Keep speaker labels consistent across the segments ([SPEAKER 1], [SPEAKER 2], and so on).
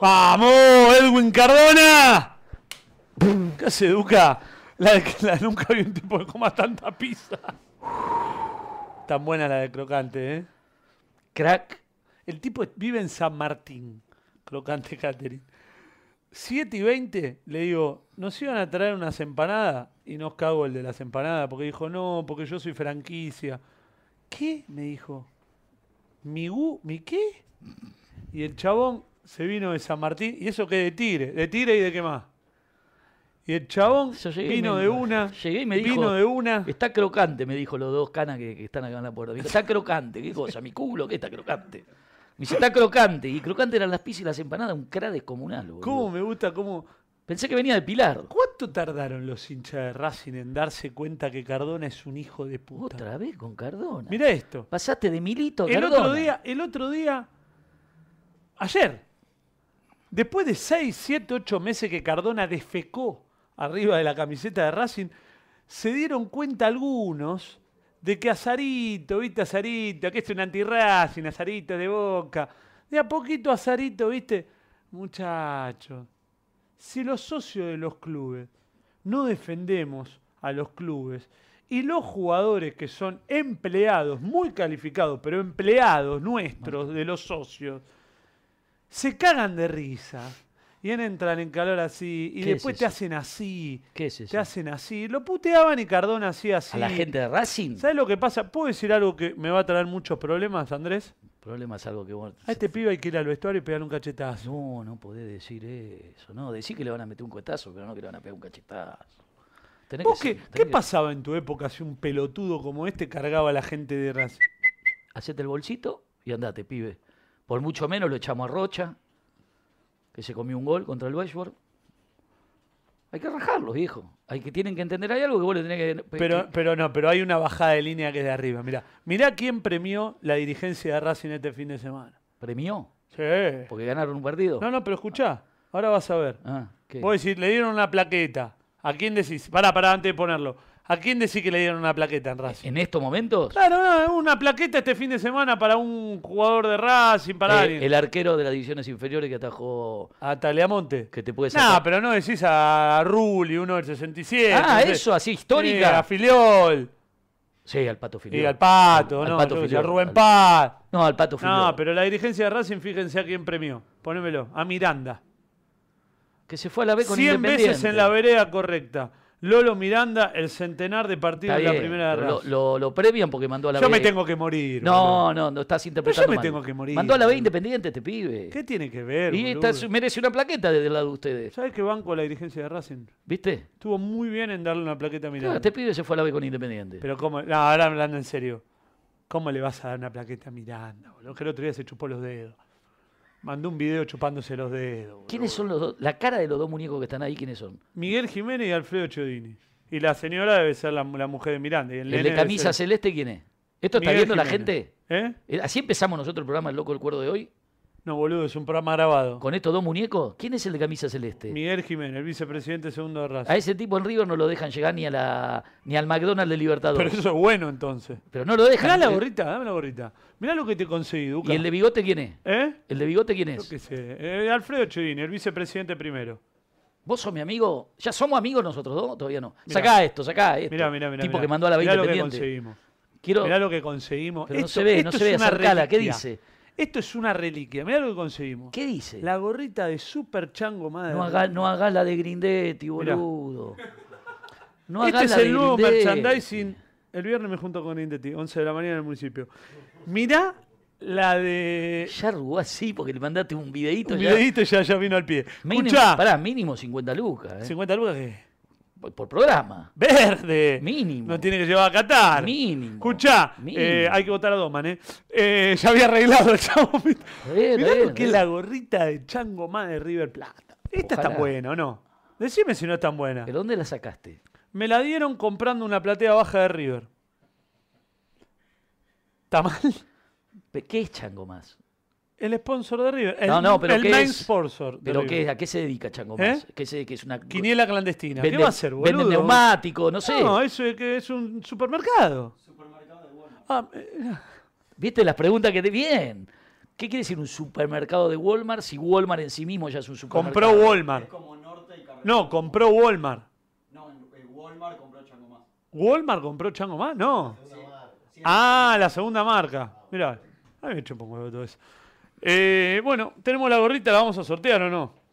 [SPEAKER 1] ¡Vamos, Edwin Cardona! ¿Qué hace Duca? La, de que- la de nunca vi un tipo que coma tanta pizza. Tan buena la de Crocante, ¿eh? Crack. El tipo vive en San Martín. Crocante Catering. 7 y 20, le digo, ¿nos iban a traer unas empanadas? Y nos cago el de las empanadas, porque dijo, no, porque yo soy franquicia. ¿Qué? Me dijo. ¿Mi gu? ¿Mi qué? Y el chabón se vino de San Martín. ¿Y eso qué? De Tigre. ¿De Tigre y de qué más? Y el chabón
[SPEAKER 2] Yo llegué y
[SPEAKER 1] vino
[SPEAKER 2] me-
[SPEAKER 1] de una.
[SPEAKER 2] llegué y me dijo, "Este
[SPEAKER 1] Vino de una.
[SPEAKER 2] Está crocante, me dijo los dos canas que, que están acá en la puerta. Dijo, está crocante. ¿Qué cosa? ¿Mi culo? ¿Qué está crocante? Me dice, está crocante. Y crocante eran las pizzas y las empanadas, un cra descomunal, boludo.
[SPEAKER 1] ¿Cómo me gusta? ¿Cómo?
[SPEAKER 2] Pensé que venía del Pilar.
[SPEAKER 1] ¿Cuánto tardaron los hinchas de Racing en darse cuenta que Cardona es un hijo de puta?
[SPEAKER 2] Otra vez con Cardona.
[SPEAKER 1] Mirá esto.
[SPEAKER 2] Pasaste de Milito a
[SPEAKER 1] El
[SPEAKER 2] Cardona.
[SPEAKER 1] otro día, el otro día, ayer, después de 6, 7, 8 meses que Cardona defecó arriba de la camiseta de Racing, se dieron cuenta algunos de que Azarito, viste Azarito, que es un anti-Racing, Azarito de boca. De a poquito Azarito, viste, muchachos, si los socios de los clubes no defendemos a los clubes y los jugadores que son empleados, muy calificados, pero empleados nuestros de los socios, se cagan de risa y entran en calor así y
[SPEAKER 2] ¿Qué es
[SPEAKER 1] después te
[SPEAKER 2] eso?
[SPEAKER 1] hacen así,
[SPEAKER 2] ¿Qué es eso?
[SPEAKER 1] te hacen así, lo puteaban y Cardona hacía así.
[SPEAKER 2] ¿A la gente de Racing?
[SPEAKER 1] ¿Sabes lo que pasa? ¿Puedo decir algo que me va a traer muchos problemas, Andrés?
[SPEAKER 2] Problema es algo que vos...
[SPEAKER 1] A este pibe hay que ir al vestuario y pegarle un cachetazo.
[SPEAKER 2] No, no podés decir eso. No, decís que le van a meter un cuetazo, pero no que le van a pegar un cachetazo. Tenés
[SPEAKER 1] ¿Vos
[SPEAKER 2] que
[SPEAKER 1] qué,
[SPEAKER 2] ser-
[SPEAKER 1] qué
[SPEAKER 2] tenés que
[SPEAKER 1] pasaba en tu época si un pelotudo como este cargaba a la gente de Racing?
[SPEAKER 2] hacete el bolsito y andate, pibe. Por mucho menos lo echamos a Rocha, que se comió un gol contra el Westworld. Hay que rajarlos, viejo. Hay que tienen que entender, hay algo que vos le tenés que...
[SPEAKER 1] Pero, pero no, pero hay una bajada de línea que es de arriba. Mirá, mirá quién premió la dirigencia de Racing este fin de semana.
[SPEAKER 2] Premió,
[SPEAKER 1] Sí.
[SPEAKER 2] porque ganaron un partido.
[SPEAKER 1] No, no, pero escuchá, ahora vas a ver.
[SPEAKER 2] Ah, ¿qué?
[SPEAKER 1] Vos decís, le dieron una plaqueta. ¿A quién decís? Pará, pará, antes de ponerlo. ¿A quién decís que le dieron una plaqueta en Racing?
[SPEAKER 2] En estos momentos,
[SPEAKER 1] Claro, no, una plaqueta este fin de semana para un jugador de Racing, para
[SPEAKER 2] eh,
[SPEAKER 1] alguien.
[SPEAKER 2] el arquero de las divisiones inferiores que atajó...
[SPEAKER 1] A Taleamonte.
[SPEAKER 2] Que te puede
[SPEAKER 1] No,
[SPEAKER 2] sacar.
[SPEAKER 1] pero no decís a Rulli, uno del 67.
[SPEAKER 2] Ah,
[SPEAKER 1] no sé.
[SPEAKER 2] eso,
[SPEAKER 1] Sí,
[SPEAKER 2] así,
[SPEAKER 1] a
[SPEAKER 2] histórica.
[SPEAKER 1] Filiol.
[SPEAKER 2] Sí, al Pato Filiol.
[SPEAKER 1] Y al Pato,
[SPEAKER 2] Al- al
[SPEAKER 1] ¿no?
[SPEAKER 2] Pato
[SPEAKER 1] yo qué sé,
[SPEAKER 2] Filiol,
[SPEAKER 1] a Rubén
[SPEAKER 2] al-
[SPEAKER 1] Paz.
[SPEAKER 2] No, al Pato Filiol.
[SPEAKER 1] No, pero la dirigencia de Racing, fíjense a quién premió. Ponémelo. A Miranda.
[SPEAKER 2] Que se fue a la B con
[SPEAKER 1] 100
[SPEAKER 2] Independiente.
[SPEAKER 1] veces en la vereda correcta. Lolo Miranda, el centenar de partidos
[SPEAKER 2] Está
[SPEAKER 1] de la
[SPEAKER 2] bien,
[SPEAKER 1] primera de
[SPEAKER 2] pero lo,
[SPEAKER 1] Racing.
[SPEAKER 2] lo, lo previan porque mandó a la
[SPEAKER 1] Yo
[SPEAKER 2] B.
[SPEAKER 1] me tengo que morir. boludo.
[SPEAKER 2] No, no, no estás interpretando.
[SPEAKER 1] me
[SPEAKER 2] mal.
[SPEAKER 1] tengo que morir,
[SPEAKER 2] Mandó a la B
[SPEAKER 1] boludo.
[SPEAKER 2] independiente este pibe.
[SPEAKER 1] ¿Qué tiene que ver?
[SPEAKER 2] y está- merece una plaqueta desde el lado de ustedes.
[SPEAKER 1] ¿Sabes qué banco la dirigencia de Racing?
[SPEAKER 2] ¿Viste?
[SPEAKER 1] Estuvo muy bien en darle una plaqueta a
[SPEAKER 2] Claro,
[SPEAKER 1] Miranda.
[SPEAKER 2] este pibe se fue a la B con Independiente.
[SPEAKER 1] Pero cómo, no, ahora hablando en serio, ¿cómo le vas a dar una plaqueta a Miranda, boludo? Que el otro día se chupó los dedos. Mandó un video chupándose los dedos. boludo.
[SPEAKER 2] ¿Quiénes son los dos? La cara de los dos muñecos que están ahí, ¿quiénes son?
[SPEAKER 1] Miguel Jiménez y Alfredo Chiodini. Y la señora debe ser la, la mujer de Miranda. y el
[SPEAKER 2] El,
[SPEAKER 1] nene
[SPEAKER 2] de
[SPEAKER 1] debe
[SPEAKER 2] camisa
[SPEAKER 1] ser
[SPEAKER 2] celeste, ¿quién es? ¿Esto está
[SPEAKER 1] Miguel
[SPEAKER 2] viendo la
[SPEAKER 1] Jiménez.
[SPEAKER 2] gente?
[SPEAKER 1] ¿Eh?
[SPEAKER 2] Eh, Así empezamos nosotros el programa El Loco del Cuerdo de hoy.
[SPEAKER 1] No, boludo, es un programa grabado.
[SPEAKER 2] Con estos dos muñecos. ¿Quién es el de camisa celeste?
[SPEAKER 1] Miguel Jiménez, el vicepresidente segundo de Racing.
[SPEAKER 2] A ese tipo en River no lo dejan llegar ni a la ni al McDonald's de Libertador.
[SPEAKER 1] Pero eso es bueno entonces.
[SPEAKER 2] Pero no lo dejan.
[SPEAKER 1] Mirá la
[SPEAKER 2] Eh,
[SPEAKER 1] gorrita, dame la gorrita. Mirá lo que te conseguí, Duca.
[SPEAKER 2] ¿Y el de bigote quién es?
[SPEAKER 1] ¿Eh?
[SPEAKER 2] ¿El de bigote quién
[SPEAKER 1] Yo
[SPEAKER 2] es?
[SPEAKER 1] qué sé. Eh, Alfredo Chiodini, el vicepresidente primero.
[SPEAKER 2] ¿Vos sos mi amigo? ¿Ya somos amigos nosotros dos? Todavía no.
[SPEAKER 1] Mirá.
[SPEAKER 2] Sacá esto, sacá esto.
[SPEAKER 1] Mirá, mirá, mirá.
[SPEAKER 2] Tipo
[SPEAKER 1] mirá.
[SPEAKER 2] que mandó a la
[SPEAKER 1] Mirá lo
[SPEAKER 2] vida
[SPEAKER 1] que
[SPEAKER 2] independiente.
[SPEAKER 1] conseguimos.
[SPEAKER 2] Quiero...
[SPEAKER 1] Mirá lo que conseguimos.
[SPEAKER 2] Pero no se ve, no se ve,
[SPEAKER 1] es una
[SPEAKER 2] acercala, ¿qué
[SPEAKER 1] reliquia.
[SPEAKER 2] dice?
[SPEAKER 1] Esto es una reliquia. Mirá lo que conseguimos.
[SPEAKER 2] ¿Qué dice?
[SPEAKER 1] La gorrita de Super Chango Madre.
[SPEAKER 2] No hagas no haga la de Grindetti,
[SPEAKER 1] Mirá.
[SPEAKER 2] boludo. No hagas
[SPEAKER 1] este es
[SPEAKER 2] la de
[SPEAKER 1] el nuevo
[SPEAKER 2] Grindetti.
[SPEAKER 1] merchandising. El viernes me junto con Indeti, 11 de la mañana en el municipio. Mirá la de.
[SPEAKER 2] Ya arrugó así porque le mandaste un videíto.
[SPEAKER 1] Un
[SPEAKER 2] ya.
[SPEAKER 1] videito ya, ya vino al pie.
[SPEAKER 2] Mínimo,
[SPEAKER 1] Escuchá.
[SPEAKER 2] Pará, mínimo 50 lucas. eh,
[SPEAKER 1] 50 lucas que.
[SPEAKER 2] por- Por programa.
[SPEAKER 1] Verde.
[SPEAKER 2] Mínimo.
[SPEAKER 1] No tiene que llevar a Qatar.
[SPEAKER 2] Mínimo.
[SPEAKER 1] Escuchá,
[SPEAKER 2] Mínimo.
[SPEAKER 1] eh, hay que votar a Doman, ¿eh? Eh, Ya había arreglado el chavo.
[SPEAKER 2] bien,
[SPEAKER 1] Mirá
[SPEAKER 2] está
[SPEAKER 1] lo
[SPEAKER 2] bien,
[SPEAKER 1] que es
[SPEAKER 2] está
[SPEAKER 1] la gorrita de Chango más de River Plata. Esta
[SPEAKER 2] Ojalá.
[SPEAKER 1] está buena, ¿o no? Decime si no es tan buena.
[SPEAKER 2] ¿Pero dónde la sacaste?
[SPEAKER 1] Me la dieron comprando una platea baja de River. ¿Está mal?
[SPEAKER 2] ¿Pe- ¿Qué es Chango más?
[SPEAKER 1] El sponsor de River. El,
[SPEAKER 2] No, no, pero
[SPEAKER 1] el
[SPEAKER 2] ¿qué
[SPEAKER 1] main
[SPEAKER 2] es?
[SPEAKER 1] sponsor. de
[SPEAKER 2] ¿Pero
[SPEAKER 1] River.
[SPEAKER 2] qué, a qué se dedica Chango más?
[SPEAKER 1] ¿Eh?
[SPEAKER 2] ¿Qué se- que es una...
[SPEAKER 1] Quiniela clandestina. ¿Qué
[SPEAKER 2] Venden-
[SPEAKER 1] va a hacer, boludo?
[SPEAKER 2] Venden neumáticos, no sé.
[SPEAKER 1] No, eh. eso es, que es un Ah, eh, supermercado. Supermercado de bueno.
[SPEAKER 2] ¿Viste las preguntas que te... Bien. ¿Qué quiere decir un supermercado de Walmart si Walmart en sí mismo ya es un supermercado?
[SPEAKER 1] Compró
[SPEAKER 3] Es
[SPEAKER 1] Walmart.
[SPEAKER 3] como Norte y Carrefour.
[SPEAKER 1] No, compró Walmart.
[SPEAKER 3] No, eh, Walmart compró Chango Más.
[SPEAKER 1] ¿Walmart compró Chango Más? No.
[SPEAKER 3] Sí. Sí,
[SPEAKER 1] Ah, la segunda marca. Mirá. A mí me chupa un huevo todo eso. Eh, bueno, tenemos la gorrita, la vamos a sortear o no.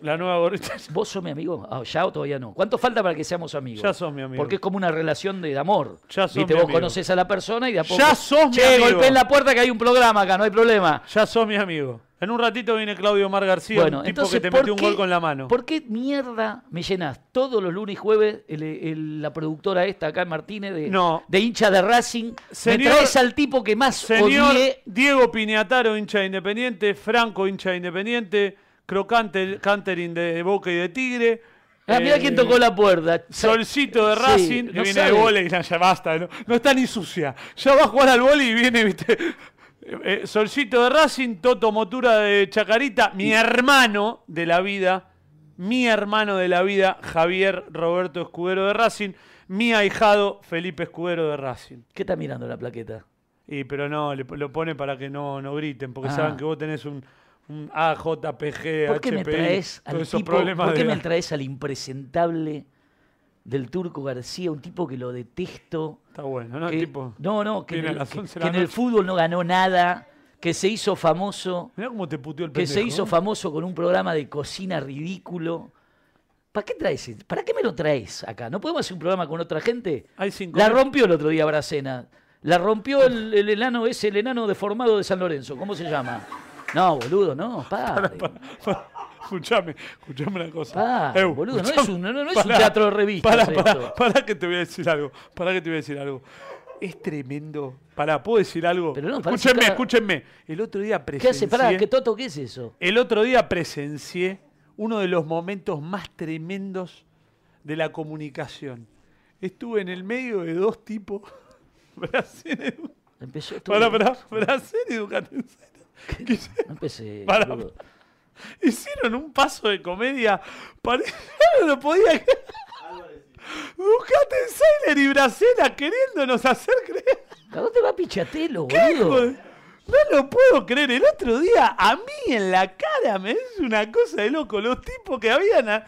[SPEAKER 1] La nueva gorrita.
[SPEAKER 2] ¿Vos sos mi amigo? Ah, ya o todavía no. ¿Cuánto falta para que seamos amigos?
[SPEAKER 1] Ya sos mi amigo.
[SPEAKER 2] Porque es como una relación de amor.
[SPEAKER 1] Ya sos
[SPEAKER 2] Viste,
[SPEAKER 1] mi
[SPEAKER 2] vos
[SPEAKER 1] amigo.
[SPEAKER 2] conoces a la persona y de a poco.
[SPEAKER 1] Ya sos mi
[SPEAKER 2] che,
[SPEAKER 1] amigo.
[SPEAKER 2] golpeen la puerta que hay un programa acá, no hay problema.
[SPEAKER 1] Ya sos mi amigo. En un ratito viene Claudio Mar García,
[SPEAKER 2] bueno,
[SPEAKER 1] un tipo
[SPEAKER 2] entonces,
[SPEAKER 1] que te
[SPEAKER 2] ¿por
[SPEAKER 1] metió un
[SPEAKER 2] qué-
[SPEAKER 1] gol con la mano.
[SPEAKER 2] ¿Por qué mierda me llenas todos los lunes y jueves el- el- la productora esta acá, Martínez, de,
[SPEAKER 1] No.
[SPEAKER 2] de hincha de Racing? me
[SPEAKER 1] Señor-
[SPEAKER 2] traes al tipo que más
[SPEAKER 1] Señor
[SPEAKER 2] odié.
[SPEAKER 1] Diego Piñataro, hincha de Independiente, Franco, hincha de Independiente, Crocante, Canterin de Boca y de Tigre.
[SPEAKER 2] Ah, mirá
[SPEAKER 1] eh,
[SPEAKER 2] quién tocó la puerta.
[SPEAKER 1] Solcito de
[SPEAKER 2] Sí,
[SPEAKER 1] Racing,
[SPEAKER 2] no
[SPEAKER 1] que viene
[SPEAKER 2] sabe.
[SPEAKER 1] de volei, ya, ya basta, no, no está ni sucia. Ya va a jugar al volei y viene, viste. Eh, eh, Solcito de Racing, Toto Motura de Chacarita, mi hermano de la vida, mi hermano de la vida, Javier Roberto Escudero de Racing, mi ahijado, Felipe Escudero de Racing.
[SPEAKER 2] ¿Qué está mirando la plaqueta?
[SPEAKER 1] Y pero no, le- lo pone para que no, no griten, porque
[SPEAKER 2] Ah.
[SPEAKER 1] saben que vos tenés un, un AJPG,
[SPEAKER 2] ¿Por qué me
[SPEAKER 1] HPI,
[SPEAKER 2] traes al
[SPEAKER 1] todos esos
[SPEAKER 2] tipo-
[SPEAKER 1] problemas
[SPEAKER 2] por qué
[SPEAKER 1] de
[SPEAKER 2] me
[SPEAKER 1] edad.
[SPEAKER 2] traes al impresentable del Turco García, un tipo que lo detesto?
[SPEAKER 1] Está bueno, ¿no?
[SPEAKER 2] que-
[SPEAKER 1] tipo,
[SPEAKER 2] no, no, que, en
[SPEAKER 1] viene a
[SPEAKER 2] el,
[SPEAKER 1] las
[SPEAKER 2] que-
[SPEAKER 1] 11 de
[SPEAKER 2] que
[SPEAKER 1] la
[SPEAKER 2] en el
[SPEAKER 1] noche.
[SPEAKER 2] fútbol no ganó nada, que se hizo famoso,
[SPEAKER 1] Mirá cómo te puteó el
[SPEAKER 2] que se
[SPEAKER 1] pendejo,
[SPEAKER 2] hizo
[SPEAKER 1] ¿eh?
[SPEAKER 2] famoso con un programa de cocina ridículo. ¿Para qué traes? este- ¿Para qué me lo traes acá? ¿No podemos hacer un programa con otra gente?
[SPEAKER 1] Hay cinco
[SPEAKER 2] La
[SPEAKER 1] mil-
[SPEAKER 2] rompió el otro día Bracena. La rompió el, el enano ese, el enano deformado de San Lorenzo. ¿Cómo se llama? No, boludo, no, padre.
[SPEAKER 1] Escuchame, escuchame una cosa.
[SPEAKER 2] Pará, Ah, boludo, no es
[SPEAKER 1] escuchame.
[SPEAKER 2] un- no- no es un teatro de revistas
[SPEAKER 1] Pará,
[SPEAKER 2] esto.
[SPEAKER 1] pará, pará que te voy a decir algo. Pará que te voy a decir algo. Es tremendo. Pará, ¿puedo decir algo?
[SPEAKER 2] Pero no, parece
[SPEAKER 1] escúchenme,
[SPEAKER 2] cara-
[SPEAKER 1] escúchenme. El otro día
[SPEAKER 2] ¿Qué
[SPEAKER 1] presencié...
[SPEAKER 2] hace? Pará,
[SPEAKER 1] eh.
[SPEAKER 2] ¿qué Toto, qué es eso?
[SPEAKER 1] El otro día presencié uno de los momentos más tremendos de la comunicación. Estuve en el medio de dos tipos. Brasil, Edu-
[SPEAKER 2] Empezó esto.
[SPEAKER 1] pará, pará, Brasil Educate.
[SPEAKER 2] No empecé.
[SPEAKER 1] Pará,
[SPEAKER 2] boludo.
[SPEAKER 1] Hicieron un paso de comedia. Parecía no lo podía creer. Ducati Seiler y Bracena queriéndonos hacer creer.
[SPEAKER 2] ¿A dónde va Pichatelo,
[SPEAKER 1] hijo
[SPEAKER 2] boludo?
[SPEAKER 1] de- No lo puedo creer. El otro día a mí en la cara me es una cosa de loco. Los tipos que habían. a-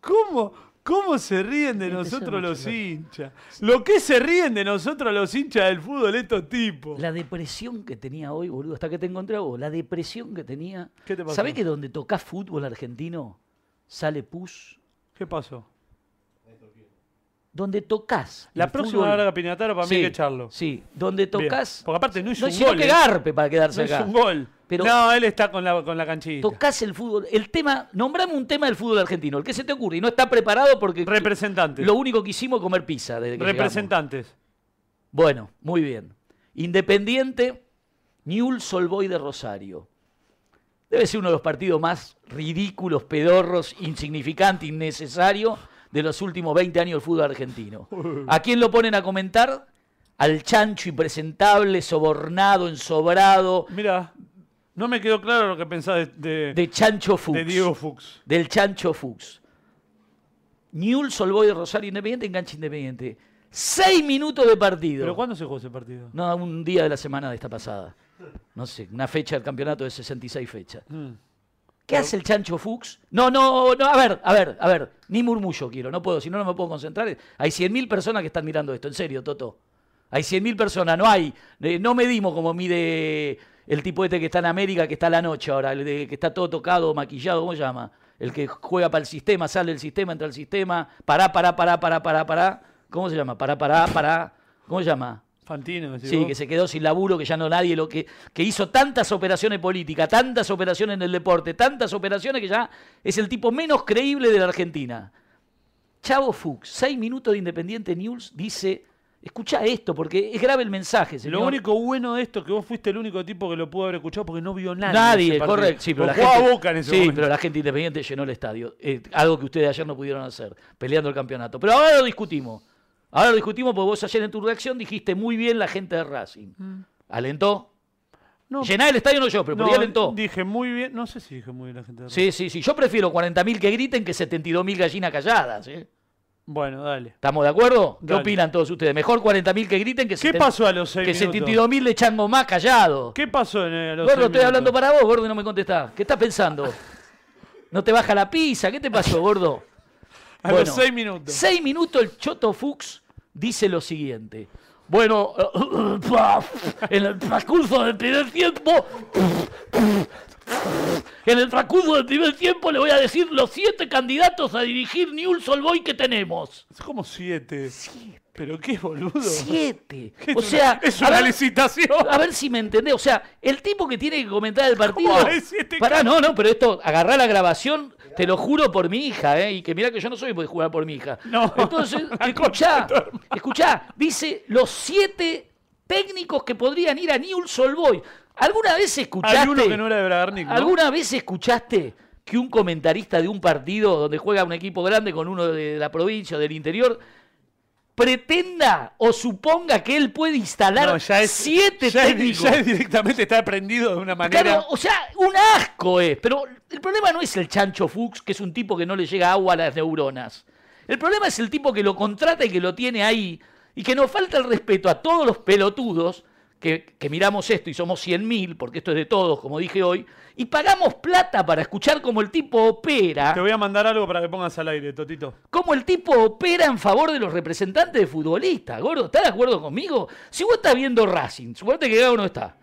[SPEAKER 1] ¿Cómo? ¿Cómo se ríen de
[SPEAKER 2] Empezó
[SPEAKER 1] nosotros
[SPEAKER 2] mucho
[SPEAKER 1] los
[SPEAKER 2] loco.
[SPEAKER 1] hinchas? Lo que se ríen de nosotros los hinchas del fútbol, estos tipos.
[SPEAKER 2] La depresión que tenía hoy, boludo, hasta que te encontré a vos, la depresión que tenía.
[SPEAKER 1] ¿Qué te pasó?
[SPEAKER 2] ¿Sabés que donde tocas fútbol argentino sale pus?
[SPEAKER 1] ¿Qué pasó?
[SPEAKER 2] Donde tocas.
[SPEAKER 1] La
[SPEAKER 2] el
[SPEAKER 1] próxima
[SPEAKER 2] fútbol-
[SPEAKER 1] larga Piñataro para mí hay
[SPEAKER 2] Sí,
[SPEAKER 1] que echarlo.
[SPEAKER 2] Sí, donde tocas.
[SPEAKER 1] Bien, porque aparte no hizo un
[SPEAKER 2] hicieron
[SPEAKER 1] gol,
[SPEAKER 2] que
[SPEAKER 1] ¿eh?
[SPEAKER 2] garpe para quedarse
[SPEAKER 1] No
[SPEAKER 2] acá.
[SPEAKER 1] hizo un gol.
[SPEAKER 2] Pero-
[SPEAKER 1] no, él está con la, con la canchita.
[SPEAKER 2] Tocás el fútbol. El tema, nombrame un tema del fútbol argentino, el que se te ocurre y no está preparado porque
[SPEAKER 1] Representantes.
[SPEAKER 2] lo único que hicimos es comer pizza desde que llegamos.
[SPEAKER 1] Representantes.
[SPEAKER 2] Bueno, muy bien. Independiente, Newell's Solboy de Rosario. Debe ser uno de los partidos más ridículos, pedorros, insignificante, innecesario de los últimos 20 años del fútbol argentino. ¿A quién lo ponen a comentar? Al chancho impresentable, sobornado, ensobrado,
[SPEAKER 1] Mira, no me quedó claro lo que pensás de, de-
[SPEAKER 2] de Chancho Fuchs.
[SPEAKER 1] de Diego Fuchs.
[SPEAKER 2] del Chancho Fuchs. Newell's Solboy de Rosario Independiente, enganche Independiente. Seis minutos de partido.
[SPEAKER 1] ¿Pero cuándo se jugó ese partido?
[SPEAKER 2] No, un día de la semana de esta pasada. No sé, una fecha del campeonato de 66 fechas.
[SPEAKER 1] Mm.
[SPEAKER 2] ¿Qué hace el Chancho Fuchs? No, no, no, a ver, a ver, a ver. Ni murmullo quiero, no puedo, si no, no me puedo concentrar. Hay 100.000 personas que están mirando esto, en serio, Toto. Hay 100.000 personas, no hay. eh, no medimos como mide el tipo este que está en América, que está a la noche ahora, el de- que está todo tocado, maquillado, ¿cómo se llama? El que juega para el sistema, sale del sistema, entra al sistema, pará, pará, pará, pará, pará, pará. ¿Cómo se llama? Pará, pará, pará. ¿Cómo se llama?
[SPEAKER 1] Fantino, decís
[SPEAKER 2] Sí,
[SPEAKER 1] vos.
[SPEAKER 2] que se quedó sin laburo, que ya no nadie lo que, que hizo tantas operaciones políticas, tantas operaciones en el deporte, tantas operaciones que ya es el tipo menos creíble de la Argentina. Chavo Fuchs, seis minutos de Independiente News, dice, escucha esto porque es grave el mensaje, señor.
[SPEAKER 1] Lo único bueno de esto es que vos fuiste el único tipo que lo pudo haber escuchado porque no vio nadie.
[SPEAKER 2] Nadie,
[SPEAKER 1] ese partido.
[SPEAKER 2] correcto. Sí, pero,
[SPEAKER 1] Lo
[SPEAKER 2] la
[SPEAKER 1] jugaba
[SPEAKER 2] gente,
[SPEAKER 1] Boca en ese
[SPEAKER 2] sí,
[SPEAKER 1] momento.
[SPEAKER 2] pero la gente independiente llenó el estadio. Eh, algo que ustedes ayer no pudieron hacer, peleando el campeonato. Pero ahora lo discutimos. Ahora lo discutimos porque vos ayer en tu reacción dijiste muy bien la gente de Racing.
[SPEAKER 1] Hmm.
[SPEAKER 2] ¿Alentó?
[SPEAKER 1] No,
[SPEAKER 2] Llená el estadio no yo, pero por ahí
[SPEAKER 1] no,
[SPEAKER 2] alentó.
[SPEAKER 1] Dije muy bien. No sé si dije muy bien la gente. de
[SPEAKER 2] Sí, sí, sí. Yo prefiero 40.000 que griten que 72.000 gallinas calladas. ¿eh?
[SPEAKER 1] Racing. Bueno, dale.
[SPEAKER 2] ¿Estamos de acuerdo? ¿Qué
[SPEAKER 1] Dale.
[SPEAKER 2] opinan todos ustedes? Mejor 40.000 que griten que,
[SPEAKER 1] ¿Qué
[SPEAKER 2] 70
[SPEAKER 1] pasó a los seis
[SPEAKER 2] que
[SPEAKER 1] minutos?
[SPEAKER 2] 72.000 le echan más callado.
[SPEAKER 1] ¿Qué pasó en eh, a los
[SPEAKER 2] Gordo,
[SPEAKER 1] seis
[SPEAKER 2] estoy hablando
[SPEAKER 1] minutos?
[SPEAKER 2] para vos, gordo, y no me contestás. ¿Qué estás pensando? ¿No te baja la pizza? ¿Qué te pasó, gordo?
[SPEAKER 1] A los seis minutos.
[SPEAKER 2] Seis minutos el Choto Fuchs dice lo siguiente. Bueno, eh, en el transcurso del primer tiempo, en el transcurso del primer tiempo le voy a decir los siete candidatos a dirigir Newell's Old Boy que tenemos.
[SPEAKER 1] Es como siete. ¿Pero qué boludo?
[SPEAKER 2] Siete.
[SPEAKER 1] ¿Qué es
[SPEAKER 2] O
[SPEAKER 1] una-
[SPEAKER 2] sea,
[SPEAKER 1] es
[SPEAKER 2] a
[SPEAKER 1] una
[SPEAKER 2] ver-
[SPEAKER 1] licitación.
[SPEAKER 2] a ver si me entendés. O sea, el tipo que tiene que comentar el partido.
[SPEAKER 1] ¿Cómo este hay siete
[SPEAKER 2] Pará, no, no, pero esto, agarrá la grabación, te lo juro por mi hija, ¿eh? Y que mirá que yo no soy de jugar por mi hija.
[SPEAKER 1] No.
[SPEAKER 2] Entonces, escuchá, escuchá, dice los siete técnicos que podrían ir a Newell's Old Boy. ¿Alguna vez escuchaste?
[SPEAKER 1] Hay uno que no era de Bragarnik, ¿no?
[SPEAKER 2] ¿Alguna vez escuchaste que un comentarista de un partido donde juega un equipo grande con uno de la provincia o del interior pretenda o suponga que él puede instalar
[SPEAKER 1] No, ya es,
[SPEAKER 2] siete
[SPEAKER 1] ya es-
[SPEAKER 2] técnicos?
[SPEAKER 1] ya es directamente está aprendido de una manera.
[SPEAKER 2] Claro, o sea, un asco es. Pero el problema no es el chancho Fuchs, que es un tipo que no le llega agua a las neuronas. El problema es el tipo que lo contrata y que lo tiene ahí y que nos falta el respeto a todos los pelotudos que, que miramos esto y somos 100.000, porque esto es de todos, como dije hoy, y pagamos plata para escuchar cómo el tipo opera,
[SPEAKER 1] Te voy a mandar algo para que pongas al aire, Totito.
[SPEAKER 2] cómo el tipo opera en favor de los representantes de futbolistas. Gordo, ¿estás de acuerdo conmigo? Si vos estás viendo Racing, suponete que Gago no está,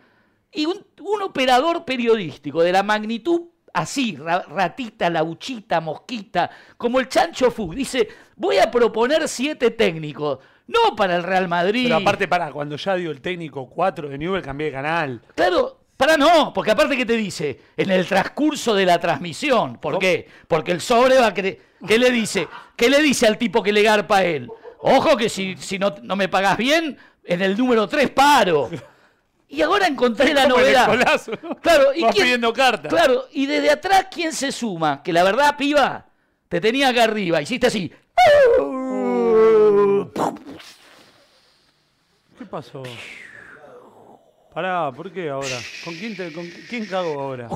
[SPEAKER 2] y un, un operador periodístico de la magnitud así, ra- ratita, lauchita, mosquita, como el Chancho Fuchs, dice, voy a proponer siete técnicos, no para el Real Madrid.
[SPEAKER 1] Pero aparte, para, cuando ya dio el técnico 4 de Newell, cambié de canal.
[SPEAKER 2] Claro, para no, porque aparte que te dice, en el transcurso de la transmisión, ¿por qué? Porque el sobre va a cre- ¿Qué le dice? ¿Qué le dice al tipo que le garpa a él? Ojo que si, si no, no me pagás bien, en el número 3 paro. Y ahora encontré la
[SPEAKER 1] Como el
[SPEAKER 2] novedad.
[SPEAKER 1] escolazo, ¿no?
[SPEAKER 2] Claro, y
[SPEAKER 1] Vas
[SPEAKER 2] quién-
[SPEAKER 1] pidiendo cartas.
[SPEAKER 2] Claro, y desde atrás, ¿quién se suma? Que la verdad, piba, te tenía acá arriba, hiciste así.
[SPEAKER 1] ¿Qué pasó? Pará, ¿por qué ahora? ¿Con quién, te- con quién cago ahora?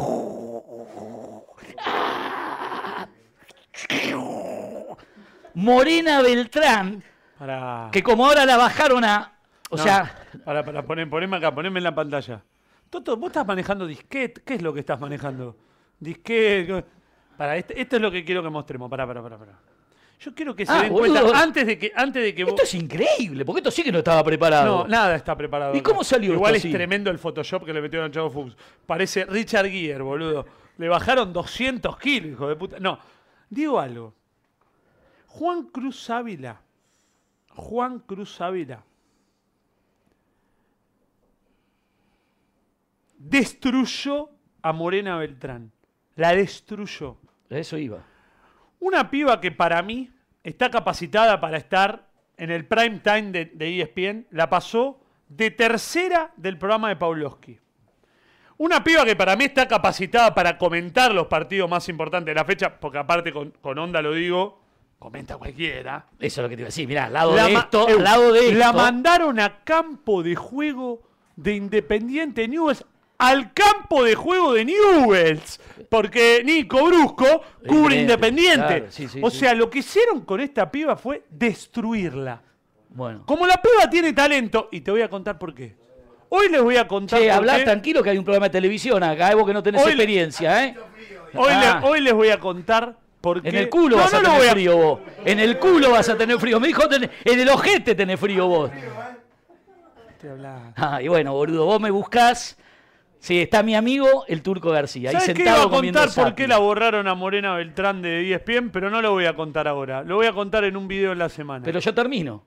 [SPEAKER 2] Morena Beltrán,
[SPEAKER 1] Pará.
[SPEAKER 2] que como ahora la bajaron a. O
[SPEAKER 1] No,
[SPEAKER 2] sea,
[SPEAKER 1] Pará, pará, poné- poneme acá, poneme en la pantalla. Toto, vos estás manejando disquete. ¿Qué es lo que estás manejando? Disquete. Para, este- esto es lo que quiero que mostremos. Pará, pará, pará. pará. Yo quiero que se
[SPEAKER 2] Ah,
[SPEAKER 1] den
[SPEAKER 2] boludo.
[SPEAKER 1] cuenta antes de que, antes de que vos.
[SPEAKER 2] Esto es increíble, porque esto sí que no estaba preparado.
[SPEAKER 1] No, nada está preparado.
[SPEAKER 2] ¿Y
[SPEAKER 1] acá.
[SPEAKER 2] cómo salió
[SPEAKER 1] Igual
[SPEAKER 2] esto
[SPEAKER 1] es
[SPEAKER 2] así?
[SPEAKER 1] tremendo el Photoshop que le metieron a Chavo Fuchs. Parece Richard Gere, boludo. Le bajaron 200 kilos, hijo de puta. No, digo algo. Juan Cruz Ávila. Juan Cruz Ávila. Destruyó a Morena Beltrán. La destruyó.
[SPEAKER 2] A eso iba.
[SPEAKER 1] Una piba que para mí está capacitada para estar en el prime time de, E de ESPN, la pasó de tercera del programa de Pavlovsky. Una piba que para mí está capacitada para comentar los partidos más importantes de la fecha, porque aparte con, con onda lo digo, comenta cualquiera.
[SPEAKER 2] Eso es lo que te iba a decir. Mirá, al lado de
[SPEAKER 1] ma-
[SPEAKER 2] esto,
[SPEAKER 1] Eu,
[SPEAKER 2] al lado de
[SPEAKER 1] la
[SPEAKER 2] esto.
[SPEAKER 1] mandaron a campo de juego de Independiente Newells. Al campo de juego de Newells. Porque Nico Brusco cubre
[SPEAKER 2] Independiente,
[SPEAKER 1] Independiente.
[SPEAKER 2] claro, sí, sí,
[SPEAKER 1] o
[SPEAKER 2] sí.
[SPEAKER 1] sea, lo que hicieron con esta piba fue destruirla.
[SPEAKER 2] Bueno.
[SPEAKER 1] Como la piba tiene talento, y te voy a contar por qué. Hoy les voy a contar
[SPEAKER 2] Che,
[SPEAKER 1] por
[SPEAKER 2] hablá
[SPEAKER 1] qué.
[SPEAKER 2] tranquilo que hay un programa de televisión acá, eh, vos que no tenés
[SPEAKER 1] Hoy le-
[SPEAKER 2] experiencia, ¿eh?
[SPEAKER 1] Hoy, le-
[SPEAKER 2] Ah.
[SPEAKER 1] hoy les voy a contar por qué.
[SPEAKER 2] En el culo
[SPEAKER 1] No,
[SPEAKER 2] vas
[SPEAKER 1] no
[SPEAKER 2] a
[SPEAKER 1] lo
[SPEAKER 2] tener
[SPEAKER 1] voy a-
[SPEAKER 2] frío vos. En el culo vas a tener frío. Me dijo, "Ten- en el ojete tenés frío vos.
[SPEAKER 1] Estoy hablando.
[SPEAKER 2] Ah, y bueno, boludo, vos me buscás. Sí, está mi amigo, el Turco García, ahí
[SPEAKER 1] ¿Sabes qué iba
[SPEAKER 2] sentado
[SPEAKER 1] a
[SPEAKER 2] comiendo
[SPEAKER 1] contar por
[SPEAKER 2] zapi.
[SPEAKER 1] qué la borraron a Morena Beltrán de E ESPN? Pero no lo voy a contar ahora. Lo voy a contar en un video en la semana.
[SPEAKER 2] Pero yo termino.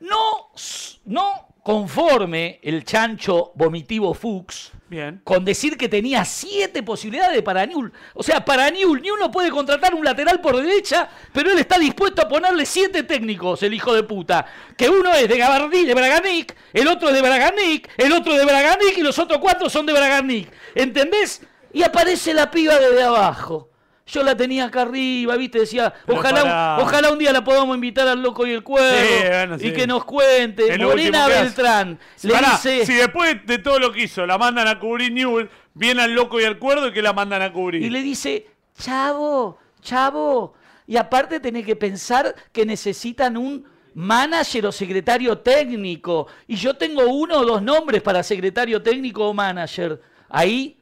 [SPEAKER 2] No, s- no conforme el chancho vomitivo Fuchs
[SPEAKER 1] Bien.
[SPEAKER 2] con decir que tenía siete posibilidades para Newell. O sea, para Newell, Newell no puede contratar un lateral por derecha, pero él está dispuesto a ponerle siete técnicos, el hijo de puta. Que uno es de Gabardí, de Braganic, el otro es de Braganic, el otro es de Braganic y los otros cuatro son de Braganic. ¿Entendés? Y aparece la piba desde abajo. Yo la tenía acá arriba, viste, decía,
[SPEAKER 1] Pero
[SPEAKER 2] ojalá,
[SPEAKER 1] pará.
[SPEAKER 2] un- ojalá un día la podamos invitar al loco y el cuervo
[SPEAKER 1] Sí, bueno,
[SPEAKER 2] y
[SPEAKER 1] sí.
[SPEAKER 2] que nos cuente.
[SPEAKER 1] Es lo
[SPEAKER 2] Morena
[SPEAKER 1] último que hace.
[SPEAKER 2] Beltrán le
[SPEAKER 1] Pará,
[SPEAKER 2] dice,
[SPEAKER 1] si después de todo lo que hizo la mandan a cubrir Newell, viene al loco y al cuerdo y que la mandan a cubrir.
[SPEAKER 2] Y le dice, chavo, chavo, Y aparte tenés que pensar que necesitan un manager o secretario técnico. Y yo tengo uno o dos nombres para secretario técnico o manager. Ahí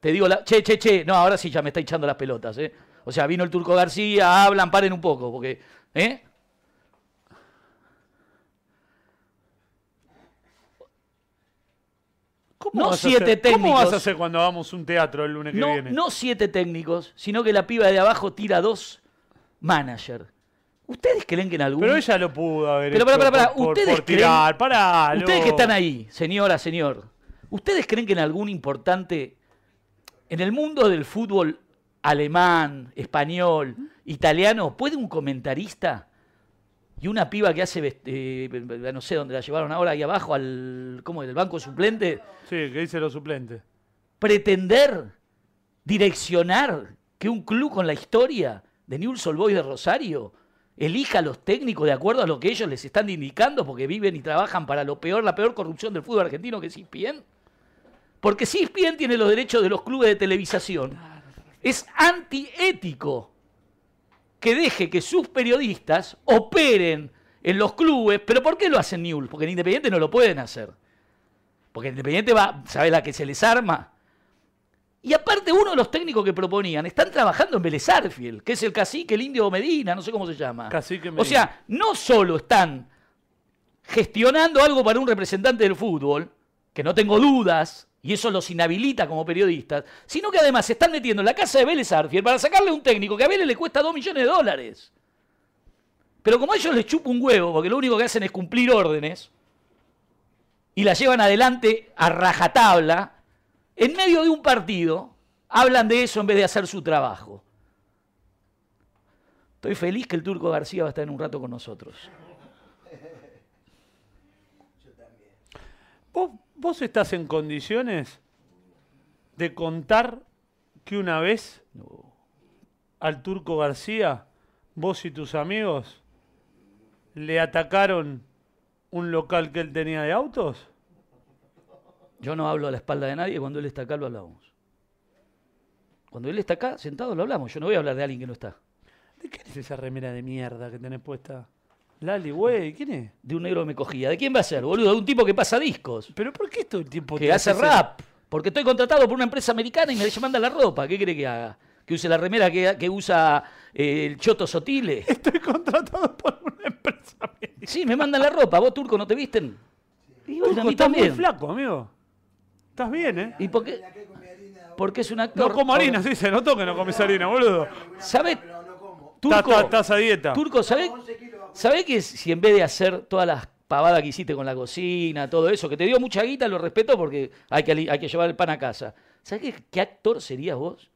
[SPEAKER 2] te digo, la- che, che, che. No, ahora sí ya me está hinchando las pelotas. ¿eh? O sea, vino el Turco García, hablan, paren un poco. Porque, ¿eh?
[SPEAKER 1] ¿Cómo
[SPEAKER 2] No
[SPEAKER 1] vas a
[SPEAKER 2] siete
[SPEAKER 1] hacer- ¿Cómo
[SPEAKER 2] técnicos.
[SPEAKER 1] vas a hacer cuando hagamos un teatro el lunes que
[SPEAKER 2] No,
[SPEAKER 1] viene?
[SPEAKER 2] no siete técnicos, sino que la piba de abajo tira dos manager. ¿Ustedes creen que en algún
[SPEAKER 1] Pero ella lo pudo haber hecho
[SPEAKER 2] Pero pará, pará, pará,
[SPEAKER 1] por, por-
[SPEAKER 2] ¿ustedes
[SPEAKER 1] por tirar. Pará,
[SPEAKER 2] Ustedes que
[SPEAKER 1] loco.
[SPEAKER 2] están ahí, señora, señor, ¿ustedes creen que en algún importante, en el mundo del fútbol alemán, español, italiano, puede un comentarista y una piba que hace, vest- eh, no sé dónde la llevaron ahora, ahí abajo, al, ¿cómo, del banco suplente,
[SPEAKER 1] Sí, que dice los suplentes.
[SPEAKER 2] pretender direccionar que un club con la historia de Newell's Old Boys de Rosario elija a los técnicos de acuerdo a lo que ellos les están indicando porque viven y trabajan para lo peor, la peor corrupción del fútbol argentino que es E ESPN? Porque si ESPN tiene los derechos de los clubes de televisación, es antiético que deje que sus periodistas operen en los clubes, pero ¿por qué lo hacen Newell's? Porque en Independiente no lo pueden hacer. Porque el Independiente va, ¿sabes la que se les arma? Y aparte, uno de los técnicos que proponían están trabajando en Vélez Arfiel, que es el cacique, el indio Medina, no sé cómo se llama.
[SPEAKER 1] Cacique
[SPEAKER 2] Ah. O
[SPEAKER 1] Medina.
[SPEAKER 2] sea, no solo están gestionando algo para un representante del fútbol, que no tengo dudas, y eso los inhabilita como periodistas, sino que además se están metiendo en la casa de Vélez Arfiel para sacarle un técnico que a Vélez le cuesta 2 millones de dólares. Pero como a ellos les chupa un huevo, porque lo único que hacen es cumplir órdenes, y la llevan adelante a rajatabla, en medio de un partido hablan de eso en vez de hacer su trabajo. Estoy feliz que el Turco García va a estar en un rato con nosotros.
[SPEAKER 1] ¿Vos, vos estás en condiciones de contar que una vez al Turco García, vos y tus amigos, le atacaron un local que él tenía de autos?
[SPEAKER 2] Yo no hablo a la espalda de nadie, cuando él está acá lo hablamos. Cuando él está acá, sentado, lo hablamos. Yo no voy a hablar de alguien que no está.
[SPEAKER 1] ¿De quién es esa remera de mierda que tenés puesta? Lali, güey, ¿quién es?
[SPEAKER 2] De un negro que me cogía. ¿De quién va a ser, boludo? De un tipo que pasa discos,
[SPEAKER 1] ¿Pero por qué todo el tiempo
[SPEAKER 2] que
[SPEAKER 1] te
[SPEAKER 2] hace
[SPEAKER 1] haces el-
[SPEAKER 2] rap. Porque estoy contratado por una empresa americana y me manda la ropa. ¿Qué cree que haga? Que use la remera que, que usa eh, el Choto Sotile.
[SPEAKER 1] Estoy contratado por una empresa.
[SPEAKER 2] Sí, me mandan la ropa. ¿Vos, turco, no te visten? Y bueno, a
[SPEAKER 1] Turco,
[SPEAKER 2] mí
[SPEAKER 1] estás muy
[SPEAKER 2] también.
[SPEAKER 1] flaco, amigo. Estás bien, ¿eh?
[SPEAKER 2] ¿Y por qué? Porque es un actor.
[SPEAKER 1] No como harina, sí, se notó que no comes harina, boludo.
[SPEAKER 2] ¿Sabes?
[SPEAKER 1] Estás-
[SPEAKER 2] Turco,
[SPEAKER 1] Estás estás a dieta.
[SPEAKER 2] turco ¿sabes? ¿Sabés que si en vez de hacer todas las pavadas que hiciste con la cocina, todo eso, que te dio mucha guita, lo respeto porque hay que, ali- hay que llevar el pan a casa. ¿Sabés qué, qué actor serías vos?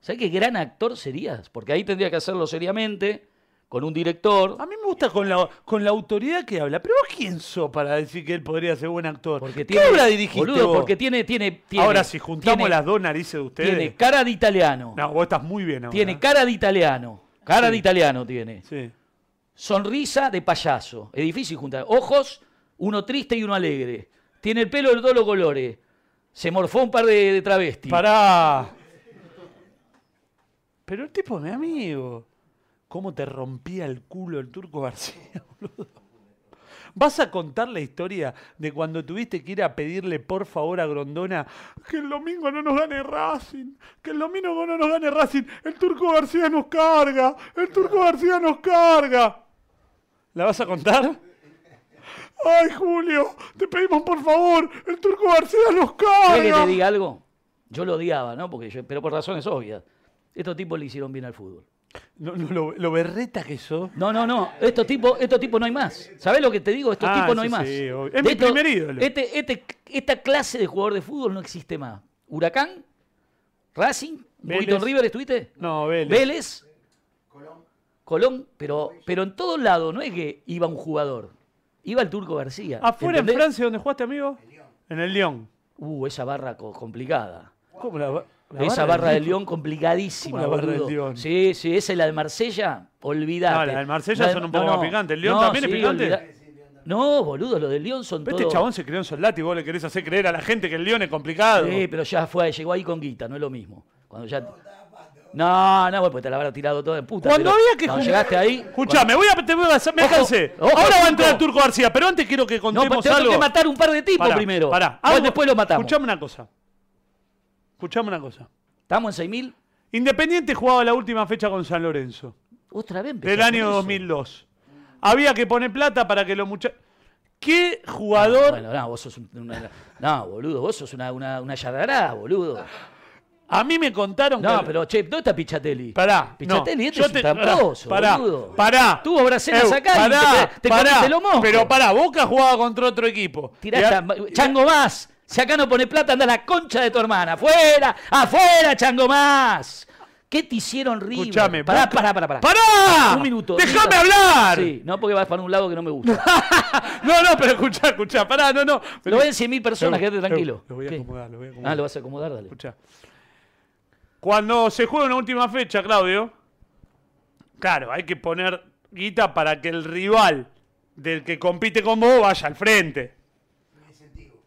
[SPEAKER 2] ¿Sabés qué gran actor serías? Porque ahí tendría que hacerlo seriamente, con un director.
[SPEAKER 1] A mí me gusta con la, con la autoridad que habla. Pero vos quién sos para decir que él podría ser buen actor.
[SPEAKER 2] Porque
[SPEAKER 1] ¿Qué
[SPEAKER 2] tiene,
[SPEAKER 1] obra dirigiste
[SPEAKER 2] boludo,
[SPEAKER 1] vos?
[SPEAKER 2] porque tiene, tiene, tiene-
[SPEAKER 1] Ahora, si juntamos
[SPEAKER 2] tiene-
[SPEAKER 1] las dos narices de ustedes.
[SPEAKER 2] Tiene cara de italiano.
[SPEAKER 1] No, vos estás muy bien ahora.
[SPEAKER 2] Tiene cara de italiano. Cara de italiano tiene.
[SPEAKER 1] Sí.
[SPEAKER 2] Sonrisa de payaso. Es difícil juntar. Ojos, uno triste y uno alegre. Tiene el pelo de todos los colores. Se morfó un par de, de travestis.
[SPEAKER 1] Pará. Pero el tipo es mi amigo. ¿Cómo te rompía el culo el turco García, boludo? ¿Vas a contar la historia de cuando tuviste que ir a pedirle por favor a Grondona que el domingo no nos gane Racing? Que el domingo no nos gane Racing. El turco García nos carga. El turco García nos carga. ¿La vas a contar? Ay, Julio, te pedimos por favor. El turco García nos
[SPEAKER 2] ¿Querés que
[SPEAKER 1] carga.
[SPEAKER 2] te diga algo? Yo lo odiaba, ¿no? Porque yo- pero por razones obvias. Estos tipos le hicieron bien al fútbol.
[SPEAKER 1] No, no, lo, lo berreta que sos.
[SPEAKER 2] No, no, no. Estos tipos, estos tipos no hay más. ¿Sabés lo que te digo? Estos
[SPEAKER 1] Ah,
[SPEAKER 2] tipos no
[SPEAKER 1] sí,
[SPEAKER 2] hay más.
[SPEAKER 1] sí, obvio. Es
[SPEAKER 2] De
[SPEAKER 1] mi primer ídolo.
[SPEAKER 2] este- este- esta clase de jugador de fútbol no existe más. Huracán, Racing, un poquito en
[SPEAKER 1] Vélez.
[SPEAKER 2] River, ¿estuviste?
[SPEAKER 1] No, Vélez.
[SPEAKER 2] Vélez, Colón, pero, pero en todos lados no es que iba un jugador. Iba el Turco García.
[SPEAKER 1] Afuera en
[SPEAKER 2] ¿entendés?
[SPEAKER 1] Francia, donde jugaste, amigo. En el León.
[SPEAKER 2] Uh, esa barra co- complicada.
[SPEAKER 1] ¿Cómo la, ba- la
[SPEAKER 2] esa barra del
[SPEAKER 1] León?
[SPEAKER 2] León complicadísima.
[SPEAKER 1] ¿Cómo la barra
[SPEAKER 2] boludo.
[SPEAKER 1] del León?
[SPEAKER 2] Sí, sí, esa y la de Marsella, olvidate.
[SPEAKER 1] No, la del Marsella
[SPEAKER 2] de-
[SPEAKER 1] son un poco más picantes. ¿El León también es picante?
[SPEAKER 2] No, boludo, lo del León son
[SPEAKER 1] Pero
[SPEAKER 2] todos.
[SPEAKER 1] Este chabón se creó en Soldati y vos le querés hacer creer a la gente que el León es complicado.
[SPEAKER 2] Sí, pero ya fue, llegó ahí con guita, no es lo mismo. Cuando ya. No, no, bueno, pues te la habrá tirado toda en puta.
[SPEAKER 1] Cuando
[SPEAKER 2] pero
[SPEAKER 1] había que
[SPEAKER 2] Cuando
[SPEAKER 1] ju-
[SPEAKER 2] llegaste ahí.
[SPEAKER 1] Escuchame, voy a, te voy a hacer- me
[SPEAKER 2] Ojo,
[SPEAKER 1] cansé.
[SPEAKER 2] ojo,
[SPEAKER 1] Ahora va a
[SPEAKER 2] punto.
[SPEAKER 1] entrar Turco García, pero antes quiero que
[SPEAKER 2] No,
[SPEAKER 1] contemos
[SPEAKER 2] pero tengo
[SPEAKER 1] algo.
[SPEAKER 2] que matar un par de tipos
[SPEAKER 1] Pará,
[SPEAKER 2] primero.
[SPEAKER 1] pará.
[SPEAKER 2] Bueno,
[SPEAKER 1] Algo-
[SPEAKER 2] después lo matamos.
[SPEAKER 1] Escuchame una cosa. Escuchame una cosa.
[SPEAKER 2] Estamos en 6.000.
[SPEAKER 1] Independiente jugaba la última fecha con San Lorenzo,
[SPEAKER 2] Otra vez.
[SPEAKER 1] del
[SPEAKER 2] empezamos
[SPEAKER 1] año
[SPEAKER 2] eso.
[SPEAKER 1] 2002. Había que poner plata para que los muchachos... ¿Qué jugador
[SPEAKER 2] Bueno, no, vos sos un- una- No, boludo, vos sos una, una, una yarará, boludo.
[SPEAKER 1] A mí me contaron
[SPEAKER 2] No,
[SPEAKER 1] que.
[SPEAKER 2] pero che, ¿dónde está Pichatelli?
[SPEAKER 1] Pará.
[SPEAKER 2] Pichatelli,
[SPEAKER 1] no,
[SPEAKER 2] este
[SPEAKER 1] yo
[SPEAKER 2] es un
[SPEAKER 1] te-
[SPEAKER 2] tramposo,
[SPEAKER 1] pará,
[SPEAKER 2] boludo.
[SPEAKER 1] Pará.
[SPEAKER 2] Tuvo braceras
[SPEAKER 1] Ew,
[SPEAKER 2] acá y
[SPEAKER 1] pará,
[SPEAKER 2] te- te
[SPEAKER 1] pará,
[SPEAKER 2] comiste los moscos.
[SPEAKER 1] Pero pará, Boca jugaba contra otro equipo.
[SPEAKER 2] Tirá
[SPEAKER 1] Y a-
[SPEAKER 2] esta- Chango más. Si acá no pone plata, anda a la concha de tu hermana. ¡Afuera! ¡Afuera, Chango más! ¿Qué te hicieron, River?
[SPEAKER 1] Escuchame,
[SPEAKER 2] Pará,
[SPEAKER 1] Boca-
[SPEAKER 2] pará, pará, pará.
[SPEAKER 1] ¡Pará!
[SPEAKER 2] Un minuto.
[SPEAKER 1] ¡Déjame
[SPEAKER 2] River.
[SPEAKER 1] hablar!
[SPEAKER 2] Sí, no porque vas para un lado que no me gusta.
[SPEAKER 1] No, no, pero escuchá, escuchá, pará, no, no.
[SPEAKER 2] Lo ven 100.000 personas, quédate
[SPEAKER 1] Ew,
[SPEAKER 2] tranquilo.
[SPEAKER 1] Lo voy a
[SPEAKER 2] ¿Qué?
[SPEAKER 1] acomodar, lo voy a acomodar.
[SPEAKER 2] Ah, lo vas a acomodar, dale.
[SPEAKER 1] Escuchá. Cuando se juega una última fecha, Claudio, claro, hay que poner guita para que el rival del que compite con vos vaya al frente.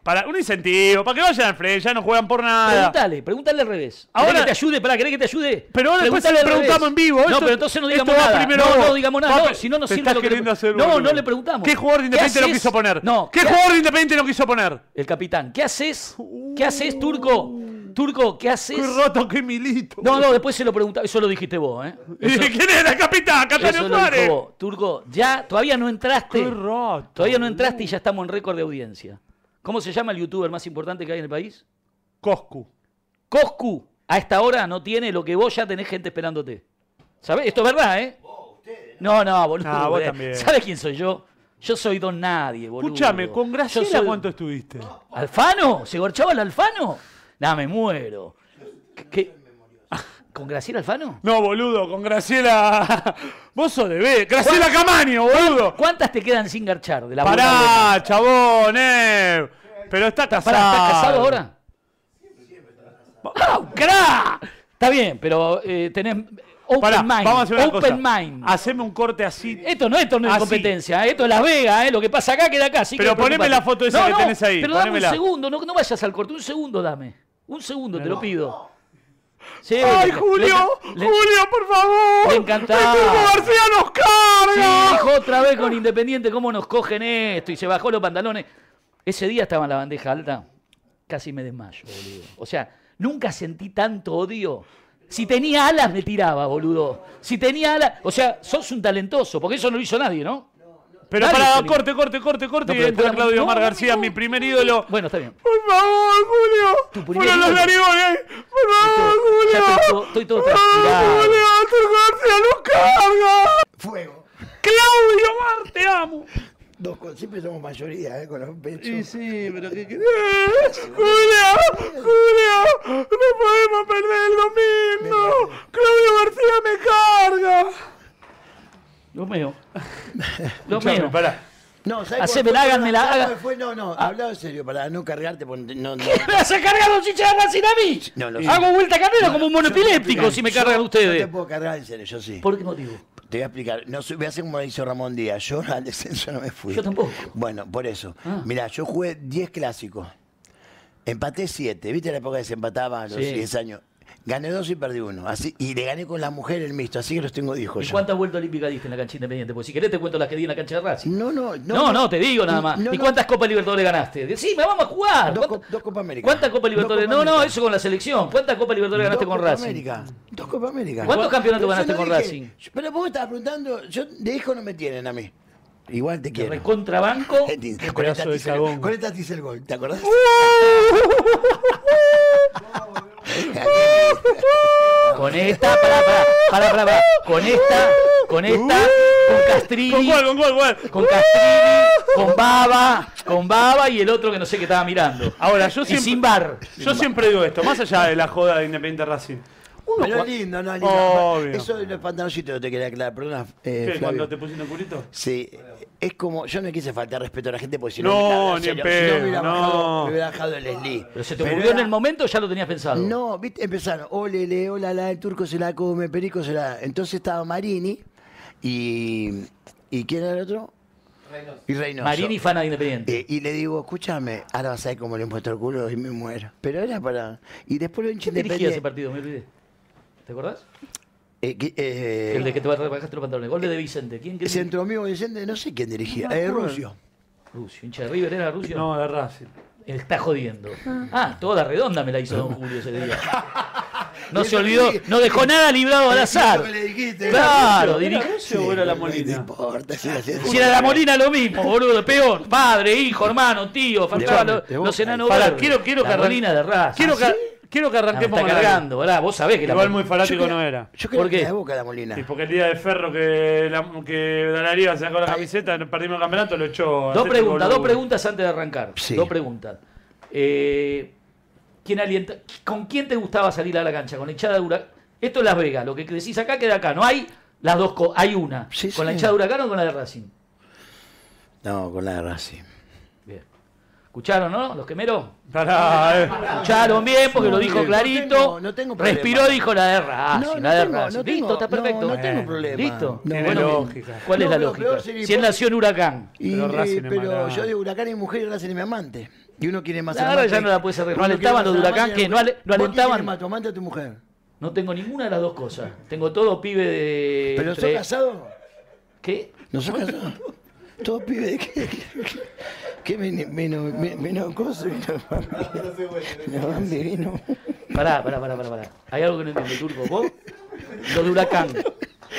[SPEAKER 1] Para, un incentivo, para que vayan al frente, ya no juegan por nada.
[SPEAKER 2] Pregúntale, pregúntale al revés.
[SPEAKER 1] Ahora-
[SPEAKER 2] Ahora que te ayude, pará, ¿querés que te ayude?
[SPEAKER 1] Pero ahora después
[SPEAKER 2] Pregúntale
[SPEAKER 1] le
[SPEAKER 2] al revés.
[SPEAKER 1] preguntamos en vivo,
[SPEAKER 2] No,
[SPEAKER 1] esto-
[SPEAKER 2] pero entonces no
[SPEAKER 1] esto
[SPEAKER 2] digamos
[SPEAKER 1] va
[SPEAKER 2] nada.
[SPEAKER 1] primero
[SPEAKER 2] no,
[SPEAKER 1] vos.
[SPEAKER 2] no digamos nada,
[SPEAKER 1] Va,
[SPEAKER 2] no, si no nos
[SPEAKER 1] te
[SPEAKER 2] sirve
[SPEAKER 1] estás
[SPEAKER 2] lo que
[SPEAKER 1] queriendo
[SPEAKER 2] le-
[SPEAKER 1] hacer,
[SPEAKER 2] No,
[SPEAKER 1] boludo.
[SPEAKER 2] no le preguntamos.
[SPEAKER 1] ¿Qué jugador de independiente lo
[SPEAKER 2] haces?
[SPEAKER 1] quiso poner?
[SPEAKER 2] No,
[SPEAKER 1] ¿Qué
[SPEAKER 2] ¿qué
[SPEAKER 1] jugador de independiente lo quiso poner?
[SPEAKER 2] El capitán, ¿qué haces? ¿Qué haces, Turco? Turco, ¿qué haces?
[SPEAKER 1] Qué roto, qué milito.
[SPEAKER 2] No, no, después se lo preguntaba. Eso lo dijiste vos, ¿eh?
[SPEAKER 1] ¿Y
[SPEAKER 2] Eso,
[SPEAKER 1] ¿Quién era el capitán?
[SPEAKER 2] eso
[SPEAKER 1] Cataneo
[SPEAKER 2] lo
[SPEAKER 1] Suárez.
[SPEAKER 2] dijo vos. Turco, ya, todavía no entraste.
[SPEAKER 1] Qué roto,
[SPEAKER 2] Todavía no entraste y ya estamos en récord de audiencia. ¿Cómo se llama el youtuber más importante que hay en el país?
[SPEAKER 1] Coscu.
[SPEAKER 2] Coscu, a esta hora no tiene lo que vos ya tenés gente esperándote. ¿Sabés? Esto es verdad, ¿eh? No, no, boludo.
[SPEAKER 1] Ah, vos
[SPEAKER 2] eh.
[SPEAKER 1] también.
[SPEAKER 2] ¿Sabés quién soy yo? Yo soy don nadie, boludo.
[SPEAKER 1] Escúchame, con Graciela
[SPEAKER 2] Yo soy-
[SPEAKER 1] cuánto estuviste.
[SPEAKER 2] ¿Alfano? ¿Se gorchaba el Alfano? Nah, me muero. ¿Qué? Ah, ¿Con Graciela Alfano?
[SPEAKER 1] No, boludo, con Graciela. Vos sos de B. Graciela Camaño, boludo.
[SPEAKER 2] ¿Cuántas te quedan sin garchar de la buena
[SPEAKER 1] Pará, chabón, eh. Pero está casado.
[SPEAKER 2] Pará, ¿estás casado ahora? ¡Ah, un cra! Está bien, pero eh, tenés open
[SPEAKER 1] Pará,
[SPEAKER 2] mind.
[SPEAKER 1] vamos a hacer una
[SPEAKER 2] open
[SPEAKER 1] cosa.
[SPEAKER 2] mind.
[SPEAKER 1] Haceme un corte así.
[SPEAKER 2] Esto no es torneo de
[SPEAKER 1] Así.
[SPEAKER 2] competencia, ¿eh? esto es Las Vegas, ¿eh? lo que pasa acá queda acá. así que
[SPEAKER 1] Pero
[SPEAKER 2] preocupate.
[SPEAKER 1] poneme la foto esa
[SPEAKER 2] No,
[SPEAKER 1] que
[SPEAKER 2] no,
[SPEAKER 1] tenés ahí,
[SPEAKER 2] Pero dame
[SPEAKER 1] ponémela.
[SPEAKER 2] un segundo, no, no vayas al corte, un segundo dame. Un segundo, te lo pido. Sí,
[SPEAKER 1] ¡Ay,
[SPEAKER 2] le-
[SPEAKER 1] Julio!
[SPEAKER 2] le- le-
[SPEAKER 1] ¡Julio, por favor!
[SPEAKER 2] Le encantaba.
[SPEAKER 1] ¡El Turbo García nos carga!
[SPEAKER 2] Sí, dijo otra vez con Independiente cómo nos cogen esto y se bajó los pantalones. Ese día estaba en la bandeja alta, casi me desmayo, boludo. O sea, nunca sentí tanto odio. Si tenía alas me tiraba, boludo. Si tenía alas, o sea, sos un talentoso, porque eso no lo hizo nadie, ¿no?
[SPEAKER 1] Pero
[SPEAKER 2] Dale,
[SPEAKER 1] pará,
[SPEAKER 2] Felipe.
[SPEAKER 1] corte, corte, corte, corte.
[SPEAKER 2] No,
[SPEAKER 1] y
[SPEAKER 2] pero
[SPEAKER 1] entra
[SPEAKER 2] espera,
[SPEAKER 1] Claudio
[SPEAKER 2] no,
[SPEAKER 1] Omar
[SPEAKER 2] no,
[SPEAKER 1] García,
[SPEAKER 2] no.
[SPEAKER 1] mi primer ídolo.
[SPEAKER 2] Bueno, está bien.
[SPEAKER 1] Por favor, Julio.
[SPEAKER 2] Tu primer
[SPEAKER 1] Fueron los
[SPEAKER 2] ídolo.
[SPEAKER 1] narigones. ¿eh? Por favor,
[SPEAKER 2] Ya
[SPEAKER 1] Julio.
[SPEAKER 2] estoy todo- estoy todo
[SPEAKER 1] Por favor,
[SPEAKER 2] transpirado.
[SPEAKER 1] Julio, Turco García nos carga.
[SPEAKER 4] Fuego.
[SPEAKER 1] Claudio Omar, te amo.
[SPEAKER 4] Dos con, siempre somos mayoría, ¿eh? Con los pechos.
[SPEAKER 1] sí, pero ¿qué Eh, Julio, Julio, no podemos perder el domingo. Claudio García me carga.
[SPEAKER 2] Lo meo. Lo
[SPEAKER 1] Escuchame,
[SPEAKER 2] meo.
[SPEAKER 1] pará.
[SPEAKER 4] No, ¿sabes
[SPEAKER 2] Hacémela, háganmela, haga- Ah.
[SPEAKER 4] No, no, hablaba en serio, para no cargarte. porque No, no.
[SPEAKER 2] ¿Me vas a cargar los hinchas de Racing a mí?
[SPEAKER 4] No, lo
[SPEAKER 2] Hago vuelta carrera como un mono
[SPEAKER 4] Yo te voy a
[SPEAKER 2] epiléptico
[SPEAKER 4] explicar.
[SPEAKER 2] si me
[SPEAKER 4] Yo-
[SPEAKER 2] cargan
[SPEAKER 4] Yo
[SPEAKER 2] ustedes.
[SPEAKER 4] te puedo cargar en serio, yo sí.
[SPEAKER 2] ¿Por qué motivo?
[SPEAKER 4] Te voy a explicar. No, soy- voy a hacer como lo hizo Ramón Díaz. Yo al descenso no me fui.
[SPEAKER 2] Yo tampoco. Ah.
[SPEAKER 4] Bueno, por eso. Mirá, yo jugué 10 clásicos. Empaté 7. ¿Viste la época que se empataba a los
[SPEAKER 2] Sí.
[SPEAKER 4] 10 años? Gané 2 y perdí uno. Así, y le gané con la mujer el mixto. Así que los tengo de hijos.
[SPEAKER 2] ¿Y
[SPEAKER 4] ya.
[SPEAKER 2] cuántas vueltas olímpicas diste en la cancha independiente? Porque si querés te cuento las que di en la cancha de Racing.
[SPEAKER 4] No, no,
[SPEAKER 2] No, no, te digo nada más.
[SPEAKER 4] No,
[SPEAKER 2] ¿Y
[SPEAKER 4] no.
[SPEAKER 2] cuántas Copas Libertadores ganaste? Decime, vamos a jugar.
[SPEAKER 4] Dos
[SPEAKER 2] ¿Cuántas-
[SPEAKER 4] co- dos Copa América.
[SPEAKER 2] ¿Cuántas Copas
[SPEAKER 4] Dos
[SPEAKER 2] Libertadores?
[SPEAKER 4] Copa
[SPEAKER 2] No, no,
[SPEAKER 4] América.
[SPEAKER 2] eso con la selección. ¿Cuántas Copas Libertadores ganaste con
[SPEAKER 4] Copa
[SPEAKER 2] Racing?
[SPEAKER 4] América. Dos Copa América.
[SPEAKER 2] ¿Cuántos campeonatos
[SPEAKER 4] Pero yo
[SPEAKER 2] ganaste
[SPEAKER 4] no
[SPEAKER 2] con
[SPEAKER 4] dije-
[SPEAKER 2] Racing?
[SPEAKER 4] Pero vos me estabas preguntando, yo de hijo no me tienen a mí. Igual te
[SPEAKER 2] ¿Te
[SPEAKER 4] quiero.
[SPEAKER 2] recontrabanco?
[SPEAKER 4] Con esta
[SPEAKER 1] pedazo de
[SPEAKER 4] te hice el-
[SPEAKER 1] cagón.
[SPEAKER 4] Con esta te hice el gol, ¿te acordás?
[SPEAKER 2] Con esta, pará, pará, pará, pará, pará. Con esta, con esta, con
[SPEAKER 4] Uh.
[SPEAKER 1] ¿Con
[SPEAKER 2] Castrilli,
[SPEAKER 1] cuál, con cuál, cuál?
[SPEAKER 2] con Castrilli, con Baba, con Baba y el otro que no sé qué estaba mirando.
[SPEAKER 1] Ahora, yo
[SPEAKER 2] Y
[SPEAKER 1] siempre,
[SPEAKER 2] sin Eh, bar.
[SPEAKER 1] yo siempre digo esto, más allá de la joda de Independiente Racing. Uno
[SPEAKER 4] Pero
[SPEAKER 1] cua-
[SPEAKER 4] lindo, no, lindo.
[SPEAKER 1] Obvio.
[SPEAKER 4] Eso de los pantaloncitos te quería aclarar, perdona. eh,
[SPEAKER 1] ¿Qué,
[SPEAKER 4] Flavio.
[SPEAKER 1] cuando te pusiste un culito?
[SPEAKER 4] Sí, es como, yo no quise faltar respeto a la gente porque si no,
[SPEAKER 1] No,
[SPEAKER 4] me-
[SPEAKER 1] ni en
[SPEAKER 4] si no me hubiera
[SPEAKER 1] pedo, no.
[SPEAKER 4] bajado, me hubiera bajado el Leslie.
[SPEAKER 2] Pero se te ocurrió en
[SPEAKER 4] era-
[SPEAKER 2] el momento, ya lo tenías pensado.
[SPEAKER 4] No, viste, empezaron, olele, hola, la, el turco se la come, Perico se la... Entonces estaba Marini y... ¿Y quién era el otro? Y Reynoso.
[SPEAKER 2] Marini fana de Independiente.
[SPEAKER 4] Eh, y le digo, escúchame, ahora vas a ver cómo le muestro el culo y me muero. Pero era para... Y después lo hinché
[SPEAKER 2] ¿Quién dirigía ese
[SPEAKER 4] independiente.
[SPEAKER 2] partido? Me olvidé. ¿Te acordás?
[SPEAKER 4] Eh, que- eh,
[SPEAKER 2] El de que te rebajaste los pantalones. Gol de, De Vicente. ¿Quién crees?
[SPEAKER 4] Centro mío Vicente, no sé quién dirigía.
[SPEAKER 1] No me
[SPEAKER 4] eh,
[SPEAKER 1] acuerdo.
[SPEAKER 4] Rusio.
[SPEAKER 2] Rusio. Hincha de River era Rusio.
[SPEAKER 1] No, de Racing.
[SPEAKER 2] Está jodiendo. Ah, toda redonda me la hizo Don Julio ese día. No se
[SPEAKER 4] Eso
[SPEAKER 2] olvidó,
[SPEAKER 4] sí.
[SPEAKER 2] no dejó nada librado al azar.
[SPEAKER 4] Eso que le dijiste.
[SPEAKER 1] ¿Era
[SPEAKER 2] Claro, dirige-
[SPEAKER 1] Rusio o era la
[SPEAKER 4] No
[SPEAKER 1] Molina?
[SPEAKER 4] importa, si era- si era-
[SPEAKER 2] Si era la Molina lo mismo, boludo, peor. Padre, hijo, hermano, tío, faltaba
[SPEAKER 4] Escuchame,
[SPEAKER 2] lo-
[SPEAKER 4] te
[SPEAKER 2] los
[SPEAKER 4] voy-
[SPEAKER 2] enanos
[SPEAKER 1] Pará,
[SPEAKER 2] verdes.
[SPEAKER 1] quiero- quiero
[SPEAKER 2] la
[SPEAKER 1] que arran-
[SPEAKER 2] Molina de raza.
[SPEAKER 1] Quiero que, quiero que
[SPEAKER 2] Ah, me
[SPEAKER 1] arranquemos con
[SPEAKER 2] está
[SPEAKER 1] la-
[SPEAKER 2] cargando, ¿verdad? Vos sabés que la
[SPEAKER 1] Igual muy
[SPEAKER 2] Molina-
[SPEAKER 1] fanático
[SPEAKER 4] Yo creo-
[SPEAKER 1] no era.
[SPEAKER 4] Yo creo
[SPEAKER 2] ¿Por
[SPEAKER 4] que
[SPEAKER 2] qué?
[SPEAKER 4] era de boca la Molina.
[SPEAKER 1] Y porque el día de Ferro que, la, que Dalariva sacó la camiseta, perdimos el campeonato, lo echó.
[SPEAKER 2] Dos
[SPEAKER 1] Atlético
[SPEAKER 2] preguntas, dos
[SPEAKER 1] Lugo.
[SPEAKER 2] preguntas antes de arrancar.
[SPEAKER 4] Sí.
[SPEAKER 2] Dos preguntas. Eh, ¿quién alienta- ¿Con quién te gustaba salir a la cancha? ¿Con la hinchada de Huracán? Esto es Las Vegas, lo que decís acá queda acá. No hay las dos, co- hay una.
[SPEAKER 4] Sí,
[SPEAKER 2] ¿Con la
[SPEAKER 4] sí.
[SPEAKER 2] hinchada de Huracán o con la de Racing?
[SPEAKER 4] No, con la de Racing.
[SPEAKER 2] Bien. ¿Escucharon, no? ¿Los quemeros?
[SPEAKER 1] Pará, eh.
[SPEAKER 2] Escucharon bien porque lo dijo
[SPEAKER 4] Ah, No
[SPEAKER 2] clarito.
[SPEAKER 4] tengo- no tengo problema.
[SPEAKER 2] Respiró, dijo la de Racing.
[SPEAKER 4] No, no
[SPEAKER 2] la de
[SPEAKER 4] tengo-
[SPEAKER 2] Racing.
[SPEAKER 4] no
[SPEAKER 2] Listo,
[SPEAKER 4] tengo-
[SPEAKER 2] está
[SPEAKER 4] no,
[SPEAKER 2] perfecto.
[SPEAKER 4] no tengo problema.
[SPEAKER 2] Listo.
[SPEAKER 4] No,
[SPEAKER 1] Tiene
[SPEAKER 2] Bueno,
[SPEAKER 1] lógica.
[SPEAKER 2] ¿Cuál es
[SPEAKER 4] No,
[SPEAKER 2] la
[SPEAKER 4] pero
[SPEAKER 2] lógica?
[SPEAKER 4] peor sería-
[SPEAKER 2] Si él nació en Huracán.
[SPEAKER 4] Y,
[SPEAKER 1] Pero
[SPEAKER 4] eh,
[SPEAKER 1] Racing es
[SPEAKER 4] pero
[SPEAKER 1] mala.
[SPEAKER 4] yo de Huracán y mujer y Racing es mi amante. Y uno quiere más
[SPEAKER 2] Claro, ya no la puedes arreglar. No alentaban los de Huracán, que no ale- no alentaban.
[SPEAKER 4] más tu amante o tu mujer?
[SPEAKER 2] No tengo ninguna de las dos cosas. Tengo todo pibe de.
[SPEAKER 4] ¿Pero
[SPEAKER 2] entre-
[SPEAKER 4] sos casado?
[SPEAKER 2] ¿Qué?
[SPEAKER 4] ¿No sos casado? Todos pibes de qué? ¿Qué menos menos menos cosa? menos bambi, menos bambi vino?
[SPEAKER 2] Pará, pará, pará, pará, pará. Hay algo que no entiendo, turco. ¿Vos? Los de Huracán.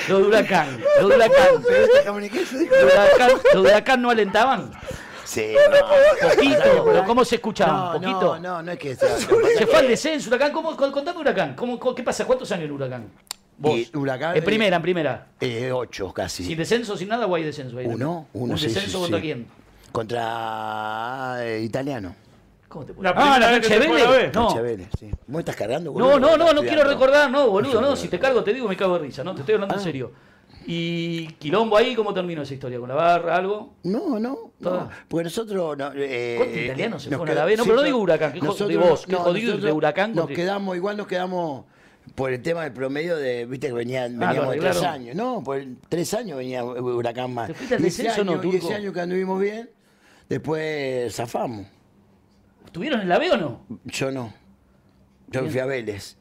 [SPEAKER 2] Los de Huracán. Los de Huracán.
[SPEAKER 4] Pero esta comunicación dijo-
[SPEAKER 2] Los de Huracán, los de Huracán no alentaban.
[SPEAKER 4] Sí, no.
[SPEAKER 2] Poquito. ¿Pero cómo se
[SPEAKER 4] No,
[SPEAKER 2] escuchaba? ¿Un poquito?
[SPEAKER 4] no, no, no es que sea.
[SPEAKER 2] Se fue al descenso, Huracán. ¿Cómo, co- contame Huracán. ¿Cómo, co- ¿Qué pasa? ¿Cuántos años en Huracán? Vos.
[SPEAKER 4] Y Huracán-
[SPEAKER 2] En primera, en primera.
[SPEAKER 4] Eh, ocho
[SPEAKER 2] Sin
[SPEAKER 4] casi.
[SPEAKER 2] descenso, sin nada, o hay descenso. ahí?
[SPEAKER 4] Uno, uno.
[SPEAKER 2] ¿Un
[SPEAKER 4] sí, sí,
[SPEAKER 2] descenso contra
[SPEAKER 4] sí.
[SPEAKER 2] quién?
[SPEAKER 4] Contra eh, italiano.
[SPEAKER 2] ¿Cómo te puedo
[SPEAKER 1] Ah, La primera vez que se fue a la B.
[SPEAKER 2] No.
[SPEAKER 4] Chabela, sí. ¿Vos estás cargando?
[SPEAKER 2] No,
[SPEAKER 4] boludo?
[SPEAKER 2] no, no, no
[SPEAKER 4] Estoy
[SPEAKER 2] quiero
[SPEAKER 4] dando.
[SPEAKER 2] recordar, no, boludo,
[SPEAKER 4] quiero
[SPEAKER 2] no, si te cargo te digo me cago de risa, no, te estoy
[SPEAKER 4] Ah.
[SPEAKER 2] hablando en serio. Y Quilombo ahí, ¿cómo terminó esa historia? ¿Con la barra, algo?
[SPEAKER 4] No, no, no.
[SPEAKER 2] Todo.
[SPEAKER 4] Porque nosotros. No, eh,
[SPEAKER 2] Contra italiano se
[SPEAKER 4] nos
[SPEAKER 2] fueron a la
[SPEAKER 4] queda-
[SPEAKER 2] B. No, pero no
[SPEAKER 4] sí,
[SPEAKER 2] digo Huracán, que jo- de vos, que jodido de Huracán
[SPEAKER 4] Nos
[SPEAKER 2] contra-
[SPEAKER 4] quedamos, igual nos quedamos por el tema del promedio de. Viste que venía- veníamos de tres
[SPEAKER 2] Ah, arreglaron.
[SPEAKER 4] años. No, por el- tres años venía Huracán más.
[SPEAKER 2] ¿Te fuiste al
[SPEAKER 4] Y ese
[SPEAKER 2] descenso, no,
[SPEAKER 4] año- Y ese
[SPEAKER 2] Turco?
[SPEAKER 4] año que anduvimos bien, después zafamos.
[SPEAKER 2] ¿Estuvieron en la B o no?
[SPEAKER 4] Yo no. Yo me fui a Vélez.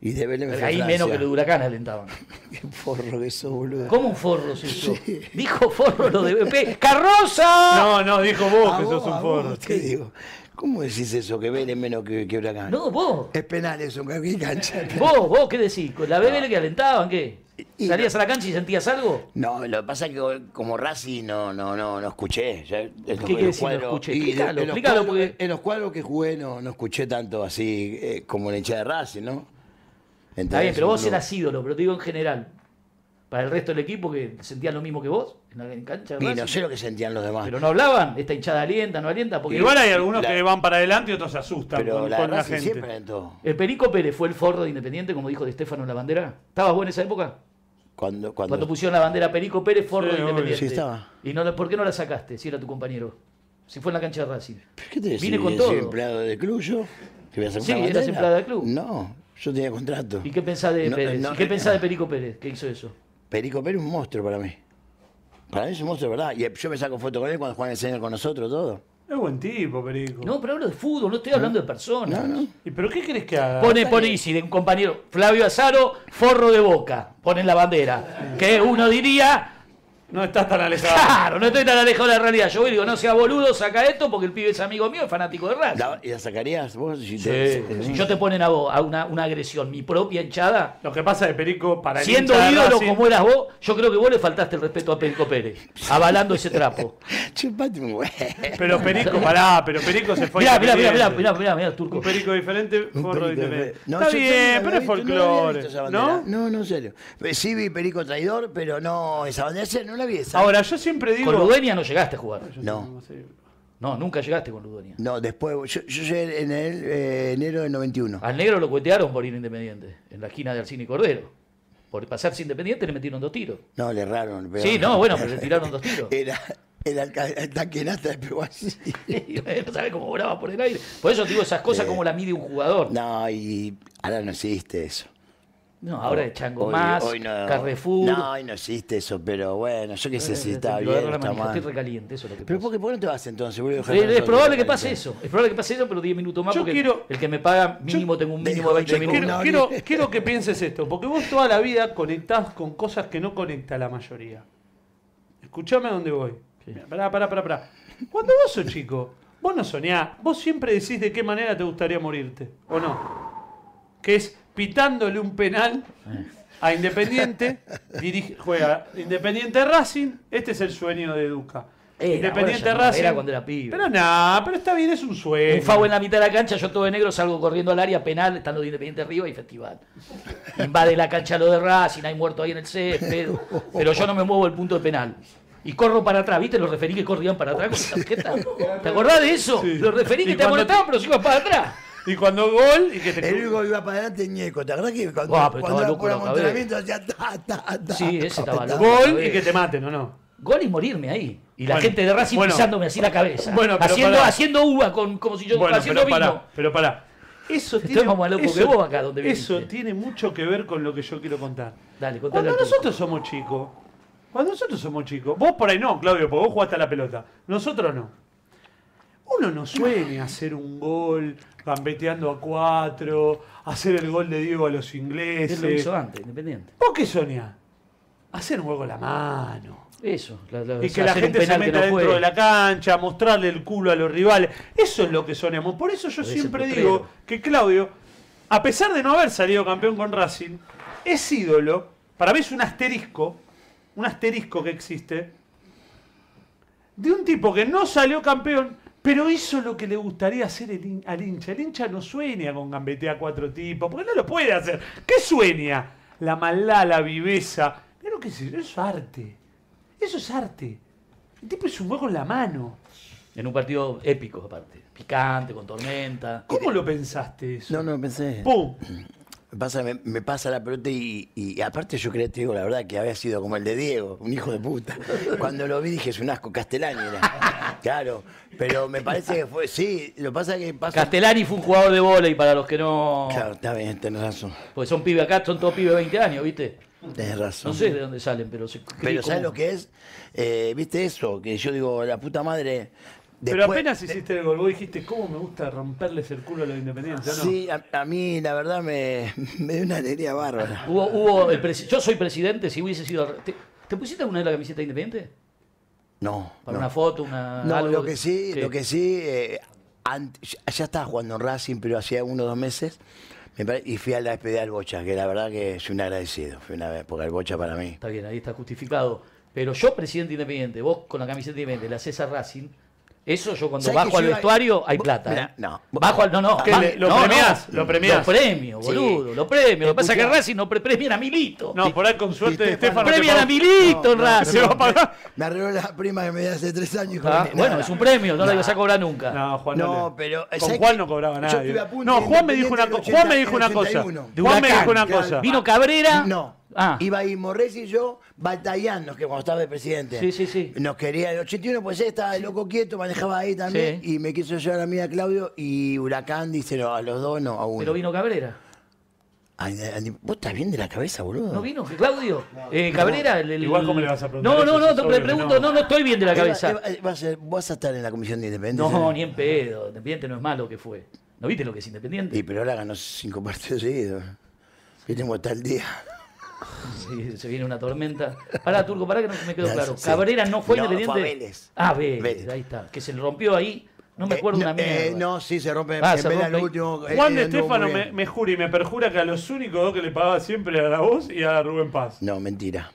[SPEAKER 4] Y de Vélez me fui a
[SPEAKER 2] Ahí
[SPEAKER 4] Francia.
[SPEAKER 2] menos que los de Huracán alentaban.
[SPEAKER 4] Qué forro que sos, boludo.
[SPEAKER 2] ¿Cómo un forro se hizo? Dijo forro lo de BP. ¡Carroza!
[SPEAKER 1] No, no, dijo vos
[SPEAKER 4] A
[SPEAKER 1] que
[SPEAKER 4] vos,
[SPEAKER 1] sos
[SPEAKER 4] a
[SPEAKER 1] un
[SPEAKER 4] vos,
[SPEAKER 1] forro.
[SPEAKER 4] te digo. ¿Cómo decís eso? Que Vélez menos que, que Huracán.
[SPEAKER 2] No, vos.
[SPEAKER 4] Es penal eso, que cancha.
[SPEAKER 2] Vos, vos, ¿qué decís? ¿Con la B era que alentaban? ¿Qué?
[SPEAKER 4] Y-
[SPEAKER 2] ¿Salías a la cancha y sentías algo?
[SPEAKER 4] No, lo que pasa es que como Racing no, no, no, no escuché. Ya, eh, ¿Qué
[SPEAKER 2] quiere decir no escuché? Explícalo, explícalo, porque-
[SPEAKER 4] En los cuadros que jugué no, no escuché tanto así eh, como en hinchada de Racing, ¿no?
[SPEAKER 2] Está bien,
[SPEAKER 4] Entonces,
[SPEAKER 2] pero vos
[SPEAKER 4] uno-
[SPEAKER 2] eras ídolo, pero te digo en general. Para el resto del equipo que sentían lo mismo que vos en la en cancha. de
[SPEAKER 4] Y no
[SPEAKER 2] Racing.
[SPEAKER 4] sé lo que sentían los demás.
[SPEAKER 2] Pero no hablaban, esta hinchada alienta, no alienta, porque
[SPEAKER 1] Igual hay algunos
[SPEAKER 4] La-
[SPEAKER 1] que van para adelante y otros se asustan
[SPEAKER 4] Pero
[SPEAKER 1] con
[SPEAKER 4] la
[SPEAKER 1] la,
[SPEAKER 4] de
[SPEAKER 1] con la
[SPEAKER 4] Racing
[SPEAKER 1] gente.
[SPEAKER 4] siempre en todo.
[SPEAKER 2] el Perico Pérez fue el forro de Independiente, como dijo de Estefano en la bandera. ¿Estabas vos en esa época?
[SPEAKER 4] Cuando,
[SPEAKER 2] Cuando
[SPEAKER 4] cuando,
[SPEAKER 2] pusieron la bandera Perico Pérez, forro
[SPEAKER 1] Sí,
[SPEAKER 2] de Independiente.
[SPEAKER 4] obvio. Sí, estaba.
[SPEAKER 2] ¿Y no, la- por qué no la sacaste si era tu compañero? Si fue en la cancha de Racing.
[SPEAKER 4] ¿Qué te
[SPEAKER 2] Vine
[SPEAKER 4] decís?
[SPEAKER 2] con
[SPEAKER 4] ¿Soy
[SPEAKER 2] todo.
[SPEAKER 4] empleado de club yo? ¿Que voy a sacar
[SPEAKER 2] Sí,
[SPEAKER 4] una
[SPEAKER 2] eras
[SPEAKER 4] bandera?
[SPEAKER 2] empleado del club.
[SPEAKER 4] No, yo tenía contrato.
[SPEAKER 2] ¿Y qué pensás de
[SPEAKER 4] No,
[SPEAKER 2] Pérez?
[SPEAKER 4] no, eh, ah.
[SPEAKER 2] ¿Y qué
[SPEAKER 4] no.
[SPEAKER 2] pensás de Perico Pérez que hizo eso?
[SPEAKER 4] Perico Pérez es un monstruo para mí. Para mí es un monstruo, ¿verdad? Y yo me saco foto con él cuando Juan enseña con nosotros, todo.
[SPEAKER 1] Es buen tipo, Perico.
[SPEAKER 2] No, pero hablo de fútbol, no estoy hablando de personas.
[SPEAKER 4] No, no.
[SPEAKER 1] ¿Y pero qué crees que haga?
[SPEAKER 2] Pone por Isi de un compañero, Flavio Azaro, forro de boca. Ponen la bandera. Que uno diría,
[SPEAKER 1] No estás tan alejado.
[SPEAKER 2] Claro, no estoy tan alejado de la realidad. Yo voy y digo, no sea boludo, saca esto porque el pibe es amigo mío, es fanático de Racing.
[SPEAKER 4] La- ¿Y la sacarías vos? Si
[SPEAKER 2] Sí. Si yo te ponen a vos a una, una agresión, mi propia hinchada,
[SPEAKER 1] Lo que pasa de Perico para el
[SPEAKER 2] siendo
[SPEAKER 1] hincha de
[SPEAKER 2] ídolo
[SPEAKER 1] Racing-
[SPEAKER 2] como eras vos, yo creo que vos le faltaste el respeto a Perico Pérez, avalando ese trapo.
[SPEAKER 4] Chupate un güey.
[SPEAKER 1] Pero Perico, pará, pero Perico se fue.
[SPEAKER 2] Mirá, mirá, mirá, mirá,
[SPEAKER 1] independiente.
[SPEAKER 2] mirá, mirá, mirá, turco.
[SPEAKER 1] Un Perico diferente,
[SPEAKER 4] Un
[SPEAKER 1] forro de
[SPEAKER 4] perico de-
[SPEAKER 1] independiente.
[SPEAKER 4] No,
[SPEAKER 1] Está
[SPEAKER 4] yo- yo
[SPEAKER 1] bien,
[SPEAKER 4] no
[SPEAKER 1] pero
[SPEAKER 4] la
[SPEAKER 1] es
[SPEAKER 4] había visto, no la había visto esa
[SPEAKER 1] folclore.
[SPEAKER 4] bandera.
[SPEAKER 1] ¿No?
[SPEAKER 4] No, no, en serio. Eh, Sí vi Perico traidor, pero no esa bandera. esa No la vi esa.
[SPEAKER 1] Ahora, yo siempre digo.
[SPEAKER 2] Con Ludenia no llegaste a jugar.
[SPEAKER 4] No,
[SPEAKER 2] No, nunca llegaste con Ludenia.
[SPEAKER 4] no, después. Yo, yo llegué en el, eh, enero del 91.
[SPEAKER 2] Al negro lo cuetearon por ir a Independiente, en la esquina de Alcine y Cordero. Por pasarse Independiente le metieron dos tiros.
[SPEAKER 4] No, le erraron. pero-
[SPEAKER 2] Sí, no, bueno, pero le tiraron dos tiros.
[SPEAKER 4] Era, era el, ca- el tanque nata de pegó así.
[SPEAKER 2] no sabe cómo volaba por el aire. Por eso te digo esas cosas como la mide un jugador.
[SPEAKER 4] No, y ahora no existe eso.
[SPEAKER 2] No, ahora es Chango
[SPEAKER 4] Hoy-
[SPEAKER 2] Más,
[SPEAKER 4] hoy no-
[SPEAKER 2] Carrefour.
[SPEAKER 4] No, hoy no existe eso, pero bueno, yo qué sé si
[SPEAKER 2] Eh,
[SPEAKER 4] está
[SPEAKER 2] lo de
[SPEAKER 4] bien,
[SPEAKER 2] la
[SPEAKER 4] está
[SPEAKER 2] manija,
[SPEAKER 4] mal.
[SPEAKER 2] Estoy recaliente, eso es lo que
[SPEAKER 4] Pero
[SPEAKER 2] pasa.
[SPEAKER 4] ¿por qué, por qué no te vas entonces? boludo?
[SPEAKER 2] Eh,
[SPEAKER 4] Déjame
[SPEAKER 2] es
[SPEAKER 4] solo,
[SPEAKER 2] probable que
[SPEAKER 4] Carlito.
[SPEAKER 2] pase eso. Es probable que pase eso, pero 10 minutos más
[SPEAKER 1] Yo
[SPEAKER 2] porque
[SPEAKER 1] quiero-
[SPEAKER 2] el que me paga mínimo tengo un mínimo de 20
[SPEAKER 4] Dejo-
[SPEAKER 1] Quiero,
[SPEAKER 2] minutos.
[SPEAKER 4] No,
[SPEAKER 1] quiero- quiero que pienses esto, porque vos toda la vida conectás con cosas que no conecta la mayoría. Escuchame a dónde voy. Mirá, Pará, pará, pará, pará. Cuando vos sos chico, vos no soñás, vos siempre decís de qué manera te gustaría morirte, ¿o no? Que es pitándole un penal a Independiente, dirige- juega Independiente Racing, este es el sueño de Duca.
[SPEAKER 2] Era,
[SPEAKER 1] Independiente
[SPEAKER 2] ahora ya no,
[SPEAKER 1] Racing.
[SPEAKER 2] era cuando era pibe.
[SPEAKER 1] Pero nada, pero está bien, es un sueño.
[SPEAKER 2] Un favo en la mitad de la cancha, yo todo de negro salgo corriendo al área penal, estando de Independiente arriba y festival. Invade la cancha lo de Racing, hay muerto ahí en el césped, pero yo no me muevo el punto de penal. Y corro para atrás, ¿viste? Los referí que corrían para atrás con las tarjetas. ¿Te acordás de eso?
[SPEAKER 1] Sí.
[SPEAKER 2] Los referí que
[SPEAKER 1] Y
[SPEAKER 2] te
[SPEAKER 1] cuando te-
[SPEAKER 2] amonestaban, pero sigo para atrás.
[SPEAKER 1] Y cuando gol y que te
[SPEAKER 4] El único que iba para adelante es Ñeco. ¿Te acordás que cuando,
[SPEAKER 2] Ah, pero estaba
[SPEAKER 4] cuando iba
[SPEAKER 2] loco
[SPEAKER 4] por
[SPEAKER 2] la cabeza.
[SPEAKER 4] amontonamiento hacía ta, ta, ta?
[SPEAKER 2] Sí, ese estaba loco.
[SPEAKER 1] Gol y que te maten, ¿o no?
[SPEAKER 2] Gol y morirme ahí. Y la
[SPEAKER 1] Bueno,
[SPEAKER 2] gente de Racing
[SPEAKER 1] bueno.
[SPEAKER 2] pisándome así la cabeza.
[SPEAKER 1] Bueno, pero
[SPEAKER 2] haciendo,
[SPEAKER 1] pará.
[SPEAKER 2] haciendo uva con, como si yo
[SPEAKER 1] Bueno,
[SPEAKER 2] haciendo
[SPEAKER 1] pero
[SPEAKER 2] vino.
[SPEAKER 1] pará, pero pará. Eso
[SPEAKER 2] Estoy
[SPEAKER 1] tiene,
[SPEAKER 2] más maluco que
[SPEAKER 1] eso-
[SPEAKER 2] vos acá donde
[SPEAKER 1] eso
[SPEAKER 2] viniste.
[SPEAKER 1] tiene mucho que ver con lo que yo quiero contar.
[SPEAKER 2] Dale, contale
[SPEAKER 1] Cuando
[SPEAKER 2] al público.
[SPEAKER 1] nosotros somos chicos, cuando nosotros somos chicos, vos por ahí no, Claudio, porque vos jugaste a la pelota, nosotros no. Uno no sueña hacer un gol gambeteando a cuatro, hacer el gol de Diego a los
[SPEAKER 2] Él lo
[SPEAKER 1] ingleses.
[SPEAKER 2] hizo antes, Independiente.
[SPEAKER 1] ¿Vos qué soñás? Hacer un gol con la mano.
[SPEAKER 2] Eso. la- la-
[SPEAKER 1] Y que
[SPEAKER 2] hacer
[SPEAKER 1] la
[SPEAKER 2] un
[SPEAKER 1] gente se
[SPEAKER 2] penal que
[SPEAKER 1] meta
[SPEAKER 2] no
[SPEAKER 1] dentro
[SPEAKER 2] fue.
[SPEAKER 1] de la cancha, mostrarle el culo a los rivales. Eso es lo que soñamos. Por eso yo
[SPEAKER 2] Parece
[SPEAKER 1] siempre
[SPEAKER 2] potrero.
[SPEAKER 1] digo que Claudio, a pesar de no haber salido campeón con Racing, es ídolo. Para mí es un asterisco, un asterisco que existe, de un tipo que no salió campeón, pero hizo lo que le gustaría hacer el hin- al hincha. El hincha no sueña con gambetea cuatro tipos, porque no lo puede hacer. ¿Qué sueña? La maldad, la viveza. Pero qué sé yo, eso es arte. Eso es arte. El tipo hizo un juego con la mano.
[SPEAKER 2] En un partido épico, aparte. Picante, con tormenta.
[SPEAKER 1] ¿Cómo lo pensaste eso?
[SPEAKER 4] No, no, pensé.
[SPEAKER 1] ¡Pum!
[SPEAKER 4] Me pasa, me, me pasa la pelota y, y aparte yo creo, te digo la verdad, que había sido como el de Diego, un hijo de puta. Cuando lo vi dije, es un asco, Castellani era. Claro, pero me parece que fue, sí, lo pasa que pasa...
[SPEAKER 2] Castellani fue un jugador de volei para los que no.
[SPEAKER 4] Claro, está bien, tenés razón,
[SPEAKER 2] Porque son pibes acá, son todos pibes de 20 años, ¿viste?
[SPEAKER 4] tenés razón.
[SPEAKER 2] No sé de dónde salen, pero se.
[SPEAKER 4] Pero ¿sabes
[SPEAKER 2] ¿cómo?
[SPEAKER 4] lo que es? Eh, ¿Viste eso? Que yo digo, la puta madre...
[SPEAKER 1] Pero
[SPEAKER 4] después-
[SPEAKER 1] apenas hiciste el gol, vos dijiste, ¿cómo me gusta romperles el culo a los independientes? ¿o no?
[SPEAKER 4] Sí, a, a mí la verdad me, me dio una alegría bárbara.
[SPEAKER 2] Hubo, hubo el presi- Yo soy presidente, si hubiese sido. ¿Te, te pusiste alguna vez la camiseta de independiente?
[SPEAKER 4] No,
[SPEAKER 2] Para
[SPEAKER 4] no.
[SPEAKER 2] una foto, una.
[SPEAKER 4] No,
[SPEAKER 2] algo
[SPEAKER 4] lo que sí,
[SPEAKER 2] ¿Qué?
[SPEAKER 4] lo que sí, eh, ant- ya- ya estaba jugando en Racing, pero hacía uno o dos meses, me pare- y fui a la despedida al Bocha, que la verdad que soy un agradecido, fue una época el Bocha para mí.
[SPEAKER 2] Está bien, ahí está justificado. Pero yo, presidente independiente, vos con la camiseta independiente, la César Racing, eso yo cuando
[SPEAKER 4] ¿Sabés
[SPEAKER 2] bajo
[SPEAKER 4] que
[SPEAKER 2] al
[SPEAKER 4] yo iba-
[SPEAKER 2] vestuario hay
[SPEAKER 4] Vos-
[SPEAKER 2] plata.
[SPEAKER 4] mirá,
[SPEAKER 2] ¿eh?
[SPEAKER 4] no.
[SPEAKER 2] Bajo al. No, no.
[SPEAKER 1] Que
[SPEAKER 2] va-
[SPEAKER 1] le- lo
[SPEAKER 2] no, no.
[SPEAKER 1] premiás, lo premiás.
[SPEAKER 2] Lo premio,
[SPEAKER 4] Sí.
[SPEAKER 2] boludo. Lo premio. Lo que pasa es que
[SPEAKER 4] Escuchá.
[SPEAKER 2] Racing no pre- premian a Milito.
[SPEAKER 1] No, por ahí con suerte
[SPEAKER 4] Y
[SPEAKER 1] de Estefano.
[SPEAKER 4] Estefano-
[SPEAKER 1] te
[SPEAKER 2] premian
[SPEAKER 1] pagó-
[SPEAKER 2] a Milito en Racing.
[SPEAKER 1] Se va a pagar.
[SPEAKER 4] Me arregló la prima que me dio hace tres años.
[SPEAKER 2] Ah,
[SPEAKER 4] con-
[SPEAKER 2] Bueno,
[SPEAKER 4] nada.
[SPEAKER 2] es un premio, no lo vas a cobrar nunca.
[SPEAKER 1] No, Juan no.
[SPEAKER 4] No,
[SPEAKER 1] le-
[SPEAKER 4] pero, eh,
[SPEAKER 1] Con
[SPEAKER 4] ¿sabés
[SPEAKER 1] Juan
[SPEAKER 4] qué?
[SPEAKER 1] no cobraba
[SPEAKER 4] Yo
[SPEAKER 1] nadie.
[SPEAKER 4] estuve a punto
[SPEAKER 1] No,
[SPEAKER 4] de
[SPEAKER 1] Juan me dijo una cosa.
[SPEAKER 4] Independiente
[SPEAKER 1] Juan me
[SPEAKER 4] del
[SPEAKER 1] dijo una cosa.
[SPEAKER 4] 81. De
[SPEAKER 1] Juan me
[SPEAKER 2] Huracán,
[SPEAKER 1] dijo una
[SPEAKER 4] claro.
[SPEAKER 1] cosa.
[SPEAKER 2] Vino Cabrera.
[SPEAKER 4] No.
[SPEAKER 2] Ah,
[SPEAKER 4] Iba ahí Morresi y yo, Batallán, nos que cuando estaba de presidente.
[SPEAKER 2] Sí, sí, sí.
[SPEAKER 4] Nos quería, el 81 pues él estaba loco quieto, manejaba ahí también.
[SPEAKER 2] Sí.
[SPEAKER 4] Y me quiso llevar a mí a Claudio y Huracán dice, no, a los dos no, a uno.
[SPEAKER 2] pero vino Cabrera.
[SPEAKER 4] Ay, Andy, vos estás bien de la cabeza, boludo.
[SPEAKER 2] ¿No vino Claudio? Eh, Cabrera. El, el-
[SPEAKER 1] Igual, ¿cómo le vas a preguntar
[SPEAKER 2] No, no,
[SPEAKER 1] eso?
[SPEAKER 2] no,
[SPEAKER 1] Es
[SPEAKER 2] te
[SPEAKER 1] obvio
[SPEAKER 2] le
[SPEAKER 1] que
[SPEAKER 2] pregunto,
[SPEAKER 1] no.
[SPEAKER 2] no, no estoy bien de la
[SPEAKER 4] Eva-
[SPEAKER 2] cabeza.
[SPEAKER 4] Eva- eh, vas, a, vas a estar en la comisión de independencia.
[SPEAKER 2] No, ni en pedo. Independiente no es malo que fue. ¿No viste lo que es Independiente?
[SPEAKER 4] Y pero ahora ganó cinco partidos seguidos. Que tengo hasta el día.
[SPEAKER 2] Sí, se viene una tormenta. Pará, Turco, pará que no me quedó
[SPEAKER 4] Ya,
[SPEAKER 2] claro.
[SPEAKER 4] sí.
[SPEAKER 2] Cabrera no fue
[SPEAKER 4] No, fue a
[SPEAKER 2] Independiente.
[SPEAKER 4] Vélez.
[SPEAKER 2] Ah, Vélez,
[SPEAKER 4] Vélez.
[SPEAKER 2] ahí está. Que se le rompió ahí. No me acuerdo
[SPEAKER 4] Eh,
[SPEAKER 2] una
[SPEAKER 4] no,
[SPEAKER 2] mierda.
[SPEAKER 4] eh, no, sí, se rompe.
[SPEAKER 2] Ah,
[SPEAKER 4] en
[SPEAKER 2] se
[SPEAKER 4] vez del
[SPEAKER 2] rompe.
[SPEAKER 4] último, eh,
[SPEAKER 1] Juan de
[SPEAKER 4] anduvo
[SPEAKER 1] Estefano
[SPEAKER 4] muy
[SPEAKER 1] me,
[SPEAKER 4] bien.
[SPEAKER 1] me jura y me perjura que a los únicos dos que le pagaba siempre era a vos y a Rubén Paz.
[SPEAKER 4] No, mentira.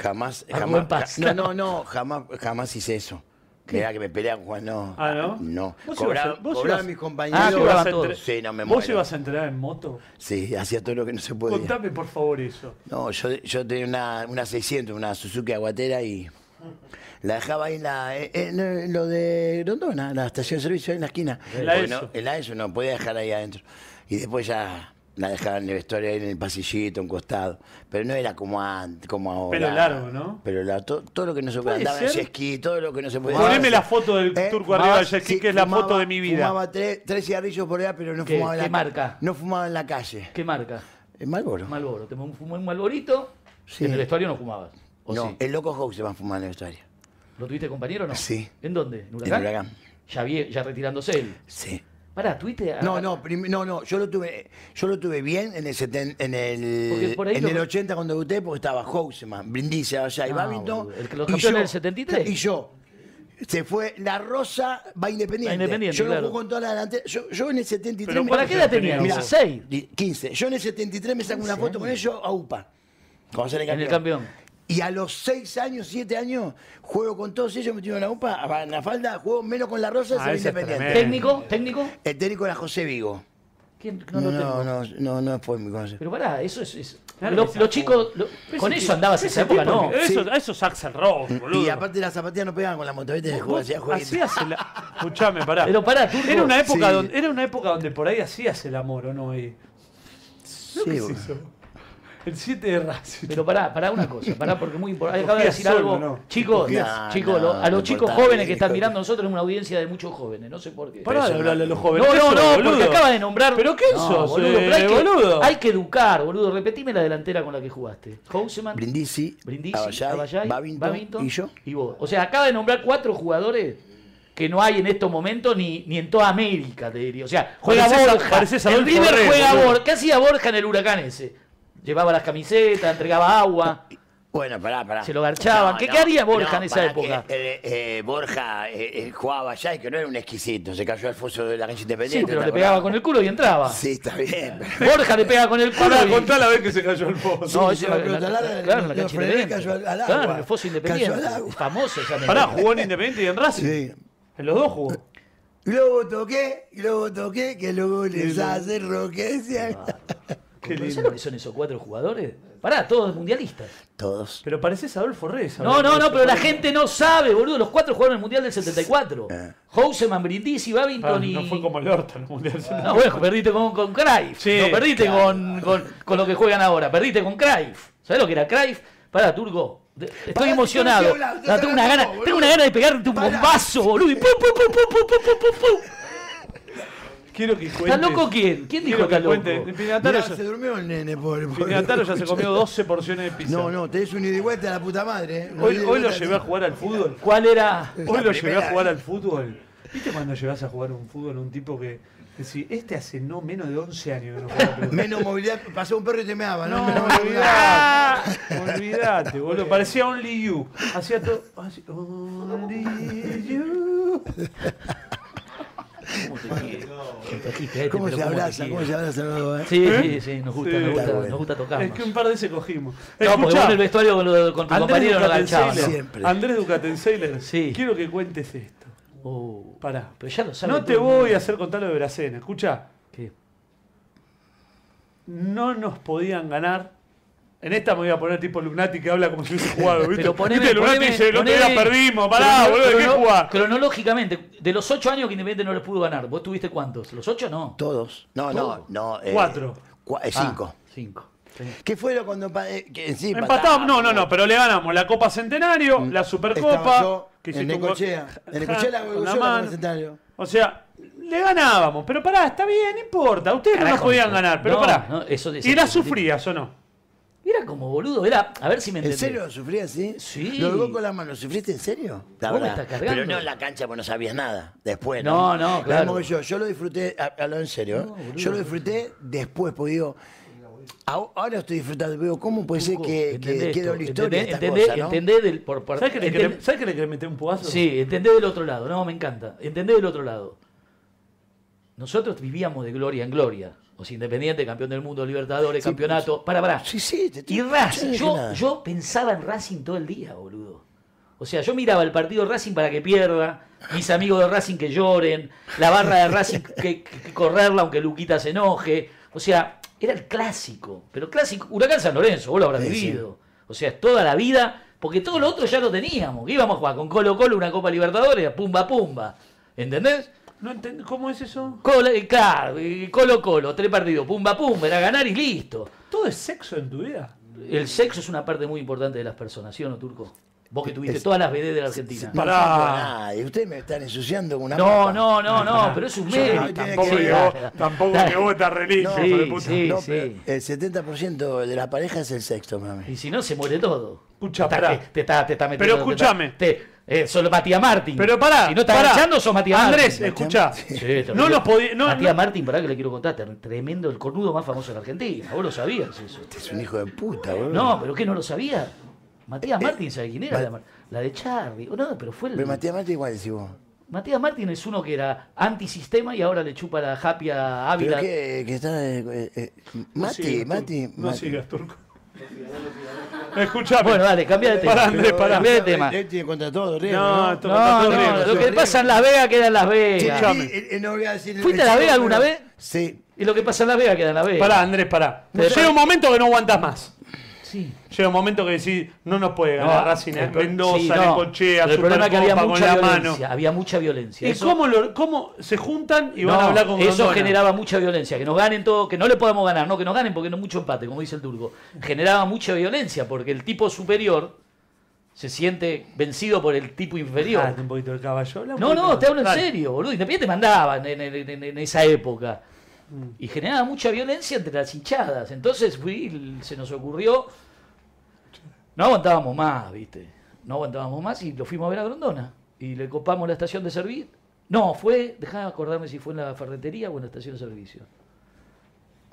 [SPEAKER 4] Jamás,
[SPEAKER 1] Ah,
[SPEAKER 2] Algo
[SPEAKER 4] jamás.
[SPEAKER 2] en paz.
[SPEAKER 4] ja- no, no, no, jamás, jamás hice eso. Mirá que me peleaba con Juan, no.
[SPEAKER 1] Ah, ¿no?
[SPEAKER 4] No.
[SPEAKER 1] Vos
[SPEAKER 4] Cobraba-
[SPEAKER 1] ibas a- vos ibas-
[SPEAKER 4] cobraban mis
[SPEAKER 2] Ah,
[SPEAKER 1] ¿Vos
[SPEAKER 2] cobraban
[SPEAKER 1] ibas
[SPEAKER 4] compañeros.
[SPEAKER 1] a
[SPEAKER 2] todos.
[SPEAKER 1] entre-
[SPEAKER 4] Sí, no me
[SPEAKER 1] ¿Vos
[SPEAKER 4] muero.
[SPEAKER 1] ibas a entrenar en moto?
[SPEAKER 4] Sí, hacía todo lo que no se podía.
[SPEAKER 1] Contame por favor eso.
[SPEAKER 4] No, yo, yo tenía una, una 600, una Suzuki Aguatera y la dejaba ahí en, la, eh, en, eh, lo de Grondona, la estación de servicio, ahí en la esquina.
[SPEAKER 1] En la
[SPEAKER 4] Porque
[SPEAKER 1] ESO.
[SPEAKER 4] No, en la ESO E no, podía dejar ahí adentro. Y después ya la dejaba en el vestuario, ahí en el pasillito, un costado. Pero no era como antes, como ahora.
[SPEAKER 1] Pelo largo, ¿no?
[SPEAKER 4] Pero la- to- todo lo que no se podía,
[SPEAKER 1] ¿Puede
[SPEAKER 4] andaba en
[SPEAKER 1] ser?
[SPEAKER 4] jet ski, todo lo que no se podía.
[SPEAKER 1] Poneme
[SPEAKER 4] hacer.
[SPEAKER 1] la foto del
[SPEAKER 4] Eh,
[SPEAKER 1] turco
[SPEAKER 4] fumaba-
[SPEAKER 1] arriba del jet ski,
[SPEAKER 4] sí,
[SPEAKER 1] que es la
[SPEAKER 4] fumaba-
[SPEAKER 1] foto de mi vida.
[SPEAKER 4] Fumaba tres, tres cigarrillos por allá, pero no
[SPEAKER 2] ¿Qué-
[SPEAKER 4] fumaba en
[SPEAKER 2] qué
[SPEAKER 4] la
[SPEAKER 2] marca?
[SPEAKER 4] No fumaba en la calle.
[SPEAKER 2] ¿Qué marca?
[SPEAKER 4] En Malboro.
[SPEAKER 2] Malboro. Te fumé un malborito.
[SPEAKER 4] Sí.
[SPEAKER 2] En el vestuario no fumabas. ¿O
[SPEAKER 4] no, eh.
[SPEAKER 2] sí?
[SPEAKER 4] el Loco House se va a fumar en el vestuario.
[SPEAKER 2] ¿Lo tuviste compañero o no?
[SPEAKER 4] Sí.
[SPEAKER 2] ¿En dónde? ¿En Huracán?
[SPEAKER 4] En Huracán.
[SPEAKER 2] Ya, vie- ya retirándose él.
[SPEAKER 4] Sí.
[SPEAKER 2] Pará, tuviste. a-
[SPEAKER 4] No, no, prim- no, no, yo lo tuve, yo lo tuve bien en el seten- en
[SPEAKER 2] Porque
[SPEAKER 4] el,
[SPEAKER 2] por ahí
[SPEAKER 4] en
[SPEAKER 2] lo-
[SPEAKER 4] el 80 cuando debuté porque estaba Houseman, Brindisi allá y
[SPEAKER 2] Ah,
[SPEAKER 4] Babington.
[SPEAKER 2] boludo, el que los
[SPEAKER 4] y
[SPEAKER 2] campeones
[SPEAKER 4] yo-
[SPEAKER 2] del 73.
[SPEAKER 4] Y yo. Se fue La Rosa, va Independiente.
[SPEAKER 2] Va Independiente,
[SPEAKER 4] yo
[SPEAKER 2] claro.
[SPEAKER 4] lo jugué con toda la delantera. Yo, yo en el 73
[SPEAKER 1] Pero
[SPEAKER 4] me-
[SPEAKER 2] ¿Para qué edad tenías?
[SPEAKER 4] Mirá,
[SPEAKER 2] 16.
[SPEAKER 4] di- 15. Yo en el 73 me saco una foto con ellos a UPA. Cuando sale
[SPEAKER 2] En
[SPEAKER 4] campeón.
[SPEAKER 2] el campeón.
[SPEAKER 4] Y a los 6 años, 7 años, juego con todos ellos, metido en la UPA, a- en la falda, juego menos con La Rosa,
[SPEAKER 1] Ah,
[SPEAKER 4] soy
[SPEAKER 1] ese es
[SPEAKER 4] Independiente.
[SPEAKER 1] tremendo.
[SPEAKER 2] ¿Técnico? ¿Técnico?
[SPEAKER 4] El técnico era José Vigo.
[SPEAKER 2] ¿Quién? No
[SPEAKER 4] No,
[SPEAKER 2] lo tengo.
[SPEAKER 4] no, no, no, no fue mi conocido.
[SPEAKER 2] Pero pará, eso es. es-
[SPEAKER 1] Claro
[SPEAKER 2] lo-
[SPEAKER 1] que se
[SPEAKER 2] los
[SPEAKER 1] jugó.
[SPEAKER 2] chicos. lo- con eso andabas esa época, no.
[SPEAKER 1] Eso, eso es Axel Rose, boludo.
[SPEAKER 4] Y aparte las zapatillas no pegaban con la moto, ¿viste? Jugaba, hacía jueguito.
[SPEAKER 1] Hacías el... Escuchame, pará.
[SPEAKER 2] Pero pará, Turco.
[SPEAKER 1] Era una, época
[SPEAKER 4] Sí.
[SPEAKER 1] donde, era una época donde por ahí hacías el amor, ¿o no? Ahí.
[SPEAKER 4] Sí,
[SPEAKER 1] ¿Qué es
[SPEAKER 4] boludo.
[SPEAKER 1] eso? El 7 de Racing.
[SPEAKER 2] Pero pará, pará una cosa, pará porque es muy importante. Acaba de
[SPEAKER 1] Cogías
[SPEAKER 2] decir
[SPEAKER 1] solo,
[SPEAKER 2] algo.
[SPEAKER 1] ¿no?
[SPEAKER 2] Chicos,
[SPEAKER 4] Cogías.
[SPEAKER 2] chicos, lo- a
[SPEAKER 4] No,
[SPEAKER 2] los
[SPEAKER 4] no
[SPEAKER 2] chicos
[SPEAKER 4] importa,
[SPEAKER 2] jóvenes que están
[SPEAKER 4] hijo.
[SPEAKER 2] mirando nosotros es una audiencia de muchos jóvenes, no sé por qué.
[SPEAKER 1] Pará de hablarle a los jóvenes.
[SPEAKER 2] no,
[SPEAKER 1] ¿Qué
[SPEAKER 2] no,
[SPEAKER 1] sos,
[SPEAKER 2] no,
[SPEAKER 1] boludo?
[SPEAKER 2] porque acaba de nombrar.
[SPEAKER 1] ¿Pero qué
[SPEAKER 2] No,
[SPEAKER 1] sos,
[SPEAKER 2] boludo,
[SPEAKER 1] eh,
[SPEAKER 2] pero hay,
[SPEAKER 1] boludo?
[SPEAKER 2] Que, hay que educar, boludo. Repetime la delantera con la que jugaste. Houseman,
[SPEAKER 4] Brindisi,
[SPEAKER 2] Brindisi,
[SPEAKER 4] Abayay,
[SPEAKER 2] Abayay,
[SPEAKER 4] Babington, y yo.
[SPEAKER 2] Y vos. O sea, acaba de nombrar cuatro jugadores que no hay en estos momentos ni, ni en toda América, te diría. O sea, juega
[SPEAKER 1] Parecés a-
[SPEAKER 2] Borja.
[SPEAKER 1] parecés a
[SPEAKER 2] el
[SPEAKER 1] Adolfo
[SPEAKER 2] River
[SPEAKER 1] Rey,
[SPEAKER 2] juega
[SPEAKER 1] boludo.
[SPEAKER 2] Borja. ¿Qué hacía Borja en el huracán ese? Llevaba las camisetas, entregaba agua.
[SPEAKER 4] Bueno, pará, pará.
[SPEAKER 2] Se lo garchaban. ¿Qué- qué haría Borja en esa
[SPEAKER 4] pará,
[SPEAKER 2] época?
[SPEAKER 4] que, eh, eh, Borja eh, eh, jugaba allá y que no era un exquisito. Se cayó al foso de la cancha independiente.
[SPEAKER 2] Sí, pero
[SPEAKER 4] ¿te
[SPEAKER 2] le pegaba
[SPEAKER 4] acordás?
[SPEAKER 2] con el culo y entraba.
[SPEAKER 4] Sí, está bien. pero-
[SPEAKER 2] Borja le pega con el culo.
[SPEAKER 1] Pará,
[SPEAKER 2] y-
[SPEAKER 1] contá la vez que se cayó el pozo.
[SPEAKER 2] No, eso
[SPEAKER 4] Sí, lleva
[SPEAKER 2] en la-
[SPEAKER 4] pelota larga,
[SPEAKER 2] claro, en la
[SPEAKER 4] lo
[SPEAKER 2] cancha
[SPEAKER 4] frené,
[SPEAKER 2] independiente.
[SPEAKER 4] cayó al- al
[SPEAKER 2] Claro,
[SPEAKER 4] agua.
[SPEAKER 2] en el foso
[SPEAKER 4] Cayó
[SPEAKER 2] independiente.
[SPEAKER 4] al agua.
[SPEAKER 2] Famoso esa
[SPEAKER 1] Pará,
[SPEAKER 2] anécdota.
[SPEAKER 1] jugó en Independiente y en Racing.
[SPEAKER 4] Sí.
[SPEAKER 1] En los dos jugó.
[SPEAKER 4] Y luego toqué, y luego toqué, que luego les hace enroquecer.
[SPEAKER 1] Qué
[SPEAKER 2] ¿Pero
[SPEAKER 1] lindo.
[SPEAKER 2] ¿Sabes lo que son esos cuatro jugadores? Pará, todos mundialistas.
[SPEAKER 4] Todos.
[SPEAKER 1] Pero pareces Adolfo Reyes.
[SPEAKER 2] No, no, no, pero la gente no sabe, boludo. Los cuatro jugaron el Mundial del 74.
[SPEAKER 4] Eh.
[SPEAKER 2] Houseman, Brindisi,
[SPEAKER 1] Ah,
[SPEAKER 2] Babington y...
[SPEAKER 1] no fue como el orto el mundial.
[SPEAKER 2] No, bueno, perdiste con, con Cruyff.
[SPEAKER 1] Sí,
[SPEAKER 2] no perdiste con, con, con lo que juegan ahora. Perdiste con Cruyff. ¿Sabés lo que era Cruyff? Pará, Turgo. de- Estoy
[SPEAKER 4] Pará,
[SPEAKER 2] emocionado.
[SPEAKER 4] estoy hablando,
[SPEAKER 2] Ah, tengo, una
[SPEAKER 4] hablando
[SPEAKER 2] gana,
[SPEAKER 4] vos, boludo.
[SPEAKER 2] tengo una gana de pegarte un
[SPEAKER 4] Pará.
[SPEAKER 2] bombazo, boludo. Y pu, pu, pu, pu, pu, pu, pu, pu, pu.
[SPEAKER 1] Quiero que cuentes.
[SPEAKER 2] ¿Está loco quién? ¿Quién dijo
[SPEAKER 1] Quiero que
[SPEAKER 2] está loco?
[SPEAKER 1] cuentes. Pignataro
[SPEAKER 4] Mirá,
[SPEAKER 1] ya-
[SPEAKER 4] se durmió el nene, pobre. pobre.
[SPEAKER 1] Pignataro ya se comió 12 porciones de pizza.
[SPEAKER 4] No, no, tenés un ida y vuelta a la puta madre. ¿eh?
[SPEAKER 1] Hoy,
[SPEAKER 4] ida
[SPEAKER 1] hoy
[SPEAKER 4] y
[SPEAKER 1] lo
[SPEAKER 4] vuelta-
[SPEAKER 1] llevé a jugar al fútbol.
[SPEAKER 2] ¿Cuál era?
[SPEAKER 1] Hoy lo llevé a
[SPEAKER 4] primera.
[SPEAKER 1] jugar al fútbol. ¿Viste cuando llevas a jugar un fútbol a un tipo que decís, este hace no menos de 11 años que no juega al fútbol?
[SPEAKER 4] Menos movilidad, pasó un perro y te meaba,
[SPEAKER 1] No,
[SPEAKER 4] ¿no? Menos movilidad.
[SPEAKER 1] olvidate, olvidate, boludo. Parecía Only You. Hacía todo. hacía, Only You.
[SPEAKER 2] ¿Cómo te quiero? Lo trajiste a este,
[SPEAKER 4] ¿Cómo
[SPEAKER 2] pero
[SPEAKER 4] se
[SPEAKER 2] te
[SPEAKER 4] abraza?
[SPEAKER 2] quiero?
[SPEAKER 4] ¿Cómo se abraza? luego, eh?
[SPEAKER 2] Sí,
[SPEAKER 1] ¿Eh?
[SPEAKER 2] sí, sí, nos gusta,
[SPEAKER 1] Sí.
[SPEAKER 2] nos, gusta
[SPEAKER 4] Está bueno.
[SPEAKER 2] nos gusta tocar.
[SPEAKER 1] Es que un par de veces cogimos.
[SPEAKER 2] No, porque vos
[SPEAKER 1] Escuchá,
[SPEAKER 2] en el vestuario con, lo- con tu
[SPEAKER 1] Andrés
[SPEAKER 2] compañero no
[SPEAKER 1] Ducatenseiler.
[SPEAKER 2] enganchabas.
[SPEAKER 4] Ducatenseiler. Siempre.
[SPEAKER 1] Andrés Ducatenseiler,
[SPEAKER 2] Sí.
[SPEAKER 1] quiero que cuentes esto.
[SPEAKER 2] Oh,
[SPEAKER 1] Pará.
[SPEAKER 2] pero ya lo sabes.
[SPEAKER 1] No te voy a hacer contar lo de Bracena. Escucha,
[SPEAKER 2] ¿Qué?
[SPEAKER 1] no nos podían ganar. En esta me voy a poner tipo Lugnati que habla como si hubiese jugado, ¿viste?
[SPEAKER 2] Pero poneme,
[SPEAKER 1] ¿Viste? Lugnati
[SPEAKER 2] poneme-
[SPEAKER 1] dice, el otro
[SPEAKER 2] poneme-
[SPEAKER 1] día perdimos, pará,
[SPEAKER 2] crono-
[SPEAKER 1] boludo, ¿de qué
[SPEAKER 2] crono-
[SPEAKER 1] jugás?
[SPEAKER 2] Cronológicamente, de los ocho años que Independiente no les pudo ganar, ¿vos tuviste cuántos? ¿Los ocho no?
[SPEAKER 4] Todos. No, no,
[SPEAKER 2] Todos.
[SPEAKER 4] no.
[SPEAKER 1] Cuatro.
[SPEAKER 4] cua- eh,
[SPEAKER 2] Ah,
[SPEAKER 4] cinco.
[SPEAKER 2] cinco.
[SPEAKER 4] ¿Qué fue lo cuando pa- eh, que sí,
[SPEAKER 1] Empatamos, no, no, no, pero le ganamos la Copa Centenario,
[SPEAKER 2] Mm.
[SPEAKER 1] la
[SPEAKER 4] Estaba
[SPEAKER 1] Supercopa.
[SPEAKER 4] yo
[SPEAKER 1] hiciste
[SPEAKER 4] en
[SPEAKER 1] un gol-
[SPEAKER 4] Necochea. En Necochea la
[SPEAKER 1] Con
[SPEAKER 4] hago yo,
[SPEAKER 1] mano.
[SPEAKER 4] la presentario.
[SPEAKER 1] O sea, le ganábamos, pero pará, está bien, no importa. Ustedes no nos
[SPEAKER 2] Carajo,
[SPEAKER 1] podían
[SPEAKER 2] no.
[SPEAKER 1] ganar, pero
[SPEAKER 2] No,
[SPEAKER 1] pará.
[SPEAKER 2] no, eso es-
[SPEAKER 1] y la sufrías o no.
[SPEAKER 2] Era como boludo, era. A ver si me
[SPEAKER 4] ¿En
[SPEAKER 2] entendés.
[SPEAKER 4] serio lo sufrí así?
[SPEAKER 2] Sí.
[SPEAKER 4] Lo veo con la mano. ¿Sufriste en serio? La
[SPEAKER 2] Vos me
[SPEAKER 4] verdad.
[SPEAKER 2] estás cargando.
[SPEAKER 4] Pero no en la cancha porque no sabías nada. Después,
[SPEAKER 2] No,
[SPEAKER 4] ¿no?
[SPEAKER 2] no,
[SPEAKER 4] Lo
[SPEAKER 2] claro.
[SPEAKER 4] mismo que yo. Yo lo disfruté, a- hablo en serio. ¿eh? yo lo disfruté después, porque digo. "Aho- Ahora estoy disfrutando, veo cómo puede ser que,
[SPEAKER 2] Entendés
[SPEAKER 4] que
[SPEAKER 2] esto,
[SPEAKER 4] quede en la historia
[SPEAKER 2] entendés-
[SPEAKER 4] esta
[SPEAKER 2] entendés-
[SPEAKER 4] cosa, ¿no?
[SPEAKER 2] entendés del. Por, por-
[SPEAKER 1] ¿Sabes que, le
[SPEAKER 2] entendés-
[SPEAKER 1] querés- ¿Sabés que le querés meter un pugazo?
[SPEAKER 2] Sí, entendé del otro lado. No, me encanta. Entendé del otro lado. Nosotros vivíamos de gloria en gloria. O sea, Independiente, campeón del mundo, Libertadores, campeonato. Para, para.
[SPEAKER 4] Sí, sí, te estoy-
[SPEAKER 2] Y Racing,
[SPEAKER 4] no dije
[SPEAKER 2] yo,
[SPEAKER 4] nada.
[SPEAKER 2] yo pensaba en Racing todo el día, boludo. O sea, yo miraba el partido de Racing para que pierda, mis amigos de Racing que lloren, la barra de Racing que, que correrla aunque Luquita se enoje. O sea, era el clásico. Pero el clásico, Huracán San Lorenzo, vos lo habrás
[SPEAKER 4] Sí, sí.
[SPEAKER 2] vivido. O sea, es toda la vida, porque todo lo otro ya lo teníamos. que Íbamos a jugar con Colo Colo una Copa Libertadores, pumba pumba. ¿Entendés?
[SPEAKER 1] No enten- ¿Cómo es eso?
[SPEAKER 2] Colo, eh, claro, eh, Colo Colo, tres partidos, pumba pumba, era ganar y listo.
[SPEAKER 1] ¿Todo es sexo en tu vida?
[SPEAKER 2] El sexo es una parte muy importante de las personas, ¿sí o no, Turco? Vos que tuviste todas las BD de la Argentina.
[SPEAKER 4] No
[SPEAKER 1] Pará.
[SPEAKER 4] saco a nadie. Ustedes me están ensuciando con una
[SPEAKER 2] No,
[SPEAKER 4] mapa.
[SPEAKER 2] no, no, no, pero es un
[SPEAKER 4] Yo
[SPEAKER 2] mérito.
[SPEAKER 4] no tiene que
[SPEAKER 1] Tampoco
[SPEAKER 4] Sí,
[SPEAKER 1] que
[SPEAKER 4] dale,
[SPEAKER 1] vos, tampoco que vos estás religio,
[SPEAKER 2] No,
[SPEAKER 1] hijo de
[SPEAKER 2] sí,
[SPEAKER 1] puta.
[SPEAKER 2] sí.
[SPEAKER 4] No, pero El 70% de la pareja es el sexto, mami.
[SPEAKER 2] Y si no, se muere todo.
[SPEAKER 1] Escucha,
[SPEAKER 2] Está-
[SPEAKER 1] pará.
[SPEAKER 2] te, te está, te está metiendo.
[SPEAKER 1] Pero
[SPEAKER 2] te está-
[SPEAKER 1] escuchame.
[SPEAKER 2] Te, eh, sos Matías Martín.
[SPEAKER 1] Pero pará,
[SPEAKER 2] Si no estás
[SPEAKER 1] pará.
[SPEAKER 2] agachando, sos Matías
[SPEAKER 1] Andrés,
[SPEAKER 2] Martín.
[SPEAKER 1] escuchá.
[SPEAKER 2] Sí, te lo
[SPEAKER 1] No
[SPEAKER 2] digo.
[SPEAKER 1] nos podía. No,
[SPEAKER 2] Matías
[SPEAKER 1] no-
[SPEAKER 2] Martín, pará que le quiero contar. ter- Tremendo, el cornudo más famoso de la Argentina. Vos lo sabías eso.
[SPEAKER 4] Es un hijo de puta, boludo.
[SPEAKER 2] No, pero ¿qué no lo sabía?
[SPEAKER 1] Eh,
[SPEAKER 2] Matías Martín, ¿sabes quién era?
[SPEAKER 4] Ma-
[SPEAKER 2] La, mar- la de Charlie. Oh, No, pero fue el.
[SPEAKER 4] Pero Matías Martín igual decís vos.
[SPEAKER 2] Matías Martín es uno que era antisistema y ahora le chupa la happy a
[SPEAKER 4] Pero
[SPEAKER 2] Ávila.
[SPEAKER 4] que, que está... eh, eh, eh,
[SPEAKER 1] no
[SPEAKER 4] Mati,
[SPEAKER 1] sigas,
[SPEAKER 4] Mati,
[SPEAKER 1] Turco. No
[SPEAKER 4] Mati.
[SPEAKER 1] sigas, turco. Escuchame.
[SPEAKER 2] Bueno, dale, cambia de tema.
[SPEAKER 1] Pará, Andrés, pará.
[SPEAKER 2] Cambia de tema.
[SPEAKER 4] Él tiene contra todo, Riego,
[SPEAKER 1] No,
[SPEAKER 4] ¿no?
[SPEAKER 1] to-
[SPEAKER 2] No,
[SPEAKER 1] Todo riego,
[SPEAKER 2] no, lo
[SPEAKER 1] todo
[SPEAKER 2] que
[SPEAKER 1] riego.
[SPEAKER 2] pasa en Las Vegas queda en Las Vegas.
[SPEAKER 1] Escuchame.
[SPEAKER 4] Eh, eh, no voy a decir el
[SPEAKER 2] ¿Fuiste a Las
[SPEAKER 4] chico,
[SPEAKER 2] Vegas alguna
[SPEAKER 4] pero-
[SPEAKER 2] vez?
[SPEAKER 4] Sí.
[SPEAKER 2] Y lo que pasa en Las Vegas queda en Las Vegas.
[SPEAKER 1] Pará, Andrés, pará.
[SPEAKER 2] Te-
[SPEAKER 1] Llega un momento que no aguantas más.
[SPEAKER 2] Sí.
[SPEAKER 1] Llega un momento que decís, no nos puede ganar Racing,
[SPEAKER 2] el
[SPEAKER 1] eh,
[SPEAKER 2] pro-
[SPEAKER 1] Mendoza,
[SPEAKER 2] sí, no.
[SPEAKER 1] Necochea,
[SPEAKER 2] Pero El problema es que había
[SPEAKER 1] Supercopa con la
[SPEAKER 2] mucha
[SPEAKER 1] mano.
[SPEAKER 2] violencia. Había mucha violencia.
[SPEAKER 1] ¿Y
[SPEAKER 2] Eso-
[SPEAKER 1] cómo, lo- cómo se juntan y van
[SPEAKER 2] no,
[SPEAKER 1] a hablar con
[SPEAKER 2] Eso
[SPEAKER 1] Grondona?
[SPEAKER 2] generaba mucha violencia. Que nos ganen todo, que no le podamos ganar, no que nos ganen porque no mucho empate, como dice el turco. Generaba mucha violencia porque el tipo superior se siente vencido por el tipo inferior.
[SPEAKER 1] Dejate un poquito el caballo. habla un
[SPEAKER 2] No,
[SPEAKER 1] poquito.
[SPEAKER 2] no, te hablo en
[SPEAKER 1] Dale.
[SPEAKER 2] serio, boludo. Independiente mandaban en, en- en- en esa época. Y generaba mucha violencia entre las hinchadas. Entonces fui- se nos ocurrió. No aguantábamos más, ¿viste? No aguantábamos más y lo fuimos a ver a Grondona. Y le copamos la estación de servicio. No, fue, dejá de acordarme si fue en la ferretería o en la estación de servicio.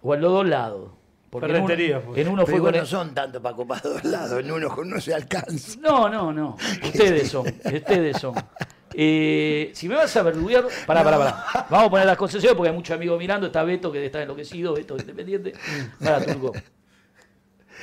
[SPEAKER 2] O en los dos lados. Porque en un-
[SPEAKER 1] Ferretería fue.
[SPEAKER 2] En uno
[SPEAKER 4] Pero
[SPEAKER 2] fue con
[SPEAKER 4] igual
[SPEAKER 2] el-
[SPEAKER 4] no son tanto para copar dos lados. En uno con uno se alcanza.
[SPEAKER 2] no, no, no. Ustedes son. Ustedes son. Eh, si me vas a verduguear, pará, pará, pará. Vamos a poner las concesiones porque hay muchos amigos mirando. Está Beto que está enloquecido, Beto independiente. Pará, Turco.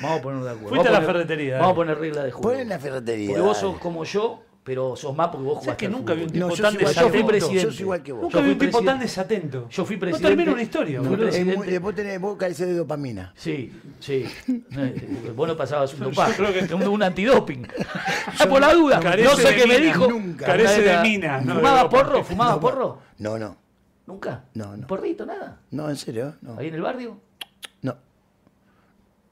[SPEAKER 2] Vamos a ponernos de acuerdo.
[SPEAKER 1] Fuiste
[SPEAKER 2] Vamos
[SPEAKER 1] a la
[SPEAKER 2] poner-
[SPEAKER 1] ferretería,
[SPEAKER 2] Vamos a
[SPEAKER 1] dale.
[SPEAKER 2] poner reglas de juego.
[SPEAKER 4] Ponen la ferretería.
[SPEAKER 2] Porque vos sos
[SPEAKER 4] dale.
[SPEAKER 2] como yo, pero sos más porque vos
[SPEAKER 1] ¿Sabes
[SPEAKER 2] jugaste.
[SPEAKER 1] que
[SPEAKER 2] al
[SPEAKER 1] nunca vi
[SPEAKER 2] fútbol.
[SPEAKER 1] un
[SPEAKER 4] No,
[SPEAKER 1] tipo
[SPEAKER 4] yo
[SPEAKER 1] tan
[SPEAKER 4] soy igual que
[SPEAKER 1] desatento?
[SPEAKER 4] vos.
[SPEAKER 2] Yo fui presidente.
[SPEAKER 4] Yo soy igual que vos.
[SPEAKER 1] Nunca
[SPEAKER 2] Yo
[SPEAKER 1] vi
[SPEAKER 2] fui
[SPEAKER 1] un tipo tan
[SPEAKER 2] presidente.
[SPEAKER 1] desatento.
[SPEAKER 2] Yo fui
[SPEAKER 1] No
[SPEAKER 2] presidente.
[SPEAKER 1] termina una historia.
[SPEAKER 2] No,
[SPEAKER 1] boludo.
[SPEAKER 2] pero-
[SPEAKER 4] Es muy-
[SPEAKER 2] presidente.
[SPEAKER 4] después tenés, vos carecés de dopamina.
[SPEAKER 2] Sí, sí. Eh, Vos no pasabas un dopaje, un, un antidoping. Ah, Por la duda,
[SPEAKER 1] Carece
[SPEAKER 2] no sé
[SPEAKER 1] de
[SPEAKER 2] qué me
[SPEAKER 1] mina,
[SPEAKER 2] dijo.
[SPEAKER 4] nunca.
[SPEAKER 1] Carece de
[SPEAKER 2] Nada.
[SPEAKER 1] mina, no de
[SPEAKER 2] ¿Fumaba
[SPEAKER 1] dopaje.
[SPEAKER 2] porro? ¿Fumaba porro?
[SPEAKER 4] No, no.
[SPEAKER 2] ¿Nunca?
[SPEAKER 4] No, no.
[SPEAKER 2] ¿Porrito, nada?
[SPEAKER 4] No, en serio. No,
[SPEAKER 2] ¿Ahí en el barrio?
[SPEAKER 4] no.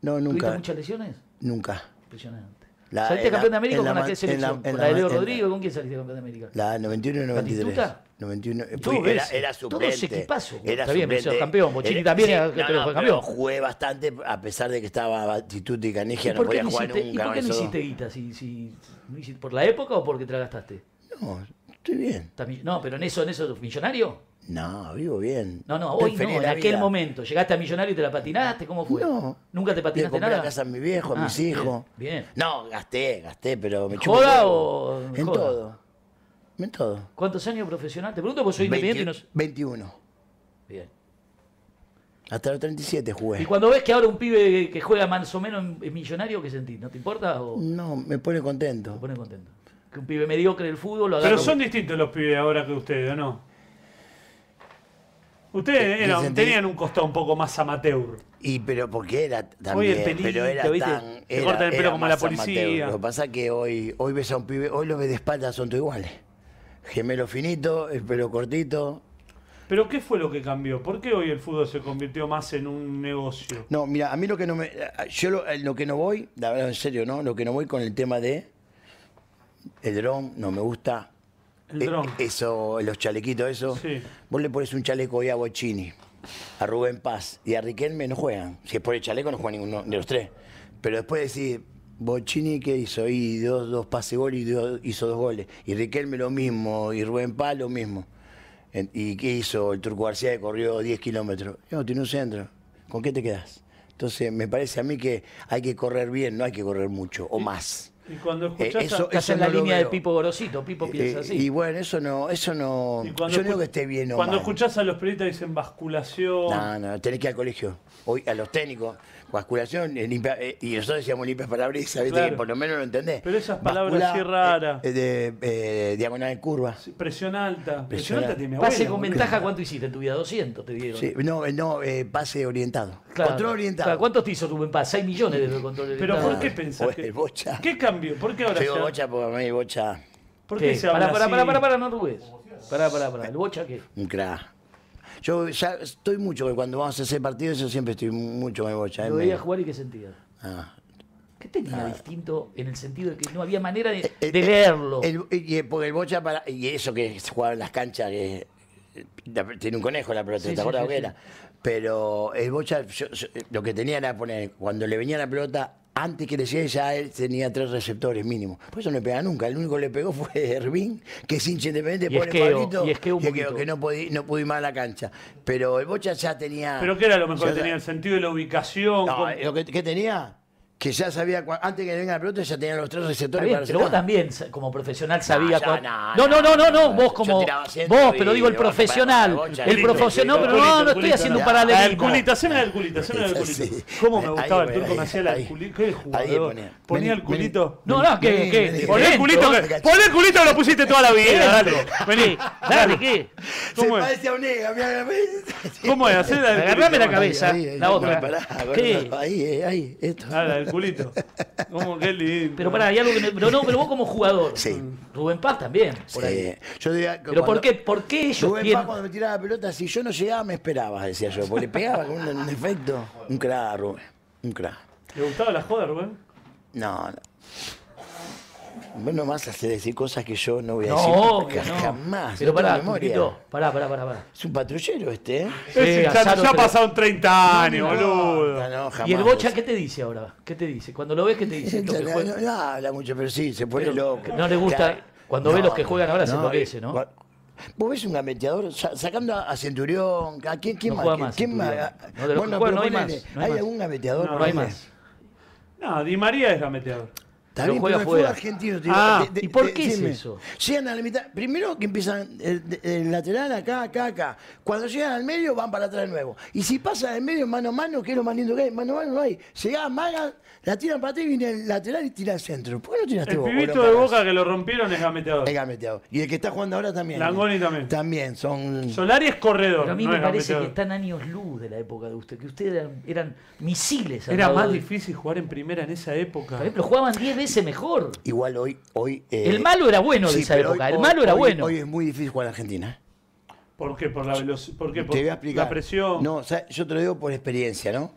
[SPEAKER 4] No,
[SPEAKER 2] ¿Tuviste
[SPEAKER 4] nunca.
[SPEAKER 2] muchas lesiones?
[SPEAKER 4] Nunca.
[SPEAKER 2] Impresionante.
[SPEAKER 4] La-
[SPEAKER 2] ¿Saliste
[SPEAKER 4] en la-
[SPEAKER 2] campeón de América
[SPEAKER 4] en
[SPEAKER 2] con
[SPEAKER 4] la
[SPEAKER 2] la,
[SPEAKER 4] man-
[SPEAKER 2] qué
[SPEAKER 4] en
[SPEAKER 2] selección?
[SPEAKER 4] la- en
[SPEAKER 2] ¿Con
[SPEAKER 4] la
[SPEAKER 2] la de Leo
[SPEAKER 4] man- en la-
[SPEAKER 2] Rodrigo? ¿Con quién saliste campeón de América?
[SPEAKER 4] La 91 y 93.
[SPEAKER 2] ¿Batistuta?
[SPEAKER 4] 91,
[SPEAKER 2] Dos
[SPEAKER 4] fui- era,
[SPEAKER 2] veces.
[SPEAKER 4] era
[SPEAKER 2] Todo
[SPEAKER 4] suplente.
[SPEAKER 2] ese equipazo.
[SPEAKER 4] Era
[SPEAKER 2] Está bien, pero
[SPEAKER 4] suplente.
[SPEAKER 2] sos campeón. Bochini también era-
[SPEAKER 4] no,
[SPEAKER 2] pero
[SPEAKER 4] no,
[SPEAKER 2] fue
[SPEAKER 4] pero
[SPEAKER 2] campeón.
[SPEAKER 4] Jugué bastante, a pesar de que estaba Batistuta y Canigia,
[SPEAKER 2] ¿Y
[SPEAKER 4] no
[SPEAKER 2] por qué
[SPEAKER 4] podía
[SPEAKER 2] no
[SPEAKER 4] jugar
[SPEAKER 2] hiciste, ¿y
[SPEAKER 4] nunca.
[SPEAKER 2] por
[SPEAKER 4] con
[SPEAKER 2] qué no
[SPEAKER 4] esos dos.
[SPEAKER 2] hiciste guita? Si, si- no hiciste- ¿Por la época o porque te la gastaste?
[SPEAKER 4] No, estoy bien.
[SPEAKER 2] ¿Estás mill- No, pero en eso, en eso, ¿millonario?
[SPEAKER 4] No, vivo bien.
[SPEAKER 2] No, no,
[SPEAKER 4] Estoy
[SPEAKER 2] hoy
[SPEAKER 4] feliz
[SPEAKER 2] no, en
[SPEAKER 4] la
[SPEAKER 2] aquel
[SPEAKER 4] vida.
[SPEAKER 2] momento. ¿Llegaste a millonario y te la patinaste? ¿Cómo fue?
[SPEAKER 4] No.
[SPEAKER 2] ¿Nunca te
[SPEAKER 4] Le
[SPEAKER 2] patinaste
[SPEAKER 4] compré la
[SPEAKER 2] nada?
[SPEAKER 4] casa a mi viejo, a
[SPEAKER 2] Ah,
[SPEAKER 4] mis hijos.
[SPEAKER 2] bien, bien.
[SPEAKER 4] No, gasté, gasté, pero me chupo
[SPEAKER 2] ¿Joda
[SPEAKER 4] todo.
[SPEAKER 2] o...?
[SPEAKER 4] En
[SPEAKER 2] joda?
[SPEAKER 4] todo. En todo.
[SPEAKER 2] ¿Cuántos años profesional? Te pregunto porque soy
[SPEAKER 4] 20
[SPEAKER 2] independiente y no... sé.
[SPEAKER 4] 21.
[SPEAKER 2] Bien.
[SPEAKER 4] Hasta los 37 jugué.
[SPEAKER 2] Y cuando ves que ahora un pibe que juega más o menos en, en millonario, ¿qué sentís? ¿No te importa o
[SPEAKER 4] No, me pone
[SPEAKER 2] te
[SPEAKER 4] contento.
[SPEAKER 2] pone contento? Que un pibe mediocre del fútbol lo agarra...
[SPEAKER 1] Pero son distintos los pibes ahora que ustedes, ¿o no? Ustedes
[SPEAKER 4] Eh,
[SPEAKER 1] eran-
[SPEAKER 4] dicen,
[SPEAKER 1] tenían un costado un poco más amateur.
[SPEAKER 4] Y pero porque era también,
[SPEAKER 1] Hoy el pelito,
[SPEAKER 4] pero era
[SPEAKER 1] ¿viste?
[SPEAKER 4] tan,
[SPEAKER 1] Te
[SPEAKER 4] era-
[SPEAKER 1] cortan el pelo
[SPEAKER 4] era
[SPEAKER 1] como la
[SPEAKER 4] más amateur.
[SPEAKER 1] policía.
[SPEAKER 4] Lo que pasa es que hoy, hoy ves a un pibe, hoy los ves de espalda, son todos iguales. Gemelo finito, el pelo cortito.
[SPEAKER 1] ¿Pero qué fue lo que cambió? ¿Por qué hoy el fútbol se convirtió más en un negocio?
[SPEAKER 4] No, mira, a mí lo que no me, yo lo, lo que no voy, la verdad en serio, no, lo que no voy con el tema de el dron, no me gusta.
[SPEAKER 1] El
[SPEAKER 4] Eh,
[SPEAKER 1] dron.
[SPEAKER 4] Eso, los chalequitos, eso.
[SPEAKER 1] Sí.
[SPEAKER 4] Vos le pones un chaleco hoy a Bochini, a Rubén Paz y a Riquelme, no juegan. Si es por el chaleco, no juega ninguno de los tres. Pero después decís, Bochini, ¿qué hizo? Y dos, dos pases gol y dio- hizo dos goles. Y Riquelme lo mismo, y Rubén Paz lo mismo. En- ¿Y qué hizo el Turco García que corrió 10 kilómetros? No, tiene un centro. ¿Con qué te quedas? Entonces, me parece a mí que hay que correr bien, no hay que correr mucho o más.
[SPEAKER 1] Y cuando
[SPEAKER 4] Eh,
[SPEAKER 1] escuchás a-
[SPEAKER 4] eso-
[SPEAKER 2] Estás en
[SPEAKER 4] no
[SPEAKER 2] la
[SPEAKER 4] lo
[SPEAKER 2] línea de
[SPEAKER 4] veo.
[SPEAKER 2] Pipo Gorosito. Pipo piensa
[SPEAKER 4] Eh,
[SPEAKER 2] así.
[SPEAKER 4] Y bueno, eso no, eso no.
[SPEAKER 1] y
[SPEAKER 4] Yo
[SPEAKER 1] cuando
[SPEAKER 4] no digo
[SPEAKER 1] escu-
[SPEAKER 4] que esté bien o
[SPEAKER 1] Cuando
[SPEAKER 4] mal.
[SPEAKER 1] escuchás a los periodistas dicen basculación.
[SPEAKER 4] No, no, tenés que ir al colegio. Hoy a los técnicos, basculación, eh, limpia- eh, y nosotros decíamos limpias palabras, ¿viste?
[SPEAKER 1] Claro.
[SPEAKER 4] Que por lo menos lo entendés.
[SPEAKER 1] Pero esas palabras así raras.
[SPEAKER 4] eh, eh, de, eh, diagonal en curva.
[SPEAKER 1] Presión alta. Presión
[SPEAKER 4] Presión
[SPEAKER 1] alta
[SPEAKER 4] alta.
[SPEAKER 1] tiene mi abuela.
[SPEAKER 2] Pase con
[SPEAKER 1] boludo.
[SPEAKER 2] ventaja, ¿cuánto hiciste en tu vida? 200 te dieron.
[SPEAKER 4] Sí, no, eh, no, eh, pase orientado.
[SPEAKER 2] Claro.
[SPEAKER 4] Control orientado.
[SPEAKER 2] Claro, ¿Cuántos te hizo Rubén Paz? 6 millones de control
[SPEAKER 1] Pero
[SPEAKER 2] orientado.
[SPEAKER 1] ¿por qué pensás?
[SPEAKER 4] O
[SPEAKER 1] que-
[SPEAKER 4] el bocha.
[SPEAKER 1] ¿Qué cambió? ¿por qué ahora
[SPEAKER 4] Yo digo
[SPEAKER 1] se-
[SPEAKER 4] bocha porque a mí bocha,
[SPEAKER 1] ¿Por qué se habla
[SPEAKER 2] Para, para,
[SPEAKER 1] así?
[SPEAKER 2] para, para, no rubes. Para, para, para. ¿El bocha qué?
[SPEAKER 4] un crack. Yo ya estoy mucho, cuando vamos a hacer partidos, yo siempre estoy mucho con el bocha. eh,
[SPEAKER 2] Lo
[SPEAKER 4] me-
[SPEAKER 2] veía jugar y qué sentía.
[SPEAKER 4] Ah,
[SPEAKER 2] ¿Qué tenía distinto en el sentido de que no había manera de,
[SPEAKER 4] El-
[SPEAKER 2] de
[SPEAKER 4] el-
[SPEAKER 2] leerlo?
[SPEAKER 4] El- y, eh, porque el bocha para. Y eso que se jugaba en las canchas, que eh, la- tiene un conejo la pelota,
[SPEAKER 2] Sí, sí,
[SPEAKER 4] ¿te acuerdas
[SPEAKER 2] sí,
[SPEAKER 4] lo que
[SPEAKER 2] sí.
[SPEAKER 4] era? Pero el bocha yo- yo- lo que tenía era poner, cuando le venía la pelota, antes que le llegue ya él tenía tres receptores mínimo. Por eso no le pega nunca. El único que le pegó fue Hervín, que es hincha independiente,
[SPEAKER 2] Y
[SPEAKER 4] pobre
[SPEAKER 2] esqueo,
[SPEAKER 4] Pablito,
[SPEAKER 2] y esqueo un poquito.
[SPEAKER 4] que no, podí- no pudo ir más a la cancha. Pero el bocha ya tenía.
[SPEAKER 1] Pero que era lo mejor
[SPEAKER 4] ya-
[SPEAKER 1] que tenía el sentido de la ubicación.
[SPEAKER 4] No, eh,
[SPEAKER 1] con-
[SPEAKER 4] lo que, que tenía, que ya sabía, cua- antes que le venga la pelota, ya tenía los tres
[SPEAKER 2] Está
[SPEAKER 4] receptores
[SPEAKER 2] bien,
[SPEAKER 4] para
[SPEAKER 2] pero
[SPEAKER 4] hacer
[SPEAKER 2] vos
[SPEAKER 4] nada.
[SPEAKER 2] también sa- como profesional sabías
[SPEAKER 4] ya,
[SPEAKER 2] cuán-
[SPEAKER 4] no,
[SPEAKER 2] no, no, no,
[SPEAKER 4] no,
[SPEAKER 2] no, no,
[SPEAKER 4] no,
[SPEAKER 2] vos
[SPEAKER 4] yo
[SPEAKER 2] como
[SPEAKER 4] tiraba ciento
[SPEAKER 2] vos,
[SPEAKER 4] y-
[SPEAKER 2] pero digo el
[SPEAKER 4] y bueno,
[SPEAKER 2] profesional,
[SPEAKER 4] para la bocha,
[SPEAKER 2] el
[SPEAKER 4] culito,
[SPEAKER 2] profesional,
[SPEAKER 4] culito,
[SPEAKER 2] pero no, no
[SPEAKER 1] culito,
[SPEAKER 2] estoy
[SPEAKER 1] culito,
[SPEAKER 2] haciendo un
[SPEAKER 1] no. Ah, El
[SPEAKER 2] paralelismo.
[SPEAKER 1] culito, haceme la del culito, haceme la del culito.
[SPEAKER 4] Sí.
[SPEAKER 1] ¿Cómo me
[SPEAKER 4] Ahí,
[SPEAKER 1] gustaba el
[SPEAKER 4] ahí,
[SPEAKER 1] turco? Me hacía la del
[SPEAKER 4] ahí.
[SPEAKER 1] culito. Qué
[SPEAKER 4] Ahí
[SPEAKER 1] jugador.
[SPEAKER 4] ponía.
[SPEAKER 1] Ponía el
[SPEAKER 4] Vení, vení.
[SPEAKER 1] culito.
[SPEAKER 2] No, no, que,
[SPEAKER 4] Vení,
[SPEAKER 2] que
[SPEAKER 4] vení,
[SPEAKER 1] Poné el
[SPEAKER 2] dentro.
[SPEAKER 1] culito, que, poné el culito que lo pusiste toda la vida, dale. Vení,
[SPEAKER 2] Dale, ¿qué?
[SPEAKER 4] Se
[SPEAKER 1] ¿Cómo es?
[SPEAKER 4] parece a un nega, mirá, mirá.
[SPEAKER 1] ¿Cómo es? Hacé la del
[SPEAKER 2] Agarrame
[SPEAKER 1] culito.
[SPEAKER 2] la cabeza,
[SPEAKER 4] Ahí, ahí,
[SPEAKER 2] la
[SPEAKER 4] no,
[SPEAKER 2] otra.
[SPEAKER 4] pará,
[SPEAKER 2] ¿Qué?
[SPEAKER 4] pará, Ahí, eh, ahí, esto.
[SPEAKER 1] Ah, la del culito. ¿Cómo? Qué lindo.
[SPEAKER 2] Pero pará, hay algo que no, pero no, pero vos como jugador.
[SPEAKER 4] Sí.
[SPEAKER 2] Rubén Paz también, por
[SPEAKER 4] Sí.
[SPEAKER 2] ahí.
[SPEAKER 4] Eh, Yo diría que
[SPEAKER 2] Pero ¿por
[SPEAKER 4] cuando-
[SPEAKER 2] qué, por qué ellos
[SPEAKER 4] Rubén Paz
[SPEAKER 2] tienen
[SPEAKER 4] cuando me tiraba la pelota, si yo no llegaba, me esperaba, decía yo. Porque le pegaba con un, un efecto. Un crack, Rubén. Un crack.
[SPEAKER 1] ¿Le gustaba la joda, Rubén?
[SPEAKER 4] No, no. Vos no más hace decir cosas que yo no voy a
[SPEAKER 2] No,
[SPEAKER 4] decir
[SPEAKER 2] obvio,
[SPEAKER 4] nunca,
[SPEAKER 2] no.
[SPEAKER 4] jamás.
[SPEAKER 2] Pero
[SPEAKER 4] no tengo
[SPEAKER 2] pará,
[SPEAKER 4] memoria.
[SPEAKER 2] Turquito, pará, pará, pará, pará.
[SPEAKER 4] Es un patrullero este, ¿eh?
[SPEAKER 2] Sí,
[SPEAKER 1] Ese ya,
[SPEAKER 2] Azaro,
[SPEAKER 1] ya
[SPEAKER 2] pero-
[SPEAKER 1] pasaron 30 años,
[SPEAKER 4] No,
[SPEAKER 1] boludo.
[SPEAKER 4] no, jamás.
[SPEAKER 2] ¿Y el Bocha qué te dice ahora? ¿Qué te dice? Cuando lo ves, ¿qué te dice? Lo que
[SPEAKER 4] No,
[SPEAKER 2] juega-
[SPEAKER 4] no, no habla mucho, pero sí, se pone
[SPEAKER 2] Pero
[SPEAKER 4] loco.
[SPEAKER 2] no le gusta- cuando ve los que juegan ahora se parece, ¿no?
[SPEAKER 4] eh, cua- Vos ves un gambeteador Sa- sacando a a Centurión, ¿a quién, quién
[SPEAKER 2] No
[SPEAKER 4] más?
[SPEAKER 2] juega más
[SPEAKER 4] ¿Quién
[SPEAKER 2] Centurión.
[SPEAKER 4] más? Ah,
[SPEAKER 2] No, de los que juegan no hay
[SPEAKER 4] ponele,
[SPEAKER 2] más, no hay más.
[SPEAKER 4] algún gambeteador?
[SPEAKER 1] No,
[SPEAKER 2] No hay
[SPEAKER 4] Ponele.
[SPEAKER 2] más.
[SPEAKER 1] No, Di María es gameteador.
[SPEAKER 4] Está
[SPEAKER 2] Pero
[SPEAKER 4] bien,
[SPEAKER 2] juega
[SPEAKER 4] pero el fútbol
[SPEAKER 2] afuera.
[SPEAKER 4] argentino, tío,
[SPEAKER 1] Ah,
[SPEAKER 4] de- de-
[SPEAKER 2] ¿y por
[SPEAKER 4] de-
[SPEAKER 2] qué es
[SPEAKER 4] decime,
[SPEAKER 2] eso?
[SPEAKER 4] Llegan a la mitad. Primero que empiezan el, el lateral acá, acá, acá. Cuando llegan al medio van para atrás de nuevo. Y si pasan del medio mano a mano, que es lo más lindo que hay, mano a mano no hay. Llega Maga, la tiran para atrás y viene el lateral y tira al centro. ¿Por qué no tiraste
[SPEAKER 1] El
[SPEAKER 4] vos?
[SPEAKER 1] pibito
[SPEAKER 4] Bolo
[SPEAKER 1] de
[SPEAKER 4] Magas?
[SPEAKER 1] boca que lo rompieron es gameteador.
[SPEAKER 4] Es gameteado. Y el que está jugando ahora también. ¿eh?
[SPEAKER 1] Langoni también.
[SPEAKER 4] También, son.
[SPEAKER 1] Solari es corredor.
[SPEAKER 2] Pero a mí
[SPEAKER 1] no
[SPEAKER 2] me
[SPEAKER 1] es
[SPEAKER 2] parece que
[SPEAKER 1] gameteador.
[SPEAKER 2] están años luz de la época de usted, que ustedes eran, eran misiles. al
[SPEAKER 1] Era
[SPEAKER 2] lado
[SPEAKER 1] más
[SPEAKER 2] de-
[SPEAKER 1] difícil jugar en primera en esa época.
[SPEAKER 2] Por ejemplo, jugaban 10 veces mejor.
[SPEAKER 4] Igual hoy. hoy eh,
[SPEAKER 2] El malo era bueno de
[SPEAKER 4] sí,
[SPEAKER 2] esa
[SPEAKER 4] pero
[SPEAKER 2] época,
[SPEAKER 4] hoy-
[SPEAKER 2] el malo era
[SPEAKER 4] hoy-
[SPEAKER 2] bueno.
[SPEAKER 4] Hoy es muy difícil jugar en Argentina. ¿eh?
[SPEAKER 1] ¿Por qué? Por la velocidad. ¿Por qué? Por
[SPEAKER 4] Te voy a explicar.
[SPEAKER 1] la presión.
[SPEAKER 4] No, o sea, yo te lo digo por experiencia, ¿no?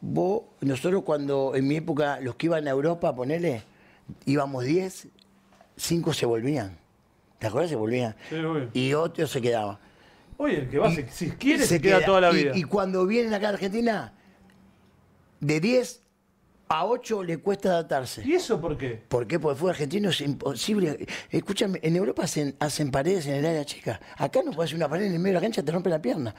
[SPEAKER 4] Vos, nosotros cuando en mi época los que iban a Europa, ponele, íbamos 10, 5 se volvían. ¿Te acuerdas? Se volvían.
[SPEAKER 1] Sí, obvio.
[SPEAKER 4] Y otro se quedaba.
[SPEAKER 1] Oye, el que va,
[SPEAKER 4] Y-
[SPEAKER 1] se- si quiere,
[SPEAKER 4] se
[SPEAKER 1] se queda, toda la
[SPEAKER 4] Y-
[SPEAKER 1] vida.
[SPEAKER 4] Y, cuando vienen acá a Argentina, de 10 a 8 le cuesta adaptarse.
[SPEAKER 1] ¿Y eso por qué?
[SPEAKER 4] ¿Por qué? Porque el fútbol argentino es imposible. Escúchame, en Europa hacen, hacen paredes en el área chica. Acá no puedes hacer una pared en el medio de la cancha, te rompe la pierna.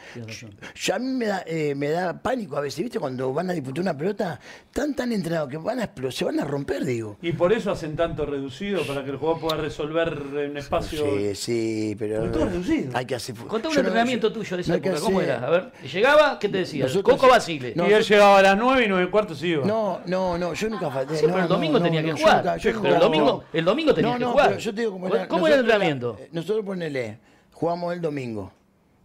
[SPEAKER 4] Yo- a mí me da, eh, me da pánico a veces, ¿viste? Cuando van a disputar una pelota, tan tan entrenados que van a explo- se van a romper, digo.
[SPEAKER 1] Y por eso hacen tanto reducido, para que el jugador pueda resolver en espacio.
[SPEAKER 4] Sí, sí, pero.
[SPEAKER 1] Pero todo reducido.
[SPEAKER 4] Hay que hacer fútbol.
[SPEAKER 2] Contá un
[SPEAKER 4] Yo no-
[SPEAKER 2] entrenamiento
[SPEAKER 4] yo-
[SPEAKER 2] tuyo de esa
[SPEAKER 4] no hay que
[SPEAKER 2] época, ¿cómo
[SPEAKER 4] hacer-
[SPEAKER 2] era? A ver, llegaba, ¿qué te decía?
[SPEAKER 4] Nosotros-
[SPEAKER 2] Coco Basile.
[SPEAKER 4] No,
[SPEAKER 1] y él
[SPEAKER 4] yo-
[SPEAKER 1] llegaba a las 9 y 9 y cuarto se iba.
[SPEAKER 4] No, no, no, yo nunca falté.
[SPEAKER 2] Ah, Sí,
[SPEAKER 4] no,
[SPEAKER 2] pero el
[SPEAKER 4] no,
[SPEAKER 2] domingo
[SPEAKER 4] no,
[SPEAKER 2] tenía
[SPEAKER 4] no,
[SPEAKER 2] que
[SPEAKER 4] yo
[SPEAKER 2] jugar.
[SPEAKER 4] nunca- yo nunca-
[SPEAKER 2] pero el domingo,
[SPEAKER 4] no.
[SPEAKER 2] el domingo tenía
[SPEAKER 4] no,
[SPEAKER 2] que
[SPEAKER 4] no,
[SPEAKER 2] jugar.
[SPEAKER 4] pero yo te digo cómo era.
[SPEAKER 2] ¿Cómo era el
[SPEAKER 4] Nosotros-
[SPEAKER 2] entrenamiento?
[SPEAKER 4] eh, Nosotros ponele, jugamos el domingo,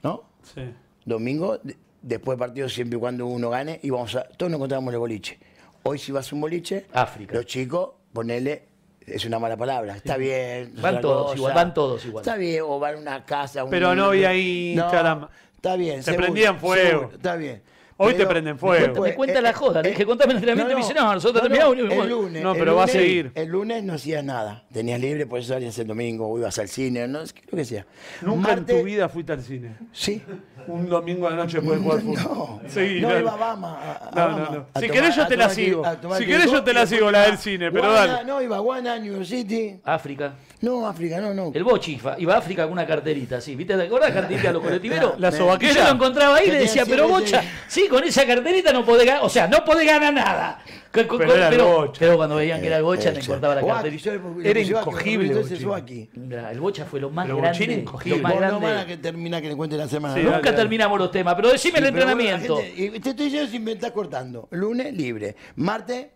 [SPEAKER 4] ¿no?
[SPEAKER 1] Sí.
[SPEAKER 4] domingo, de- después del partido, siempre y cuando uno gane, y vamos a. Todos nos encontrábamos en el boliche. Hoy, si vas a un boliche,
[SPEAKER 2] África.
[SPEAKER 4] los chicos, ponele. Es una mala palabra. Está bien. es
[SPEAKER 2] Van
[SPEAKER 4] otra
[SPEAKER 2] todos igual, van todos igual.
[SPEAKER 4] Está bien, o van a una casa. un-
[SPEAKER 1] Pero no había
[SPEAKER 4] No,
[SPEAKER 1] Instagram.
[SPEAKER 4] está bien.
[SPEAKER 1] Te prendían fuego.
[SPEAKER 4] está bien.
[SPEAKER 1] Hoy te prenden fuego.
[SPEAKER 4] después, eh,
[SPEAKER 2] Me cuenta la joda, le dije, contame el entrenamiento, me dice, no, nosotros terminamos y nos vamos.
[SPEAKER 4] el lunes.
[SPEAKER 1] No,
[SPEAKER 4] el
[SPEAKER 1] pero va a
[SPEAKER 4] lunes-
[SPEAKER 1] seguir.
[SPEAKER 4] El lunes no hacías nada. Tenías libre, por eso salías el domingo, o ibas al cine, no sé lo que sea.
[SPEAKER 1] Nunca en
[SPEAKER 4] Martes-
[SPEAKER 1] tu vida fuiste al cine.
[SPEAKER 4] Sí.
[SPEAKER 1] Un domingo de noche después de jugar fútbol.
[SPEAKER 4] No,
[SPEAKER 1] Sí,
[SPEAKER 4] no,
[SPEAKER 1] no.
[SPEAKER 4] iba a Bama. a- a
[SPEAKER 1] No, no,
[SPEAKER 4] Bama,
[SPEAKER 1] no.
[SPEAKER 4] a
[SPEAKER 1] Si
[SPEAKER 4] tomar-
[SPEAKER 1] querés yo
[SPEAKER 4] a
[SPEAKER 1] te la
[SPEAKER 4] tomar
[SPEAKER 1] sigo.
[SPEAKER 4] que- a tomar
[SPEAKER 1] Si
[SPEAKER 4] que
[SPEAKER 1] querés yo
[SPEAKER 4] coca
[SPEAKER 1] te la
[SPEAKER 4] y después
[SPEAKER 1] sigo, la
[SPEAKER 4] iba
[SPEAKER 1] del cine, pero
[SPEAKER 4] Guana,
[SPEAKER 1] dale.
[SPEAKER 4] No, iba a Guana, New York City.
[SPEAKER 2] África.
[SPEAKER 4] No, África, no, no.
[SPEAKER 2] El Bochifa iba a África con una carterita, sí. ¿Viste? ¿Te acordás la carterita de los colectiveros?
[SPEAKER 1] La
[SPEAKER 2] Me-
[SPEAKER 1] sobaquera.
[SPEAKER 2] Yo lo encontraba ahí y
[SPEAKER 4] Que
[SPEAKER 2] le decía,
[SPEAKER 4] tenía
[SPEAKER 2] pero
[SPEAKER 4] siempre
[SPEAKER 2] Bocha,
[SPEAKER 4] ese-
[SPEAKER 2] sí, con esa carterita no podés ganar, o sea, no podés ganar nada. Co- co-
[SPEAKER 1] Pero
[SPEAKER 2] co-
[SPEAKER 1] era el Bocha.
[SPEAKER 2] pero cuando veían que era el Bocha,
[SPEAKER 4] Eh,
[SPEAKER 2] le
[SPEAKER 4] sí.
[SPEAKER 2] cortaba la
[SPEAKER 4] Guaki,
[SPEAKER 2] carterita.
[SPEAKER 4] yo le puse- le
[SPEAKER 1] Era
[SPEAKER 4] puse Guaki,
[SPEAKER 1] incogible,
[SPEAKER 4] entonces
[SPEAKER 1] Bochini.
[SPEAKER 4] Guaki.
[SPEAKER 2] Mira, El Bocha fue lo más
[SPEAKER 1] Pero Bochini
[SPEAKER 2] grande.
[SPEAKER 1] incogible.
[SPEAKER 2] Lo más
[SPEAKER 4] Vos no van a
[SPEAKER 2] grande.
[SPEAKER 4] que termina que le cuente la semana.
[SPEAKER 1] Sí,
[SPEAKER 4] ¿no?
[SPEAKER 1] dale,
[SPEAKER 2] Nunca
[SPEAKER 1] dale.
[SPEAKER 2] terminamos los temas, pero decime el
[SPEAKER 4] Sí, pero bueno,
[SPEAKER 2] entrenamiento.
[SPEAKER 4] la gente- y te estoy diciendo si me estás cortando. Lunes, libre. Martes,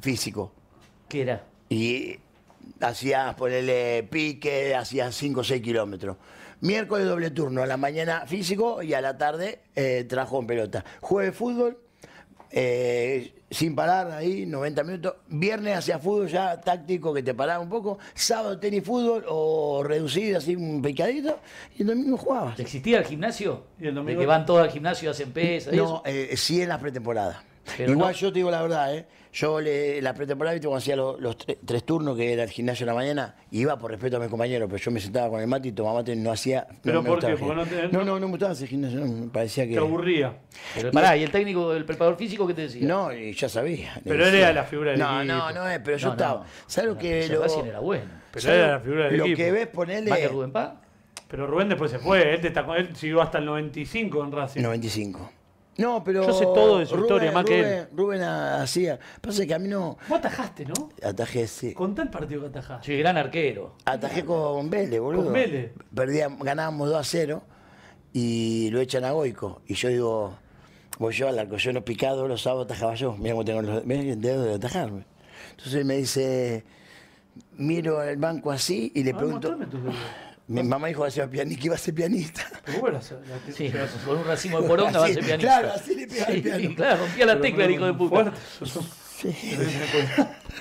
[SPEAKER 4] físico.
[SPEAKER 2] ¿Qué era?
[SPEAKER 4] Y hacías, ponele pique, hacías 5 o 6 kilómetros. Miércoles doble turno, a la mañana físico y a la tarde eh, trabajo en pelota. Jueves fútbol, eh, sin parar ahí, 90 minutos. Viernes hacia fútbol ya táctico que te paraba un poco. Sábado tenis fútbol o reducido así un picadito. Y el domingo jugabas.
[SPEAKER 2] ¿Existía el gimnasio?
[SPEAKER 1] Y el domingo-
[SPEAKER 2] De que van todos al gimnasio y hacen pesas. y eso.
[SPEAKER 4] No, eh, sí eh, en las pretemporadas.
[SPEAKER 2] Pero
[SPEAKER 4] Igual
[SPEAKER 2] no.
[SPEAKER 4] yo te digo la verdad, ¿eh? Yo le- la pretemporada, viste, cuando hacía los, los tre- tres turnos, que era el gimnasio en la mañana, iba por respeto a mis compañeros, pero yo me sentaba con el mate y tomaba mate, no hacía.
[SPEAKER 1] ¿Pero
[SPEAKER 4] no me
[SPEAKER 1] por
[SPEAKER 4] gustaba
[SPEAKER 1] qué? Porque
[SPEAKER 4] el gimnasio.
[SPEAKER 1] no
[SPEAKER 4] no,
[SPEAKER 1] te-
[SPEAKER 4] no, no me gustaba ese gimnasio, no, me parecía que.
[SPEAKER 1] Te aburría.
[SPEAKER 2] Pero pará, ¿y el técnico, el preparador físico qué te decía?
[SPEAKER 4] No, y ya sabía.
[SPEAKER 1] Pero
[SPEAKER 4] decía.
[SPEAKER 1] era la figura del
[SPEAKER 4] No, no,
[SPEAKER 1] equipo.
[SPEAKER 4] no es, pero yo
[SPEAKER 2] No,
[SPEAKER 4] estaba.
[SPEAKER 2] no.
[SPEAKER 4] ¿Sabes lo que.?
[SPEAKER 2] Lo...
[SPEAKER 4] Lo,
[SPEAKER 2] Racing era bueno.
[SPEAKER 1] Pero
[SPEAKER 4] ¿sabes
[SPEAKER 1] era la figura del
[SPEAKER 4] Lo
[SPEAKER 1] equipo.
[SPEAKER 4] que ves
[SPEAKER 2] Más que
[SPEAKER 4] ponerle.
[SPEAKER 2] Rubén Paz.
[SPEAKER 1] Pero Rubén después se fue. Él, te tacó- él siguió hasta el 95 en Racing.
[SPEAKER 4] 95. No, pero.
[SPEAKER 1] Yo sé todo de su
[SPEAKER 4] Rubén-
[SPEAKER 1] historia, más que él.
[SPEAKER 4] Rubén- Rubén ah, hacía. Pasa que a mí no.
[SPEAKER 1] Vos atajaste, ¿no?
[SPEAKER 4] Atajé, sí.
[SPEAKER 1] Contá el partido que atajaste.
[SPEAKER 2] Sí, gran arquero.
[SPEAKER 4] Atajé con Vélez, boludo.
[SPEAKER 1] Con Vélez.
[SPEAKER 4] Perdía- ganábamos 2 a 0 y lo echan a Goico. Y yo digo, voy yo al arco, yo no picado, los sábados atajaba yo. Mira cómo tengo los mirá el dedo de atajarme. Entonces me dice, miro el banco así y le
[SPEAKER 1] Ah,
[SPEAKER 4] pregunto.
[SPEAKER 1] mostrame tus dedos.
[SPEAKER 4] Mi mamá dijo que hacía pianista, que iba a ser pianista.
[SPEAKER 1] Pero vos eras- la-
[SPEAKER 2] Sí,
[SPEAKER 1] pero-
[SPEAKER 2] con un racimo de poronga va a
[SPEAKER 4] Así,
[SPEAKER 2] ser pianista.
[SPEAKER 4] Claro, así le pegaba
[SPEAKER 2] Sí,
[SPEAKER 4] el piano.
[SPEAKER 2] claro, rompía la
[SPEAKER 1] pero
[SPEAKER 2] tecla el hijo de
[SPEAKER 1] muy
[SPEAKER 2] puta.
[SPEAKER 1] fuerte, sos-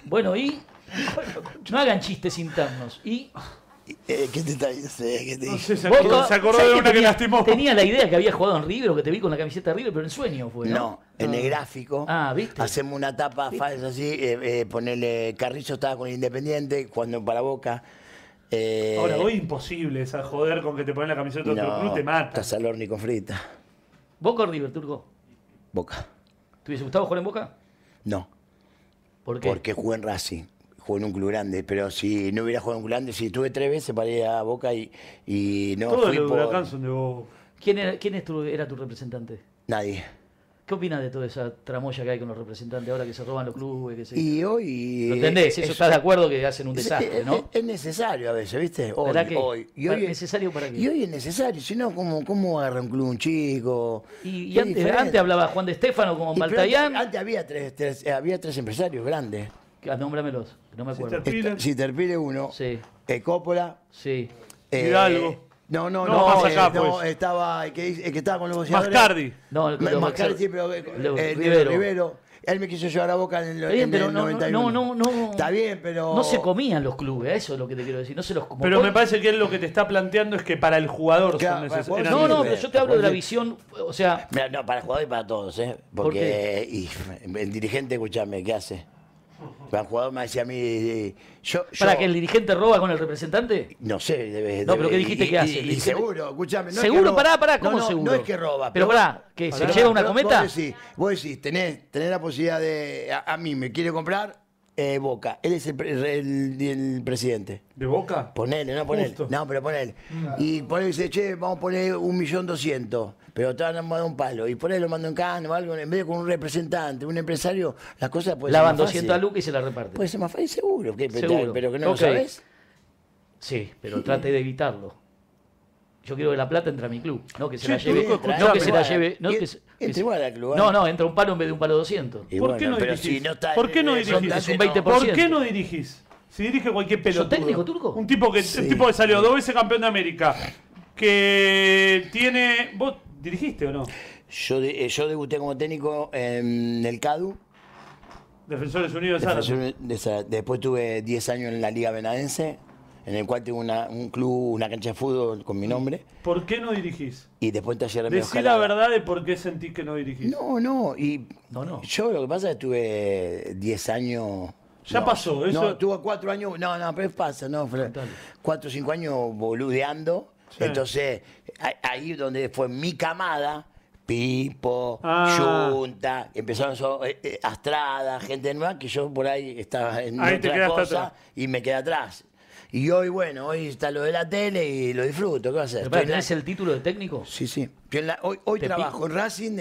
[SPEAKER 2] Bueno, y. No hagan chistes internos. Y.
[SPEAKER 4] Eh, ¿Qué te está diciendo? ¿Qué te
[SPEAKER 1] No
[SPEAKER 4] dije?
[SPEAKER 1] sé, se acordó,
[SPEAKER 2] Boca-
[SPEAKER 1] se acordó
[SPEAKER 2] ¿sabés
[SPEAKER 1] de una que
[SPEAKER 2] tenía-
[SPEAKER 1] lastimó.
[SPEAKER 2] Tenía la idea que había jugado en River o que te vi con la camiseta de River, pero en sueño fue.
[SPEAKER 4] No, en el gráfico.
[SPEAKER 2] Ah, ¿viste?
[SPEAKER 4] Hacemos una tapa falsa así, eh, eh, ponerle Carrizo estaba con Independiente, cuando para Boca. eh,
[SPEAKER 1] Ahora, hoy imposible esa joder con que te ponen la camiseta de otro
[SPEAKER 4] no,
[SPEAKER 1] club, te mata.
[SPEAKER 4] Estás al horno y con frita.
[SPEAKER 2] ¿Boca o River, Turco?
[SPEAKER 4] Boca.
[SPEAKER 2] ¿Te hubiese gustado jugar en Boca?
[SPEAKER 4] No,
[SPEAKER 2] ¿Por qué?
[SPEAKER 4] porque jugué en Racing. Jugué en un club grande, pero si no hubiera jugado en un club grande, si tuve tres veces para ir a Boca y, y no
[SPEAKER 1] Todos
[SPEAKER 4] fui
[SPEAKER 1] los
[SPEAKER 4] por
[SPEAKER 1] huracán son de vos.
[SPEAKER 2] ¿Quién, era, quién es tu- era tu representante?
[SPEAKER 4] nadie.
[SPEAKER 2] ¿Qué opinas de toda esa tramoya que hay con los representantes ahora que se roban los clubes? Que se...
[SPEAKER 4] Y hoy... eh,
[SPEAKER 2] ¿Lo entendés?
[SPEAKER 4] es-
[SPEAKER 2] Eso estás de acuerdo que hacen un
[SPEAKER 4] es-
[SPEAKER 2] desastre,
[SPEAKER 4] es-
[SPEAKER 2] ¿no?
[SPEAKER 4] Es, necesario a veces, ¿viste? Hoy,
[SPEAKER 2] ¿Verdad que?
[SPEAKER 4] hoy. Y
[SPEAKER 2] ¿Para-
[SPEAKER 4] hoy es-
[SPEAKER 2] ¿Necesario para qué?
[SPEAKER 4] Y hoy es necesario, si no, ¿cómo, cómo agarra un club un chico?
[SPEAKER 2] Y- y
[SPEAKER 4] Qué
[SPEAKER 2] antes,
[SPEAKER 4] diferente.
[SPEAKER 2] antes hablaba Juan de Estefano como
[SPEAKER 4] Y pero antes-
[SPEAKER 2] Baltayán.
[SPEAKER 4] Antes había tres, tres- eh, había tres empresarios grandes. Este,
[SPEAKER 2] Ah, nómbramelos, que no me acuerdo.
[SPEAKER 1] Sister- Piren.
[SPEAKER 4] Si Terpire uno,
[SPEAKER 2] Sí,
[SPEAKER 4] eh, Coppola,
[SPEAKER 2] sí.
[SPEAKER 4] eh,
[SPEAKER 1] Hidalgo.
[SPEAKER 4] No, no,
[SPEAKER 1] No,
[SPEAKER 4] no,
[SPEAKER 1] más
[SPEAKER 4] eh,
[SPEAKER 1] acá,
[SPEAKER 4] no,
[SPEAKER 1] pues.
[SPEAKER 4] estaba el que, dice- el que estaba con los boxeadores.
[SPEAKER 1] Mascardi.
[SPEAKER 2] No, el-
[SPEAKER 4] Ma-
[SPEAKER 2] los
[SPEAKER 4] Mascardi,
[SPEAKER 2] boxeadores.
[SPEAKER 4] sí, pero, eh,
[SPEAKER 2] Los-
[SPEAKER 4] eh,
[SPEAKER 2] Rivero.
[SPEAKER 4] Rivero. Rivero. Él me quiso llevar a Boca en el,
[SPEAKER 2] Está bien,
[SPEAKER 4] en
[SPEAKER 2] pero
[SPEAKER 4] el
[SPEAKER 2] no, no,
[SPEAKER 4] 91.
[SPEAKER 2] no, no, no.
[SPEAKER 4] Está bien, pero.
[SPEAKER 2] No se comían los clubes, eso es lo que te quiero decir. No se los como
[SPEAKER 1] Pero me
[SPEAKER 2] hoy-
[SPEAKER 1] parece que él lo que te está planteando es que para el jugador
[SPEAKER 4] Claro,
[SPEAKER 1] son
[SPEAKER 4] para
[SPEAKER 1] neces-
[SPEAKER 4] el jugador
[SPEAKER 1] eran-
[SPEAKER 2] No, no,
[SPEAKER 4] sirve.
[SPEAKER 2] pero yo te hablo de la
[SPEAKER 4] Porque-
[SPEAKER 2] visión, o sea,
[SPEAKER 4] Mirá, no, para jugador y para todos, ¿eh? Porque y, el dirigente, escuchame, ¿qué hace? Para el jugador me decía a mí. eh, Yo, yo-
[SPEAKER 2] para que el dirigente roba con el representante.
[SPEAKER 4] No sé, debe.
[SPEAKER 2] No, pero ¿qué dijiste
[SPEAKER 4] y-
[SPEAKER 2] que hace?
[SPEAKER 4] y- Y,
[SPEAKER 2] Dijiste-
[SPEAKER 4] seguro, escuchame. No es que
[SPEAKER 2] seguro,
[SPEAKER 4] roba.
[SPEAKER 2] pará, pará,
[SPEAKER 4] No,
[SPEAKER 2] ¿cómo
[SPEAKER 4] no,
[SPEAKER 2] seguro?
[SPEAKER 4] No es que roba.
[SPEAKER 2] Pero pará, que se lleva una
[SPEAKER 4] pero
[SPEAKER 2] cometa.
[SPEAKER 4] Vos decís, vos decís, tenés, tenés la posibilidad de. A, a mí me quiere comprar eh, Boca. Él es el, pre- el- el presidente.
[SPEAKER 1] ¿De Boca?
[SPEAKER 4] Ponele, no ponele.
[SPEAKER 1] Justo.
[SPEAKER 4] No, pero ponele. Y ponele dice, che, vamos a poner un millón doscientos. Pero te van a mandar un palo. Y ponele, lo mando en cano o algo. En vez de con un representante, un empresario, las cosas pueden
[SPEAKER 2] Lavan
[SPEAKER 4] ser más fáciles.
[SPEAKER 2] 200 a Luca y se la reparten.
[SPEAKER 4] Puede ser más fácil, seguro. ¿qué? Pero-
[SPEAKER 2] Seguro.
[SPEAKER 4] Pero que no
[SPEAKER 2] Ok.
[SPEAKER 4] lo sabes.
[SPEAKER 2] Sí, pero trate de evitarlo. Yo quiero que la plata entre a mi club, no que se
[SPEAKER 1] Sí,
[SPEAKER 2] la lleve,
[SPEAKER 1] Turco,
[SPEAKER 2] no que
[SPEAKER 1] escuchame.
[SPEAKER 2] se la lleve, no
[SPEAKER 4] Y-
[SPEAKER 2] que se- que
[SPEAKER 4] entra
[SPEAKER 2] se-
[SPEAKER 4] igual al club, ¿eh?
[SPEAKER 2] No, no, entra un palo en vez de un palo 200.
[SPEAKER 4] Y
[SPEAKER 1] ¿Por qué no
[SPEAKER 4] pero
[SPEAKER 1] dirigís?
[SPEAKER 4] si no está
[SPEAKER 1] ¿Por qué no
[SPEAKER 4] eh, son
[SPEAKER 1] dirigís?
[SPEAKER 2] Es un
[SPEAKER 4] tan-
[SPEAKER 2] 20%.
[SPEAKER 1] ¿Por qué no dirigís? Si dirige cualquier pelotudo.
[SPEAKER 2] técnico turco?
[SPEAKER 1] Un tipo que, un tipo que salió dos veces campeón de América. Que tiene. ¿Vos dirigiste o no?
[SPEAKER 4] Yo, de- eh, yo debuté como técnico en el CADU.
[SPEAKER 1] Defensores Unidos de Zárate.
[SPEAKER 4] Defensor de Zárate. Después tuve 10 años en la Liga Venadense, en el cual tuve una- un club, una cancha de fútbol con mi nombre.
[SPEAKER 1] ¿Por qué no dirigís?
[SPEAKER 4] Y después en Talleres de
[SPEAKER 1] Decí la verdad de por qué sentís que no dirigís.
[SPEAKER 4] No, no. Y
[SPEAKER 2] No, no.
[SPEAKER 4] Yo lo que pasa es que tuve 10 años.
[SPEAKER 1] Ya
[SPEAKER 4] no,
[SPEAKER 1] pasó, eso-
[SPEAKER 4] No, tuve 4 años. No, no, pero pasa, no. 4 o 5 años boludeando.
[SPEAKER 1] Sí.
[SPEAKER 4] Entonces, ahí- ahí donde fue mi camada. Pipo,
[SPEAKER 1] Ah.
[SPEAKER 4] Junta, empezaron so- eh, eh, Astrada, gente nueva, que yo por ahí estaba en
[SPEAKER 1] Ahí te
[SPEAKER 4] otra
[SPEAKER 1] quedaste
[SPEAKER 4] cosa
[SPEAKER 1] atrás.
[SPEAKER 4] y me quedé atrás. Y hoy, bueno, hoy está lo de la tele y lo disfruto, ¿qué va a hacer?
[SPEAKER 2] Pero
[SPEAKER 4] Estoy
[SPEAKER 2] pará,
[SPEAKER 4] en la-
[SPEAKER 2] ¿Tenés el título de técnico?
[SPEAKER 4] Sí, sí. Yo en la- hoy hoy
[SPEAKER 2] Te
[SPEAKER 4] trabajo en Racing, en,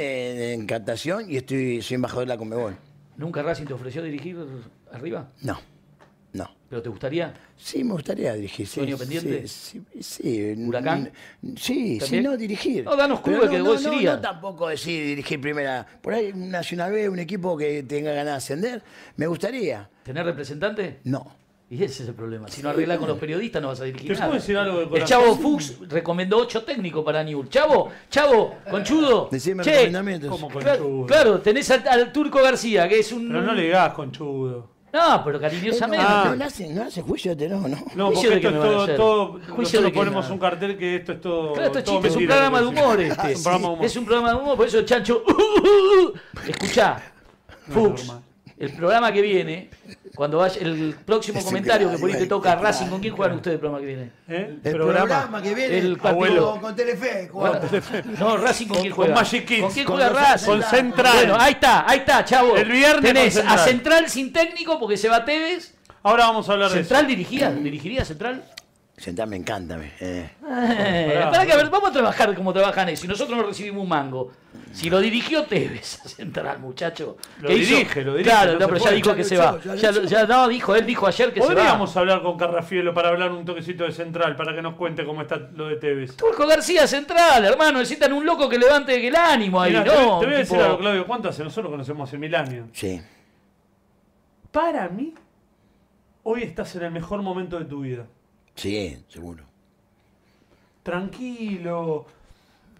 [SPEAKER 4] en Cantación, y estoy, soy embajador de la Comebol.
[SPEAKER 2] ¿Nunca Racing te ofreció dirigir arriba?
[SPEAKER 4] No, no.
[SPEAKER 2] ¿Pero te gustaría?
[SPEAKER 4] Sí, me gustaría dirigir. Sí,
[SPEAKER 2] ¿Sueño pendiente?
[SPEAKER 4] Sí, sí, sí.
[SPEAKER 2] ¿Huracán?
[SPEAKER 4] N- Sí, sí,
[SPEAKER 2] ¿También?
[SPEAKER 4] no dirigir.
[SPEAKER 2] No, danos
[SPEAKER 4] Pero
[SPEAKER 2] clubes que vos
[SPEAKER 4] no, no,
[SPEAKER 2] irías.
[SPEAKER 4] no tampoco decir dirigir primera. Por ahí un Nacional B, un equipo que tenga ganas de ascender, me gustaría.
[SPEAKER 2] ¿Tener representante?
[SPEAKER 4] No.
[SPEAKER 2] Y ese es el problema. Si no arreglás con los periodistas, no vas a dirigir
[SPEAKER 1] ¿Te
[SPEAKER 2] nada.
[SPEAKER 1] puedo decir algo de
[SPEAKER 2] el
[SPEAKER 1] corazón?
[SPEAKER 2] Chavo Fuchs recomendó ocho técnicos para Newell. Chavo, Chavo, conchudo.
[SPEAKER 4] Decime Eh,
[SPEAKER 2] che,
[SPEAKER 4] recomendamientos.
[SPEAKER 1] ¿Cómo
[SPEAKER 2] Claro,
[SPEAKER 1] conchudo?
[SPEAKER 2] claro, tenés al, al Turco García, que es un.
[SPEAKER 1] Pero no le digas conchudo.
[SPEAKER 2] No, pero
[SPEAKER 4] Eh, no,
[SPEAKER 2] cariñosamente.
[SPEAKER 1] Ah.
[SPEAKER 4] no, no hacen, no hacen juicio de no, no.
[SPEAKER 1] No,
[SPEAKER 2] Juicio de
[SPEAKER 1] porque
[SPEAKER 2] que
[SPEAKER 1] esto es
[SPEAKER 2] me van a
[SPEAKER 1] todo.
[SPEAKER 2] hacer.
[SPEAKER 1] todo-
[SPEAKER 2] Juicio de
[SPEAKER 1] nosotros
[SPEAKER 2] que
[SPEAKER 1] ponemos
[SPEAKER 2] nada.
[SPEAKER 1] un cartel que esto es todo.
[SPEAKER 2] Claro, esto es
[SPEAKER 1] todo
[SPEAKER 2] chiste, es un
[SPEAKER 1] mentira, Ah,
[SPEAKER 2] programa de
[SPEAKER 1] lo que
[SPEAKER 2] humor
[SPEAKER 1] decís.
[SPEAKER 2] este.
[SPEAKER 1] Es un programa de humor.
[SPEAKER 2] uh, Es un programa de humor, por eso el chancho. Escuchá,
[SPEAKER 1] Fuchs.
[SPEAKER 5] normal.
[SPEAKER 2] El programa que viene, cuando vaya, el próximo
[SPEAKER 4] Ese
[SPEAKER 2] comentario que
[SPEAKER 4] gran,
[SPEAKER 2] por ahí te
[SPEAKER 4] gran,
[SPEAKER 2] toca
[SPEAKER 4] gran,
[SPEAKER 2] Racing, ¿con quién juegan ustedes el programa que viene?
[SPEAKER 1] ¿eh?
[SPEAKER 5] El programa, que viene
[SPEAKER 2] El
[SPEAKER 5] con-
[SPEAKER 1] abuelo.
[SPEAKER 5] con Telefe.
[SPEAKER 2] Bueno,
[SPEAKER 5] jugamos.
[SPEAKER 2] No, Racing con quién juega.
[SPEAKER 1] Magic Kids,
[SPEAKER 2] ¿Con quién
[SPEAKER 1] con
[SPEAKER 2] juega
[SPEAKER 1] los-
[SPEAKER 2] Racing?
[SPEAKER 1] con Central.
[SPEAKER 2] Bueno, ahí está, ahí está, chavo.
[SPEAKER 1] El viernes
[SPEAKER 2] tenés
[SPEAKER 1] con
[SPEAKER 2] a
[SPEAKER 1] Central.
[SPEAKER 2] Central sin técnico porque se va Tevez.
[SPEAKER 1] Ahora vamos a hablar de eso.
[SPEAKER 2] Central dirigía, dirigiría Central.
[SPEAKER 4] Sentar me encanta. me- eh.
[SPEAKER 2] Eh, pará que, a ver, vamos a trabajar como trabajan ellos. Si nosotros no recibimos un mango, si lo dirigió Tevez a Central, muchacho.
[SPEAKER 1] Lo
[SPEAKER 2] ¿Qué
[SPEAKER 1] dirige, lo dirige,
[SPEAKER 2] Claro,
[SPEAKER 1] no
[SPEAKER 2] no,
[SPEAKER 1] se
[SPEAKER 2] pero ya
[SPEAKER 1] puede,
[SPEAKER 2] dijo
[SPEAKER 5] ya
[SPEAKER 2] que
[SPEAKER 5] lo
[SPEAKER 2] se
[SPEAKER 5] echó,
[SPEAKER 2] va.
[SPEAKER 5] ya lo
[SPEAKER 2] Ya, lo-
[SPEAKER 5] echó.
[SPEAKER 2] ya- no, dijo, él dijo ayer que
[SPEAKER 1] Podríamos hablar con Carrafielo para hablar un toquecito de Central, para que nos cuente cómo está lo de Tevez.
[SPEAKER 2] se va. Turco García Central, hermano, necesitan un loco que levante el ánimo ahí,
[SPEAKER 1] Mirá,
[SPEAKER 2] ¿no?
[SPEAKER 1] te, voy- te voy a decir
[SPEAKER 2] Tipo,
[SPEAKER 1] algo, Claudio. ¿Cuánto hace? Nosotros lo conocemos hace mil años.
[SPEAKER 4] Sí.
[SPEAKER 1] Para mí, hoy estás en el mejor momento de tu vida.
[SPEAKER 4] Sí, seguro.
[SPEAKER 1] Tranquilo.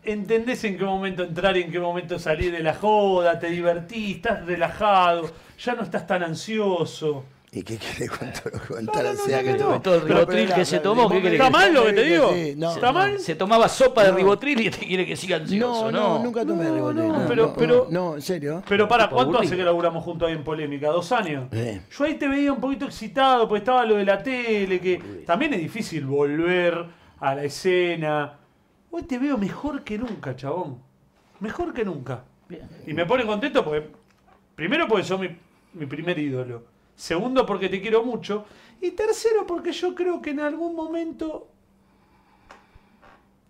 [SPEAKER 1] Entendés en qué momento entrar y en qué momento salir de la joda, te divertís, estás relajado, ya no estás tan ansioso.
[SPEAKER 4] ¿Y qué quiere cuánto lo contar?
[SPEAKER 1] No, no,
[SPEAKER 4] o sea,
[SPEAKER 1] no,
[SPEAKER 4] que
[SPEAKER 1] no,
[SPEAKER 4] tuve-
[SPEAKER 1] no.
[SPEAKER 2] Todo el
[SPEAKER 1] Pero
[SPEAKER 2] ribotril
[SPEAKER 4] espera,
[SPEAKER 2] que se
[SPEAKER 4] pero
[SPEAKER 2] tomó, ¿qué
[SPEAKER 4] vos me
[SPEAKER 2] querés
[SPEAKER 1] ¿Está
[SPEAKER 2] que-
[SPEAKER 1] mal lo que te digo?
[SPEAKER 4] Sí, no.
[SPEAKER 1] ¿Está mal?
[SPEAKER 2] Se tomaba sopa de ribotril y te quiere que siga ansioso,
[SPEAKER 4] No,
[SPEAKER 2] ¿no?
[SPEAKER 4] no, nunca tomé
[SPEAKER 1] No,
[SPEAKER 4] rebote.
[SPEAKER 1] no, pero- pero-
[SPEAKER 4] No, en serio.
[SPEAKER 1] Pero para,
[SPEAKER 2] Tipo
[SPEAKER 1] ¿cuánto
[SPEAKER 2] aburrido.
[SPEAKER 1] hace que laburamos juntos ahí en polémica? ¿Dos años?
[SPEAKER 4] Sí.
[SPEAKER 1] Yo ahí te veía un poquito excitado porque estaba lo de la tele, que también es difícil volver a la escena. Hoy te veo mejor que nunca, chabón. Mejor que nunca.
[SPEAKER 2] Bien.
[SPEAKER 1] Y me pone contento porque, primero porque sos mi, mi primer ídolo. Segundo porque te quiero mucho. Y tercero porque yo creo que en algún momento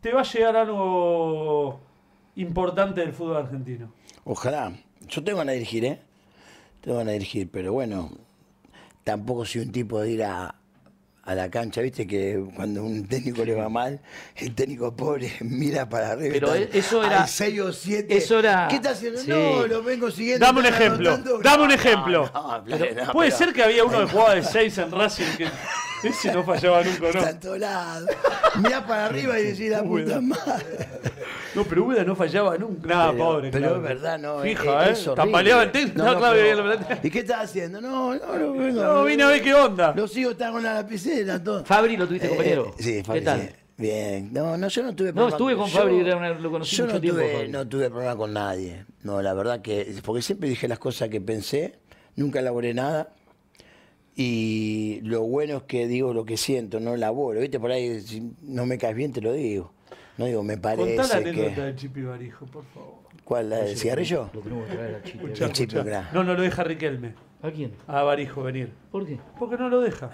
[SPEAKER 1] te va a llegar algo importante del fútbol argentino.
[SPEAKER 4] Ojalá. Yo tengo ganas de dirigir, ¿eh? Tengo ganas de dirigir, pero bueno, tampoco soy un tipo de ir a, a la cancha, ¿viste? Que cuando un técnico le va mal, el técnico pobre mira para arriba. y
[SPEAKER 2] Pero e-,
[SPEAKER 4] están-
[SPEAKER 2] eso era-
[SPEAKER 4] Hay seis o siete.
[SPEAKER 2] eso era-
[SPEAKER 4] ¿Qué estás haciendo?
[SPEAKER 2] sí.
[SPEAKER 4] No, lo vengo siguiendo.
[SPEAKER 1] Dame un
[SPEAKER 4] están
[SPEAKER 1] ejemplo.
[SPEAKER 4] anotando.
[SPEAKER 1] Dame un
[SPEAKER 4] No,
[SPEAKER 1] ejemplo.
[SPEAKER 4] Ah, no, Planes, no,
[SPEAKER 1] Puede
[SPEAKER 4] pero
[SPEAKER 1] ser que había uno que jugaba de 6 en Racing que ese no fallaba nunca,
[SPEAKER 4] Está en
[SPEAKER 1] ¿no?
[SPEAKER 4] todos lados. Mirá para arriba y decís la puta madre.
[SPEAKER 1] No, pero Uda no fallaba nunca. Nada,
[SPEAKER 2] Ah,
[SPEAKER 4] Pero-
[SPEAKER 1] pobre.
[SPEAKER 4] Pero
[SPEAKER 1] Claudio.
[SPEAKER 4] es verdad, no. es-
[SPEAKER 1] Fija,
[SPEAKER 4] es
[SPEAKER 1] ¿eh?
[SPEAKER 4] horrible.
[SPEAKER 1] Tambaleaba el técnico.
[SPEAKER 4] No,
[SPEAKER 1] No,
[SPEAKER 4] no,
[SPEAKER 1] Claudio,
[SPEAKER 4] pero-
[SPEAKER 1] bien, la verdad.
[SPEAKER 4] ¿Y qué estás haciendo? No, no, no. vengo-
[SPEAKER 1] No, vine a ver qué onda.
[SPEAKER 4] Los hijos están con la lapicera, todo.
[SPEAKER 2] Fabri lo tuviste,
[SPEAKER 4] Eh,
[SPEAKER 2] compañero.
[SPEAKER 4] Sí, Fabri,
[SPEAKER 2] ¿Qué tal?
[SPEAKER 4] sí. Bien. No, no, yo no tuve
[SPEAKER 2] estuve con
[SPEAKER 4] Yo-
[SPEAKER 2] Fabri, era una- lo conocí
[SPEAKER 4] Yo
[SPEAKER 2] mucho
[SPEAKER 4] no
[SPEAKER 2] tiempo,
[SPEAKER 4] tuve,
[SPEAKER 2] Fabri.
[SPEAKER 4] no tuve problema con nadie. No, la verdad que... Porque siempre dije las cosas que pensé, nunca elaboré nada. Y lo bueno es que digo lo que siento, no elaboro. Viste, por ahí, si no me caes bien, te lo digo. No digo, me parece
[SPEAKER 1] Contá la
[SPEAKER 4] que...
[SPEAKER 1] anécdota del Chipi Barijo, por favor.
[SPEAKER 4] ¿Cuál? ¿La del cigarrillo?
[SPEAKER 2] Lo que no voy a traer a Chile.
[SPEAKER 1] Escuchá,
[SPEAKER 4] El Chipi
[SPEAKER 1] escuchá.
[SPEAKER 4] Bra.
[SPEAKER 1] No, no lo deja Riquelme.
[SPEAKER 2] ¿A quién?
[SPEAKER 1] A Barijo venir.
[SPEAKER 2] ¿Por qué?
[SPEAKER 1] Porque no lo deja.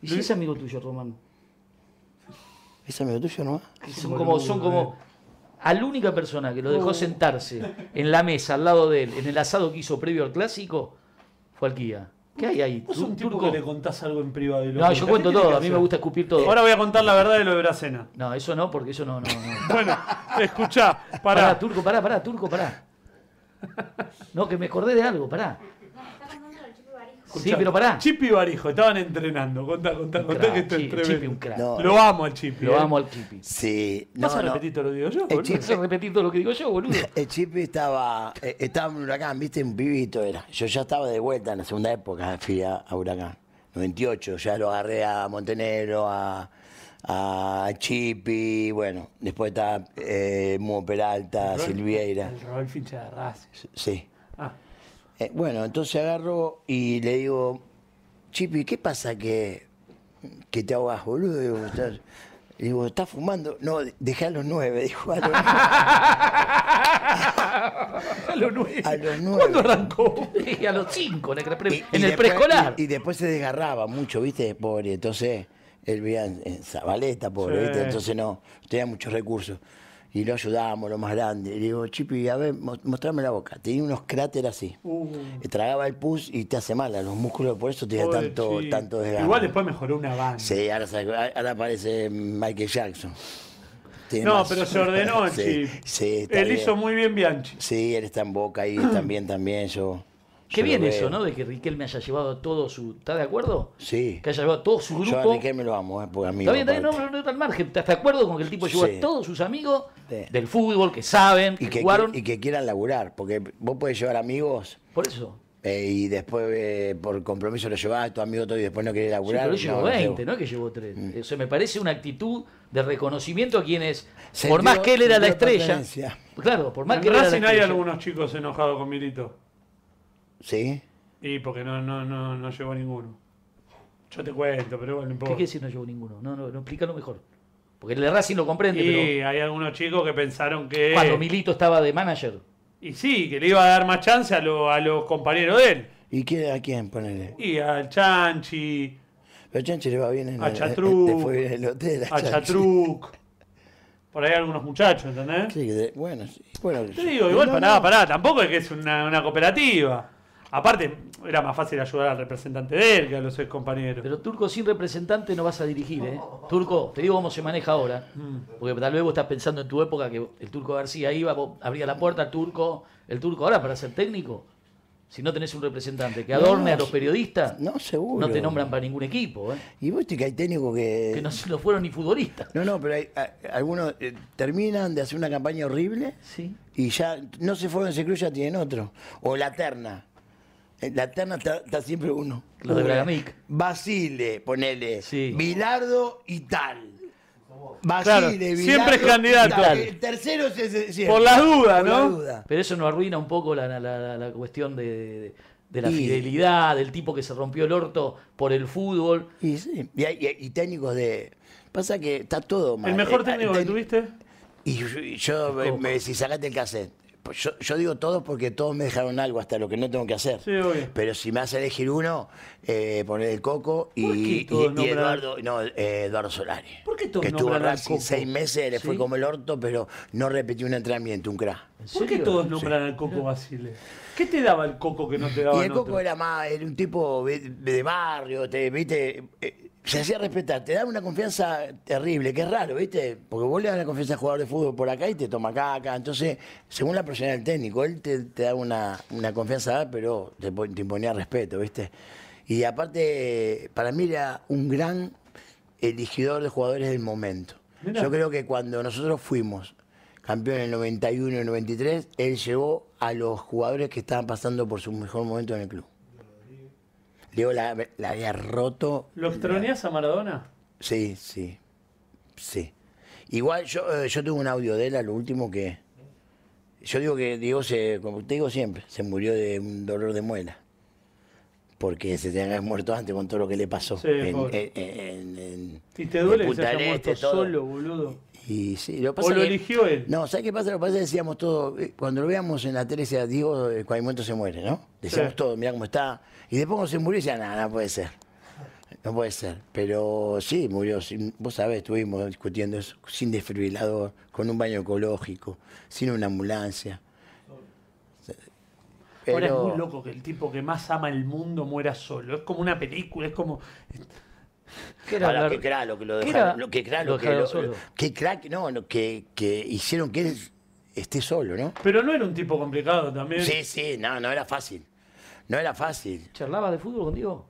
[SPEAKER 2] ¿Y si es amigo tuyo, Román?
[SPEAKER 4] ¿Es amigo tuyo nomás?
[SPEAKER 1] Ah,
[SPEAKER 2] Que son como, son como. A la única persona que lo
[SPEAKER 1] Uh.
[SPEAKER 2] dejó sentarse en la mesa al lado de él, en el asado que hizo previo al clásico, fue al Kia. ¿Qué hay ahí?
[SPEAKER 1] Vos
[SPEAKER 2] ¿Tur-
[SPEAKER 1] sos un tipo
[SPEAKER 2] turco?
[SPEAKER 1] que le contás algo en privado. y lo
[SPEAKER 2] No,
[SPEAKER 1] contás.
[SPEAKER 2] yo
[SPEAKER 1] ¿Qué
[SPEAKER 2] cuento
[SPEAKER 1] tiene que
[SPEAKER 2] todo, a mí
[SPEAKER 1] hacer?
[SPEAKER 2] me gusta escupir todo.
[SPEAKER 1] Ahora voy a contar la verdad de lo de Bracena.
[SPEAKER 2] No, eso no, porque eso no, no, no.
[SPEAKER 1] Bueno, escuchá,
[SPEAKER 2] Pará,
[SPEAKER 1] pará.
[SPEAKER 2] turco, pará, pará, turco, pará. No, que me acordé de algo, pará.
[SPEAKER 6] No, está contando del Chipi Barijo.
[SPEAKER 2] Sí, pero pará.
[SPEAKER 1] Chipi Barijo, estaban entrenando. Contá, contá, contá que esto
[SPEAKER 2] Chi-
[SPEAKER 1] es tremendo.
[SPEAKER 2] Chipi un crack.
[SPEAKER 4] No.
[SPEAKER 1] Lo amo al Chipi.
[SPEAKER 2] Lo
[SPEAKER 1] eh.
[SPEAKER 2] amo al Chipi.
[SPEAKER 4] Sí. No,
[SPEAKER 1] ¿Vas a
[SPEAKER 4] no.
[SPEAKER 1] repetir todo lo que digo yo?
[SPEAKER 4] El
[SPEAKER 1] boludo?
[SPEAKER 4] Chipi-
[SPEAKER 2] Eso es repetir todo lo que digo yo, boludo.
[SPEAKER 4] El Chipi estaba, eh, estaba en Huracán, viste, un pibito era. Yo ya estaba de vuelta en la segunda época, fui a, a Huracán. 98, ya lo agarré a Montenegro, a, a Chipi, bueno, después está eh, Mo Peralta, Silvieira.
[SPEAKER 1] El Rodolfo hincha de Racing.
[SPEAKER 4] Sí.
[SPEAKER 1] Ah,
[SPEAKER 4] Eh, bueno, entonces agarro y le digo, Chipi, ¿qué pasa que, que te ahogas, boludo? Digo, "Estás-". Le digo, ¿estás fumando? No, de- dejé a los nueve, dijo a los
[SPEAKER 1] a los nueve.
[SPEAKER 4] A los nueve.
[SPEAKER 1] ¿Cuándo arrancó?
[SPEAKER 2] Y a los cinco, en el, pre-
[SPEAKER 4] Y-
[SPEAKER 2] en
[SPEAKER 4] y
[SPEAKER 2] el
[SPEAKER 4] después-
[SPEAKER 2] preescolar.
[SPEAKER 4] Y, y después se desgarraba mucho, ¿viste? Pobre. Entonces, él vivía en, en Zabaleta, pobre,
[SPEAKER 1] Sí.
[SPEAKER 4] ¿viste? Entonces no, tenía muchos recursos. Y lo ayudábamos, lo más grande. Y le digo, Chipi, a ver, mo- mostrame la boca. Tenía unos cráteres así.
[SPEAKER 1] Uh,
[SPEAKER 4] Y Tragaba el pus y te hace mal a los músculos, por eso tenía
[SPEAKER 1] pobre
[SPEAKER 4] tanto,
[SPEAKER 1] Chipi.
[SPEAKER 4] tanto desgarro.
[SPEAKER 1] Igual después mejoró una banda.
[SPEAKER 4] Sí, ahora, se- ahora parece Michael Jackson. Tiene
[SPEAKER 1] No,
[SPEAKER 4] más-
[SPEAKER 1] pero se ordenó el
[SPEAKER 4] sí,
[SPEAKER 1] Chipi.
[SPEAKER 4] sí, está
[SPEAKER 1] Él
[SPEAKER 4] bien.
[SPEAKER 1] hizo muy bien Bianchi.
[SPEAKER 4] Sí, él está en boca ahí también, también. Yo,
[SPEAKER 2] Qué
[SPEAKER 4] yo lo
[SPEAKER 2] bien
[SPEAKER 4] veo.
[SPEAKER 2] eso, ¿no? De que Riquelme haya llevado a todo su. ¿Estás de acuerdo?
[SPEAKER 4] Sí.
[SPEAKER 2] Que haya llevado a todo su
[SPEAKER 4] Yo a
[SPEAKER 2] grupo.
[SPEAKER 4] Riquelme lo amo, ¿eh? Porque
[SPEAKER 2] Está
[SPEAKER 4] amigo.
[SPEAKER 2] bien, está bien, no,
[SPEAKER 4] aparte.
[SPEAKER 2] no, no está al margen. ¿Estás de acuerdo con que el tipo llevó
[SPEAKER 4] Sí.
[SPEAKER 2] a todos sus amigos
[SPEAKER 4] Sí.
[SPEAKER 2] del fútbol, que saben, que,
[SPEAKER 4] y que,
[SPEAKER 2] jugaron?
[SPEAKER 4] y que quieran laburar, porque vos podés llevar amigos
[SPEAKER 2] Por eso.
[SPEAKER 4] eh, y después eh, por compromiso lo llevás, tu amigo todo y después no querés
[SPEAKER 2] Sí,
[SPEAKER 4] laburar.
[SPEAKER 2] pero él
[SPEAKER 4] no,
[SPEAKER 2] llevó
[SPEAKER 4] no Mm.
[SPEAKER 2] 20,
[SPEAKER 4] llevo.
[SPEAKER 2] ¿no? es que llevó 3. Eso me parece una actitud de reconocimiento a quienes,
[SPEAKER 4] Sentido-
[SPEAKER 2] por más que él era la
[SPEAKER 4] sentido de
[SPEAKER 2] estrella.
[SPEAKER 4] pertenencia.
[SPEAKER 2] Claro, por más
[SPEAKER 1] En
[SPEAKER 2] que él era la
[SPEAKER 1] Racing hay
[SPEAKER 2] estrella.
[SPEAKER 1] algunos chicos enojados con Milito.
[SPEAKER 4] ¿Sí?
[SPEAKER 1] Y porque no, no, no, no llegó a ninguno. Yo te cuento, pero bueno, no
[SPEAKER 2] ¿Qué
[SPEAKER 1] importa.
[SPEAKER 2] quiere decir no llegó ninguno? No, no, no, explícalo mejor. Porque el de Racing lo comprende,
[SPEAKER 1] Y eh, hay algunos chicos que pensaron que.
[SPEAKER 2] pero cuando Milito estaba de manager.
[SPEAKER 1] Y sí, que le iba a dar más chance a, lo- a los compañeros de él.
[SPEAKER 4] ¿Y quién, a quién ponerle?
[SPEAKER 1] Y al Chanchi,
[SPEAKER 4] Pero a Chanchi le va bien en
[SPEAKER 1] A
[SPEAKER 4] el,
[SPEAKER 1] Chatruc.
[SPEAKER 4] le fue bien en el hotel.
[SPEAKER 1] a
[SPEAKER 4] Chanchi.
[SPEAKER 1] Chatruc. Por ahí algunos muchachos, ¿entendés?
[SPEAKER 4] Sí, que de- bueno, sí. bueno.
[SPEAKER 1] Te digo, igual
[SPEAKER 4] no,
[SPEAKER 1] pará,
[SPEAKER 4] no.
[SPEAKER 1] pará, tampoco es que es una, una cooperativa. Aparte, era más fácil ayudar al representante de él que a los ex compañeros.
[SPEAKER 2] Pero Turco sin representante no vas a dirigir, ¿eh? Turco, te digo cómo se maneja ahora. Porque tal vez vos estás pensando en tu época que el Turco García iba, vos abría la puerta al Turco. El Turco ahora para ser técnico, si no tenés un representante que
[SPEAKER 4] No,
[SPEAKER 2] adorne a
[SPEAKER 4] no,
[SPEAKER 2] los periodistas,
[SPEAKER 4] no, seguro.
[SPEAKER 2] no te nombran para ningún equipo, ¿eh?
[SPEAKER 4] Y vos viste que hay técnicos que.
[SPEAKER 2] Que no, se- no fueron ni futbolistas.
[SPEAKER 4] No, no, pero hay, a- algunos eh, terminan de hacer una campaña horrible
[SPEAKER 2] Sí.
[SPEAKER 4] y ya no se fueron ese club, ya tienen otro. O la terna. En La terna está, está siempre uno.
[SPEAKER 2] Los de
[SPEAKER 4] Una.
[SPEAKER 2] Bragamik.
[SPEAKER 4] Basile, ponele.
[SPEAKER 2] Sí.
[SPEAKER 4] Bilardo y tal.
[SPEAKER 1] Claro,
[SPEAKER 4] Basile, Bilardo.
[SPEAKER 1] siempre es
[SPEAKER 4] y
[SPEAKER 1] candidato.
[SPEAKER 4] tal. El tercero es ese siempre.
[SPEAKER 1] Por las dudas,
[SPEAKER 4] Por
[SPEAKER 1] ¿no?
[SPEAKER 4] las dudas.
[SPEAKER 2] Pero eso nos arruina un poco la, la- la- la cuestión de, de- de la
[SPEAKER 4] Y-
[SPEAKER 2] fidelidad, del tipo que se rompió el orto por el fútbol.
[SPEAKER 4] Y sí. Y, hay- y hay- y técnicos de. Pasa que está todo mal.
[SPEAKER 1] ¿El mejor
[SPEAKER 4] Eh,
[SPEAKER 1] técnico que
[SPEAKER 4] técnico-
[SPEAKER 1] tuviste?
[SPEAKER 4] Y yo, y yo, me- me- si sacaste el cassette, pues yo, yo digo todos porque todos me dejaron algo hasta lo que no tengo que hacer.
[SPEAKER 1] Sí, obvio.
[SPEAKER 4] Pero si me hace elegir uno, eh, poner el coco
[SPEAKER 1] ¿Por qué
[SPEAKER 4] y, y-
[SPEAKER 1] todos
[SPEAKER 4] y
[SPEAKER 1] nombran-
[SPEAKER 4] Eduardo, no, eh, Eduardo Solari.
[SPEAKER 1] ¿Por qué todos
[SPEAKER 4] que estuvo en
[SPEAKER 1] nombran al
[SPEAKER 4] Racing
[SPEAKER 1] Coco?
[SPEAKER 4] seis meses, le fue
[SPEAKER 2] Sí.
[SPEAKER 4] como el orto, pero no repitió un entrenamiento, un crack.
[SPEAKER 2] ¿En
[SPEAKER 1] ¿Por qué
[SPEAKER 2] serio?
[SPEAKER 1] todos nombran al Coco Basile? ¿Qué te daba el Coco que no te daba
[SPEAKER 4] Y el coco
[SPEAKER 1] otro?
[SPEAKER 4] era más, era un tipo de, de barrio, te, viste, eh, se hacía respetar, te daba una confianza terrible, que es raro, viste, porque vos le das la confianza a jugador de fútbol por acá y te toma acá, acá. Entonces, según la profesional del técnico, él te, te da una, una confianza, pero te, pon- te imponía respeto, viste. Y aparte, para mí era un gran elegidor de jugadores del momento.
[SPEAKER 1] Mirá.
[SPEAKER 4] Yo creo que cuando nosotros fuimos campeón en el 91 y el 93, él llevó a los jugadores que estaban pasando por su mejor momento en el club. Leo la, la había roto.
[SPEAKER 1] ¿Lo extrañas a Maradona?
[SPEAKER 4] Sí, sí. Sí. Igual yo, eh, yo tuve un audio de él a lo último que. Yo digo que Diego se, como te digo siempre, se murió de un dolor de muela. Porque se tenía que haber muerto antes con todo lo que le pasó.
[SPEAKER 1] Sí,
[SPEAKER 4] en-
[SPEAKER 1] pobre.
[SPEAKER 4] en- en- en-
[SPEAKER 1] ¿Y te duele
[SPEAKER 4] en
[SPEAKER 1] que se
[SPEAKER 4] Punta
[SPEAKER 1] haya
[SPEAKER 4] del
[SPEAKER 1] muerto
[SPEAKER 4] Este, todo.
[SPEAKER 1] solo, boludo?
[SPEAKER 4] Y sí, lo que
[SPEAKER 1] ¿O
[SPEAKER 4] pasa
[SPEAKER 1] lo
[SPEAKER 4] que-
[SPEAKER 1] eligió él?
[SPEAKER 4] No, ¿sabes qué pasa? Lo que pasa es que decíamos todo, eh, cuando lo veíamos en la tele, decía, Diego, eh, cualquier momento se muere, ¿no? Decíamos
[SPEAKER 1] Sí.
[SPEAKER 4] todo, mirá cómo está. Y después cuando se murió, decía, nada, no puede ser. No puede ser. Pero sí, murió. sin- vos sabés, estuvimos discutiendo eso, sin desfibrilador, con un baño ecológico, sin una ambulancia.
[SPEAKER 1] Ahora es
[SPEAKER 4] Pero-
[SPEAKER 1] muy loco que el tipo que más ama el mundo muera solo. Es como una película, es como...
[SPEAKER 2] ¿Qué era
[SPEAKER 4] Ahora,
[SPEAKER 2] hablar-
[SPEAKER 4] qué crack lo que lo
[SPEAKER 2] ¿Qué
[SPEAKER 4] dejaron.
[SPEAKER 2] era?
[SPEAKER 4] Lo, qué crack
[SPEAKER 2] Lo
[SPEAKER 4] lo que
[SPEAKER 2] dejaron
[SPEAKER 4] lo-
[SPEAKER 2] solo.
[SPEAKER 4] qué crack, no, no, que, que hicieron que él esté solo, ¿no?
[SPEAKER 1] Pero no era un tipo complicado también.
[SPEAKER 4] Sí, sí, no, no era fácil. No era fácil.
[SPEAKER 2] ¿Charlabas de fútbol contigo?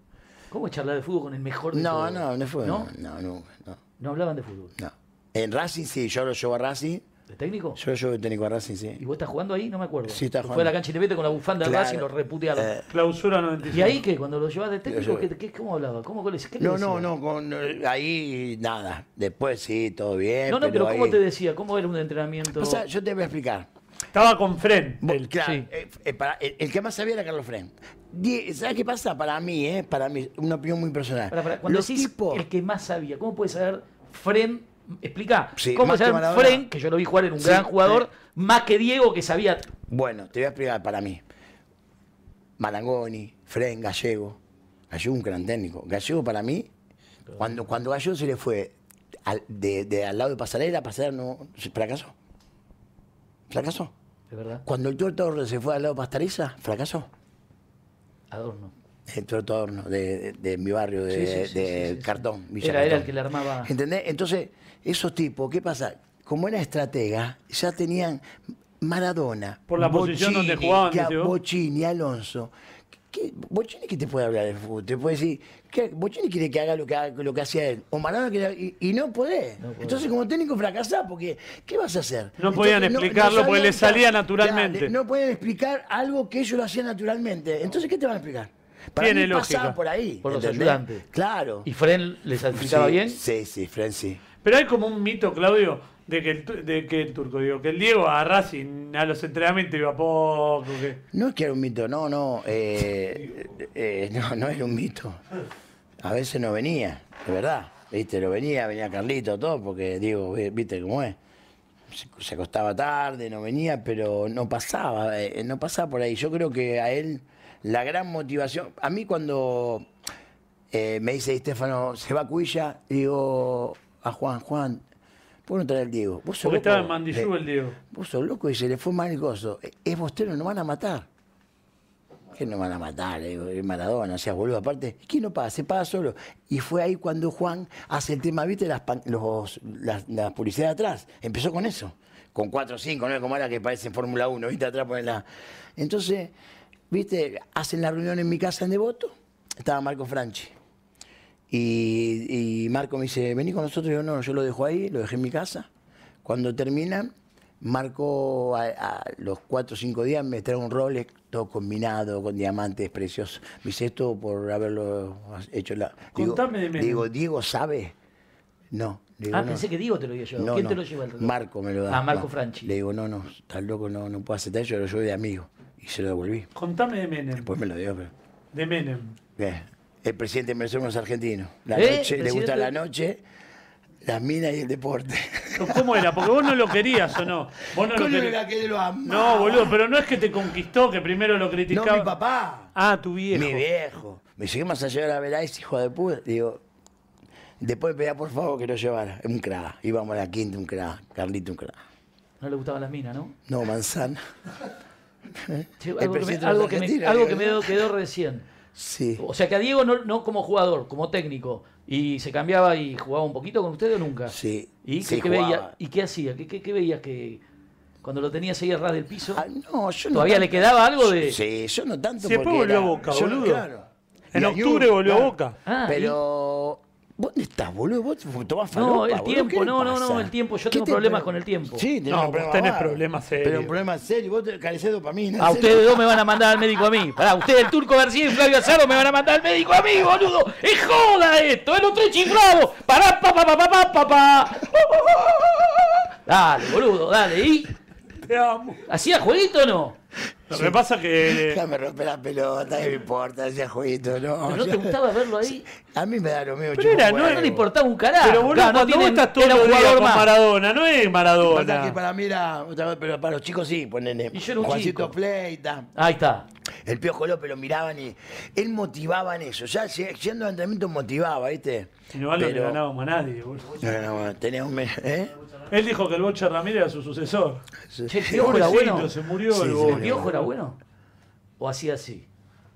[SPEAKER 2] ¿Cómo es charlar de fútbol con el mejor de
[SPEAKER 4] No,
[SPEAKER 2] todos?
[SPEAKER 4] no, no fue. No,
[SPEAKER 2] ¿No?
[SPEAKER 4] no, nunca, no,
[SPEAKER 2] No hablaban de fútbol.
[SPEAKER 4] no. En Racing sí, yo lo llevo a Racing.
[SPEAKER 2] ¿De técnico?
[SPEAKER 4] Yo lo llevo de técnico a Racing,
[SPEAKER 2] ¿Y
[SPEAKER 4] sí.
[SPEAKER 2] vos estás jugando ahí? No me acuerdo.
[SPEAKER 4] Sí, estaba
[SPEAKER 2] Fue
[SPEAKER 4] jugando.
[SPEAKER 2] a la cancha independiente con la bufanda de
[SPEAKER 4] Claro.
[SPEAKER 2] Racing y lo reputearon.
[SPEAKER 4] Eh,
[SPEAKER 1] Clausura 95.
[SPEAKER 2] ¿Y ahí qué? Cuando lo llevas de técnico,
[SPEAKER 4] yo-
[SPEAKER 2] ¿qué, qué- cómo hablaba? ¿Cómo, qué le- qué le
[SPEAKER 4] No,
[SPEAKER 2] decía?
[SPEAKER 4] no, no, con, eh, ahí nada. Después sí, todo bien.
[SPEAKER 2] No, no, pero ¿cómo
[SPEAKER 4] eh, ahí-
[SPEAKER 2] te decía? ¿Cómo era un entrenamiento?
[SPEAKER 4] Pasa, yo te voy a explicar.
[SPEAKER 1] Estaba con Fren.
[SPEAKER 4] Vos,
[SPEAKER 1] él.
[SPEAKER 4] claro,
[SPEAKER 2] sí.
[SPEAKER 4] eh, eh, para- el, el que más sabía era Carlos Fren. Die- ¿Sabes qué pasa? Para mí, ¿eh? Para mí, una opinión muy personal.
[SPEAKER 2] Pará, pará, cuando
[SPEAKER 4] Los
[SPEAKER 2] decís
[SPEAKER 4] tipos-
[SPEAKER 2] el que más sabía, ¿cómo puede saber Fren? Explica,
[SPEAKER 4] Sí,
[SPEAKER 2] ¿cómo
[SPEAKER 4] más
[SPEAKER 2] puede saber
[SPEAKER 4] que Maradona.
[SPEAKER 2] Fren, que yo lo vi jugar, era un
[SPEAKER 4] Sí,
[SPEAKER 2] gran jugador,
[SPEAKER 4] sí.
[SPEAKER 2] más que Diego, que sabía
[SPEAKER 4] Bueno, te voy a explicar para mí. Marangoni, Fren, Gallego. Gallego un gran técnico. Gallego para mí, cuando, cuando Gallego se le fue al, de, de al lado de Pasarela, Pasarela no se- fracasó. Fracasó.
[SPEAKER 2] De verdad.
[SPEAKER 4] Cuando el Tuerto Torres se fue al lado de Pastareza, fracasó.
[SPEAKER 2] Adorno.
[SPEAKER 4] El Tuerto Adorno de, de- de mi barrio, de,
[SPEAKER 2] Sí, sí, sí,
[SPEAKER 4] de
[SPEAKER 2] sí, sí, sí.
[SPEAKER 4] Cartón. Villa
[SPEAKER 2] Era- era
[SPEAKER 4] Cartón.
[SPEAKER 2] el que le armaba.
[SPEAKER 4] ¿Entendés? Entonces, esos tipos, ¿qué pasa? Como era estratega, ya tenían Maradona.
[SPEAKER 1] Por la posición donde jugaban,
[SPEAKER 4] que a
[SPEAKER 1] dice vos.
[SPEAKER 4] Bochini, Alonso. ¿Qué- Bochini que te puede hablar de fútbol, te puede decir, ¿qué? Bochini quiere que haga lo que, haga- lo que hacía él, o Maradona quiere, y, y no podés.
[SPEAKER 2] No podés.
[SPEAKER 4] Entonces como técnico fracasás, porque ¿qué vas a hacer?
[SPEAKER 1] No podían explicarlo porque le
[SPEAKER 4] sabían-
[SPEAKER 1] salía
[SPEAKER 4] Claro,
[SPEAKER 1] naturalmente.
[SPEAKER 4] no podían explicar algo que ellos lo hacían naturalmente. Entonces, ¿qué te van a explicar? Para
[SPEAKER 1] Tiene
[SPEAKER 4] mí pasaba
[SPEAKER 1] lógica.
[SPEAKER 4] por ahí.
[SPEAKER 2] Por los
[SPEAKER 4] ¿entendés?
[SPEAKER 2] ayudantes.
[SPEAKER 4] Claro.
[SPEAKER 2] ¿Y Fren les explicaba
[SPEAKER 4] Sí,
[SPEAKER 2] bien?
[SPEAKER 4] Sí, sí, Fren sí.
[SPEAKER 1] Pero hay como un mito, Claudio, de que el, tu- de que el turco, digo, que el Diego a Racing a los entrenamientos iba poco. que-
[SPEAKER 4] No es que era un mito, no, no. eh, eh, no, no era un mito. A veces no venía, de verdad. Viste, no venía, venía Carlito, todo, porque digo, vi- viste cómo es. Se, se acostaba tarde, no venía, pero no pasaba, eh, no pasaba por ahí. Yo creo que a él la gran motivación. A mí cuando eh, me dice Estefano, se va a Cuilla, digo a Juan, Juan, ¿por qué no trae el Diego? ¿Vos sos
[SPEAKER 1] Porque estaba en
[SPEAKER 4] loco?".
[SPEAKER 1] Mandillú
[SPEAKER 4] Le-
[SPEAKER 1] el Diego.
[SPEAKER 4] Vos sos loco y se le fue mal el gozo. E- Es Bostero, nos van a matar. ¿Qué nos van a matar? Le digo, Es Maradona, o sea, boludo. Aparte, ¿quién no paga? Se paga solo. Y fue ahí cuando Juan hace el tema, ¿viste? Las, pan- los, las, las publicidades atrás. Empezó con eso. Con 4, 5, 9, como era que parece en Fórmula 1, ¿viste? Atrás ponen la. Entonces, ¿viste? Hacen la reunión en mi casa en Devoto. Estaba Marco Franchi. Y, y Marco me dice, vení con nosotros. yo, no, yo lo dejo ahí, lo dejé en mi casa. Cuando terminan, Marco a, a los cuatro o cinco días me trae un Rolex todo combinado, con diamantes preciosos. Me dice esto por haberlo hecho. La... Digo-
[SPEAKER 1] Contame de Menem.
[SPEAKER 4] Digo, Diego sabe. No. le digo,
[SPEAKER 2] Ah,
[SPEAKER 4] no.
[SPEAKER 2] pensé que Diego te lo iba a llevar.
[SPEAKER 4] No,
[SPEAKER 2] ¿Quién te
[SPEAKER 4] no,
[SPEAKER 2] lo lleva? el reloj?
[SPEAKER 4] Marco me lo da.
[SPEAKER 2] Ah, Marco
[SPEAKER 4] Ma-
[SPEAKER 2] Franchi.
[SPEAKER 4] Le digo, no, no, estás loco, no, no puedo aceptar, yo lo llevo de amigo. Y se lo devolví.
[SPEAKER 1] Contame de Menem.
[SPEAKER 4] Después me lo dio, pero.
[SPEAKER 1] De Menem.
[SPEAKER 4] Eh, El presidente de Venezuela es argentino. La
[SPEAKER 2] ¿Eh?
[SPEAKER 4] noche, le gusta
[SPEAKER 2] Presidente.
[SPEAKER 4] la noche, las minas y el deporte.
[SPEAKER 1] Pero, ¿Cómo era? Porque vos no lo querías o no. Vos no lo
[SPEAKER 4] Coño,
[SPEAKER 1] querías.
[SPEAKER 4] era que lo amaba.
[SPEAKER 1] No, boludo, pero no es que te conquistó, que primero lo
[SPEAKER 4] No,
[SPEAKER 1] criticaba.
[SPEAKER 4] mi papá.
[SPEAKER 1] Ah, tu viejo.
[SPEAKER 4] Mi viejo. Me dice, ¿qué más a llevar a Veláez, hijo de puta? Digo, después pedía por favor que lo llevara. Un cra. Íbamos a la quinta, un cra. Carlito, un cra.
[SPEAKER 2] No le gustaban las minas, ¿no?
[SPEAKER 4] No, manzana.
[SPEAKER 2] Che, algo,
[SPEAKER 4] El
[SPEAKER 2] que me,
[SPEAKER 4] presidente
[SPEAKER 2] algo
[SPEAKER 4] de
[SPEAKER 2] que me-
[SPEAKER 4] Argentina, eh.
[SPEAKER 2] algo
[SPEAKER 4] Diego,
[SPEAKER 2] que me
[SPEAKER 4] ¿no?
[SPEAKER 2] quedó, quedó recién.
[SPEAKER 4] Sí.
[SPEAKER 2] O sea que a Diego no, no como jugador, como técnico. Y se cambiaba y jugaba un poquito con ustedes o nunca.
[SPEAKER 4] Sí.
[SPEAKER 2] ¿Y
[SPEAKER 4] Sí,
[SPEAKER 2] qué, qué
[SPEAKER 4] jugaba.
[SPEAKER 2] veía, ¿Y qué hacía? ¿Qué, qué, qué veías que cuando lo tenías ahí a ras del piso?
[SPEAKER 4] Ah, no, yo no
[SPEAKER 2] ¿Todavía
[SPEAKER 4] tanto.
[SPEAKER 2] le quedaba algo de.?
[SPEAKER 4] Sí, yo no tanto
[SPEAKER 1] Si después
[SPEAKER 4] porque
[SPEAKER 1] volvió
[SPEAKER 4] era-
[SPEAKER 1] a Boca,
[SPEAKER 4] yo no-
[SPEAKER 1] boludo.
[SPEAKER 4] claro.
[SPEAKER 1] En
[SPEAKER 4] Y a
[SPEAKER 1] octubre
[SPEAKER 4] Newell's,
[SPEAKER 1] volvió a
[SPEAKER 4] claro.
[SPEAKER 1] Boca.
[SPEAKER 2] Ah,
[SPEAKER 4] Pero. ¿Dónde estás, boludo? ¿Vos te- tomás
[SPEAKER 2] No,
[SPEAKER 4] falopa,
[SPEAKER 2] el
[SPEAKER 4] boludo?
[SPEAKER 2] tiempo,
[SPEAKER 4] ¿Qué le
[SPEAKER 2] no, no,
[SPEAKER 4] pasa?
[SPEAKER 2] no, el tiempo. Yo
[SPEAKER 4] ¿Qué
[SPEAKER 2] tengo
[SPEAKER 4] te-
[SPEAKER 2] problemas con el tiempo.
[SPEAKER 4] Sí, tenés
[SPEAKER 1] No,
[SPEAKER 4] un
[SPEAKER 1] vos
[SPEAKER 4] problema
[SPEAKER 1] tenés
[SPEAKER 4] bárbaro.
[SPEAKER 1] problemas
[SPEAKER 4] Pero
[SPEAKER 1] serios.
[SPEAKER 4] un problema serio, vos te carecés de dopamina.
[SPEAKER 2] A
[SPEAKER 4] en serio.
[SPEAKER 2] ustedes dos me van a mandar al médico a mí. Pará, ustedes, el turco García y Flavio Azaro, me van a mandar al médico a mí, boludo. ¡Es joda esto! ¡Es los tres chiflados! ¡Pará, pa, pa, pa, pa, pa, pa, pa! Dale, boludo, dale. ¿Y?
[SPEAKER 1] Te amo.
[SPEAKER 2] ¿Hacía jueguito o no?
[SPEAKER 1] Lo que pasa que.
[SPEAKER 4] Ya me rompe la pelota, que me importa, ese jueguito, no.
[SPEAKER 2] Pero no
[SPEAKER 4] ya-
[SPEAKER 2] te gustaba verlo ahí.
[SPEAKER 4] A mí me da lo mismo.
[SPEAKER 1] Pero
[SPEAKER 4] chupa
[SPEAKER 1] era,
[SPEAKER 4] un
[SPEAKER 1] no
[SPEAKER 4] huevo.
[SPEAKER 2] No le importaba un carajo.
[SPEAKER 1] Pero boludo,
[SPEAKER 2] Claro, no
[SPEAKER 1] cuando vos
[SPEAKER 2] tienen-
[SPEAKER 1] estás todo
[SPEAKER 2] era un
[SPEAKER 1] el día
[SPEAKER 2] jugador
[SPEAKER 1] con
[SPEAKER 2] más.
[SPEAKER 1] Maradona, no es
[SPEAKER 4] Pasa que
[SPEAKER 1] Maradona.
[SPEAKER 4] para mí era. otra vez, Pero para los chicos sí, ponele.
[SPEAKER 2] Y yo era un
[SPEAKER 4] Juancito
[SPEAKER 2] chico.
[SPEAKER 4] Pleita.
[SPEAKER 2] Ahí está.
[SPEAKER 4] El Piojo López lo miraban y él motivaba en eso. Ya si- yendo al entrenamiento motivaba, ¿viste?
[SPEAKER 1] Si no vale, no le
[SPEAKER 4] Pero-
[SPEAKER 1] ganábamos a nadie, boludo.
[SPEAKER 4] No, no, no, tenía un mes, ¿eh?
[SPEAKER 1] Él dijo que el Bocha Ramírez era su sucesor.
[SPEAKER 2] Che, el piojo era bueno.
[SPEAKER 1] Pobrecito, se murió
[SPEAKER 4] Sí,
[SPEAKER 1] el
[SPEAKER 4] sí,
[SPEAKER 2] ¿El
[SPEAKER 1] Bocha.
[SPEAKER 2] piojo era bueno? ¿O hacía así?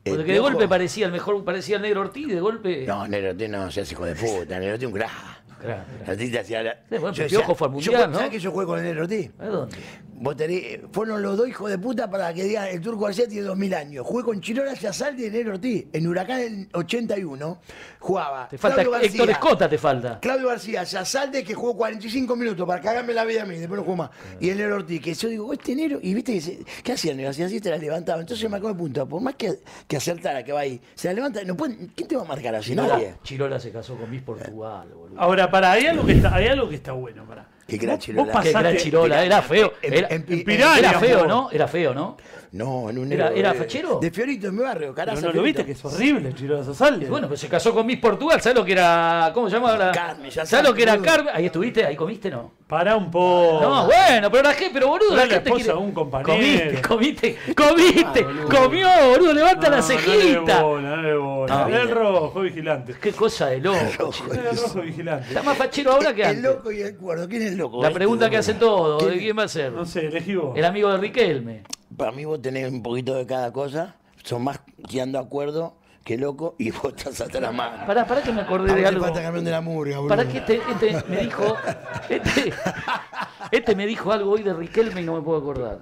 [SPEAKER 4] El
[SPEAKER 2] Porque de
[SPEAKER 4] Piojo-
[SPEAKER 2] golpe parecía el mejor, parecía el negro Ortiz, de golpe.
[SPEAKER 4] No, Nerote no seas hijo de puta, Nerote un graja.
[SPEAKER 2] Claro, claro.
[SPEAKER 4] Nerote te hacía la-
[SPEAKER 2] Sí, bueno,
[SPEAKER 4] yo
[SPEAKER 2] Piojo fue al
[SPEAKER 4] yo
[SPEAKER 2] Mundial,
[SPEAKER 4] jugué-
[SPEAKER 2] ¿no?
[SPEAKER 4] ¿Sabés que yo jugué con el Nerote?
[SPEAKER 2] ¿A dónde?
[SPEAKER 4] Vos tenés- eh, fueron los dos hijos de puta para que digan el turco García tiene 2000 años. Jugué con Chirona Yazaldi y Enero Ortiz. En Huracán en 81 jugaba.
[SPEAKER 2] Te falta
[SPEAKER 4] Claudio
[SPEAKER 2] Héctor
[SPEAKER 4] García,
[SPEAKER 2] Escota, te falta.
[SPEAKER 4] Claudio García, Yazalde que jugó 45 minutos para cagarme la vida a mí, después no jugó más. Y el Nero Ortiz, que yo digo, este enero, y viste que se- ¿qué hacía el Nero? Hacía así, te la levantaba. Entonces marcó el punto. Por más que, que acertara que va ahí, se la levanta, no pueden, ¿quién te va a marcar así? Nadie.
[SPEAKER 2] Chirola, Chirola se casó con Miss Portugal, boludo.
[SPEAKER 1] Ahora, para, hay algo que está, hay algo que está bueno, para.
[SPEAKER 4] Qué gran Chirola. Ah, Qué
[SPEAKER 2] Qué gran Chirola, era feo.
[SPEAKER 4] en-
[SPEAKER 2] Era,
[SPEAKER 4] en- en
[SPEAKER 1] Piranha,
[SPEAKER 2] era feo,
[SPEAKER 1] vos.
[SPEAKER 2] ¿no? Era feo, ¿no?
[SPEAKER 4] No, en un
[SPEAKER 2] ¿Era- era
[SPEAKER 4] de-
[SPEAKER 2] fachero?
[SPEAKER 4] De Fiorito en mi barrio, carajo.
[SPEAKER 1] Pero no lo viste, que es horrible, Chirola Sasal.
[SPEAKER 2] Bueno, pues se casó con Miss Portugal, ¿sabes lo que era? ¿Cómo se llamaba? la-
[SPEAKER 4] Carmen, ya
[SPEAKER 2] ¿Sabes lo que era
[SPEAKER 4] sabes, boludo.
[SPEAKER 2] Carmen? Ahí estuviste, ahí comiste, ¿no.
[SPEAKER 1] Pará un poco.
[SPEAKER 2] No, bueno, pero la gente, pero boludo,
[SPEAKER 1] Era la
[SPEAKER 2] gente
[SPEAKER 1] esposa de un compañero.
[SPEAKER 2] Comiste, comiste, comiste, comió, boludo, levanta la cejita.
[SPEAKER 1] No, no le bola, no le bola.
[SPEAKER 4] Ah,
[SPEAKER 1] Era el
[SPEAKER 4] bien.
[SPEAKER 1] rojo vigilante.
[SPEAKER 2] Qué cosa de loco. chico.
[SPEAKER 1] Era el rojo vigilante.
[SPEAKER 2] Está más fachero ahora que
[SPEAKER 4] El
[SPEAKER 2] antes.
[SPEAKER 4] loco y el cuerdo. ¿Quién es el loco?
[SPEAKER 2] La
[SPEAKER 4] Este,
[SPEAKER 2] pregunta que
[SPEAKER 4] boludo.
[SPEAKER 2] hacen todos, ¿de
[SPEAKER 4] ¿Quién-
[SPEAKER 2] quién va a ser?
[SPEAKER 1] No sé, elegí vos.
[SPEAKER 2] El amigo de Riquelme.
[SPEAKER 4] Para mí vos tenés un poquito de cada cosa. Son más tirando a cuerdo que loco y vos estás hasta la mano.
[SPEAKER 2] Pará, pará que me acordé
[SPEAKER 4] A vos
[SPEAKER 2] de
[SPEAKER 4] te
[SPEAKER 2] algo.
[SPEAKER 4] falta campeón de la murga, boludo.
[SPEAKER 2] Pará que este, este me dijo. Este, este me dijo algo hoy de Riquelme y no me puedo acordar.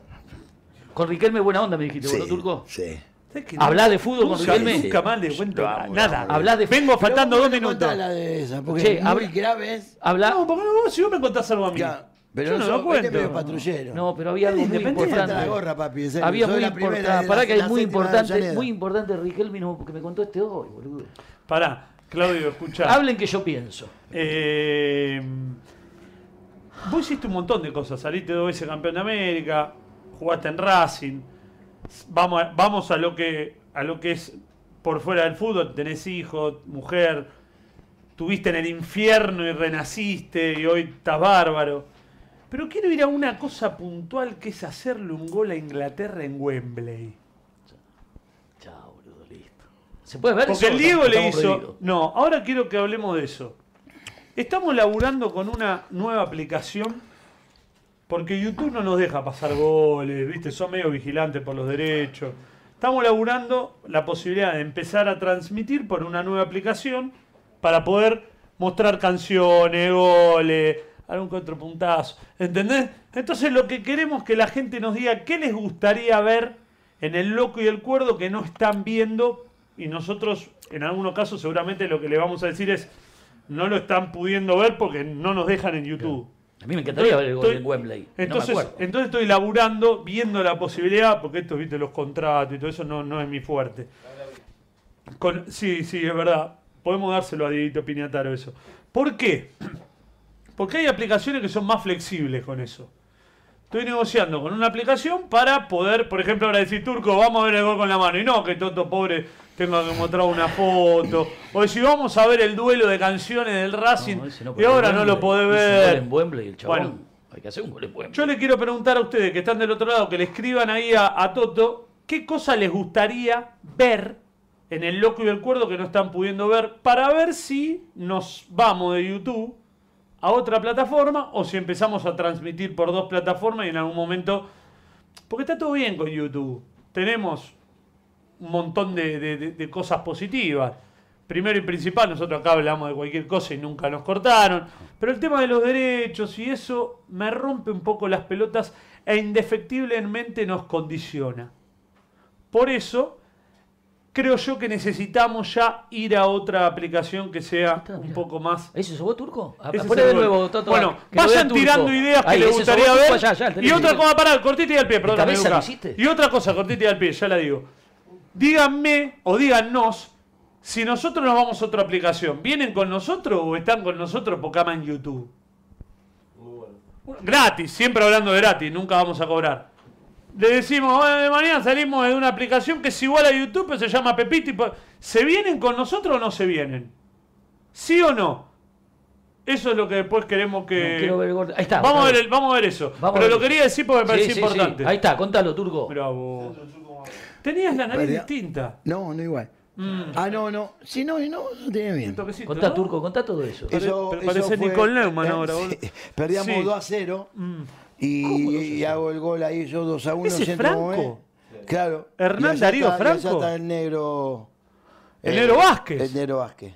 [SPEAKER 2] Con Riquelme buena onda me dijiste,
[SPEAKER 4] Sí,
[SPEAKER 2] ¿verdad, Turco?
[SPEAKER 4] Sí.
[SPEAKER 1] ¿Sabés que
[SPEAKER 2] Hablá
[SPEAKER 1] no-
[SPEAKER 2] de fútbol con
[SPEAKER 1] nunca-
[SPEAKER 2] Riquelme.
[SPEAKER 1] Nunca más le cuento
[SPEAKER 4] Lo amo, lo
[SPEAKER 1] nada.
[SPEAKER 4] amo.
[SPEAKER 2] Hablá de
[SPEAKER 1] Vengo faltando
[SPEAKER 4] Pero
[SPEAKER 1] dos
[SPEAKER 4] vos no
[SPEAKER 1] minutos.
[SPEAKER 4] contás la de esa, porque
[SPEAKER 2] Che,
[SPEAKER 4] es
[SPEAKER 2] habla-
[SPEAKER 4] muy grave es.
[SPEAKER 2] Habla.
[SPEAKER 1] No, porque vos, si vos me contás algo a mí.
[SPEAKER 4] Ya, pero
[SPEAKER 1] yo no lo
[SPEAKER 4] sos- este medio
[SPEAKER 1] cuento.
[SPEAKER 4] patrullero.
[SPEAKER 2] No, pero había algo muy
[SPEAKER 1] Independiente.
[SPEAKER 2] importante.
[SPEAKER 4] Levanta la gorra, papi, en serio.
[SPEAKER 2] Había
[SPEAKER 4] Soy
[SPEAKER 2] muy
[SPEAKER 4] la primera de
[SPEAKER 2] importante.
[SPEAKER 4] la-
[SPEAKER 2] Pará que
[SPEAKER 4] de
[SPEAKER 2] es
[SPEAKER 4] la
[SPEAKER 2] muy
[SPEAKER 4] séptima de
[SPEAKER 2] importante,
[SPEAKER 4] Avellaneda.
[SPEAKER 2] muy importante Riquelme no, que me contó este hoy, boludo.
[SPEAKER 1] Pará, Claudio, escuchá.
[SPEAKER 2] Hablen que yo pienso.
[SPEAKER 1] Eh, Vos hiciste un montón de cosas. Saliste dos veces campeón de América, jugaste en Racing. Vamos a, vamos a lo que a lo que es por fuera del fútbol. Tenés hijo, mujer. Tuviste en el infierno y renaciste y hoy estás bárbaro. Pero quiero ir a una cosa puntual que es hacerle un gol a Inglaterra en Wembley.
[SPEAKER 2] Chao, boludo, listo. ¿Se puede ver
[SPEAKER 1] Porque
[SPEAKER 2] eso?
[SPEAKER 1] el Diego le
[SPEAKER 2] Estamos
[SPEAKER 1] hizo.
[SPEAKER 2] prohibidos.
[SPEAKER 1] No, ahora quiero que hablemos de eso. Estamos laburando con una nueva aplicación. Porque YouTube no nos deja pasar goles, ¿viste? Son medio vigilantes por los derechos. Estamos laburando la posibilidad de empezar a transmitir por una nueva aplicación para poder mostrar canciones, goles, algún que otro puntazo. ¿Entendés? Entonces lo que queremos que la gente nos diga qué les gustaría ver en el loco y el cuerdo que no están viendo y nosotros en algunos casos seguramente lo que le vamos a decir es no lo están pudiendo ver porque no nos dejan en YouTube.
[SPEAKER 2] A mí me encantaría ver el gol
[SPEAKER 1] Estoy-
[SPEAKER 2] en Wembley.
[SPEAKER 1] Entonces,
[SPEAKER 2] no me acuerdo.
[SPEAKER 1] entonces estoy laburando, viendo la posibilidad, porque esto, viste, los contratos y todo eso no, no es mi fuerte. Con- sí, sí, es verdad. Podemos dárselo a Dieguito Piñataro eso. ¿Por qué? Porque hay aplicaciones que son más flexibles con eso. Estoy negociando con una aplicación para poder, por ejemplo, ahora decir, Turco, vamos a ver el gol con la mano. Y no que Toto, pobre, tenga que mostrar una foto. O si vamos a ver el duelo de canciones del Racing
[SPEAKER 2] ese no,
[SPEAKER 1] y
[SPEAKER 2] porque
[SPEAKER 1] ahora no
[SPEAKER 2] Wembley
[SPEAKER 1] lo podés
[SPEAKER 2] hizo Un gol
[SPEAKER 1] ver.
[SPEAKER 2] en Wembley, el chabón.
[SPEAKER 1] Bueno.
[SPEAKER 2] Hay que hacer un gol en Wembley.
[SPEAKER 1] Yo le quiero preguntar a ustedes que están del otro lado, que le escriban ahí a, a Toto, ¿qué cosa les gustaría ver en el loco y el cuerdo que no están pudiendo ver para ver si nos vamos de YouTube a otra plataforma o si empezamos a transmitir por dos plataformas y en algún momento... Porque está todo bien con YouTube. Tenemos un montón de, de- de- de cosas positivas. Primero y principal, nosotros acá hablamos de cualquier cosa y nunca nos cortaron. Pero el tema de los derechos y eso me rompe un poco las pelotas e indefectiblemente nos condiciona. Por eso, creo yo que necesitamos ya ir a otra aplicación que sea
[SPEAKER 2] está,
[SPEAKER 1] un
[SPEAKER 2] mirá.
[SPEAKER 1] poco más
[SPEAKER 2] ¿Eso es vos, Turco? Ah,
[SPEAKER 1] ese es
[SPEAKER 2] poné
[SPEAKER 1] el
[SPEAKER 2] de
[SPEAKER 1] gol.
[SPEAKER 2] nuevo, Toto.
[SPEAKER 1] Bueno,
[SPEAKER 2] que lo vea
[SPEAKER 1] vayan
[SPEAKER 2] Turco.
[SPEAKER 1] tirando ideas que
[SPEAKER 2] Ahí,
[SPEAKER 1] les
[SPEAKER 2] ese es vos,
[SPEAKER 1] gustaría ver.
[SPEAKER 2] Turco, allá, allá, el
[SPEAKER 1] y
[SPEAKER 2] tenés,
[SPEAKER 1] otra
[SPEAKER 2] mirá.
[SPEAKER 1] cosa, pará, cortita y al pie, perdón.
[SPEAKER 2] cabeza lo hiciste?
[SPEAKER 1] Y otra cosa, cortita y al pie, ya la digo. Díganme o díganos si nosotros nos vamos a otra aplicación. ¿Vienen con nosotros o están con nosotros porque aman YouTube? Gratis, siempre hablando de gratis, nunca vamos a cobrar. Le decimos, "Bueno, de mañana salimos de una aplicación que es igual a YouTube, pero se llama Pepito. y po-". ¿Se vienen con nosotros o no se vienen? ¿Sí o no? Eso es lo que después queremos que.
[SPEAKER 2] No quiero ver el gol. Ahí está,
[SPEAKER 1] Vamos a
[SPEAKER 2] otra
[SPEAKER 1] ver,
[SPEAKER 2] vez.
[SPEAKER 1] el- vamos a ver eso. Pero
[SPEAKER 2] Vamos a ver.
[SPEAKER 1] lo quería decir porque me pareció
[SPEAKER 2] Sí, sí, sí.
[SPEAKER 1] importante.
[SPEAKER 2] Ahí está, contalo, Turco.
[SPEAKER 1] Mirá vos. Tenías la nariz
[SPEAKER 4] Vale.
[SPEAKER 1] distinta.
[SPEAKER 4] No, no igual.
[SPEAKER 2] Mm.
[SPEAKER 4] Ah, no, no. Si no, no, no tiene bien.
[SPEAKER 1] Un toquecito,
[SPEAKER 2] Contá,
[SPEAKER 1] ¿no?
[SPEAKER 2] Turco, contá todo eso.
[SPEAKER 1] Eh, Pero parece Nicole Neumann ahora, boludo.
[SPEAKER 4] Perdíamos
[SPEAKER 1] Sí.
[SPEAKER 4] 2 a 0
[SPEAKER 1] Mm.
[SPEAKER 4] y, y hago el gol ahí yo 2 a 1.
[SPEAKER 1] ¿Ese es Franco?
[SPEAKER 4] Claro.
[SPEAKER 1] Hernán
[SPEAKER 4] Y allá
[SPEAKER 1] Darío
[SPEAKER 4] está- y allá
[SPEAKER 1] Franco.
[SPEAKER 4] está el negro. eh,
[SPEAKER 1] El negro Vázquez.
[SPEAKER 4] El negro Vázquez.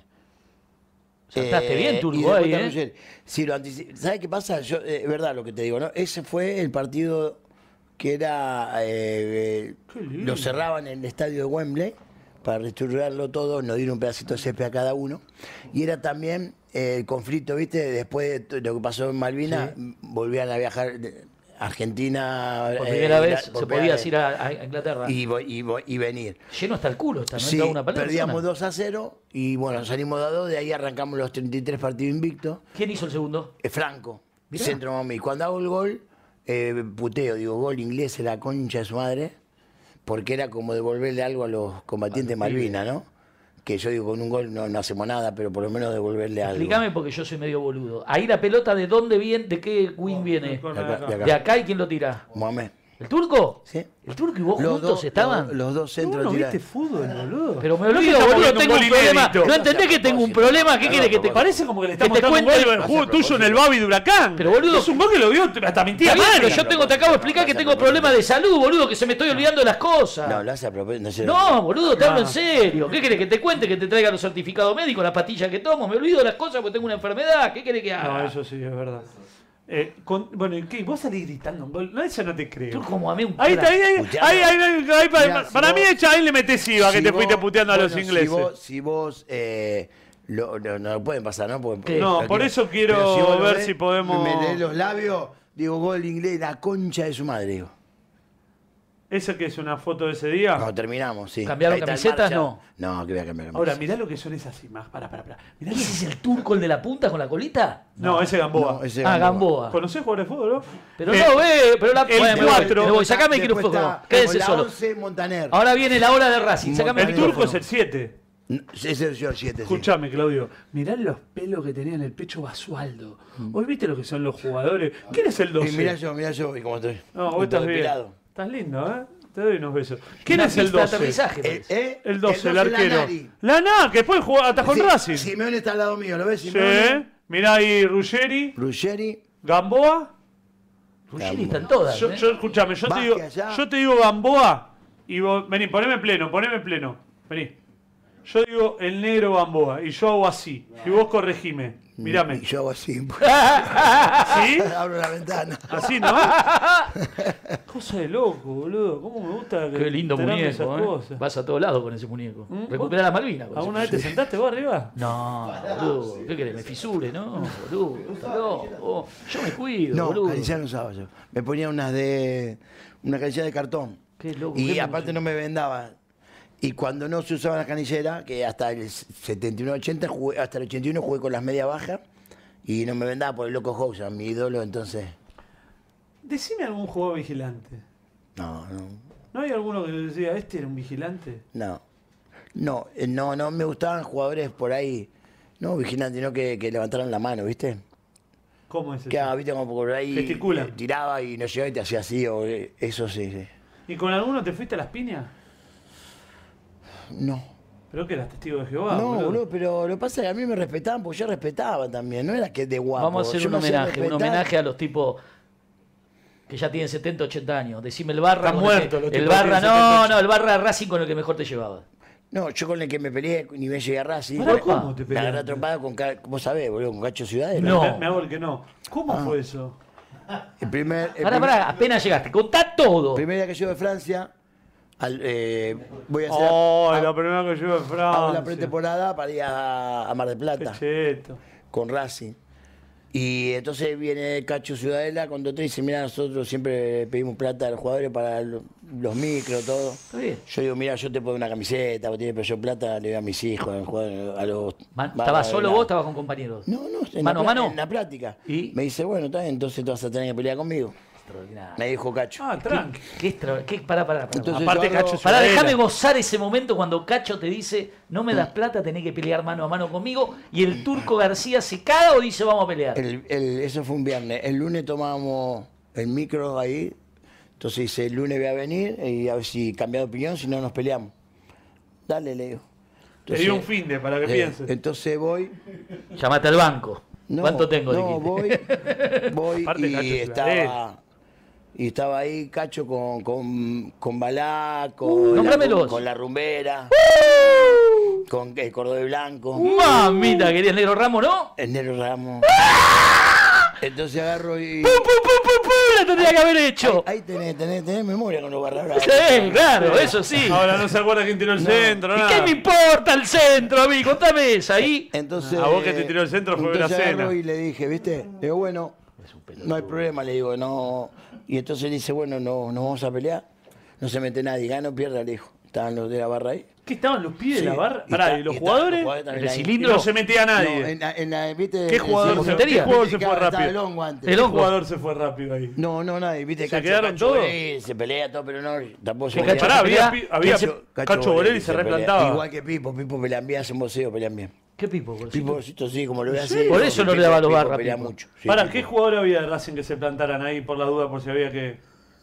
[SPEAKER 2] Saltaste
[SPEAKER 4] Eh,
[SPEAKER 2] bien,
[SPEAKER 4] y
[SPEAKER 2] Turco,
[SPEAKER 4] después
[SPEAKER 2] ahí,
[SPEAKER 4] está
[SPEAKER 2] ¿eh?
[SPEAKER 4] Ruggeri. Sí, lo antici- ¿Sabes qué pasa? Yo, eh, verdad lo que te digo, ¿no? Ese fue el partido que era. eh, eh, lo cerraban en el estadio de Wembley para reestructurarlo todo, nos dieron un pedacito de césped a cada uno. Y era también eh, el conflicto, ¿viste? Después de to- lo que pasó en Malvinas, m- volvían a viajar de- a Argentina.
[SPEAKER 2] Por
[SPEAKER 4] eh,
[SPEAKER 2] primera
[SPEAKER 4] la-
[SPEAKER 2] vez
[SPEAKER 4] por
[SPEAKER 2] se
[SPEAKER 4] primera
[SPEAKER 2] podía
[SPEAKER 4] vez.
[SPEAKER 2] ir a, a Inglaterra.
[SPEAKER 4] Y, vo- y vo- y venir.
[SPEAKER 2] Lleno hasta el culo, está, no
[SPEAKER 4] Sí,
[SPEAKER 2] entraba una palabra.
[SPEAKER 4] perdíamos
[SPEAKER 2] persona.
[SPEAKER 4] 2 a 0 y bueno, salimos de a 2, de ahí arrancamos los 33 partidos invictos.
[SPEAKER 2] ¿Quién hizo el segundo?
[SPEAKER 4] Eh, Franco,
[SPEAKER 2] Mirá.
[SPEAKER 4] centro mami. Cuando hago el gol, eh, puteo, digo, gol inglés es la concha de su madre, porque era como devolverle algo a los combatientes Malvinas, ¿no? Que yo digo, con un gol no, no hacemos nada, pero por lo menos devolverle algo.
[SPEAKER 2] Explícame porque yo soy medio boludo. Ahí la pelota, ¿de dónde viene? ¿De qué
[SPEAKER 1] Oh,
[SPEAKER 2] win viene?
[SPEAKER 1] Con
[SPEAKER 4] De acá, de acá.
[SPEAKER 2] ¿De acá y quién lo tira?
[SPEAKER 4] Mohamed.
[SPEAKER 2] ¿El turco?
[SPEAKER 4] Sí.
[SPEAKER 2] ¿El turco y vos juntos
[SPEAKER 4] dos,
[SPEAKER 2] estaban?
[SPEAKER 4] los- los dos
[SPEAKER 1] ¿Vos
[SPEAKER 4] centros
[SPEAKER 1] no
[SPEAKER 4] tirados.
[SPEAKER 1] viste fútbol, boludo?
[SPEAKER 2] Pero me
[SPEAKER 1] No te
[SPEAKER 2] olvido,
[SPEAKER 1] está
[SPEAKER 2] boludo,
[SPEAKER 1] poniendo
[SPEAKER 2] tengo un
[SPEAKER 1] gol
[SPEAKER 2] problema.
[SPEAKER 1] inédito.
[SPEAKER 2] ¿No entendés que tengo un problema? ¿Qué
[SPEAKER 4] No,
[SPEAKER 2] querés que
[SPEAKER 4] no,
[SPEAKER 2] te
[SPEAKER 4] no,
[SPEAKER 1] Parece como que le está
[SPEAKER 2] Que te
[SPEAKER 1] mostrando un
[SPEAKER 2] cuente-
[SPEAKER 1] gol de juego
[SPEAKER 4] Hace
[SPEAKER 1] tuyo en el Babi de Huracán.
[SPEAKER 2] Pero, boludo-
[SPEAKER 1] Es un gol que lo vio hasta mentira
[SPEAKER 2] Está bien,
[SPEAKER 1] madre.
[SPEAKER 2] pero yo tengo, te acabo de explicar que tengo problemas de salud, boludo, que se me estoy olvidando de las cosas.
[SPEAKER 4] No, lo hace a propósito. No, sé lo que-
[SPEAKER 2] No, boludo, te hablo
[SPEAKER 1] Ah.
[SPEAKER 2] en serio. ¿Qué querés que te cuente? Que te traiga los certificados médicos, las pastillas que tomo. Me olvido de las cosas porque tengo una enfermedad. ¿Qué querés que haga?
[SPEAKER 1] No, eso sí, es verdad. Eh, con- bueno, ¿y qué? ¿Vos salís gritando un gol? No, eso no te creo.
[SPEAKER 2] Tú como a mí un
[SPEAKER 1] Ahí está,
[SPEAKER 2] crack.
[SPEAKER 1] ahí, ahí,
[SPEAKER 4] Escuchame.
[SPEAKER 1] ahí, ahí, ahí, ahí, para,
[SPEAKER 4] Mirá, si
[SPEAKER 1] para
[SPEAKER 4] vos-
[SPEAKER 1] mí, echa, ahí le metes IVA que
[SPEAKER 4] Si
[SPEAKER 1] te
[SPEAKER 4] vos-
[SPEAKER 1] fuiste puteando a los
[SPEAKER 4] bueno,
[SPEAKER 1] ingleses.
[SPEAKER 4] Si vos, si vos, eh, lo, no, no lo pueden pasar, ¿no? Porque-
[SPEAKER 2] ¿Qué? No,
[SPEAKER 4] lo
[SPEAKER 1] por
[SPEAKER 4] quiero-
[SPEAKER 1] eso quiero
[SPEAKER 4] Pero vos lo
[SPEAKER 1] ver
[SPEAKER 4] ves,
[SPEAKER 1] si podemos-
[SPEAKER 4] Me lees los labios, digo, gol inglés, la concha de su madre, digo.
[SPEAKER 1] ¿Ese que es una foto de ese día?
[SPEAKER 4] Cuando terminamos, sí.
[SPEAKER 2] ¿Cambiaron
[SPEAKER 4] Ahí está el
[SPEAKER 2] camisetas?
[SPEAKER 4] Marcha.
[SPEAKER 2] No.
[SPEAKER 4] No, que voy a cambiar
[SPEAKER 1] Ahora,
[SPEAKER 4] camisetas.
[SPEAKER 1] mirá lo que son esas imágenes. Pará, pará, pará. Mirá lo que-
[SPEAKER 2] ¿Ese es el turco, el de la punta con la colita?
[SPEAKER 1] No, ese Gamboa.
[SPEAKER 4] No, ese
[SPEAKER 2] Ah,
[SPEAKER 4] Gamboa.
[SPEAKER 2] Gamboa.
[SPEAKER 1] ¿Conocés jugadores de fútbol, no?
[SPEAKER 2] Pero
[SPEAKER 1] Eh,
[SPEAKER 2] no, ve, pero la
[SPEAKER 1] el
[SPEAKER 2] bueno, me voy,
[SPEAKER 1] cuatro.
[SPEAKER 2] me voy, sacame el
[SPEAKER 4] Después
[SPEAKER 2] micrófono.
[SPEAKER 4] está
[SPEAKER 2] Quédese
[SPEAKER 4] la
[SPEAKER 2] solo. Ah.
[SPEAKER 4] 11, Montaner.
[SPEAKER 2] Ahora viene la hora de Racing, sacame el
[SPEAKER 1] El turco
[SPEAKER 2] micrófono.
[SPEAKER 1] es el 7.
[SPEAKER 4] No, Ese es el 7.
[SPEAKER 1] Escuchame, Claudio. Mirá los pelos que tenía en el pecho Basualdo. ¿Vos viste lo que son los jugadores? ¿Quién es el 12?
[SPEAKER 4] Mm. Y mirá yo, mirá yo, y como estoy.
[SPEAKER 1] No,
[SPEAKER 4] un
[SPEAKER 1] vos estás
[SPEAKER 4] poco
[SPEAKER 1] bien.
[SPEAKER 4] depilado.
[SPEAKER 1] Estás lindo, ¿eh? Te doy unos besos. ¿Quién
[SPEAKER 2] Una
[SPEAKER 1] es el
[SPEAKER 2] pista de
[SPEAKER 1] 12?
[SPEAKER 2] aterrizaje,
[SPEAKER 4] El,
[SPEAKER 2] parece.
[SPEAKER 4] ¿eh?
[SPEAKER 1] Pues, El 12, el,
[SPEAKER 4] la
[SPEAKER 1] arquero.
[SPEAKER 4] Nari.
[SPEAKER 1] La nada, que después jugó hasta con
[SPEAKER 4] Sí,
[SPEAKER 1] Racing. Sí.
[SPEAKER 4] Simeone está al lado mío, ¿lo ves? Simeone.
[SPEAKER 1] Mirá ahí Ruggeri,
[SPEAKER 4] Ruggeri.
[SPEAKER 1] Gamboa.
[SPEAKER 2] Ruggeri está en todas.
[SPEAKER 1] Yo,
[SPEAKER 2] ¿eh?
[SPEAKER 1] yo- escuchame, yo te,
[SPEAKER 4] Vázquez
[SPEAKER 1] digo,
[SPEAKER 4] allá.
[SPEAKER 1] yo te digo Gamboa y vos, vení, poneme pleno, poneme pleno. Vení. Yo digo el negro Gamboa y yo hago así. Y vos corregime. Mirame.
[SPEAKER 4] Y yo hago así. pues.
[SPEAKER 1] ¿Sí?
[SPEAKER 4] Abro la ventana.
[SPEAKER 1] Así, ¿no? Cosa de loco, boludo. ¿Cómo me gusta que
[SPEAKER 2] Qué lindo
[SPEAKER 1] enterarme de esas
[SPEAKER 2] muñeco, ¿eh?
[SPEAKER 1] cosas.
[SPEAKER 2] Vas a todos lados con ese muñeco.
[SPEAKER 1] ¿Mm?
[SPEAKER 2] Recupera las Malvinas. con ese
[SPEAKER 1] ¿Alguna vez te
[SPEAKER 2] muñeco.
[SPEAKER 1] sentaste vos arriba?
[SPEAKER 2] No, boludo. ¿Qué querés? Me fisure, ¿no? Boludo. está loco. Oh, yo me cuido,
[SPEAKER 4] No,
[SPEAKER 2] boludo.
[SPEAKER 4] acariciar no usaba yo. Me ponía unas de. Una canillera de cartón.
[SPEAKER 2] Qué loco,
[SPEAKER 4] y
[SPEAKER 2] qué
[SPEAKER 4] aparte
[SPEAKER 2] emoción.
[SPEAKER 4] no me vendaba. Y cuando no se usaba la canillera, que hasta el 71-80, jugué- hasta el 81 jugué con las medias bajas. Y no me vendaba por el loco Hoxha, mi ídolo, entonces.
[SPEAKER 1] Decime algún jugador vigilante.
[SPEAKER 4] No, no.
[SPEAKER 1] ¿No hay alguno que decía, este era un vigilante?
[SPEAKER 4] No. No, eh, no, no me gustaban jugadores por ahí. No, vigilantes, sino que, que levantaran la mano, ¿viste?
[SPEAKER 1] ¿Cómo es eso?
[SPEAKER 4] Que ah, viste como por ahí
[SPEAKER 1] Gesticulan.
[SPEAKER 4] eh, tiraba y no llegaba y te hacía así, o eh, eso sí, sí.
[SPEAKER 1] ¿Y con alguno te fuiste a las piñas?
[SPEAKER 4] No.
[SPEAKER 1] Pero que eras testigo de
[SPEAKER 2] Ah,
[SPEAKER 1] Jehová,
[SPEAKER 4] no,
[SPEAKER 1] boludo.
[SPEAKER 4] boludo, pero lo que pasa es que a mí me respetaban porque yo respetaba también, no era que de guapo.
[SPEAKER 2] Vamos a hacer
[SPEAKER 4] yo
[SPEAKER 2] un
[SPEAKER 4] me hacía
[SPEAKER 2] homenaje, un
[SPEAKER 4] respetar.
[SPEAKER 2] homenaje a los tipos que ya tienen 70, 80 años. Decime el barra.
[SPEAKER 1] Están
[SPEAKER 2] con el que-
[SPEAKER 1] muertos los
[SPEAKER 2] El
[SPEAKER 1] tipos que
[SPEAKER 2] barra,
[SPEAKER 1] tienen
[SPEAKER 2] no,
[SPEAKER 1] 70.
[SPEAKER 2] no, el barra Racing con el que mejor te llevaba.
[SPEAKER 4] No, yo con el que me peleé, ni me llegué a Racing.
[SPEAKER 1] Pará,
[SPEAKER 4] Me-
[SPEAKER 1] ¿cómo te
[SPEAKER 4] Me agarré
[SPEAKER 1] peleaste?
[SPEAKER 4] atropada con, Ca- vos sabés, boludo, con Cacho Ciudades.
[SPEAKER 2] No.
[SPEAKER 1] Me, me hago el que no. ¿Cómo
[SPEAKER 4] Ah.
[SPEAKER 1] fue eso?
[SPEAKER 4] El primer, el
[SPEAKER 2] Pará,
[SPEAKER 4] primer-
[SPEAKER 2] pará, apenas llegaste. Contá todo.
[SPEAKER 4] primer día que llego de Francia, al, eh, voy a hacer
[SPEAKER 1] Oh,
[SPEAKER 4] a-
[SPEAKER 1] la primera que yo en
[SPEAKER 4] hago la
[SPEAKER 1] Francia.
[SPEAKER 4] pretemporada para ir a, a Mar del
[SPEAKER 1] Qué
[SPEAKER 4] Plata
[SPEAKER 1] cheto.
[SPEAKER 4] con Racing. Y entonces viene Cacho Ciudadela con dos tres y dice, mira, nosotros siempre pedimos plata a los jugadores para lo- los micros, todo.
[SPEAKER 2] Está bien.
[SPEAKER 4] Yo digo, mira, yo te pongo una camiseta, vos tenés, pero yo plata le doy a mis hijos, a los jugadores, a los...
[SPEAKER 2] Man-
[SPEAKER 4] barra
[SPEAKER 2] ¿Estabas
[SPEAKER 4] de
[SPEAKER 2] solo
[SPEAKER 4] la-
[SPEAKER 2] vos o estabas con compañeros?
[SPEAKER 4] No, no, en,
[SPEAKER 2] ¿Mano a
[SPEAKER 4] la, pla-
[SPEAKER 2] mano?
[SPEAKER 4] en la práctica.
[SPEAKER 2] ¿Y?
[SPEAKER 4] Me dice, bueno, está bien, entonces te vas a tener que pelear conmigo.
[SPEAKER 2] Extraordinario.
[SPEAKER 4] Me dijo Cacho.
[SPEAKER 1] Ah, tranqui.
[SPEAKER 2] Qué extra... qué- Pará, pará, pará.
[SPEAKER 4] Entonces
[SPEAKER 1] Aparte,
[SPEAKER 4] yo agarro-
[SPEAKER 1] Cacho
[SPEAKER 2] Pará,
[SPEAKER 1] Ciudadela.
[SPEAKER 2] déjame gozar ese momento cuando Cacho te dice, no
[SPEAKER 4] Mm.
[SPEAKER 2] me das plata, tenés que pelear mano a mano conmigo, y el turco García se caga o dice, vamos a pelear.
[SPEAKER 4] El- el- eso fue un viernes. El lunes tomábamos el micro ahí. Entonces dice, el lunes voy a venir y a ver si cambia de opinión, si no nos peleamos. Dale, le digo.
[SPEAKER 1] Te di un fin de para que
[SPEAKER 4] eh,
[SPEAKER 1] pienses.
[SPEAKER 4] Entonces voy.
[SPEAKER 2] Llamate al banco.
[SPEAKER 4] No,
[SPEAKER 2] ¿Cuánto tengo?
[SPEAKER 4] No, voy,
[SPEAKER 2] dijiste?
[SPEAKER 4] voy
[SPEAKER 1] Aparte, Nacho
[SPEAKER 4] y
[SPEAKER 1] es
[SPEAKER 4] estaba. Y estaba ahí Cacho con, con, con Balá,
[SPEAKER 1] Uh,
[SPEAKER 4] con,
[SPEAKER 2] nombrámelos.
[SPEAKER 4] la, con la rumbera,
[SPEAKER 1] Uh.
[SPEAKER 4] con el cordón blanco.
[SPEAKER 2] Mamita, quería el negro Ramos, ¿no?
[SPEAKER 4] El Nero Ramos.
[SPEAKER 1] Uh.
[SPEAKER 4] Entonces agarro y.
[SPEAKER 2] ¡Pum, pum, pum, pum, pum! La tendría que haber hecho.
[SPEAKER 4] Ahí tenés, tenés, tenés memoria con los barra bravas.
[SPEAKER 2] Sí, claro, eso sí.
[SPEAKER 1] Ahora no se acuerda quién tiró el centro,
[SPEAKER 2] ¿Y
[SPEAKER 1] nada.
[SPEAKER 2] qué me importa el centro a mí? Contame esa ahí.
[SPEAKER 4] Entonces,
[SPEAKER 1] A vos que te tiró el centro fue
[SPEAKER 4] entonces
[SPEAKER 1] Bracena.
[SPEAKER 4] agarro y le dije, ¿viste? Le digo, bueno, no hay problema, le digo, no. Y entonces le dice, bueno, no, nos vamos a pelear. No se mete nadie, gano, pierda, le dijo. Estaban los de la barra ahí.
[SPEAKER 1] ¿Qué estaban los pies
[SPEAKER 4] Sí,
[SPEAKER 1] de la barra?
[SPEAKER 4] y
[SPEAKER 1] Pará,
[SPEAKER 4] está-
[SPEAKER 1] ¿y los
[SPEAKER 4] y está-
[SPEAKER 1] jugadores?
[SPEAKER 4] también
[SPEAKER 2] El
[SPEAKER 4] ahí.
[SPEAKER 1] Y
[SPEAKER 2] cilindro.
[SPEAKER 1] no se metía a
[SPEAKER 4] No,
[SPEAKER 1] nadie.
[SPEAKER 4] en la, en la- ¿viste?
[SPEAKER 1] ¿Qué
[SPEAKER 4] En
[SPEAKER 1] jugador
[SPEAKER 4] Simón-
[SPEAKER 1] se-
[SPEAKER 2] qué
[SPEAKER 4] Viste
[SPEAKER 1] jugador se
[SPEAKER 4] que
[SPEAKER 1] fue
[SPEAKER 4] estaba
[SPEAKER 1] rápido?
[SPEAKER 4] el hongo antes.
[SPEAKER 2] El
[SPEAKER 1] ¿Qué
[SPEAKER 2] hongo.
[SPEAKER 1] jugador se fue rápido ahí?
[SPEAKER 4] No, no, nadie, viste,
[SPEAKER 1] ¿Se quedaron todos?
[SPEAKER 4] Borelli, se pelea todo, pero no, tampoco se
[SPEAKER 2] Porque
[SPEAKER 4] pelea.
[SPEAKER 2] Cacho
[SPEAKER 1] Pará, había,
[SPEAKER 2] Borelli-
[SPEAKER 1] pi- había Cacho Borelli
[SPEAKER 4] Borelli
[SPEAKER 1] se
[SPEAKER 4] pelea.
[SPEAKER 1] replantaba.
[SPEAKER 4] Igual que Pipo, Pipo pelean bien, hacen boxeo, pelean bien.
[SPEAKER 2] ¿Qué pipo, bolsito?
[SPEAKER 4] Pipo, esto sí, como lo ve así.
[SPEAKER 2] Por eso no le daba los
[SPEAKER 4] Pipo
[SPEAKER 2] barra,
[SPEAKER 4] pelea
[SPEAKER 2] Pipo.
[SPEAKER 4] mucho. sí,
[SPEAKER 1] Pará,
[SPEAKER 4] Pipo.
[SPEAKER 1] ¿qué jugador había de Racing que se plantaran ahí por la duda por si había que.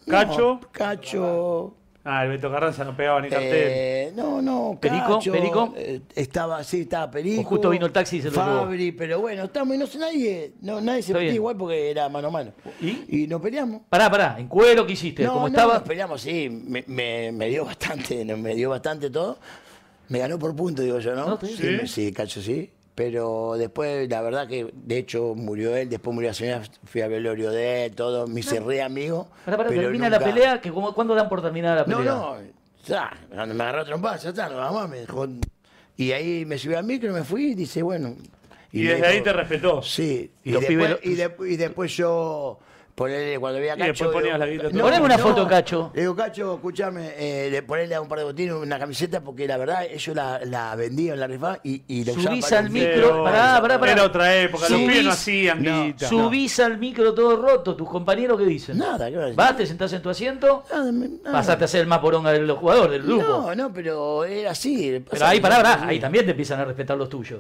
[SPEAKER 1] Cacho.
[SPEAKER 4] No, Cacho.
[SPEAKER 1] Ah, el Beto Carranza no pegaba ni cartel.
[SPEAKER 4] eh, no, no,
[SPEAKER 2] Perico,
[SPEAKER 4] Cacho,
[SPEAKER 2] Perico.
[SPEAKER 4] eh, estaba, sí, estaba Perico.
[SPEAKER 2] O justo vino el taxi y se lo llevó.
[SPEAKER 4] Fabri, pero bueno, estamos, y no sé, nadie, no, nadie se
[SPEAKER 2] Está
[SPEAKER 4] metía
[SPEAKER 2] bien.
[SPEAKER 4] igual porque era mano a mano.
[SPEAKER 2] ¿Y?
[SPEAKER 4] Y nos peleamos.
[SPEAKER 2] Pará, pará, en cuero que hiciste,
[SPEAKER 4] No,
[SPEAKER 2] como
[SPEAKER 4] no,
[SPEAKER 2] estaba.
[SPEAKER 4] nos peleamos, sí, me, me- me dio bastante, no, me dio bastante todo. Me ganó por punto, digo yo, ¿no?
[SPEAKER 2] No, está
[SPEAKER 4] sí,
[SPEAKER 2] bien.
[SPEAKER 1] Sí.
[SPEAKER 4] me- sí, Cacho, sí. Pero después, la verdad que, de hecho, murió él, después murió la señora, fui al velorio de él, todo, me hice re amigo.
[SPEAKER 2] Ah. Pará, pará,
[SPEAKER 4] pero
[SPEAKER 2] termina la
[SPEAKER 4] nunca-
[SPEAKER 2] pelea, que como, ¿cuándo dan por terminada la
[SPEAKER 4] No,
[SPEAKER 2] pelea?
[SPEAKER 4] no, ya, cuando me agarró trompada, ya está, no, mamá, me dejó. Y ahí me subí al micro, me fui, y dice, bueno.
[SPEAKER 1] y
[SPEAKER 4] me
[SPEAKER 1] desde
[SPEAKER 4] dijo-
[SPEAKER 1] ahí te respetó.
[SPEAKER 4] Sí,
[SPEAKER 2] Y
[SPEAKER 4] y,
[SPEAKER 2] los
[SPEAKER 4] después,
[SPEAKER 2] pibes lo-
[SPEAKER 4] y de- y después yo Ponele, cuando veía a
[SPEAKER 1] Y
[SPEAKER 4] Cacho.
[SPEAKER 1] después
[SPEAKER 4] digo,
[SPEAKER 1] ponías la guita
[SPEAKER 2] toda. Poneme una foto, Cacho.
[SPEAKER 4] Le digo, Cacho, escúchame, eh, le ponele a un par de botines, una camiseta, porque la verdad, ellos la, la vendían, la rifaban y, y la usaban.
[SPEAKER 2] Subís
[SPEAKER 4] para
[SPEAKER 2] al
[SPEAKER 4] un-
[SPEAKER 2] micro,
[SPEAKER 1] Pero
[SPEAKER 2] pará, pará, pará.
[SPEAKER 1] Era otra época, los
[SPEAKER 2] Subís-
[SPEAKER 1] pibes no hacían
[SPEAKER 4] no,
[SPEAKER 1] guita.
[SPEAKER 2] Subís al micro todo roto, tus compañeros qué dicen.
[SPEAKER 4] Nada, ¿qué va a decir?
[SPEAKER 2] Vas, te sentás en tu asiento,
[SPEAKER 4] Nada, me- nada.
[SPEAKER 2] pasaste a ser el más poronga del jugador, del grupo.
[SPEAKER 4] No, no, pero era así.
[SPEAKER 2] Pero ahí, pará, pará, ahí también te empiezan a respetar los tuyos.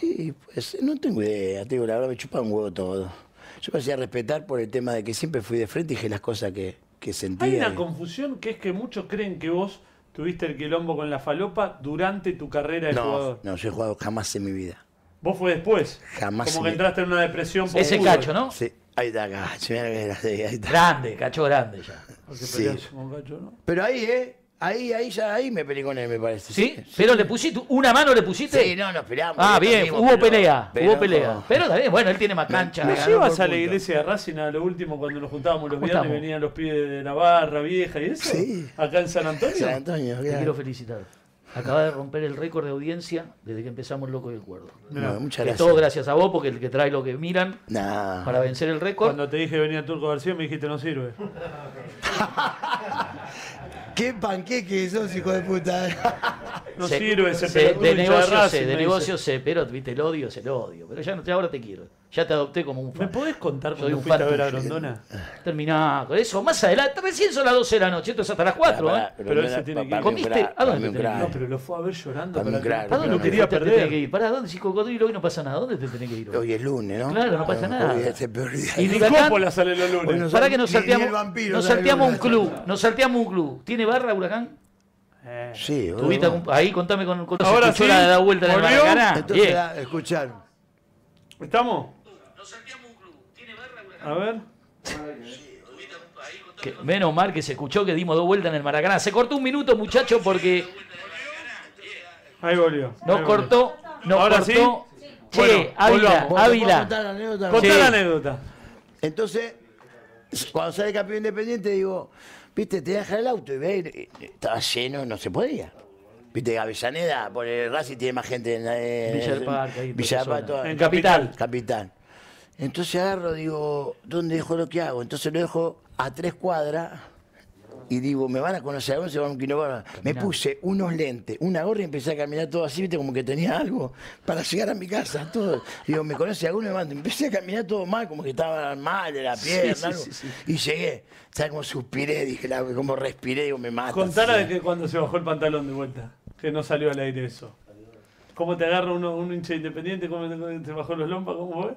[SPEAKER 4] Y pues no tengo idea, te digo, la verdad me chupa un huevo todo. Yo me hacía respetar por el tema de que siempre fui de frente y dije las cosas que, que sentía.
[SPEAKER 1] Hay una
[SPEAKER 4] y-
[SPEAKER 1] confusión que es que muchos creen que vos tuviste el quilombo con la falopa durante tu carrera de
[SPEAKER 4] No,
[SPEAKER 1] jugador.
[SPEAKER 4] no, yo he jugado jamás en mi vida.
[SPEAKER 1] Vos fue después.
[SPEAKER 4] Jamás
[SPEAKER 1] Como
[SPEAKER 4] en
[SPEAKER 1] que
[SPEAKER 4] mi-
[SPEAKER 1] entraste en una depresión por
[SPEAKER 2] Ese
[SPEAKER 1] fútbol.
[SPEAKER 2] cacho, ¿no?
[SPEAKER 4] Sí, ahí está, acá, sí, mirá que era así, ahí está.
[SPEAKER 2] Grande, cacho grande ya.
[SPEAKER 1] Porque
[SPEAKER 4] Sí.
[SPEAKER 1] peleás con cacho, ¿no?
[SPEAKER 4] Pero ahí, ¿eh? Ahí, ahí, ya, ahí me peleé con él, me parece.
[SPEAKER 2] ¿Sí? Pero le pusiste, una mano le pusiste.
[SPEAKER 4] Sí, no, nos peleamos.
[SPEAKER 2] Ah,
[SPEAKER 4] nos
[SPEAKER 2] bien,
[SPEAKER 4] perdimos,
[SPEAKER 2] hubo
[SPEAKER 4] pero-
[SPEAKER 2] pelea,
[SPEAKER 4] pero-
[SPEAKER 2] hubo pelea. Pero también, bueno, él tiene más cancha.
[SPEAKER 1] ¿Me
[SPEAKER 4] ganó
[SPEAKER 1] llevas
[SPEAKER 4] por
[SPEAKER 1] a la
[SPEAKER 4] punto.
[SPEAKER 1] iglesia de Racing a lo último cuando nos juntábamos los
[SPEAKER 2] ¿Cómo
[SPEAKER 1] viernes
[SPEAKER 2] estamos?
[SPEAKER 1] y venían los pibes de la barra vieja y eso?
[SPEAKER 4] Sí.
[SPEAKER 1] ¿Acá en San Antonio?
[SPEAKER 4] San Antonio,
[SPEAKER 2] Te
[SPEAKER 4] claro.
[SPEAKER 2] quiero felicitar. Acaba de romper el récord de audiencia desde que empezamos Loco y el Cuerdo.
[SPEAKER 4] No, muchas
[SPEAKER 2] Que
[SPEAKER 4] gracias.
[SPEAKER 2] todo gracias a vos, porque el que trae lo que miran
[SPEAKER 4] Nah.
[SPEAKER 2] para vencer el récord.
[SPEAKER 1] Cuando te dije venía Turco García me dijiste no sirve.
[SPEAKER 4] Qué panqueque sos, hijo de puta.
[SPEAKER 1] No
[SPEAKER 2] Se-
[SPEAKER 1] sirve ese
[SPEAKER 2] se-
[SPEAKER 1] pelotudo
[SPEAKER 2] De
[SPEAKER 1] hincha de
[SPEAKER 2] negocio
[SPEAKER 1] Racing,
[SPEAKER 2] sé,
[SPEAKER 1] me
[SPEAKER 2] de
[SPEAKER 1] dice.
[SPEAKER 2] negocio sé, pero viste, el odio es el odio. Pero ya no te, ahora te quiero. Ya te adopté como un
[SPEAKER 1] ¿Me
[SPEAKER 2] fan.
[SPEAKER 1] podés contar
[SPEAKER 2] Soy
[SPEAKER 1] cuando
[SPEAKER 2] un
[SPEAKER 1] fuiste a
[SPEAKER 2] fan
[SPEAKER 1] ver a
[SPEAKER 2] tuyo.
[SPEAKER 1] Grondona?
[SPEAKER 2] Terminá con eso. Más adelante, recién son las 12 de la noche, esto es hasta las 4. ¿eh?
[SPEAKER 1] Pero ese tiene que ir.
[SPEAKER 2] ¿Comiste? ¿A dónde te tenés
[SPEAKER 1] No, pero lo fue a ver llorando.
[SPEAKER 4] Para mí un
[SPEAKER 1] para-
[SPEAKER 4] crack,
[SPEAKER 2] ¿A
[SPEAKER 1] No
[SPEAKER 2] dónde
[SPEAKER 1] lo
[SPEAKER 4] no,
[SPEAKER 1] quería
[SPEAKER 2] te tenés que
[SPEAKER 1] perder.
[SPEAKER 2] ir? ¿Para dónde? Si cocodrilo hoy no pasa nada, ¿dónde te tenés que ir? hoy?
[SPEAKER 4] Hoy es lunes, ¿no?
[SPEAKER 2] Claro, no pasa nada.
[SPEAKER 4] Hoy es el peor día.
[SPEAKER 2] Y
[SPEAKER 1] Ni
[SPEAKER 2] Huracán-
[SPEAKER 1] Coppola sale los lunes.
[SPEAKER 4] Hoy no
[SPEAKER 2] Para
[SPEAKER 4] sal-
[SPEAKER 2] que nos
[SPEAKER 4] ni- ni
[SPEAKER 2] salteamos,
[SPEAKER 4] el vampiro
[SPEAKER 2] nos
[SPEAKER 4] sabe
[SPEAKER 2] salteamos
[SPEAKER 4] lo
[SPEAKER 2] un
[SPEAKER 4] que
[SPEAKER 2] club,
[SPEAKER 4] hace.
[SPEAKER 2] nos salteamos un club. ¿Tiene barra, Huracán?
[SPEAKER 1] Eh,
[SPEAKER 4] Sí, hoy-
[SPEAKER 2] Tuviste algún- ahí contame con, con
[SPEAKER 1] Ahora
[SPEAKER 2] escuchó
[SPEAKER 1] sí,
[SPEAKER 2] la, la vuelta en el
[SPEAKER 1] volvió.
[SPEAKER 2] Maracaná.
[SPEAKER 4] Entonces,
[SPEAKER 2] Bien.
[SPEAKER 4] ah, escuchar.
[SPEAKER 1] ¿Estamos? A ver.
[SPEAKER 2] Que- menos mal que se escuchó que dimos dos vueltas en el Maracaná. Se cortó un minuto, muchachos, porque
[SPEAKER 1] Ahí volvió.
[SPEAKER 2] nos
[SPEAKER 1] Ahí volvió.
[SPEAKER 2] cortó, nos
[SPEAKER 1] Ahora
[SPEAKER 2] cortó.
[SPEAKER 1] sí.
[SPEAKER 2] Che,
[SPEAKER 1] Bueno,
[SPEAKER 2] Ávila,
[SPEAKER 1] volvamos.
[SPEAKER 4] ¿Puedo
[SPEAKER 2] Ávila.
[SPEAKER 4] contar la anécdota?
[SPEAKER 1] Contá
[SPEAKER 2] Sí.
[SPEAKER 1] la anécdota.
[SPEAKER 4] Entonces, cuando sale campeón independiente, digo, viste, te deja el auto y ve, y- y- estaba lleno, no se podía. Viste, Avellaneda, por el Racing tiene más gente en, la- en-
[SPEAKER 2] Villa del Parque, ahí,
[SPEAKER 4] en
[SPEAKER 2] toda esa
[SPEAKER 4] Villa del Parque,
[SPEAKER 2] zona.
[SPEAKER 4] toda-
[SPEAKER 1] En Capital.
[SPEAKER 4] Capitán. Entonces agarro, digo, ¿dónde dejo lo que hago? Entonces lo dejo a tres cuadras y digo, me van a conocer, ¿a dónde se va un kilómetro? Me puse unos lentes, una gorra y empecé a caminar todo así, viste, como que tenía algo para llegar a mi casa, todo. Digo, me conoce alguno, me manda. Empecé a caminar todo mal, como que estaba mal de la pierna,
[SPEAKER 2] sí,
[SPEAKER 4] algo.
[SPEAKER 2] sí, sí.
[SPEAKER 4] Y llegué, ¿sabes cómo suspiré? Dije, la- como respiré, digo, me mata.
[SPEAKER 1] Contala
[SPEAKER 4] así.
[SPEAKER 1] de que cuando se bajó el pantalón de vuelta. Que no salió al aire eso. ¿Cómo te agarra uno, un hincha independiente? ¿Cómo te, te bajó los lompas? ¿Cómo fue?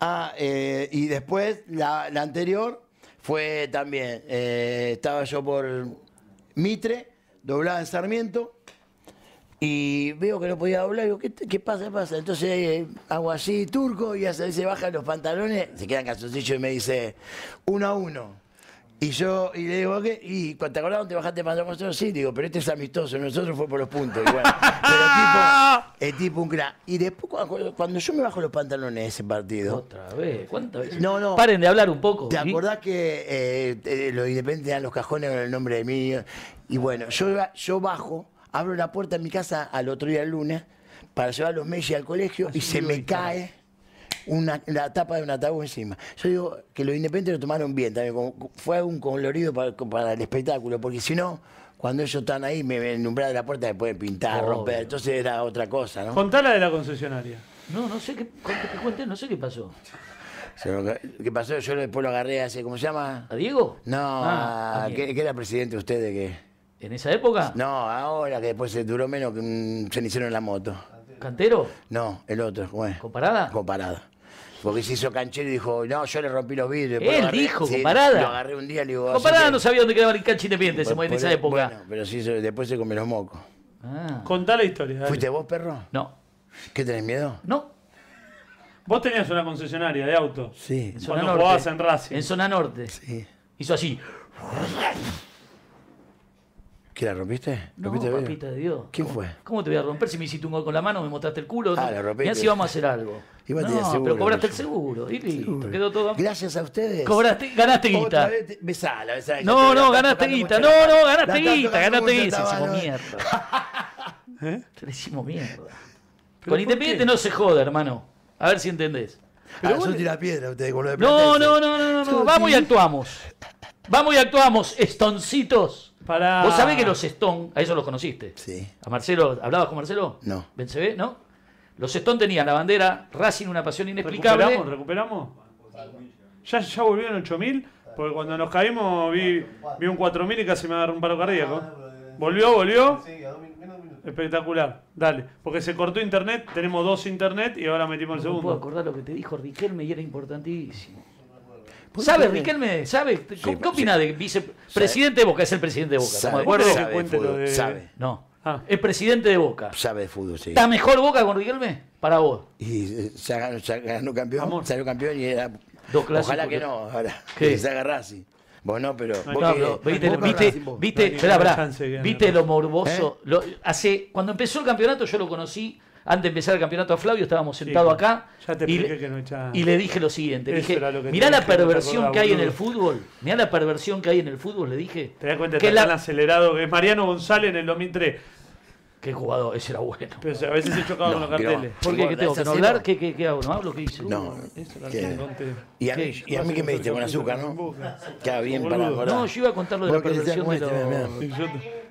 [SPEAKER 4] Ah, eh, y después la, la anterior fue también. eh, estaba yo por Mitre, doblada en Sarmiento, y veo que no podía doblar. Digo, ¿qué, te- qué pasa? ¿Qué pasa? Entonces eh, hago así, turco, y hace, se bajan los pantalones, se quedan calzoncillos y me dice, uno a uno. Y yo, y le digo, ¿qué? ¿Y cu- te acordás dónde bajaste para nosotros? Sí, digo, pero este es amistoso, nosotros fue por los puntos. Y bueno, pero tipo, es tipo un crack. Y después, cuando- cuando yo me bajo los pantalones de ese partido,
[SPEAKER 2] Otra vez, ¿cuántas veces?
[SPEAKER 4] No, no.
[SPEAKER 2] Paren de hablar un poco.
[SPEAKER 4] ¿Te
[SPEAKER 2] ¿sí?
[SPEAKER 4] acordás que eh, te- los independientes dan los cajones con el nombre de mí? Y bueno, yo, iba- yo bajo, abro la puerta de mi casa al otro día, el lunes, para llevar los Messi al colegio y se me cae una, la tapa de un ataúd encima. Yo digo que los independientes lo tomaron bien también. como- fue un colorido para, para el espectáculo, porque si no, cuando ellos están ahí, me, me de la puerta, me pueden pintar,
[SPEAKER 2] Obvio.
[SPEAKER 4] romper. Entonces era otra cosa, ¿no?
[SPEAKER 1] Contala de la concesionaria.
[SPEAKER 2] No, no sé qué, cuente- que cuente, no sé qué pasó.
[SPEAKER 4] Se me- ¿Qué pasó? Yo después lo agarré hace, ¿cómo se llama?
[SPEAKER 2] ¿A Diego?
[SPEAKER 4] No,
[SPEAKER 2] Ah, ¿a
[SPEAKER 4] que,
[SPEAKER 2] quién?
[SPEAKER 4] que era presidente usted de que.
[SPEAKER 2] ¿En esa época?
[SPEAKER 4] No, ahora que después se duró menos que un cenicero en la moto.
[SPEAKER 2] ¿Cantero?
[SPEAKER 4] No, el otro, ¿cómo es?
[SPEAKER 2] ¿Comparada?
[SPEAKER 4] Comparado. Porque se hizo canchero y dijo, no, yo le rompí los vidrios. después
[SPEAKER 2] Él
[SPEAKER 4] lo agarré".
[SPEAKER 2] dijo,
[SPEAKER 4] Sí,
[SPEAKER 2] comparada.
[SPEAKER 4] Lo agarré un día y le digo.
[SPEAKER 2] Comparada
[SPEAKER 4] "Así que-
[SPEAKER 2] no sabía dónde quedaba el cancha independiente se
[SPEAKER 4] por-
[SPEAKER 2] mueve en
[SPEAKER 4] por-
[SPEAKER 2] esa época.
[SPEAKER 4] Bueno, pero sí, se- después se comió los mocos.
[SPEAKER 2] Ah.
[SPEAKER 1] Contá la historia. dale.
[SPEAKER 4] ¿Fuiste vos, perro?
[SPEAKER 2] No,
[SPEAKER 4] ¿Qué tenés miedo?
[SPEAKER 2] no.
[SPEAKER 1] Vos tenías una concesionaria de autos.
[SPEAKER 4] Sí.
[SPEAKER 2] En
[SPEAKER 1] Cuando
[SPEAKER 2] zona norte.
[SPEAKER 1] jugabas en Racing.
[SPEAKER 2] En zona norte.
[SPEAKER 4] Sí.
[SPEAKER 2] Hizo así.
[SPEAKER 4] ¿Qué la rompiste?
[SPEAKER 2] No,
[SPEAKER 4] ¿Rompiste el vidrio?
[SPEAKER 2] papita de Dios.
[SPEAKER 4] ¿Quién
[SPEAKER 2] ¿Cómo-
[SPEAKER 4] fue?
[SPEAKER 2] ¿Cómo te voy a romper si me hiciste un gol con la mano, me mostraste el culo?
[SPEAKER 4] Ah,
[SPEAKER 2] No.
[SPEAKER 4] la rompiste.
[SPEAKER 2] Mirá si vamos a hacer algo.
[SPEAKER 4] Iba a
[SPEAKER 2] no,
[SPEAKER 4] tener seguro,
[SPEAKER 2] pero cobraste el
[SPEAKER 4] yo.
[SPEAKER 2] seguro. Y listo, quedó todo.
[SPEAKER 4] Gracias a ustedes.
[SPEAKER 2] Cobraste, ganaste
[SPEAKER 4] Otra
[SPEAKER 2] guita.
[SPEAKER 4] vez este, te- Besala, besala.
[SPEAKER 2] No, no, ganaste guita. No, no, ganaste guita, ganaste guita. Se hicimos
[SPEAKER 4] guita.
[SPEAKER 2] mierda.
[SPEAKER 1] ¿Eh?
[SPEAKER 2] Se le hicimos mierda. Con Independiente no se joda, hermano. A ver si entendés.
[SPEAKER 1] Pero
[SPEAKER 4] Ahora
[SPEAKER 1] vos
[SPEAKER 4] Ah, son
[SPEAKER 1] le-
[SPEAKER 4] tirapiedra ustedes con lo de
[SPEAKER 2] No,
[SPEAKER 4] Platense.
[SPEAKER 2] no, no, no, no, no. Vamos y actuamos. Vamos y actuamos, estoncitos.
[SPEAKER 1] Pará.
[SPEAKER 2] Vos sabés que los Stone, a eso los conociste.
[SPEAKER 4] Ah. Sí.
[SPEAKER 2] ¿A Marcelo? ¿Hablabas con Marcelo?
[SPEAKER 4] No.
[SPEAKER 2] ¿Bencebé? ¿No? Los Stone tenían la bandera Racing, una pasión inexplicable.
[SPEAKER 1] ¿Recuperamos? ¿Recuperamos? ¿Ya, ya volvieron 8000? Porque cuando nos caímos vi, vi un 4000 y casi me agarró un paro cardíaco. ¿Volvió, volvió?
[SPEAKER 5] Sí, a dos min- menos de un minuto.
[SPEAKER 1] Espectacular. Dale. Porque se cortó internet, tenemos dos internet y ahora metimos el
[SPEAKER 2] No puedo
[SPEAKER 1] segundo.
[SPEAKER 2] acordar lo que te dijo Riquelme y era importantísimo. ¿Sabes, Riquelme? ¿Sabes? ¿Qué,
[SPEAKER 4] Sí,
[SPEAKER 2] qué opina de vicepresidente de Boca? Es el presidente de Boca, ¿estamos
[SPEAKER 4] Sabe,
[SPEAKER 2] de acuerdo?
[SPEAKER 1] sabe.
[SPEAKER 4] sabe,
[SPEAKER 1] Cuente
[SPEAKER 4] de
[SPEAKER 1] lo
[SPEAKER 4] fútbol,
[SPEAKER 1] de-
[SPEAKER 4] sabe,
[SPEAKER 2] No.
[SPEAKER 1] Ah.
[SPEAKER 2] Es presidente de Boca.
[SPEAKER 4] sabe de fútbol, sí.
[SPEAKER 2] ¿Está mejor Boca con Riquelme? Para vos.
[SPEAKER 4] Y eh, se ganó, se ganó campeón,
[SPEAKER 1] Amor.
[SPEAKER 4] salió campeón y era...
[SPEAKER 2] Dos clásicos
[SPEAKER 4] Ojalá que
[SPEAKER 2] que-
[SPEAKER 4] no, ahora.
[SPEAKER 2] ¿Qué?
[SPEAKER 4] Que se haga Racing. Vos no, pero...
[SPEAKER 1] No,
[SPEAKER 4] vos
[SPEAKER 2] No,
[SPEAKER 4] que-
[SPEAKER 2] pero viste,
[SPEAKER 4] vos con
[SPEAKER 2] viste,
[SPEAKER 4] Racing, vos.
[SPEAKER 2] viste,
[SPEAKER 1] No ¿Eh? hay
[SPEAKER 2] esperá,
[SPEAKER 1] ninguna
[SPEAKER 2] esperá.
[SPEAKER 1] chance que gane
[SPEAKER 2] viste lo
[SPEAKER 1] Racing.
[SPEAKER 2] morboso. Lo- hace, cuando empezó el campeonato, yo lo conocí. Antes de empezar el campeonato a Flavio, estábamos sentados
[SPEAKER 1] Chico,
[SPEAKER 2] acá.
[SPEAKER 1] ya te
[SPEAKER 2] y,
[SPEAKER 1] expliqué
[SPEAKER 2] le-
[SPEAKER 1] que no hay chance.
[SPEAKER 2] y le dije lo siguiente: le
[SPEAKER 1] Eso
[SPEAKER 2] dije,
[SPEAKER 1] era lo que
[SPEAKER 2] mirá
[SPEAKER 1] te
[SPEAKER 2] la
[SPEAKER 1] dije, no te
[SPEAKER 2] perversión
[SPEAKER 1] acordás,
[SPEAKER 2] que hay en el
[SPEAKER 1] boludo".
[SPEAKER 2] fútbol. Mirá la perversión que hay en el fútbol, le dije.
[SPEAKER 1] Te das cuenta que
[SPEAKER 2] que
[SPEAKER 1] está tan
[SPEAKER 2] la,
[SPEAKER 1] acelerado que es Mariano González en el 2003.
[SPEAKER 2] Qué jugador, ese era bueno.
[SPEAKER 1] Pero si a veces se chocaba con los
[SPEAKER 4] No, que no.
[SPEAKER 1] carteles.
[SPEAKER 2] ¿Por qué? ¿Qué tengo que
[SPEAKER 4] ¿Esa
[SPEAKER 2] no
[SPEAKER 4] cena?
[SPEAKER 2] hablar? ¿Qué, qué, qué hago? ¿No hablo? ¿Qué hice?
[SPEAKER 4] No,
[SPEAKER 1] Eso
[SPEAKER 4] que-
[SPEAKER 1] era lo que-
[SPEAKER 4] y a mí, y a mí que me diste con azúcar, ¿no? Queda bien
[SPEAKER 1] Boludo.
[SPEAKER 4] para
[SPEAKER 2] No, yo iba a contar lo de la perversión de los...
[SPEAKER 1] Y yo, y yo-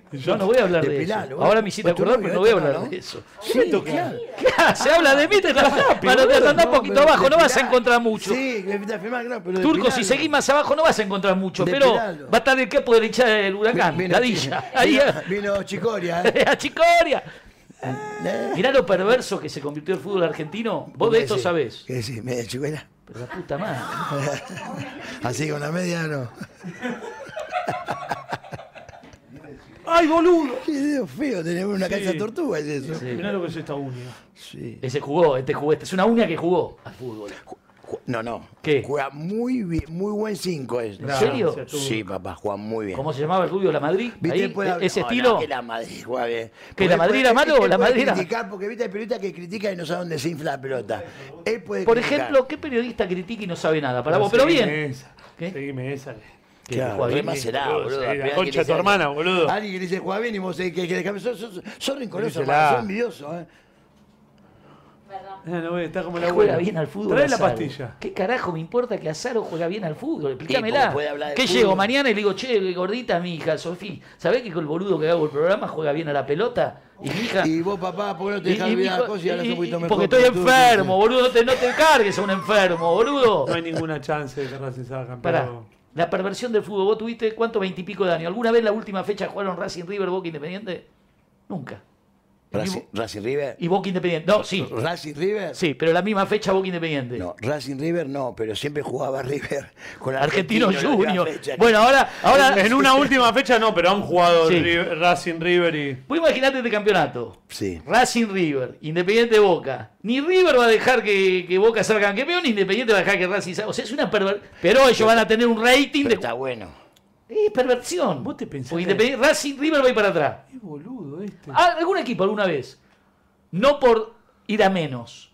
[SPEAKER 2] Yo no voy a hablar de,
[SPEAKER 4] De Pilar,
[SPEAKER 2] eso.
[SPEAKER 4] boludo.
[SPEAKER 2] Ahora me hiciste
[SPEAKER 4] Pues tu
[SPEAKER 2] acordar, pero no
[SPEAKER 4] novio,
[SPEAKER 2] voy a
[SPEAKER 4] esto no,
[SPEAKER 2] hablar
[SPEAKER 4] ¿no?
[SPEAKER 2] de eso.
[SPEAKER 4] Sí, claro.
[SPEAKER 2] Claro, se habla de mí, te la Pero te andás un poquito abajo, no vas a encontrar mucho.
[SPEAKER 4] Sí, me fuiste a firmar, no, pero.
[SPEAKER 2] Turco, si seguís más abajo no vas a encontrar mucho, pero
[SPEAKER 4] Depilalo.
[SPEAKER 2] va a estar el capo de la hinchada del huracán, la dilla. Ahí ah. a,
[SPEAKER 4] Vino Chicoria, ¿eh?
[SPEAKER 2] a Chicoria.
[SPEAKER 4] ¿Eh?
[SPEAKER 2] Mirá lo perverso que se convirtió el fútbol argentino. Vos de esto
[SPEAKER 4] decís?
[SPEAKER 2] sabés.
[SPEAKER 4] ¿Qué decís? ¿Media chicuela?
[SPEAKER 2] Pero la puta madre.
[SPEAKER 4] Así con la media no.
[SPEAKER 1] ¡Ay, boludo!
[SPEAKER 4] Qué dedo feo tener una calza tortuga, es eso.
[SPEAKER 2] Sí.
[SPEAKER 1] Mirá lo que es esta uña.
[SPEAKER 4] Sí.
[SPEAKER 2] Ese jugó, este jugó, este es una uña que jugó al fútbol.
[SPEAKER 4] Ju- No, no.
[SPEAKER 2] ¿Qué?
[SPEAKER 4] Juega muy bien, muy buen 5 es.
[SPEAKER 2] ¿En serio?
[SPEAKER 4] Sí, papá, juega muy bien.
[SPEAKER 2] ¿Cómo se llamaba el rubio? ¿La Madrid? Ahí,
[SPEAKER 4] después
[SPEAKER 2] e-
[SPEAKER 4] habla-
[SPEAKER 2] ese
[SPEAKER 4] no,
[SPEAKER 2] estilo.
[SPEAKER 4] no, que la Madrid juega bien.
[SPEAKER 2] ¿Que
[SPEAKER 4] Porque
[SPEAKER 2] la
[SPEAKER 4] él
[SPEAKER 2] Madrid
[SPEAKER 4] puede-
[SPEAKER 2] era
[SPEAKER 4] él-
[SPEAKER 2] malo
[SPEAKER 4] él
[SPEAKER 2] o la
[SPEAKER 4] puede
[SPEAKER 2] Madrid era-
[SPEAKER 4] criticar porque viste el periodista que critica y no sabe dónde se infla la pelota. Él puede
[SPEAKER 2] Por
[SPEAKER 4] criticar.
[SPEAKER 2] ejemplo, ¿qué periodista critica y no sabe nada? Para vos, pero
[SPEAKER 1] seguime
[SPEAKER 2] bien.
[SPEAKER 1] Esa.
[SPEAKER 2] ¿Qué?
[SPEAKER 1] Seguime esa.
[SPEAKER 2] Que
[SPEAKER 4] Claro,
[SPEAKER 2] juega
[SPEAKER 4] re
[SPEAKER 2] bien,
[SPEAKER 4] macerado,
[SPEAKER 1] boludo,
[SPEAKER 4] boludo.
[SPEAKER 1] sí,
[SPEAKER 4] Al
[SPEAKER 1] la
[SPEAKER 4] final
[SPEAKER 1] concha
[SPEAKER 4] que
[SPEAKER 1] de
[SPEAKER 4] le
[SPEAKER 1] tu
[SPEAKER 4] dice-
[SPEAKER 1] hermana, boludo.
[SPEAKER 4] Alguien que le dice, juega bien y vos eh, que, que, que sos, sos, sos rencoroso,
[SPEAKER 1] Dísela.
[SPEAKER 4] hermano, sos envidioso. ¿eh?
[SPEAKER 6] Perdón.
[SPEAKER 1] Ah, no, está como la
[SPEAKER 2] Juega
[SPEAKER 1] abuela.
[SPEAKER 2] bien al fútbol.
[SPEAKER 1] Trae la
[SPEAKER 2] Azaro.
[SPEAKER 1] pastilla.
[SPEAKER 2] ¿Qué carajo me importa que Azaro juega bien al fútbol?
[SPEAKER 4] porque
[SPEAKER 2] Explícamela.
[SPEAKER 4] puede hablar de
[SPEAKER 2] ¿Qué
[SPEAKER 4] fútbol.
[SPEAKER 2] llego mañana y le digo, che, gordita mi hija, Sofía, ¿sabés que con el boludo que hago el programa juega bien a la pelota? Y mi hija.
[SPEAKER 4] Y vos, papá, ¿por qué no te
[SPEAKER 2] Ah. y-
[SPEAKER 4] dejas
[SPEAKER 2] y mi
[SPEAKER 4] olvidar
[SPEAKER 2] hijo-
[SPEAKER 4] cosas y hablas
[SPEAKER 2] y-
[SPEAKER 4] un poquito
[SPEAKER 2] y-
[SPEAKER 4] mejor?
[SPEAKER 2] porque estoy
[SPEAKER 4] pelotudo?
[SPEAKER 2] enfermo, boludo. No te, no te cargues a un enfermo, boludo.
[SPEAKER 1] No hay ninguna chance de que Racing sea campeón.
[SPEAKER 2] Pará. La perversión del fútbol. ¿Vos tuviste cuánto veintipico de años? ¿Alguna vez la última fecha jugaron Racing River, Boca Independiente? Nunca.
[SPEAKER 4] Racing, Racing River.
[SPEAKER 2] Y Boca Independiente. No, sí.
[SPEAKER 4] Racing River.
[SPEAKER 2] Sí, pero la misma fecha Boca Independiente.
[SPEAKER 4] No, Racing River no, pero siempre jugaba River con
[SPEAKER 2] Argentino
[SPEAKER 4] la última
[SPEAKER 2] Junior.
[SPEAKER 4] fecha.
[SPEAKER 2] Bueno, ahora, ahora
[SPEAKER 1] En una última fecha no, pero han jugado
[SPEAKER 2] Sí.
[SPEAKER 1] River- Racing River y.
[SPEAKER 2] vos imaginate este campeonato.
[SPEAKER 4] Sí.
[SPEAKER 2] Racing River, Independiente de Boca. Ni River va a dejar que, que Boca salga campeón, ni Independiente va a dejar que Racing salga. O sea, es una perversión. Pero ellos van a tener un rating
[SPEAKER 4] Pero
[SPEAKER 2] de.
[SPEAKER 4] está bueno.
[SPEAKER 2] Es perversión.
[SPEAKER 1] Vos te pensás
[SPEAKER 2] Porque
[SPEAKER 1] que-
[SPEAKER 2] Independiente- Racing River va a ir para atrás.
[SPEAKER 1] Qué boludo este.
[SPEAKER 2] Ah, ¿Algún equipo alguna vez? No por ir a menos.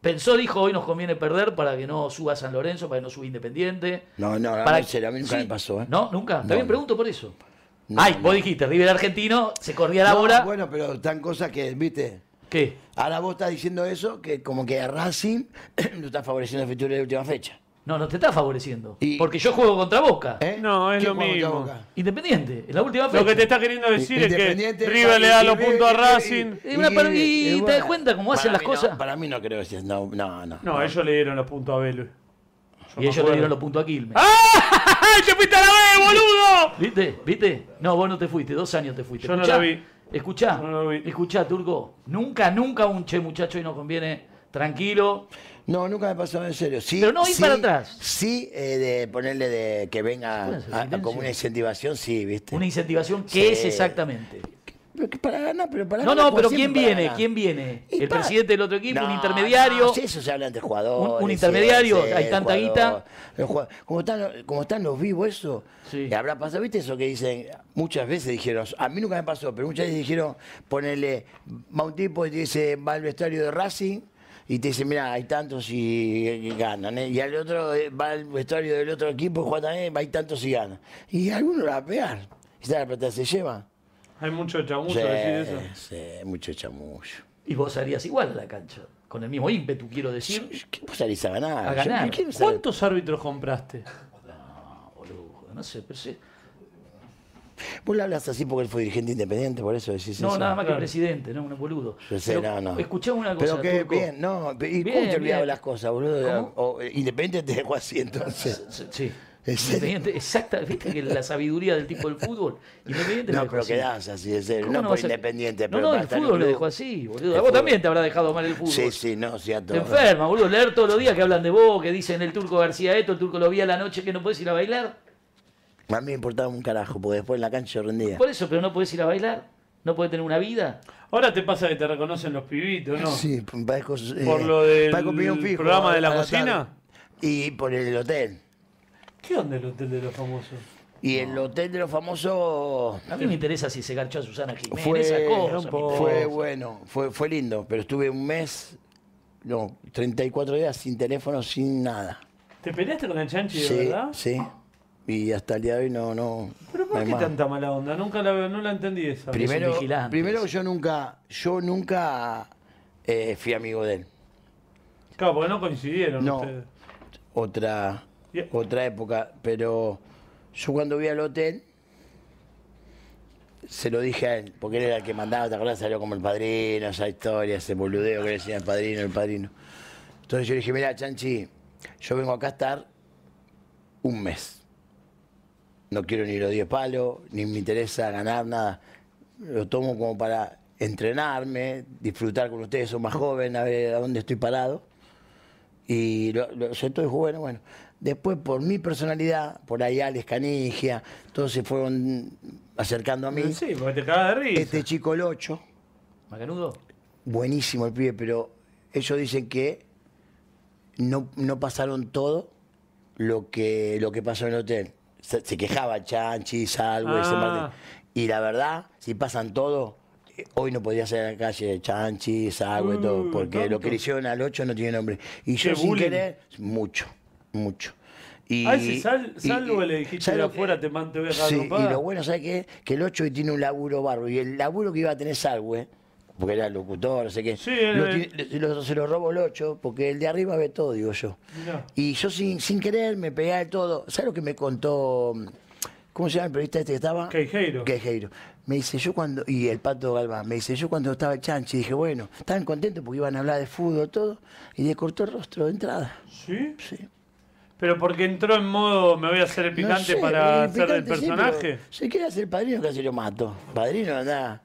[SPEAKER 2] Pensó, dijo, hoy nos conviene perder para que no suba San Lorenzo, para que no suba Independiente.
[SPEAKER 4] No, no,
[SPEAKER 2] para
[SPEAKER 4] para... Ah, a mí nunca
[SPEAKER 2] Sí.
[SPEAKER 4] me pasó. ¿eh?
[SPEAKER 2] No, nunca.
[SPEAKER 4] No,
[SPEAKER 2] También
[SPEAKER 4] no.
[SPEAKER 2] pregunto por eso.
[SPEAKER 4] No,
[SPEAKER 2] Ay,
[SPEAKER 4] no.
[SPEAKER 2] vos dijiste, River argentino, se corría la
[SPEAKER 4] No,
[SPEAKER 2] bola.
[SPEAKER 4] Bueno, pero tan cosas que, viste.
[SPEAKER 2] ¿Qué?
[SPEAKER 4] Ahora vos estás diciendo eso, que como que a Racing lo está favoreciendo el futuro de última fecha.
[SPEAKER 2] No, no te está favoreciendo.
[SPEAKER 4] Y-
[SPEAKER 2] Porque yo juego contra Boca.
[SPEAKER 4] ¿eh?
[SPEAKER 1] No, es
[SPEAKER 4] ¿Qué
[SPEAKER 1] lo
[SPEAKER 4] jugamos contra
[SPEAKER 1] mismo.
[SPEAKER 4] Boca?
[SPEAKER 2] Independiente, en la última fecha.
[SPEAKER 1] Lo que te está queriendo decir es que
[SPEAKER 4] Independiente,
[SPEAKER 1] River le da los
[SPEAKER 4] y- y-
[SPEAKER 1] puntos a
[SPEAKER 4] y- y-
[SPEAKER 1] Racing.
[SPEAKER 2] Y una per- y te
[SPEAKER 4] bueno,
[SPEAKER 2] das cuenta cómo hacen
[SPEAKER 4] para
[SPEAKER 2] las
[SPEAKER 4] mí no,
[SPEAKER 2] cosas.
[SPEAKER 4] para mí no creo que sea. No, no, no.
[SPEAKER 1] No, ellos le dieron los puntos a Vélez. Yo ¡Ah!
[SPEAKER 2] Y
[SPEAKER 1] me
[SPEAKER 2] ellos
[SPEAKER 1] acuerdo.
[SPEAKER 2] le dieron los puntos a Quilmes.
[SPEAKER 1] ¡Ay, te fuiste a la vez, boludo!
[SPEAKER 2] ¿Viste? ¿Viste? No, vos no te fuiste, dos años te fuiste.
[SPEAKER 1] Yo no
[SPEAKER 2] Escuchá,
[SPEAKER 1] la vi.
[SPEAKER 2] Escuchá,
[SPEAKER 1] No la vi.
[SPEAKER 2] escuchá, Turco. Nunca, nunca un che muchacho y nos conviene tranquilo.
[SPEAKER 4] No, nunca me pasó en serio. Sí,
[SPEAKER 2] Pero no ir
[SPEAKER 4] sí,
[SPEAKER 2] para atrás.
[SPEAKER 4] Sí, eh, de ponerle de que venga
[SPEAKER 2] Bueno, eso es
[SPEAKER 4] a- a-
[SPEAKER 2] silencio.
[SPEAKER 4] como una incentivación, sí, viste.
[SPEAKER 2] Una incentivación que
[SPEAKER 4] Sí.
[SPEAKER 2] es exactamente.
[SPEAKER 4] Pero que para ganar, pero para
[SPEAKER 2] No,
[SPEAKER 4] ganar,
[SPEAKER 2] no,
[SPEAKER 4] como
[SPEAKER 2] pero
[SPEAKER 4] siempre,
[SPEAKER 2] ¿quién
[SPEAKER 4] para
[SPEAKER 2] viene?
[SPEAKER 4] ganar.
[SPEAKER 2] ¿Quién viene?
[SPEAKER 4] Y
[SPEAKER 2] ¿El
[SPEAKER 4] pa-
[SPEAKER 2] presidente del otro equipo?
[SPEAKER 4] No,
[SPEAKER 2] ¿Un intermediario?
[SPEAKER 4] no, sí, eso se habla entre jugadores.
[SPEAKER 2] Un- un intermediario,
[SPEAKER 4] sí,
[SPEAKER 2] hay
[SPEAKER 4] el
[SPEAKER 2] tanta
[SPEAKER 4] jugador,
[SPEAKER 2] guita.
[SPEAKER 4] el jugador. Como están, los- como están los vivos, eso.
[SPEAKER 2] Sí.
[SPEAKER 4] y Habrá pasado, ¿viste eso que dicen? Muchas veces dijeron, a mí nunca me pasó, pero muchas veces dijeron, ponele, va un tipo y te dice, va al vestuario de Racing. Y te dice, mira, hay tantos y, y ganan. ¿eh? Y al otro eh, va al vestuario del otro equipo y juega también, hay tantos y ganan. Y alguno la va a pegar. Y esa la plata se lleva.
[SPEAKER 1] Hay mucho chamucho
[SPEAKER 4] Sí,
[SPEAKER 1] decir eso.
[SPEAKER 4] sí, mucho chamullo.
[SPEAKER 2] Y vos salías igual a la cancha, con el mismo ímpetu, quiero decir.
[SPEAKER 4] ¿Qué vos salís a ganar?
[SPEAKER 2] A
[SPEAKER 4] Yo-
[SPEAKER 2] ganar.
[SPEAKER 4] yo quiero saber-
[SPEAKER 1] ¿Cuántos árbitros compraste?
[SPEAKER 2] No, boludo, no sé, pero sí.
[SPEAKER 4] Vos le hablas así porque él fue dirigente independiente, por eso decís
[SPEAKER 2] No,
[SPEAKER 4] eso.
[SPEAKER 2] nada más que
[SPEAKER 1] claro.
[SPEAKER 2] presidente, no, un boludo.
[SPEAKER 4] Yo sé,
[SPEAKER 2] Pero
[SPEAKER 4] no, no.
[SPEAKER 2] Escuchá una cosa.
[SPEAKER 4] Pero qué
[SPEAKER 2] Turco.
[SPEAKER 4] bien, no. pe- ¿Y
[SPEAKER 2] Bien,
[SPEAKER 4] cómo te olvidabas
[SPEAKER 2] bien.
[SPEAKER 4] las cosas, boludo?
[SPEAKER 2] ¿Cómo?
[SPEAKER 4] O, eh, independiente te dejó así, entonces.
[SPEAKER 2] Sí, Sí.
[SPEAKER 4] ¿En serio?
[SPEAKER 2] Independiente, exacta, viste que la sabiduría del tipo del fútbol. Independiente lo
[SPEAKER 4] No,
[SPEAKER 2] dejó
[SPEAKER 4] pero
[SPEAKER 2] así.
[SPEAKER 4] quedás así, de serio.
[SPEAKER 2] ¿Cómo
[SPEAKER 4] No, por
[SPEAKER 2] vas a-
[SPEAKER 4] independiente,
[SPEAKER 2] No,
[SPEAKER 4] pero
[SPEAKER 2] no,
[SPEAKER 4] para
[SPEAKER 2] el
[SPEAKER 4] estar en
[SPEAKER 2] fútbol lo
[SPEAKER 4] club.
[SPEAKER 2] dejó así, boludo.
[SPEAKER 4] El
[SPEAKER 2] A vos
[SPEAKER 4] fútbol.
[SPEAKER 2] también te habrá dejado mal el fútbol.
[SPEAKER 4] Sí, sí, no, sí, a
[SPEAKER 2] Te
[SPEAKER 4] todo.
[SPEAKER 2] enferma, boludo. Leer todos los días que hablan de vos, que dicen el turco García esto, el turco lo vi a la noche que no podés ir a bailar.
[SPEAKER 4] A mí me importaba un carajo, porque después en la cancha yo rendía.
[SPEAKER 2] Por eso, pero no podés ir a bailar. No podés tener una vida.
[SPEAKER 1] Ahora te pasa que te reconocen los pibitos, ¿no?
[SPEAKER 4] Sí, Paco, eh,
[SPEAKER 1] Por lo del
[SPEAKER 4] Paco Piñón Fijo,
[SPEAKER 1] programa de la
[SPEAKER 4] a
[SPEAKER 1] cocina.
[SPEAKER 4] tarde. Y por el hotel.
[SPEAKER 1] ¿Qué onda el hotel de los famosos?
[SPEAKER 4] Y el hotel de los famosos
[SPEAKER 2] A mí me interesa si se garchó a Susana Jiménez,
[SPEAKER 4] Fue-
[SPEAKER 2] esa
[SPEAKER 1] era
[SPEAKER 2] cosa.
[SPEAKER 1] un
[SPEAKER 2] me
[SPEAKER 1] poco-
[SPEAKER 2] interesa.
[SPEAKER 4] fue bueno, fue, fue lindo, pero estuve un mes, no, 34 días sin teléfono, sin nada.
[SPEAKER 1] ¿Te peleaste con el chanchi, de
[SPEAKER 4] sí,
[SPEAKER 1] verdad?
[SPEAKER 4] sí. Y hasta el día de hoy no, no.
[SPEAKER 1] ¿Pero por
[SPEAKER 4] no hay
[SPEAKER 1] qué
[SPEAKER 4] más.
[SPEAKER 1] tanta mala onda? Nunca la, no la entendí esa.
[SPEAKER 2] Pri- Es un
[SPEAKER 4] Primero,
[SPEAKER 2] vigilante,
[SPEAKER 4] primero
[SPEAKER 2] sí.
[SPEAKER 4] yo nunca, yo nunca eh, fui amigo de él.
[SPEAKER 1] Claro, porque no coincidieron
[SPEAKER 4] No.
[SPEAKER 1] ustedes.
[SPEAKER 4] otra,
[SPEAKER 1] Yeah.
[SPEAKER 4] otra época, pero yo cuando vi al hotel, se lo dije a él, porque él era el que mandaba, ¿te acordás? Salió como el padrino, esa historia, ese boludeo que le decían el padrino, el padrino. Entonces yo le dije, mira, Chanchi, yo vengo acá a estar un mes. No quiero ni los 10 palos, ni me interesa ganar nada. Lo tomo como para entrenarme, disfrutar con ustedes, son más jóvenes, a ver a dónde estoy parado. Y lo, lo sentó y dijo, bueno, bueno. Después, por mi personalidad, por ahí Alex Canigia, todos se fueron acercando a mí.
[SPEAKER 1] Sí, porque te cagas de risa.
[SPEAKER 4] Este chico, el 8,
[SPEAKER 2] Macanudo,
[SPEAKER 4] buenísimo el pibe, pero ellos dicen que no, no pasaron todo lo que, lo que pasó en el hotel. Se, se quejaba Chanchi, Salvo, ese
[SPEAKER 1] Ah.
[SPEAKER 4] Martín. Y la verdad, si pasan todo, eh, hoy no podría ser en la calle Chanchi, Salvo y
[SPEAKER 1] Uh,
[SPEAKER 4] todo, porque lo
[SPEAKER 1] tanto.
[SPEAKER 4] que le hicieron al 8 no tiene nombre. Y yo
[SPEAKER 1] Qué
[SPEAKER 4] sin
[SPEAKER 1] bullying.
[SPEAKER 4] querer, mucho, mucho. Y,
[SPEAKER 1] A ver si sal-
[SPEAKER 4] y-
[SPEAKER 1] salvo
[SPEAKER 4] y-
[SPEAKER 1] le dijiste
[SPEAKER 4] ¿sabes
[SPEAKER 1] de
[SPEAKER 4] lo que-
[SPEAKER 1] afuera, te man- te voy a cagar
[SPEAKER 4] Sí,
[SPEAKER 1] trompada?
[SPEAKER 4] y lo bueno, ¿sabes qué? Que el 8 hoy tiene un laburo barro. Y el laburo que iba a tener Salwe, porque era locutor, no sé qué.
[SPEAKER 1] Sí, él-
[SPEAKER 4] lo ti- le- lo- se lo robó el 8, porque el de arriba ve todo, digo yo.
[SPEAKER 1] Mirá.
[SPEAKER 4] Y yo sin, sin querer me pegué de todo. ¿Sabes lo que me contó? mm, ¿Cómo se llama el periodista este que estaba?
[SPEAKER 1] Queijeiro.
[SPEAKER 4] Queijeiro. Me dice, yo cuando. Y el pato Galván, me dice, yo cuando estaba el chanchi, dije, bueno, estaban contentos porque iban a hablar de fútbol, todo. Y le cortó el rostro de entrada.
[SPEAKER 1] ¿Sí?
[SPEAKER 4] Sí.
[SPEAKER 1] Pero porque entró en modo me voy a hacer el
[SPEAKER 4] No
[SPEAKER 1] picante
[SPEAKER 4] sé,
[SPEAKER 1] para
[SPEAKER 4] el
[SPEAKER 1] hacer el
[SPEAKER 4] picante sí,
[SPEAKER 1] personaje.
[SPEAKER 4] pero si quiere hacer padrino, casi lo mato. Padrino, anda.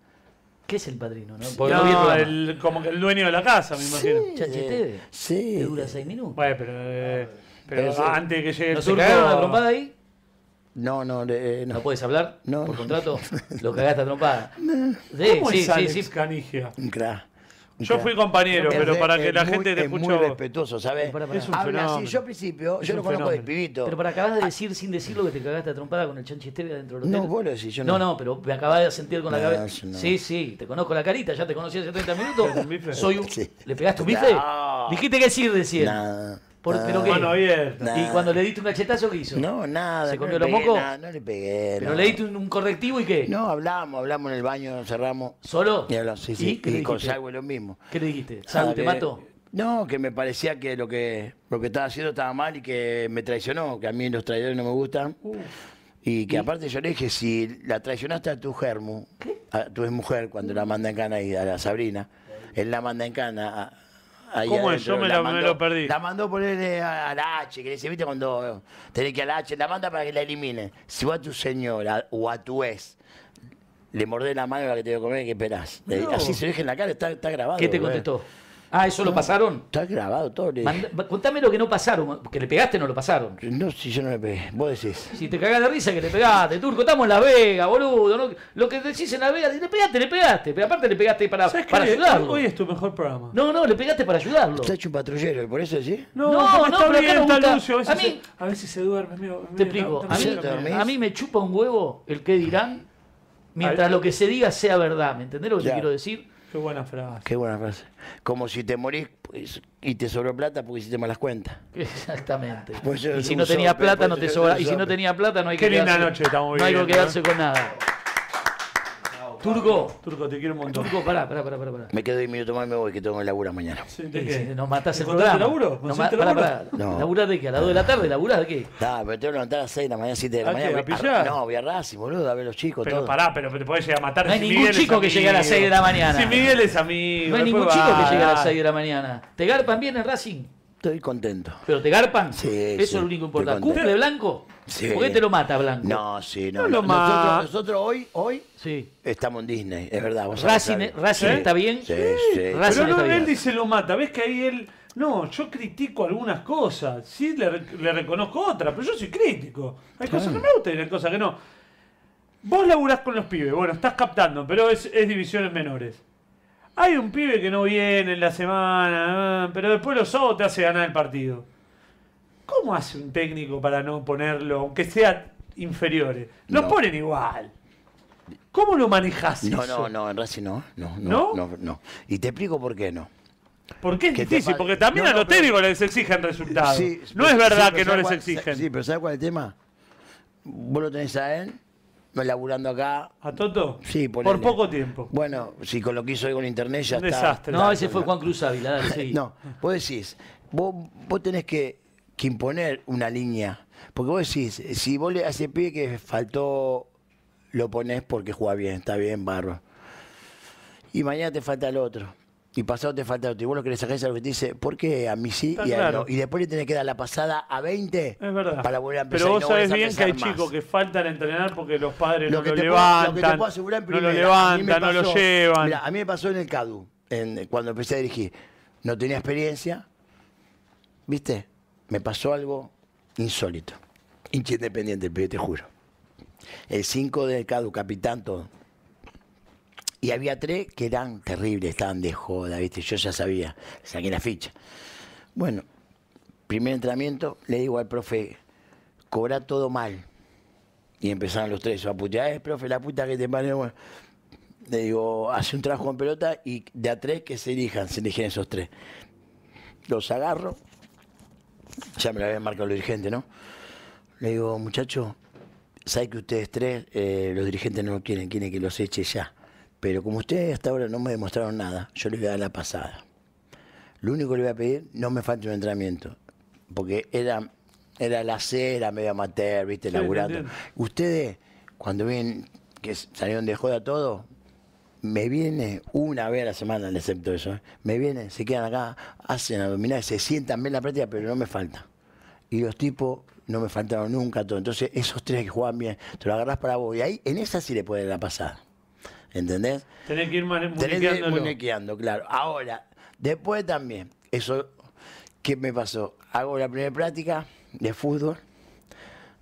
[SPEAKER 2] ¿qué es el padrino? No, Porque no vi el
[SPEAKER 1] No,
[SPEAKER 2] programa.
[SPEAKER 1] el- como que el dueño de la casa, me imagino.
[SPEAKER 2] Chanchete.
[SPEAKER 4] Sí.
[SPEAKER 2] Que dura seis minutos.
[SPEAKER 1] Bueno, pero, eh, pero
[SPEAKER 4] Pero sí.
[SPEAKER 1] antes de que llegue
[SPEAKER 2] ¿No
[SPEAKER 1] el
[SPEAKER 2] surgió
[SPEAKER 1] turco-
[SPEAKER 2] una trompada ahí?
[SPEAKER 4] No, no, eh, no.
[SPEAKER 2] ¿No puedes hablar?
[SPEAKER 4] No,
[SPEAKER 2] ¿Por
[SPEAKER 4] no.
[SPEAKER 2] contrato? Lo cagaste a trompada. Sí,
[SPEAKER 1] ¿Cómo
[SPEAKER 2] sí,
[SPEAKER 1] es
[SPEAKER 2] sí,
[SPEAKER 1] Alex
[SPEAKER 2] sí.
[SPEAKER 1] Canigia?
[SPEAKER 4] Un crack, un
[SPEAKER 1] Yo
[SPEAKER 4] crack.
[SPEAKER 1] fui compañero,
[SPEAKER 4] Es
[SPEAKER 1] pero
[SPEAKER 4] re-
[SPEAKER 1] para que
[SPEAKER 4] es
[SPEAKER 1] la
[SPEAKER 4] muy-
[SPEAKER 1] gente te
[SPEAKER 4] es muy
[SPEAKER 1] escuche.
[SPEAKER 4] respetuoso, ¿sabes?
[SPEAKER 2] Pero para-
[SPEAKER 1] Es un
[SPEAKER 4] Habla así.
[SPEAKER 1] fenómeno.
[SPEAKER 4] Yo al principio,
[SPEAKER 1] Es
[SPEAKER 4] yo
[SPEAKER 1] un
[SPEAKER 4] lo conozco de
[SPEAKER 1] fenómeno.
[SPEAKER 4] pibito.
[SPEAKER 2] Pero para acabas de decir sin decirlo que te cagaste a trompada con el chanchiteve adentro del hotel.
[SPEAKER 4] No, vos lo decís, yo
[SPEAKER 2] No,
[SPEAKER 4] no.
[SPEAKER 2] no, pero me acabas de sentir con la
[SPEAKER 4] No,
[SPEAKER 2] cabeza.
[SPEAKER 4] yo no.
[SPEAKER 2] Sí, sí, te conozco la carita, ya te conocí hace 30 minutos.
[SPEAKER 1] un bife?
[SPEAKER 2] Soy un...
[SPEAKER 4] Sí.
[SPEAKER 2] ¿Le pegaste un bife?
[SPEAKER 4] No.
[SPEAKER 2] Dijiste que sí recién.
[SPEAKER 4] Nada.
[SPEAKER 2] Por-
[SPEAKER 4] nada.
[SPEAKER 2] pero qué?
[SPEAKER 1] Mano abierta.
[SPEAKER 4] Ah. Nah.
[SPEAKER 2] Y cuando le diste un cachetazo, ¿qué hizo?
[SPEAKER 4] No, nada.
[SPEAKER 2] ¿Se
[SPEAKER 4] no
[SPEAKER 2] comió
[SPEAKER 4] le
[SPEAKER 2] los
[SPEAKER 4] pegué
[SPEAKER 2] mocos?
[SPEAKER 4] nada, No le pegué.
[SPEAKER 2] Pero
[SPEAKER 4] no.
[SPEAKER 2] le diste un, un correctivo y qué?
[SPEAKER 4] No, hablamos, hablamos en el baño, nos cerramos.
[SPEAKER 2] ¿Solo?
[SPEAKER 4] Y hablamos, sí,
[SPEAKER 2] ¿Y
[SPEAKER 4] sí.
[SPEAKER 2] qué le
[SPEAKER 4] Y con
[SPEAKER 2] dijiste?
[SPEAKER 4] Salvo es lo mismo.
[SPEAKER 2] ¿Qué le dijiste? ¿Sabu
[SPEAKER 4] Ah,
[SPEAKER 2] te
[SPEAKER 4] que-
[SPEAKER 2] mato?
[SPEAKER 4] No, que me parecía que lo que lo que estaba haciendo estaba mal y que me traicionó, que a mí los traidores no me gustan. Y que aparte yo le dije, si la traicionaste a tu germu, a tu mujer cuando la manda en cana y a la Sabrina, él la manda en cana a- ahí
[SPEAKER 1] ¿Cómo es?
[SPEAKER 4] adentro,
[SPEAKER 1] Yo me la- me lo perdí.
[SPEAKER 4] La mandó ponerle a, a la H, que le dice, viste cuando tenés que ir a la H, la manda para que la eliminen. Si va a tu señora o a tu ex, le mordés la mano a la que te voy a comer, ¿qué esperás? Le-
[SPEAKER 1] No.
[SPEAKER 4] Así se lo dije en la cara, está, está grabado.
[SPEAKER 2] ¿Qué te
[SPEAKER 4] boludo.
[SPEAKER 2] contestó? Ah, ¿eso lo pasaron?
[SPEAKER 4] Está grabado todo. le dije.
[SPEAKER 2] Manda- contame lo que no pasaron, que le pegaste no lo pasaron.
[SPEAKER 4] No, si yo no le pegué. Vos decís.
[SPEAKER 2] Si te cagás de risa que le pegaste, turco, estamos en Las Vegas, boludo. ¿no? Lo que decís en Las Vegas, le pegaste, le pegaste. Pero aparte le pegaste para,
[SPEAKER 1] ¿Sabes qué?
[SPEAKER 2] para ayudarlo.
[SPEAKER 1] Hoy es tu mejor programa.
[SPEAKER 2] No, no, le pegaste para ayudarlo.
[SPEAKER 4] Está hecho un patrullero, ¿y por eso decís?
[SPEAKER 2] No,
[SPEAKER 1] porque
[SPEAKER 2] no, pero acá nos
[SPEAKER 1] está
[SPEAKER 2] gusta-
[SPEAKER 1] Lucio, A veces,
[SPEAKER 2] a mí-
[SPEAKER 1] se, a veces se duerme. amigo, amigo,
[SPEAKER 2] Te explico.
[SPEAKER 1] está-
[SPEAKER 2] A
[SPEAKER 1] está
[SPEAKER 2] mí,
[SPEAKER 1] bien, amigo.
[SPEAKER 2] a mí me chupa un huevo el que dirán mientras lo que se diga sea verdad. ¿Me entendés lo que te
[SPEAKER 4] Ya.
[SPEAKER 2] quiero decir?
[SPEAKER 1] Qué buena frase.
[SPEAKER 4] Qué buena frase. Como si te morís pues, y te sobró plata porque hiciste malas cuentas.
[SPEAKER 2] Exactamente.
[SPEAKER 4] Pues yo
[SPEAKER 2] y si
[SPEAKER 4] soy
[SPEAKER 2] no
[SPEAKER 4] un
[SPEAKER 2] tenía
[SPEAKER 4] sope,
[SPEAKER 2] plata
[SPEAKER 4] pues
[SPEAKER 2] no te
[SPEAKER 4] yo soy
[SPEAKER 2] sobra.
[SPEAKER 4] un
[SPEAKER 2] Y si no
[SPEAKER 4] sope.
[SPEAKER 2] tenía plata no hay
[SPEAKER 1] Qué
[SPEAKER 2] que
[SPEAKER 1] linda
[SPEAKER 2] quedarse-
[SPEAKER 1] noche estamos
[SPEAKER 2] No hay que
[SPEAKER 1] viviendo, ¿eh?
[SPEAKER 2] quedarse con nada.
[SPEAKER 3] Bravo.
[SPEAKER 2] Turco,
[SPEAKER 1] Turco, te quiero un montón.
[SPEAKER 2] Turco, pará, pará, pará, pará. pará.
[SPEAKER 4] Me quedo 10 minutos más y me voy, que tengo que laburar mañana.
[SPEAKER 1] Sí,
[SPEAKER 2] Sí,
[SPEAKER 1] ¿de qué?
[SPEAKER 2] sí, nos matás el
[SPEAKER 1] ¿Encontraste
[SPEAKER 2] programa.
[SPEAKER 1] laburo?
[SPEAKER 2] Nos ma-
[SPEAKER 1] ¿Conseguiste
[SPEAKER 2] pará,
[SPEAKER 1] laburo?
[SPEAKER 2] pará.
[SPEAKER 4] No.
[SPEAKER 2] ¿Laburás de qué? ¿A las 2 de la tarde? ¿Laburás de qué?
[SPEAKER 4] Nah, pero tengo que levantar a las 6 de la mañana, 7 de la
[SPEAKER 1] ¿A qué?
[SPEAKER 4] mañana.
[SPEAKER 1] ¿A
[SPEAKER 4] voy-
[SPEAKER 1] pillar?
[SPEAKER 4] no, voy a Racing, boludo, a ver los chicos,
[SPEAKER 1] Pero
[SPEAKER 4] todo.
[SPEAKER 1] pará, pero te podés llegar a matar.
[SPEAKER 2] No hay
[SPEAKER 1] si
[SPEAKER 2] ningún
[SPEAKER 1] Miguel es
[SPEAKER 2] chico que
[SPEAKER 1] amigo.
[SPEAKER 2] llegue a las 6 de la mañana.
[SPEAKER 1] Si Miguel es amigo.
[SPEAKER 2] No hay
[SPEAKER 1] después
[SPEAKER 2] ningún chico
[SPEAKER 1] va,
[SPEAKER 2] que llegue a las
[SPEAKER 1] dale.
[SPEAKER 2] 6 de la mañana. ¿Te garpan bien en Racing?
[SPEAKER 4] Estoy contento.
[SPEAKER 2] ¿Pero te garpan?
[SPEAKER 4] Sí,
[SPEAKER 2] Eso
[SPEAKER 4] sí,
[SPEAKER 2] es lo único
[SPEAKER 4] estoy
[SPEAKER 2] importante.
[SPEAKER 4] contento.
[SPEAKER 2] ¿Cumple Blanco?
[SPEAKER 4] Sí.
[SPEAKER 2] ¿Por qué te lo mata Blanco?
[SPEAKER 4] No, sí, no.
[SPEAKER 1] No lo ma-
[SPEAKER 4] nosotros, nosotros hoy, hoy
[SPEAKER 2] Sí.
[SPEAKER 4] estamos en Disney, es verdad. vos sabés,
[SPEAKER 2] Racing,
[SPEAKER 4] ¿sabes?
[SPEAKER 2] Racing
[SPEAKER 1] ¿Eh?
[SPEAKER 2] está bien.
[SPEAKER 4] Sí, sí.
[SPEAKER 2] Racing
[SPEAKER 1] Pero no,
[SPEAKER 2] está bien.
[SPEAKER 1] él dice lo mata. ¿Ves que ahí él.? No, yo critico algunas cosas. Sí, le, re- le reconozco otras, pero yo soy crítico. Hay cosas que me gustan y hay cosas que no. Vos laburás con los pibes, bueno, estás captando, pero es, es divisiones menores. Hay un pibe que no viene en la semana, ah, pero después los sábados te hace ganar el partido. ¿Cómo hace un técnico para no ponerlo, aunque sea inferiores? Los
[SPEAKER 4] No.
[SPEAKER 1] ponen igual. ¿Cómo lo manejás
[SPEAKER 4] No,
[SPEAKER 1] eso?
[SPEAKER 4] no, no, en Racing no. No,
[SPEAKER 1] ¿No?
[SPEAKER 4] no, no. no. Y te explico por qué no.
[SPEAKER 1] Porque es
[SPEAKER 4] que te
[SPEAKER 1] difícil,
[SPEAKER 4] fa-
[SPEAKER 1] porque también
[SPEAKER 4] No,
[SPEAKER 1] a
[SPEAKER 4] no,
[SPEAKER 1] los
[SPEAKER 4] pero-
[SPEAKER 1] técnicos les exigen resultados.
[SPEAKER 4] Sí,
[SPEAKER 1] no
[SPEAKER 4] pero-
[SPEAKER 1] es
[SPEAKER 4] sí,
[SPEAKER 1] verdad
[SPEAKER 4] pero
[SPEAKER 1] que no
[SPEAKER 4] ¿sabes
[SPEAKER 1] les
[SPEAKER 4] cuál-
[SPEAKER 1] exigen.
[SPEAKER 4] Sí, pero ¿sabes cuál es el tema? Vos lo tenés a él, laburando acá.
[SPEAKER 1] ¿A Toto?
[SPEAKER 4] Sí, ponele.
[SPEAKER 1] por poco tiempo.
[SPEAKER 4] Bueno, si con lo que hizo hoy con internet ya
[SPEAKER 1] Un
[SPEAKER 4] está.
[SPEAKER 1] desastre.
[SPEAKER 2] No, ese fue Juan Cruz Ávila. dale, seguí.
[SPEAKER 4] No, vos decís, vos, vos tenés que, que imponer una línea. Porque vos decís, si vos le haces pie que faltó, lo ponés porque juega bien, está bien, barro. Y mañana te falta el otro. Y pasado te falta otro. Y vos lo que le sacás a lo que te dice, ¿por qué a mí sí
[SPEAKER 1] Está
[SPEAKER 4] y a él
[SPEAKER 1] claro.
[SPEAKER 4] no? Y después le tenés que dar la pasada a 20
[SPEAKER 1] Es verdad.
[SPEAKER 4] para volver a empezar.
[SPEAKER 1] pero
[SPEAKER 4] y
[SPEAKER 1] vos
[SPEAKER 4] no
[SPEAKER 1] sabés
[SPEAKER 4] volvés a
[SPEAKER 1] bien que hay
[SPEAKER 4] empezar más.
[SPEAKER 1] chicos que faltan a entrenar porque los padres
[SPEAKER 4] Lo
[SPEAKER 1] no
[SPEAKER 4] que
[SPEAKER 1] lo
[SPEAKER 4] te puedo- lo que te
[SPEAKER 1] levantan.
[SPEAKER 4] puedo asegurar en
[SPEAKER 1] no lo
[SPEAKER 4] primera, a mí me
[SPEAKER 1] levantan, no lo
[SPEAKER 4] pasó-
[SPEAKER 1] llevan.
[SPEAKER 4] Mirá, a mí me pasó en el CADU, en- cuando empecé a dirigir. No tenía experiencia, ¿viste? Me pasó algo insólito. Hincha independiente, el pibe, te juro. El 5 del CADU, capitán, todo. Y había tres que eran terribles, estaban de joda, ¿viste? Yo ya sabía, saqué la ficha. Bueno, primer entrenamiento, le digo al profe, cobra todo mal. Y empezaron los tres a putear, eh, profe, la puta que te parió. bueno". Le digo, hace un trabajo en pelota y de a tres que se elijan, se eligen esos tres. Los agarro, ya me lo habían marcado los dirigentes, ¿no? Le digo, muchacho, sabe que ustedes tres, eh, los dirigentes no lo quieren, quieren que los eche ya. Pero como ustedes hasta ahora no me demostraron nada, yo les voy a dar la pasada. Lo único que le voy a pedir, no me falte un entrenamiento. Porque era, era la cera, medio amateur, viste,
[SPEAKER 1] Sí,
[SPEAKER 4] laburando.
[SPEAKER 1] te entiendo.
[SPEAKER 4] Ustedes, cuando ven que s- salieron de joda todo, me viene una vez a la semana, le acepto eso. ¿eh? Me vienen, se quedan acá, hacen abdominales, se sientan bien la práctica, pero no me falta. Y los tipos no me faltaron nunca, todo. Entonces, esos tres que juegan bien, te lo agarrás para vos. Y ahí, en esa sí le puede la pasada. ¿Entendés?
[SPEAKER 1] Tenés que ir mane-
[SPEAKER 4] Tenés que
[SPEAKER 1] muñequeándolo.
[SPEAKER 4] muñequeando, claro. Ahora, después también, eso, ¿qué me pasó? Hago la primera práctica de fútbol.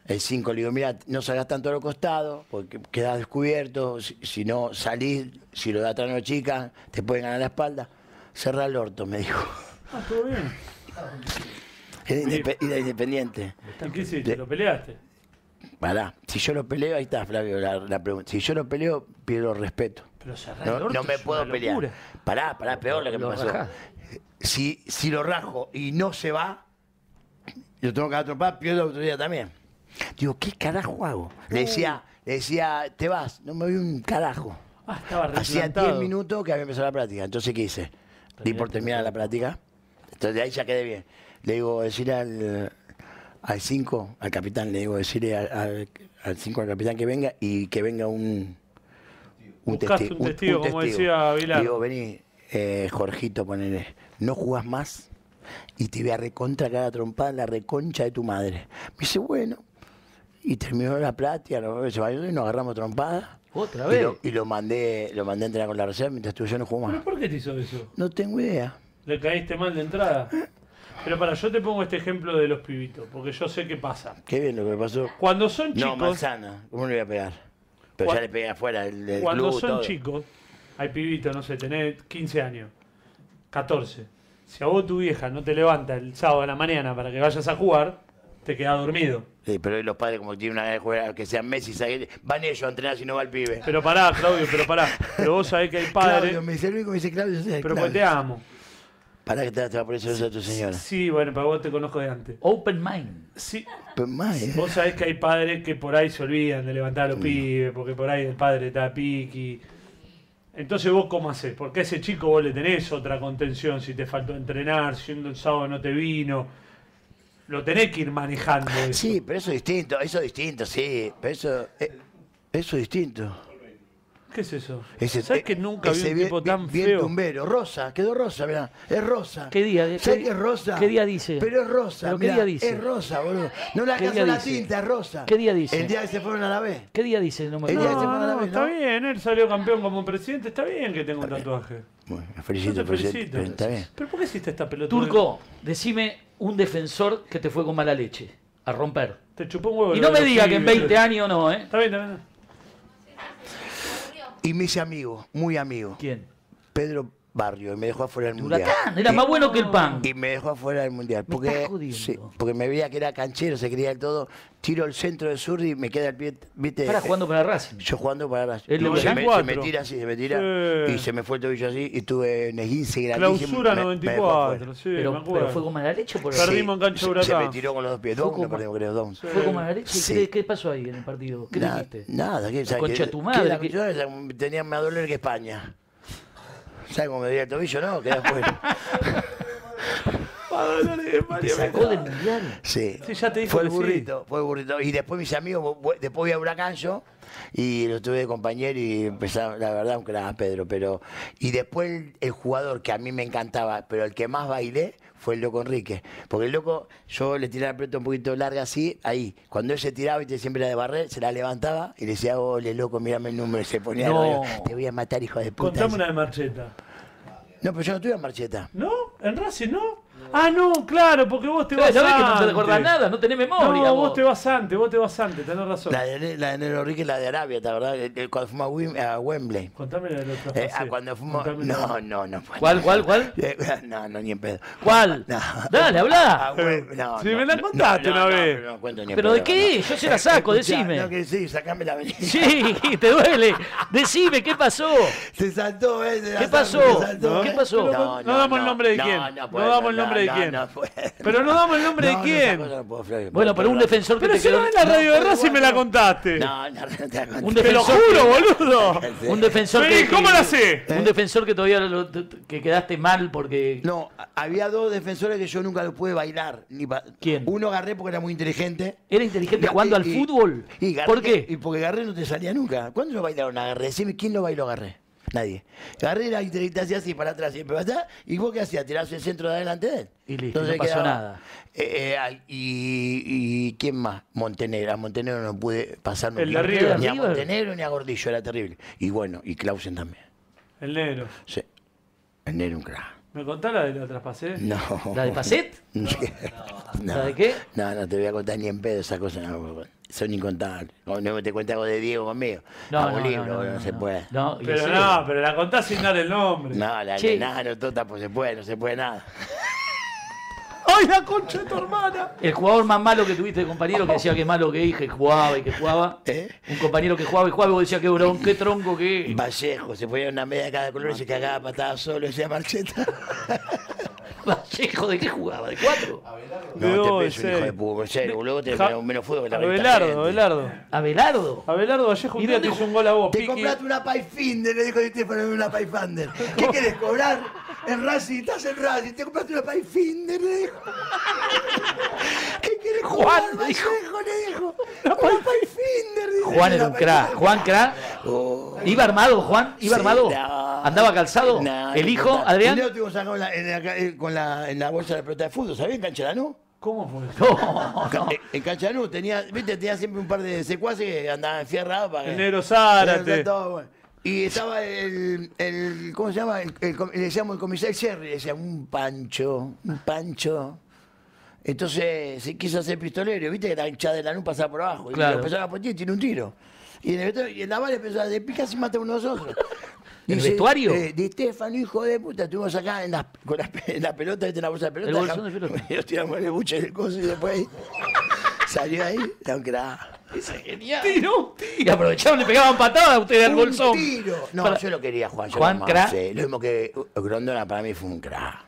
[SPEAKER 4] El 5 le digo, mira, no salgas tanto a los costados, porque quedas descubierto. Si, si no salís, si lo da atrás no chica, te pueden ganar la espalda. Cerra el orto, me dijo.
[SPEAKER 1] Ah, todo bien.
[SPEAKER 4] Era indepe- era independiente.
[SPEAKER 1] ¿Y qué hiciste?
[SPEAKER 4] De-
[SPEAKER 1] ¿Lo peleaste?
[SPEAKER 4] Pará, si yo lo peleo, ahí está, Flavio, la, la pregunta. Si yo lo peleo, pierdo respeto.
[SPEAKER 1] Pero cerrar el
[SPEAKER 4] No,
[SPEAKER 1] orto
[SPEAKER 4] no me
[SPEAKER 1] es
[SPEAKER 4] puedo
[SPEAKER 1] una
[SPEAKER 4] pelear.
[SPEAKER 1] locura.
[SPEAKER 4] Pará, pará, peor lo que
[SPEAKER 2] Lo
[SPEAKER 4] me pasó.
[SPEAKER 2] rajás.
[SPEAKER 4] Si, si lo rajo y no se va, yo tengo que atropar, pierdo autoridad también. Digo, ¿qué carajo hago?
[SPEAKER 1] Uh.
[SPEAKER 4] Le decía, le decía, te vas, no me voy un carajo.
[SPEAKER 1] Ah, estaba
[SPEAKER 4] Hacía 10
[SPEAKER 1] replantado.
[SPEAKER 4] minutos que había empezado la práctica. Entonces, ¿qué hice? Di por terminar la práctica. Entonces, de ahí ya quedé bien. Le digo, decirle al al 5, al capitán, le digo, decirle al- al 5, al, capitán que venga y que venga un,
[SPEAKER 1] Buscaste un testigo, como decía Vilar.
[SPEAKER 4] Le digo, vení, eh, Jorgito, ponele, no jugás más y te voy a recontra cada trompada en la reconcha de tu madre. Me dice, bueno. Y terminó la práctica, nos- se bañó y nos agarramos trompada.
[SPEAKER 2] Otra
[SPEAKER 4] Y
[SPEAKER 2] vez.
[SPEAKER 4] lo, y lo mandé, lo mandé a entrenar con la reserva mientras tú y yo no jugamos
[SPEAKER 1] ¿Pero
[SPEAKER 4] más.
[SPEAKER 1] por qué te hizo eso?
[SPEAKER 4] No tengo idea.
[SPEAKER 1] ¿Le caíste mal de entrada? Pero para, yo te pongo este ejemplo de los pibitos, porque yo sé qué pasa.
[SPEAKER 4] Qué bien lo que me pasó.
[SPEAKER 1] Cuando son
[SPEAKER 4] No,
[SPEAKER 1] chicos,
[SPEAKER 4] manzana. ¿Cómo le voy a pegar? Pero
[SPEAKER 1] Cuan-
[SPEAKER 4] ya le pegué afuera el, del
[SPEAKER 1] cuando
[SPEAKER 4] club,
[SPEAKER 1] son
[SPEAKER 4] todo.
[SPEAKER 1] chicos, hay pibitos, no sé, tenés 15 años, 14. Si a vos tu vieja no te levanta el sábado a la mañana para que vayas a jugar, te quedás dormido.
[SPEAKER 4] Sí, pero hoy los padres, como tienen una gana de jugar, que sean Messi, Zaguirre, van ellos a entrenar si no va el pibe.
[SPEAKER 1] Pero pará, Claudio, pero pará. Pero vos sabés que hay padres,
[SPEAKER 4] Claudio, me dice el único, me dice Claudio. sí,
[SPEAKER 1] pero pues
[SPEAKER 4] Claudio.
[SPEAKER 1] te amo.
[SPEAKER 4] Pará que te vas a aparecer eso a tu señora.
[SPEAKER 1] Sí, bueno, para vos te conozco de antes.
[SPEAKER 2] Open mind.
[SPEAKER 1] Sí,
[SPEAKER 4] Pero más, eh.
[SPEAKER 1] Vos sabés que hay padres que por ahí se olvidan de levantar a los pibes, porque por ahí el padre está piqui. Entonces vos cómo haces, porque a ese chico vos le tenés otra contención, si te faltó entrenar, si un sábado no te vino, lo tenés que ir manejando. eso.
[SPEAKER 4] Sí, pero eso es distinto, eso es distinto, sí. Pero eso, eh, eso es distinto.
[SPEAKER 1] ¿Qué es eso?
[SPEAKER 4] Ese-
[SPEAKER 1] ¿Sabés
[SPEAKER 4] eh,
[SPEAKER 1] que nunca vi
[SPEAKER 4] ese
[SPEAKER 1] un
[SPEAKER 4] bien-
[SPEAKER 1] tipo tan
[SPEAKER 4] bien
[SPEAKER 1] feo?
[SPEAKER 4] tumbero, rosa, quedó rosa, mirá. Es rosa.
[SPEAKER 2] ¿Qué día?
[SPEAKER 4] ¿Sabés
[SPEAKER 2] ¿Qué-
[SPEAKER 4] que es rosa?
[SPEAKER 2] qué día dice?
[SPEAKER 4] Pero es rosa.
[SPEAKER 2] ¿Pero qué
[SPEAKER 4] mirá,
[SPEAKER 2] día dice?
[SPEAKER 4] Es rosa, boludo. No le
[SPEAKER 2] ¿Qué
[SPEAKER 4] alcanzó
[SPEAKER 2] día
[SPEAKER 4] la
[SPEAKER 2] dice?
[SPEAKER 4] tinta, es rosa.
[SPEAKER 2] ¿Qué día dice?
[SPEAKER 4] El día que se fueron a la vez.
[SPEAKER 2] ¿Qué día dice? No me
[SPEAKER 4] El día
[SPEAKER 2] acuerdo.
[SPEAKER 4] de semana,
[SPEAKER 1] No, no,
[SPEAKER 4] ¿no?
[SPEAKER 1] está bien, él salió campeón como presidente, está bien que tenga un tatuaje.
[SPEAKER 4] Bueno, me
[SPEAKER 1] Yo
[SPEAKER 4] felicito,
[SPEAKER 1] te
[SPEAKER 4] felicito.
[SPEAKER 1] felicito.
[SPEAKER 4] pero Está bien.
[SPEAKER 1] ¿Pero por qué hiciste esta pelota?
[SPEAKER 2] Turco, decime un defensor que te fue con mala leche, a romper.
[SPEAKER 1] Te chupó un huevo.
[SPEAKER 2] Y
[SPEAKER 1] lo
[SPEAKER 2] no me
[SPEAKER 1] de los
[SPEAKER 2] diga que en
[SPEAKER 1] pibes.
[SPEAKER 2] 20 años no, ¿eh?
[SPEAKER 1] Está bien, está bien.
[SPEAKER 4] Y me hice amigo, muy amigo.
[SPEAKER 2] ¿Quién?
[SPEAKER 4] Pedro Barrio, y me dejó afuera del mundial.
[SPEAKER 2] Huracán, era más bueno que el pan.
[SPEAKER 4] Y me dejó afuera del mundial.
[SPEAKER 2] Me
[SPEAKER 4] Porque,
[SPEAKER 2] estás jodiendo.
[SPEAKER 4] sí, porque me veía que era canchero, se creía del todo. Tiro el centro de sur y me queda el pie. ¿viste? Eh,
[SPEAKER 2] Para jugando para Racing.
[SPEAKER 4] Yo jugando para las.
[SPEAKER 2] El
[SPEAKER 4] Y se,
[SPEAKER 2] Huracán
[SPEAKER 4] me, se
[SPEAKER 1] cuatro.
[SPEAKER 4] me tira así, se me tira.
[SPEAKER 1] Sí.
[SPEAKER 4] Y se me fue el tobillo así y tuve un esguince grandísimo.
[SPEAKER 1] Clausura
[SPEAKER 4] me- me dejó afuera.
[SPEAKER 1] 94, sí, me
[SPEAKER 2] Pero,
[SPEAKER 1] acuerdo.
[SPEAKER 2] pero fue con mala leche por
[SPEAKER 1] Perdí. Perdimos en cancha de
[SPEAKER 4] se, se
[SPEAKER 1] Huracán.
[SPEAKER 4] me tiró con los dos pies. Dos,
[SPEAKER 2] como-
[SPEAKER 4] no perdimos, creo, dos.
[SPEAKER 2] Fue con mala leche.
[SPEAKER 4] Sí.
[SPEAKER 2] ¿Qué, qué pasó ahí en el partido? ¿Qué
[SPEAKER 4] Na-
[SPEAKER 2] dijiste?
[SPEAKER 4] Nada, que ¿sabes
[SPEAKER 2] concha
[SPEAKER 4] qué?
[SPEAKER 2] de tu madre,
[SPEAKER 4] Que la
[SPEAKER 2] que-
[SPEAKER 4] concha de tu madre tenía más dolor que España. ¿Sabes cómo me dio el tobillo? No, quedé afuera.
[SPEAKER 2] Te sacó del mundial.
[SPEAKER 4] Sí.
[SPEAKER 1] Sí, ya te dijo
[SPEAKER 4] fue el
[SPEAKER 1] que sí.
[SPEAKER 4] burrito, fue el burrito. Y después mis amigos, bu- bu- después voy a Huracán yo, y lo tuve de compañero y empezaron, la verdad, un crack, Pedro, pero... Y después el, el jugador que a mí me encantaba, pero el que más bailé fue el Loco Enrique. Porque el Loco, yo le tiraba la pelota un poquito larga así, ahí. Cuando él se tiraba, y siempre la de barrer, se la levantaba y le decía, ole, Loco, mírame el número. Y se ponía,
[SPEAKER 2] No.
[SPEAKER 4] arriba, te voy a matar, hijo de puta.
[SPEAKER 1] Contame una de Marcheta.
[SPEAKER 4] No, pero yo no tuve a Marcheta.
[SPEAKER 1] ¿No? ¿En Racing no? Ah, no, claro, porque vos te vas
[SPEAKER 2] ¿Sabés
[SPEAKER 1] antes.
[SPEAKER 2] que no te acordás nada? No tenés memoria.
[SPEAKER 1] No,
[SPEAKER 2] vos.
[SPEAKER 1] vos te vas antes, vos te vas antes, tenés razón.
[SPEAKER 4] La de, la de Nero Enrique, la de Arabia, ¿te acordás? El- el- Cuando fuimos a Wem- a Wembley.
[SPEAKER 1] Contame la del otro.
[SPEAKER 4] Eh, ah, cuando fuimos. No, no, no. fue.
[SPEAKER 2] ¿Cuál, cuál, cuál?
[SPEAKER 4] Eh, no, no, ni en pedo.
[SPEAKER 2] ¿Cuál?
[SPEAKER 4] No.
[SPEAKER 2] Dale,
[SPEAKER 4] Ah,
[SPEAKER 2] habla.
[SPEAKER 4] bueno, no,
[SPEAKER 1] Si
[SPEAKER 4] no,
[SPEAKER 1] me la
[SPEAKER 4] no,
[SPEAKER 1] contaste
[SPEAKER 4] no,
[SPEAKER 1] una
[SPEAKER 4] no,
[SPEAKER 1] vez.
[SPEAKER 4] pero no cuento ni en
[SPEAKER 2] ¿Pero
[SPEAKER 4] pedo,
[SPEAKER 2] de qué?
[SPEAKER 4] no.
[SPEAKER 2] Yo se la saco,
[SPEAKER 4] Escuchá, No,
[SPEAKER 2] decime.
[SPEAKER 4] que sí, sacame la venida.
[SPEAKER 2] Sí, te duele. Decime, ¿qué pasó?
[SPEAKER 4] Se saltó, ¿eh? se la
[SPEAKER 2] ¿Qué
[SPEAKER 4] saco,
[SPEAKER 2] pasó?
[SPEAKER 4] se saltó.
[SPEAKER 2] ¿Qué pasó?
[SPEAKER 1] Pero no, damos el nombre de
[SPEAKER 4] no,
[SPEAKER 1] quién.
[SPEAKER 4] No,
[SPEAKER 1] No,
[SPEAKER 4] puedo,
[SPEAKER 1] damos el
[SPEAKER 4] no,
[SPEAKER 1] nombre de
[SPEAKER 4] no,
[SPEAKER 1] quién.
[SPEAKER 4] no puedo.
[SPEAKER 1] Pero no damos el nombre
[SPEAKER 4] No,
[SPEAKER 1] de
[SPEAKER 4] no,
[SPEAKER 1] quién.
[SPEAKER 4] esa cosa no puedo, Flavio.
[SPEAKER 2] Bueno, pero
[SPEAKER 4] Perdón.
[SPEAKER 2] un defensor que
[SPEAKER 1] Pero
[SPEAKER 2] te
[SPEAKER 1] si
[SPEAKER 2] quedó.
[SPEAKER 1] no en la radio de
[SPEAKER 4] pero
[SPEAKER 1] Racing me
[SPEAKER 4] bueno.
[SPEAKER 1] la contaste.
[SPEAKER 4] No, no, no te
[SPEAKER 2] Un
[SPEAKER 4] conté.
[SPEAKER 1] Te lo
[SPEAKER 2] defensor.
[SPEAKER 1] juro,
[SPEAKER 2] que-
[SPEAKER 1] boludo.
[SPEAKER 2] Un defensor.
[SPEAKER 1] Vení,
[SPEAKER 2] que-
[SPEAKER 1] ¿cómo la sé?
[SPEAKER 2] Un defensor que todavía lo- que quedaste mal porque.
[SPEAKER 4] No, a- había dos defensores que yo nunca los pude bailar. Ni pa-
[SPEAKER 2] ¿Quién?
[SPEAKER 4] Uno agarré porque era muy inteligente.
[SPEAKER 2] ¿Era inteligente
[SPEAKER 4] Y-
[SPEAKER 2] jugando
[SPEAKER 4] y-
[SPEAKER 2] al
[SPEAKER 4] y-
[SPEAKER 2] fútbol?
[SPEAKER 4] y Garré-
[SPEAKER 2] ¿Por qué?
[SPEAKER 4] Y porque Garré no te salía nunca. ¿Cuándo lo bailaron a Garré? Decime quién lo bailó a Garré. Nadie. Garré era inteligente, hacía así para atrás, siempre para atrás. ¿Y vos qué hacías? Tirás el centro de adelante de él.
[SPEAKER 2] Y listo, no pasó nada.
[SPEAKER 4] eh, eh, al- y, y quién más? Montenegro. A Montenegro no pude pasar nunca.
[SPEAKER 1] El de River.
[SPEAKER 4] Ni a
[SPEAKER 2] River.
[SPEAKER 4] Montenegro ni a Gordillo, era terrible. Y bueno, y Clausen también.
[SPEAKER 1] El negro.
[SPEAKER 4] Sí. El era un crack.
[SPEAKER 1] ¿Me contás la de la traspasé?
[SPEAKER 4] No.
[SPEAKER 2] ¿La de Pacet?
[SPEAKER 4] No.
[SPEAKER 2] ¿La de qué?
[SPEAKER 4] No, no te voy a contar ni en pedo esas cosas. no, son incontables. No, no te cuento algo de Diego conmigo. Hago un libro, no, se puede.
[SPEAKER 2] No,
[SPEAKER 4] No,
[SPEAKER 2] y en
[SPEAKER 1] Pero
[SPEAKER 2] serio.
[SPEAKER 1] no, pero la contás sin dar el nombre.
[SPEAKER 4] la
[SPEAKER 2] Che.
[SPEAKER 4] de Nano, Tota, pues se puede, no se puede nada.
[SPEAKER 1] ¡Ay, la concha de tu hermana!
[SPEAKER 2] El jugador más malo que tuviste de compañero que decía que es malo que es, que jugaba y que jugaba.
[SPEAKER 4] ¿Eh?
[SPEAKER 2] Un compañero que jugaba y jugaba y vos decías que bron, qué tronco que es.
[SPEAKER 4] Vallejo, se ponía una media de cada color y se cagaba patada solo, decía Marcheta.
[SPEAKER 2] Vallejo, ¿de qué jugaba? ¿De cuatro?
[SPEAKER 1] De
[SPEAKER 4] No,
[SPEAKER 1] dos,
[SPEAKER 4] te pienso un
[SPEAKER 1] serio.
[SPEAKER 4] hijo de puta, en serio, luego te
[SPEAKER 1] Ja-
[SPEAKER 4] menos, menos fuego que la
[SPEAKER 1] Abelardo,
[SPEAKER 4] venta caliente.
[SPEAKER 1] Abelardo.
[SPEAKER 2] ¿Abelardo?
[SPEAKER 1] Abelardo Vallejo
[SPEAKER 2] ¿Y
[SPEAKER 1] un día
[SPEAKER 2] dónde
[SPEAKER 1] te
[SPEAKER 2] ju-
[SPEAKER 1] hizo un gol a vos,
[SPEAKER 4] Te
[SPEAKER 1] Piqui.
[SPEAKER 4] compraste una Payfinder, le dijo el Estefano, una Payfinder. ¿Qué querés cobrar? En Racing, estás en Racing, te compraste una Payfinder, le dijo. ¿Qué querés jugar?
[SPEAKER 2] Juan, le dijo.
[SPEAKER 4] Vallejo, le dijo. Una Payfinder, dijo.
[SPEAKER 2] Juan era
[SPEAKER 4] Una
[SPEAKER 2] un crack.
[SPEAKER 4] Payfinder.
[SPEAKER 2] Juan crack.
[SPEAKER 4] Oh.
[SPEAKER 2] ¿Iba armado, Juan? ¿Iba
[SPEAKER 4] Sí,
[SPEAKER 2] armado?
[SPEAKER 4] no.
[SPEAKER 2] ¿Andaba calzado?
[SPEAKER 4] No,
[SPEAKER 2] ¿El
[SPEAKER 4] no
[SPEAKER 2] hijo,
[SPEAKER 4] importa.
[SPEAKER 2] Adrián?
[SPEAKER 4] Y Leo te iba a sacar la- en la, eh, con la, en la bolsa de pelota de fútbol, ¿sabés? En Cancha Lanús.
[SPEAKER 1] ¿Cómo fue eso?
[SPEAKER 2] No, no.
[SPEAKER 4] En- En Cancha Lanús tenía, viste, tenía siempre un par de secuaces que andaban enfierrados para que-
[SPEAKER 1] El negro Zárate.
[SPEAKER 4] Era todo bueno. Y estaba el, el- ¿cómo se llama? El- el com- le decíamos el comisario Cherry, le decíamos un pancho, un pancho. Entonces se quiso hacer pistolero, viste que la hinchada de la luz pasaba por abajo.
[SPEAKER 2] Claro.
[SPEAKER 4] Y lo empezaron a apuntar y tiene un tiro. Y en el, vestuario- y en la bala empezó a decir, casi mata a uno de nosotros.
[SPEAKER 2] ¿El vestuario?
[SPEAKER 4] eh, Di Stefano, hijo de puta, estuvimos acá en la, con la, pe- en la pelota, viste, en la bolsa de pelota.
[SPEAKER 2] El bolsón de pelota.
[SPEAKER 4] Y lo tiramos en el buche del coso y después ahí. Salió ahí, era un crack.
[SPEAKER 2] Ese es genial. Y aprovechaban, le pegaban patadas a ustedes al
[SPEAKER 4] Un
[SPEAKER 2] bolsón.
[SPEAKER 4] tiro. No,
[SPEAKER 2] Para-
[SPEAKER 4] yo lo quería, Juan. yo
[SPEAKER 2] Juan
[SPEAKER 4] lo
[SPEAKER 2] Cra.
[SPEAKER 4] amaba, sí. Lo mismo que uh, Grondona para mí fue un cra.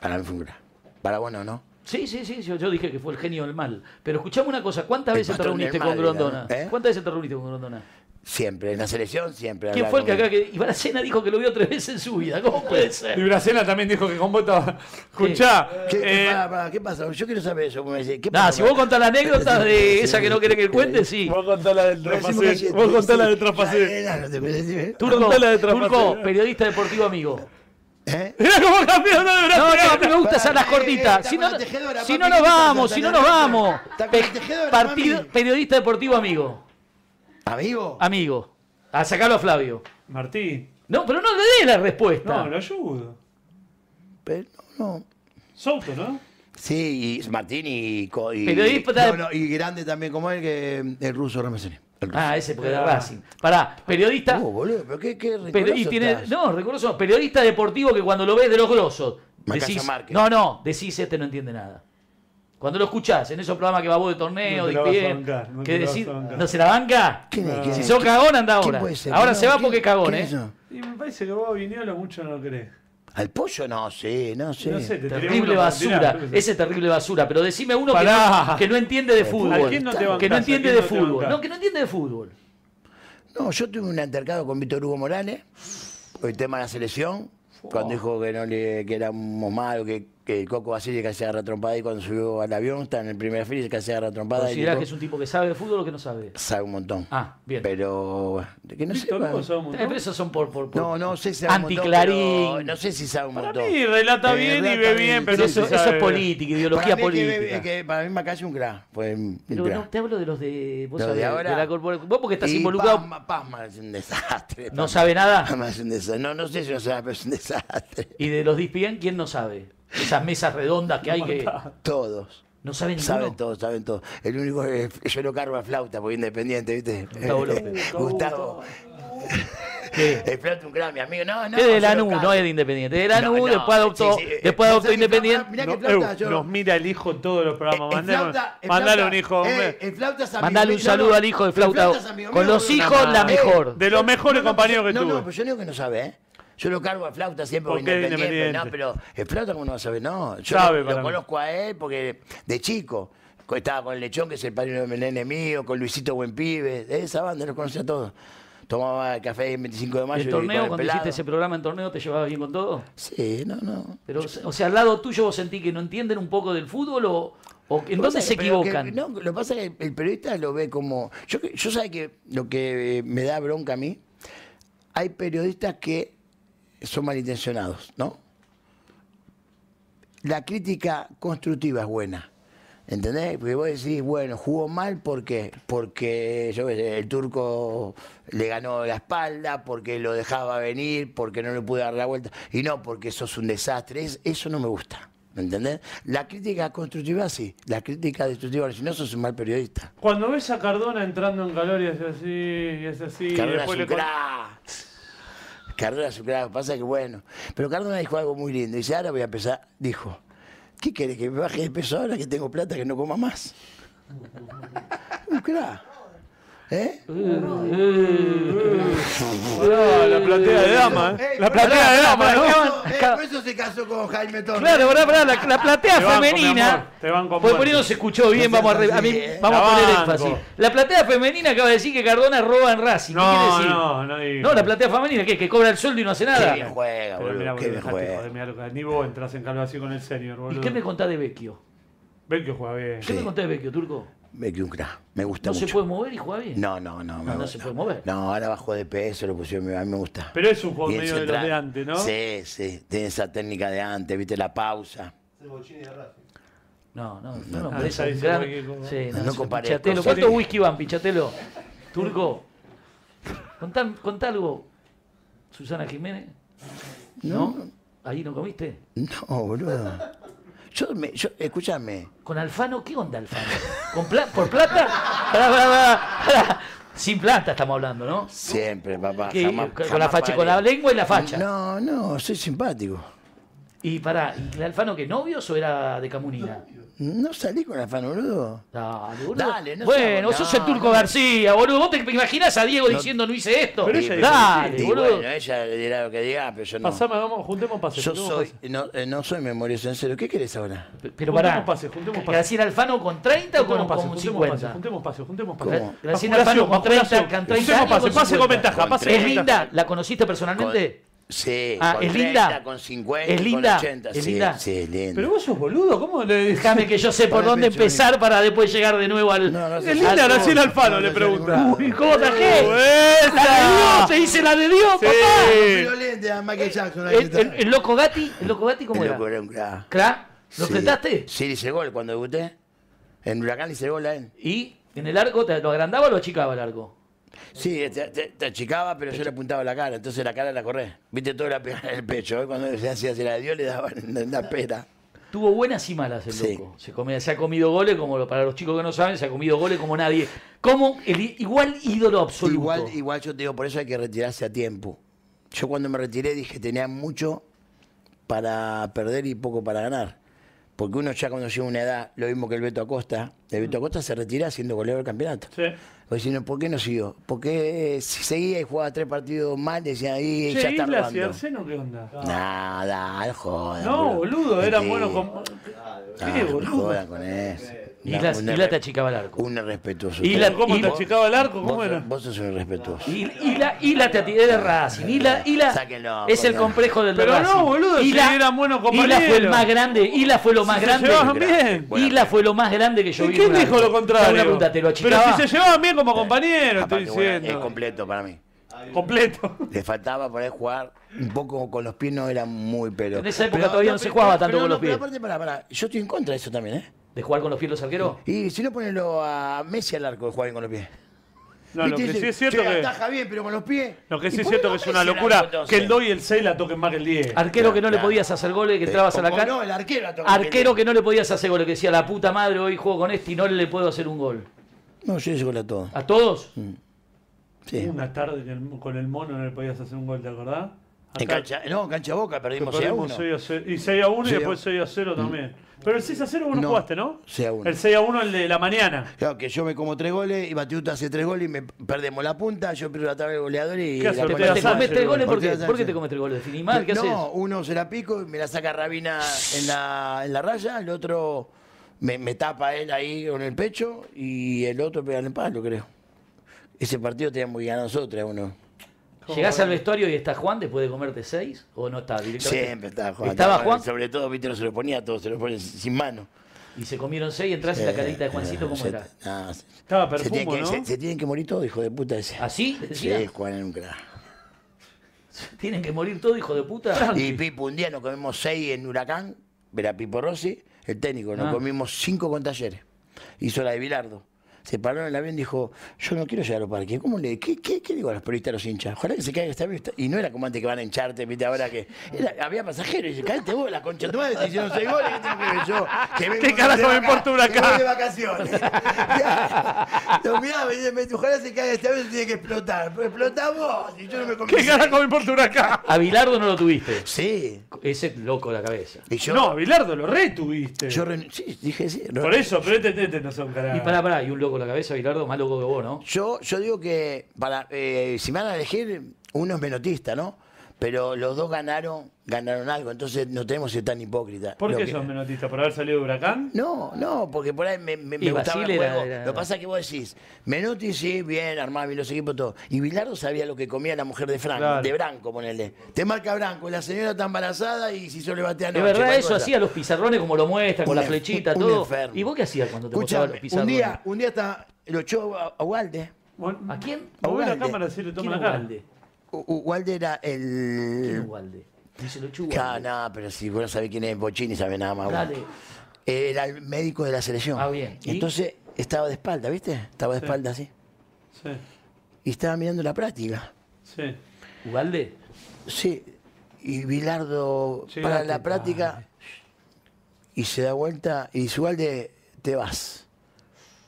[SPEAKER 4] Para mí fue un cra. Para bueno, ¿no?
[SPEAKER 2] Sí, sí, sí, yo, yo dije que fue el genio del mal. Pero escuchame una cosa, ¿cuántas
[SPEAKER 4] El
[SPEAKER 2] veces te
[SPEAKER 4] patrón
[SPEAKER 2] reuniste
[SPEAKER 4] del
[SPEAKER 2] con
[SPEAKER 4] mal,
[SPEAKER 2] Grondona?
[SPEAKER 4] digamos, ¿eh?
[SPEAKER 2] ¿Cuántas veces te reuniste con Grondona?
[SPEAKER 4] Siempre, en la selección siempre.
[SPEAKER 2] ¿Quién
[SPEAKER 4] hablaba
[SPEAKER 2] fue el que
[SPEAKER 4] con
[SPEAKER 2] acá
[SPEAKER 4] él.
[SPEAKER 2] que Ibaracena dijo que lo vio tres veces en su vida? ¿Cómo puede ser?
[SPEAKER 1] Y Bracena también dijo que con vos estaba. Escuchá.
[SPEAKER 4] ¿Qué, qué
[SPEAKER 1] eh,
[SPEAKER 4] pa- pa- Ah, ¿qué pasa? Yo quiero saber eso. me dice, ¿qué
[SPEAKER 2] Nada,
[SPEAKER 4] pasa?
[SPEAKER 2] si vos contás la anécdota de esa que no querés que cuente, sí.
[SPEAKER 1] vos contá la del
[SPEAKER 4] Recién
[SPEAKER 1] traspasé.
[SPEAKER 4] ayer-
[SPEAKER 1] Vos contá la del
[SPEAKER 4] Ya, eh,
[SPEAKER 1] traspasé.
[SPEAKER 4] era, no te puedo decir,
[SPEAKER 2] Turco,
[SPEAKER 1] Contá la de
[SPEAKER 2] Turco,
[SPEAKER 1] Trapacero.
[SPEAKER 2] periodista deportivo amigo.
[SPEAKER 4] ¿eh? ¿Eh?
[SPEAKER 1] Mirá cómo cambió, no,
[SPEAKER 2] No, no, a mí me
[SPEAKER 1] Bracena.
[SPEAKER 2] gustan esas las
[SPEAKER 4] Pará, eh,
[SPEAKER 2] cortitas.
[SPEAKER 4] está
[SPEAKER 2] Si
[SPEAKER 4] con
[SPEAKER 2] no,
[SPEAKER 4] la tejedora,
[SPEAKER 2] si
[SPEAKER 4] papi,
[SPEAKER 2] no
[SPEAKER 4] ¿qué
[SPEAKER 2] nos
[SPEAKER 4] te pasa?
[SPEAKER 2] vamos,
[SPEAKER 4] Está
[SPEAKER 2] si no
[SPEAKER 4] con
[SPEAKER 2] nos
[SPEAKER 4] la-
[SPEAKER 2] vamos.
[SPEAKER 4] está con
[SPEAKER 2] Pe-
[SPEAKER 4] la tejedora,
[SPEAKER 2] partido-
[SPEAKER 4] mami.
[SPEAKER 2] periodista deportivo amigo. Ah,
[SPEAKER 4] Amigo.
[SPEAKER 2] Amigo. A sacarlo a Flavio.
[SPEAKER 1] Martín,
[SPEAKER 2] No, pero no le dé la respuesta.
[SPEAKER 1] no, lo ayudo.
[SPEAKER 4] Pero no.
[SPEAKER 1] Souto, ¿no?
[SPEAKER 4] Sí, y Martín y. co- y-
[SPEAKER 2] Periodista-
[SPEAKER 4] no, no, y grande también como él, que eh, el ruso Ramazzotti. El ruso.
[SPEAKER 2] Ah, ese porque de
[SPEAKER 1] Ah.
[SPEAKER 2] Racing. Pará, periodista.
[SPEAKER 4] Oh, boludo, pero qué, qué
[SPEAKER 2] pero- y
[SPEAKER 4] rencoroso
[SPEAKER 2] tiene,
[SPEAKER 4] estás.
[SPEAKER 2] no, recurso, periodista deportivo que cuando lo ves de los grosos.
[SPEAKER 4] Macaya
[SPEAKER 2] Decís,
[SPEAKER 4] Márquez.
[SPEAKER 2] no, no, decís este no entiende nada. Cuando lo escuchás en esos programas que va vos de torneo,
[SPEAKER 1] No te
[SPEAKER 2] de
[SPEAKER 1] la vas a
[SPEAKER 2] pie,
[SPEAKER 1] bancar, no
[SPEAKER 2] que
[SPEAKER 1] te la vas
[SPEAKER 2] decís,
[SPEAKER 1] a bancar.
[SPEAKER 2] ¿no se la banca?
[SPEAKER 4] ¿Quién es?
[SPEAKER 2] Si
[SPEAKER 4] ¿Quién es?
[SPEAKER 2] sos cagón, anda
[SPEAKER 4] ¿Quién
[SPEAKER 2] ahora.
[SPEAKER 4] puede ser?
[SPEAKER 2] Ahora
[SPEAKER 4] No,
[SPEAKER 2] se va
[SPEAKER 4] ¿quién-
[SPEAKER 2] porque cagón,
[SPEAKER 4] quién es
[SPEAKER 2] ¿eh?
[SPEAKER 4] eso?
[SPEAKER 1] Y me parece que vos a Viñolo mucho no crees.
[SPEAKER 4] ¿Al pollo? No sé, no sé.
[SPEAKER 1] No sé, te tiré
[SPEAKER 2] Terrible
[SPEAKER 1] uno para
[SPEAKER 2] basura,
[SPEAKER 1] tirar.
[SPEAKER 2] ese es terrible basura, pero decime uno que
[SPEAKER 1] Pará.
[SPEAKER 2] no, que no entiende de fútbol.
[SPEAKER 1] quién no te
[SPEAKER 2] que no
[SPEAKER 1] bancás? ¿A
[SPEAKER 2] entiende
[SPEAKER 1] quién
[SPEAKER 2] de
[SPEAKER 1] no te
[SPEAKER 2] fútbol.
[SPEAKER 1] bancás?
[SPEAKER 2] No, que no entiende de fútbol.
[SPEAKER 4] No, yo tuve un altercado con Víctor Hugo Morales, por el tema de la selección, cuando dijo que no le, que éramos malos, que, que el Coco Basile casi agarra trompada y cuando subió al avión, está en el primer fila y casi agarra trompada. Y
[SPEAKER 2] Considerás que es
[SPEAKER 4] dijo,
[SPEAKER 2] un tipo que sabe de fútbol o que no sabe.
[SPEAKER 4] sabe un montón.
[SPEAKER 2] Ah, bien.
[SPEAKER 4] Pero de que no sé.
[SPEAKER 1] Víctor Hugo sabe un
[SPEAKER 2] Eh, pero
[SPEAKER 1] montón.
[SPEAKER 2] esos son por. por, por-
[SPEAKER 4] No, no sé si sabe un montón,
[SPEAKER 2] Anticlarín.
[SPEAKER 4] pero No sé si sabe un
[SPEAKER 1] Para
[SPEAKER 4] montón.
[SPEAKER 1] mí relata
[SPEAKER 4] Eh,
[SPEAKER 1] bien y
[SPEAKER 4] relata
[SPEAKER 1] ve bien, pero
[SPEAKER 4] sí,
[SPEAKER 1] no
[SPEAKER 4] sí,
[SPEAKER 2] eso,
[SPEAKER 1] se
[SPEAKER 2] eso
[SPEAKER 1] sabe.
[SPEAKER 2] es política, ideología
[SPEAKER 4] para mí que-
[SPEAKER 2] política.
[SPEAKER 4] que para mí Macaya es un crack. Fue un
[SPEAKER 2] pero
[SPEAKER 4] crack.
[SPEAKER 2] no te hablo de los de. Vos
[SPEAKER 4] Lo de
[SPEAKER 2] sabés,
[SPEAKER 4] ahora.
[SPEAKER 2] la corporación. Vos porque estás
[SPEAKER 4] Y
[SPEAKER 2] involucrado.
[SPEAKER 4] Pasma, Pasma es un desastre.
[SPEAKER 2] no
[SPEAKER 4] Pasma.
[SPEAKER 2] sabe nada.
[SPEAKER 4] Pasma es un desastre. No, no sé si no sabe, pero es un desastre.
[SPEAKER 2] Y de los DISPIAN, ¿quién no sabe? Esas mesas redondas que hay que.
[SPEAKER 4] Todos.
[SPEAKER 2] No saben ninguno.
[SPEAKER 4] Saben todos, saben todos. El único que yo lo cargo a flauta, porque independiente, ¿viste? Eh,
[SPEAKER 2] Gustavo López.
[SPEAKER 4] Gustavo.
[SPEAKER 2] ¿Qué?
[SPEAKER 4] El flauta un gran, mi amigo. No, no.
[SPEAKER 2] Es de
[SPEAKER 4] yo lo
[SPEAKER 2] Lanús,
[SPEAKER 4] cargo.
[SPEAKER 2] no es de Independiente. Es de
[SPEAKER 4] No,
[SPEAKER 2] Lanús,
[SPEAKER 4] no,
[SPEAKER 2] después adoptó,
[SPEAKER 4] sí, sí, eh,
[SPEAKER 2] después
[SPEAKER 4] eh,
[SPEAKER 2] adoptó
[SPEAKER 4] ¿sabés qué
[SPEAKER 2] Independiente.
[SPEAKER 4] flauta? Mirá
[SPEAKER 1] No,
[SPEAKER 4] que flauta,
[SPEAKER 1] Ew,
[SPEAKER 4] yo-
[SPEAKER 1] Nos mira el hijo en todos los programas.
[SPEAKER 4] El
[SPEAKER 1] Mandale,
[SPEAKER 4] flauta- el
[SPEAKER 1] mandale
[SPEAKER 4] flauta-
[SPEAKER 1] un hijo.
[SPEAKER 4] eh,
[SPEAKER 1] hombre.
[SPEAKER 4] el flauta es amigo
[SPEAKER 2] Mandale un
[SPEAKER 4] mío,
[SPEAKER 2] saludo
[SPEAKER 4] no, Eh,
[SPEAKER 2] al hijo de
[SPEAKER 4] el flauta
[SPEAKER 2] Flauta.
[SPEAKER 4] es amigo
[SPEAKER 2] Con
[SPEAKER 4] mío,
[SPEAKER 2] los
[SPEAKER 4] una
[SPEAKER 2] hijos, la
[SPEAKER 4] madre.
[SPEAKER 2] mejor.
[SPEAKER 1] de los mejores
[SPEAKER 4] no,
[SPEAKER 1] compañeros
[SPEAKER 4] pero
[SPEAKER 1] que
[SPEAKER 4] yo- no,
[SPEAKER 1] tuve.
[SPEAKER 4] No, pero yo digo que no sabe, ¿eh? Yo lo cargo a flauta siempre
[SPEAKER 1] Porque es
[SPEAKER 4] independiente,
[SPEAKER 1] independiente.
[SPEAKER 4] pero no, pero el flauta como no va a saber, no. Yo
[SPEAKER 1] Sabe
[SPEAKER 4] lo, lo
[SPEAKER 1] para mí.
[SPEAKER 4] conozco a él porque de chico co- estaba con el Lechón, que es el padrino de Menene mío, con Luisito Buen Pibe, de esa banda los conocía a todos. Tomaba el café el 25 de mayo.
[SPEAKER 2] El
[SPEAKER 4] y con
[SPEAKER 2] torneo, cuando
[SPEAKER 4] pelado.
[SPEAKER 2] hiciste ese programa en torneo, ¿te llevabas bien con todo?
[SPEAKER 4] Sí, no, no.
[SPEAKER 2] Pero, o sea, al lado tuyo vos sentís que no entienden un poco del fútbol o, o que- en dónde
[SPEAKER 4] Pasa
[SPEAKER 2] se
[SPEAKER 4] que- pero que-
[SPEAKER 2] equivocan.
[SPEAKER 4] no, lo que pasa es que el periodista lo ve como. Yo, que- yo sabe que lo que eh, me da bronca a mí, hay periodistas que son malintencionados, ¿no? La crítica constructiva es buena. ¿Entendés? Porque vos decís, bueno, jugó mal porque, porque yo qué sé, el turco le ganó la espalda, porque lo dejaba venir, porque no le pude dar la vuelta. Y no, porque sos un desastre. Es- eso no me gusta. ¿Me entendés? La crítica constructiva sí, la crítica destructiva, no, si no sos un mal periodista.
[SPEAKER 1] Cuando ves a Cardona entrando en calor y es así, y es así, y
[SPEAKER 4] Cardona es
[SPEAKER 1] después
[SPEAKER 4] un
[SPEAKER 1] le con-
[SPEAKER 4] crack. Cardona es un crack, pasa que bueno. Pero Cardona dijo algo muy lindo. Dice, ahora voy a empezar. Dijo, ¿qué querés? ¿Que me baje de peso ahora que tengo plata que no coma más? un crack. ¿Eh?
[SPEAKER 1] Ah, la platea de dama, ¿eh? La platea de dama, ¿no?
[SPEAKER 4] eh, por eso se casó con Jaime Torres.
[SPEAKER 2] Claro, pará, pará, la, la platea
[SPEAKER 1] Te banco, mi
[SPEAKER 2] femenina.
[SPEAKER 1] amor, te banco a
[SPEAKER 2] Pues por
[SPEAKER 1] muerte.
[SPEAKER 2] ahí no se escuchó bien,
[SPEAKER 4] No
[SPEAKER 2] vamos a,
[SPEAKER 4] seas
[SPEAKER 2] re- a
[SPEAKER 4] así,
[SPEAKER 2] mí-
[SPEAKER 4] eh.
[SPEAKER 2] vamos
[SPEAKER 1] La
[SPEAKER 2] a poner
[SPEAKER 1] banco.
[SPEAKER 2] énfasis. La platea femenina acaba de decir que Cardona roba en Racing. ¿Qué quiere
[SPEAKER 1] No,
[SPEAKER 2] decir?
[SPEAKER 1] no, no digo.
[SPEAKER 2] No, la platea femenina, ¿qué? Que cobra el sueldo y no hace
[SPEAKER 4] Qué
[SPEAKER 2] nada.
[SPEAKER 4] bien juega,
[SPEAKER 1] Pero mirá,
[SPEAKER 4] boludo. Qué
[SPEAKER 1] boludo,
[SPEAKER 4] bien
[SPEAKER 1] dejate,
[SPEAKER 4] juega.
[SPEAKER 1] joder, mirá lo que- Ni vos entras en calor así con el senior,
[SPEAKER 2] ¿Y
[SPEAKER 1] boludo.
[SPEAKER 2] qué me contás de Vecchio?
[SPEAKER 1] Ven que juega bien.
[SPEAKER 2] ¿Qué me
[SPEAKER 4] Sí.
[SPEAKER 2] contás de Vecchio, Turco?
[SPEAKER 4] Me que un crack. Me gusta
[SPEAKER 2] No
[SPEAKER 4] mucho.
[SPEAKER 2] se puede mover y juega bien.
[SPEAKER 4] No, no, no.
[SPEAKER 2] No, no se puede mover.
[SPEAKER 4] No, ahora bajó de peso, lo pusieron, a mí me gusta.
[SPEAKER 1] Pero es un juego
[SPEAKER 4] Bien
[SPEAKER 1] medio de los
[SPEAKER 4] central.
[SPEAKER 1] de antes, ¿no?
[SPEAKER 4] Sí, sí. Tiene esa técnica de antes, viste, la pausa.
[SPEAKER 3] Es el bochini de Racing.
[SPEAKER 2] No, no, no, no,
[SPEAKER 1] Ah,
[SPEAKER 2] parece
[SPEAKER 1] ya
[SPEAKER 2] un
[SPEAKER 1] dice
[SPEAKER 2] gran-
[SPEAKER 1] cualquier cosa.
[SPEAKER 2] Sí,
[SPEAKER 4] No
[SPEAKER 2] no, no,
[SPEAKER 4] comparé
[SPEAKER 2] Pichatelo.
[SPEAKER 4] cosas.
[SPEAKER 2] ¿Cuántos whisky van, Pichatelo? Turco. Contá, contá algo. Susana Jiménez. ¿No? ¿Ahí no comiste?
[SPEAKER 4] No, boludo. Yo, me, yo escúchame.
[SPEAKER 2] ¿Con Alfano? ¿Qué onda Alfano? ¿Con pla- ¿Por plata? Pará, pará, pará, pará. Sin plata estamos hablando, ¿no?
[SPEAKER 4] Siempre, papá.
[SPEAKER 1] Ah,
[SPEAKER 2] ¿Qué?
[SPEAKER 4] jamás-
[SPEAKER 2] con,
[SPEAKER 4] jamás
[SPEAKER 2] la facha, con la
[SPEAKER 4] paré.
[SPEAKER 2] lengua y la facha.
[SPEAKER 4] No, no, soy simpático.
[SPEAKER 2] Y pará, ¿y el Alfano que novios o era de Camunina?
[SPEAKER 4] No salí con Alfano, boludo.
[SPEAKER 2] Dale,
[SPEAKER 4] Dale, no
[SPEAKER 2] bueno,
[SPEAKER 4] seamos-
[SPEAKER 2] sos
[SPEAKER 4] no,
[SPEAKER 2] el Turco
[SPEAKER 4] no.
[SPEAKER 2] García, boludo. ¿Vos te imaginás a Diego diciendo no hice esto?
[SPEAKER 1] Pero ella dijo,
[SPEAKER 2] Dale,
[SPEAKER 4] Y
[SPEAKER 2] boludo.
[SPEAKER 1] eh".
[SPEAKER 4] bueno, ella dirá lo que diga, pero yo no.
[SPEAKER 1] Pasame, vamos, juntemos pases.
[SPEAKER 4] Yo
[SPEAKER 1] juntemos
[SPEAKER 4] soy,
[SPEAKER 1] pases.
[SPEAKER 4] no, eh, no soy memorioso, en serio. ¿Qué querés ahora?
[SPEAKER 2] Pero
[SPEAKER 1] Juntemos
[SPEAKER 2] pará.
[SPEAKER 1] pases, juntemos pases.
[SPEAKER 2] ¿Graciela Alfano con 30 o con,
[SPEAKER 1] Juntemos pases,
[SPEAKER 2] con
[SPEAKER 1] juntemos
[SPEAKER 2] 50?
[SPEAKER 1] pases, juntemos pases, juntemos pases.
[SPEAKER 4] ¿Cómo?
[SPEAKER 2] Graciela
[SPEAKER 1] Majuración,
[SPEAKER 2] Alfano con 30,
[SPEAKER 1] majuración.
[SPEAKER 2] con 30
[SPEAKER 1] Hacemos
[SPEAKER 2] años,
[SPEAKER 1] pase,
[SPEAKER 2] con
[SPEAKER 1] pase con
[SPEAKER 2] 50.
[SPEAKER 1] ventaja, pase
[SPEAKER 2] ¿Es
[SPEAKER 1] con ventaja.
[SPEAKER 2] linda? ¿La conociste
[SPEAKER 4] Con-
[SPEAKER 2] personalmente?
[SPEAKER 4] Sí,
[SPEAKER 2] Ah,
[SPEAKER 4] con
[SPEAKER 2] ¿es
[SPEAKER 4] 30,
[SPEAKER 2] linda?
[SPEAKER 4] con 50,
[SPEAKER 2] ¿Es
[SPEAKER 4] con
[SPEAKER 2] linda?
[SPEAKER 4] 80.
[SPEAKER 2] ¿Es
[SPEAKER 4] sí,
[SPEAKER 2] linda?
[SPEAKER 4] sí, es linda.
[SPEAKER 1] Pero vos sos boludo, ¿cómo le
[SPEAKER 2] Déjame que yo sé por
[SPEAKER 4] Para el
[SPEAKER 2] dónde
[SPEAKER 4] pecho,
[SPEAKER 2] empezar para después llegar de nuevo al.
[SPEAKER 4] No, no sé.
[SPEAKER 1] Es linda
[SPEAKER 2] al-
[SPEAKER 1] Graciela Alfano,
[SPEAKER 4] no,
[SPEAKER 1] le
[SPEAKER 4] no,
[SPEAKER 1] pregunta.
[SPEAKER 4] no, no,
[SPEAKER 2] Uy, ¿cómo tajé?
[SPEAKER 1] ¡Esa!
[SPEAKER 2] ¡La de Dios! ¡Te hice la de Dios,
[SPEAKER 1] Sí.
[SPEAKER 2] papá!
[SPEAKER 4] a Michael Jackson.
[SPEAKER 2] El, el- el loco Gatti, ¿el loco Gatti Eh, cómo
[SPEAKER 4] El
[SPEAKER 2] era?
[SPEAKER 4] loco era un crack.
[SPEAKER 2] ¿Cra? ¿Lo
[SPEAKER 4] Sí.
[SPEAKER 2] enfrentaste?
[SPEAKER 4] Sí, le hice gol cuando debuté. En Huracán le hice gol a él.
[SPEAKER 2] ¿Y en el arco te lo agrandaba o lo achicaba el arco?
[SPEAKER 4] Sí, te, te- te achicaba, pero yo le apuntaba la cara, entonces la cara la corré. Viste, todo la pegada en el pecho. ¿eh? Cuando se hacía hacia la de Dios le daban en la pera.
[SPEAKER 2] Tuvo buenas y malas el
[SPEAKER 4] Sí.
[SPEAKER 2] loco. Se, come- se ha comido goles, como lo- para los chicos que no saben, se ha comido goles como nadie. Como el i- igual ídolo absoluto.
[SPEAKER 4] Igual, igual yo te digo, por eso hay que retirarse a tiempo. Yo cuando me retiré dije tenía mucho para perder y poco para ganar. Porque uno ya cuando llega a una edad, lo mismo que el Beto Acosta, el Beto Acosta se retira siendo goleador del campeonato.
[SPEAKER 1] Sí.
[SPEAKER 4] O diciendo, ¿por qué no siguió? Porque eh, si seguía y jugaba tres partidos mal, decían ahí ya
[SPEAKER 1] Che,
[SPEAKER 4] está
[SPEAKER 1] Islas y
[SPEAKER 4] robando.
[SPEAKER 1] Arseno, ¿qué onda?
[SPEAKER 4] Nada, no jodan.
[SPEAKER 1] No, boludo, eran buenos
[SPEAKER 4] Mentira.
[SPEAKER 1] como.
[SPEAKER 4] Ah,
[SPEAKER 1] ¿Qué,
[SPEAKER 4] no
[SPEAKER 1] boludo?
[SPEAKER 4] jodan con eso.
[SPEAKER 2] Y la,
[SPEAKER 4] Una-
[SPEAKER 2] y la te achicaba el arco.
[SPEAKER 4] Un irrespetuoso.
[SPEAKER 2] Y la-
[SPEAKER 1] ¿Cómo
[SPEAKER 2] y-
[SPEAKER 1] te achicaba el arco?
[SPEAKER 4] vos,
[SPEAKER 1] ¿Cómo era?
[SPEAKER 4] vos sos un irrespetuoso.
[SPEAKER 2] Y, y la, y la te atiré de Racing. Y la, y la-
[SPEAKER 4] Sáquenlo,
[SPEAKER 2] es el
[SPEAKER 4] coño.
[SPEAKER 2] complejo del de
[SPEAKER 1] Pero no,
[SPEAKER 2] Racing.
[SPEAKER 1] boludo,
[SPEAKER 2] y
[SPEAKER 1] si eran buenos
[SPEAKER 2] y la fue el
[SPEAKER 1] compañeros.
[SPEAKER 2] más grande. Y la fue lo más
[SPEAKER 1] se
[SPEAKER 2] grande.
[SPEAKER 1] llevaban bien.
[SPEAKER 2] Y la fue lo más grande que yo
[SPEAKER 1] ¿Y
[SPEAKER 2] vi.
[SPEAKER 1] quién
[SPEAKER 2] con
[SPEAKER 1] dijo
[SPEAKER 2] Arco.
[SPEAKER 1] lo contrario?
[SPEAKER 2] Una pregunta, ¿te lo
[SPEAKER 1] Pero
[SPEAKER 2] achicaba?
[SPEAKER 1] si se llevaban bien como compañeros,
[SPEAKER 4] Aparte,
[SPEAKER 1] estoy
[SPEAKER 4] bueno, es
[SPEAKER 1] diciendo.
[SPEAKER 4] completo para mí.
[SPEAKER 1] Completo.
[SPEAKER 4] Le faltaba por ahí jugar un poco con los pies, no era muy pero.
[SPEAKER 2] En esa época todavía no se jugaba tanto
[SPEAKER 4] pero
[SPEAKER 2] con
[SPEAKER 4] no,
[SPEAKER 2] los
[SPEAKER 4] pero
[SPEAKER 2] pies.
[SPEAKER 4] aparte, pará, pará, yo estoy en contra de eso también, ¿eh?
[SPEAKER 2] ¿De jugar con los pies los arqueros?
[SPEAKER 4] Y si no, ponelo a Messi al arco de jugar bien con los pies.
[SPEAKER 1] No, lo
[SPEAKER 4] ¿Viste?
[SPEAKER 1] que sí
[SPEAKER 4] Dice,
[SPEAKER 1] es cierto
[SPEAKER 4] "Che,
[SPEAKER 1] que.
[SPEAKER 4] ataja bien, pero con los pies.
[SPEAKER 1] Lo que
[SPEAKER 4] ¿Y
[SPEAKER 1] sí es
[SPEAKER 4] por qué
[SPEAKER 1] cierto
[SPEAKER 4] no
[SPEAKER 1] que es una
[SPEAKER 4] Messi al
[SPEAKER 1] locura
[SPEAKER 4] arco, entonces?
[SPEAKER 1] que el 2 y el 6 la toquen más que el 10.
[SPEAKER 2] Arquero que no le
[SPEAKER 4] claro.
[SPEAKER 2] podías hacer goles, que entrabas a la
[SPEAKER 4] O
[SPEAKER 2] cara.
[SPEAKER 4] No, el arquero la toca.
[SPEAKER 2] Arquero que no le podías hacer goles, que decía la puta madre, hoy juego con este y no le puedo hacer un gol.
[SPEAKER 4] No, yo hice gol a todo.
[SPEAKER 2] ¿A todos?
[SPEAKER 4] Mm. Sí.
[SPEAKER 1] Una tarde que el- con el mono no le podías hacer un gol, ¿te acordás?
[SPEAKER 4] En
[SPEAKER 1] Acá
[SPEAKER 4] cancha, no, en cancha boca perdimos 6 a
[SPEAKER 1] perdimos
[SPEAKER 4] 1.
[SPEAKER 1] 6 a 0. Y 6 a 1 y
[SPEAKER 4] Sí,
[SPEAKER 1] después
[SPEAKER 4] a- Mm.
[SPEAKER 1] 6 a 0 también. Pero el 6 a 0 vos no,
[SPEAKER 4] No,
[SPEAKER 1] jugaste, ¿no?
[SPEAKER 4] 6 a 1.
[SPEAKER 1] El 6 a 1 el de la mañana.
[SPEAKER 4] Claro, que yo me como tres goles y Batiuta hace tres goles y me perdemos la punta, yo pierdo la tabla de goleador y.
[SPEAKER 1] ¿Qué
[SPEAKER 4] la
[SPEAKER 1] hace?
[SPEAKER 2] Te,
[SPEAKER 1] Ortega
[SPEAKER 4] pelota-
[SPEAKER 2] te
[SPEAKER 1] Sánchez,
[SPEAKER 2] comes tres goles, ¿por qué?
[SPEAKER 4] Ortega
[SPEAKER 2] ¿Por qué te
[SPEAKER 4] Sánchez.
[SPEAKER 2] comes tres goles? ¿Definís mal? ¿Qué
[SPEAKER 4] no,
[SPEAKER 2] haces?
[SPEAKER 4] uno se la pico y me la saca Rabina en la, en la raya, el otro me, me tapa él ahí con el pecho y el otro pega en el palo, creo. Ese partido teníamos que ganar nosotros, uno.
[SPEAKER 2] ¿Llegás al vestuario y está Juan después de comerte seis? ¿O no está directamente?
[SPEAKER 4] Siempre estaba Juan.
[SPEAKER 2] ¿Estaba Juan?
[SPEAKER 4] Sobre todo, viste, no se lo ponía todo, se lo ponía sin mano.
[SPEAKER 2] Y se comieron seis y entras y la carita de Juancito, ¿cómo
[SPEAKER 4] Se-
[SPEAKER 2] era?
[SPEAKER 4] no, se-
[SPEAKER 1] Estaba
[SPEAKER 4] se tienen
[SPEAKER 1] perfumo,
[SPEAKER 4] que-
[SPEAKER 1] ¿no?
[SPEAKER 4] se- se tienen que morir todos, hijo de puta ese.
[SPEAKER 2] ¿Así?
[SPEAKER 4] Sí,
[SPEAKER 2] Decía,
[SPEAKER 4] Juan era un crack.
[SPEAKER 2] Tienen que morir todos, hijo de puta.
[SPEAKER 4] Y Pipo, un día nos comimos seis en Huracán, verá Pipo Rossi, el técnico, nos
[SPEAKER 2] Ah.
[SPEAKER 4] comimos cinco con talleres. Hizo la de Bilardo. Se paró en el avión y dijo, yo no quiero llegar al parque. ¿Cómo le, qué, qué, qué digo a los periodistas, a los hinchas? Ojalá que se caiga esta avión. Y no era como antes que van a hincharte, viste, ahora que... era- había pasajeros y dice, cállate vos, la concha de tu madre, te hicieron seis goles, ¿qué tengo que ver yo? Que vengo
[SPEAKER 1] ¿Qué carajo
[SPEAKER 4] de
[SPEAKER 1] me
[SPEAKER 4] vaca-
[SPEAKER 1] importa Huracán?
[SPEAKER 4] que voy de vacaciones. Lo miraba y decía, "Me- ojalá se caiga este avión, tiene que explotar. Pero explotá vos, y yo no me comí
[SPEAKER 1] ¿Qué
[SPEAKER 4] seis".
[SPEAKER 1] carajo me importa un acá?
[SPEAKER 2] A Bilardo no lo tuviste.
[SPEAKER 4] Sí.
[SPEAKER 2] Ese es loco la cabeza.
[SPEAKER 4] Y yo,
[SPEAKER 1] No, Bilardo lo retuviste.
[SPEAKER 4] Yo ren- sí, dije sí.
[SPEAKER 1] Por eso, pero este, este no son carajo.
[SPEAKER 2] Y pará, pará, y un loco la cabeza, Bilardo, más loco que vos, ¿no?
[SPEAKER 4] Yo, yo digo que para eh, si me van a elegir, uno es menotista, ¿no? Pero los dos ganaron, ganaron algo, entonces no tenemos que ser tan hipócritas.
[SPEAKER 1] ¿Por
[SPEAKER 4] Lo
[SPEAKER 1] qué
[SPEAKER 4] que-
[SPEAKER 1] sos menotistas? ¿Por haber salido de Huracán?
[SPEAKER 4] No, no, porque por ahí me, me,
[SPEAKER 2] Y
[SPEAKER 4] me gustaba
[SPEAKER 2] Basile
[SPEAKER 4] el
[SPEAKER 2] era-
[SPEAKER 4] juego.
[SPEAKER 2] era-
[SPEAKER 4] Lo que pasa es que vos decís, Menotti sí, bien, armaba bien los equipos, todo. Y Bilardo sabía lo que comía la mujer de Franco,
[SPEAKER 1] Claro.
[SPEAKER 4] de Branco, ponele. Te marca Branco, la señora está embarazada y si yo le batea
[SPEAKER 2] De
[SPEAKER 4] anoche.
[SPEAKER 2] verdad,
[SPEAKER 4] cualquier
[SPEAKER 2] eso
[SPEAKER 4] cosa.
[SPEAKER 2] hacía los pizarrones como lo muestra, con
[SPEAKER 4] Un
[SPEAKER 2] la
[SPEAKER 4] en-
[SPEAKER 2] flechita,
[SPEAKER 4] un
[SPEAKER 2] todo.
[SPEAKER 4] enfermo.
[SPEAKER 2] ¿Y vos qué hacías cuando te mostraban los
[SPEAKER 4] Escuchame, un
[SPEAKER 2] pizarrones?
[SPEAKER 4] día, un día está, lo echó a- a Walde.
[SPEAKER 1] Bueno,
[SPEAKER 2] ¿A quién?
[SPEAKER 1] Mover la
[SPEAKER 4] Ugalde.
[SPEAKER 1] cámara si le
[SPEAKER 2] ¿Quién
[SPEAKER 1] toma la cara.
[SPEAKER 2] Ugalde?
[SPEAKER 4] U- U- Walde era el.
[SPEAKER 2] ¿Quién Ugalde? Dice lo chugo.
[SPEAKER 4] Ya, no, pero si vos no sabés quién es Bochini, sabe nada más.
[SPEAKER 2] Dale.
[SPEAKER 4] Era el médico de la selección.
[SPEAKER 2] Ah, bien. ¿Y?
[SPEAKER 4] Entonces estaba de espalda, ¿viste? Estaba de espalda así.
[SPEAKER 1] Sí,
[SPEAKER 4] Y estaba mirando la práctica.
[SPEAKER 1] sí.
[SPEAKER 2] ¿Ugalde?
[SPEAKER 4] Sí. Y Bilardo
[SPEAKER 1] Llegate,
[SPEAKER 4] para la práctica y se da vuelta y dice, Ugalde, te vas.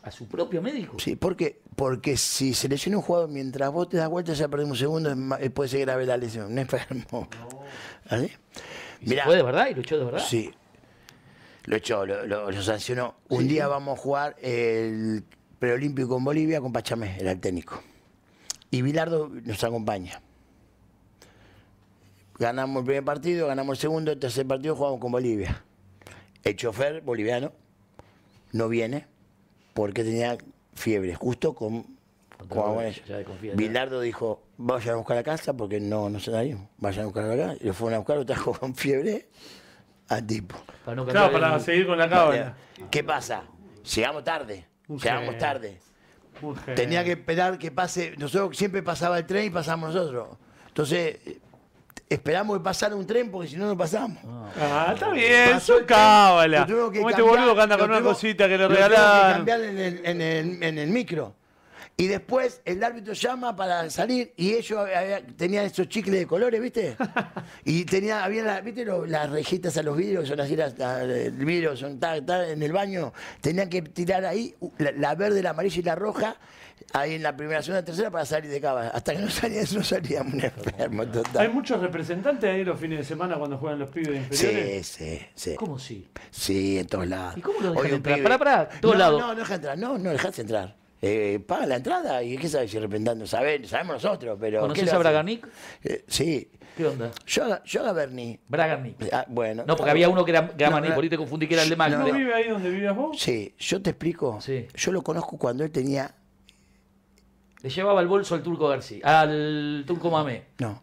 [SPEAKER 2] ¿A su propio médico?
[SPEAKER 4] Sí, ¿por qué? Porque si se lesiona un jugador mientras vos te das vuelta, ya perdés un segundo, es ma- eh, puede ser grave la lesión, un enfermo. ¿Así?
[SPEAKER 2] Y se
[SPEAKER 4] Mirá.
[SPEAKER 2] fue de verdad y luchó de verdad.
[SPEAKER 4] Sí. Lo echó, lo, lo- lo sancionó. Un día vamos a jugar el preolímpico en Bolivia con Pachamé, era el técnico. Y Bilardo nos acompaña. Ganamos el primer partido, ganamos el segundo, el tercer partido jugamos con Bolivia. El chofer boliviano no viene porque tenía fiebre, justo con, con Agonés.
[SPEAKER 2] ya desconfía, ya.
[SPEAKER 4] Bilardo dijo, vayan a buscar a casa porque no, no se nadie, vayan a buscar acá. Y lo fueron a buscar, lo trajo con fiebre al tipo.
[SPEAKER 2] Para no
[SPEAKER 1] Claro,
[SPEAKER 2] cambiar
[SPEAKER 1] para
[SPEAKER 2] el-
[SPEAKER 1] seguir con la cábala.
[SPEAKER 4] ¿Qué pasa? Llegamos tarde,
[SPEAKER 1] Un
[SPEAKER 4] llegamos
[SPEAKER 1] genio.
[SPEAKER 4] tarde.
[SPEAKER 1] Un genio.
[SPEAKER 4] Tenía que esperar que pase. Nosotros siempre pasaba el tren y pasamos nosotros. Entonces, eh, esperamos que pasara un tren porque si no, no pasamos.
[SPEAKER 1] Ah, está bien,
[SPEAKER 4] Eh, Pasó
[SPEAKER 1] su
[SPEAKER 4] el tren,
[SPEAKER 1] cábala.
[SPEAKER 4] lo tuvimos que
[SPEAKER 1] Como este
[SPEAKER 4] cambiar,
[SPEAKER 1] boludo que anda
[SPEAKER 4] lo
[SPEAKER 1] con una
[SPEAKER 4] tuvimos-
[SPEAKER 1] cosita que le
[SPEAKER 4] lo tuvimos
[SPEAKER 1] regalaron.
[SPEAKER 4] cambiar en el, en el- en el micro. Y después el árbitro llama para salir y ellos había- tenían esos chicles de colores, ¿viste? Y tenía, había la- ¿viste lo- las rejitas a los vidrios, que son así, las, las- el vidrio, son tal, tal, en el baño. Tenían que tirar ahí u- la, la verde, la amarilla y la roja, ahí en la primera, segunda, tercera, para salir de cava. Hasta que no salía eso, salíamos un enfermo
[SPEAKER 1] Hay
[SPEAKER 4] total.
[SPEAKER 1] muchos representantes ahí los fines de semana cuando juegan los pibes inferiores.
[SPEAKER 4] Sí, sí, sí.
[SPEAKER 2] ¿Cómo sí?
[SPEAKER 4] Sí, en todos lados.
[SPEAKER 2] ¿Y cómo lo dejan
[SPEAKER 4] Hoy un
[SPEAKER 2] entrar?
[SPEAKER 4] pibe-
[SPEAKER 2] Pará, pará, todos
[SPEAKER 4] no,
[SPEAKER 2] lados.
[SPEAKER 4] No, no dejas entrar, no, no dejas entrar. Eh, paga la entrada y qué sabes si repentando, sabemos, sabemos nosotros, pero. ¿qué
[SPEAKER 2] ¿Conoces
[SPEAKER 4] le
[SPEAKER 2] a
[SPEAKER 4] hace?
[SPEAKER 2] Braganic?
[SPEAKER 4] Eh, sí.
[SPEAKER 2] ¿Qué onda?
[SPEAKER 4] Yo, a- yo a Berni.
[SPEAKER 2] Braganic.
[SPEAKER 4] Ah, bueno.
[SPEAKER 2] No, porque había uno que era Gramanic,
[SPEAKER 4] No,
[SPEAKER 2] por ahí te confundí que era el de Magno.
[SPEAKER 1] ¿No vive ahí donde vivías vos?
[SPEAKER 4] Sí, yo te explico.
[SPEAKER 2] Sí.
[SPEAKER 4] Yo lo conozco cuando él tenía.
[SPEAKER 2] Le llevaba el bolso al turco García, al turco Mamé.
[SPEAKER 4] No,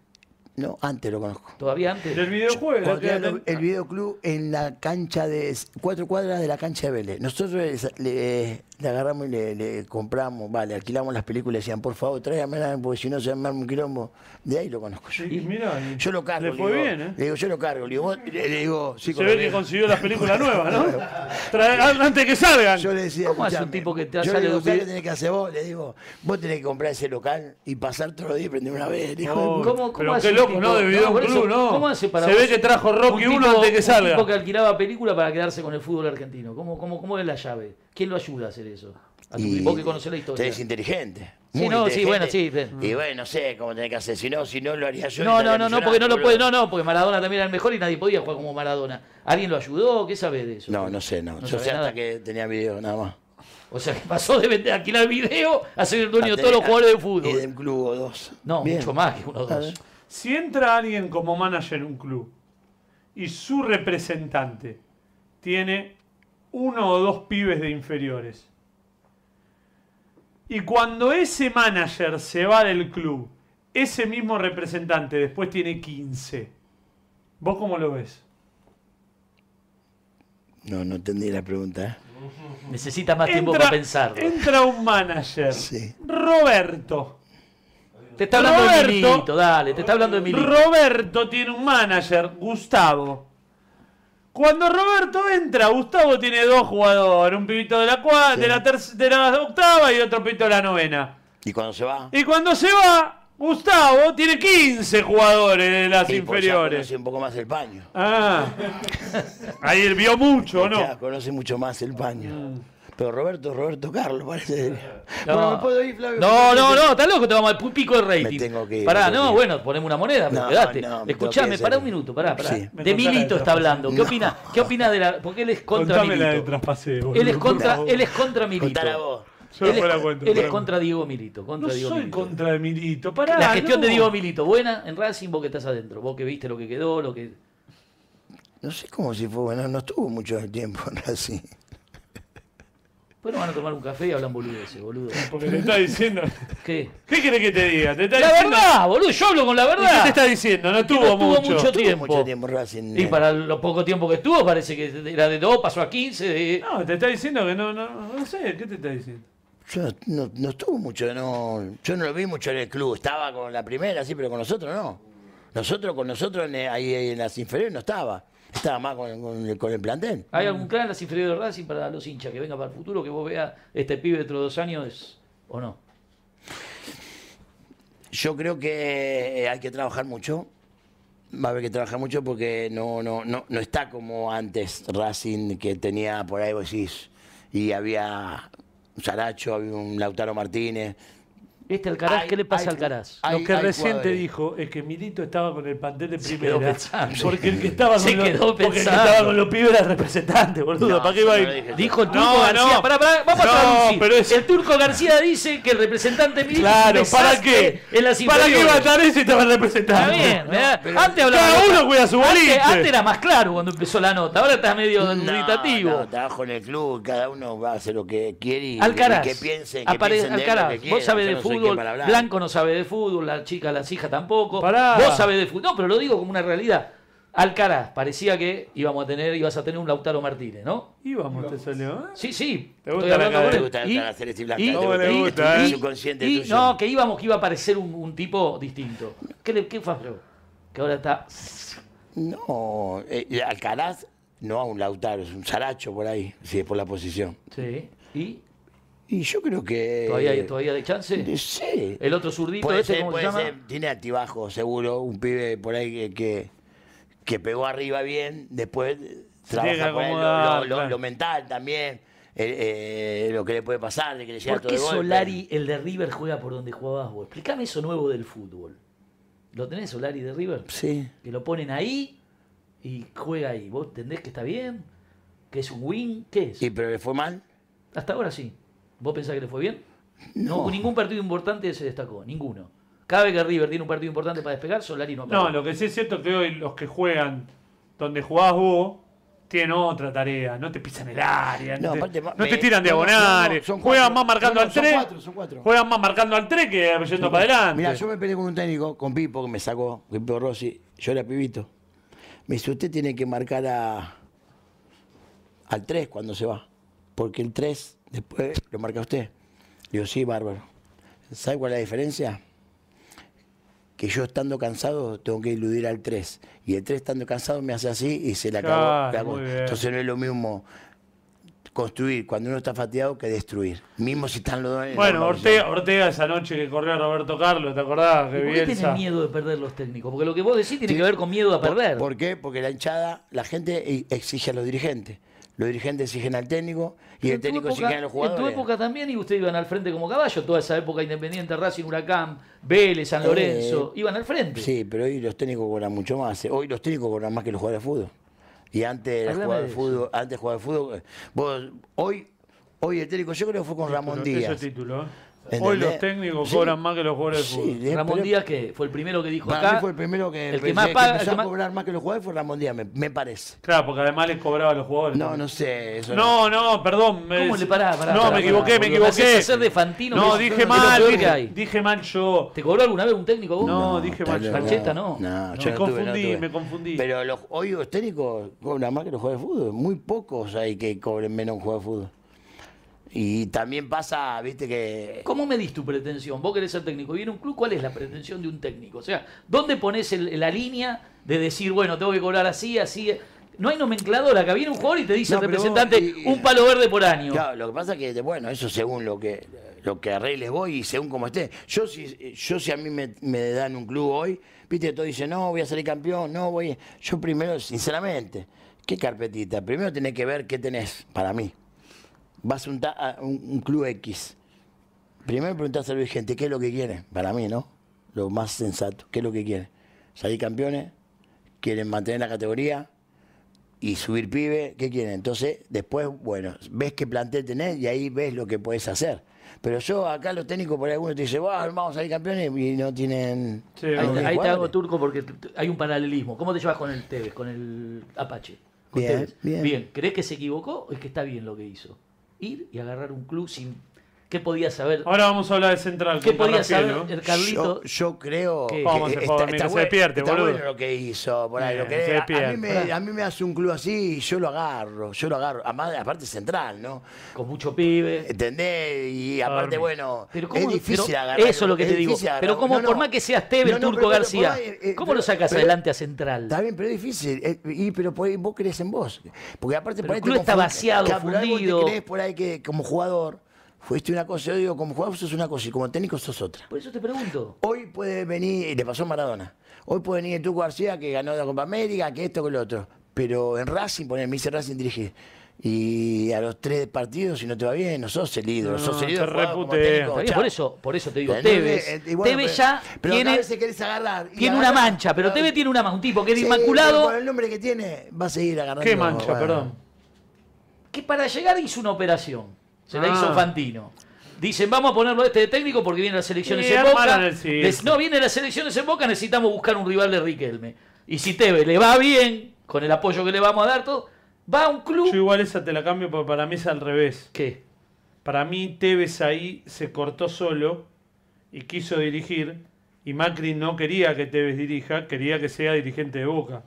[SPEAKER 4] no, antes lo conozco.
[SPEAKER 2] Todavía antes.
[SPEAKER 1] Del videojuego.
[SPEAKER 4] Cuando
[SPEAKER 1] que
[SPEAKER 4] era lo-
[SPEAKER 1] ten-
[SPEAKER 4] el videoclub en la cancha de s- cuatro cuadras de la cancha de Vélez. Nosotros les- le, le agarramos y le, le compramos, vale, alquilamos las películas y decían, por favor, tráigamela, porque si no se llama un quilombo. De ahí lo conozco yo.
[SPEAKER 1] Y mira, y-
[SPEAKER 4] Yo lo cargo.
[SPEAKER 1] Le fue
[SPEAKER 4] digo,
[SPEAKER 1] bien, ¿eh?
[SPEAKER 4] Le digo, yo lo cargo. Le digo, vos- le- le digo, sí,
[SPEAKER 1] Se ve que
[SPEAKER 4] coronel.
[SPEAKER 1] consiguió las películas nuevas, ¿no? Trae- an- antes que salgan.
[SPEAKER 4] Yo le decía,
[SPEAKER 2] ¿Cómo hace un
[SPEAKER 4] escuchame,
[SPEAKER 2] tipo que te
[SPEAKER 4] yo le
[SPEAKER 2] sale
[SPEAKER 4] digo,
[SPEAKER 2] de un
[SPEAKER 4] ¿sabes
[SPEAKER 2] video-
[SPEAKER 4] qué tenés que hacer vos? Le digo, vos tenés que comprar ese local y pasar todos los días y prender una vez. hijo de
[SPEAKER 1] Oh,
[SPEAKER 4] puta.
[SPEAKER 2] ¿Cómo, cómo
[SPEAKER 1] pero
[SPEAKER 2] hace
[SPEAKER 1] qué
[SPEAKER 2] un
[SPEAKER 1] loco,
[SPEAKER 2] tipo-
[SPEAKER 1] ¿no? De
[SPEAKER 2] por
[SPEAKER 1] videoclub,
[SPEAKER 2] eso,
[SPEAKER 1] ¿no?
[SPEAKER 2] ¿Cómo hace para
[SPEAKER 1] Se
[SPEAKER 2] vos?
[SPEAKER 1] ve que trajo Rocky
[SPEAKER 2] Un
[SPEAKER 1] 1
[SPEAKER 2] tipo-
[SPEAKER 1] antes que
[SPEAKER 2] Un
[SPEAKER 1] salga.
[SPEAKER 2] tipo que alquilaba película para quedarse con el fútbol argentino. ¿Cómo, cómo, cómo es la llave? ¿Quién lo ayuda a hacer eso? A tu-
[SPEAKER 4] Y
[SPEAKER 2] Vos que conocés la historia.
[SPEAKER 4] Usted es inteligente.
[SPEAKER 2] Sí,
[SPEAKER 4] muy
[SPEAKER 2] no, sí,
[SPEAKER 4] inteligente.
[SPEAKER 2] bueno, sí,
[SPEAKER 4] Y bueno, no sé cómo tenés que hacer. Si no, si no lo haría yo.
[SPEAKER 2] No, no,
[SPEAKER 4] estaría
[SPEAKER 2] no, no, porque no lo
[SPEAKER 4] millonario,
[SPEAKER 2] puede,
[SPEAKER 4] boludo.
[SPEAKER 2] no, no, porque Maradona también era el mejor y nadie podía jugar como Maradona. ¿Alguien lo ayudó? ¿Qué sabes de eso?
[SPEAKER 4] No, no sé, no. yo
[SPEAKER 2] sabés
[SPEAKER 4] sé
[SPEAKER 2] nada.
[SPEAKER 4] hasta que tenía video, nada más.
[SPEAKER 2] O sea, que pasó de vender, alquilar video a ser el dueño de
[SPEAKER 4] Hasta-
[SPEAKER 2] todos los jugadores de
[SPEAKER 4] Y de
[SPEAKER 2] fútbol.
[SPEAKER 4] un club o dos.
[SPEAKER 2] No,
[SPEAKER 4] eh, Bien.
[SPEAKER 2] mucho más que uno o
[SPEAKER 4] A
[SPEAKER 2] dos.
[SPEAKER 4] ver.
[SPEAKER 1] Si entra alguien como manager en un club y su representante tiene uno o dos pibes de inferiores, y cuando ese manager se va del club, ese mismo representante después tiene 15, ¿vos cómo lo ves?
[SPEAKER 4] No, no entendí la pregunta, ¿eh?
[SPEAKER 2] Necesita más tiempo para pensarlo.
[SPEAKER 1] entra un manager,
[SPEAKER 4] Sí.
[SPEAKER 1] Roberto.
[SPEAKER 2] Te está hablando
[SPEAKER 1] Roberto.
[SPEAKER 2] de Milito, dale, te está hablando de Milito.
[SPEAKER 1] Roberto tiene un manager, Gustavo. Cuando Roberto entra, Gustavo tiene dos jugadores, un pibito de la, cua- de la, terc- de la octava y otro pibito de la novena.
[SPEAKER 4] Y cuando se va.
[SPEAKER 1] Y cuando se va, Gustavo tiene 15 jugadores de las
[SPEAKER 4] sí, porque ya
[SPEAKER 1] inferiores.
[SPEAKER 4] Conoce un poco más el paño.
[SPEAKER 1] Ah, ahí él vio mucho, ¿o
[SPEAKER 4] Ya,
[SPEAKER 1] ¿no?
[SPEAKER 4] conoce mucho más el
[SPEAKER 2] Mm.
[SPEAKER 4] paño. Pero Roberto, Roberto Carlos, parece.
[SPEAKER 2] No.
[SPEAKER 4] Bueno, ¿me puedo ir, Flavio?
[SPEAKER 2] No, no, no, estás loco, te vamos al pu- pico de rating.
[SPEAKER 4] Me tengo que ir,
[SPEAKER 2] Pará,
[SPEAKER 4] me tengo
[SPEAKER 2] no,
[SPEAKER 4] que ir.
[SPEAKER 2] bueno, ponemos una moneda, pero
[SPEAKER 4] No,
[SPEAKER 2] quedate.
[SPEAKER 4] no, me tengo que
[SPEAKER 2] Escuchame,
[SPEAKER 4] ir,
[SPEAKER 2] pará
[SPEAKER 4] serio.
[SPEAKER 2] un minuto, pará, pará.
[SPEAKER 4] Sí.
[SPEAKER 1] Me
[SPEAKER 2] De
[SPEAKER 1] contá la
[SPEAKER 2] Milito
[SPEAKER 1] de
[SPEAKER 2] está hablando. ¿Qué opina? ¿Qué opina de la.? Porque él es contra
[SPEAKER 1] Contame la de
[SPEAKER 2] Milito.
[SPEAKER 1] traspaseo. boludo,
[SPEAKER 2] Él es
[SPEAKER 1] por
[SPEAKER 2] contra,
[SPEAKER 1] favor.
[SPEAKER 2] él es contra Milito.
[SPEAKER 4] Contala vos.
[SPEAKER 1] Yo
[SPEAKER 2] Él es,
[SPEAKER 1] después la
[SPEAKER 2] con-
[SPEAKER 1] cuento,
[SPEAKER 2] él es
[SPEAKER 1] pero-
[SPEAKER 2] contra Diego Milito. Contra
[SPEAKER 1] No
[SPEAKER 2] Diego
[SPEAKER 1] soy
[SPEAKER 2] Milito.
[SPEAKER 1] contra de Milito. Pará,
[SPEAKER 2] La gestión de
[SPEAKER 1] no.
[SPEAKER 2] Diego Milito, buena en Racing, vos que estás adentro, vos que viste lo que quedó, lo que.
[SPEAKER 4] No sé cómo si fue bueno, no estuvo mucho tiempo así.
[SPEAKER 2] Bueno, van a tomar un café y hablan boludeces, boludo.
[SPEAKER 1] Porque te está diciendo.
[SPEAKER 2] ¿Qué?
[SPEAKER 1] ¿Qué querés que te diga? Te está
[SPEAKER 2] La
[SPEAKER 1] diciendo-
[SPEAKER 2] verdad, boludo, yo hablo con la
[SPEAKER 1] ¿Y ¿Qué
[SPEAKER 2] verdad.
[SPEAKER 1] te está diciendo? No tuvo
[SPEAKER 2] Ah. no tuvo
[SPEAKER 1] mucho.
[SPEAKER 2] mucho
[SPEAKER 4] Estuvo
[SPEAKER 2] tiempo.
[SPEAKER 4] mucho tiempo Racing. eh.
[SPEAKER 2] Y para lo poco tiempo que estuvo, parece que era de 2, pasó a 15. de-
[SPEAKER 1] No, te está diciendo que no, no, no sé, ¿qué te está diciendo?
[SPEAKER 4] Yo no, no- no estuvo mucho, no, yo no lo vi mucho en el club. Estaba con la primera, sí, pero con nosotros no. Nosotros, con nosotros en, eh, ahí en las inferiores no estaba. Estaba más con, con el- con el plantel.
[SPEAKER 2] ¿Hay algún plan en las inferiores de Racing para los hinchas que venga para el futuro, que vos veas este pibe dentro de dos años es- o no?
[SPEAKER 4] Yo creo que eh, hay que trabajar mucho. Va a haber que trabajar mucho porque no, no, no, no está como antes Racing que tenía por ahí vos decís, y había un Saracho, había un Lautaro Martínez.
[SPEAKER 2] Este Alcaraz,
[SPEAKER 4] Hay-
[SPEAKER 2] ¿qué le pasa
[SPEAKER 4] hay-
[SPEAKER 2] al Alcaraz?
[SPEAKER 4] hay-
[SPEAKER 1] Lo que
[SPEAKER 4] hay
[SPEAKER 1] recién te
[SPEAKER 4] cuadros.
[SPEAKER 1] dijo es que Milito estaba con el plantel de
[SPEAKER 2] Se quedó
[SPEAKER 1] primera.
[SPEAKER 2] pensando.
[SPEAKER 1] porque el que estaba con
[SPEAKER 2] Se
[SPEAKER 1] los,
[SPEAKER 2] quedó
[SPEAKER 1] porque el que
[SPEAKER 2] pensando.
[SPEAKER 1] estaba con los pibes era el representante, boludo.
[SPEAKER 4] No,
[SPEAKER 1] ¿Para qué
[SPEAKER 4] yo
[SPEAKER 1] iba a
[SPEAKER 4] no
[SPEAKER 1] ir?
[SPEAKER 4] lo dije.
[SPEAKER 2] Dijo el
[SPEAKER 1] No,
[SPEAKER 2] turco García.
[SPEAKER 1] no.
[SPEAKER 2] Pará, pará, vamos
[SPEAKER 1] No,
[SPEAKER 2] a traducir.
[SPEAKER 1] pero es-
[SPEAKER 2] El turco García dice que el representante militar
[SPEAKER 1] Claro,
[SPEAKER 2] es un
[SPEAKER 1] ¿para
[SPEAKER 2] desastre
[SPEAKER 1] qué?
[SPEAKER 2] En las
[SPEAKER 1] ¿Para qué iba a
[SPEAKER 2] inferiores.
[SPEAKER 1] estar ese y estaba el
[SPEAKER 2] Está
[SPEAKER 1] representante?
[SPEAKER 2] bien, ¿verdad?
[SPEAKER 4] pero-
[SPEAKER 2] antes hablaba.
[SPEAKER 1] Cada
[SPEAKER 2] otra-
[SPEAKER 1] uno cuida su boliche.
[SPEAKER 2] antes, antes era más claro cuando empezó la nota, ahora está medio
[SPEAKER 4] No,
[SPEAKER 2] dubitativo.
[SPEAKER 4] no, trabajo en el club, cada uno va a hacer lo que quiere y
[SPEAKER 2] Alcaraz.
[SPEAKER 4] y que piensen, que
[SPEAKER 2] Apare-
[SPEAKER 4] piensen de él lo
[SPEAKER 2] Alcaraz,
[SPEAKER 4] que
[SPEAKER 2] vos
[SPEAKER 4] quieran.
[SPEAKER 2] sabés
[SPEAKER 4] Yo
[SPEAKER 2] de
[SPEAKER 4] no soy quien
[SPEAKER 2] fútbol,
[SPEAKER 4] para hablar.
[SPEAKER 2] Blanco no sabe de fútbol, la chica, las hijas tampoco.
[SPEAKER 1] Pará.
[SPEAKER 2] Vos sabés de fútbol. No, pero lo digo como una realidad. Alcaraz, parecía que íbamos a tener, ibas a tener un Lautaro Martínez, ¿no?
[SPEAKER 1] Íbamos, te salió. ¿eh?
[SPEAKER 2] Sí, sí.
[SPEAKER 1] ¿Te
[SPEAKER 2] estoy
[SPEAKER 1] gusta
[SPEAKER 2] hablando
[SPEAKER 1] la cara?
[SPEAKER 2] con
[SPEAKER 1] ¿Te
[SPEAKER 2] él.
[SPEAKER 4] gusta
[SPEAKER 2] Y-
[SPEAKER 4] la celeste y blanca?
[SPEAKER 2] y-
[SPEAKER 4] ¿Te
[SPEAKER 1] gusta?
[SPEAKER 2] y-
[SPEAKER 1] Le gusta,
[SPEAKER 2] y-
[SPEAKER 1] ¿eh?
[SPEAKER 2] y-
[SPEAKER 4] Subconsciente
[SPEAKER 2] y-
[SPEAKER 4] tuyo.
[SPEAKER 2] No, que íbamos que iba a parecer un, un tipo distinto. ¿Qué, le, qué pasó? Que ahora está...
[SPEAKER 4] No, eh, Alcaraz no a un Lautaro, es un Saracho por ahí, sí, por la posición.
[SPEAKER 2] Sí. ¿Y?
[SPEAKER 4] Y yo creo que...
[SPEAKER 2] ¿Todavía hay, todavía hay chance?
[SPEAKER 4] No sé.
[SPEAKER 2] El otro zurdito,
[SPEAKER 4] Puede
[SPEAKER 2] este,
[SPEAKER 4] ser,
[SPEAKER 2] ¿cómo se
[SPEAKER 4] puede
[SPEAKER 2] llama?
[SPEAKER 4] ser. Tiene altibajo, seguro. Un pibe por ahí que, que, que pegó arriba bien, después trabaja por ahí lo-
[SPEAKER 1] acomodar,
[SPEAKER 4] lo, lo-
[SPEAKER 1] claro.
[SPEAKER 4] lo mental también, eh, eh, lo que le puede pasar, de que le llega
[SPEAKER 2] ¿Por
[SPEAKER 4] todo
[SPEAKER 2] qué
[SPEAKER 4] de golpe.
[SPEAKER 2] Solari, el de River, juega por donde jugabas vos? Explícame eso nuevo del fútbol. ¿Lo tenés Solari de River?
[SPEAKER 4] Sí.
[SPEAKER 2] Que lo ponen ahí y juega ahí. ¿Vos entendés que está bien? ¿Que es un win? ¿Qué es?
[SPEAKER 4] ¿Y pero le fue mal?
[SPEAKER 2] Hasta ahora sí. ¿Vos pensás que le fue bien? No. ningún partido importante se destacó. Ninguno. Cada vez que River tiene un partido importante para despegar, Solari no
[SPEAKER 1] No,
[SPEAKER 2] aparece.
[SPEAKER 1] lo que sí es cierto es que hoy los que juegan donde jugás vos tienen otra tarea. No te pisan el área, no,
[SPEAKER 4] No,
[SPEAKER 1] te,
[SPEAKER 4] aparte,
[SPEAKER 1] no
[SPEAKER 4] me-
[SPEAKER 1] te tiran diagonales.
[SPEAKER 5] no, no, son
[SPEAKER 1] juegan
[SPEAKER 5] cuatro.
[SPEAKER 1] más marcando
[SPEAKER 5] No, no,
[SPEAKER 1] al
[SPEAKER 5] son
[SPEAKER 1] 3.
[SPEAKER 5] cuatro, son cuatro.
[SPEAKER 1] Juegan más marcando al 3 que yendo para adelante.
[SPEAKER 4] Mira, yo me peleé con un técnico, con Pipo, que me sacó, Pipo Rossi, yo era pibito. Me dice, usted tiene que marcar a, al 3 cuando se va, porque el 3 después lo marca usted. Le digo, sí, bárbaro. ¿Sabe cuál es la diferencia? Que yo estando cansado tengo que iludir al 3. Y el 3 estando cansado me hace así y se la acabó.
[SPEAKER 1] Claro,
[SPEAKER 4] la hago.
[SPEAKER 1] muy bien.
[SPEAKER 4] Entonces no es lo mismo construir cuando uno está fatigado que destruir. Mismo si están los dos en la
[SPEAKER 1] Bueno,
[SPEAKER 4] misma posición.
[SPEAKER 1] Ortega, Ortega esa noche que corrió a Roberto Carlos, ¿te acordás? Que
[SPEAKER 2] ¿Y ¿Por qué
[SPEAKER 1] Bielsa.
[SPEAKER 2] tienen miedo de perder los técnicos? Porque lo que vos decís tiene que ver con miedo a
[SPEAKER 4] ¿Por-
[SPEAKER 2] perder.
[SPEAKER 4] ¿Por qué? Porque la hinchada, la gente e- exige a los dirigentes. Los dirigentes exigen al técnico y
[SPEAKER 2] Pero
[SPEAKER 4] el
[SPEAKER 2] en tu
[SPEAKER 4] técnico
[SPEAKER 2] época-
[SPEAKER 4] exige a los jugadores.
[SPEAKER 2] En tu época también, y ustedes iban al frente como caballo, toda esa época independiente, Racing, Huracán, Vélez, San Lorenzo, iban al frente.
[SPEAKER 4] Sí, pero hoy los técnicos cobran mucho más. eh. Hoy los técnicos cobran más que los jugadores de fútbol. Y antes el
[SPEAKER 2] Háblame
[SPEAKER 4] jugador de
[SPEAKER 2] de
[SPEAKER 4] fútbol, antes jugaba de fútbol, eh, vos- hoy, hoy el técnico, yo creo que fue con Ramón
[SPEAKER 1] Título,
[SPEAKER 4] Díaz.
[SPEAKER 1] Eso es título, ¿eh?
[SPEAKER 4] ¿Entendés?
[SPEAKER 1] Hoy los técnicos
[SPEAKER 4] Sí.
[SPEAKER 1] cobran más que los jugadores de fútbol.
[SPEAKER 4] Sí,
[SPEAKER 2] Ramón
[SPEAKER 4] pero-
[SPEAKER 2] Díaz, que fue el primero que dijo
[SPEAKER 4] Para
[SPEAKER 2] acá.
[SPEAKER 4] mí fue el primero que,
[SPEAKER 2] el que
[SPEAKER 4] pensé
[SPEAKER 2] más
[SPEAKER 4] que
[SPEAKER 2] paga- el
[SPEAKER 4] empezó
[SPEAKER 2] que
[SPEAKER 4] a
[SPEAKER 2] más-
[SPEAKER 4] cobrar más que los jugadores fue Ramón Díaz, me, me parece.
[SPEAKER 1] Claro, porque además les cobraba a los jugadores.
[SPEAKER 4] No,
[SPEAKER 1] también.
[SPEAKER 4] no sé. Eso
[SPEAKER 1] No, no, perdón. me-
[SPEAKER 2] ¿Cómo le pará, pará,
[SPEAKER 1] No,
[SPEAKER 2] pará,
[SPEAKER 1] me
[SPEAKER 2] pará,
[SPEAKER 1] equivoqué, me
[SPEAKER 2] boludo? Me haces
[SPEAKER 1] equivoqué.
[SPEAKER 2] hacer de Fantino,
[SPEAKER 1] no,
[SPEAKER 2] me-
[SPEAKER 1] dije
[SPEAKER 2] es lo
[SPEAKER 1] mal,
[SPEAKER 2] peor que
[SPEAKER 1] dije,
[SPEAKER 2] hay.
[SPEAKER 1] dije mal yo.
[SPEAKER 2] ¿Te cobró alguna vez un técnico vos?
[SPEAKER 1] No, dije
[SPEAKER 4] tal
[SPEAKER 1] Manchester.
[SPEAKER 4] vez
[SPEAKER 2] Mancheta, no.
[SPEAKER 4] No,
[SPEAKER 1] Me
[SPEAKER 4] yo no tuve, no
[SPEAKER 1] confundí,
[SPEAKER 4] tuve.
[SPEAKER 1] me confundí.
[SPEAKER 4] Pero los, hoy los técnicos cobran más que los jugadores de fútbol. Muy pocos hay que cobren menos un juego de fútbol. Y también pasa, viste, que.
[SPEAKER 2] ¿Cómo medís tu pretensión? Vos querés ser técnico. Viene un club, ¿cuál es la pretensión de un técnico? O sea, ¿dónde pones el- la línea de decir, bueno, tengo que cobrar así, así? No hay nomencladora. Acá viene un jugador y te dice
[SPEAKER 4] No,
[SPEAKER 2] el
[SPEAKER 4] pero vos-
[SPEAKER 2] representante
[SPEAKER 4] y- y-
[SPEAKER 2] un palo verde por año.
[SPEAKER 4] Claro, lo que pasa es que, bueno, eso según lo que lo que arregles vos y según como esté. Yo si, yo si a mí me, me dan un club hoy, viste, todo dice, no, voy a salir campeón, no, voy. a-". Yo primero, sinceramente, ¿qué carpetita? Primero tenés que ver qué tenés para mí. Vas a un, ta- a un- un club X. Primero preguntás a los dirigentes qué es lo que quieren, para mí, ¿no? Lo más sensato, qué es lo que quieren. Salir campeones, quieren mantener la categoría y subir pibe, ¿qué quieren? Entonces, después, bueno, ves qué plantel tenés y ahí ves lo que podés hacer. Pero yo acá los técnicos por ahí algunos te dicen, "Bah, vamos a salir campeones y no tienen...
[SPEAKER 1] Sí,
[SPEAKER 4] no
[SPEAKER 2] Ahí, te-
[SPEAKER 4] tienen
[SPEAKER 2] ahí te hago
[SPEAKER 4] jugadores.
[SPEAKER 2] turco porque t- t- hay un paralelismo. ¿Cómo te llevas con el Tevez, con el Apache? Con
[SPEAKER 4] Bien,
[SPEAKER 2] Tevez?
[SPEAKER 4] bien.
[SPEAKER 2] ¿Crees que se equivocó o es que está bien lo que hizo? Ir y agarrar un club sin. ¿Qué podía saber?
[SPEAKER 1] Ahora vamos a hablar de Central.
[SPEAKER 2] ¿Qué
[SPEAKER 1] con
[SPEAKER 2] podía
[SPEAKER 1] Carrafiel,
[SPEAKER 2] saber
[SPEAKER 1] ¿no?
[SPEAKER 2] el Carlito?
[SPEAKER 4] Yo, yo creo
[SPEAKER 2] ¿Qué?
[SPEAKER 4] que
[SPEAKER 1] Vamos, se fue a dormir,
[SPEAKER 4] está
[SPEAKER 1] se
[SPEAKER 4] bue-
[SPEAKER 1] despierte,
[SPEAKER 4] está
[SPEAKER 1] boludo.
[SPEAKER 4] bueno lo que hizo. por ahí,
[SPEAKER 1] Bien,
[SPEAKER 4] lo que-
[SPEAKER 1] se
[SPEAKER 4] a- a, mí
[SPEAKER 1] despierte.
[SPEAKER 4] me, a mí me hace un club así y yo lo agarro, yo lo agarro. Además, aparte central, ¿no?
[SPEAKER 2] Con mucho pibe.
[SPEAKER 4] ¿Entendés? Y aparte,
[SPEAKER 1] dormir.
[SPEAKER 4] bueno,
[SPEAKER 2] Pero cómo-
[SPEAKER 4] eh, es difícil
[SPEAKER 2] pero
[SPEAKER 4] agarrar.
[SPEAKER 2] Eso es lo que te digo.
[SPEAKER 4] difícil agarrar-
[SPEAKER 2] Pero como
[SPEAKER 4] no, no.
[SPEAKER 2] por más que seas Tevez,
[SPEAKER 4] No, no,
[SPEAKER 2] Turco
[SPEAKER 4] pero- pero
[SPEAKER 2] García,
[SPEAKER 4] por ahí, eh,
[SPEAKER 2] ¿cómo
[SPEAKER 4] pero-
[SPEAKER 2] lo sacas
[SPEAKER 4] pero-
[SPEAKER 2] adelante a Central?
[SPEAKER 4] Está bien, pero es difícil. eh, y, pero por ahí vos crees en vos. Porque aparte
[SPEAKER 2] Pero
[SPEAKER 4] por ahí
[SPEAKER 2] el
[SPEAKER 4] te
[SPEAKER 2] club está
[SPEAKER 4] confundís.
[SPEAKER 2] vaciado,
[SPEAKER 4] Claro, por ahí vos
[SPEAKER 2] fundido.
[SPEAKER 4] te crees por ahí que como jugador fuiste una cosa. Yo digo, como jugador sos una cosa y como técnico sos otra.
[SPEAKER 2] Por eso te pregunto.
[SPEAKER 4] Hoy puede venir, y le pasó a Maradona, hoy puede venir el Tuco García que ganó la Copa América, que esto, que lo otro. Pero en Racing, poner, me dice Racing dirigir. Y a los tres partidos, si no te va bien, no sos el ídolo.
[SPEAKER 1] No,
[SPEAKER 4] sos el
[SPEAKER 1] te
[SPEAKER 4] ídolo. jugaba como
[SPEAKER 1] reputean. Está
[SPEAKER 4] técnico,
[SPEAKER 2] Está bien,
[SPEAKER 4] Oh, chao.
[SPEAKER 2] Por eso, por eso te digo,
[SPEAKER 4] ¿Entendés?
[SPEAKER 2] Tevez.
[SPEAKER 4] Eh, y bueno,
[SPEAKER 2] Tevez
[SPEAKER 4] pero-
[SPEAKER 2] ya
[SPEAKER 4] pero
[SPEAKER 2] tiene,
[SPEAKER 4] a veces querés agarrar. y
[SPEAKER 2] tiene una
[SPEAKER 4] agarrar-
[SPEAKER 2] mancha, pero
[SPEAKER 4] no,
[SPEAKER 2] Tevez tiene una mancha. Un tipo que es
[SPEAKER 4] sí, pero
[SPEAKER 2] inmaculado,
[SPEAKER 4] Por el nombre que tiene, va a seguir agarrando.
[SPEAKER 1] ¿Qué mancha,
[SPEAKER 4] bueno.
[SPEAKER 1] perdón?
[SPEAKER 2] que para llegar hizo una operación. Se la
[SPEAKER 1] Ah.
[SPEAKER 2] hizo Fantino. Dicen, vamos a ponerlo este de técnico porque vienen las elecciones
[SPEAKER 1] Y
[SPEAKER 2] en
[SPEAKER 1] armaron
[SPEAKER 2] Boca.
[SPEAKER 1] el circo.
[SPEAKER 2] Les- no, vienen las elecciones en Boca, necesitamos buscar un rival de Riquelme. Y si Tevez le va bien, con el apoyo que le vamos a dar, todo, va a un club.
[SPEAKER 1] Yo igual esa te la cambio porque para mí es al revés.
[SPEAKER 2] ¿Qué?
[SPEAKER 1] Para mí Tevez ahí se cortó solo y quiso dirigir y Macri no quería que Tevez dirija, quería que sea dirigente de Boca.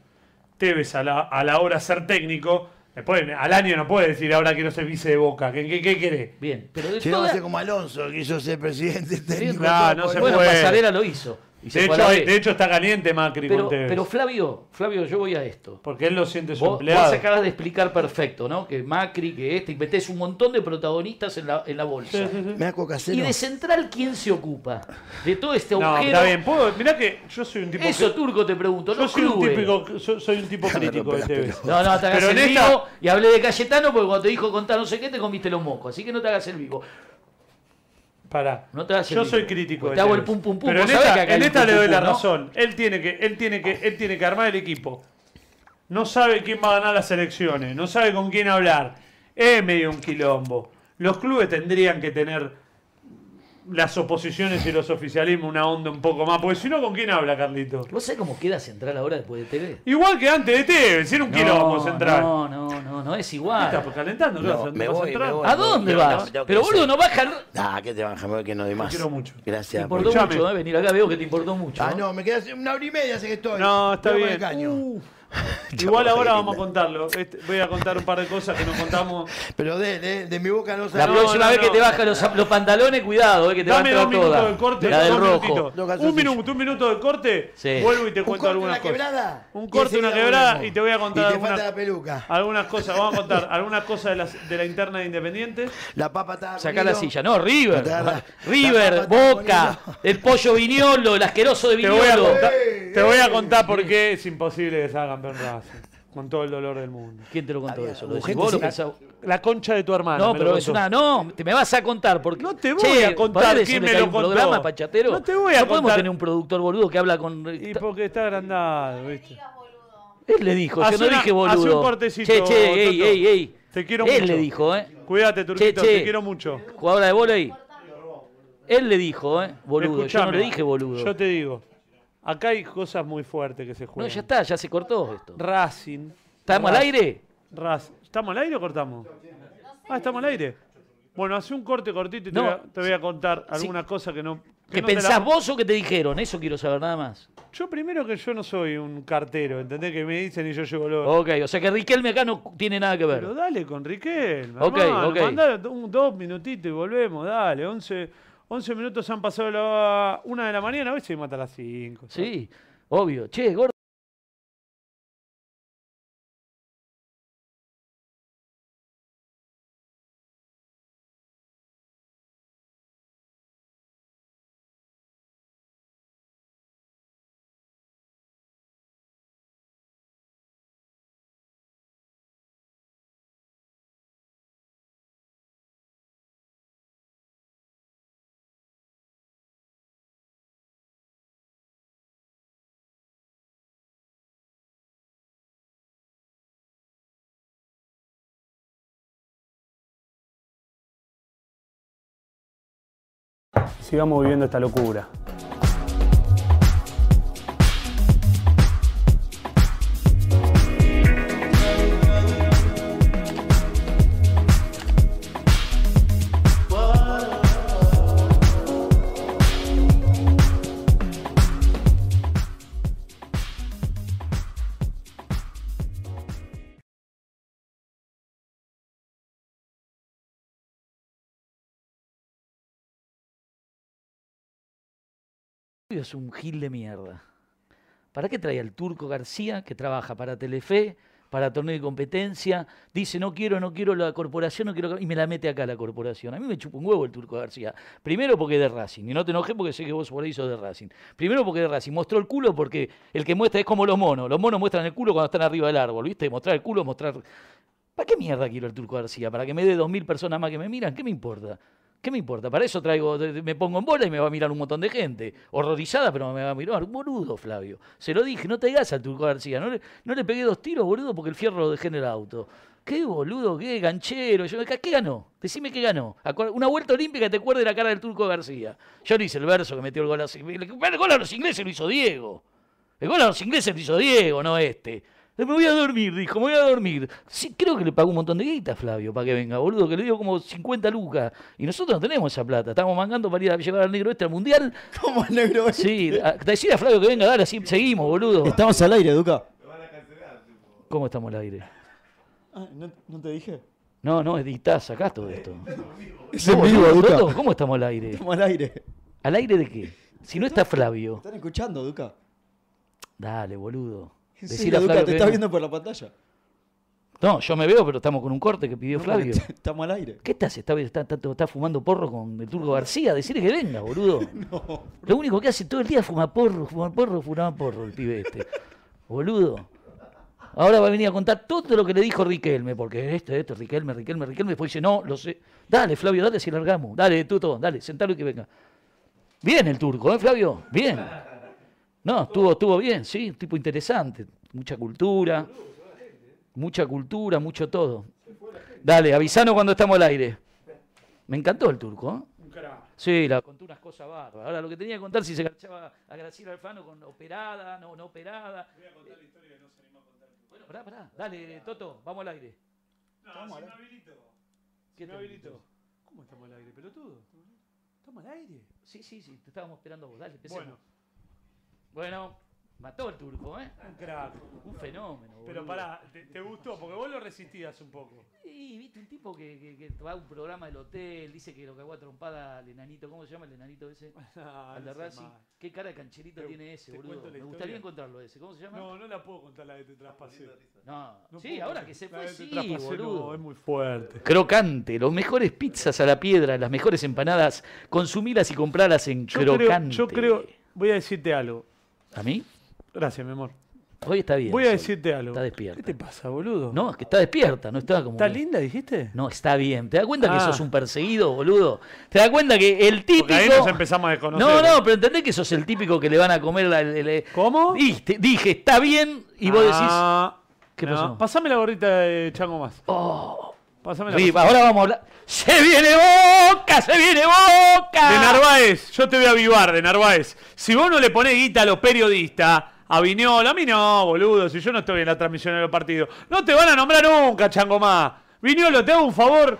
[SPEAKER 1] Tevez a la, a la hora de ser técnico, después al año no puede decir ahora quiero ser vice de Boca. ¿Qué, qué, qué querés?
[SPEAKER 2] Bien. Pero de
[SPEAKER 4] Si no, va a
[SPEAKER 2] todas-
[SPEAKER 4] ser como Alonso, que quiso ser presidente técnico.
[SPEAKER 1] no,
[SPEAKER 4] todo
[SPEAKER 1] no
[SPEAKER 4] por-
[SPEAKER 1] se
[SPEAKER 2] pues, bueno,
[SPEAKER 1] fue.
[SPEAKER 2] Pasarela lo hizo. Y se
[SPEAKER 1] De
[SPEAKER 2] fue a la
[SPEAKER 1] hecho,
[SPEAKER 2] B.
[SPEAKER 1] de hecho está caliente Macri
[SPEAKER 2] pero,
[SPEAKER 1] con Tevez.
[SPEAKER 2] pero Flavio, Flavio, yo voy a esto.
[SPEAKER 1] porque él lo siente su
[SPEAKER 2] Vos,
[SPEAKER 1] empleado.
[SPEAKER 2] vos acabas de explicar perfecto, ¿no? Que Macri, que este, y metés un montón de protagonistas en la, en la bolsa.
[SPEAKER 4] Me da coca
[SPEAKER 2] ¿Y
[SPEAKER 4] cero.
[SPEAKER 2] de central quién se ocupa? De todo este
[SPEAKER 1] No,
[SPEAKER 2] agujero.
[SPEAKER 1] está bien. ¿Puedo? Mirá que yo soy un tipo
[SPEAKER 2] Eso,
[SPEAKER 1] que-
[SPEAKER 2] Turco, te pregunto.
[SPEAKER 1] yo
[SPEAKER 2] No,
[SPEAKER 1] soy un,
[SPEAKER 2] clubes.
[SPEAKER 1] típico, yo soy un tipo crítico
[SPEAKER 4] rompe
[SPEAKER 1] de
[SPEAKER 4] las
[SPEAKER 1] Tevez.
[SPEAKER 4] pelotas.
[SPEAKER 2] No, no, te hagas
[SPEAKER 1] Pero
[SPEAKER 2] el
[SPEAKER 1] en esta-
[SPEAKER 2] vivo. Y hablé de Cayetano porque cuando te dijo contar no sé qué, te comiste los mocos. Así que no te hagas el vivo.
[SPEAKER 1] Pará.
[SPEAKER 2] No te hagas el
[SPEAKER 1] Yo
[SPEAKER 2] vivo,
[SPEAKER 1] soy crítico. de
[SPEAKER 2] porque te hago el
[SPEAKER 1] Tevez.
[SPEAKER 2] pum, pum, pum,
[SPEAKER 1] Pero
[SPEAKER 2] vos
[SPEAKER 1] en
[SPEAKER 2] sabés
[SPEAKER 1] esta,
[SPEAKER 2] que acá hay
[SPEAKER 1] en
[SPEAKER 2] un
[SPEAKER 1] esta
[SPEAKER 2] pum,
[SPEAKER 1] le doy
[SPEAKER 2] pum,
[SPEAKER 1] la
[SPEAKER 2] ¿no?
[SPEAKER 1] razón. Él tiene, que, él, tiene que, él tiene que armar el equipo. No sabe quién va a ganar las elecciones. No sabe con quién hablar. Es medio un quilombo. Los clubes tendrían que tener las oposiciones y los oficialismos una onda un poco más. Porque si no, ¿con quién habla, Carlito?
[SPEAKER 2] ¿Vos sabés cómo queda central ahora después de TV?
[SPEAKER 1] Igual que antes de Tevez. Era un quilombo
[SPEAKER 2] no,
[SPEAKER 1] central.
[SPEAKER 2] No, no, no, no es
[SPEAKER 1] ¿Qué
[SPEAKER 2] igual.
[SPEAKER 1] estás pues, calentando? ¿Qué
[SPEAKER 4] No,
[SPEAKER 1] vas a-
[SPEAKER 4] me
[SPEAKER 1] vas a
[SPEAKER 4] voy,
[SPEAKER 1] entrar?
[SPEAKER 4] me voy.
[SPEAKER 2] ¿A dónde
[SPEAKER 4] No,
[SPEAKER 2] vas?
[SPEAKER 4] no,
[SPEAKER 2] Pero
[SPEAKER 4] no, que
[SPEAKER 2] boludo,
[SPEAKER 4] sé.
[SPEAKER 2] no baja.
[SPEAKER 4] Ah, que te van a que no doy más.
[SPEAKER 1] quiero mucho.
[SPEAKER 2] Te
[SPEAKER 4] Gracias.
[SPEAKER 2] importó
[SPEAKER 4] mucho.
[SPEAKER 1] Escuchame.
[SPEAKER 2] mucho, ¿eh? Venir acá veo que te importó mucho.
[SPEAKER 4] Ah,
[SPEAKER 2] ¿no?
[SPEAKER 4] no, me queda una hora y media, sé que estoy.
[SPEAKER 1] No, está
[SPEAKER 4] Voy por el
[SPEAKER 1] bien.
[SPEAKER 4] caño.
[SPEAKER 1] Uh. Igual ahora vamos a contarlo. Este- voy a contar un par de cosas que nos contamos.
[SPEAKER 4] Pero de, de, de mi boca no sale.
[SPEAKER 2] La
[SPEAKER 1] No,
[SPEAKER 2] próxima
[SPEAKER 1] no,
[SPEAKER 2] vez que
[SPEAKER 1] no.
[SPEAKER 2] te bajan los, los pantalones, cuidado, eh, que te va a
[SPEAKER 1] Dame dos
[SPEAKER 2] entrar
[SPEAKER 1] minutos
[SPEAKER 2] toda.
[SPEAKER 1] de corte.
[SPEAKER 2] la del
[SPEAKER 1] dos
[SPEAKER 2] rojo.
[SPEAKER 1] minutitos.
[SPEAKER 4] Dos calzoncillos.
[SPEAKER 1] Un minuto, un minuto de corte.
[SPEAKER 2] Sí.
[SPEAKER 1] Vuelvo y te
[SPEAKER 4] Un
[SPEAKER 1] cuento
[SPEAKER 4] corte,
[SPEAKER 1] algunas
[SPEAKER 4] una
[SPEAKER 1] cosas.
[SPEAKER 4] quebrada,
[SPEAKER 1] un
[SPEAKER 4] y
[SPEAKER 1] corte, una
[SPEAKER 4] enseguida
[SPEAKER 1] quebrada
[SPEAKER 4] volvemos.
[SPEAKER 1] y te voy a contar
[SPEAKER 4] Y te
[SPEAKER 1] algunas,
[SPEAKER 4] falta la peluca.
[SPEAKER 1] algunas cosas. Vamos a contar algunas cosas de, las- de la interna de Independiente.
[SPEAKER 4] La papa está.
[SPEAKER 2] Sacá la silla. No, River.
[SPEAKER 4] No te agarra.
[SPEAKER 2] River,
[SPEAKER 4] La papa está
[SPEAKER 2] Boca, el pollo viñolo, el asqueroso de
[SPEAKER 1] Te voy a
[SPEAKER 2] viñolo.
[SPEAKER 1] contar,
[SPEAKER 4] Ey,
[SPEAKER 1] te voy a
[SPEAKER 4] ey.
[SPEAKER 1] contar por qué es imposible que salgan Ben Racing, Con todo el dolor del mundo.
[SPEAKER 2] ¿Quién te lo contó
[SPEAKER 4] Había
[SPEAKER 2] eso? ¿Lo decís
[SPEAKER 4] gente
[SPEAKER 2] vos? ¿Lo
[SPEAKER 4] sin-
[SPEAKER 2] pensás?
[SPEAKER 1] La concha de tu hermana.
[SPEAKER 2] No,
[SPEAKER 1] me lo
[SPEAKER 2] pero es
[SPEAKER 1] contó.
[SPEAKER 2] una. No, te me vas a contar. Porque,
[SPEAKER 1] No te
[SPEAKER 2] Che,
[SPEAKER 1] voy a contar
[SPEAKER 2] ¿podés
[SPEAKER 1] quién
[SPEAKER 2] decirme
[SPEAKER 1] me
[SPEAKER 2] que
[SPEAKER 1] lo
[SPEAKER 2] hay un
[SPEAKER 1] contó.
[SPEAKER 2] programa, Pachatero?
[SPEAKER 1] No te voy a
[SPEAKER 2] podemos
[SPEAKER 1] contar.
[SPEAKER 2] tener un productor boludo que habla con.
[SPEAKER 1] Y porque está agrandado, ¿viste?
[SPEAKER 6] digas boludo.
[SPEAKER 2] Él le dijo, yo
[SPEAKER 1] Hace
[SPEAKER 2] no
[SPEAKER 1] una-
[SPEAKER 2] dije
[SPEAKER 1] hace un
[SPEAKER 2] boludo.
[SPEAKER 1] cortecito,
[SPEAKER 2] Che, che, ey,
[SPEAKER 1] Toto.
[SPEAKER 2] ey, ey.
[SPEAKER 1] Te quiero
[SPEAKER 2] Él
[SPEAKER 1] mucho.
[SPEAKER 2] le dijo, ¿eh?
[SPEAKER 1] Cuídate, Turquito,
[SPEAKER 2] che.
[SPEAKER 1] te quiero mucho.
[SPEAKER 2] Jugadora de volei. Él le dijo, ¿eh? Boludo. Yo no
[SPEAKER 1] Escuchame,
[SPEAKER 2] le dije boludo.
[SPEAKER 1] Yo te digo, acá hay cosas muy fuertes que se
[SPEAKER 2] No,
[SPEAKER 1] juegan.
[SPEAKER 2] ya está, ya se cortó esto.
[SPEAKER 1] Racing.
[SPEAKER 2] ¿Estamos al
[SPEAKER 1] Ra-
[SPEAKER 2] aire?
[SPEAKER 1] Raz- ¿Estamos al aire o cortamos? Ah, estamos al aire. Bueno, hace un corte cortito y te,
[SPEAKER 2] No,
[SPEAKER 1] voy, a, te voy a contar alguna cosa que no. que
[SPEAKER 2] ¿Qué
[SPEAKER 1] no te la-
[SPEAKER 2] pensás vos o qué te dijeron? Eso quiero saber nada más.
[SPEAKER 1] Yo primero que yo no soy un cartero, ¿entendés? Que me dicen y yo llevo lo.
[SPEAKER 2] Ok, o sea que Riquelme acá no tiene nada que ver.
[SPEAKER 1] Pero dale con Riquel.
[SPEAKER 2] Ok, ok.
[SPEAKER 1] dos minutitos y volvemos, dale. 11, 11 minutos han pasado de la una de la mañana, a veces mata a las 5.
[SPEAKER 2] Sí, obvio. Che, gordo.
[SPEAKER 1] Sigamos viviendo esta locura.
[SPEAKER 2] Es un gil de mierda. ¿Para qué trae al turco García, que trabaja para Telefe, para torneo de competencia? Dice, no quiero, no quiero la corporación, no quiero... que-". Y me la mete acá la corporación. A mí me chupa un huevo el turco García. Primero porque es de Racing. Y no te enojes porque sé que vos por ahí sos de Racing. Primero porque es de Racing. Mostró el culo porque el que muestra es como los monos. Los monos muestran el culo cuando están arriba del árbol, ¿viste? Mostrar el culo, mostrar... ¿Para qué mierda quiero el Turco García? ¿Para que me dé dos mil personas más que me miran? ¿Qué me importa? ¿Qué me importa? Para eso traigo, de- de- me pongo en bola y me va a mirar un montón de gente. Horrorizada, pero me va a mirar. Boludo, Flavio. Se lo dije, no te digas al Turco García. No le, no le pegué dos tiros, boludo, porque el fierro lo dejé en el auto. Qué boludo, qué ganchero. Yo, ¿Qué qué ganó? Decime qué ganó. Acuer- Una vuelta olímpica que te acuerde la cara del Turco García. Yo no hice el verso que metió el gol a, el gol a los ingleses, lo hizo Diego. El gol a los ingleses lo hizo Diego, no este. Me voy a dormir, dijo, me voy a dormir. Sí, creo que le pagó un montón de guita a Flavio para que venga, boludo, que le dio como 50 lucas. Y nosotros no tenemos esa plata. Estamos mangando para ir a llevar al negro este al mundial.
[SPEAKER 5] ¿Cómo el negro?
[SPEAKER 2] Sí, a, decir a Flavio que venga, dale, así seguimos, boludo.
[SPEAKER 5] Estamos al aire, Duca.
[SPEAKER 2] ¿Cómo estamos al aire?
[SPEAKER 5] Ah, ¿no, no te dije?
[SPEAKER 2] No, no, editás, sacás todo esto.
[SPEAKER 5] Es
[SPEAKER 2] No,
[SPEAKER 5] en vivo,
[SPEAKER 2] boludo,
[SPEAKER 5] Duca.
[SPEAKER 2] Toto, ¿Cómo estamos al aire?
[SPEAKER 5] Estamos al aire.
[SPEAKER 2] ¿Al aire de qué? Si no está Flavio.
[SPEAKER 5] ¿Están escuchando, Duca?
[SPEAKER 2] Dale, boludo.
[SPEAKER 5] En
[SPEAKER 2] Decir
[SPEAKER 5] serio,
[SPEAKER 2] a Flavio
[SPEAKER 5] Duca,
[SPEAKER 2] que
[SPEAKER 5] te estás
[SPEAKER 2] venga.
[SPEAKER 5] viendo por la pantalla.
[SPEAKER 2] No, yo me veo, pero estamos con un corte que pidió Flavio.
[SPEAKER 5] Estamos al aire.
[SPEAKER 2] ¿Qué estás? ¿Estás está, está- está fumando porro con el turco García? Decirle que venga, boludo. Lo único que hace todo el día es fumar porro, fumar porro, fumar porro el pibe este. Boludo. Ahora va a venir a contar todo lo que le dijo Riquelme, porque este, este, Riquelme, Riquelme, Riquelme. Después dice, no, lo sé. Dale, Flavio, dale si largamos. Dale, Tuto, dale, sentalo y que venga. Bien el turco, ¿eh, Flavio? Bien. No, estuvo, estuvo bien, sí, un tipo interesante. Mucha cultura, mucha cultura, mucho todo. Dale, avisanos cuando estamos al aire. Me encantó el turco, ¿eh? Sí, la contó unas cosas bárbaras. Ahora, lo que tenía que contar si se garchaba a Graciela Alfano con operada, no, no operada. Voy a contar la historia que no se anima a contar. Bueno, pará, pará. Dale, Toto, vamos al aire. ¿Qué te habilitó?
[SPEAKER 1] ¿Cómo estamos al aire, pelotudo? ¿Estamos al aire?
[SPEAKER 2] Sí, sí, sí, te estábamos esperando vos. Dale, empecemos.
[SPEAKER 1] Bueno,
[SPEAKER 2] Bueno, mató el turco, ¿eh?
[SPEAKER 1] un crack.
[SPEAKER 2] Un fenómeno.
[SPEAKER 1] Pero
[SPEAKER 2] boludo.
[SPEAKER 1] pará, te, te gustó, porque vos lo resistías un poco.
[SPEAKER 2] Y viste un tipo que, que- que va a un programa del hotel, dice que lo cagó a trompada al enanito. ¿Cómo se llama el enanito ese?
[SPEAKER 1] Ah,
[SPEAKER 2] al de
[SPEAKER 1] no seas
[SPEAKER 2] Racing.
[SPEAKER 1] mal.
[SPEAKER 2] ¿Qué cara de cancherito
[SPEAKER 1] Te-
[SPEAKER 2] tiene ese,
[SPEAKER 1] te
[SPEAKER 2] boludo?
[SPEAKER 1] cuento la
[SPEAKER 2] Me gustaría
[SPEAKER 1] historia.
[SPEAKER 2] encontrarlo ese. ¿Cómo se llama?
[SPEAKER 1] No, no la puedo contar la que te traspasé.
[SPEAKER 2] No,
[SPEAKER 1] No
[SPEAKER 2] sí,
[SPEAKER 1] puedo
[SPEAKER 2] ahora
[SPEAKER 1] contar
[SPEAKER 2] que se
[SPEAKER 1] la
[SPEAKER 2] fue,
[SPEAKER 1] que te
[SPEAKER 2] sí,
[SPEAKER 1] traspasé, no,
[SPEAKER 2] boludo.
[SPEAKER 1] es muy fuerte.
[SPEAKER 2] Crocante, los mejores pizzas a la piedra, las mejores empanadas, consumilas y compralas en
[SPEAKER 1] Yo creo,
[SPEAKER 2] Crocante.
[SPEAKER 1] yo creo, voy a decirte algo.
[SPEAKER 2] ¿A mí?
[SPEAKER 1] Gracias, mi amor.
[SPEAKER 2] Hoy está bien.
[SPEAKER 1] Voy a
[SPEAKER 2] Sol.
[SPEAKER 1] decirte algo.
[SPEAKER 2] Está despierta.
[SPEAKER 1] ¿Qué te pasa, boludo?
[SPEAKER 2] No, es que está despierta, no está como.
[SPEAKER 1] ¿Está linda, dijiste?
[SPEAKER 2] No, está bien. ¿Te das cuenta que
[SPEAKER 1] Ah.
[SPEAKER 2] sos un perseguido, boludo? ¿Te das cuenta que el típico.
[SPEAKER 1] Porque ahí nos empezamos a desconocer.
[SPEAKER 2] No, no, pero entendés que sos el típico que le van a comer la. el- el-
[SPEAKER 1] ¿Cómo?
[SPEAKER 2] Diste- dije, está bien, y vos decís.
[SPEAKER 1] Ah,
[SPEAKER 2] ¿Qué
[SPEAKER 1] no.
[SPEAKER 2] pasó?
[SPEAKER 1] Pasame la gorrita de Chango Más.
[SPEAKER 2] Oh,
[SPEAKER 1] Pasame la
[SPEAKER 2] Rip,
[SPEAKER 1] gorrita.
[SPEAKER 2] ahora vamos a hablar. ¡Se viene boca! ¡Se viene boca!
[SPEAKER 1] De Narváez, yo te voy a avivar, de Narváez. Si vos no le ponés guita a los periodistas, a Viñola, a mí no, boludo, si yo no estoy en la transmisión de los partidos. No te van a nombrar nunca, Changomá. Viñolo, te hago un favor,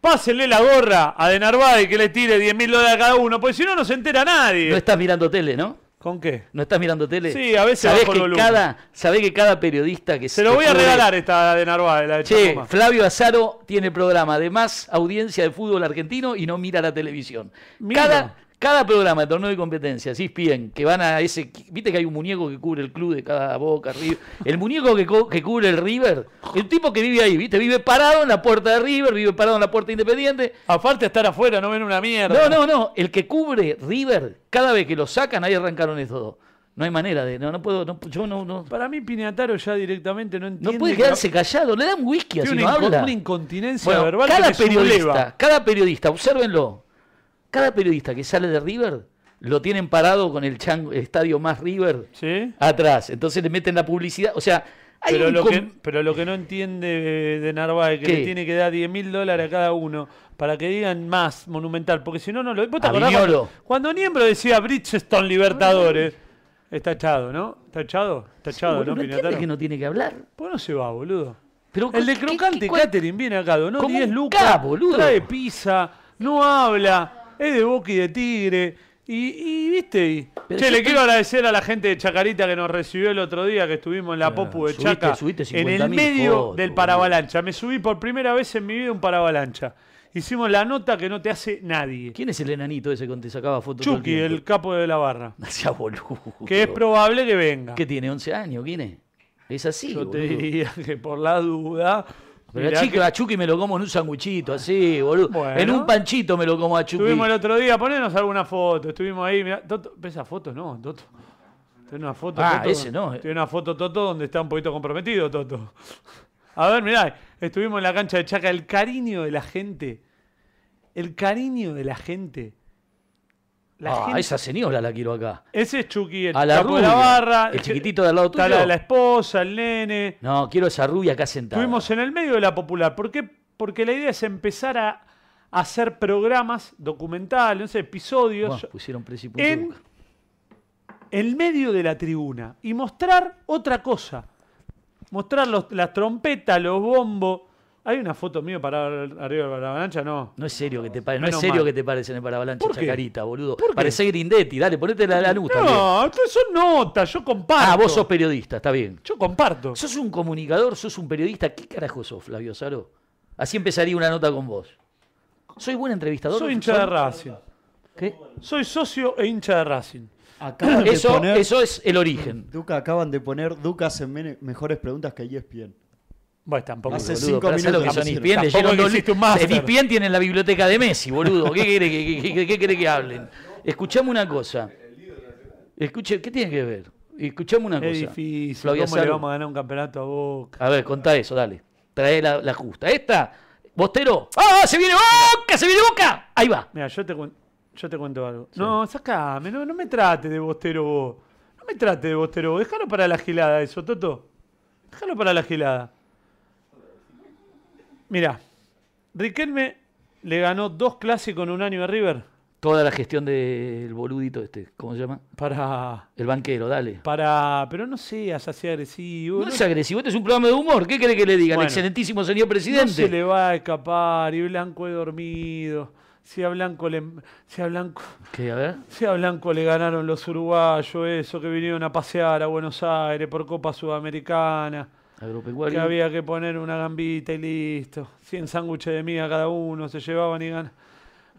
[SPEAKER 1] pásenle la gorra a de Narváez que le tire 10 mil dólares a cada uno, porque si no, no se entera nadie.
[SPEAKER 2] No estás mirando tele, ¿no?
[SPEAKER 1] ¿Con qué?
[SPEAKER 2] ¿No estás mirando tele?
[SPEAKER 1] Sí, a veces
[SPEAKER 2] sabés
[SPEAKER 1] bajo el
[SPEAKER 2] que
[SPEAKER 1] volumen.
[SPEAKER 2] cada, sabés que cada periodista que
[SPEAKER 1] Se lo voy a
[SPEAKER 2] cubre-
[SPEAKER 1] regalar esta de Narváez, la de
[SPEAKER 2] Che,
[SPEAKER 1] Changomá.
[SPEAKER 2] Flavio Azaro tiene programa de más audiencia de fútbol argentino y no mira la televisión.
[SPEAKER 1] Mira.
[SPEAKER 2] Cada, cada programa de torneo de competencias, E ESPN, que van a ese... Viste que hay un muñeco que cubre el club de cada boca, River. El muñeco que, co- que cubre el River, el tipo que vive ahí, viste, vive parado en la puerta de River, vive parado en la puerta de Independiente,
[SPEAKER 1] Aparte de estar afuera, no ven una mierda.
[SPEAKER 2] no, no, no. El que cubre River, cada vez que lo sacan, ahí arrancaron estos dos. No hay manera de. No, no puedo. No, yo no. No,
[SPEAKER 1] Para mí, Piñataro ya directamente no
[SPEAKER 2] no
[SPEAKER 1] entiende.
[SPEAKER 2] puede
[SPEAKER 1] que-
[SPEAKER 2] quedarse callado. Le dan whisky así
[SPEAKER 1] Tiene
[SPEAKER 2] no
[SPEAKER 1] una, inco-
[SPEAKER 2] habla.
[SPEAKER 1] una incontinencia
[SPEAKER 2] Bueno,
[SPEAKER 1] verbal que
[SPEAKER 2] cada
[SPEAKER 1] me subleva.
[SPEAKER 2] periodista, cada periodista, obsérvenlo. Cada periodista que sale de River lo tienen parado con el, chango- el estadio más River
[SPEAKER 1] ¿Sí?
[SPEAKER 2] atrás. Entonces le meten la publicidad. O sea, hay
[SPEAKER 1] Pero
[SPEAKER 2] un
[SPEAKER 1] lo,
[SPEAKER 2] com-
[SPEAKER 1] que, pero lo que no entiende eh, de Narváez, que
[SPEAKER 2] ¿Qué?
[SPEAKER 1] le tiene que dar 10 mil dólares a cada uno para que digan más monumental, porque si no, no lo. ¿Vos te
[SPEAKER 2] A
[SPEAKER 1] acordás
[SPEAKER 2] Viñolo.
[SPEAKER 1] cuando, cuando Niembro decía Bridgestone Libertadores? Está echado, ¿no? Está echado, está
[SPEAKER 2] Boludo,
[SPEAKER 1] echado, ¿no,
[SPEAKER 2] no entiende
[SPEAKER 1] Piñataro?
[SPEAKER 2] que no tiene que hablar.
[SPEAKER 1] ¿Por qué no se va, boludo?
[SPEAKER 2] Pero,
[SPEAKER 1] El de
[SPEAKER 2] ¿qué- qué-
[SPEAKER 1] Crocante
[SPEAKER 2] cuál-
[SPEAKER 1] Catering viene acá, ¿no?
[SPEAKER 2] Como
[SPEAKER 1] 10
[SPEAKER 2] un
[SPEAKER 1] lucas,
[SPEAKER 2] K, boludo.
[SPEAKER 1] trae pizza, no habla, es de boca y de tigre. Y, y, viste, y-
[SPEAKER 2] Pero
[SPEAKER 1] Che,
[SPEAKER 2] yo
[SPEAKER 1] le
[SPEAKER 2] estoy-
[SPEAKER 1] quiero agradecer a la gente de Chacarita que nos recibió el otro día que estuvimos en la Popu de
[SPEAKER 2] Ah, subiste-
[SPEAKER 1] Chaca.
[SPEAKER 2] subiste
[SPEAKER 1] en
[SPEAKER 2] 50.000
[SPEAKER 1] el medio
[SPEAKER 2] fotos,
[SPEAKER 1] del
[SPEAKER 2] boludo.
[SPEAKER 1] paravalancha. Me subí por primera vez en mi vida un paravalancha. Hicimos la nota que no te hace nadie.
[SPEAKER 2] ¿Quién es el enanito ese con te sacaba fotos? todo el
[SPEAKER 1] Chucky,
[SPEAKER 2] tiempo?
[SPEAKER 1] el capo de la barra.
[SPEAKER 2] No seas boludo.
[SPEAKER 1] Que es probable que venga.
[SPEAKER 2] ¿Qué tiene? ¿11 años? ¿Quién es? Es así.
[SPEAKER 1] Ah. Yo te
[SPEAKER 2] boludo.
[SPEAKER 1] diría que por la duda.
[SPEAKER 2] Pero a
[SPEAKER 1] mirá
[SPEAKER 2] Chucky,
[SPEAKER 1] que Ah,
[SPEAKER 2] a Chucky me lo como en un sanguchito, así, boludo.
[SPEAKER 1] Bueno.
[SPEAKER 2] En un panchito me lo como a Chucky.
[SPEAKER 1] Estuvimos el otro día, ponenos alguna foto. Estuvimos ahí, mirá. Toto, ¿Ves esa foto? No, Toto. Tiene una foto.
[SPEAKER 2] Ah,
[SPEAKER 1] Toto,
[SPEAKER 2] ese no, eh.
[SPEAKER 1] Tiene una foto, Toto, donde está un poquito comprometido, Toto. A ver, mirá. Estuvimos en la cancha de Chaca. El cariño de la gente. El cariño de la gente. La
[SPEAKER 2] Ah,
[SPEAKER 1] gente-
[SPEAKER 2] esa señora la quiero acá.
[SPEAKER 1] Ese es Chucky, el
[SPEAKER 2] A la
[SPEAKER 1] capo de la
[SPEAKER 2] rubia,
[SPEAKER 1] barra.
[SPEAKER 2] el chiquitito de al lado
[SPEAKER 1] Está
[SPEAKER 2] tuyo.
[SPEAKER 1] la, la esposa, el nene.
[SPEAKER 2] No, quiero esa rubia acá sentada.
[SPEAKER 1] Estuvimos en el medio de la popular. ¿Por qué? Porque la idea es empezar a hacer programas documentales, no sé, episodios.
[SPEAKER 2] Bueno, pusieron precio y punto y
[SPEAKER 1] en
[SPEAKER 2] boca.
[SPEAKER 1] el medio de la tribuna y mostrar otra cosa. Mostrar los- las trompetas, los bombos. Hay una foto mío para arriba de la avalancha, no.
[SPEAKER 2] No es serio que te pare, no es
[SPEAKER 1] Menos
[SPEAKER 2] serio
[SPEAKER 1] mal.
[SPEAKER 2] que te pares en el paravalancha,
[SPEAKER 1] ¿Por qué?
[SPEAKER 2] chacarita, boludo.
[SPEAKER 1] ¿Por qué?
[SPEAKER 2] Parecés Grindetti, dale, ponete la, la luz Uh, también.
[SPEAKER 1] No, estas son notas, yo comparto.
[SPEAKER 2] Ah, vos sos periodista, está bien.
[SPEAKER 1] Yo comparto.
[SPEAKER 2] Sos un comunicador, sos un periodista. ¿Qué carajo sos, Flavio Saro? Así empezaría una nota con vos. ¿Soy buen entrevistador?
[SPEAKER 1] Soy hincha de
[SPEAKER 2] Sol?
[SPEAKER 1] Racing.
[SPEAKER 2] ¿Qué?
[SPEAKER 1] Soy socio e hincha de Racing.
[SPEAKER 5] Acaban de
[SPEAKER 2] Eso,
[SPEAKER 5] poner-
[SPEAKER 2] eso es el origen.
[SPEAKER 5] Duca, acaban de poner Duca hace mene- mejores preguntas que E ESPN.
[SPEAKER 1] Bueno, tampoco.
[SPEAKER 5] Hace
[SPEAKER 1] boludo.
[SPEAKER 5] cinco
[SPEAKER 2] pero hacé lo que
[SPEAKER 5] minutos
[SPEAKER 2] son
[SPEAKER 5] recién.
[SPEAKER 2] ESPN,
[SPEAKER 1] Tampoco
[SPEAKER 2] leyeron
[SPEAKER 1] que
[SPEAKER 2] dos
[SPEAKER 1] hiciste un
[SPEAKER 2] libros.
[SPEAKER 1] máster.
[SPEAKER 2] ESPN tiene la biblioteca de Messi, boludo. ¿Qué quiere que, qué- qué- qué quiere que hablen? Escuchame una cosa. Escuche, ¿qué tiene que ver? Escuchame una cosa.
[SPEAKER 1] Es difícil.
[SPEAKER 2] Flavio
[SPEAKER 1] ¿Cómo le
[SPEAKER 2] Saro.
[SPEAKER 1] vamos a ganar un campeonato a Boca?
[SPEAKER 2] A ver, contá eso, dale. Trae la, la justa. Esta, Bostero. ¡Ah! ¡Se viene Boca! ¡Se viene Boca! Ahí va.
[SPEAKER 1] Mira, yo te, cuen- yo te cuento algo. No, sacame, no, no me trate de bostero vos. No me trate de bostero vos. Déjalo para la gilada eso, Toto. Déjalo para la gilada. Mira, Riquelme le ganó dos clásicos en un año a River
[SPEAKER 2] Toda la gestión del boludito este, ¿cómo se llama?
[SPEAKER 1] para.
[SPEAKER 2] El banquero, dale.
[SPEAKER 1] Para. Pero no seas así agresivo.
[SPEAKER 2] No
[SPEAKER 1] no
[SPEAKER 2] es agresivo, este es un programa de humor. ¿Qué cree que le diga? El
[SPEAKER 1] Bueno.
[SPEAKER 2] excelentísimo señor
[SPEAKER 1] No se
[SPEAKER 2] presidente.
[SPEAKER 1] le va a escapar. Y Blanco he dormido. Si a Blanco le. Si a Blanco.
[SPEAKER 2] ¿Qué? A ver.
[SPEAKER 1] Si a Blanco le ganaron los uruguayos, eso, que vinieron a pasear a Buenos Aires por Copa Sudamericana, que
[SPEAKER 2] Agropecuario.
[SPEAKER 1] había que poner una gambita y listo. 100 sándwiches de miga cada uno, se llevaban y ganaban.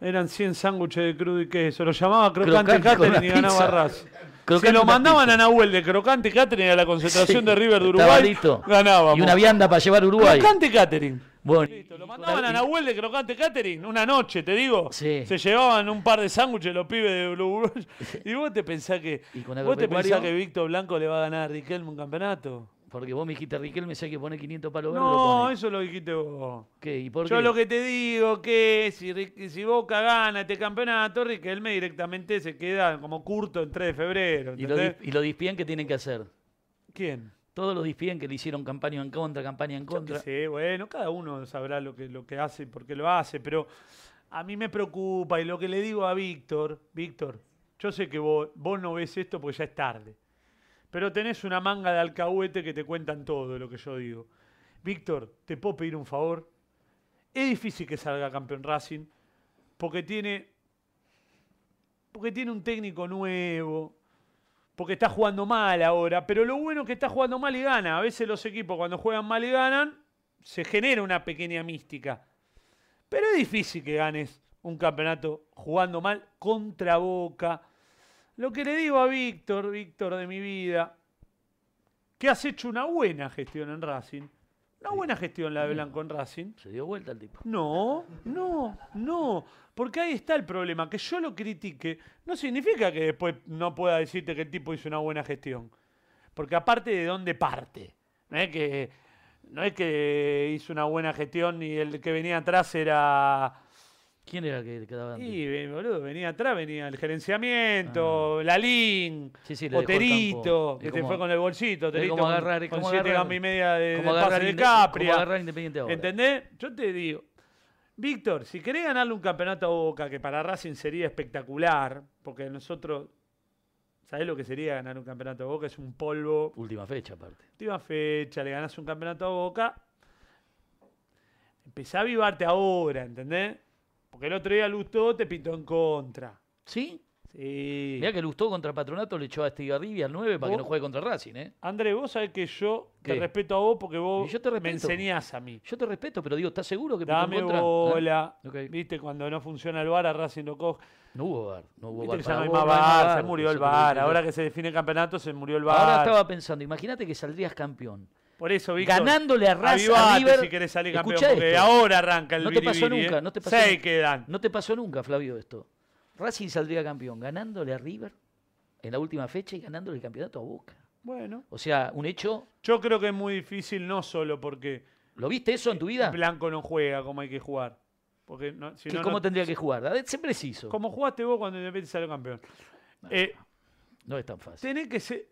[SPEAKER 1] Eran 100 sándwiches de crudo y queso. Lo llamaba Crocante,
[SPEAKER 2] Crocante con
[SPEAKER 1] Catering y
[SPEAKER 2] la
[SPEAKER 1] ganaba
[SPEAKER 2] pizza.
[SPEAKER 1] Raz.
[SPEAKER 2] Crocante
[SPEAKER 1] Si lo
[SPEAKER 2] con la
[SPEAKER 1] mandaban
[SPEAKER 2] pizza.
[SPEAKER 1] a Nahuel de Crocante Catering a la concentración de River de
[SPEAKER 2] Estaba
[SPEAKER 1] Uruguay,
[SPEAKER 2] listo.
[SPEAKER 1] ganábamos.
[SPEAKER 2] Y una vianda para llevar a Uruguay.
[SPEAKER 1] Crocante Catering.
[SPEAKER 2] Bueno.
[SPEAKER 1] Lo mandaban a Nahuel de Crocante Catering una noche, te digo.
[SPEAKER 2] Sí.
[SPEAKER 1] Se llevaban un par de sándwiches los pibes de Uruguay. Y vos te pensás que.
[SPEAKER 2] ¿Y con
[SPEAKER 1] ¿Vos te
[SPEAKER 2] agropecuario?
[SPEAKER 1] pensás que Víctor Blanco le va a ganar a Riquelme un campeonato?
[SPEAKER 2] Porque vos me dijiste, Riquelme, si hay que poner 500 palos verdes, lo
[SPEAKER 1] No,
[SPEAKER 2] pone.
[SPEAKER 1] eso lo dijiste vos.
[SPEAKER 2] ¿Qué? ¿Y por
[SPEAKER 1] Yo
[SPEAKER 2] qué?
[SPEAKER 1] lo que te digo que si, Ri- si Boca gana este campeonato, Riquelme directamente se queda como curto el 3 de febrero.
[SPEAKER 2] ¿Y lo,
[SPEAKER 1] ¿entendés?
[SPEAKER 2] dis- y lo dispiden que tienen que hacer?
[SPEAKER 1] ¿Quién?
[SPEAKER 2] Todos los dispiden que le hicieron campaña en contra, campaña en
[SPEAKER 1] Yo qué
[SPEAKER 2] contra.
[SPEAKER 1] sé, bueno, cada uno sabrá lo que, lo que hace y por qué lo hace, pero a mí me preocupa y lo que le digo a Víctor, Víctor, yo sé que vos, vos no ves esto porque ya es tarde, pero tenés una manga de alcahuete que te cuentan todo lo que yo digo. Víctor, ¿te puedo pedir un favor? Es difícil que salga campeón Racing porque tiene, porque tiene un técnico nuevo, porque está jugando mal ahora, pero lo bueno es que está jugando mal y gana. A veces los equipos cuando juegan mal y ganan, se genera una pequeña mística. Pero es difícil que ganes un campeonato jugando mal contra Boca. Lo que le digo a Víctor, Víctor de mi vida, que has hecho una buena gestión en Racing. Una buena gestión la de Blanco en Racing.
[SPEAKER 2] Se dio vuelta el tipo.
[SPEAKER 1] No, no, no. Porque ahí está el problema. Que yo lo critique no significa que después no pueda decirte que el tipo hizo una buena gestión. Porque aparte de dónde parte. No es que, no es que hizo una buena gestión y el que venía atrás era...
[SPEAKER 2] ¿Quién era que quedaba antes?
[SPEAKER 1] Y, ve- boludo, venía atrás, venía el gerenciamiento, Lalín,
[SPEAKER 2] Ah. Sí, sí, le dejó el campo.
[SPEAKER 1] Oterito,
[SPEAKER 2] Es
[SPEAKER 1] que se
[SPEAKER 2] como-
[SPEAKER 1] fue con el bolsito,
[SPEAKER 2] Es
[SPEAKER 1] Oterito
[SPEAKER 2] como
[SPEAKER 1] con-
[SPEAKER 2] agarrar, es
[SPEAKER 1] con
[SPEAKER 2] como
[SPEAKER 1] siete
[SPEAKER 2] agarrar-
[SPEAKER 1] gambas y media de,
[SPEAKER 2] como
[SPEAKER 1] de
[SPEAKER 2] agarrar
[SPEAKER 1] pase de
[SPEAKER 2] Inde- como
[SPEAKER 1] Capria.
[SPEAKER 2] agarrar Independiente ahora.
[SPEAKER 1] ¿Entendés? Yo te digo, Víctor, si querés ganarle un campeonato a Boca, que para Racing sería espectacular, porque nosotros, ¿sabés lo que sería ganar un campeonato a Boca? Es un polvo
[SPEAKER 2] Última fecha, aparte.
[SPEAKER 1] última fecha, le ganás un campeonato a Boca, empezá a avivarte ahora, ¿entendés? Porque el otro día Lustó te pintó en contra.
[SPEAKER 2] ¿Sí?
[SPEAKER 1] Sí.
[SPEAKER 2] Mirá que Lustó contra Patronato le echó a Estigarribia al 9 para que
[SPEAKER 1] ¿Vos?
[SPEAKER 2] no juegue contra Racing, ¿eh?
[SPEAKER 1] Andrés, vos sabés que yo
[SPEAKER 2] ¿Qué?
[SPEAKER 1] te respeto a vos porque vos
[SPEAKER 2] Y yo te
[SPEAKER 1] me
[SPEAKER 2] respeto.
[SPEAKER 1] enseñás a mí.
[SPEAKER 2] Yo te respeto, pero digo, ¿estás seguro que pintó en
[SPEAKER 1] Dame
[SPEAKER 2] contra? ¿Ah?
[SPEAKER 1] bola.
[SPEAKER 2] Ok.
[SPEAKER 1] Viste, cuando no funciona el bar, a Racing lo coge.
[SPEAKER 2] No hubo bar. No hubo
[SPEAKER 1] Viste
[SPEAKER 2] bar.
[SPEAKER 1] que ya
[SPEAKER 2] Para
[SPEAKER 1] no hay
[SPEAKER 2] vos
[SPEAKER 1] más
[SPEAKER 2] no hay más
[SPEAKER 1] bar, se
[SPEAKER 2] VAR,
[SPEAKER 1] murió el
[SPEAKER 2] eso te lo
[SPEAKER 1] bar.
[SPEAKER 2] dije yo.
[SPEAKER 1] Ahora que se define el campeonato, se murió el bar.
[SPEAKER 2] Ahora estaba pensando, imagínate que saldrías campeón.
[SPEAKER 1] Por eso, Víctor.
[SPEAKER 2] Ganándole a Racing.
[SPEAKER 1] avivate si querés salir campeón, porque ahora arranca el
[SPEAKER 2] No te pasó
[SPEAKER 1] biribiri, ¿eh?
[SPEAKER 2] nunca, no te pasó
[SPEAKER 1] Seis
[SPEAKER 2] nunca.
[SPEAKER 1] quedan.
[SPEAKER 2] No te pasó nunca, Flavio, esto. Racing saldría campeón ganándole a River en la última fecha y ganándole el campeonato a Boca.
[SPEAKER 1] Bueno.
[SPEAKER 2] O sea, un hecho
[SPEAKER 1] Yo creo que es muy difícil, no solo porque
[SPEAKER 2] ¿Lo viste eso en tu vida?
[SPEAKER 1] Blanco no juega como hay que jugar. Porque no, si
[SPEAKER 2] ¿Qué-
[SPEAKER 1] no,
[SPEAKER 2] ¿Cómo
[SPEAKER 1] no-
[SPEAKER 2] tendría que jugar? A ver, Sé preciso.
[SPEAKER 1] como jugaste vos cuando Independiente salió campeón. Eh,
[SPEAKER 2] No es tan fácil.
[SPEAKER 1] tenés que ser.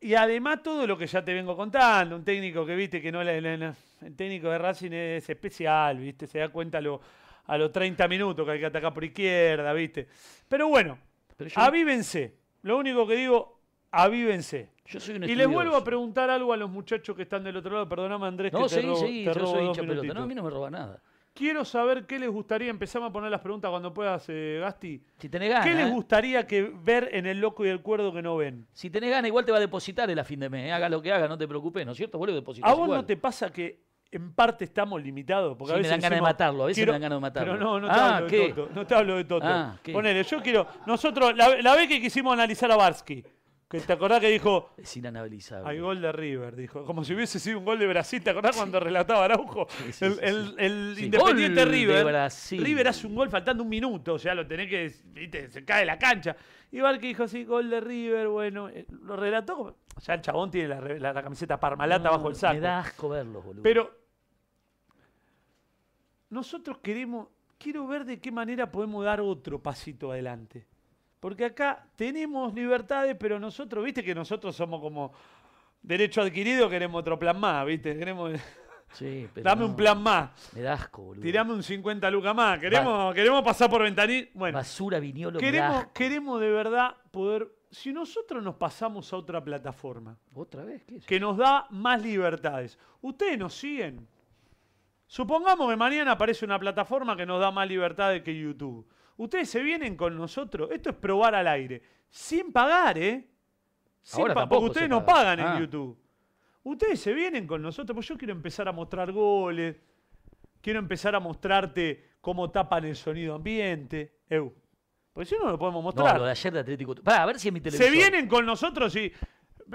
[SPEAKER 1] Y además todo lo que ya te vengo contando, un técnico que viste que no la- la- la- el técnico de Racing es especial, viste, se da cuenta a, lo- a los 30 minutos que hay que atacar por izquierda, viste. Pero bueno,
[SPEAKER 2] Pero yo-
[SPEAKER 1] avívense. Lo único que digo, avívense.
[SPEAKER 2] Yo soy un
[SPEAKER 1] Y les vuelvo a
[SPEAKER 2] estudioso.
[SPEAKER 1] preguntar algo a los muchachos que están del otro lado. Perdóname, Andrés,
[SPEAKER 2] No,
[SPEAKER 1] que te
[SPEAKER 2] seguí,
[SPEAKER 1] robo-
[SPEAKER 2] seguí.
[SPEAKER 1] te
[SPEAKER 2] Yo
[SPEAKER 1] robo
[SPEAKER 2] soy
[SPEAKER 1] dos
[SPEAKER 2] hincha pelota. No, a
[SPEAKER 1] minutitos.
[SPEAKER 2] mí no me roba nada.
[SPEAKER 1] Quiero saber qué les gustaría. Empezamos a poner las preguntas cuando puedas, eh, Gasti.
[SPEAKER 2] Si tenés ganas.
[SPEAKER 1] ¿Qué les
[SPEAKER 2] ¿eh?
[SPEAKER 1] gustaría que ver en El Loco y el Cuerdo que no ven?
[SPEAKER 2] Si tenés ganas, igual te va a depositar el a fin de mes. ¿eh? Haga lo que haga, no te preocupes, ¿no es cierto? Vos lo depositas
[SPEAKER 1] ¿A vos
[SPEAKER 2] igual.
[SPEAKER 1] no te pasa que en parte estamos limitados? Porque
[SPEAKER 2] Sí,
[SPEAKER 1] a
[SPEAKER 2] me
[SPEAKER 1] veces
[SPEAKER 2] dan ganas de
[SPEAKER 1] decimos,
[SPEAKER 2] matarlo, a veces me
[SPEAKER 1] quiero-
[SPEAKER 2] dan ganas de matarlo.
[SPEAKER 1] Pero no, no te
[SPEAKER 2] Ah,
[SPEAKER 1] hablo
[SPEAKER 2] ¿qué?
[SPEAKER 1] de Toto. No te hablo de Toto.
[SPEAKER 2] Ah, ¿qué?
[SPEAKER 1] Ponele, yo quiero... Nosotros, la, la vez que quisimos analizar a Barsky, que te acordás que dijo...
[SPEAKER 2] Es inanalizable.
[SPEAKER 1] Hay gol de River, dijo. Como si hubiese sido un gol de Brasil. ¿Te acordás cuando relataba Araujo?
[SPEAKER 2] sí,
[SPEAKER 1] el
[SPEAKER 2] sí,
[SPEAKER 1] el-
[SPEAKER 2] sí.
[SPEAKER 1] el
[SPEAKER 2] Sí,
[SPEAKER 1] Independiente
[SPEAKER 2] gol de
[SPEAKER 1] River.
[SPEAKER 2] Brasil.
[SPEAKER 1] River hace un gol faltando un minuto. O sea, lo tenés que. viste, se cae la cancha. Y que dijo así: gol de River. Bueno, eh, lo relató. como- O sea, el chabón tiene la, re- la- la camiseta parmalata
[SPEAKER 2] No,
[SPEAKER 1] bajo el saco.
[SPEAKER 2] Me da asco verlos, boludo.
[SPEAKER 1] Pero. Nosotros queremos. Quiero ver de qué manera podemos dar otro pasito adelante. Porque acá tenemos libertades, pero nosotros, viste que nosotros somos como derecho adquirido, queremos otro plan más, viste. Queremos,
[SPEAKER 2] Sí, pero
[SPEAKER 1] dame un
[SPEAKER 2] no.
[SPEAKER 1] plan más,
[SPEAKER 2] Me da asco, boludo.
[SPEAKER 1] tirame un 50 lucas más, queremos, queremos pasar por ventanil. Bueno,
[SPEAKER 2] Basura, viniolo, me da
[SPEAKER 1] queremos,
[SPEAKER 2] asco.
[SPEAKER 1] queremos de verdad poder. Si nosotros nos pasamos a otra plataforma,
[SPEAKER 2] ¿Otra vez? ¿Qué es?
[SPEAKER 1] que nos da más libertades. Ustedes nos siguen. Supongamos que mañana aparece una plataforma que nos da más libertades que YouTube. Ustedes se vienen con nosotros. Esto es probar al aire. Sin pagar, ¿eh? Sin
[SPEAKER 2] Ahora
[SPEAKER 1] pa-
[SPEAKER 2] tampoco
[SPEAKER 1] porque ustedes
[SPEAKER 2] se
[SPEAKER 1] no
[SPEAKER 2] paga.
[SPEAKER 1] pagan
[SPEAKER 2] Ah.
[SPEAKER 1] en YouTube. Ustedes se vienen con nosotros. Pues yo quiero empezar a mostrar goles. Quiero empezar a mostrarte cómo tapan el sonido ambiente. Eu. Porque si no, no lo podemos mostrar.
[SPEAKER 2] No, lo de ayer de Atlético. Pará, a ver si es mi
[SPEAKER 1] Se
[SPEAKER 2] televisor.
[SPEAKER 1] vienen con nosotros y.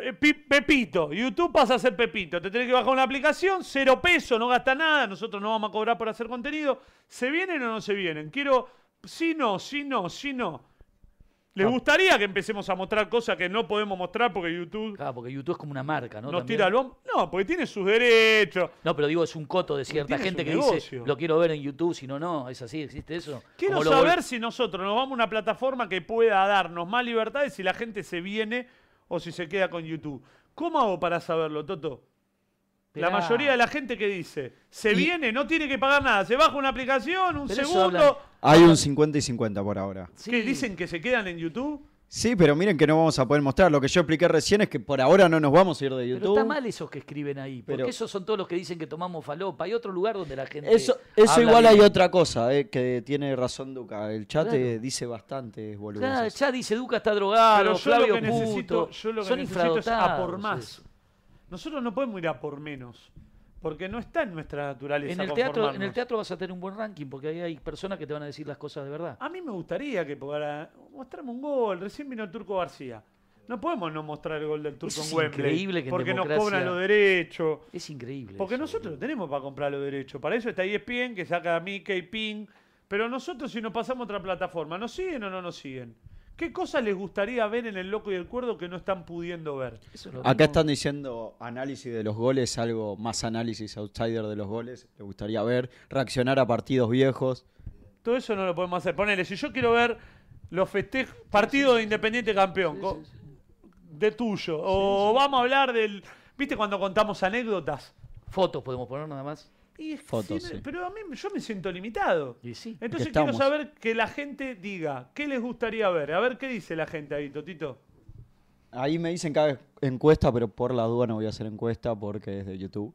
[SPEAKER 1] eh, Pi- Pepito, YouTube pasa a ser Pepito. Te tenés que bajar una aplicación, cero peso, no gasta nada. Nosotros no vamos a cobrar por hacer contenido. ¿Se vienen o no se vienen? Quiero. Si no, si no, si no. ¿Les
[SPEAKER 2] Ah.
[SPEAKER 1] gustaría que empecemos a mostrar cosas que no podemos mostrar porque YouTube
[SPEAKER 2] Claro, porque YouTube es como una marca, ¿no?
[SPEAKER 1] nos
[SPEAKER 2] También.
[SPEAKER 1] tira al bombo? No, porque tiene sus derechos.
[SPEAKER 2] No, pero digo, es un coto de cierta
[SPEAKER 1] tiene
[SPEAKER 2] gente
[SPEAKER 1] su
[SPEAKER 2] que
[SPEAKER 1] negocio.
[SPEAKER 2] dice, lo quiero ver en YouTube, si no, no. ¿Es así? ¿Existe eso?
[SPEAKER 1] Quiero
[SPEAKER 2] Como lo
[SPEAKER 1] saber si nosotros nos vamos a una plataforma que pueda darnos más libertades si la gente se viene o si se queda con YouTube. ¿Cómo hago para saberlo, Toto? La
[SPEAKER 2] Esperá.
[SPEAKER 1] mayoría de la gente que dice, se
[SPEAKER 2] Y-
[SPEAKER 1] viene, no tiene que pagar nada, se baja una aplicación, un
[SPEAKER 2] Pero eso hablan-
[SPEAKER 1] segundo,
[SPEAKER 5] Hay un 50 y 50 por ahora.
[SPEAKER 2] Sí.
[SPEAKER 1] que dicen que se quedan en YouTube.
[SPEAKER 5] Sí, pero miren que no vamos a poder mostrar. Lo que yo expliqué recién es que por ahora no nos vamos a ir de YouTube.
[SPEAKER 2] Pero está mal esos que escriben ahí, porque
[SPEAKER 5] Pero-
[SPEAKER 2] esos son todos los que dicen que tomamos falopa. Hay otro lugar donde la gente.
[SPEAKER 5] Eso, eso
[SPEAKER 2] habla
[SPEAKER 5] igual hay
[SPEAKER 2] bien.
[SPEAKER 5] otra cosa eh, que tiene razón Duca. El chat
[SPEAKER 2] Claro.
[SPEAKER 5] eh, dice bastante boludeces.
[SPEAKER 2] Claro, ya dice Duca está drogado,
[SPEAKER 1] Pero yo lo
[SPEAKER 2] Flavio
[SPEAKER 1] que necesito,
[SPEAKER 2] puto.
[SPEAKER 1] yo lo que
[SPEAKER 2] son
[SPEAKER 1] necesito es a
[SPEAKER 2] infradotados,
[SPEAKER 1] por más.
[SPEAKER 2] eso.
[SPEAKER 1] Nosotros no podemos ir a por menos, porque no está en nuestra naturaleza.
[SPEAKER 2] En el, teatro, en el
[SPEAKER 1] conformarnos.
[SPEAKER 2] teatro vas a tener un buen ranking porque ahí hay personas que te van a decir las cosas de verdad.
[SPEAKER 1] A mí me gustaría que pudiera mostrarme un gol. Recién vino el Turco García. No podemos no mostrar el gol del Turco
[SPEAKER 2] Eso es
[SPEAKER 1] en Wembley.
[SPEAKER 2] increíble que en
[SPEAKER 1] porque nos
[SPEAKER 2] democracia-
[SPEAKER 1] cobran los derechos.
[SPEAKER 2] Es increíble.
[SPEAKER 1] Porque
[SPEAKER 2] eso,
[SPEAKER 1] nosotros no
[SPEAKER 2] boludo.
[SPEAKER 1] tenemos para comprar los derechos. Para eso está E ESPN, que saca a Mickey, Ping. Pero nosotros, si nos pasamos a otra plataforma, ¿nos siguen o no nos siguen? ¿Qué cosas les gustaría ver en El Loco y el Cuerdo que no están pudiendo ver?
[SPEAKER 2] Eso es lo
[SPEAKER 5] Acá
[SPEAKER 2] mismo.
[SPEAKER 5] están diciendo análisis de los goles, algo más análisis outsider de los goles. Le gustaría ver, reaccionar a partidos viejos.
[SPEAKER 1] Todo eso no lo podemos hacer. Ponele, si yo quiero ver los festejos, partidos de Independiente Campeón, co- de tuyo, o vamos a hablar del... ¿Viste cuando contamos anécdotas?
[SPEAKER 2] Fotos podemos poner nada más.
[SPEAKER 1] Y es-
[SPEAKER 5] Fotos,
[SPEAKER 1] sí,
[SPEAKER 5] sí.
[SPEAKER 1] Pero a mí yo me siento limitado.
[SPEAKER 2] Y sí.
[SPEAKER 1] Entonces
[SPEAKER 5] Que
[SPEAKER 1] quiero
[SPEAKER 5] estamos.
[SPEAKER 1] saber que la gente diga qué les gustaría ver. A ver qué dice la gente ahí, Totito.
[SPEAKER 5] Ahí me dicen cada encuesta, pero por la duda no voy a hacer encuesta porque es de YouTube.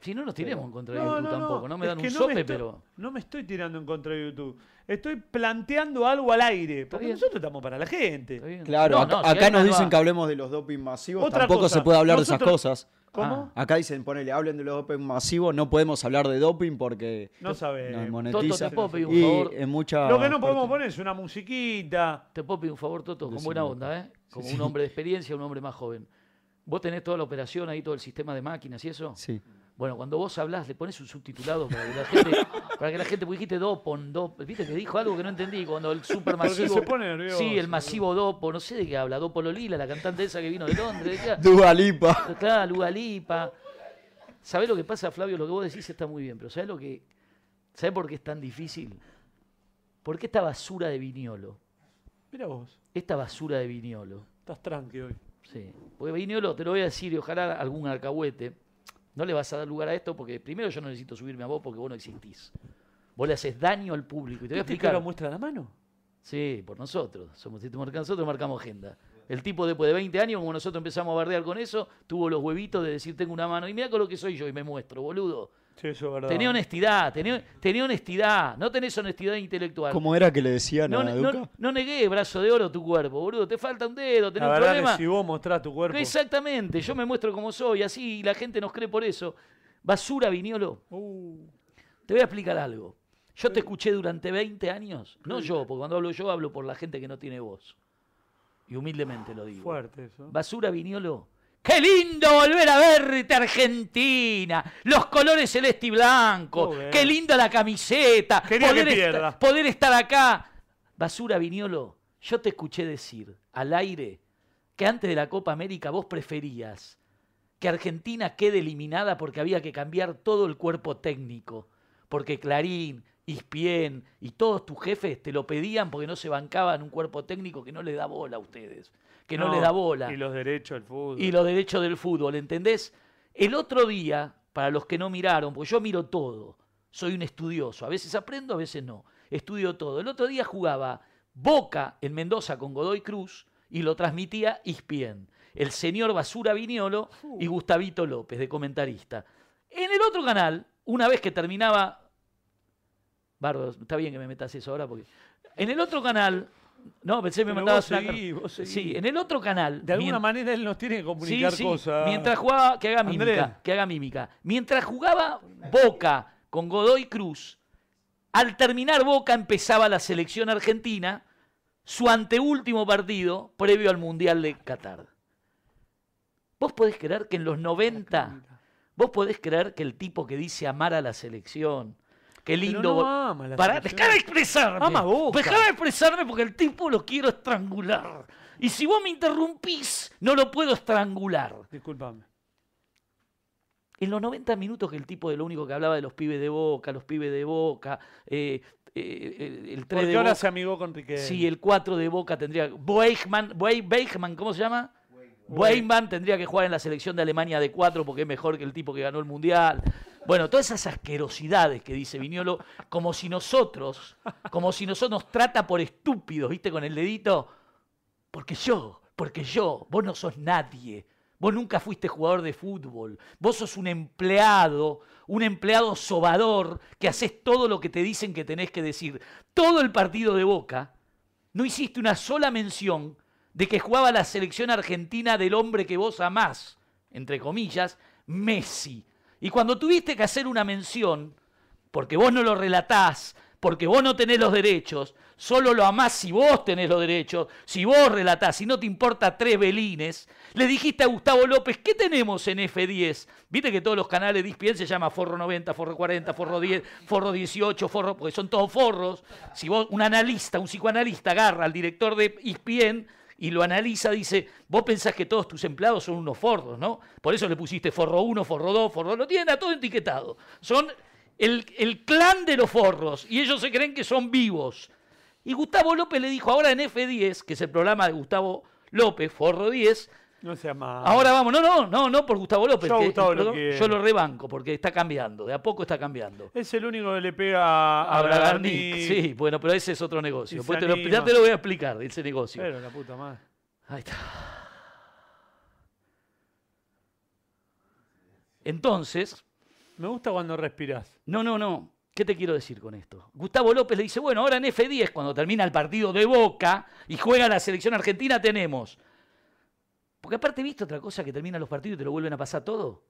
[SPEAKER 2] Si no nos tiremos en contra de YouTube tampoco. No me
[SPEAKER 1] es
[SPEAKER 2] dan
[SPEAKER 1] que
[SPEAKER 2] un
[SPEAKER 1] no
[SPEAKER 2] sope,
[SPEAKER 1] me estoy-
[SPEAKER 2] pero.
[SPEAKER 1] No me estoy tirando en contra de YouTube. Estoy planteando algo al aire. Porque
[SPEAKER 2] bien.
[SPEAKER 1] nosotros estamos para la gente.
[SPEAKER 2] está bien.
[SPEAKER 5] Claro,
[SPEAKER 2] No,
[SPEAKER 5] acá,
[SPEAKER 2] no, si
[SPEAKER 5] acá
[SPEAKER 2] hay
[SPEAKER 5] nos
[SPEAKER 2] una
[SPEAKER 5] dicen
[SPEAKER 2] nueva-
[SPEAKER 5] que hablemos de los doping masivos.
[SPEAKER 1] Otra
[SPEAKER 5] Tampoco
[SPEAKER 1] cosa,
[SPEAKER 5] se puede hablar de
[SPEAKER 1] nosotros-
[SPEAKER 5] esas cosas.
[SPEAKER 1] ¿Cómo?
[SPEAKER 5] Acá dicen, ponele, hablen de los doping masivos. No podemos hablar de doping porque
[SPEAKER 1] No sabemos.
[SPEAKER 5] nos
[SPEAKER 2] Toto,
[SPEAKER 5] monetiza.
[SPEAKER 2] te puedo pedir un
[SPEAKER 5] y
[SPEAKER 2] favor.
[SPEAKER 5] en
[SPEAKER 2] Ah.
[SPEAKER 5] mucha
[SPEAKER 1] Lo que no podemos
[SPEAKER 5] parte-
[SPEAKER 1] poner es una musiquita.
[SPEAKER 2] Te puedo pedir un favor, Toto, con
[SPEAKER 5] Decime,
[SPEAKER 2] buena
[SPEAKER 5] Nico.
[SPEAKER 2] onda, ¿eh? Como
[SPEAKER 5] Sí,
[SPEAKER 2] un
[SPEAKER 5] sí.
[SPEAKER 2] hombre de experiencia, un hombre más joven. Vos tenés toda la operación ahí, todo el sistema de máquinas y eso.
[SPEAKER 5] Sí.
[SPEAKER 2] Bueno, cuando vos hablás, le pones un subtitulado para que la gente, para que la gente, porque dijiste dopon, dop, viste que dijo algo que no entendí, cuando el supermasivo.
[SPEAKER 1] Porque se pone nervioso,
[SPEAKER 2] sí, el masivo dopo, no sé de qué habla, dopo Lolila, la cantante esa que vino de Londres, de qué-
[SPEAKER 5] Dua Lipa.
[SPEAKER 2] claro, Luga Lipa. ¿Sabés lo que pasa, Flavio? Lo que vos decís está muy bien, pero ¿sabés lo que. ¿Sabés por qué es tan difícil? Porque esta basura de Viñolo,
[SPEAKER 1] Mira vos,
[SPEAKER 2] esta basura de Viñolo,
[SPEAKER 1] estás tranqui hoy.
[SPEAKER 2] Sí. Porque Viñolo, te lo voy a decir, y ojalá algún arcahuete, no le vas a dar lugar a esto porque primero yo no necesito subirme a vos porque vos no existís. Vos le haces daño al público. Y te voy a
[SPEAKER 1] ¿Viste que ahora
[SPEAKER 2] explicar.
[SPEAKER 1] muestra la mano?
[SPEAKER 2] Sí, por nosotros. Somos, si te marcas nosotros, marcamos agenda. El tipo después de 20 años, como nosotros empezamos a bardear con eso, tuvo los huevitos de decir tengo una mano. Y mira con lo que soy yo y me muestro, boludo.
[SPEAKER 1] Sí, eso es verdad.
[SPEAKER 2] Tené honestidad, tené, tené honestidad. No tenés honestidad intelectual.
[SPEAKER 5] ¿Cómo era que le decían
[SPEAKER 2] no,
[SPEAKER 5] a
[SPEAKER 2] no,
[SPEAKER 5] Duca?
[SPEAKER 2] no negué brazo de oro tu cuerpo, boludo. Te falta un dedo, tenés
[SPEAKER 1] la
[SPEAKER 2] un
[SPEAKER 1] verdad
[SPEAKER 2] problema. eh.
[SPEAKER 1] es si vos mostrás tu cuerpo.
[SPEAKER 2] Exactamente, yo me muestro como soy, así, y la gente nos cree por eso. Basura, Viñolo.
[SPEAKER 1] Uh,
[SPEAKER 2] Te voy a explicar algo. Yo te escuché durante 20 años, no yo, porque cuando hablo yo hablo por la gente que no tiene voz. Y humildemente lo digo.
[SPEAKER 1] fuerte eso.
[SPEAKER 2] Basura Viñolo. ¡Qué lindo volver a verte, Argentina! Los colores celeste y blanco.
[SPEAKER 1] Muy bien.
[SPEAKER 2] ¡Qué linda la camiseta!
[SPEAKER 1] Quería que
[SPEAKER 2] esta-
[SPEAKER 1] pierda.
[SPEAKER 2] poder estar acá. Basura Viñolo, yo te escuché decir al aire que antes de la Copa América vos preferías que Argentina quede eliminada porque había que cambiar todo el cuerpo técnico. Porque Clarín, Ispien y todos tus jefes te lo pedían porque no se bancaban un cuerpo técnico que no le da bola a ustedes. Que no, le da bola.
[SPEAKER 1] Y los derechos al fútbol.
[SPEAKER 2] Y los derechos del fútbol, ¿entendés? El otro día, para los que no miraron, porque yo miro todo, soy un estudioso, a veces aprendo, a veces no, estudio todo. El otro día jugaba Boca en Mendoza con Godoy Cruz y lo transmitía E Ispien, el señor Basura Viñolo y
[SPEAKER 1] Uh.
[SPEAKER 2] Gustavito López, de comentarista. En el otro canal, una vez que terminaba Bardo, está bien que me metas eso ahora porque. En el otro canal. No, pensé que me
[SPEAKER 1] Pero
[SPEAKER 2] mandabas
[SPEAKER 1] vos
[SPEAKER 2] una-
[SPEAKER 1] seguí, vos seguí.
[SPEAKER 2] Sí, en el otro canal.
[SPEAKER 1] De alguna
[SPEAKER 2] mien-
[SPEAKER 1] manera él nos tiene que
[SPEAKER 2] Sí,
[SPEAKER 1] comunicar
[SPEAKER 2] sí,
[SPEAKER 1] cosas.
[SPEAKER 2] Mientras jugaba, que haga mímica,
[SPEAKER 1] Andrés.
[SPEAKER 2] que haga mímica. Mientras jugaba Boca con Godoy Cruz, al terminar Boca empezaba la selección argentina, su anteúltimo partido previo al Mundial de Qatar. ¿Vos podés creer que en los 90, vos podés creer que el tipo que dice amar a la selección, qué lindo...
[SPEAKER 1] no
[SPEAKER 2] vol-
[SPEAKER 1] ama a la
[SPEAKER 2] Pará,
[SPEAKER 1] selección.
[SPEAKER 2] dejá de expresarme.
[SPEAKER 1] Ama a Boca.
[SPEAKER 2] Dejá de expresarme porque el tipo lo quiero estrangular. Y si vos me interrumpís, no lo puedo estrangular.
[SPEAKER 1] Disculpame.
[SPEAKER 2] En los 90 minutos que el tipo de lo único que hablaba de los pibes de Boca, los pibes de Boca, eh, eh, el- el 3
[SPEAKER 1] Porque
[SPEAKER 2] de
[SPEAKER 1] ahora
[SPEAKER 2] Boca.
[SPEAKER 1] se amigó con Riquelme.
[SPEAKER 2] Sí, el 4 de Boca tendría. Weichmann, Wei- Weichmann, ¿cómo se llama? Weichmann tendría que jugar en la selección de Alemania de 4 porque es mejor que el tipo que ganó el Mundial. Bueno, todas esas asquerosidades que dice Viñolo, como si nosotros, como si nosotros nos trata por estúpidos, ¿viste? Con el dedito. Porque yo, porque yo, vos no sos nadie. Vos nunca fuiste jugador de fútbol. Vos sos un empleado, un empleado sobador que haces todo lo que te dicen que tenés que decir. Todo el partido de Boca no hiciste una sola mención de que jugaba la selección argentina del hombre que vos amás, entre comillas, Messi. Y cuando tuviste que hacer una mención, porque vos no lo relatás, porque vos no tenés los derechos, solo lo amás si vos tenés los derechos, si vos relatás, si no te importa tres belines, le dijiste a Gustavo López, ¿qué tenemos en F10? Viste que todos los canales de E ESPN se llama Forro 90, Forro 40, Forro 10, Forro 18, Forro, porque son todos forros. Si vos, un analista, un psicoanalista agarra al director de E ESPN y lo analiza, dice, vos pensás que todos tus empleados son unos forros, ¿no? Por eso le pusiste Forro 1, Forro 2, Forro... Lo tienen a todo etiquetado. Son el, el clan de los forros y ellos se creen que son vivos. Y Gustavo López le dijo, ahora en F10, que es el programa de Gustavo López, Forro 10,
[SPEAKER 1] No se ama.
[SPEAKER 2] ahora vamos, no, no, no, no por Gustavo López,
[SPEAKER 1] Ah. Yo a
[SPEAKER 2] que-
[SPEAKER 1] Gustavo lo
[SPEAKER 2] yo-
[SPEAKER 1] quiero.
[SPEAKER 2] yo lo rebanco porque está cambiando, de a poco está cambiando.
[SPEAKER 1] Es el único que le pega a, a
[SPEAKER 2] Bragarnik,
[SPEAKER 1] Bragarnik.
[SPEAKER 2] sí, bueno, pero ese es otro
[SPEAKER 1] Y
[SPEAKER 2] negocio.
[SPEAKER 1] se
[SPEAKER 2] Pues te lo-
[SPEAKER 1] anima.
[SPEAKER 2] ya te lo voy a explicar, ese negocio.
[SPEAKER 1] Pero la puta madre.
[SPEAKER 2] Ahí está. Entonces,
[SPEAKER 1] Me gusta cuando respirás.
[SPEAKER 2] No, no, no. ¿Qué te quiero decir con esto? Gustavo López le dice, bueno, ahora en F10, cuando termina el partido de Boca y juega la selección argentina, tenemos. Porque aparte, ¿viste otra cosa que terminan los partidos y te lo vuelven a pasar todo?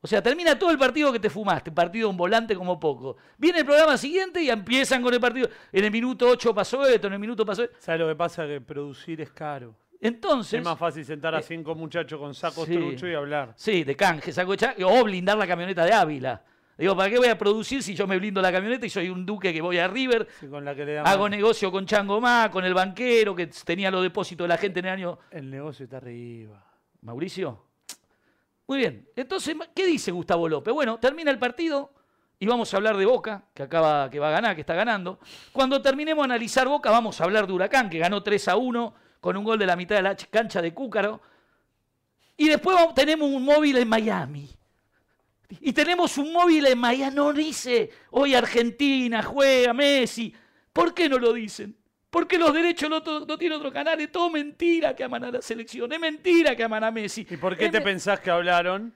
[SPEAKER 2] O sea, termina todo el partido que te fumaste, un partido un volante como poco. Viene el programa siguiente y empiezan con el partido. En el minuto 8 pasó esto, en el minuto pasó esto.
[SPEAKER 1] ¿Sabes lo que pasa? Que producir es caro.
[SPEAKER 2] Entonces...
[SPEAKER 1] Es más fácil sentar a
[SPEAKER 2] eh,
[SPEAKER 1] cinco muchachos con sacos
[SPEAKER 2] sí.
[SPEAKER 1] trucho y hablar.
[SPEAKER 2] Sí, de canje, saco de cha- o blindar la camioneta de Ávila. Digo, ¿para qué voy a producir si yo me blindo la camioneta y soy un duque que voy a River
[SPEAKER 1] Sí, con la que le dan
[SPEAKER 2] Hago negocio con Changomá, con el banquero que tenía los depósitos de la gente en el año.
[SPEAKER 1] El negocio está arriba.
[SPEAKER 2] Mauricio, Muy bien. Entonces, ¿qué dice Gustavo López? Bueno, termina el partido y vamos a hablar de Boca, que acaba, que va a ganar, que está ganando. Cuando terminemos de analizar Boca, vamos a hablar de Huracán, que ganó 3 a 1 con un gol de la mitad de la ch- cancha de Cúcaro. Y después vamos- tenemos un móvil en Miami. Y tenemos un móvil en Miami. No dice, hoy Argentina, juega Messi. ¿Por qué no lo dicen? Porque los derechos no, to- no tiene otro canal. Es todo mentira que aman a la selección. Es mentira que aman a Messi.
[SPEAKER 1] ¿Y por qué
[SPEAKER 2] Es
[SPEAKER 1] te
[SPEAKER 2] Eh, me-
[SPEAKER 1] pensás que hablaron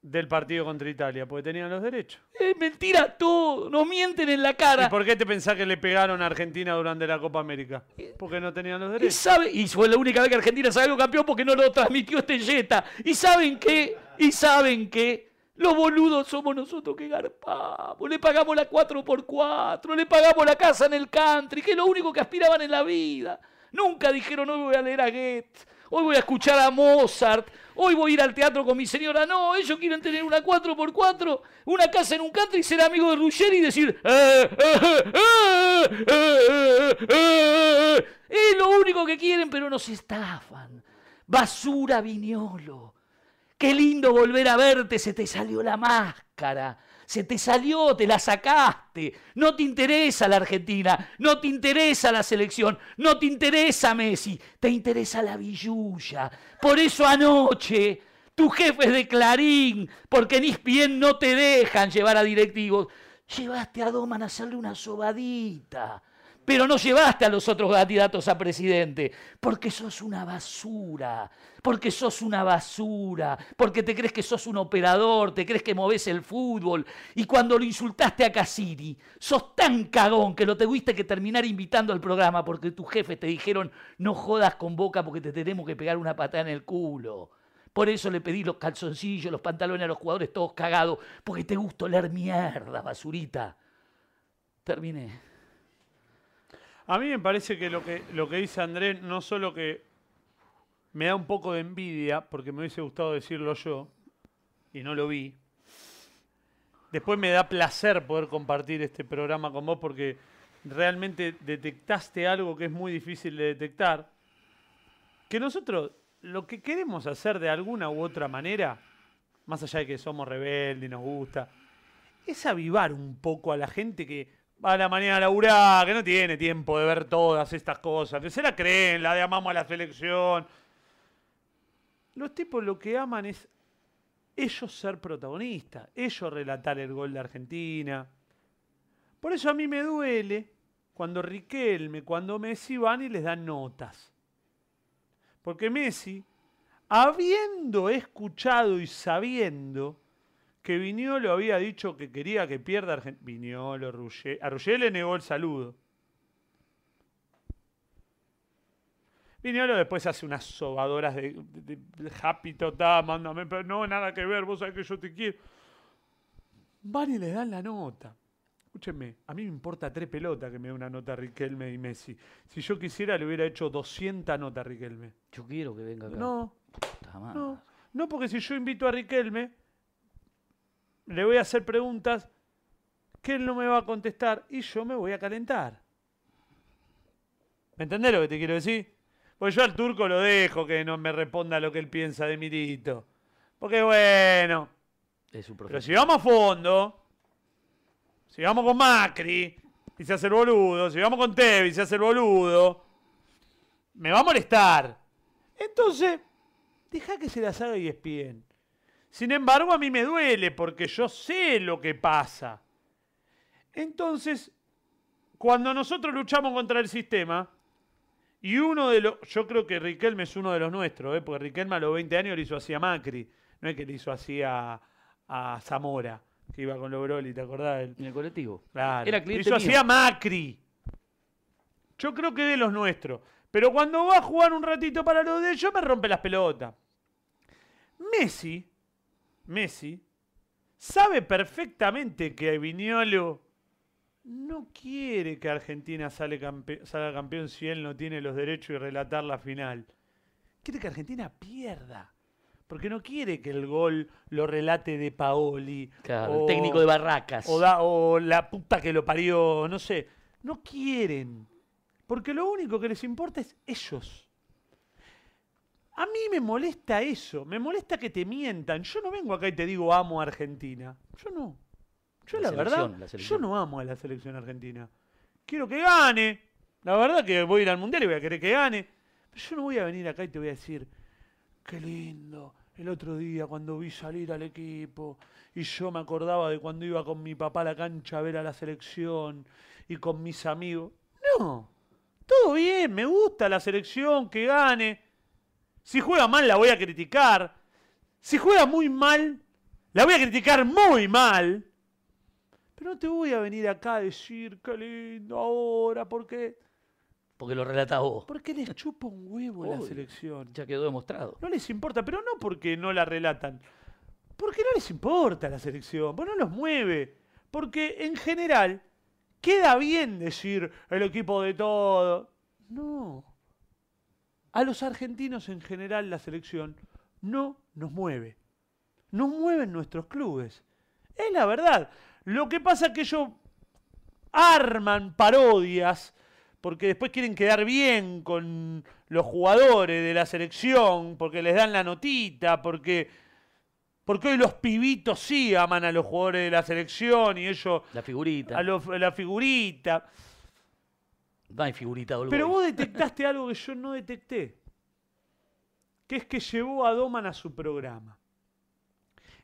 [SPEAKER 1] del partido contra Italia? Porque tenían los derechos.
[SPEAKER 2] Es mentira todo. Nos mienten en la cara.
[SPEAKER 1] ¿Y por qué te pensás que le pegaron a Argentina durante la Copa América? Porque no tenían los
[SPEAKER 2] Y
[SPEAKER 1] derechos.
[SPEAKER 2] sabe, y fue la única vez que Argentina salió campeón porque no lo transmitió este Jetta. Y saben qué, y saben qué, los boludos somos nosotros que garpamos, le pagamos la 4x4, le pagamos la casa en el country, que es lo único que aspiraban en la vida. Nunca dijeron hoy voy a leer a Goethe, hoy voy a escuchar a Mozart, hoy voy a ir al teatro con mi señora. No, ellos quieren tener una 4x4, una casa en un country, y ser amigo de Ruggeri y decir... "Eh, eh, eh, eh, eh, eh, eh, eh, eh". Es lo único que quieren, pero nos estafan. Basura Viñolo. Qué lindo volver a verte, se te salió la máscara. Se te salió, te la sacaste. No te interesa la Argentina, no te interesa la selección, no te interesa Messi, te interesa la villuya. Por eso anoche tus jefes de Clarín, porque en E ESPN no te dejan llevar a directivos, llevaste a Doman a hacerle una sobadita. Pero no llevaste a los otros candidatos a presidente, porque sos una basura, porque sos una basura, porque te crees que sos un operador, te crees que movés el fútbol. Y cuando lo insultaste a Cassini, sos tan cagón que lo tuviste que terminar invitando al programa porque tus jefes te dijeron no jodas con boca porque te tenemos que pegar una patada en el culo. Por eso le pedí los calzoncillos, los pantalones a los jugadores todos cagados, porque te gusta oler mierda, basurita. Terminé.
[SPEAKER 1] A mí me parece que lo que, lo que dice Andrés no solo que me da un poco de envidia, porque me hubiese gustado decirlo yo, y no lo vi. Después me da placer poder compartir este programa con vos porque realmente detectaste algo que es muy difícil de detectar. Que nosotros lo que queremos hacer de alguna u otra manera, más allá de que somos rebeldes y nos gusta, es avivar un poco a la gente que va a la mañana a laburar, que no tiene tiempo de ver todas estas cosas, que se la creen, la de amamos a la selección. Los tipos lo que aman es ellos ser protagonistas, ellos relatar el gol de Argentina. Por eso a mí me duele cuando Riquelme, cuando Messi van y les dan notas. Porque Messi, habiendo escuchado y sabiendo que Viñolo había dicho que quería que pierda Argentina. Viñolo, Ruggeri. A Ruggeri le negó el saludo. Viñolo después hace unas sobadoras de, de- de- happy total, mándame, pero no, nada que ver, vos sabés que yo te quiero. Van y le dan la nota. Escúchenme, a mí me importa tres pelotas que me dé una nota Riquelme y Messi. Si yo quisiera, le hubiera hecho 200 notas a Riquelme.
[SPEAKER 2] Yo quiero que venga acá.
[SPEAKER 1] No,
[SPEAKER 2] Puta madre.
[SPEAKER 1] no, no, porque si yo invito a Riquelme, le voy a hacer preguntas que él no me va a contestar y yo me voy a calentar. ¿Me entendés lo que te quiero decir? Pues yo al turco lo dejo que no me responda lo que él piensa de Milito. Porque bueno,
[SPEAKER 2] Es un
[SPEAKER 1] pero si
[SPEAKER 2] profesional.
[SPEAKER 1] vamos a fondo, si vamos con Macri y se hace el boludo, si vamos con Tevi y se hace el boludo, me va a molestar. Entonces, deja que se las haga y espien. Sin embargo, a mí me duele porque yo sé lo que pasa. Entonces, cuando nosotros luchamos contra el sistema, y uno de los. Yo creo que Riquelme es uno de los nuestros, ¿eh? porque Riquelme a los 20 años le hizo así a Macri. No es que le hizo así a, a Zamora, que iba con los Broly, ¿te acordás? del-
[SPEAKER 2] En el colectivo.
[SPEAKER 1] Claro.
[SPEAKER 2] Era cliente
[SPEAKER 1] Eso
[SPEAKER 2] mío.
[SPEAKER 1] hacía Macri. Yo creo que de los nuestros. Pero cuando va a jugar un ratito para los de ellos, me rompe las pelotas. Messi, Messi, sabe perfectamente que Viñolo no quiere que Argentina sale campe- salga campeón si él no tiene los derechos y relatar la final. Quiere que Argentina pierda. Porque no quiere que el gol lo relate de Paoli.
[SPEAKER 2] Claro,
[SPEAKER 1] o-
[SPEAKER 2] el técnico de Barracas.
[SPEAKER 1] o, da- o la puta que lo parió, no sé. No quieren. Porque lo único que les importa es ellos. A mí me molesta eso, me molesta que te mientan. Yo no vengo acá y te digo amo a Argentina. Yo no. Yo
[SPEAKER 2] La
[SPEAKER 1] la,
[SPEAKER 2] selección,
[SPEAKER 1] verdad,
[SPEAKER 2] la
[SPEAKER 1] yo
[SPEAKER 2] selección.
[SPEAKER 1] no amo a la selección argentina. Quiero que gane. La verdad que voy a ir al mundial y voy a querer que gane. Pero yo no voy a venir acá y te voy a decir, qué lindo. El otro día cuando vi salir al equipo y yo me acordaba de cuando iba con mi papá a la cancha a ver a la selección y con mis amigos. No, todo bien, me gusta la selección, que gane. Si juega mal la voy a criticar. Si juega muy mal, la voy a criticar muy mal. Pero no te voy a venir acá a decir, qué lindo ahora, porque,
[SPEAKER 2] Porque lo relata vos.
[SPEAKER 1] porque les chupa un huevo la
[SPEAKER 2] Obvio.
[SPEAKER 1] selección.
[SPEAKER 2] Ya quedó demostrado.
[SPEAKER 1] No les importa, pero no porque no la relatan. Porque no les importa la selección, porque no los mueve. Porque en general queda bien decir el equipo de todo. No. A los argentinos en general la selección no nos mueve. Nos mueven nuestros clubes. Es la verdad. Lo que pasa es que ellos arman parodias porque después quieren quedar bien con los jugadores de la selección, porque les dan la notita, porque, porque hoy los pibitos sí aman a los jugadores de la selección y ellos
[SPEAKER 2] La figurita.
[SPEAKER 1] a, los- a la figurita.
[SPEAKER 2] No hay figurita, boludo.
[SPEAKER 1] Pero vos detectaste algo que yo no detecté. Que es que llevó a Doman a su programa.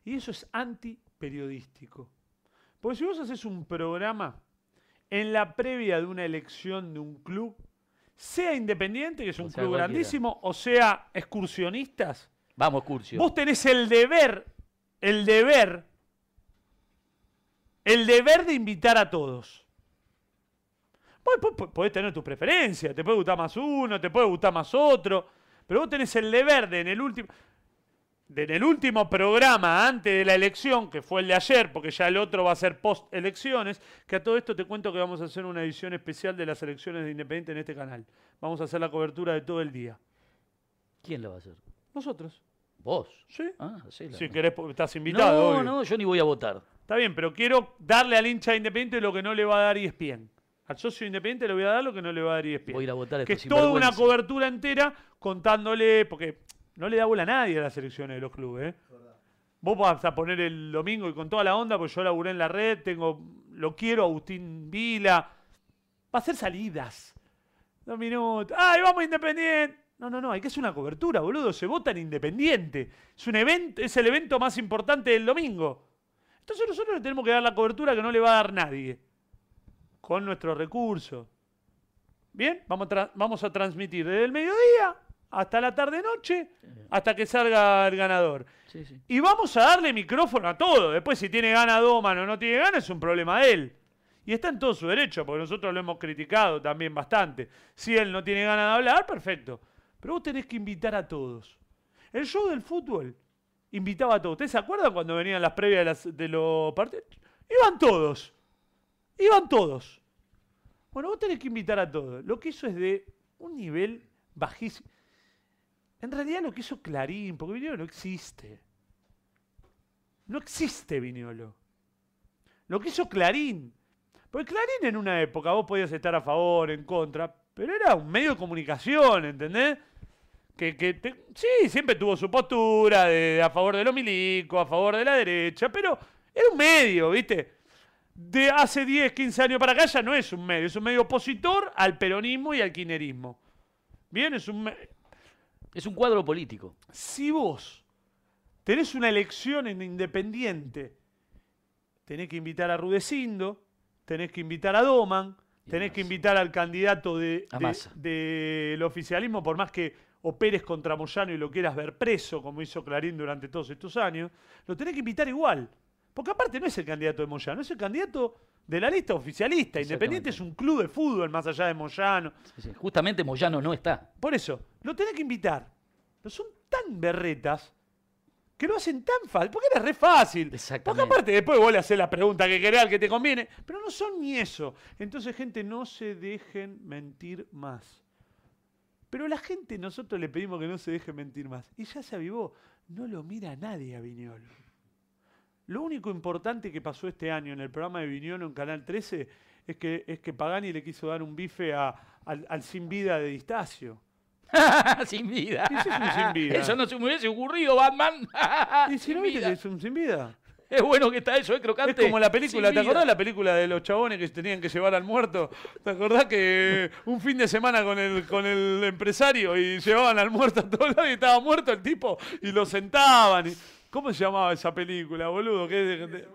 [SPEAKER 1] Y eso es antiperiodístico. Porque si vos haces un programa en la previa de una elección de un club, sea independiente, que es
[SPEAKER 2] O
[SPEAKER 1] un
[SPEAKER 2] sea,
[SPEAKER 1] club
[SPEAKER 2] cualquiera.
[SPEAKER 1] grandísimo, o sea excursionistas,
[SPEAKER 2] Vamos, Curcio.
[SPEAKER 1] Vos tenés el deber, el deber, el deber de invitar a todos. Vos po- po- podés tener tus preferencias, te puede gustar más uno, te puede gustar más otro, pero vos tenés el deber de en el último, de en el último programa antes de la elección, que fue el de ayer, porque ya el otro va a ser post elecciones, que a todo esto te cuento que vamos a hacer una edición especial de las elecciones de Independiente en este canal. Vamos a hacer la cobertura de todo el día.
[SPEAKER 2] ¿Quién la va a hacer?
[SPEAKER 1] Nosotros,
[SPEAKER 2] Vos.
[SPEAKER 1] ¿sí?
[SPEAKER 2] Ah, sí, la-
[SPEAKER 1] Si querés, po- estás invitado.
[SPEAKER 2] No,
[SPEAKER 1] obvio.
[SPEAKER 2] no, yo ni voy a votar.
[SPEAKER 1] Está bien, pero quiero darle al hincha de independiente lo que no le va a dar E ESPN. Al socio de independiente le voy a dar lo que no le va a dar E ESPN.
[SPEAKER 2] Voy a ir a votar a
[SPEAKER 1] Que es
[SPEAKER 2] estos
[SPEAKER 1] toda una
[SPEAKER 2] sinvergüenzas.
[SPEAKER 1] cobertura entera contándole, porque no le da bola a nadie a las elecciones de los clubes. ¿eh? Vos vas a poner el domingo y con toda la onda, porque yo laburé en la red, tengo, lo quiero, Agustín Vila. Va a ser salidas. Dos minutos. ¡Ay, vamos independiente! No, no, no, hay que hacer una cobertura, boludo. Se vota en independiente. Es, un evento, es el evento más importante del domingo. Entonces nosotros le tenemos que dar la cobertura que no le va a dar nadie. Con nuestros recursos. Bien, vamos a, tra- vamos a transmitir desde el mediodía hasta la tarde-noche, hasta que salga el ganador.
[SPEAKER 2] Sí, sí.
[SPEAKER 1] Y vamos a darle micrófono a todo. Después, si tiene gana Doman o no tiene gana, es un problema de él. Y está en todo su derecho, porque nosotros lo hemos criticado también bastante. Si él no tiene ganas de hablar, perfecto. Pero vos tenés que invitar a todos. El show del fútbol invitaba a todos. ¿Ustedes se acuerdan cuando venían las previas de, las- de los partidos? Iban todos. Iban todos. Bueno, vos tenés que invitar a todos. Lo que hizo es de un nivel bajísimo. En realidad lo que hizo Clarín, porque Viñolo no existe. No existe Viñolo. Lo que hizo Clarín. Porque Clarín en una época vos podías estar a favor, en contra, pero era un medio de comunicación, ¿entendés? Que, que te- sí, siempre tuvo su postura de, a favor de los milicos, a favor de la derecha, pero era un medio, ¿viste? De hace 10, 15 años para acá ya no es un medio, es un medio opositor al peronismo y al quinerismo. Bien, es un, me-
[SPEAKER 2] Es un cuadro político.
[SPEAKER 1] si vos tenés una elección en Independiente, tenés que invitar a Rudecindo, tenés que invitar a Doman,
[SPEAKER 2] Y a
[SPEAKER 1] tenés que
[SPEAKER 2] Massa.
[SPEAKER 1] invitar al candidato de-
[SPEAKER 2] A
[SPEAKER 1] de-
[SPEAKER 2] Massa.
[SPEAKER 1] del oficialismo, por más que operes contra Moyano y lo quieras ver preso, como hizo Clarín durante todos estos años, lo tenés que invitar igual. Porque aparte no es el candidato de Moyano, es el candidato de la lista oficialista. Independiente
[SPEAKER 2] Exactamente.
[SPEAKER 1] es un club de fútbol más allá de Moyano.
[SPEAKER 2] Sí, sí. Justamente Moyano no está.
[SPEAKER 1] Por eso, lo tenés que invitar. Pero son tan berretas que lo hacen tan fácil. Porque era re fácil. Porque
[SPEAKER 2] Exactamente.
[SPEAKER 1] aparte después vos le haces la pregunta que querés al que te conviene. Pero no son ni eso. Entonces, gente, no se dejen mentir más. Pero la gente, nosotros le pedimos que no se deje mentir más. Y ya se avivó. No lo mira nadie a Viñolo. Lo único importante que pasó este año en el programa de Viñolo en Canal 13 es que, es que Pagani le quiso dar un bife a- al, al sin vida de Distacio.
[SPEAKER 2] sin vida.
[SPEAKER 1] Ese es un sin vida.
[SPEAKER 2] Eso no se me hubiese ocurrido, Batman.
[SPEAKER 1] Y si
[SPEAKER 2] Sin
[SPEAKER 1] no viste
[SPEAKER 2] vida.
[SPEAKER 1] que es un sin vida.
[SPEAKER 2] Es bueno que está eso, es
[SPEAKER 1] Es
[SPEAKER 2] crocante.
[SPEAKER 1] como la película,
[SPEAKER 2] Sin
[SPEAKER 1] ¿te
[SPEAKER 2] vida.
[SPEAKER 1] acordás la película de los chabones que tenían que llevar al muerto? ¿Te acordás que un fin de semana con el, con el empresario y llevaban al muerto a todos lados y estaba muerto el tipo y lo sentaban? y- ¿Cómo se llamaba esa película, boludo? ¿Qué-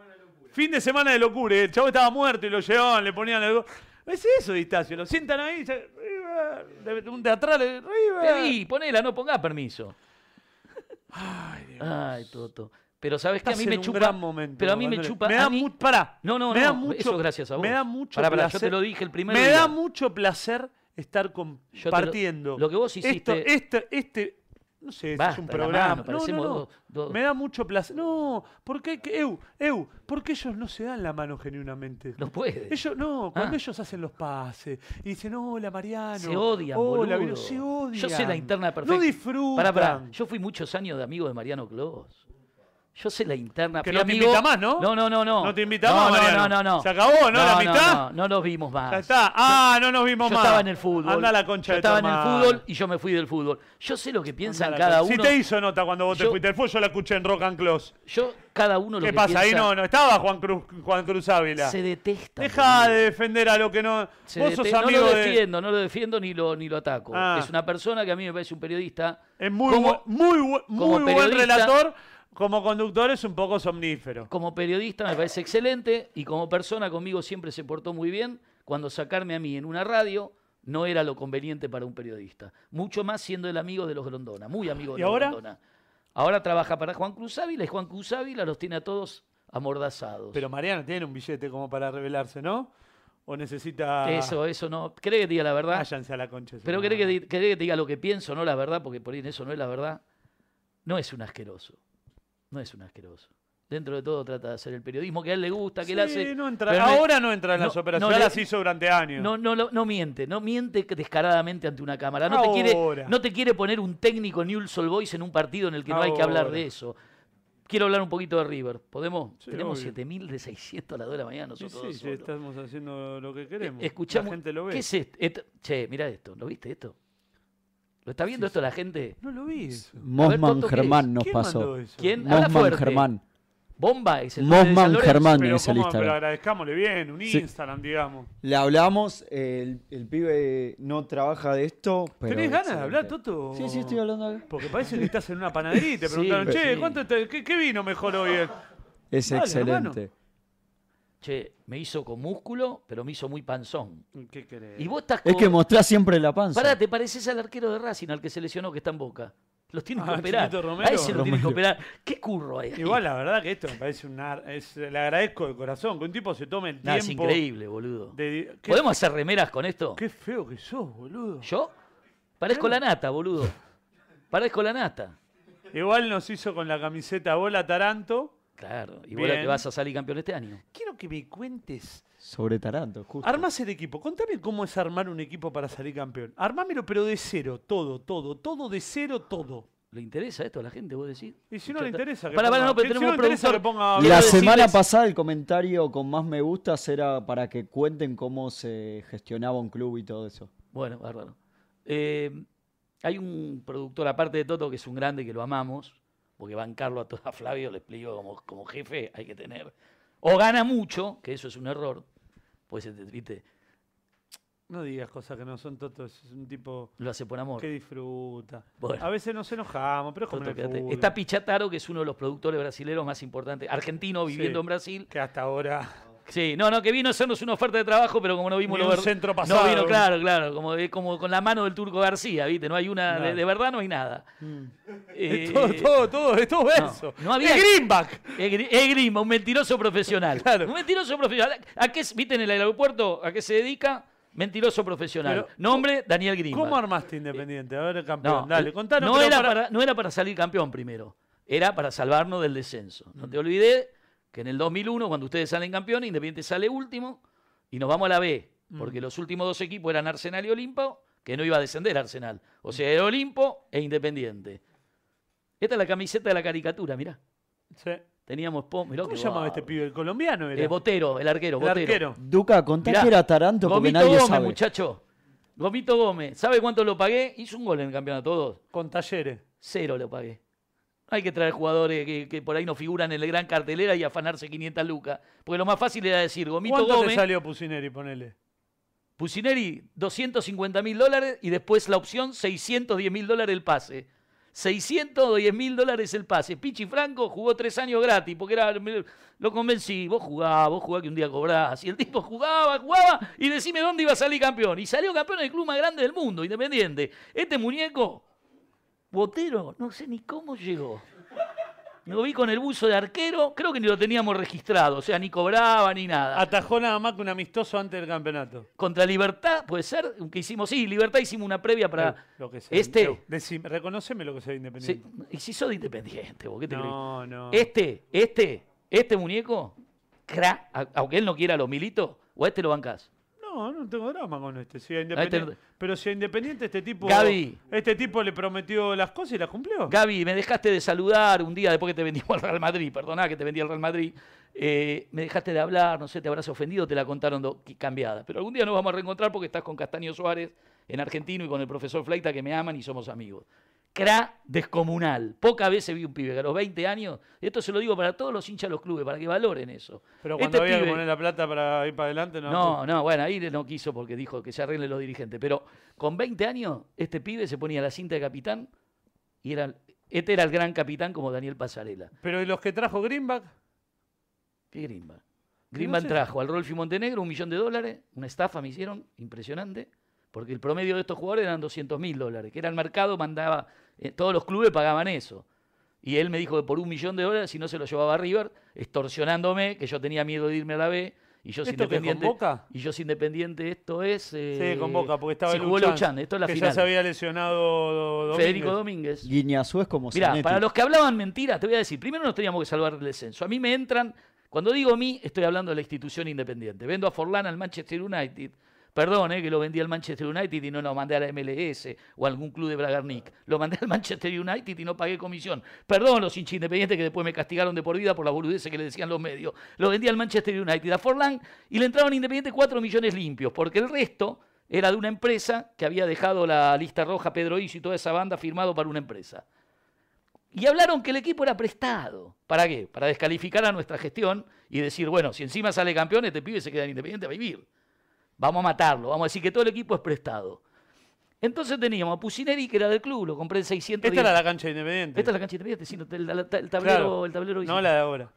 [SPEAKER 1] Fin de semana de locura. y El chavo estaba muerto y lo llevaban, le ponían algo. Es eso, Distacio. Lo sientan ahí, se- River, de, un de atrás, le- River.
[SPEAKER 2] Pedí, ponela, no ponga permiso. Ay, Toto. Pero sabes que a
[SPEAKER 1] Estás
[SPEAKER 2] mí me
[SPEAKER 1] en un
[SPEAKER 2] chupa.
[SPEAKER 1] gran momento,
[SPEAKER 2] pero a mí me
[SPEAKER 1] Andrés.
[SPEAKER 2] chupa.
[SPEAKER 1] Me
[SPEAKER 2] a
[SPEAKER 1] da
[SPEAKER 2] mí-
[SPEAKER 1] mu- pará.
[SPEAKER 2] No, no,
[SPEAKER 1] me
[SPEAKER 2] no,
[SPEAKER 1] da mucho,
[SPEAKER 2] eso gracias a vos.
[SPEAKER 1] Me da mucho
[SPEAKER 2] Pará, pará, yo
[SPEAKER 1] placer.
[SPEAKER 2] te lo dije el primero
[SPEAKER 1] Me
[SPEAKER 2] día.
[SPEAKER 1] da mucho placer estar
[SPEAKER 2] Yo te lo-
[SPEAKER 1] compartiendo.
[SPEAKER 2] lo que vos
[SPEAKER 1] Esto-
[SPEAKER 2] hiciste-
[SPEAKER 1] este, este, no sé, este es
[SPEAKER 2] Basta,
[SPEAKER 1] un
[SPEAKER 2] la
[SPEAKER 1] programa.
[SPEAKER 2] mano,
[SPEAKER 1] No, no,
[SPEAKER 2] parecemos
[SPEAKER 1] no.
[SPEAKER 2] dos- dos-
[SPEAKER 1] Me da mucho placer. No, porque hay que- eu, eu, porque ellos no se dan la mano genuinamente.
[SPEAKER 2] No puede.
[SPEAKER 1] Ellos, no, cuando
[SPEAKER 2] Ah.
[SPEAKER 1] ellos hacen los pases y dicen, hola Mariano.
[SPEAKER 2] Se odian,
[SPEAKER 1] hola,
[SPEAKER 2] boludo.
[SPEAKER 1] Se odian.
[SPEAKER 2] Yo sé la interna perfecta.
[SPEAKER 1] No disfrutan.
[SPEAKER 2] Pará, pará. Yo fui muchos años de amigo de Mariano Clos. Yo sé la interna.
[SPEAKER 1] Que
[SPEAKER 2] fui
[SPEAKER 1] no te
[SPEAKER 2] amigo-
[SPEAKER 1] invita más, ¿no?
[SPEAKER 2] No, no, no, no.
[SPEAKER 1] No te invita
[SPEAKER 2] No,
[SPEAKER 1] más,
[SPEAKER 2] no,
[SPEAKER 1] Mariano.
[SPEAKER 2] No, no, no.
[SPEAKER 1] Se acabó, ¿no? ¿La mitad?
[SPEAKER 2] No, no nos vimos más.
[SPEAKER 1] Ya está. Ah, no nos
[SPEAKER 2] Yo
[SPEAKER 1] vimos más.
[SPEAKER 2] estaba en el fútbol.
[SPEAKER 1] Anda la concha
[SPEAKER 2] Yo
[SPEAKER 1] de tu
[SPEAKER 2] estaba en el
[SPEAKER 1] hermana.
[SPEAKER 2] fútbol y yo me fui del fútbol. Yo sé lo que
[SPEAKER 1] Anda
[SPEAKER 2] piensan
[SPEAKER 1] la
[SPEAKER 2] cada
[SPEAKER 1] concha.
[SPEAKER 2] uno.
[SPEAKER 1] Si te hizo nota cuando vos te
[SPEAKER 2] Yo-
[SPEAKER 1] fuiste al fútbol, yo la escuché en Rock and Close.
[SPEAKER 2] Yo, cada uno lo
[SPEAKER 1] ¿Qué
[SPEAKER 2] que
[SPEAKER 1] pasa?
[SPEAKER 2] piensa.
[SPEAKER 1] Ahí no, no estaba Juan Cruz, Juan Cruz Ávila.
[SPEAKER 2] Se detesta.
[SPEAKER 1] Deja
[SPEAKER 2] boludo.
[SPEAKER 1] de defender a lo que no.
[SPEAKER 2] Se
[SPEAKER 1] vos sos
[SPEAKER 2] dete-
[SPEAKER 1] amigo
[SPEAKER 2] no lo
[SPEAKER 1] de.
[SPEAKER 2] defiendo, no lo defiendo ni lo, ni lo ataco.
[SPEAKER 1] Ah.
[SPEAKER 2] Es una persona que a mí me parece un periodista.
[SPEAKER 1] Es muy,
[SPEAKER 2] como,
[SPEAKER 1] bu- muy, bu-
[SPEAKER 2] como
[SPEAKER 1] muy buen
[SPEAKER 2] periodista-
[SPEAKER 1] relator. Como conductor es un poco somnífero.
[SPEAKER 2] como periodista me parece excelente y como persona conmigo siempre se portó muy bien. Cuando sacarme a mí en una radio no era lo conveniente para un periodista. Mucho más siendo el amigo de los Grondona, muy amigo
[SPEAKER 1] ¿Y
[SPEAKER 2] de los
[SPEAKER 1] ahora?
[SPEAKER 2] Grondona. Ahora trabaja para Juan Cruz Ávila y Juan Cruz Ávila los tiene a todos amordazados.
[SPEAKER 1] Pero Mariano tiene un billete como para revelarse, ¿no? O necesita.
[SPEAKER 2] Eso, eso no. ¿Cree que te diga la verdad?
[SPEAKER 1] Váyanse a la concha. de su
[SPEAKER 2] Pero
[SPEAKER 1] madre.
[SPEAKER 2] ¿querés que, di- querés que te diga lo que pienso, no la verdad, porque por ahí en eso no es la verdad. No es un asqueroso. No es un asqueroso. Dentro de todo trata de hacer el periodismo que a él le gusta, que él
[SPEAKER 1] Sí,
[SPEAKER 2] hace.
[SPEAKER 1] no entra-
[SPEAKER 2] pero
[SPEAKER 1] ahora no entra en las
[SPEAKER 2] no-
[SPEAKER 1] operaciones.
[SPEAKER 2] no le-
[SPEAKER 1] ahora sí hizo durante años.
[SPEAKER 2] No, no, lo- no miente, no miente que descaradamente ante una cámara. No te,
[SPEAKER 1] Ahora.
[SPEAKER 2] quiere, no te quiere poner un técnico ni un Sol Boys en un partido en el que no hay que hablar
[SPEAKER 1] Ahora.
[SPEAKER 2] de eso. Quiero hablar un poquito de River. ¿Podemos?
[SPEAKER 1] Sí,
[SPEAKER 2] Tenemos
[SPEAKER 1] obvio.
[SPEAKER 2] 7.000 de 600 a las 2 de la mañana
[SPEAKER 1] Sí,
[SPEAKER 2] nosotros.
[SPEAKER 1] sí,
[SPEAKER 2] dos
[SPEAKER 1] sí,
[SPEAKER 2] solos. Eh,
[SPEAKER 1] estamos haciendo lo que queremos.
[SPEAKER 2] Escuchamos.
[SPEAKER 1] La gente lo ve.
[SPEAKER 2] ¿Qué es esto? Esto- Che, mira esto. ¿Lo viste esto? ¿Lo está viendo esto la gente?
[SPEAKER 1] No lo vi. eso.
[SPEAKER 2] A ver,
[SPEAKER 5] Mosman
[SPEAKER 2] Toto, ¿qué es?
[SPEAKER 5] Germán nos
[SPEAKER 1] ¿Quién mandó
[SPEAKER 5] pasó.
[SPEAKER 1] eso?
[SPEAKER 2] ¿Quién? Habla
[SPEAKER 5] Mosman
[SPEAKER 2] fuerte.
[SPEAKER 5] Germán.
[SPEAKER 2] Bomba es el
[SPEAKER 5] Mosman
[SPEAKER 2] nombre de San Lorenzo.
[SPEAKER 5] Germán.
[SPEAKER 1] Pero,
[SPEAKER 5] es el
[SPEAKER 1] ¿cómo?
[SPEAKER 5] Instagram.
[SPEAKER 1] Pero agradezcámosle bien, un
[SPEAKER 5] Sí.
[SPEAKER 1] Instagram, digamos.
[SPEAKER 5] Le hablamos, eh, el, el pibe no trabaja de esto. Pero
[SPEAKER 1] ¿Tenés ganas de
[SPEAKER 5] excelente.
[SPEAKER 1] hablar, Toto?
[SPEAKER 5] Sí, sí, estoy hablando pues acá.
[SPEAKER 1] Porque parece que estás en una panadería y te
[SPEAKER 2] Sí,
[SPEAKER 1] preguntaron, che,
[SPEAKER 2] sí.
[SPEAKER 1] ¿cuánto te- qué, qué vino mejor hoy? eh?"
[SPEAKER 5] Es
[SPEAKER 1] Dale,
[SPEAKER 5] excelente.
[SPEAKER 2] Che, me hizo con músculo, pero me hizo muy panzón.
[SPEAKER 1] ¿Qué querés?
[SPEAKER 2] Y vos estás
[SPEAKER 5] Es que
[SPEAKER 2] con-
[SPEAKER 5] mostrás siempre la panza.
[SPEAKER 2] Pará, te pareces al arquero de Racing, al que se lesionó que está en Boca. Los tienen que
[SPEAKER 1] Ah,
[SPEAKER 2] operar.
[SPEAKER 1] Chiquito Romero.
[SPEAKER 2] A ese lo tienen que
[SPEAKER 5] Romero.
[SPEAKER 2] operar. ¿Qué curro es?
[SPEAKER 1] Igual, la verdad que esto me parece un ar- es- Le agradezco de corazón que un tipo se tome el
[SPEAKER 2] Nah, es
[SPEAKER 1] tiempo.
[SPEAKER 2] increíble, boludo.
[SPEAKER 1] de- qué,
[SPEAKER 2] ¿Podemos hacer remeras con esto?
[SPEAKER 1] qué feo que sos, boludo.
[SPEAKER 2] ¿Yo? Parezco la nata, boludo. Parezco la nata.
[SPEAKER 1] Igual nos hizo con la camiseta bola Taranto.
[SPEAKER 2] Claro, y
[SPEAKER 1] Bien.
[SPEAKER 2] vos te vas a salir campeón este año.
[SPEAKER 1] Quiero que me cuentes
[SPEAKER 5] Sobre Taranto, justo.
[SPEAKER 1] Armás el equipo. Contame cómo es armar un equipo para salir campeón. Armámelo, pero de cero, todo, todo, todo de cero, todo.
[SPEAKER 2] ¿Le interesa esto a la gente, vos decís?
[SPEAKER 1] Y si no le interesa, que
[SPEAKER 2] Para,
[SPEAKER 1] ponga-
[SPEAKER 2] no, pero
[SPEAKER 1] si- si
[SPEAKER 2] tenemos
[SPEAKER 1] no
[SPEAKER 2] un
[SPEAKER 1] le interesa,
[SPEAKER 2] productor.
[SPEAKER 1] que ponga-
[SPEAKER 5] La
[SPEAKER 2] Quiero
[SPEAKER 5] semana
[SPEAKER 2] decirles-
[SPEAKER 5] pasada el comentario con más me gustas era para que cuenten cómo se gestionaba un club y todo eso.
[SPEAKER 2] Bueno, bárbaro. Eh, hay un productor, aparte de Toto, que es un grande, que lo amamos, porque bancarlo a, to- a Flavio, le explico, como, como jefe hay que tener. O gana mucho, que eso es un error, pues este, viste,
[SPEAKER 1] No digas cosas que no son totos. Es un tipo
[SPEAKER 2] lo hace por amor.
[SPEAKER 1] que disfruta.
[SPEAKER 2] Bueno.
[SPEAKER 1] A veces nos enojamos, pero es como
[SPEAKER 2] Toto,
[SPEAKER 1] en el
[SPEAKER 2] quédate.
[SPEAKER 1] fútbol,
[SPEAKER 2] Está Pichataro, que es uno de los productores brasileños más importantes, argentino, viviendo
[SPEAKER 1] Sí.
[SPEAKER 2] en Brasil.
[SPEAKER 1] que hasta ahora.
[SPEAKER 2] Sí, no, no, que vino a hacernos una oferta de trabajo, pero como no vimos
[SPEAKER 1] Ni
[SPEAKER 2] lo
[SPEAKER 1] un
[SPEAKER 2] ver-
[SPEAKER 1] centro
[SPEAKER 2] No
[SPEAKER 1] pasado.
[SPEAKER 2] vino, claro, claro, como, eh, como con la mano del turco García, ¿viste? No hay una, de,
[SPEAKER 1] Nada.
[SPEAKER 2] de verdad no hay nada.
[SPEAKER 1] es
[SPEAKER 2] Eh,
[SPEAKER 1] Mm. todo, todo, todo, es todo
[SPEAKER 2] no,
[SPEAKER 1] eso.
[SPEAKER 2] no había-
[SPEAKER 1] ¡Es Greenback!
[SPEAKER 2] Es gri- es Grima, un mentiroso profesional.
[SPEAKER 1] Claro.
[SPEAKER 2] Un mentiroso profesional. ¿A qué, se- viste en el aeropuerto? ¿A qué se dedica? Mentiroso profesional.
[SPEAKER 1] Pero,
[SPEAKER 2] Nombre, Daniel Grima.
[SPEAKER 1] ¿Cómo armaste Independiente? A ver, campeón, dale, contanos.
[SPEAKER 2] No
[SPEAKER 1] pero
[SPEAKER 2] era
[SPEAKER 1] para-
[SPEAKER 2] para... no era para salir campeón primero. Era para salvarnos del descenso. No te olvides que en el 2001, cuando ustedes salen campeón, Independiente sale último y nos vamos a la B.
[SPEAKER 1] Mm.
[SPEAKER 2] Porque los últimos dos equipos eran Arsenal y Olimpo, que no iba a descender Arsenal. O sea, era Olimpo e Independiente. Esta es la camiseta de la caricatura, mirá.
[SPEAKER 1] Sí.
[SPEAKER 2] Teníamos... po- mirá
[SPEAKER 1] ¿Cómo
[SPEAKER 2] qué
[SPEAKER 1] se llamaba este
[SPEAKER 2] bárbaro.
[SPEAKER 1] pibe? ¿El colombiano era?
[SPEAKER 2] Eh, Botero, el arquero,
[SPEAKER 1] El
[SPEAKER 2] Botero.
[SPEAKER 1] arquero.
[SPEAKER 5] Duca, contá
[SPEAKER 2] Mirá,
[SPEAKER 5] que era Taranto porque
[SPEAKER 2] Gomito
[SPEAKER 5] nadie
[SPEAKER 2] Gómez,
[SPEAKER 5] sabe.
[SPEAKER 2] muchacho. Gomito Gómez, ¿sabe cuánto lo pagué? Hizo un gol en el campeonato 2.
[SPEAKER 1] Con talleres.
[SPEAKER 2] Cero lo pagué. No hay que traer jugadores que, que por ahí no figuran en la gran cartelera y afanarse 500 lucas. Porque lo más fácil era decir, Gomito
[SPEAKER 1] ¿Cuánto te
[SPEAKER 2] Gómez,
[SPEAKER 1] salió Pusineri, ponele?
[SPEAKER 2] Pusineri, 250 mil dólares y después la opción, 610 mil dólares el pase. 610 mil dólares el pase. Pichi Franco jugó tres años gratis porque era, me- lo convencí. Vos jugabas, vos jugabas que un día cobrás. Y el tipo jugaba, jugaba y decime dónde iba a salir campeón. Y salió campeón en el club más grande del mundo, independiente. Este muñeco, Botero, no sé ni cómo llegó. Lo vi con el buzo de arquero, creo que ni lo teníamos registrado, o sea, ni cobraba ni nada
[SPEAKER 1] Atajó nada más que un amistoso antes del campeonato.
[SPEAKER 2] contra Libertad, puede ser, que hicimos, sí, Libertad hicimos una previa para
[SPEAKER 1] Eh, Lo que sea.
[SPEAKER 2] este.
[SPEAKER 1] Decime, reconoceme lo que sea
[SPEAKER 2] Sí,
[SPEAKER 1] independiente.
[SPEAKER 2] y si sos de independiente, vos, ¿qué te
[SPEAKER 1] No, no.
[SPEAKER 2] crees? Este, este, este muñeco, cra, a- aunque él no quiera los militos, o a este lo bancás.
[SPEAKER 1] No, no tengo drama con este. Si a
[SPEAKER 2] este
[SPEAKER 1] Independiente,
[SPEAKER 2] no te-
[SPEAKER 1] Pero si a Independiente este tipo.
[SPEAKER 2] Gaby.
[SPEAKER 1] Este tipo le prometió las cosas y las cumplió.
[SPEAKER 2] Gaby, me dejaste de saludar un día después que te vendimos al Real Madrid, perdoná que te vendí al Real Madrid. eh, me dejaste de hablar, no sé, te habrás ofendido, te la contaron do- qui- cambiada. Pero algún día nos vamos a reencontrar porque estás con Castaño Suárez en Argentino y con el profesor Fleita que me aman y somos amigos. Cra descomunal. Pocas veces vi un pibe que a los 20 años, y esto se lo digo para todos los hinchas de los clubes, para que valoren eso.
[SPEAKER 1] Pero
[SPEAKER 2] Este
[SPEAKER 1] cuando había que
[SPEAKER 2] pibe-
[SPEAKER 1] poner la plata para ir para adelante, no.
[SPEAKER 2] no, no, bueno, ahí no quiso porque dijo que se arreglen los dirigentes. Pero con 20 años, este pibe se ponía la cinta de capitán y era, este era el gran capitán como Daniel Pasarela.
[SPEAKER 1] Pero ¿y los que trajo Greenback?
[SPEAKER 2] ¿Qué Grimba? Grimba
[SPEAKER 1] sé.
[SPEAKER 2] trajo al Rolfi Montenegro un millón de dólares, una estafa me hicieron, impresionante, porque el promedio de estos jugadores eran 200 mil dólares, que era el mercado, mandaba, eh, todos los clubes pagaban eso. Y él me dijo que por un millón de dólares, si no se lo llevaba a River, extorsionándome, que yo tenía miedo de irme a la B, y yo sin
[SPEAKER 1] ¿Esto que
[SPEAKER 2] independiente.
[SPEAKER 1] convoca?
[SPEAKER 2] Y yo sin independiente, esto es. eh,
[SPEAKER 1] Sí, con Boca, porque estaba
[SPEAKER 2] se
[SPEAKER 1] el
[SPEAKER 2] jugó
[SPEAKER 1] Luchán,
[SPEAKER 2] Luchán, esto es la
[SPEAKER 1] que
[SPEAKER 2] final.
[SPEAKER 1] ya se había lesionado Do- Domínguez.
[SPEAKER 2] Federico Domínguez.
[SPEAKER 5] Guiñazú es como
[SPEAKER 2] Mirá,
[SPEAKER 5] Zanetti.
[SPEAKER 2] para los que hablaban mentiras, te voy a decir, primero nos teníamos que salvar del descenso. A mí me entran, cuando digo a mí, estoy hablando de la institución independiente. Vendo a Forlán al Manchester United. Perdón, eh, que lo vendí al Manchester United y no lo mandé a la MLS o a algún club de Bragarnik. Lo mandé al Manchester United y no pagué comisión. Perdón, los hinchas independientes que después me castigaron de por vida por las boludeces que le decían los medios. Lo vendí al Manchester United, a Forlán, y le entraron independiente 4 millones limpios, porque el resto era de una empresa que había dejado la lista roja Pedro Iso y toda esa banda firmado para una empresa. Y hablaron que el equipo era prestado. ¿Para qué? Para descalificar a nuestra gestión y decir, bueno, si encima sale campeón, este pibe se queda en Independiente a vivir. Vamos a matarlo, vamos a decir que todo el equipo es prestado. Entonces teníamos a Pusineri, que era del club, lo compré en 600.
[SPEAKER 1] Esta era la cancha de Independiente.
[SPEAKER 2] Esta es la cancha de Independiente, sí, no, el, el- el tablero,
[SPEAKER 1] Claro.
[SPEAKER 2] el tablero
[SPEAKER 1] No la de ahora.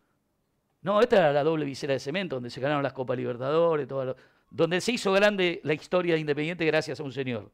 [SPEAKER 2] no, esta era la doble visera de cemento, donde se ganaron las Copas Libertadores, todo lo- donde se hizo grande la historia de Independiente gracias a un señor,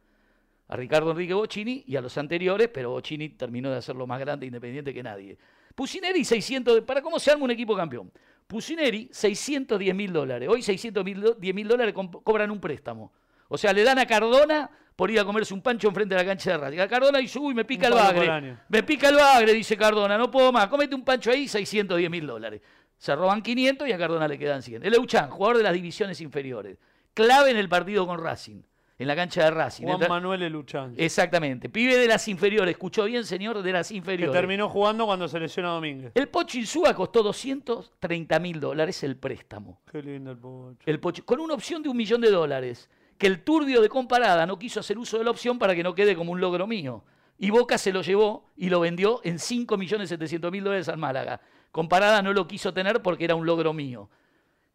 [SPEAKER 2] a Ricardo Enrique Bocini y a los anteriores, pero Bocini terminó de hacerlo más grande e Independiente que nadie. Pusineri, 600, de- ¿para cómo se arma un equipo campeón? Pusineri, 610 mil dólares. Hoy 610 mil dólares comp- cobran un préstamo. O sea, le dan a Cardona por ir a comerse un pancho enfrente de la cancha de Racing. A Cardona y uy, me pica el
[SPEAKER 1] palo por
[SPEAKER 2] bagre.
[SPEAKER 1] año.
[SPEAKER 2] Me pica el bagre, dice Cardona, no puedo más. Cómete un pancho ahí, 610 mil dólares. Se roban 500 y a Cardona le quedan 100. El Euchán, jugador de las divisiones inferiores. Clave en el partido con Racing, en la cancha de Racing.
[SPEAKER 1] Juan
[SPEAKER 2] Entra-
[SPEAKER 1] Manuel Luchán.
[SPEAKER 2] Exactamente. Pibe de las inferiores. Escuchó bien, señor, de las
[SPEAKER 1] Que
[SPEAKER 2] inferiores.
[SPEAKER 1] terminó jugando cuando se lesiona Domínguez.
[SPEAKER 2] El Pocho Insúa costó 230 mil dólares el préstamo.
[SPEAKER 1] Qué lindo el pocho.
[SPEAKER 2] El Pocho- con una opción de un millón de dólares, que el turbio de comparada no quiso hacer uso de la opción para que no quede como un logro mío. Y Boca se lo llevó y lo vendió en 5.700.000 dólares al Málaga. Comparada no lo quiso tener porque era un logro mío.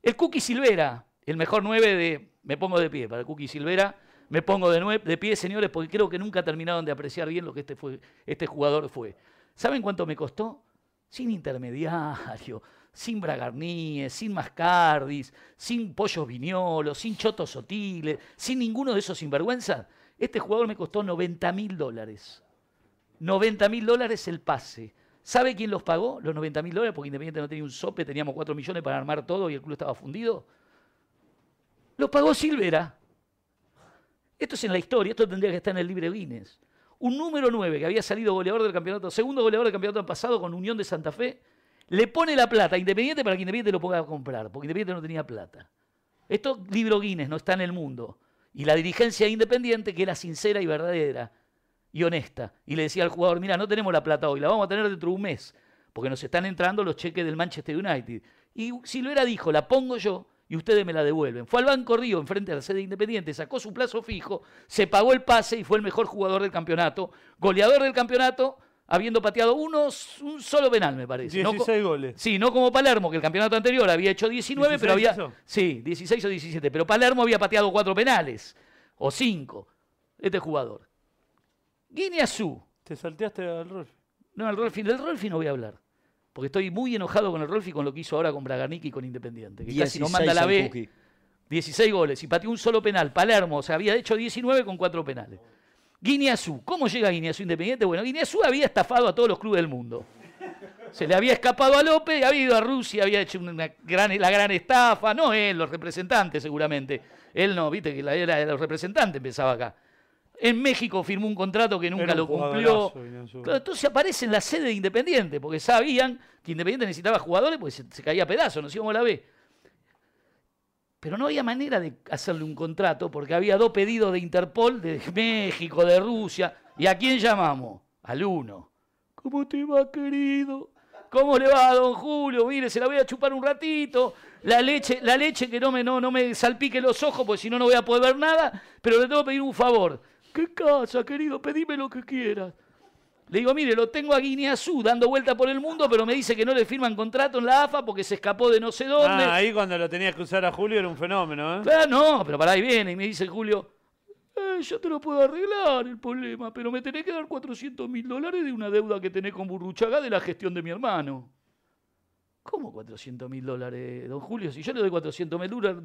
[SPEAKER 2] El Cookie Silvera, el mejor 9 de... Me pongo de pie para el Cookie Silvera. Me pongo de, nue- de pie, señores, porque creo que nunca terminaron de apreciar bien lo que este, fue, este jugador fue. ¿Saben cuánto me costó? Sin intermediario, sin Bragarníes, sin Mascardis, sin Pollos Viñolos, sin Chotos Sotiles, sin ninguno de esos sinvergüenzas. Este jugador me costó 90 mil dólares. 90 mil dólares el pase. ¿Sabe quién los pagó? Los 90 mil dólares, porque Independiente no tenía un sope, teníamos 4 millones para armar todo y el club estaba fundido. Los pagó Silvera. Esto es en la historia, esto tendría que estar en el libre Guinness. Un número 9 que había salido goleador del campeonato, segundo goleador del campeonato pasado con Unión de Santa Fe, le pone la plata a Independiente para que Independiente lo pueda comprar, porque Independiente no tenía plata. Esto libro Guinness no está en el mundo. Y la dirigencia de independiente, que era sincera y verdadera y honesta, y le decía al jugador, mira, no tenemos la plata hoy, la vamos a tener dentro de un mes, porque nos están entrando los cheques del Manchester United. Y Silvera dijo, la pongo yo y ustedes me la devuelven. Fue al Banco Río, enfrente de la sede de Independiente, sacó su plazo fijo, se pagó el pase y fue el mejor jugador del campeonato, goleador del campeonato, habiendo pateado unos, un solo penal, me parece. No co-
[SPEAKER 1] 16 goles.
[SPEAKER 2] Sí, no como Palermo, que el campeonato anterior había hecho 19, pero
[SPEAKER 1] 16
[SPEAKER 2] había.
[SPEAKER 1] hizo.
[SPEAKER 2] Sí, 16 o 17, pero Palermo había pateado cuatro penales, o cinco, este jugador. Guineazú.
[SPEAKER 1] Te salteaste al Rolfi.
[SPEAKER 2] No, el Rolfi, del Rolfi no voy a hablar. Porque estoy muy enojado con el Rolfi con lo que hizo ahora con Braganic y con Independiente. Que casi nos manda a la
[SPEAKER 5] al
[SPEAKER 2] B.
[SPEAKER 5] Cookie.
[SPEAKER 2] 16 goles y pateó un solo penal. Palermo, o sea, había hecho 19 con cuatro penales. Guineazú, ¿cómo llega Guineazú Independiente? Bueno, Guineazú había estafado a todos los clubes del mundo. Se le había escapado a López, había ido a Rusia, había hecho una gran, la gran estafa, no él, los representantes seguramente. Él no, viste que la era de los representantes empezaba acá. En México firmó un contrato que nunca
[SPEAKER 1] Era un
[SPEAKER 2] lo cumplió.
[SPEAKER 1] jugadorazo, Guineazú.
[SPEAKER 2] Claro, entonces aparece en la sede de Independiente, porque sabían que Independiente necesitaba jugadores porque se, se caía a pedazos, nos íbamos a la B. Pero no había manera de hacerle un contrato porque había dos pedidos de Interpol de México, de Rusia. ¿Y a quién llamamos? Al uno. ¿Cómo te va, querido? ¿Cómo le va, don Julio? Mire, se la voy a chupar un ratito. La leche, la leche que no me, no, no me salpique los ojos, porque si no, no voy a poder ver nada. Pero le tengo que pedir un favor. ¿Qué casa, querido? Pedime lo que quieras. Le digo, mire, lo tengo a Guineazú dando vuelta por el mundo, pero me dice que no le firman contrato en la AFA porque se escapó de no sé dónde.
[SPEAKER 1] Ah, ahí cuando lo tenías que usar a Julio era un fenómeno, ¿eh?
[SPEAKER 2] Claro, no, pero para ahí viene y me dice Julio, "Eh, yo te lo puedo arreglar el problema, pero me tenés que dar 400 mil dólares de una deuda que tenés con Burruchaga de la gestión de mi hermano. ¿Cómo 400 mil dólares, don Julio? Si yo le doy 400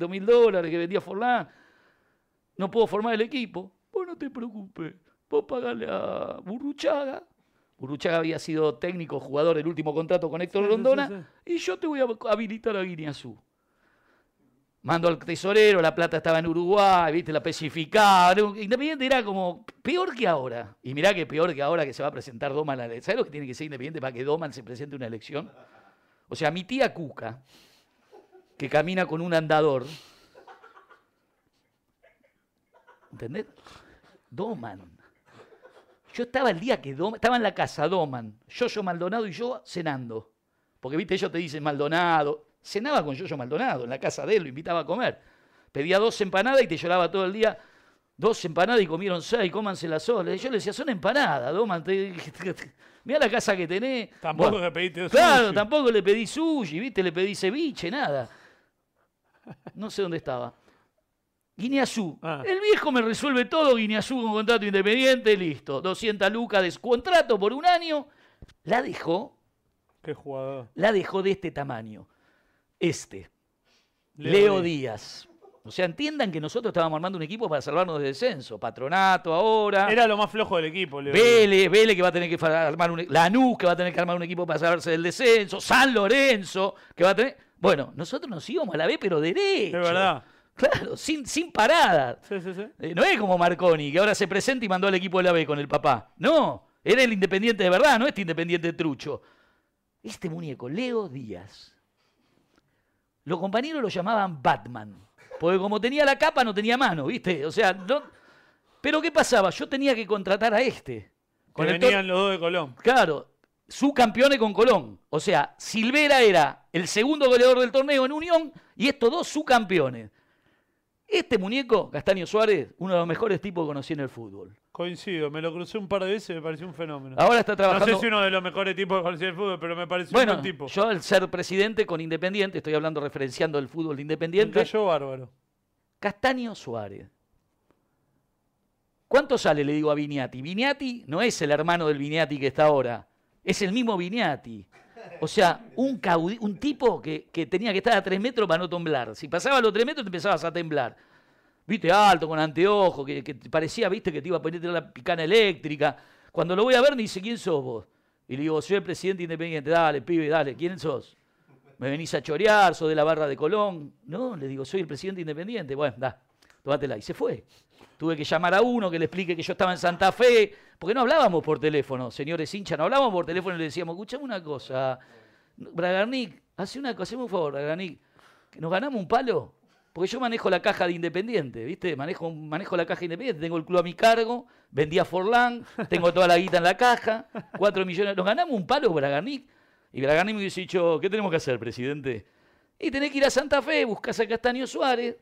[SPEAKER 2] mil dólares que vendía Forlán, no puedo formar el equipo. Vos no te preocupes, vos pagale a Burruchaga. Burruchaga había sido técnico, jugador del último contrato con Héctor
[SPEAKER 1] Sí, sí,
[SPEAKER 2] Rondona,
[SPEAKER 1] sí,
[SPEAKER 2] y yo te voy a habilitar a Guineazú. Mando al tesorero, la plata estaba en Uruguay, viste, la especificaron. Independiente era como peor que ahora. Y mirá que peor que ahora que se va a presentar Doman a la ¿Sabes lo que tiene que ser Independiente para que Doman se presente a una elección? O sea, mi tía Cuca, que camina con un andador. ¿Entendés? Doman. Yo estaba el día que Doman, estaba en la casa Doman, Yoyo Maldonado y yo cenando. Porque, viste, ellos te dicen Maldonado. Cenaba con Yoyo Maldonado en la casa de él, lo invitaba a comer. Pedía dos empanadas y te lloraba todo el día. Dos empanadas y comieron seis, cómanselas solas. Y Yo le decía, son empanadas, Doman. te- Mirá la casa que tenés.
[SPEAKER 1] Tampoco
[SPEAKER 2] Bueno,
[SPEAKER 1] que pediste dos
[SPEAKER 2] Claro,
[SPEAKER 1] sushi.
[SPEAKER 2] tampoco le pedí sushi, ¿viste? Le pedí ceviche, nada. No sé dónde estaba. Guineazú.
[SPEAKER 1] Ah.
[SPEAKER 2] El viejo me resuelve todo, Guineazú con contrato independiente, listo. 200 lucas de contrato por un año. La dejó,
[SPEAKER 1] Qué jugador.
[SPEAKER 2] la dejó de este tamaño. Este. Leo, Díaz. O sea, entiendan que nosotros estábamos armando un equipo para salvarnos de descenso. Patronato ahora.
[SPEAKER 1] Era lo más flojo del equipo, Leo. Díaz.
[SPEAKER 2] Vélez, Vélez que va a tener que fa- armar un e, Lanús que va a tener que armar un equipo para salvarse del descenso, San Lorenzo que va a tener. Bueno, nosotros nos íbamos a la B pero derecho.
[SPEAKER 1] Es verdad.
[SPEAKER 2] Claro, sin, sin parada.
[SPEAKER 1] Sí, sí, sí.
[SPEAKER 2] Eh, no es como Marconi, que ahora se presenta y mandó al equipo de la B con el papá. No, era el independiente de verdad, no este independiente trucho. Este muñeco, Leo Díaz. Los compañeros lo llamaban Batman. Porque como tenía la capa, no tenía mano, ¿viste? O sea, no. Pero ¿qué pasaba? Yo tenía que contratar a este.
[SPEAKER 1] Que
[SPEAKER 2] Con el
[SPEAKER 1] venían los dos de Colón.
[SPEAKER 2] tor- Claro, subcampeones con Colón. O sea, Silvera era el segundo goleador del torneo en Unión y estos dos subcampeones. Este muñeco, Castaño Suárez, uno de los mejores tipos que conocí en el fútbol.
[SPEAKER 1] Coincido, me lo crucé un par de veces y me pareció un fenómeno.
[SPEAKER 2] Ahora está trabajando.
[SPEAKER 1] No sé si uno de los mejores tipos que conocí el fútbol, pero me pareció un
[SPEAKER 2] bueno,
[SPEAKER 1] buen tipo.
[SPEAKER 2] yo al ser presidente con Independiente, estoy hablando referenciando el fútbol de
[SPEAKER 1] Me
[SPEAKER 2] Independiente.
[SPEAKER 1] cayó bárbaro.
[SPEAKER 2] Castaño Suárez. ¿Cuánto sale? Le digo a Viniati. Viniati no es el hermano del Viniati que está ahora. Es el mismo Viniati. O sea, un, caudi- un tipo que, que tenía que estar a tres metros para no temblar. Si pasaba los tres metros, te empezabas a temblar. Viste, alto, con anteojos, que, que te parecía, viste, que te iba a poner la picana eléctrica. Cuando lo voy a ver, me dice, ¿quién sos vos? Y le digo, soy el presidente independiente. Dale, pibe, dale, ¿quién sos? ¿Me venís a chorear? ¿Sos de la barra de Colón? No, le digo, soy el presidente independiente. Bueno, da, tómatela. Y se fue. Tuve que llamar a uno que le explique que yo estaba en Santa Fe, porque no hablábamos por teléfono, señores hinchas, no hablábamos por teléfono y le decíamos, escuchame una cosa, Bragarnik, hace una cosa, haceme un favor, Bragarnik, que nos ganamos un palo, porque yo manejo la caja de Independiente, ¿viste? Manejo, manejo la caja de Independiente, tengo el club a mi cargo, vendí a Forlán, tengo toda la guita en la caja, cuatro millones, nos ganamos un palo, Bragarnik, y Bragarnik me hubiese dicho, ¿qué tenemos que hacer, presidente? Y tenés que ir a Santa Fe, buscas a Castaño Suárez,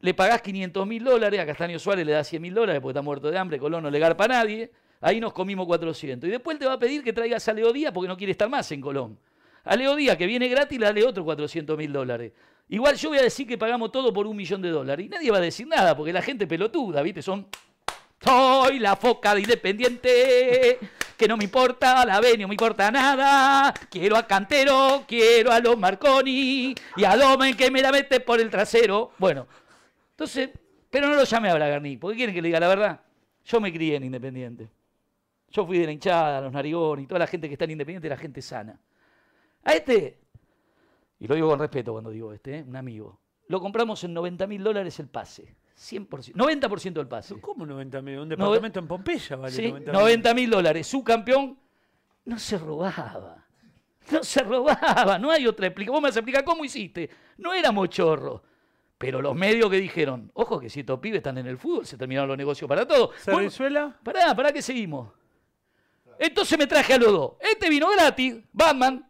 [SPEAKER 2] le pagás 500 mil dólares, a Castaño Suárez le das 100 mil dólares porque está muerto de hambre, Colón no le garpa a nadie, ahí nos comimos 400. Y después te va a pedir que traigas a Leo Díaz porque no quiere estar más en Colón. A Leo Díaz, que viene gratis, le dale otros 400 mil dólares. Igual yo voy a decir que pagamos todo por un millón de dólares. Y nadie va a decir nada porque la gente pelotuda, ¿viste? Son soy la foca de Independiente, que no me importa la B, no me importa nada. Quiero a Cantero, quiero a los Marconi y a Domen que me la mete por el trasero. Bueno, entonces, pero no lo llame a Bragarni, porque quieren que le diga la verdad. Yo me crié en Independiente. Yo fui de la hinchada, los narigones y toda la gente que está en Independiente era gente sana. A este, y lo digo con respeto cuando digo este, ¿eh? un amigo, lo compramos en 90 mil dólares el pase. 100%, 90% del pase.
[SPEAKER 1] ¿Cómo 90 mil? Un departamento en Pompeya vale
[SPEAKER 2] Sí,
[SPEAKER 1] 90 mil.
[SPEAKER 2] 90 mil dólares. Su campeón no se robaba. No se robaba. No hay otra explicación. Vos me vas a explicar cómo hiciste. No éramos chorros. Pero los medios que dijeron, ojo que si estos pibes están en el fútbol, se terminaron los negocios para todos. Bueno,
[SPEAKER 1] ¿Serrizuela?
[SPEAKER 2] pará, pará que seguimos. Entonces me traje a los dos. Este vino gratis, Batman.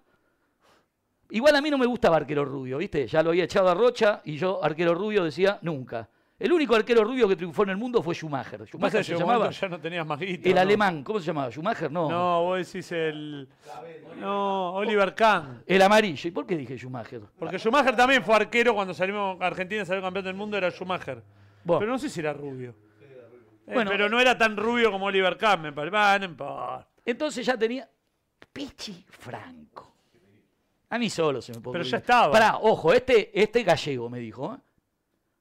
[SPEAKER 2] Igual a mí no me gustaba arquero rubio, ¿viste? Ya lo había echado a Rocha y yo, arquero rubio, decía nunca. El único arquero rubio que triunfó en el mundo fue Schumacher.
[SPEAKER 1] Más
[SPEAKER 2] Schumacher
[SPEAKER 1] allá
[SPEAKER 2] se
[SPEAKER 1] de un
[SPEAKER 2] llamaba.
[SPEAKER 1] momento ya no tenías más guita.
[SPEAKER 2] El
[SPEAKER 1] ¿no?
[SPEAKER 2] alemán, ¿cómo se llamaba? ¿Schumacher? No.
[SPEAKER 1] No, vos decís el. No, Oliver Kahn.
[SPEAKER 2] El amarillo. ¿Y por qué dije Schumacher?
[SPEAKER 1] Porque Schumacher también fue arquero cuando salimos Argentina salió campeón del mundo, era Schumacher.
[SPEAKER 2] Bueno.
[SPEAKER 1] Pero no sé si era rubio. Eh,
[SPEAKER 2] Bueno.
[SPEAKER 1] pero no era tan rubio como Oliver Kahn, me parece. Van, en par.
[SPEAKER 2] Entonces ya tenía Pichi Franco. A mí solo se me puede
[SPEAKER 1] Pero
[SPEAKER 2] ocurrir.
[SPEAKER 1] ya estaba.
[SPEAKER 2] Pará, ojo, este, este gallego me dijo. ¿eh?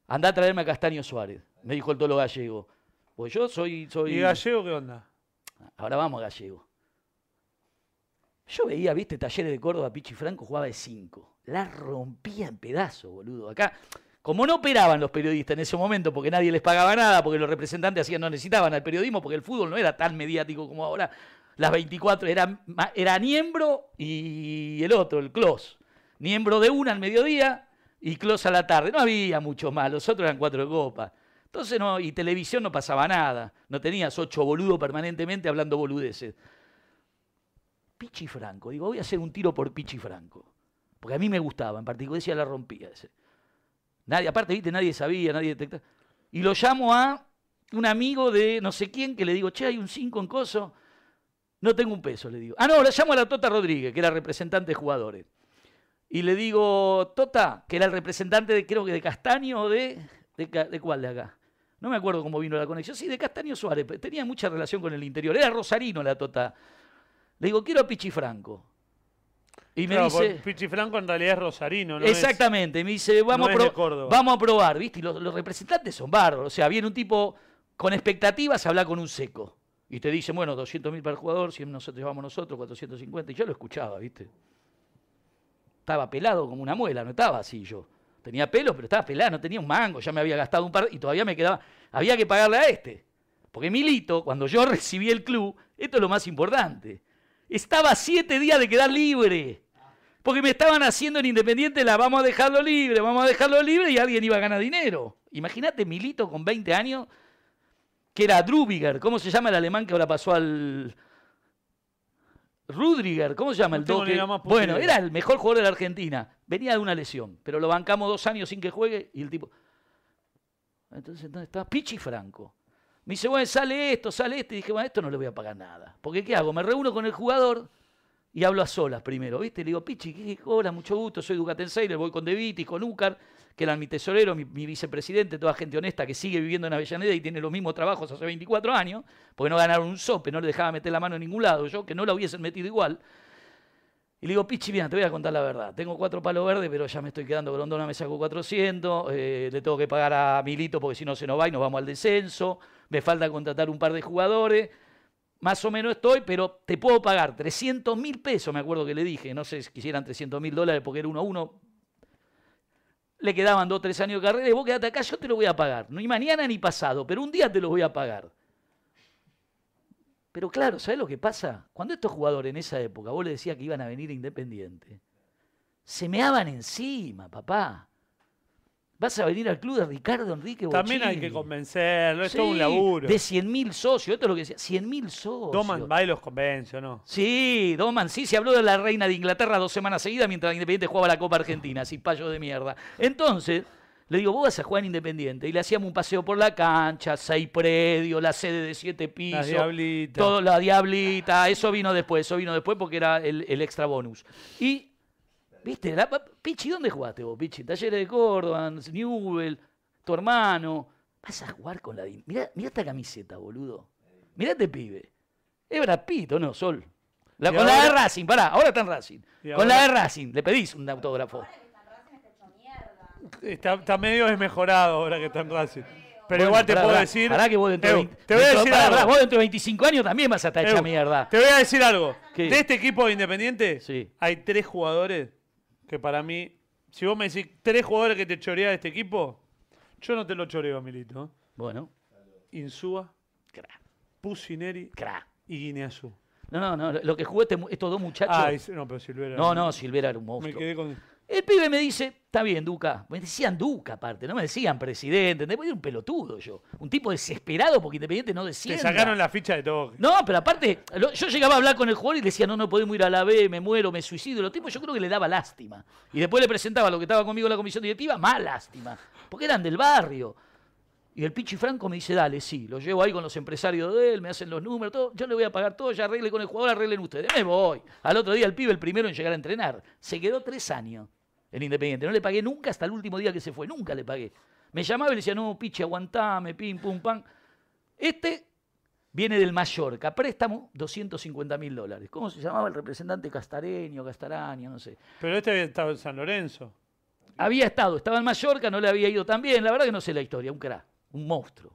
[SPEAKER 2] Andá a traerme a Castaño Suárez, me dijo el tolo gallego. Pues yo soy... soy...
[SPEAKER 1] ¿Y Gallego qué onda?
[SPEAKER 2] Ahora vamos a gallego. Yo veía, viste, Talleres de Córdoba, Pichi Franco jugaba de 5. La rompía en pedazos, boludo. Acá, como no operaban los periodistas en ese momento porque nadie les pagaba nada, porque los representantes hacían, no necesitaban al periodismo, porque el fútbol no era tan mediático como ahora. Las 24 eran, ma- era Niembro y el otro, el Clos. Niembro de una al mediodía y Clos a la tarde. No había mucho más, los otros eran cuatro de copa. Entonces, no, y televisión no pasaba nada. No tenías ocho boludos permanentemente hablando boludeces. Pichi Franco. Digo, voy a hacer un tiro por Pichi Franco. Porque a mí me gustaba, en particular decía la rompía. ese. Nadie, aparte, viste, nadie sabía, nadie detectaba. Y lo llamo a un amigo de no sé quién que le digo, che, hay un 5 en coso. No tengo un peso, le digo. Ah, no, lo llamo a la Tota Rodríguez, que era representante de jugadores. Y le digo, Tota, que era el representante de, creo que de Castaño o de, de, ca- de cuál de acá. No me acuerdo cómo vino la conexión. Sí, de Castaño Suárez. pero Tenía mucha relación con el interior. Era rosarino la Tota. Le digo, quiero a Pichi Franco. Y me
[SPEAKER 1] Claro,
[SPEAKER 2] dice...
[SPEAKER 1] porque Pichi Franco en realidad es rosarino, ¿no? es?
[SPEAKER 2] Exactamente, me dice,
[SPEAKER 1] no
[SPEAKER 2] vamos, a
[SPEAKER 1] es de
[SPEAKER 2] pro-
[SPEAKER 1] Córdoba.
[SPEAKER 2] vamos a probar, ¿viste? Y los, los representantes son bárbaros. O sea, viene un tipo con expectativas, habla con un seco. Y te dice, bueno, 200 mil para el jugador, 100 nosotros vamos nosotros, 450. Y yo lo escuchaba, ¿viste? Estaba pelado como una muela, no estaba así yo. Tenía pelo, pero estaba pelado, no tenía un mango, ya me había gastado un par y todavía me quedaba. Había que pagarle a este. Porque Milito, cuando yo recibí el club, esto es lo más importante. Estaba a siete días de quedar libre. Porque me estaban haciendo en Independiente la vamos a dejarlo libre, vamos a dejarlo libre y alguien iba a ganar dinero. Imagínate Milito con 20 años, que era Drubiger, ¿cómo se llama el alemán que ahora pasó al... Rudriger, ¿cómo se llama
[SPEAKER 1] No
[SPEAKER 2] el
[SPEAKER 1] tengo ni
[SPEAKER 2] doque?
[SPEAKER 1] la más puta
[SPEAKER 2] Bueno,
[SPEAKER 1] idea.
[SPEAKER 2] era el mejor jugador de la Argentina. Venía de una lesión, pero lo bancamos dos años sin que juegue y el tipo... Entonces, ¿dónde está? Pichi Franco. Me dice, bueno, sale esto, sale esto. Y dije, bueno, esto no le voy a pagar nada. Porque, ¿qué hago? Me reúno con el jugador y hablo a solas primero, ¿viste? Le digo, Pichi, ¿qué- hola, mucho gusto, soy Ducatenseire, voy con Devitis, con Ucar, que eran mi tesorero, mi, mi vicepresidente, toda gente honesta que sigue viviendo en Avellaneda y tiene los mismos trabajos hace 24 años, porque no ganaron un sope, no le dejaba meter la mano en ningún lado, yo que no la hubiesen metido igual. Y le digo, Pichi, mira, te voy a contar la verdad. Tengo cuatro palos verdes, pero ya me estoy quedando. Grondona me sacó 400. eh, le tengo que pagar a Milito porque si no se nos va y nos vamos al descenso. Me falta contratar un par de jugadores. Más o menos estoy, pero te puedo pagar 300 mil pesos, me acuerdo que le dije. No sé si quisieran 300 mil dólares porque era uno a uno. Le quedaban dos, tres años de carrera. Y vos quedate acá, yo te lo voy a pagar. Ni mañana ni pasado, pero un día te lo voy a pagar. Pero claro, ¿sabes lo que pasa? Cuando estos jugadores en esa época, vos le decías que iban a venir a Independiente, se meaban encima, papá. Vas a venir al club de Ricardo Enrique
[SPEAKER 1] También hay que
[SPEAKER 2] Bocini.
[SPEAKER 1] convencerlo, es todo un
[SPEAKER 2] Sí,
[SPEAKER 1] laburo.
[SPEAKER 2] De 100.000 socios, esto es lo que decía, 100.000 socios.
[SPEAKER 1] Doman va y los convence, ¿o no?
[SPEAKER 2] Sí, Doman, sí, se habló de la reina de Inglaterra dos semanas seguidas mientras Independiente jugaba la Copa Argentina, así payo de mierda. Entonces, le digo, vos vas a jugar en Independiente. Y le hacíamos un paseo por la cancha, seis predios, la sede de siete pisos.
[SPEAKER 1] diablitas.
[SPEAKER 2] Todo, la diablita. Eso vino después, eso vino después porque era el, el extra bonus. Y, viste, la- Pichi, ¿dónde jugaste vos, Pichi? Talleres de Córdoba, Newell, tu hermano. Vas a jugar con la... din- Mirá, mirá esta camiseta, boludo. Mirá este pibe. Es Brad Pitt, ¿o no, Sol? La-
[SPEAKER 1] Y
[SPEAKER 2] con la de
[SPEAKER 1] ahora-
[SPEAKER 2] Racing, pará, ahora está en Racing.
[SPEAKER 1] Y
[SPEAKER 2] Con la
[SPEAKER 1] ahora-
[SPEAKER 2] de Racing, le pedís un autógrafo.
[SPEAKER 1] Está, está medio desmejorado ahora que está en Racing. Pero
[SPEAKER 2] Bueno,
[SPEAKER 1] igual te
[SPEAKER 2] pará,
[SPEAKER 1] puedo
[SPEAKER 2] pará,
[SPEAKER 1] decir.
[SPEAKER 2] Pará que vos dentro
[SPEAKER 1] Edu,
[SPEAKER 2] de veinte-
[SPEAKER 1] te voy a
[SPEAKER 2] dentro-
[SPEAKER 1] decir
[SPEAKER 2] pará,
[SPEAKER 1] algo.
[SPEAKER 2] pará, vos dentro de 25 años también vas a estar hecha
[SPEAKER 1] Edu,
[SPEAKER 2] mierda.
[SPEAKER 1] Te voy a decir algo.
[SPEAKER 2] ¿Qué?
[SPEAKER 1] De este equipo de Independiente,
[SPEAKER 2] Sí.
[SPEAKER 1] hay tres jugadores que para mí. Si vos me decís tres jugadores que te chorea de este equipo, yo no te lo choreo, Milito.
[SPEAKER 2] Bueno,
[SPEAKER 1] Insúa,
[SPEAKER 2] cra,
[SPEAKER 1] Pusineri
[SPEAKER 2] cra.
[SPEAKER 1] y Guineazú.
[SPEAKER 2] No, no, no, lo que jugó este mu- estos dos muchachos.
[SPEAKER 1] Ah, es- no, pero Silvera.
[SPEAKER 2] no, no, Silvera era un
[SPEAKER 1] Me
[SPEAKER 2] monstruo.
[SPEAKER 1] quedé con.
[SPEAKER 2] El pibe me dice, está bien, Duca. Me decían Duca, aparte, no me decían presidente. Me un pelotudo yo. Un tipo desesperado porque Independiente no decía.
[SPEAKER 1] Te sacaron la ficha de todo.
[SPEAKER 2] No, pero aparte, lo- yo llegaba a hablar con el jugador y le decía, no, no podemos ir a la B, me muero, me suicido. Los tipos yo creo que le daba lástima. Y después le presentaba lo que estaba conmigo en la comisión directiva, más lástima. Porque eran del barrio. Y el Pichi Franco me dice, dale, sí, lo llevo ahí con los empresarios de él, me hacen los números, todo, yo le voy a pagar todo, ya arregle con el jugador, arreglen ustedes. Me voy. Al otro día el pibe, el primero en llegar a entrenar. Se quedó tres años en Independiente. No le pagué nunca hasta el último día que se fue, nunca le pagué. Me llamaba y le decía, no, Pichi, aguantame, pim, pum, pam. Este viene del Mallorca, préstamo, 250 mil dólares. ¿Cómo se llamaba el representante? Castareño, Castaraño, no sé.
[SPEAKER 1] Pero este estaba en San Lorenzo.
[SPEAKER 2] Había estado, estaba en Mallorca, no le había ido tan bien. La verdad que no sé la historia, un crack, un monstruo.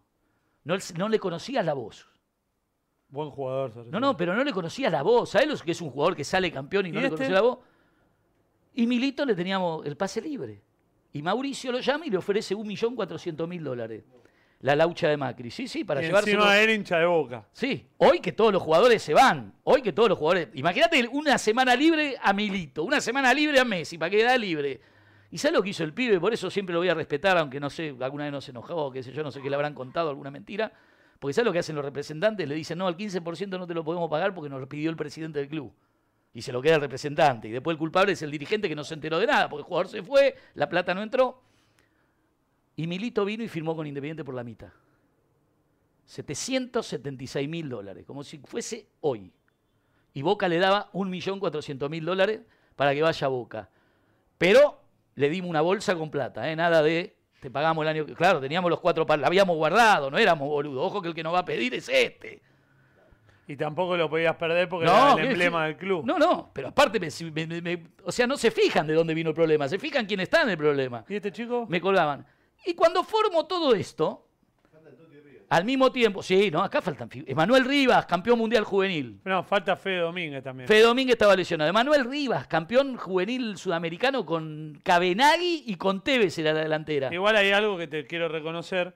[SPEAKER 2] No, le- no le conocías la voz.
[SPEAKER 1] Buen jugador. sobre
[SPEAKER 2] No,
[SPEAKER 1] todo.
[SPEAKER 2] no, pero no le conocías la voz. ¿Sabés lo que es un jugador que sale campeón y no
[SPEAKER 1] ¿Y
[SPEAKER 2] le
[SPEAKER 1] este?
[SPEAKER 2] conocía la voz? Y Milito le teníamos el pase libre. Y Mauricio lo llama y le ofrece 1.400.000 dólares. La laucha de Macri. Sí, sí, para
[SPEAKER 1] Y
[SPEAKER 2] llevárselo.
[SPEAKER 1] encima era hincha de boca.
[SPEAKER 2] Sí, hoy que todos los jugadores se van, hoy que todos los jugadores. Imagínate una semana libre a Milito, una semana libre a Messi, para que quedar libre. ¿Y sabes lo que hizo el pibe? Por eso siempre lo voy a respetar, aunque no sé, alguna vez nos enojó, qué sé yo, no sé qué le habrán contado, alguna mentira. Porque ¿sabes lo que hacen los representantes? Le dicen, no, al 15% no te lo podemos pagar porque nos lo pidió el presidente del club. Y se lo queda el representante. Y después el culpable es el dirigente que no se enteró de nada, porque el jugador se fue, la plata no entró. Y Milito vino y firmó con Independiente por la mitad. 776 mil dólares, como si fuese hoy. Y Boca le daba 1.400.000 dólares para que vaya a Boca. Pero le dimos una bolsa con plata, ¿eh? nada de te pagamos el año que. Claro, teníamos los cuatro palos, la habíamos guardado, no éramos boludos. Ojo que el que nos va a pedir es este.
[SPEAKER 1] Y tampoco lo podías perder porque
[SPEAKER 2] No,
[SPEAKER 1] era el
[SPEAKER 2] ¿qué
[SPEAKER 1] emblema
[SPEAKER 2] decir?
[SPEAKER 1] del club.
[SPEAKER 2] No, no, pero aparte, me- si- me- me- me- o sea, no se fijan de dónde vino el problema, se fijan quién está en el problema.
[SPEAKER 1] ¿Y este chico?
[SPEAKER 2] me colgaban. Y cuando formo todo esto, al mismo tiempo, sí, no, acá faltan figuras. Emanuel Rivas, campeón mundial juvenil.
[SPEAKER 1] No, falta Fede Domínguez también.
[SPEAKER 2] Fede Domínguez estaba lesionado. Emanuel Rivas, campeón juvenil sudamericano con Cabenagui y con Tevez era la delantera.
[SPEAKER 1] Igual hay algo que te quiero reconocer,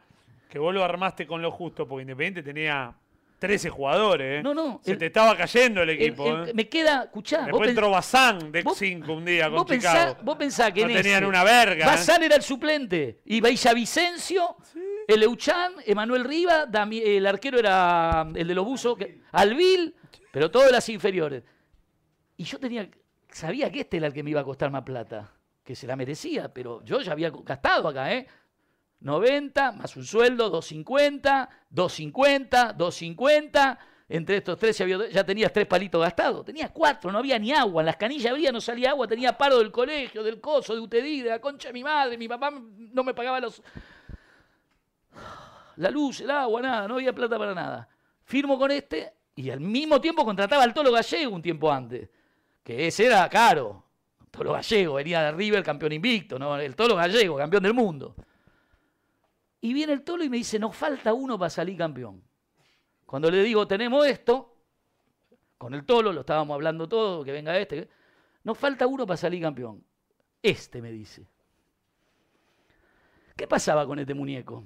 [SPEAKER 1] que vos lo armaste con lo justo, porque Independiente tenía 13 jugadores. ¿eh?
[SPEAKER 2] No, no,
[SPEAKER 1] Se
[SPEAKER 2] el-
[SPEAKER 1] te estaba cayendo el
[SPEAKER 2] El-
[SPEAKER 1] equipo.
[SPEAKER 2] el-
[SPEAKER 1] ¿eh?
[SPEAKER 2] Me queda, escuchá, vos
[SPEAKER 1] Después
[SPEAKER 2] pens-
[SPEAKER 1] entró Bazán de
[SPEAKER 2] vos-
[SPEAKER 1] 5 un día con
[SPEAKER 2] vos
[SPEAKER 1] Chicago.
[SPEAKER 2] pensá, vos pensá que
[SPEAKER 1] No
[SPEAKER 2] en
[SPEAKER 1] tenían
[SPEAKER 2] ese,
[SPEAKER 1] una verga, ¿eh?
[SPEAKER 2] Bazán era el suplente. Y Villavicencio, Eleuchán, Emanuel Riva, Dami- el arquero era el de los buzos, que- Alvil, pero todas las inferiores. Y yo tenía, sabía que este era el que me iba a costar más plata, que se la merecía, pero yo ya había gastado acá, ¿eh? 90, más un sueldo, 250, 250, 250. Entre estos tres ya, había- ya tenías tres palitos gastados. Tenías cuatro, no había ni agua. En las canillas había, no salía agua. Tenía paro del colegio, del coso, de UTD, de la concha de mi madre. Mi papá no me pagaba los... La luz, el agua, nada. No había plata para nada. Firmo con este y al mismo tiempo contrataba al Tolo Gallego un tiempo antes. Que ese era caro. Tolo Gallego, venía de River, campeón invicto. ¿no? El Tolo Gallego, campeón del mundo. Y viene el tolo y me dice, nos falta uno para salir campeón. Cuando le digo, tenemos esto, con el tolo, lo estábamos hablando todo, que venga este, que- nos falta uno para salir campeón. Este me dice. ¿Qué pasaba con este muñeco?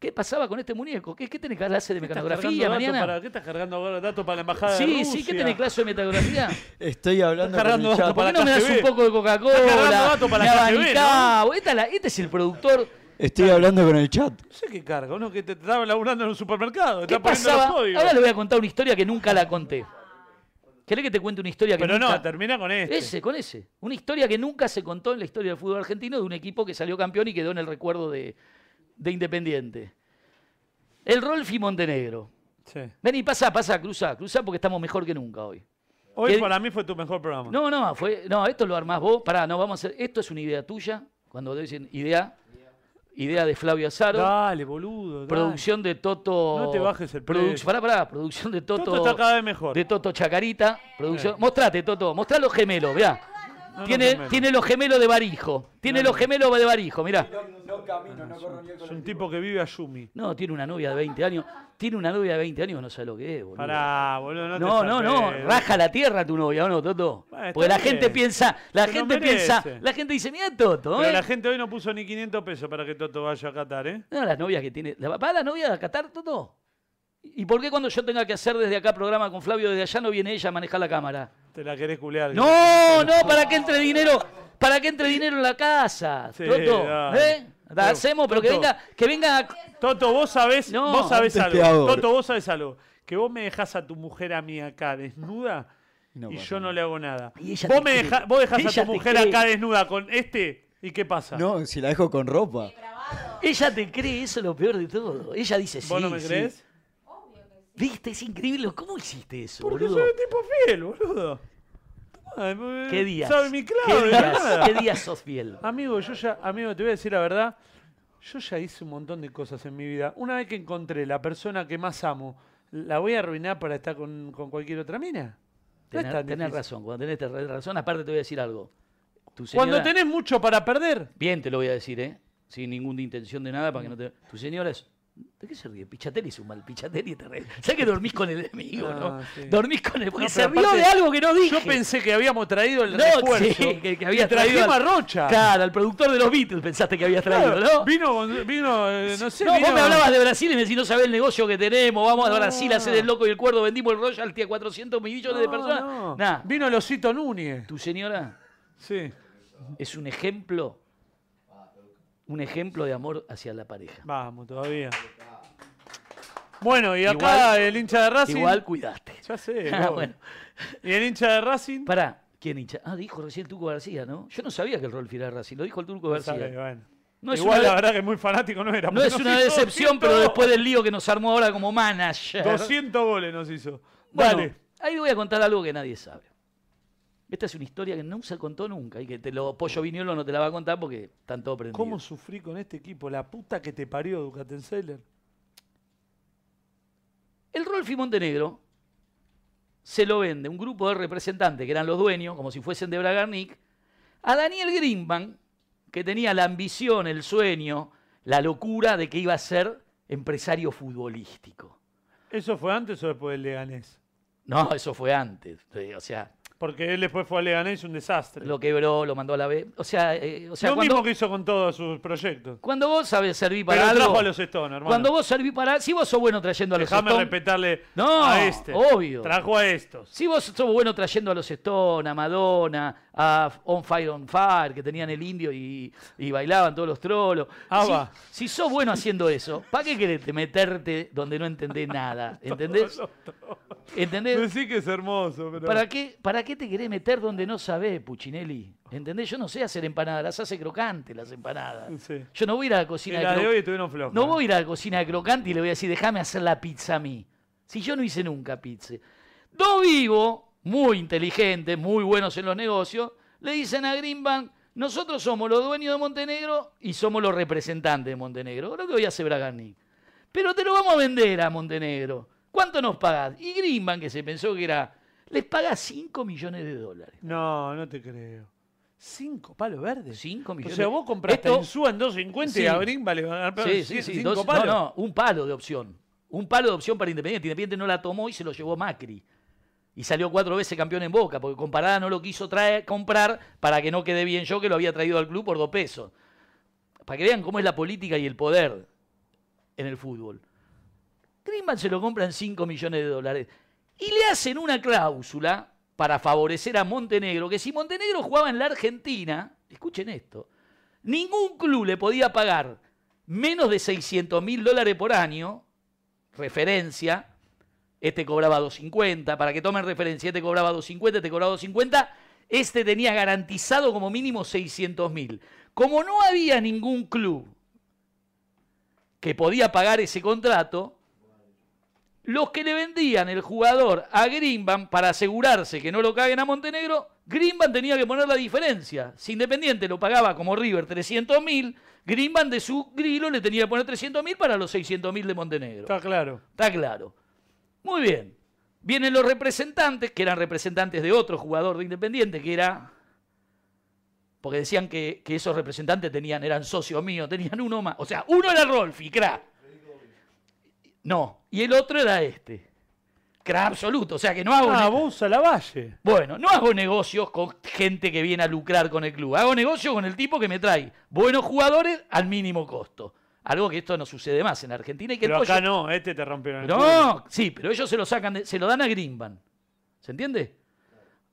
[SPEAKER 2] ¿Qué pasaba con este muñeco? ¿Qué, qué tenés clase de
[SPEAKER 1] ¿Qué estás
[SPEAKER 2] mecanografía
[SPEAKER 1] cargando datos
[SPEAKER 2] mañana?
[SPEAKER 1] para- ¿Qué estás cargando ahora datos para la embajada de
[SPEAKER 2] Sí,
[SPEAKER 1] Rusia?
[SPEAKER 2] sí, ¿qué tenés clase de mecanografía?
[SPEAKER 5] Estoy hablando
[SPEAKER 1] Está
[SPEAKER 5] con
[SPEAKER 1] cargando
[SPEAKER 5] el chat.
[SPEAKER 1] datos
[SPEAKER 2] ¿Por
[SPEAKER 1] para
[SPEAKER 2] qué no me das un
[SPEAKER 1] KGB?
[SPEAKER 2] poco de
[SPEAKER 1] Está cargando
[SPEAKER 2] Coca-Cola?
[SPEAKER 1] datos para
[SPEAKER 2] me
[SPEAKER 1] la KGB,
[SPEAKER 2] abanicá? Este, es la- este es el productor.
[SPEAKER 5] Estoy hablando con el chat.
[SPEAKER 1] No sé qué carga, uno que te te estaba laburando en un supermercado, te
[SPEAKER 2] ¿Qué
[SPEAKER 1] está poniendo los
[SPEAKER 2] pasaba?
[SPEAKER 1] códigos.
[SPEAKER 2] Ahora le voy a contar una historia que nunca la conté. ¿Querés que te cuente una historia que
[SPEAKER 1] Pero
[SPEAKER 2] nunca...
[SPEAKER 1] no, termina con este.
[SPEAKER 2] Ese, con ese. Una historia que nunca se contó en la historia del fútbol argentino de un equipo que salió campeón y quedó en el recuerdo de, de Independiente. El Rolfi Montenegro.
[SPEAKER 1] Sí.
[SPEAKER 2] Vení, pasa, pasa, cruza, cruza porque estamos mejor que nunca hoy.
[SPEAKER 1] Hoy
[SPEAKER 2] ¿Qué-
[SPEAKER 1] para mí fue tu mejor programa.
[SPEAKER 2] No, no, fue, no, esto lo armás vos. Pará, no, vamos a hacer. Esto es una idea tuya. Cuando te dicen idea, idea de Flavio Azaro.
[SPEAKER 1] Dale, boludo. dale.
[SPEAKER 2] Producción de Toto.
[SPEAKER 1] No te bajes el
[SPEAKER 2] Produc-
[SPEAKER 1] precio.
[SPEAKER 2] Pará, pará. Producción de Toto.
[SPEAKER 1] Toto está cada vez mejor.
[SPEAKER 2] De Toto Chacarita. Producción. Mostrate, Toto. Mostrá los gemelos, mirá.
[SPEAKER 1] No, no,
[SPEAKER 2] tiene,
[SPEAKER 1] gemelos.
[SPEAKER 2] tiene los gemelos de Barijo. Tiene los gemelos de Barijo, mirá.
[SPEAKER 3] No, no camino, no corro ni el
[SPEAKER 1] Es un tipo que vive a Yumi.
[SPEAKER 2] No, tiene una novia de 20 años. Tiene una novia de 20 años, no sabe lo que es, boludo.
[SPEAKER 1] Pará, boludo, no te
[SPEAKER 2] No, no, no,
[SPEAKER 1] zarpes.
[SPEAKER 2] raja la tierra tu novia, ¿o no, Toto?
[SPEAKER 1] Bueno, está
[SPEAKER 2] Porque la
[SPEAKER 1] bien.
[SPEAKER 2] gente piensa, la
[SPEAKER 1] Se lo
[SPEAKER 2] gente piensa,
[SPEAKER 1] merece.
[SPEAKER 2] la gente dice, mira Toto,
[SPEAKER 1] Pero
[SPEAKER 2] ¿eh?".
[SPEAKER 1] la gente hoy no puso ni 500 pesos para que Toto vaya a Qatar, ¿eh?
[SPEAKER 2] No, las novias que tiene. ¿La, ¿Va la novia a Qatar, Toto? ¿Y por qué cuando yo tenga que hacer desde acá programa con Flavio desde allá no viene ella a manejar la cámara?
[SPEAKER 1] Te la querés culear.
[SPEAKER 2] No, no, para que entre dinero, para que entre dinero en la casa,
[SPEAKER 1] Sí,
[SPEAKER 2] Toto,
[SPEAKER 1] dale.
[SPEAKER 2] ¿eh? La hacemos, pero que
[SPEAKER 1] Toto.
[SPEAKER 2] venga, que venga a-
[SPEAKER 1] Toto, vos sabés,
[SPEAKER 2] No.
[SPEAKER 1] vos sabés
[SPEAKER 5] Antes te
[SPEAKER 1] algo.
[SPEAKER 5] adoro.
[SPEAKER 1] Toto, vos sabés algo. Que vos me dejás a tu mujer a mí acá desnuda
[SPEAKER 5] No
[SPEAKER 1] y
[SPEAKER 5] pasa
[SPEAKER 1] yo no le hago nada.
[SPEAKER 2] Y ella
[SPEAKER 1] Vos,
[SPEAKER 2] te
[SPEAKER 1] me
[SPEAKER 2] cree.
[SPEAKER 1] deja- vos dejás
[SPEAKER 2] Ella
[SPEAKER 1] a tu
[SPEAKER 2] te
[SPEAKER 1] mujer
[SPEAKER 2] cree.
[SPEAKER 1] acá desnuda con este y ¿qué pasa?
[SPEAKER 5] No, si la dejo con ropa.
[SPEAKER 2] ella te cree, eso es lo peor de todo. Ella dice sí.
[SPEAKER 1] ¿Vos no me
[SPEAKER 2] sí".
[SPEAKER 1] crees?
[SPEAKER 2] Viste, es increíble, ¿cómo hiciste eso,
[SPEAKER 1] Porque
[SPEAKER 2] boludo?
[SPEAKER 1] soy un tipo fiel, boludo. Ay, me-
[SPEAKER 2] ¿Qué días?
[SPEAKER 1] Sabe Mm, mi clave,
[SPEAKER 2] ¿Qué días?
[SPEAKER 1] nada.
[SPEAKER 2] ¿Qué días sos fiel?
[SPEAKER 1] Amigo, yo ya, amigo, te voy a decir la verdad. Yo ya hice un montón de cosas en mi vida. Una vez que encontré la persona que más amo, ¿la voy a arruinar para estar con, con cualquier otra mina? No es
[SPEAKER 2] Tenés,
[SPEAKER 1] tan
[SPEAKER 2] tenés
[SPEAKER 1] difícil.
[SPEAKER 2] razón, cuando tenés ter- razón, aparte te voy a decir algo. Tu
[SPEAKER 1] Cuando
[SPEAKER 2] señora-
[SPEAKER 1] tenés mucho para perder,
[SPEAKER 2] Bien te lo voy a decir, ¿eh? Sin ninguna intención de nada, para que no te... Tu señora es... ¿De qué se ríe? Pichatelli es un mal. Pichatelli te ríe. ¿Sabes que dormís con el enemigo, no?
[SPEAKER 1] Ah, sí.
[SPEAKER 2] Dormís con el... Porque
[SPEAKER 1] No,
[SPEAKER 2] se
[SPEAKER 1] pero
[SPEAKER 2] rió
[SPEAKER 1] aparte,
[SPEAKER 2] de algo que no dije.
[SPEAKER 1] yo pensé que habíamos traído el
[SPEAKER 2] No,
[SPEAKER 1] refuerzo.
[SPEAKER 2] sí, que, que había
[SPEAKER 1] y trajimos
[SPEAKER 2] al-
[SPEAKER 1] a Rocha.
[SPEAKER 2] Claro, al productor de los Beatles pensaste que habías traído,
[SPEAKER 1] Claro,
[SPEAKER 2] ¿no?
[SPEAKER 1] Vino, con- vino, eh, no sé.
[SPEAKER 2] no,
[SPEAKER 1] vino-
[SPEAKER 2] vos me hablabas de Brasil y me decís, no sabés el negocio que tenemos, vamos a Brasil a hacer el loco y el cuerdo, vendimos el royalty a 400 millones de
[SPEAKER 1] No,
[SPEAKER 2] personas.
[SPEAKER 1] no.
[SPEAKER 2] Nah,
[SPEAKER 1] Vino el osito Núñez.
[SPEAKER 2] tu señora
[SPEAKER 1] Sí.
[SPEAKER 2] es un ejemplo, un ejemplo de amor hacia la pareja.
[SPEAKER 1] Vamos, todavía. Bueno, y acá
[SPEAKER 2] Igual-
[SPEAKER 1] el hincha de Racing.
[SPEAKER 2] Igual cuidaste.
[SPEAKER 1] Ya sé.
[SPEAKER 2] Ah,
[SPEAKER 1] vamos.
[SPEAKER 2] bueno,
[SPEAKER 1] Y el hincha de Racing.
[SPEAKER 2] pará. ¿Quién hincha? Ah, dijo recién el Turco García, ¿no? Yo no sabía que el Rolfi era Racing, lo dijo el Turco
[SPEAKER 1] No sabe,
[SPEAKER 2] García.
[SPEAKER 1] bueno.
[SPEAKER 2] No es
[SPEAKER 1] Igual
[SPEAKER 2] una-
[SPEAKER 1] la verdad que muy fanático no era.
[SPEAKER 2] No
[SPEAKER 1] porque
[SPEAKER 2] es
[SPEAKER 1] nos
[SPEAKER 2] una
[SPEAKER 1] hizo
[SPEAKER 2] decepción, pero
[SPEAKER 1] 200,
[SPEAKER 2] después del lío que nos armó ahora como manager.
[SPEAKER 1] 200 goles nos hizo.
[SPEAKER 2] Bueno,
[SPEAKER 1] Dale.
[SPEAKER 2] ahí le voy a contar algo que nadie sabe. Esta es una historia que no se contó nunca y que te lo pollo viñolo no te la va a contar porque están todos prendidos.
[SPEAKER 1] ¿Cómo sufrí con este equipo? La puta que te parió, Ducatenseiler.
[SPEAKER 2] El Rolfi Montenegro se lo vende un grupo de representantes que eran los dueños, como si fuesen de Bragarnik, a Daniel Greenbank, que tenía la ambición, el sueño, la locura de que iba a ser empresario futbolístico.
[SPEAKER 1] ¿Eso fue antes o después del Leganés?
[SPEAKER 2] No, eso fue antes. eh, O sea,
[SPEAKER 1] Porque él después fue al Leganés un desastre. Lo,
[SPEAKER 2] lo quebró, lo mandó a la B. O sea, eh, o sea cuando,
[SPEAKER 1] mismo que hizo con todos sus proyectos.
[SPEAKER 2] cuando vos sabes servir para
[SPEAKER 1] Pero
[SPEAKER 2] algo...
[SPEAKER 1] trajo a los Stones, hermano.
[SPEAKER 2] Cuando vos servís para. Si vos sos bueno trayendo a los
[SPEAKER 1] Déjame
[SPEAKER 2] Stones.
[SPEAKER 1] respetarle
[SPEAKER 2] No,
[SPEAKER 1] a este.
[SPEAKER 2] obvio.
[SPEAKER 1] Trajo a estos.
[SPEAKER 2] Si vos sos bueno trayendo a los Stones, a Madonna, a On Fire on Fire, que tenían el indio y, y bailaban todos los trolos.
[SPEAKER 1] Abba.
[SPEAKER 2] Si, si sos bueno haciendo eso, ¿para qué querés te meterte donde no entendés nada? ¿Entendés? ¿Entendés?
[SPEAKER 1] Sí que es hermoso, pero...
[SPEAKER 2] ¿Para qué, ¿Para qué te querés meter donde no sabés, Puccinelli? ¿Entendés? Yo no sé hacer empanadas, las hace crocantes las empanadas.
[SPEAKER 1] Sí.
[SPEAKER 2] Yo no voy a ir a la
[SPEAKER 1] Y
[SPEAKER 2] cocina
[SPEAKER 1] las
[SPEAKER 2] de
[SPEAKER 1] de
[SPEAKER 2] cro-
[SPEAKER 1] hoy estuvieron flojas.
[SPEAKER 2] No voy a ir a la cocina de crocante y le voy a decir, déjame hacer la pizza a mí. Si yo no hice nunca pizza. Dos vivos, muy inteligentes, muy buenos en los negocios, le dicen a Greenbank, nosotros somos los dueños de Montenegro y somos los representantes de Montenegro. Lo que hoy hace Bragani. Pero te lo vamos a vender a Montenegro. ¿Cuánto nos pagás? Y Greenbank, que se pensó que era, les paga 5 millones de dólares.
[SPEAKER 1] No, no te creo. Cinco palos verdes.
[SPEAKER 2] 5
[SPEAKER 1] O
[SPEAKER 2] millones.
[SPEAKER 1] sea, vos compraste
[SPEAKER 2] Esto-
[SPEAKER 1] en Suba en 2.50 y
[SPEAKER 2] Sí.
[SPEAKER 1] a Brin vale ganar
[SPEAKER 2] Sí, sí, sí.
[SPEAKER 1] cinco
[SPEAKER 2] dos-
[SPEAKER 1] palos.
[SPEAKER 2] No, no, un palo de opción. Un palo de opción para Independiente. Independiente no la tomó y se lo llevó Macri. Y salió cuatro veces campeón en Boca, porque Comparada no lo quiso traer, comprar para que no quede bien yo, que lo había traído al club por dos pesos. Para que vean cómo es la política y el poder. en el fútbol. Griezmann se lo compran 5 millones de dólares. Y le hacen una cláusula para favorecer a Montenegro, que si Montenegro jugaba en la Argentina, escuchen esto, ningún club le podía pagar menos de 600 mil dólares por año, referencia, este cobraba 250, para que tomen referencia, este cobraba 250, este cobraba 250, este tenía garantizado como mínimo 600 mil. Como no había ningún club que podía pagar ese contrato, los que le vendían el jugador a Greenbank para asegurarse que no lo caguen a Montenegro, Greenbank tenía que poner la diferencia. Si Independiente lo pagaba como River 300 mil, Greenbank de su grilo le tenía que poner 300 mil para los 600 mil de Montenegro.
[SPEAKER 1] Está claro.
[SPEAKER 2] Está claro. Muy bien. Vienen los representantes, que eran representantes de otro jugador de Independiente, que era. Porque decían que, que esos representantes tenían, eran socios míos, tenían uno más. O sea, uno era Rolfi, cra. No, y el otro era este. Cra absoluto. O sea que no hago.
[SPEAKER 1] Ah,
[SPEAKER 2] ne-
[SPEAKER 1] vos a la valle.
[SPEAKER 2] Bueno, no hago negocios con gente que viene a lucrar con el club. Hago negocios con el tipo que me trae buenos jugadores al mínimo costo. Algo que esto no sucede más en Argentina y que el
[SPEAKER 1] Pero acá
[SPEAKER 2] pollo-
[SPEAKER 1] no, este te rompieron el culo.
[SPEAKER 2] no, sí, pero ellos se lo sacan, de- se lo dan a Greenbank. ¿Se entiende?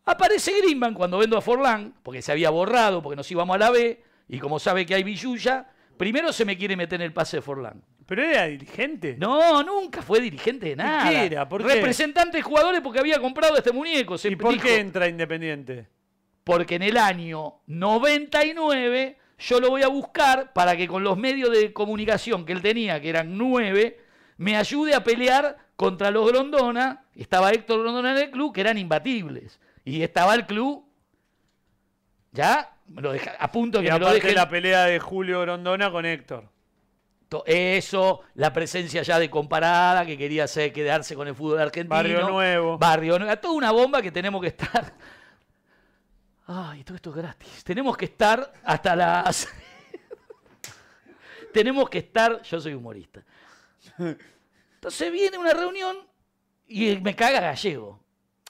[SPEAKER 2] Aparece Greenbank cuando vendo a Forlán, porque se había borrado, porque nos íbamos a la B, y como sabe que hay Villuya, primero se me quiere meter en el pase de Forlán.
[SPEAKER 1] Pero era dirigente.
[SPEAKER 2] No, nunca fue dirigente de nada.
[SPEAKER 1] qué era? ¿Por qué?
[SPEAKER 2] Representante de jugadores porque había comprado este muñeco. se
[SPEAKER 1] ¿Y por
[SPEAKER 2] dijo.
[SPEAKER 1] qué entra Independiente?
[SPEAKER 2] Porque en el año 99 yo lo voy a buscar para que con los medios de comunicación que él tenía, que eran nueve, me ayude a pelear contra los Grondona. Estaba Héctor Grondona en el club, que eran imbatibles. Y estaba el club ya me lo deja- a punto
[SPEAKER 1] Y
[SPEAKER 2] que me lo
[SPEAKER 1] aparte
[SPEAKER 2] dejen.
[SPEAKER 1] la pelea de Julio Grondona con Héctor.
[SPEAKER 2] To- Eso, la presencia ya de comparada, que quería hacer- quedarse con el fútbol argentino.
[SPEAKER 1] Barrio Nuevo.
[SPEAKER 2] Barrio Nuevo. Toda una bomba que tenemos que estar. Ay, todo esto es gratis. Tenemos que estar hasta las. tenemos que estar. Yo soy humorista. Entonces viene una reunión y me caga Gallego.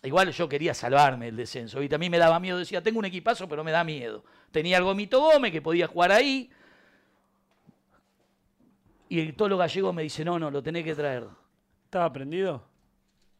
[SPEAKER 2] Igual yo quería salvarme del descenso. Y también me daba miedo. Decía, tengo un equipazo, pero me da miedo. Tenía al Gomito Gómez que podía jugar ahí. Y el tolo gallego me dice, no, no, lo tenés que traer.
[SPEAKER 1] ¿Estaba prendido?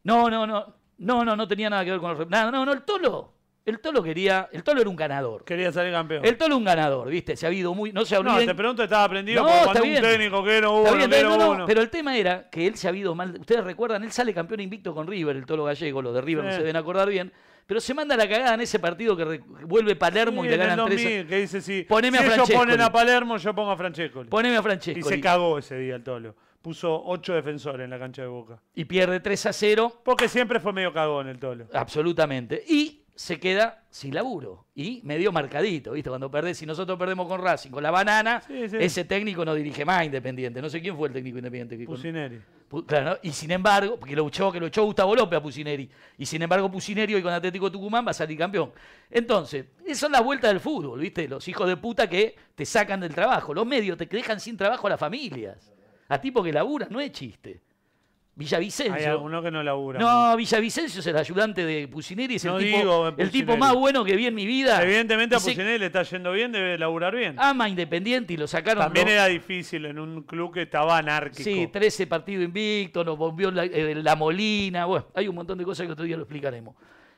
[SPEAKER 2] No, no, no, no, no, no tenía nada que ver con los... rep- Nada, no, no, el tolo. El tolo quería... El tolo era un ganador.
[SPEAKER 1] Quería salir campeón.
[SPEAKER 2] El tolo un ganador, ¿viste? Se ha habido muy... No se ha
[SPEAKER 1] No, te pregunto, estaba prendido
[SPEAKER 2] No,
[SPEAKER 1] porque
[SPEAKER 2] está
[SPEAKER 1] cuando un
[SPEAKER 2] bien.
[SPEAKER 1] técnico que no hubo,
[SPEAKER 2] Está
[SPEAKER 1] no,
[SPEAKER 2] bien,
[SPEAKER 1] que
[SPEAKER 2] está bien,
[SPEAKER 1] no
[SPEAKER 2] no,
[SPEAKER 1] hubo,
[SPEAKER 2] no,
[SPEAKER 1] no.
[SPEAKER 2] Pero el tema era que él se ha habido mal. Ustedes recuerdan, él sale campeón invicto con River, el tolo gallego, los de River no
[SPEAKER 1] Sí.
[SPEAKER 2] se deben acordar bien. Pero se manda la cagada en ese partido que re- vuelve Palermo
[SPEAKER 1] Sí,
[SPEAKER 2] y le
[SPEAKER 1] en el
[SPEAKER 2] ganan
[SPEAKER 1] 2000,
[SPEAKER 2] 3
[SPEAKER 1] que dice si,
[SPEAKER 2] Poneme
[SPEAKER 1] si
[SPEAKER 2] a
[SPEAKER 1] ellos ponen
[SPEAKER 2] Francescoli.
[SPEAKER 1] a Palermo, yo pongo a Francescoli.
[SPEAKER 2] Poneme a Francesco.
[SPEAKER 1] y se cagó ese día el Tolo. Puso ocho defensores en la cancha de Boca.
[SPEAKER 2] y pierde 3 a 0.
[SPEAKER 1] Porque siempre fue medio cagón el Tolo.
[SPEAKER 2] Absolutamente. Y se queda sin laburo. Y medio marcadito, ¿viste? Cuando perdés, si nosotros perdemos con Racing, con la banana,
[SPEAKER 1] Sí, sí.
[SPEAKER 2] ese técnico no dirige más a Independiente. No sé quién fue el técnico independiente. que con-
[SPEAKER 1] Pusineri.
[SPEAKER 2] Pu- claro, ¿no? y sin embargo, porque lo echó, que lo echó Gustavo López a Pusineri. Y sin embargo, Pusineri hoy con Atlético Tucumán va a salir campeón. Entonces, esas son las vueltas del fútbol, ¿viste? Los hijos de puta que te sacan del trabajo. Los medios te dejan sin trabajo a las familias. A tipos que laburan, no es chiste. Villavicencio.
[SPEAKER 1] Hay alguno que no labura. mucho.
[SPEAKER 2] No, Villavicencio es el ayudante de Pucineri, es el,
[SPEAKER 1] No
[SPEAKER 2] tipo,
[SPEAKER 1] digo
[SPEAKER 2] el tipo
[SPEAKER 1] Pucineri.
[SPEAKER 2] más bueno que vi en mi vida.
[SPEAKER 1] Evidentemente a
[SPEAKER 2] Y Ah, se
[SPEAKER 1] Pusineri le está yendo bien, debe laburar bien.
[SPEAKER 2] Ama Independiente y lo sacaron.
[SPEAKER 1] También
[SPEAKER 2] lo-
[SPEAKER 1] era difícil en un club que estaba anárquico.
[SPEAKER 2] Sí, 13 partidos invictos, nos bombió la, eh, la Molina. Bueno, hay un montón de cosas que otro día lo explicaremos.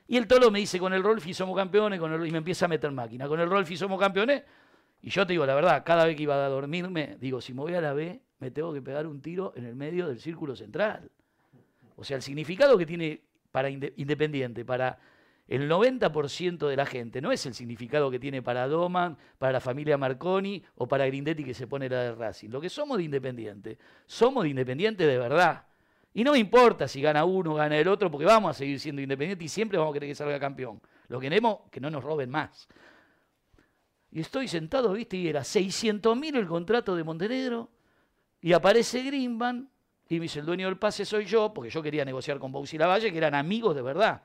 [SPEAKER 2] Y el Tolo me dice: con el Rolfi somos campeones, con el- y me empieza a meter máquina. Con el Rolfi somos campeones. Y yo te digo la verdad, cada vez que iba a dormirme, digo: si me voy a la B, me tengo que pegar un tiro en el medio del círculo central. O sea, el significado que tiene para Inde- Independiente, para el 90% de la gente, no es el significado que tiene para Doman, para la familia Marconi o para Grindetti que se pone la de Racing. Lo que somos de Independiente, somos de Independiente de verdad. Y no me importa si gana uno o gana el otro, porque vamos a seguir siendo Independiente y siempre vamos a querer que salga campeón. Lo que queremos que no nos roben más. Y estoy sentado, viste, y era 600 mil el contrato de Montenegro, y aparece Greenbank y me dice, el dueño del pase soy yo, porque yo quería negociar con Bauxi Lavalle, que eran amigos de verdad.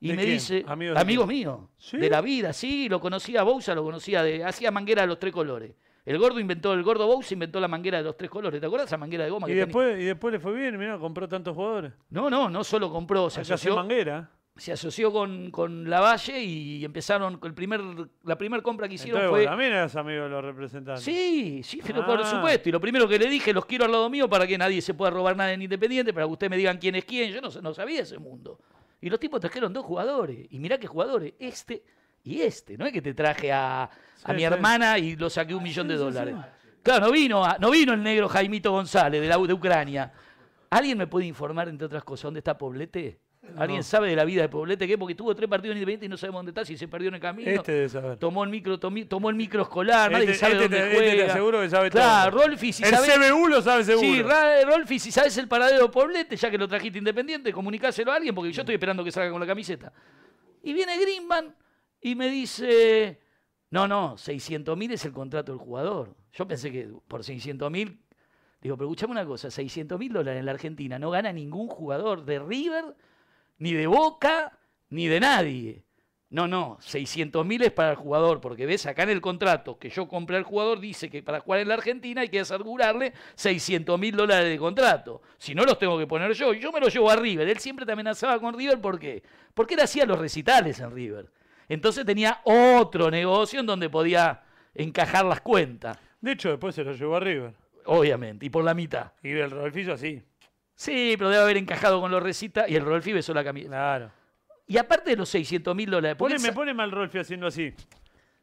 [SPEAKER 2] Y
[SPEAKER 1] ¿De
[SPEAKER 2] me
[SPEAKER 1] quién?
[SPEAKER 2] dice,
[SPEAKER 1] ¿Amigos
[SPEAKER 2] amigos,
[SPEAKER 1] de
[SPEAKER 2] míos,
[SPEAKER 1] ¿Sí?
[SPEAKER 2] de la vida, sí, lo conocía a Bousa, lo conocía, de, hacía manguera de los tres colores. El gordo inventó, el gordo Bousa inventó la manguera de los tres colores. ¿Te acuerdas esa manguera de goma
[SPEAKER 1] Y
[SPEAKER 2] que tenía?
[SPEAKER 1] después, y después le fue bien, mira, compró tantos jugadores.
[SPEAKER 2] No, no, no solo compró, se
[SPEAKER 1] Hay que hacer
[SPEAKER 2] asoció.
[SPEAKER 1] manguera.
[SPEAKER 2] se asoció con, con Lavalle y empezaron, con el primer, la primera compra que hicieron
[SPEAKER 1] Entonces,
[SPEAKER 2] fue...
[SPEAKER 1] vos también eras amigo de los representantes.
[SPEAKER 2] Sí, sí, pero por
[SPEAKER 1] Ah.
[SPEAKER 2] supuesto. Y lo primero que le dije, los quiero al lado mío para que nadie se pueda robar nada en Independiente, para que ustedes me digan quién es quién. Yo no, sa- no sabía ese mundo. Y los tipos trajeron dos jugadores. Y mirá qué jugadores, este y este. No es que te traje a, a
[SPEAKER 1] Sí,
[SPEAKER 2] mi
[SPEAKER 1] sí. Ah,
[SPEAKER 2] hermana y lo saqué un millón de dólares. Claro, no vino, a- no vino el negro Jaimito González de, la, U- de Ucrania. ¿Alguien me puede informar, entre otras cosas, dónde está Poblete? ¿Alguien sabe de la vida de Poblete? ¿Qué? Porque tuvo tres partidos en Independiente y no sabemos dónde está, si se perdió en el camino.
[SPEAKER 1] Este debe saber.
[SPEAKER 2] Tomó el micro, tomi- tomó el micro escolar, nadie
[SPEAKER 1] Este-
[SPEAKER 2] sabe
[SPEAKER 1] este
[SPEAKER 2] dónde
[SPEAKER 1] te- este
[SPEAKER 2] juega.
[SPEAKER 1] te aseguro que sabe
[SPEAKER 2] claro,
[SPEAKER 1] todo.
[SPEAKER 2] Rolfi, si
[SPEAKER 1] el
[SPEAKER 2] sabes.
[SPEAKER 1] CBU lo sabe seguro.
[SPEAKER 2] Sí, Ra- eh, Rolfi, si sabes el paradero de Poblete, ya que lo trajiste independiente, comunicáselo a alguien, porque yo estoy esperando que salga con la camiseta. Y viene Greenman y me dice: No, no, 600 mil es el contrato del jugador. Yo pensé que por 600 mil. Digo, pero escuchame una cosa: 600 mil dólares en la Argentina no gana ningún jugador de River, ni de Boca, ni de nadie. No, no, 600 mil es para el jugador, porque ves acá en el contrato que yo compré al jugador, dice que para jugar en la Argentina hay que asegurarle 600 mil dólares de contrato. Si no, los tengo que poner yo. Y yo me los llevo a River. Él siempre te amenazaba con River, ¿por qué? Porque él hacía los recitales en River. Entonces tenía otro negocio en donde podía encajar las cuentas,
[SPEAKER 1] De hecho, después se lo llevó a River.
[SPEAKER 2] obviamente, y por la mitad.
[SPEAKER 1] Y el Rolfillo así.
[SPEAKER 2] Sí, pero debe haber encajado con los recitales y el Rolfi besó la camisa.
[SPEAKER 1] Claro.
[SPEAKER 2] Y aparte de los 600 mil dólares, porque
[SPEAKER 1] Pone-
[SPEAKER 2] él
[SPEAKER 1] me
[SPEAKER 2] sa-
[SPEAKER 1] pone mal Rolfi haciendo así.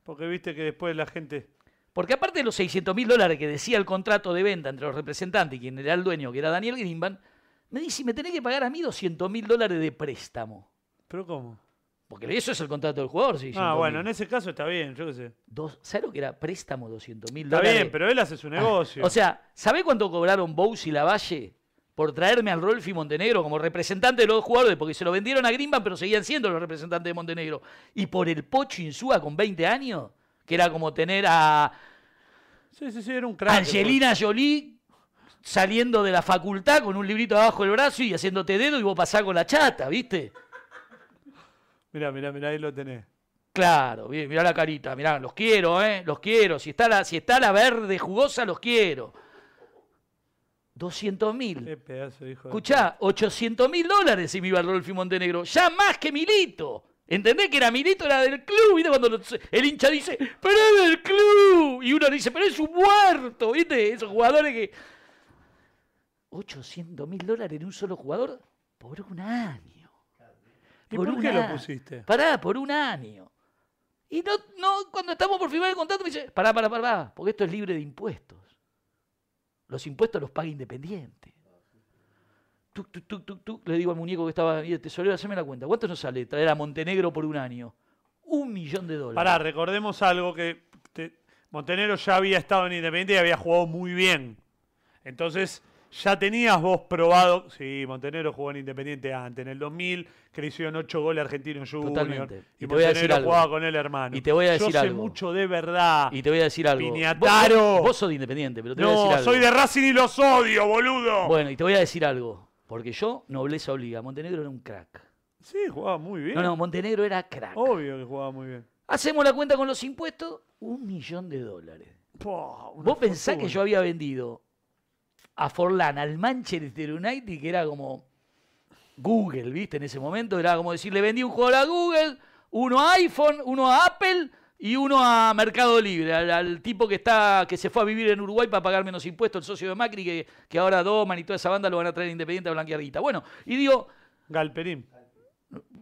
[SPEAKER 1] Porque viste que después la gente.
[SPEAKER 2] Porque aparte de los 600 mil dólares que decía el contrato de venta entre los representantes y quien era el dueño, que era Daniel Grimban, me dice, me tenés que pagar a mí 200 mil dólares de préstamo.
[SPEAKER 1] ¿Pero cómo?
[SPEAKER 2] Porque eso es el contrato del jugador, sí.
[SPEAKER 1] Ah, bueno, en ese caso está bien, yo qué sé.
[SPEAKER 2] ¿Sabes lo que era préstamo 200 mil
[SPEAKER 1] Está
[SPEAKER 2] dólares?
[SPEAKER 1] bien, pero él hace su negocio.
[SPEAKER 2] Ah, O sea, ¿sabés cuánto cobraron Bowes y Lavalle por traerme al Rolfi Montenegro como representante de los dos jugadores? Porque se lo vendieron a Grimban, pero seguían siendo los representantes de Montenegro. Y por el Pocho Insúa con 20 años, que era como tener a,
[SPEAKER 1] sí, sí, sí, era un crack.
[SPEAKER 2] Angelina Jolie saliendo de la facultad con un librito abajo del brazo y haciéndote dedo y vos pasás con la chata, ¿viste?
[SPEAKER 1] Mirá, mirá, mirá, ahí lo tenés.
[SPEAKER 2] Claro, bien, mirá la carita, mirá, los quiero, ¿eh? Los quiero. Si está la, si está la verde jugosa, los quiero. 200
[SPEAKER 1] Qué
[SPEAKER 2] mil.
[SPEAKER 1] pedazo, hijo. de-
[SPEAKER 2] Escuchá, 800 mil dólares si me iba el Rolfi Montenegro. Ya más que Milito. ¿Entendés que era Milito? Era del club. ¿Viste cuando los- el hincha dice, pero es del club? Y uno le dice, pero es un muerto. ¿Viste? Esos jugadores que... 800 mil dólares en un solo jugador por un año.
[SPEAKER 1] ¿Y por qué
[SPEAKER 2] un
[SPEAKER 1] lo
[SPEAKER 2] año.
[SPEAKER 1] pusiste?
[SPEAKER 2] Pará, por un año. Y no, no, cuando estamos por firmar el contrato me dice, pará, pará, pará, porque esto es libre de impuestos. Los impuestos los paga Independiente. Tuc, tuc, tuc, tuc, tuc, le digo al muñeco que estaba ahí de tesorero, haceme la cuenta. ¿Cuánto nos sale traer a Montenegro por un año? Un millón de dólares.
[SPEAKER 1] Pará, recordemos algo que te- Montenegro ya había estado en Independiente y había jugado muy bien. Entonces, ya tenías vos probado. Sí, Montenegro jugó en Independiente antes, en el 2000, que le hicieron 8 goles a Argentinos Junior.
[SPEAKER 2] Totalmente.
[SPEAKER 1] Y,
[SPEAKER 2] Y te voy
[SPEAKER 1] Montenegro
[SPEAKER 2] a decir algo.
[SPEAKER 1] jugaba con el hermano.
[SPEAKER 2] Y te voy a decir
[SPEAKER 1] Yo sé
[SPEAKER 2] algo.
[SPEAKER 1] mucho de verdad.
[SPEAKER 2] Y te voy a decir algo. Vos-
[SPEAKER 1] Piñataro.
[SPEAKER 2] Vos, vos sos de Independiente, pero te voy a decir
[SPEAKER 1] No,
[SPEAKER 2] algo.
[SPEAKER 1] soy de Racing y los odio, boludo.
[SPEAKER 2] Bueno, y te voy a decir algo. Porque yo, nobleza obliga. Montenegro era un crack.
[SPEAKER 1] Sí, jugaba muy bien.
[SPEAKER 2] No, no, Montenegro era crack.
[SPEAKER 1] Obvio que jugaba muy bien.
[SPEAKER 2] Hacemos la cuenta con los impuestos, un millón de dólares.
[SPEAKER 1] Po, una
[SPEAKER 2] Vos pensás que
[SPEAKER 1] fortuna.
[SPEAKER 2] yo había vendido a Forlán al Manchester United, que era como Google, ¿viste? En ese momento era como decir, le vendí un jugador a Google, uno a iPhone, uno a Apple y uno a Mercado Libre, al, al tipo que está que se fue a vivir en Uruguay para pagar menos impuestos, el socio de Macri, que, que ahora Doman y toda esa banda lo van a traer independiente a Blanquiardita. Bueno, y digo,
[SPEAKER 1] Galperín.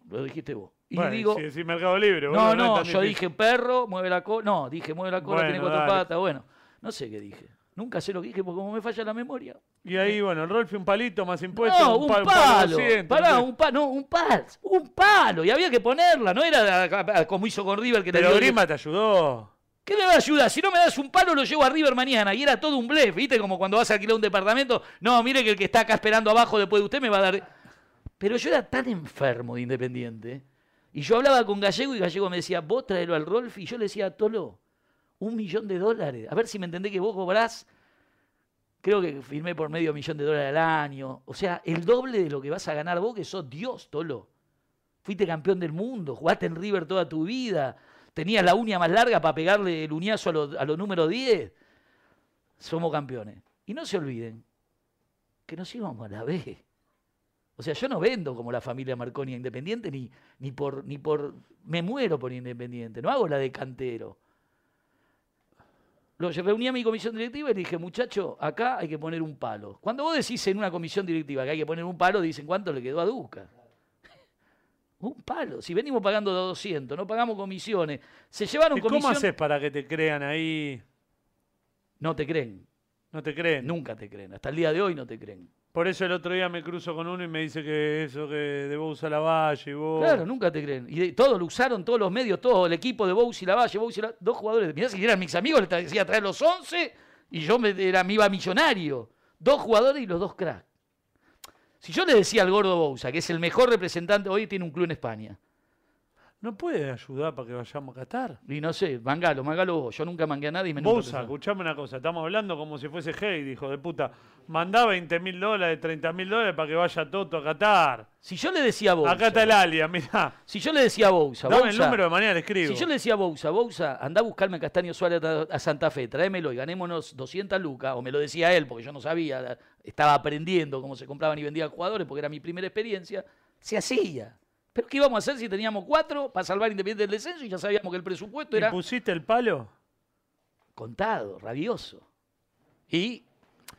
[SPEAKER 2] lo dijiste vos. Y
[SPEAKER 1] Bueno,
[SPEAKER 2] digo,
[SPEAKER 1] si decís Mercado Libre.
[SPEAKER 2] no,
[SPEAKER 1] boludo, es
[SPEAKER 2] no,
[SPEAKER 1] tan
[SPEAKER 2] yo
[SPEAKER 1] difícil.
[SPEAKER 2] dije perro, mueve la cola. No, dije mueve la cola,
[SPEAKER 1] Bueno,
[SPEAKER 2] tiene cuatro
[SPEAKER 1] dale.
[SPEAKER 2] patas. Bueno, no sé qué dije. Nunca sé lo que dije porque como me falla la memoria.
[SPEAKER 1] Y ahí, bueno, el Rolfi un palito más impuestos.
[SPEAKER 2] no, un,
[SPEAKER 1] pa-
[SPEAKER 2] palo.
[SPEAKER 1] doscientos,
[SPEAKER 2] pará,
[SPEAKER 1] no sé.
[SPEAKER 2] un palo. No, un palo. Un palo. Y había que ponerla. No era a- a- a- como hizo con River que te
[SPEAKER 1] Pero
[SPEAKER 2] dio-
[SPEAKER 1] Grima te ayudó.
[SPEAKER 2] ¿Qué le va a ayudar? Si no me das un palo, lo llevo a River mañana. Y era todo un blef, ¿viste? Como cuando vas a alquilar un departamento. No, mire que el que está acá esperando abajo después de usted me va a dar. Pero yo era tan enfermo de Independiente. Y yo hablaba con Gallego y Gallego me decía, vos traelo al Rolfi. Y yo le decía, Tolo, un millón de dólares. A ver si me entendés que vos cobrás. Creo que firmé por medio millón de dólares al año. O sea, el doble de lo que vas a ganar vos, que sos Dios, Tolo. Fuiste campeón del mundo, jugaste en River toda tu vida, tenías la uña más larga para pegarle el uñazo a los, a los números 10. Somos campeones. Y no se olviden que nos íbamos a la B. O sea, yo no vendo como la familia Marconi a Independiente, ni, ni, por, ni por. Me muero por Independiente, no hago la de cantero. Lo, yo reuní a mi comisión directiva y le dije, muchacho, acá hay que poner un palo. Cuando vos decís en una comisión directiva que hay que poner un palo, dicen, ¿cuánto le quedó a Duca? un palo. Si venimos pagando 200, no pagamos comisiones. Se llevaron
[SPEAKER 1] ¿Y cómo
[SPEAKER 2] comisiones.
[SPEAKER 1] haces para que te crean ahí?
[SPEAKER 2] No te creen.
[SPEAKER 1] No te creen.
[SPEAKER 2] Nunca te creen. Hasta el día de hoy no te creen.
[SPEAKER 1] Por eso el otro día me cruzo con uno y me dice que eso que de Bousa la valle y vos.
[SPEAKER 2] Claro, nunca te creen. Y de- todos lo usaron, todos los medios, todo el equipo de Bous y Lavalle, Bous y Lavalle, dos jugadores. Mirá, si eran mis amigos, les decía traer los 11 y yo me, era, me iba millonario. Dos jugadores y los dos cracks. Si yo le decía al gordo Bousa, que es el mejor representante, hoy tiene un club en España.
[SPEAKER 1] No puede ayudar para que vayamos a Qatar.
[SPEAKER 2] Y no sé, mangalo, mangalo vos. Yo nunca mangué a nadie y me nunca
[SPEAKER 1] Bousa,
[SPEAKER 2] pensaba.
[SPEAKER 1] escuchame una cosa, estamos hablando como si fuese Heidi, hijo de puta. Mandá 20 mil dólares, 30 mil dólares para que vaya Toto a Qatar.
[SPEAKER 2] Si yo le decía a Bousa.
[SPEAKER 1] Acá está el alia, mirá.
[SPEAKER 2] Si yo le decía a Bousa,
[SPEAKER 1] Dame el
[SPEAKER 2] Bousa,
[SPEAKER 1] número de manera le escribo.
[SPEAKER 2] Si yo le decía a Bousa, Bousa, andá a buscarme a Castaño Suárez a a Santa Fe, tráemelo y ganémonos 200 lucas, o me lo decía él porque yo no sabía, la- estaba aprendiendo cómo se compraban y vendían jugadores porque era mi primera experiencia, se hacía. Pero ¿qué íbamos a hacer si teníamos cuatro para salvar Independiente del descenso y ya sabíamos que el presupuesto
[SPEAKER 1] ¿Y
[SPEAKER 2] era
[SPEAKER 1] pusiste el palo?
[SPEAKER 2] contado, rabioso. Y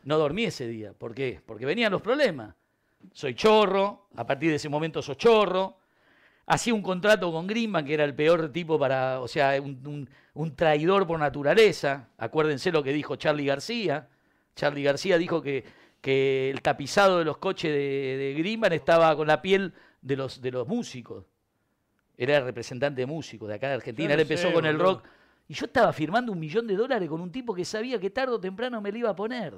[SPEAKER 2] no dormí ese día. ¿Por qué? Porque venían los problemas. Soy chorro, a partir de ese momento sos chorro. Hacía un contrato con Greenman, que era el peor tipo para, o sea, un, un- un traidor por naturaleza. Acuérdense lo que dijo Charlie García. Charlie García dijo que, que el tapizado de los coches de, de Greenman estaba con la piel de los, de los músicos. Era el representante de músicos de acá de Argentina.
[SPEAKER 1] Ya
[SPEAKER 2] Él
[SPEAKER 1] lo
[SPEAKER 2] empezó
[SPEAKER 1] sé,
[SPEAKER 2] con el
[SPEAKER 1] boludo.
[SPEAKER 2] rock. Y yo estaba firmando un millón de dólares con un tipo que sabía que tarde o temprano me lo iba a poner.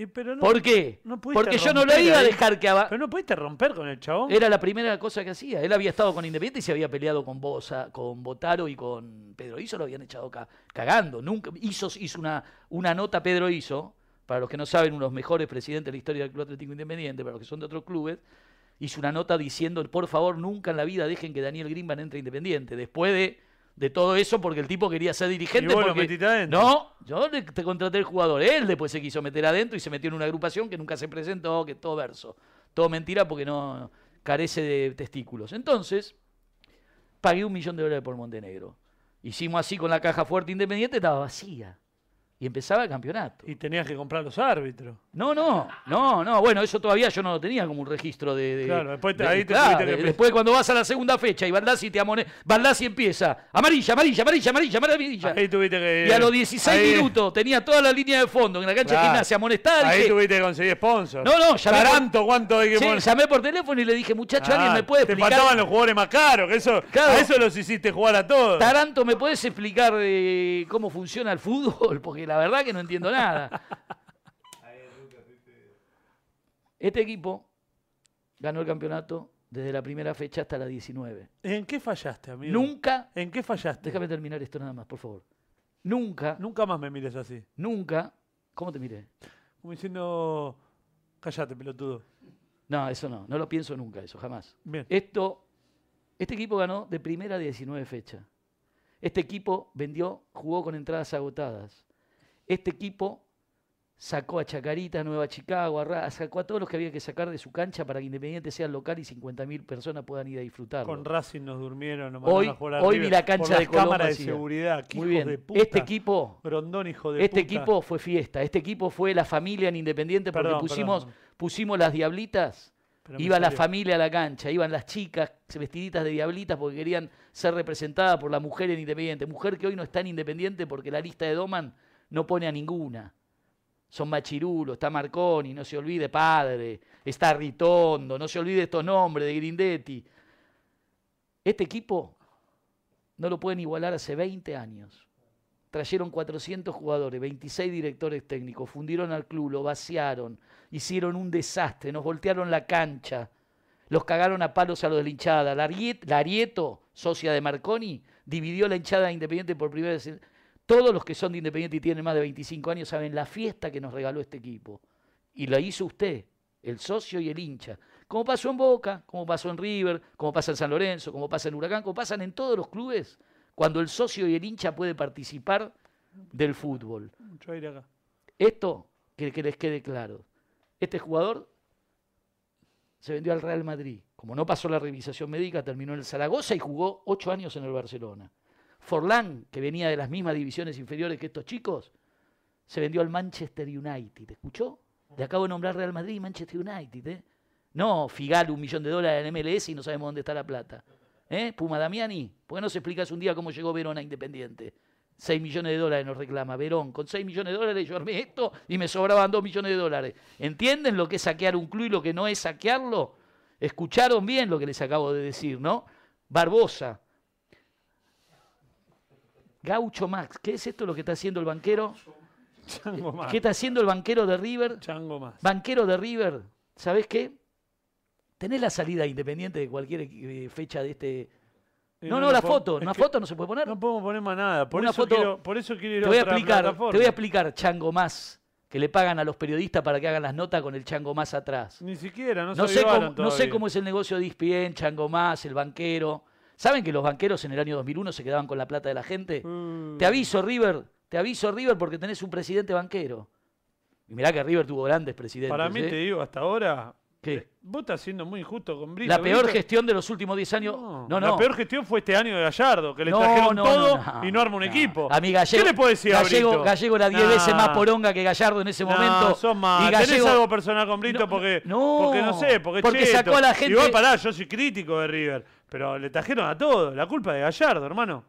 [SPEAKER 1] Y pero no,
[SPEAKER 2] ¿Por qué?
[SPEAKER 1] no pudiste
[SPEAKER 2] Porque yo no lo
[SPEAKER 1] romper
[SPEAKER 2] iba a
[SPEAKER 1] ahí.
[SPEAKER 2] dejar que abajo.
[SPEAKER 1] Pero no pudiste romper con el chabón.
[SPEAKER 2] Era la primera cosa que hacía. Él había estado con Independiente y se había peleado con Bosa, con Botaro y con Pedro Iso, lo habían echado ca- cagando. Nunca, hizo, hizo una, una nota Pedro Iso, para los que no saben, uno de los mejores presidentes de la historia del Club Atlético Independiente, para los que son de otros clubes, hizo una nota diciendo, por favor, nunca en la vida dejen que Daniel Grimman entre a Independiente. Después de, de todo eso, porque el tipo quería ser dirigente.
[SPEAKER 1] Y vos lo
[SPEAKER 2] porque-
[SPEAKER 1] metiste adentro.
[SPEAKER 2] No, yo le- te contraté el jugador. Él después se quiso meter adentro y se metió en una agrupación que nunca se presentó, que todo verso. Todo mentira porque no carece de testículos. Entonces, pagué un millón de dólares por Montenegro. Hicimos así con la caja fuerte independiente, estaba vacía. Y empezaba el campeonato.
[SPEAKER 1] Y tenías que comprar los árbitros.
[SPEAKER 2] No, no, no, no. Bueno, eso todavía yo no lo tenía como un registro de. de-
[SPEAKER 1] Claro, después te-
[SPEAKER 2] de-
[SPEAKER 1] ahí te tuviste que
[SPEAKER 2] de-
[SPEAKER 1] empe-
[SPEAKER 2] Después, cuando vas a la segunda fecha y Baldassi te amone. Baldassi empieza. Amarilla, amarilla, amarilla, amarilla, amarilla.
[SPEAKER 1] Ahí tuviste que.
[SPEAKER 2] y a los 16
[SPEAKER 1] ahí-
[SPEAKER 2] minutos tenía toda la línea de fondo en la cancha
[SPEAKER 1] Claro.
[SPEAKER 2] de gimnasia amonestada.
[SPEAKER 1] Ahí
[SPEAKER 2] dije,
[SPEAKER 1] tuviste que conseguir sponsor.
[SPEAKER 2] No, no, ya me-
[SPEAKER 1] Taranto, ¿cuánto hay que
[SPEAKER 2] Sí,
[SPEAKER 1] poner?
[SPEAKER 2] llamé por teléfono y le dije, muchacho,
[SPEAKER 1] Ah,
[SPEAKER 2] alguien me puede
[SPEAKER 1] Te faltaban
[SPEAKER 2] explicar.
[SPEAKER 1] los jugadores más caros, que eso,
[SPEAKER 2] Claro.
[SPEAKER 1] a eso los hiciste jugar a todos.
[SPEAKER 2] Taranto, ¿me puedes explicar eh, cómo funciona el fútbol? Porque la verdad que no entiendo nada. Este equipo ganó el campeonato desde la primera fecha hasta la 19.
[SPEAKER 1] ¿En qué fallaste, amigo?
[SPEAKER 2] Nunca,
[SPEAKER 1] ¿En qué fallaste?
[SPEAKER 2] déjame terminar esto nada más, por favor. Nunca,
[SPEAKER 1] Nunca más me mires así.
[SPEAKER 2] nunca, ¿cómo te miré?
[SPEAKER 1] Como diciendo, cállate, pelotudo.
[SPEAKER 2] No, eso no, no lo pienso nunca, eso jamás.
[SPEAKER 1] Bien.
[SPEAKER 2] Esto, este equipo ganó de primera a 19 fecha. Este equipo vendió, jugó con entradas agotadas. Este equipo sacó a Chacarita, a Nueva Chicago, a Ra- sacó a todos los que había que sacar de su cancha para que Independiente sea local y 50.000 personas puedan ir a disfrutarlo.
[SPEAKER 1] Con Racing nos durmieron, nos
[SPEAKER 2] Hoy-
[SPEAKER 1] mandaron a jugar a
[SPEAKER 2] hoy
[SPEAKER 1] River
[SPEAKER 2] vi la
[SPEAKER 1] por
[SPEAKER 2] cancha
[SPEAKER 1] las
[SPEAKER 2] de Colón
[SPEAKER 1] cámaras de
[SPEAKER 2] vacía.
[SPEAKER 1] seguridad, que
[SPEAKER 2] Muy
[SPEAKER 1] hijos
[SPEAKER 2] bien.
[SPEAKER 1] de puta.
[SPEAKER 2] Este equipo,
[SPEAKER 1] Grondón, hijo de
[SPEAKER 2] este
[SPEAKER 1] puta.
[SPEAKER 2] equipo fue fiesta. Este equipo fue la familia en Independiente porque
[SPEAKER 1] Perdón,
[SPEAKER 2] pusimos,
[SPEAKER 1] perdón.
[SPEAKER 2] pusimos las diablitas.
[SPEAKER 1] Pero me
[SPEAKER 2] Iba la
[SPEAKER 1] salió.
[SPEAKER 2] familia a la cancha, iban las chicas vestiditas de diablitas porque querían ser representadas por la mujer en Independiente. Mujer que hoy no está en Independiente porque la lista de Doman no pone a ninguna. Son Machirulo, está Marconi, no se olvide Padre, está Ritondo, no se olvide estos nombres de Grindetti. Este equipo no lo pueden igualar hace 20 años. Trajeron 400 jugadores, 26 directores técnicos, fundieron al club, lo vaciaron, hicieron un desastre, nos voltearon la cancha, los cagaron a palos a los de la hinchada. La, Ariet- la Arieto, socia de Marconi, dividió la hinchada de Independiente por primera vez. Todos los que son de Independiente y tienen más de 25 años saben la fiesta que nos regaló este equipo. Y la hizo usted, el socio y el hincha. Como pasó en Boca, como pasó en River, como pasa en San Lorenzo, como pasa en Huracán, como pasan en todos los clubes, cuando el socio y el hincha puede participar del fútbol.
[SPEAKER 1] Mucho aire acá.
[SPEAKER 2] Esto, que, que les quede claro. Este jugador se vendió al Real Madrid. Como no pasó la revisación médica, terminó en el Zaragoza y jugó ocho años en el Barcelona. Forlán, que venía de las mismas divisiones inferiores que estos chicos, se vendió al Manchester United. ¿Escuchó? Le acabo de nombrar Real Madrid y Manchester United. ¿eh? No, Figal, un millón de dólares en MLS y no sabemos dónde está la plata. ¿Eh? Puma Damiani, ¿por qué no se explicas un día cómo llegó Verón a Independiente? 6 millones de dólares nos reclama Verón. Con 6 millones de dólares yo armé esto y me sobraban 2 millones de dólares. ¿Entienden lo que es saquear un club y lo que no es saquearlo? Escucharon bien lo que les acabo de decir, ¿no? Barbosa. Gaucho Max. ¿Qué es esto lo que está haciendo el banquero?
[SPEAKER 1] Chango más.
[SPEAKER 2] Eh, ¿Qué está haciendo el banquero de River?
[SPEAKER 1] Chango más.
[SPEAKER 2] Banquero de River, ¿sabés qué? Tenés la salida independiente de cualquier eh, fecha de este.
[SPEAKER 1] Eh,
[SPEAKER 2] No, no, la
[SPEAKER 1] puedo-
[SPEAKER 2] foto.
[SPEAKER 1] es
[SPEAKER 2] Una
[SPEAKER 1] que
[SPEAKER 2] foto no se puede poner.
[SPEAKER 1] No podemos poner más nada. Por,
[SPEAKER 2] Una
[SPEAKER 1] eso,
[SPEAKER 2] foto-
[SPEAKER 1] quiero, por eso quiero ir
[SPEAKER 2] Te
[SPEAKER 1] a
[SPEAKER 2] voy a
[SPEAKER 1] otra
[SPEAKER 2] explicar, te
[SPEAKER 1] plataforma.
[SPEAKER 2] voy a explicar, Chango Más, que le pagan a los periodistas para que hagan las notas con el Chango Más atrás.
[SPEAKER 1] Ni siquiera, no,
[SPEAKER 2] No
[SPEAKER 1] se
[SPEAKER 2] sé, cómo,
[SPEAKER 1] avivaron
[SPEAKER 2] no sé
[SPEAKER 1] todavía.
[SPEAKER 2] cómo es el negocio de E ESPN, Chango Más, el banquero. ¿Saben que los banqueros en el año 2001 se quedaban con la plata de la gente?
[SPEAKER 1] Mm.
[SPEAKER 2] Te aviso, River, te aviso, River, porque tenés un presidente banquero. Y mirá que River tuvo grandes presidentes.
[SPEAKER 1] Para mí,
[SPEAKER 2] ¿eh?
[SPEAKER 1] te digo, hasta ahora.
[SPEAKER 2] ¿Qué?
[SPEAKER 1] eh, Vos estás siendo muy injusto con Brito.
[SPEAKER 2] La peor
[SPEAKER 1] Brito-
[SPEAKER 2] gestión de los últimos 10 años. No, no.
[SPEAKER 1] La peor gestión fue este año de Gallardo, que le
[SPEAKER 2] No,
[SPEAKER 1] trajeron
[SPEAKER 2] no,
[SPEAKER 1] todo
[SPEAKER 2] no, no,
[SPEAKER 1] y no armó un
[SPEAKER 2] no.
[SPEAKER 1] equipo.
[SPEAKER 2] A mí Gallego,
[SPEAKER 1] ¿Qué le puedo decir
[SPEAKER 2] Gallego,
[SPEAKER 1] a Brito?
[SPEAKER 2] Gallego era 10
[SPEAKER 1] Nah.
[SPEAKER 2] veces más poronga que Gallardo en ese
[SPEAKER 1] No,
[SPEAKER 2] momento.
[SPEAKER 1] sos más.
[SPEAKER 2] y Gallego,
[SPEAKER 1] Tenés algo personal con Brito
[SPEAKER 2] No,
[SPEAKER 1] porque,
[SPEAKER 2] no,
[SPEAKER 1] porque no sé, porque, es
[SPEAKER 2] porque
[SPEAKER 1] cheto.
[SPEAKER 2] sacó a la gente-
[SPEAKER 1] Igual pará, yo soy crítico de River, pero le trajeron a todo. La culpa de Gallardo, hermano.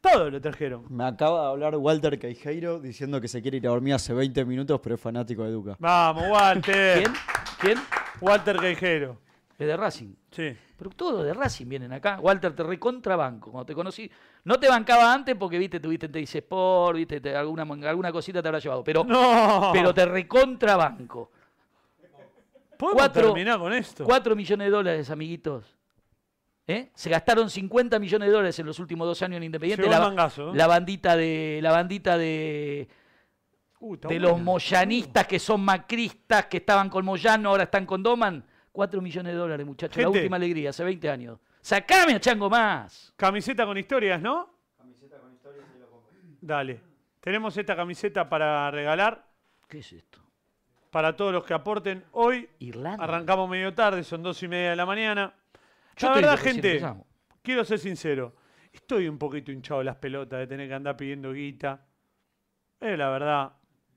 [SPEAKER 1] Todo lo trajeron.
[SPEAKER 5] Me acaba de hablar Walter Queijeiro diciendo que se quiere ir a dormir hace 20 minutos, pero es fanático de Duca.
[SPEAKER 1] Vamos, Walter.
[SPEAKER 2] ¿Quién? ¿Quién?
[SPEAKER 1] Walter Queijero.
[SPEAKER 2] Es de Racing.
[SPEAKER 1] Sí.
[SPEAKER 2] Pero todos de Racing vienen acá. Walter, te recontrabanco. Cuando te conocí, no te bancaba antes porque, viste, tuviste en Dice Sport, viste, te- alguna, alguna cosita te habrá llevado. Pero,
[SPEAKER 1] No.
[SPEAKER 2] pero te recontrabanco.
[SPEAKER 1] ¿Podemos
[SPEAKER 2] cuatro-
[SPEAKER 1] terminar con esto?
[SPEAKER 2] 4 millones de dólares, amiguitos. ¿Eh? Se gastaron 50 millones de dólares en los últimos dos años en Independiente.
[SPEAKER 1] Llegó el
[SPEAKER 2] La,
[SPEAKER 1] mangazo, ¿eh?
[SPEAKER 2] la bandita de. La bandita de.
[SPEAKER 1] Uh, está
[SPEAKER 2] de
[SPEAKER 1] buena.
[SPEAKER 2] los moyanistas que son macristas, que estaban con Moyano, ahora están con Doman. 4 millones de dólares, muchachos. La
[SPEAKER 1] Gente.
[SPEAKER 2] última alegría, hace 20 años. ¡Sacame a Chango más!
[SPEAKER 1] Camiseta con historias, ¿no? Dale. Tenemos esta camiseta para regalar
[SPEAKER 2] ¿Qué es esto?
[SPEAKER 1] para todos los que aporten hoy.
[SPEAKER 2] Irlanda.
[SPEAKER 1] Arrancamos medio tarde, son dos y media de la mañana.
[SPEAKER 2] Yo
[SPEAKER 1] la verdad,
[SPEAKER 2] te dije recién,
[SPEAKER 1] gente,
[SPEAKER 2] empezamos.
[SPEAKER 1] quiero ser sincero. Estoy un poquito hinchado las pelotas de tener que andar pidiendo guita. Es la verdad.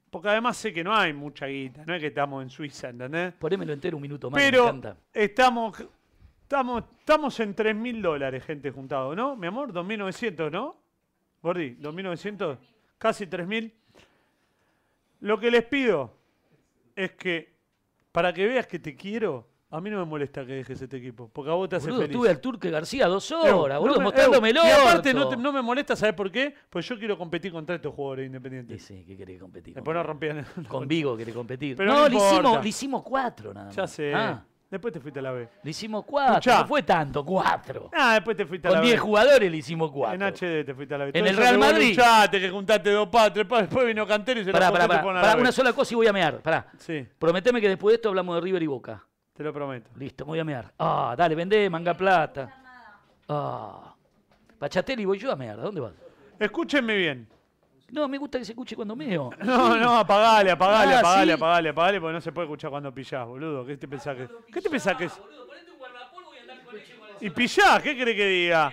[SPEAKER 1] Porque además sé que no hay mucha guita. No es que estamos en Suiza, ¿entendés?
[SPEAKER 2] Ponémelo entero un minuto más. me
[SPEAKER 1] Pero
[SPEAKER 2] encanta.
[SPEAKER 1] estamos, estamos, estamos en 3 mil dólares, gente, juntado, ¿no? Mi amor, 2.900, ¿no? Gordi, 2.900, casi 3.000. Lo que les pido es que, para que veas que te quiero, a mí no me molesta que dejes este equipo, porque a vos te hace
[SPEAKER 2] Boludo,
[SPEAKER 1] feliz.
[SPEAKER 2] tuve al Turque García dos
[SPEAKER 1] Ew,
[SPEAKER 2] horas,
[SPEAKER 1] no
[SPEAKER 2] boludo,
[SPEAKER 1] me-
[SPEAKER 2] mostrándome
[SPEAKER 1] ew,
[SPEAKER 2] el
[SPEAKER 1] Y aparte
[SPEAKER 2] orto.
[SPEAKER 1] no, te- no me molesta, ¿sabes por qué? Pues yo quiero competir contra estos jugadores
[SPEAKER 2] Sí,
[SPEAKER 1] independientes.
[SPEAKER 2] sí, que querés competir.
[SPEAKER 1] Después no rompían.
[SPEAKER 2] Con Vigo querés competir.
[SPEAKER 1] Pero
[SPEAKER 2] no,
[SPEAKER 1] no
[SPEAKER 2] le,
[SPEAKER 1] importa.
[SPEAKER 2] hicimos, le hicimos cuatro nada más.
[SPEAKER 1] Ya sé.
[SPEAKER 2] Ah,
[SPEAKER 1] Después te fuiste a la B.
[SPEAKER 2] le hicimos cuatro.
[SPEAKER 1] Escuchá.
[SPEAKER 2] No fue tanto, cuatro.
[SPEAKER 1] Ah, después te fuiste a la
[SPEAKER 2] Con
[SPEAKER 1] B.
[SPEAKER 2] diez jugadores le hicimos cuatro.
[SPEAKER 1] En HD te fuiste a la
[SPEAKER 2] En el
[SPEAKER 1] Entonces,
[SPEAKER 2] Real
[SPEAKER 1] vos
[SPEAKER 2] Madrid.
[SPEAKER 1] luchaste, que juntaste dos patas, tres patas, después vino Cantero y se
[SPEAKER 2] Pará,
[SPEAKER 1] los
[SPEAKER 2] pará,
[SPEAKER 1] juntaste
[SPEAKER 2] pará.
[SPEAKER 1] por
[SPEAKER 2] Pará,
[SPEAKER 1] vez.
[SPEAKER 2] una sola cosa y voy a mear. Pará.
[SPEAKER 1] Sí,
[SPEAKER 2] Prometeme que después de esto hablamos de River y Boca.
[SPEAKER 1] te lo prometo.
[SPEAKER 2] Listo, me voy a mear. Ah, dale, vendé, manga plata. Ah. Pachatelli, voy yo a mear. ¿A dónde vas?
[SPEAKER 1] Escúchenme bien.
[SPEAKER 2] No, me gusta que se escuche cuando meo.
[SPEAKER 1] No, no, apagale, apagale,
[SPEAKER 2] Ah,
[SPEAKER 1] apagale,
[SPEAKER 2] sí.
[SPEAKER 1] apagale, apagale, porque no se puede escuchar cuando pillás, boludo. ¿Qué te pensás que ¿Qué te pensás que es? Y pillás, ¿qué querés que diga?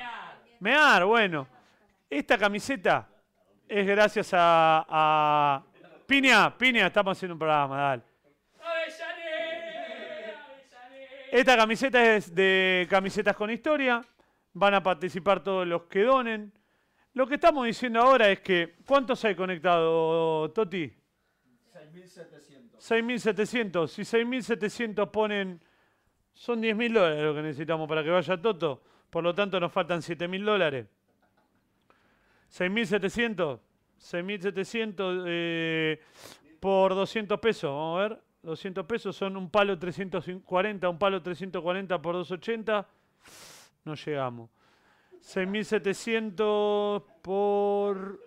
[SPEAKER 1] Mear, bueno. Esta camiseta es gracias a, a... Piña, Piña, estamos haciendo un programa, dale. Esta camiseta es de Camisetas con Historia. Van a participar todos los que donen. Lo que estamos diciendo ahora es que, ¿cuántos hay conectados, Toti? 6.700. 6.700. Si 6.700 ponen, son 10.000 dólares lo que necesitamos para que vaya Toto. Por lo tanto, nos faltan 7.000 dólares. 6.700. 6.700 eh, por 200 pesos. Vamos a ver. 200 pesos son un palo 340, un palo 340 por 280. No llegamos. 6.700 por...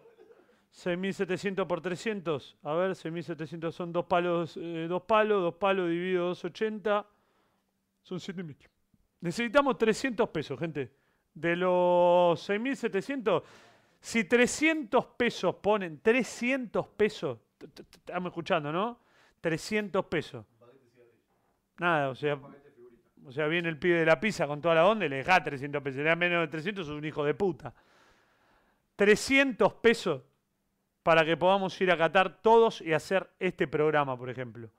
[SPEAKER 1] 6.700 por 300. A ver, 6.700 son dos palos, eh, dos palos, dos palos dividido 280. Son 7.000. Necesitamos 300 pesos, gente. De los 6.700, si 300 pesos ponen, 300 pesos, t- t- t- estamos escuchando, ¿no? 300 pesos. Nada, o sea. O sea, viene el pibe de la pizza con toda la onda y le deja 300 pesos. Le da menos de 300, es un hijo de puta. 300 pesos para que podamos ir a Qatar todos y hacer este programa, por ejemplo.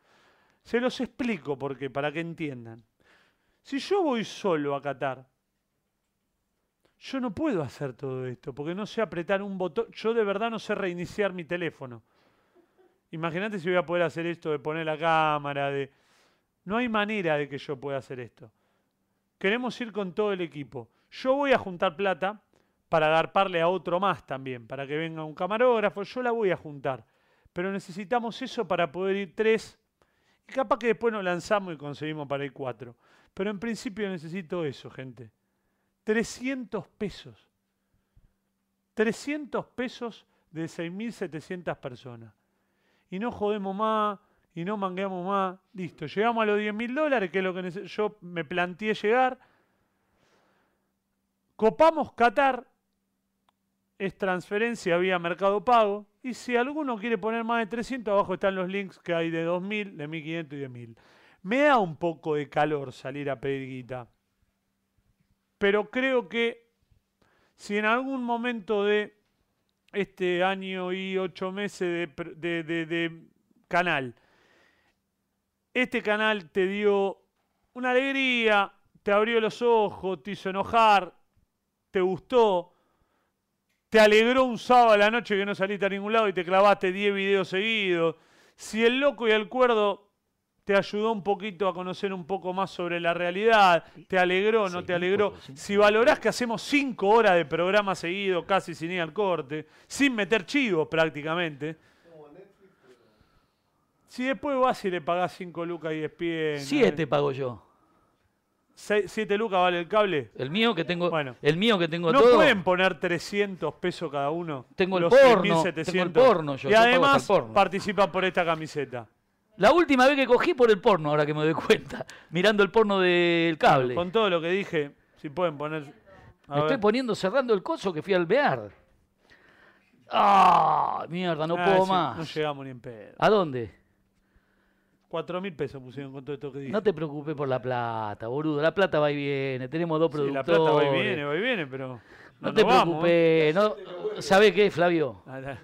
[SPEAKER 1] Se los explico porque, para que entiendan. Si yo voy solo a Qatar, yo no puedo hacer todo esto, porque no sé apretar un botón. Yo de verdad no sé reiniciar mi teléfono. Imagínate si voy a poder hacer esto de poner la cámara, de... No hay manera de que yo pueda hacer esto. Queremos ir con todo el equipo. Yo voy a juntar plata para agarparle a otro más también, para que venga un camarógrafo, yo la voy a juntar. Pero necesitamos eso para poder ir tres. Y capaz que después nos lanzamos y conseguimos para ir cuatro. Pero en principio necesito eso, gente. 300 pesos. 300 pesos de 6.700 personas. Y no jodemos más, y no mangueamos más. Listo, llegamos a los 10.000 dólares, que es lo que nece- yo me planteé llegar. Copamos Qatar, es transferencia vía Mercado Pago. Y si alguno quiere poner más de 300, abajo están los links que hay de 2.000, de 1.500 y de 1.000. Me da un poco de calor salir a pedir guita. Pero creo que si en algún momento de este año y ocho meses de, pr- de- de- de canal, este canal te dio una alegría, te abrió los ojos, te hizo enojar, te gustó, te alegró un sábado a la noche que no saliste a ningún lado y te clavaste 10 videos seguidos. Si el loco y el cuerdo te ayudó un poquito a conocer un poco más sobre la realidad, te alegró, no te
[SPEAKER 2] Seguí,
[SPEAKER 1] alegró.
[SPEAKER 2] porque si no-
[SPEAKER 1] Si valorás que hacemos 5 horas de programa seguido, casi sin ir al corte, sin meter chivos prácticamente. Si después vas y le pagás 5 lucas y despien.
[SPEAKER 2] Siete pago yo.
[SPEAKER 1] 7 lucas vale el cable.
[SPEAKER 2] El mío que tengo,
[SPEAKER 1] Bueno.
[SPEAKER 2] el mío que tengo
[SPEAKER 1] no
[SPEAKER 2] todo.
[SPEAKER 1] pueden poner 300 pesos cada uno.
[SPEAKER 2] Tengo el
[SPEAKER 1] Los
[SPEAKER 2] porno,
[SPEAKER 1] 6.700.
[SPEAKER 2] tengo el porno yo,
[SPEAKER 1] y
[SPEAKER 2] yo pago
[SPEAKER 1] además
[SPEAKER 2] hasta el porno.
[SPEAKER 1] participan por esta camiseta.
[SPEAKER 2] La última vez que cogí por el porno, ahora que me doy cuenta, mirando el porno del cable.
[SPEAKER 1] Con todo lo que dije, si pueden poner. a
[SPEAKER 2] Me estoy
[SPEAKER 1] ver.
[SPEAKER 2] poniendo cerrando el coso que fui al alvear. ¡Ah! Mierda, no
[SPEAKER 1] Ah,
[SPEAKER 2] puedo
[SPEAKER 1] sí,
[SPEAKER 2] más.
[SPEAKER 1] No llegamos ni en pedo.
[SPEAKER 2] ¿A dónde?
[SPEAKER 1] 4 mil pesos pusieron con todo esto que dije.
[SPEAKER 2] No te preocupes por la plata, boludo. La plata va y viene. Tenemos dos
[SPEAKER 1] Sí, la
[SPEAKER 2] productores.
[SPEAKER 1] plata va y viene, va y viene, pero.
[SPEAKER 2] No,
[SPEAKER 1] nos
[SPEAKER 2] te
[SPEAKER 1] vamos, ¿eh?
[SPEAKER 2] preocupes. No, ¿Sabés qué, Flavio?
[SPEAKER 1] A la-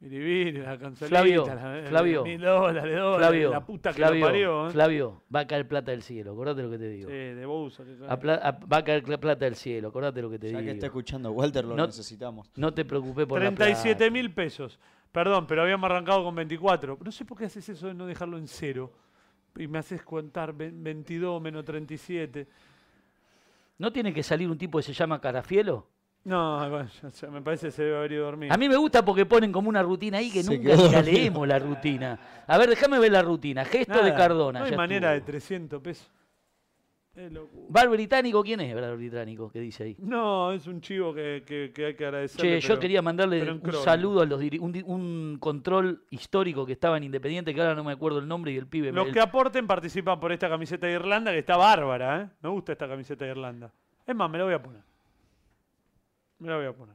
[SPEAKER 1] Biribiri, la cancelita,
[SPEAKER 2] Flavio,
[SPEAKER 1] la- eh,
[SPEAKER 2] Flavio,
[SPEAKER 1] mil dólares, dólares,
[SPEAKER 2] Flavio.
[SPEAKER 1] la puta que
[SPEAKER 2] Flavio,
[SPEAKER 1] lo parió. ¿eh?
[SPEAKER 2] Flavio, va a caer plata del cielo. Acordate lo que te digo.
[SPEAKER 1] Sí, de Bousa, que-
[SPEAKER 2] A pla- a- va a caer cl- plata del cielo. Acordate lo que te
[SPEAKER 5] Ya que
[SPEAKER 2] digo.
[SPEAKER 5] está escuchando Walter, lo
[SPEAKER 2] No-
[SPEAKER 5] necesitamos.
[SPEAKER 2] No te preocupes por la
[SPEAKER 1] 37
[SPEAKER 2] plata.
[SPEAKER 1] mil pesos. Perdón, pero habíamos arrancado con 24. No sé por qué haces eso de no dejarlo en cero. Y me haces contar ve- 22 menos 37.
[SPEAKER 2] ¿No tiene que salir un tipo que se llama Carafielo?
[SPEAKER 1] No, bueno, ya- ya me parece que se debe haber ido a dormir.
[SPEAKER 2] A mí me gusta porque ponen como una rutina ahí que
[SPEAKER 5] Se
[SPEAKER 2] nunca
[SPEAKER 5] quedó
[SPEAKER 2] la
[SPEAKER 5] dormido.
[SPEAKER 2] leemos la rutina. A ver, déjame ver la rutina. Gesto
[SPEAKER 1] Nada,
[SPEAKER 2] de Cardona.
[SPEAKER 1] No hay
[SPEAKER 2] ya
[SPEAKER 1] manera de
[SPEAKER 2] estuvo.
[SPEAKER 1] 300 pesos. Es locura.
[SPEAKER 2] Bar británico, ¿quién es Bar británico? ¿Qué dice ahí?
[SPEAKER 1] No, es un chivo que, que- que hay que agradecer.
[SPEAKER 2] Che, yo quería mandarle
[SPEAKER 1] pero en
[SPEAKER 2] un
[SPEAKER 1] crónica.
[SPEAKER 2] saludo a los diri- un, di- un control histórico que estaba en Independiente, que ahora no me acuerdo el nombre y el pibe.
[SPEAKER 1] Los
[SPEAKER 2] el-
[SPEAKER 1] que aporten participan por esta camiseta de Irlanda que está bárbara, ¿eh? Me gusta esta camiseta de Irlanda. Es más, me la voy a poner. Me la voy a poner.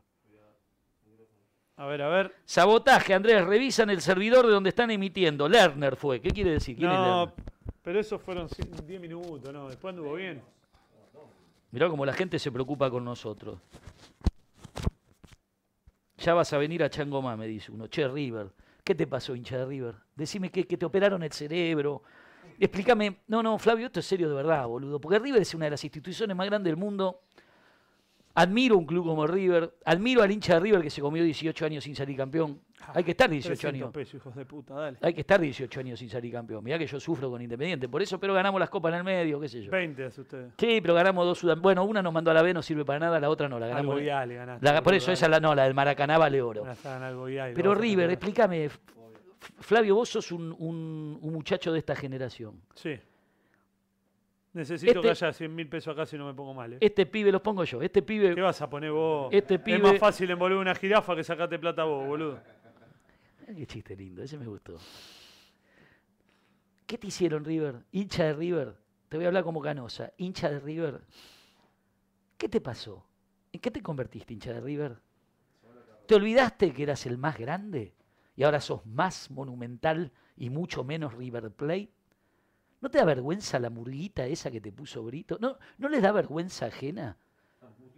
[SPEAKER 1] A ver, a ver.
[SPEAKER 2] Sabotaje, Andrés, revisan el servidor de donde están emitiendo. Lerner fue. ¿Qué quiere decir? ¿Quién es
[SPEAKER 1] No,
[SPEAKER 2] Lerner?
[SPEAKER 1] pero esos fueron cin- 10 minutos, ¿no? Después anduvo bien.
[SPEAKER 2] Mirá cómo la gente se preocupa con nosotros. Ya vas a venir a Changomá, me dice uno. Che, River, ¿qué te pasó, hincha de River? Decime que, que te operaron el cerebro. Explícame. No, no, Flavio, esto es serio de verdad, boludo. Porque River es una de las instituciones más grandes del mundo. Admiro un club como River. Admiro al hincha de River que se comió 18 años sin salir campeón. Hay que estar 18
[SPEAKER 1] 300
[SPEAKER 2] años.
[SPEAKER 1] pesos, hijos de puta, dale.
[SPEAKER 2] Hay que estar 18 años sin salir campeón. Mirá que yo sufro con Independiente. Por eso, pero ganamos las copas en el medio, qué sé yo.
[SPEAKER 1] 20 hace ustedes.
[SPEAKER 2] Sí, pero ganamos dos Sudam. Bueno, una nos mandó a la B, no sirve para nada, la otra no la ganamos.
[SPEAKER 1] Algo ya le ganaste.
[SPEAKER 2] La- por
[SPEAKER 1] boludo,
[SPEAKER 2] eso esa
[SPEAKER 1] dale.
[SPEAKER 2] la no, la del Maracaná vale oro.
[SPEAKER 1] Ganaste, ganá algo ya y lo
[SPEAKER 2] Pero
[SPEAKER 1] vas a
[SPEAKER 2] River,
[SPEAKER 1] ganar.
[SPEAKER 2] explícame, F- F- Flavio, vos sos un, un- un muchacho de esta generación.
[SPEAKER 1] Sí. Necesito que
[SPEAKER 2] Este-
[SPEAKER 1] haya 100 mil pesos acá si no me pongo mal. ¿eh?
[SPEAKER 2] Este pibe, los pongo yo, este
[SPEAKER 1] ¿Qué
[SPEAKER 2] pibe,
[SPEAKER 1] vas a poner vos?
[SPEAKER 2] Este
[SPEAKER 1] Es
[SPEAKER 2] pibe-
[SPEAKER 1] más fácil envolver una jirafa que sacarte plata vos, boludo.
[SPEAKER 2] Ah, qué chiste lindo, ese me gustó. ¿Qué te hicieron River? Hincha de River, te voy a hablar como canosa, hincha de River. ¿Qué te pasó? ¿En qué te convertiste, hincha de River? ¿Te olvidaste que eras el más grande y ahora sos más monumental y mucho menos River Plate? ¿No te da vergüenza la murguita esa que te puso Brito? ¿No, ¿No les da vergüenza ajena?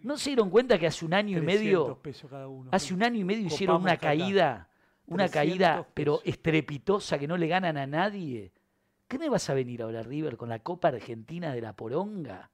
[SPEAKER 2] ¿No se dieron cuenta que hace un año y
[SPEAKER 1] 300
[SPEAKER 2] medio,
[SPEAKER 1] pesos cada uno.
[SPEAKER 2] hace un año y medio hicieron
[SPEAKER 1] Copamos
[SPEAKER 2] una
[SPEAKER 1] cada-
[SPEAKER 2] caída, una
[SPEAKER 1] 300
[SPEAKER 2] caída, pero
[SPEAKER 1] pesos.
[SPEAKER 2] estrepitosa, que no le ganan a nadie? ¿Qué me vas a venir ahora, River, con la Copa Argentina de la Poronga?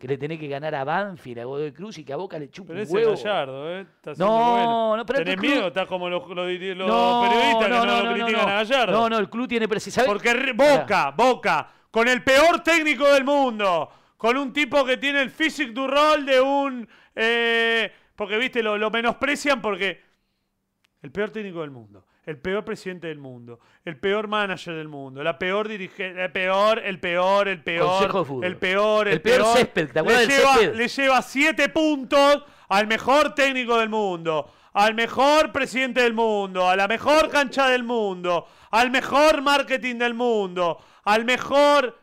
[SPEAKER 2] Que le tenés que ganar a Banfield, a Godoy Cruz y que a Boca le chupa
[SPEAKER 1] Pero
[SPEAKER 2] un
[SPEAKER 1] ese
[SPEAKER 2] huevo.
[SPEAKER 1] Gallardo, ¿eh? Está
[SPEAKER 2] No,
[SPEAKER 1] haciendo bueno.
[SPEAKER 2] no, pero
[SPEAKER 1] ¿Tenés
[SPEAKER 2] tu club-
[SPEAKER 1] miedo? Estás como los, los diri- los periodistas que no, lo critican
[SPEAKER 2] no.
[SPEAKER 1] a Gallardo.
[SPEAKER 2] No, eh, no, el club tiene precisamente.
[SPEAKER 1] Porque re- Boca, Boca, con el peor técnico del mundo, con un tipo que tiene el physique du rol de un... eh, porque, viste, lo, lo menosprecian porque... El peor técnico del mundo, el peor presidente del mundo, el peor manager del mundo, la peor dirigente, el peor, el peor, el peor,
[SPEAKER 2] Consejo de fútbol.
[SPEAKER 1] el peor, el,
[SPEAKER 2] El peor césped, ¿te acuerdas
[SPEAKER 1] le,
[SPEAKER 2] del
[SPEAKER 1] lleva,
[SPEAKER 2] césped?
[SPEAKER 1] le lleva siete puntos al mejor técnico del mundo, al mejor presidente del mundo, a la mejor cancha del mundo, al mejor marketing del mundo, al mejor.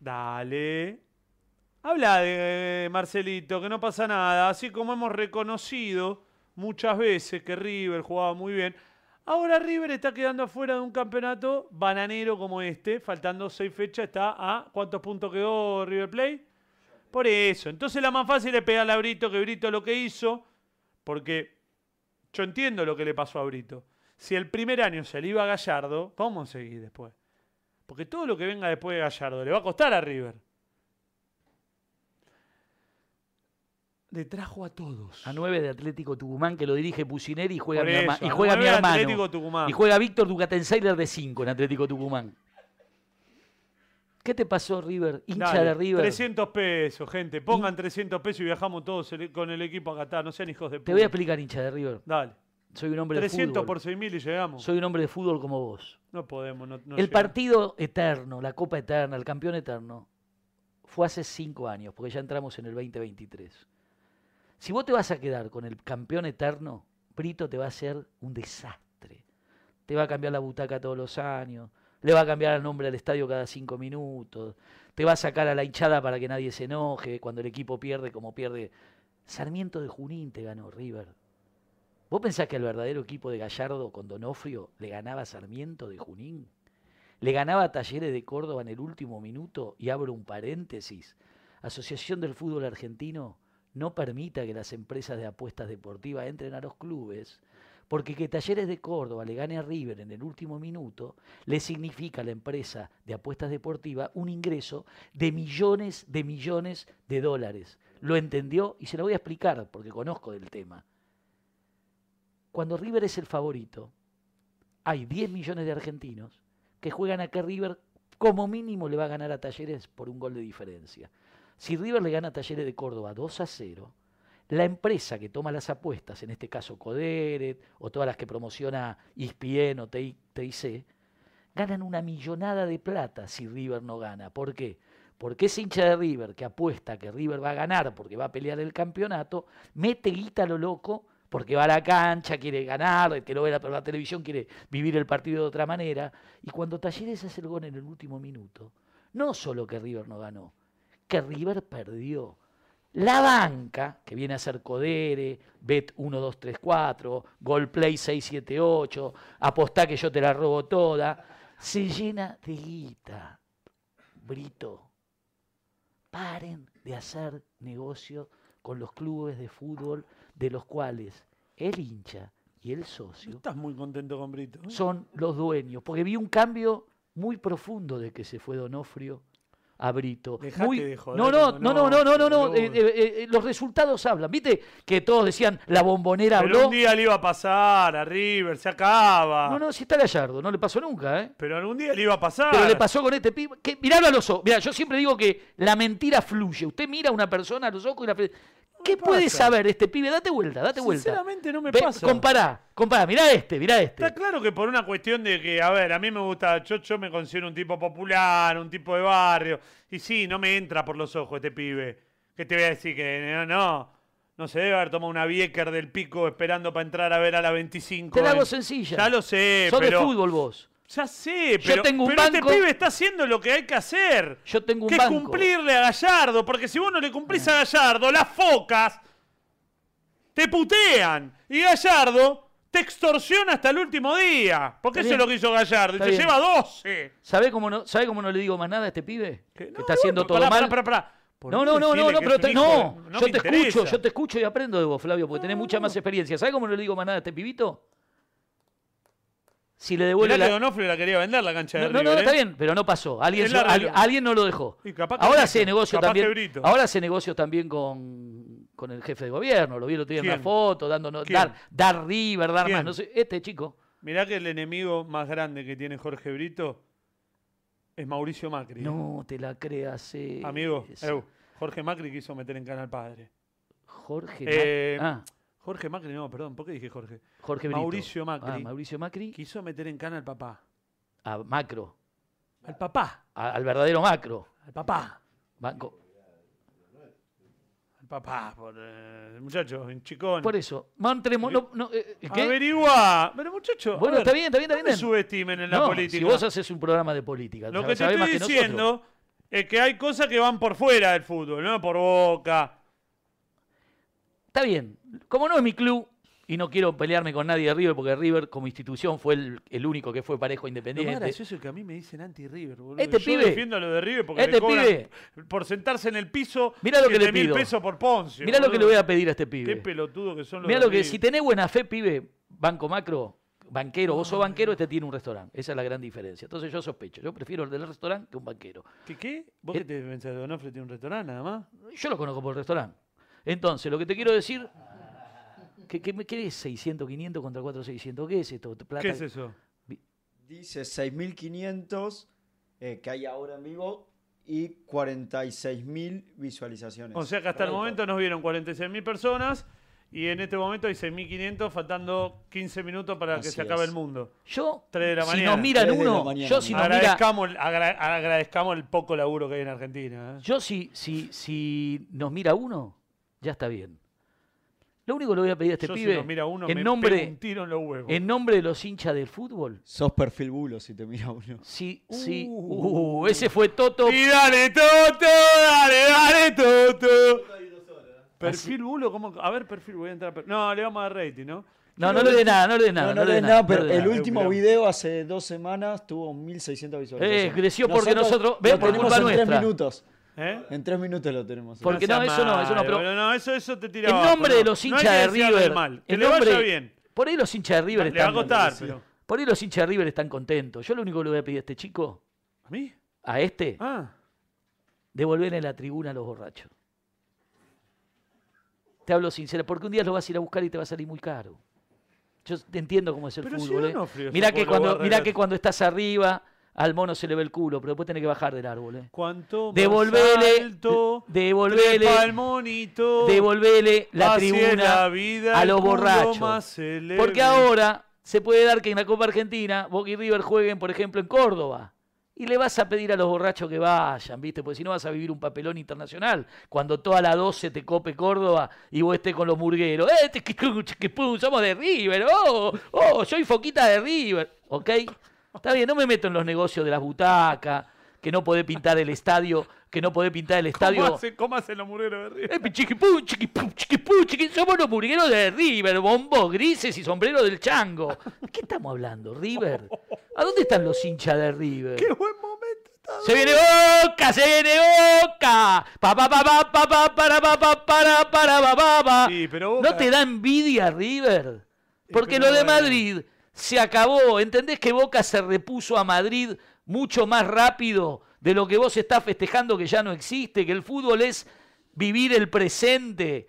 [SPEAKER 1] Dale. Habla de Marcelito, que no pasa nada. Así como hemos reconocido muchas veces que River jugaba muy bien. Ahora River está quedando afuera de un campeonato bananero como este. Faltando seis fechas, está a. ¿Cuántos puntos quedó River Play? Por eso. Entonces la más fácil es pegarle a Brito, que Brito lo que hizo. Porque yo entiendo lo que le pasó a Brito. Si el primer año se le iba a Gallardo, ¿cómo seguís después? Porque todo lo que venga después de Gallardo le va a costar a River. Le trajo a todos.
[SPEAKER 2] A 9 de Atlético Tucumán, que lo dirige Pusineri y Ah, juega,
[SPEAKER 1] Por
[SPEAKER 2] mi, herma-
[SPEAKER 1] eso,
[SPEAKER 2] y
[SPEAKER 1] a
[SPEAKER 2] juega mi
[SPEAKER 1] nueve de
[SPEAKER 2] hermano.
[SPEAKER 1] Atlético Tucumán.
[SPEAKER 2] Y juega Víctor Ducatenseiler de 5 en Atlético Tucumán. ¿Qué te pasó, River? Hincha
[SPEAKER 1] Dale,
[SPEAKER 2] de River.
[SPEAKER 1] 300 pesos, gente. Pongan 300 pesos y viajamos todos el- con el equipo a Qatar. No sean hijos de puta.
[SPEAKER 2] Te voy a explicar, hincha de River.
[SPEAKER 1] Dale.
[SPEAKER 2] Soy un hombre
[SPEAKER 1] 300
[SPEAKER 2] de
[SPEAKER 1] por
[SPEAKER 2] fútbol.
[SPEAKER 1] 6.000 y llegamos.
[SPEAKER 2] Soy un hombre de fútbol como vos.
[SPEAKER 1] No podemos. No, no
[SPEAKER 2] el
[SPEAKER 1] llegamos.
[SPEAKER 2] partido eterno, la Copa Eterna, el campeón eterno, fue hace cinco años, porque ya entramos en el 2023. Si vos te vas a quedar con el campeón eterno, Brito te va a hacer un desastre. Te va a cambiar la butaca todos los años, le va a cambiar el nombre al estadio cada cinco minutos, te va a sacar a la hinchada para que nadie se enoje, cuando el equipo pierde como pierde. Sarmiento de Junín te ganó, River. ¿Vos pensás que el verdadero equipo de Gallardo con Donofrio le ganaba a Sarmiento de Junín? Le ganaba a Talleres de Córdoba en el último minuto y abro un paréntesis. Asociación del Fútbol Argentino no permita que las empresas de apuestas deportivas entren a los clubes, porque que Talleres de Córdoba le gane a River en el último minuto le significa a la empresa de apuestas deportivas un ingreso de millones de millones de dólares. Lo entendió y se lo voy a explicar porque conozco del tema. Cuando River es el favorito, hay 10 millones de argentinos que juegan a que River como mínimo le va a ganar a Talleres por un gol de diferencia. Si River le gana a Talleres de Córdoba 2 a 0, la empresa que toma las apuestas, en este caso Coderet o todas las que promociona E ESPN o TI TIC, ganan una millonada de plata si River no gana. ¿Por qué? Porque ese hincha de River que apuesta que River va a ganar porque va a pelear el campeonato, mete guita a lo loco porque va a la cancha, quiere ganar, el que lo ve la- por la televisión quiere vivir el partido de otra manera. Y cuando Talleres hace el gol en el último minuto, no solo que River no ganó, que River perdió. La banca, que viene a ser Codere, Bet 1234, Golplay 678, apostá que yo te la robo toda, se llena de guita. Brito, paren de hacer negocio con los clubes de fútbol de los cuales el hincha y el
[SPEAKER 1] No
[SPEAKER 2] socio
[SPEAKER 1] estás muy contento con Brito. ¿eh?
[SPEAKER 2] son los dueños. Porque vi un cambio muy profundo de que se fue Donofrio a Brito.
[SPEAKER 1] Dejate
[SPEAKER 2] Muy-
[SPEAKER 1] de joder
[SPEAKER 2] no, no,
[SPEAKER 1] con
[SPEAKER 2] no, no, no, no, no, no.
[SPEAKER 1] Donofrio,
[SPEAKER 2] eh, eh, eh, los resultados hablan. ¿Viste que todos decían la bombonera
[SPEAKER 1] Pero
[SPEAKER 2] habló?
[SPEAKER 1] un día le iba a pasar a River, se acaba.
[SPEAKER 2] No, no, si está Gallardo, no le pasó nunca, ¿eh?
[SPEAKER 1] Pero algún día le iba a pasar.
[SPEAKER 2] Pero le pasó con este pibe. Que, miralo a los ojos. Mira, yo siempre digo que la mentira fluye. Usted mira a una persona a los ojos y la. ¿Qué puede
[SPEAKER 1] pasa?
[SPEAKER 2] saber este pibe? Date vuelta, date vuelta.
[SPEAKER 1] Sinceramente no me pasa.
[SPEAKER 2] Compará, compará. Mirá este, mirá este.
[SPEAKER 1] Está claro que por una cuestión de que, a ver, a mí me gusta, yo, yo me considero un tipo popular, un tipo de barrio, y sí, no me entra por los ojos este pibe. ¿Qué te voy a decir? Que no, no, no se debe haber tomado una Bieker del pico esperando para entrar a ver a la 25.
[SPEAKER 2] Te la hago
[SPEAKER 1] en-
[SPEAKER 2] sencilla.
[SPEAKER 1] Eh, Ya lo sé,
[SPEAKER 2] Sos
[SPEAKER 1] pero...
[SPEAKER 2] de fútbol vos.
[SPEAKER 1] Ya sé, pero,
[SPEAKER 2] tengo un
[SPEAKER 1] pero
[SPEAKER 2] banco-
[SPEAKER 1] este pibe está haciendo lo que hay que hacer.
[SPEAKER 2] Yo tengo un
[SPEAKER 1] que es
[SPEAKER 2] banco.
[SPEAKER 1] cumplirle a Gallardo, porque si vos no le cumplís a Gallardo, las focas te putean. Y Gallardo Te extorsiona hasta el último día. Porque eso
[SPEAKER 2] Está
[SPEAKER 1] es lo que
[SPEAKER 2] bien.
[SPEAKER 1] hizo Gallardo.
[SPEAKER 2] Está
[SPEAKER 1] Y se
[SPEAKER 2] bien.
[SPEAKER 1] lleva 12.
[SPEAKER 2] ¿Sabe cómo, no, ¿Sabe cómo no le digo más nada a este pibe?
[SPEAKER 1] Que-
[SPEAKER 2] Que
[SPEAKER 1] no, no,
[SPEAKER 2] está haciendo todo
[SPEAKER 1] pará,
[SPEAKER 2] mal.
[SPEAKER 1] pará, pará, pará. Por
[SPEAKER 2] No,
[SPEAKER 1] mí
[SPEAKER 2] no, no,
[SPEAKER 1] decirle
[SPEAKER 2] no,
[SPEAKER 1] que
[SPEAKER 2] no,
[SPEAKER 1] es
[SPEAKER 2] pero
[SPEAKER 1] un
[SPEAKER 2] te-
[SPEAKER 1] hijo
[SPEAKER 2] no,
[SPEAKER 1] de-
[SPEAKER 2] yo
[SPEAKER 1] me
[SPEAKER 2] te escucho,
[SPEAKER 1] interesa.
[SPEAKER 2] yo te escucho y aprendo de vos, Flavio, porque tenés mucha más experiencia. ¿Sabes cómo no le digo más nada a este pibito? Si le devuelve
[SPEAKER 1] Mirá
[SPEAKER 2] la...
[SPEAKER 1] que Donofrio la quería vender la cancha de
[SPEAKER 2] No, no,
[SPEAKER 1] River,
[SPEAKER 2] no,
[SPEAKER 1] ¿eh?
[SPEAKER 2] está bien, pero no pasó. Alguien,
[SPEAKER 1] Es la
[SPEAKER 2] se- al-
[SPEAKER 1] realidad.
[SPEAKER 2] alguien no lo dejó.
[SPEAKER 1] Y capaz que
[SPEAKER 2] ahora
[SPEAKER 1] Brito,
[SPEAKER 2] hace negocio
[SPEAKER 1] capaz que
[SPEAKER 2] también.
[SPEAKER 1] Brito.
[SPEAKER 2] Ahora hace negocio también con, con el jefe de gobierno. Lo vi el otro día en
[SPEAKER 1] ¿Quién?
[SPEAKER 2] una foto, dándonos,
[SPEAKER 1] ¿Quién?
[SPEAKER 2] dar, dar River, dar
[SPEAKER 1] ¿Quién?
[SPEAKER 2] más. No sé, este chico.
[SPEAKER 1] Mirá que el enemigo más grande que tiene Jorge Brito es Mauricio Macri.
[SPEAKER 2] No te la creas. eh,
[SPEAKER 1] Amigo,
[SPEAKER 2] esa.
[SPEAKER 1] eu, Jorge Macri quiso meter en cana al padre.
[SPEAKER 2] Jorge. Ma-
[SPEAKER 1] Eh,
[SPEAKER 2] ah,
[SPEAKER 1] Jorge Macri, no, perdón, ¿por qué dije Jorge?
[SPEAKER 2] Jorge Brito.
[SPEAKER 1] Mauricio Macri.
[SPEAKER 2] Ah, Mauricio Macri.
[SPEAKER 1] Quiso meter en cana al papá.
[SPEAKER 2] A Macro.
[SPEAKER 1] Al papá,
[SPEAKER 2] a- al verdadero Macro.
[SPEAKER 1] al papá.
[SPEAKER 2] Banco.
[SPEAKER 1] Al papá, por, eh, muchacho, en chicón.
[SPEAKER 2] Por eso. Montremo. No, no, eh, ¿qué?
[SPEAKER 1] Averigua. Pero muchacho, a
[SPEAKER 2] Bueno,
[SPEAKER 1] ver,
[SPEAKER 2] está bien, está bien, está
[SPEAKER 1] no
[SPEAKER 2] bien.
[SPEAKER 1] me subestimen en la
[SPEAKER 2] No,
[SPEAKER 1] política.
[SPEAKER 2] Si vos haces un programa de política,
[SPEAKER 1] Lo
[SPEAKER 2] sab-
[SPEAKER 1] que te
[SPEAKER 2] sabés
[SPEAKER 1] estoy
[SPEAKER 2] más que nosotros.
[SPEAKER 1] diciendo es que hay cosas que van por fuera del fútbol, no por boca.
[SPEAKER 2] Está bien. Como no es mi club y no quiero pelearme con nadie de River, porque River como institución fue el, el único que fue parejo
[SPEAKER 1] Lo más
[SPEAKER 2] independiente.
[SPEAKER 1] gracioso es que a mí me dicen anti-River, boludo.
[SPEAKER 2] Este
[SPEAKER 1] Yo
[SPEAKER 2] pibe-
[SPEAKER 1] defiendo a los de River porque
[SPEAKER 2] este
[SPEAKER 1] le cobran
[SPEAKER 2] pibe-
[SPEAKER 1] por sentarse en el piso
[SPEAKER 2] Mirá lo que le
[SPEAKER 1] 7.000
[SPEAKER 2] pido.
[SPEAKER 1] pesos por Poncio.
[SPEAKER 2] Mirá lo que le
[SPEAKER 1] boludo.
[SPEAKER 2] voy a pedir a este pibe.
[SPEAKER 1] Qué pelotudo que son los
[SPEAKER 2] Mirá
[SPEAKER 1] de
[SPEAKER 2] lo que,
[SPEAKER 1] River.
[SPEAKER 2] si tenés buena fe, pibe, banco macro, banquero, vos sos banquero, este tiene un restaurante. Esa es la gran diferencia. Entonces yo sospecho. Yo prefiero el del restaurante que un banquero.
[SPEAKER 1] ¿Qué, qué? ¿Vos
[SPEAKER 2] Eh.
[SPEAKER 1] qué te pensás? ¿Donofre tiene un restaurante nada más?
[SPEAKER 2] Yo lo conozco por el restaurante. Entonces, lo que te quiero decir. ¿Qué, qué, qué es 600, 500 contra 4, 600? ¿Qué es esto? Plata-
[SPEAKER 1] ¿Qué es eso?
[SPEAKER 5] Dice 6.500 eh, que hay ahora en vivo y 46.000 visualizaciones.
[SPEAKER 1] O sea que hasta el momento nos vieron 46.000 personas y en este momento hay 6.500, faltando 15 minutos para que
[SPEAKER 5] Así
[SPEAKER 1] se acabe
[SPEAKER 5] es.
[SPEAKER 1] el mundo.
[SPEAKER 2] Yo,
[SPEAKER 1] Tres de la
[SPEAKER 2] si
[SPEAKER 1] mañana.
[SPEAKER 2] nos miran
[SPEAKER 5] Tres de la
[SPEAKER 2] uno,
[SPEAKER 5] mañana,
[SPEAKER 2] yo si nos mira,
[SPEAKER 1] agradezcamos, el, agra- agradezcamos el poco laburo que hay en Argentina. ¿eh?
[SPEAKER 2] yo si, si, si nos mira uno, ya está bien. Lo único que le voy a pedir a este
[SPEAKER 1] Yo si
[SPEAKER 2] pibe,
[SPEAKER 1] nos mira uno, me
[SPEAKER 2] en,
[SPEAKER 1] pego
[SPEAKER 2] nombre,
[SPEAKER 1] un tiro en los huevos.
[SPEAKER 2] en nombre de los hinchas del fútbol,
[SPEAKER 5] Sos perfil bulo si te mira uno.
[SPEAKER 2] si, si, uh, ese fue Toto,
[SPEAKER 1] Y dale, Toto, dale, dale, Toto. Perfil bulo, ¿cómo? A ver, perfil, voy a entrar. a per- No, le vamos a dar rating, ¿no?
[SPEAKER 2] No, no le dé nada, no le dé nada.
[SPEAKER 5] No,
[SPEAKER 2] No,
[SPEAKER 5] no,
[SPEAKER 2] le dé
[SPEAKER 5] no,
[SPEAKER 2] nada,
[SPEAKER 5] pero
[SPEAKER 2] no le dé
[SPEAKER 5] el
[SPEAKER 2] nada.
[SPEAKER 5] último video hace dos semanas tuvo 1.600 visualizaciones.
[SPEAKER 2] Eh, creció porque nosotros-
[SPEAKER 5] lo
[SPEAKER 2] ven, por
[SPEAKER 5] tenemos
[SPEAKER 2] culpa
[SPEAKER 5] en
[SPEAKER 2] nuestra.
[SPEAKER 5] tres minutos.
[SPEAKER 1] ¿Eh?
[SPEAKER 5] En tres minutos lo tenemos.
[SPEAKER 2] Por- Porque no,
[SPEAKER 1] seas
[SPEAKER 2] eso no, eso no,
[SPEAKER 1] malo,
[SPEAKER 2] pero-
[SPEAKER 1] boludo, no, eso, eso te tira
[SPEAKER 2] En
[SPEAKER 1] abajo,
[SPEAKER 2] nombre de
[SPEAKER 1] no.
[SPEAKER 2] los
[SPEAKER 1] No hay
[SPEAKER 2] hinchas de
[SPEAKER 1] que desearle el
[SPEAKER 2] River.
[SPEAKER 1] mal. Que
[SPEAKER 2] en
[SPEAKER 1] le vaya
[SPEAKER 2] nombre-
[SPEAKER 1] bien.
[SPEAKER 2] Por ahí los hinchas de River
[SPEAKER 1] Le va a
[SPEAKER 2] están.
[SPEAKER 1] costar, pero.
[SPEAKER 2] Por ahí los hinchas de River están contentos. Yo lo único que le voy a pedir a este chico,
[SPEAKER 1] ¿A mí?
[SPEAKER 2] a este,
[SPEAKER 1] Ah.
[SPEAKER 2] devolverle la tribuna a los borrachos. Te hablo sincero, porque un día lo vas a ir a buscar y te va a salir muy caro. Yo te entiendo cómo es el
[SPEAKER 1] Pero si
[SPEAKER 2] fútbol.
[SPEAKER 1] Donofrio
[SPEAKER 2] eh.
[SPEAKER 1] se
[SPEAKER 2] Mirá, que
[SPEAKER 1] puede
[SPEAKER 2] cuando,
[SPEAKER 1] guardar
[SPEAKER 2] mirá
[SPEAKER 1] el-
[SPEAKER 2] que cuando estás arriba, al mono se le ve el culo, pero después tenés que bajar del árbol. eh.
[SPEAKER 1] Cuanto más
[SPEAKER 2] Devolvele,
[SPEAKER 1] alto,
[SPEAKER 2] de- devolvele,
[SPEAKER 1] trepa el monito,
[SPEAKER 2] devolvele la
[SPEAKER 1] Así es
[SPEAKER 2] tribuna
[SPEAKER 1] la vida,
[SPEAKER 2] a
[SPEAKER 1] el
[SPEAKER 2] los
[SPEAKER 1] mundo
[SPEAKER 2] borrachos.
[SPEAKER 1] más se le ve.
[SPEAKER 2] Porque ahora se puede dar que en la Copa Argentina Boca y River jueguen, por ejemplo, en Córdoba. Y le vas a pedir a los borrachos que vayan, ¿viste? Porque si no vas a vivir un papelón internacional. Cuando toda la 12 te cope Córdoba y vos estés con los murgueros. ¡Eh, te- que- que- que- pum, somos de River! ¡Oh, oh, soy foquita de River! ¿Ok? Está bien, no me meto en los negocios de las butacas, que no podés pintar el estadio, que no podés pintar el estadio.
[SPEAKER 1] ¿Cómo hace, cómo hace los murgueros de River?
[SPEAKER 2] Eh, Chiquipú, chiquipú, chiquipú, chiqui- Somos los burgueros de River, bombos grises y sombrero del chango. ¿De qué estamos hablando, River? ¿A dónde están los hinchas de River?
[SPEAKER 1] ¡Qué buen momento! está
[SPEAKER 2] ¡Se viene Boca! ¡Se viene Boca! Pa, pa, pa, pa, pa, pa, para, pa, pa, para, para, pa, pa, pa.
[SPEAKER 1] Sí, pero Boca-
[SPEAKER 2] ¿No te da envidia, River? Porque
[SPEAKER 1] pero
[SPEAKER 2] lo de
[SPEAKER 1] bueno.
[SPEAKER 2] Madrid se acabó. ¿Entendés que Boca se repuso a Madrid mucho más rápido de lo que vos estás festejando que ya no existe? Que el fútbol es vivir el presente.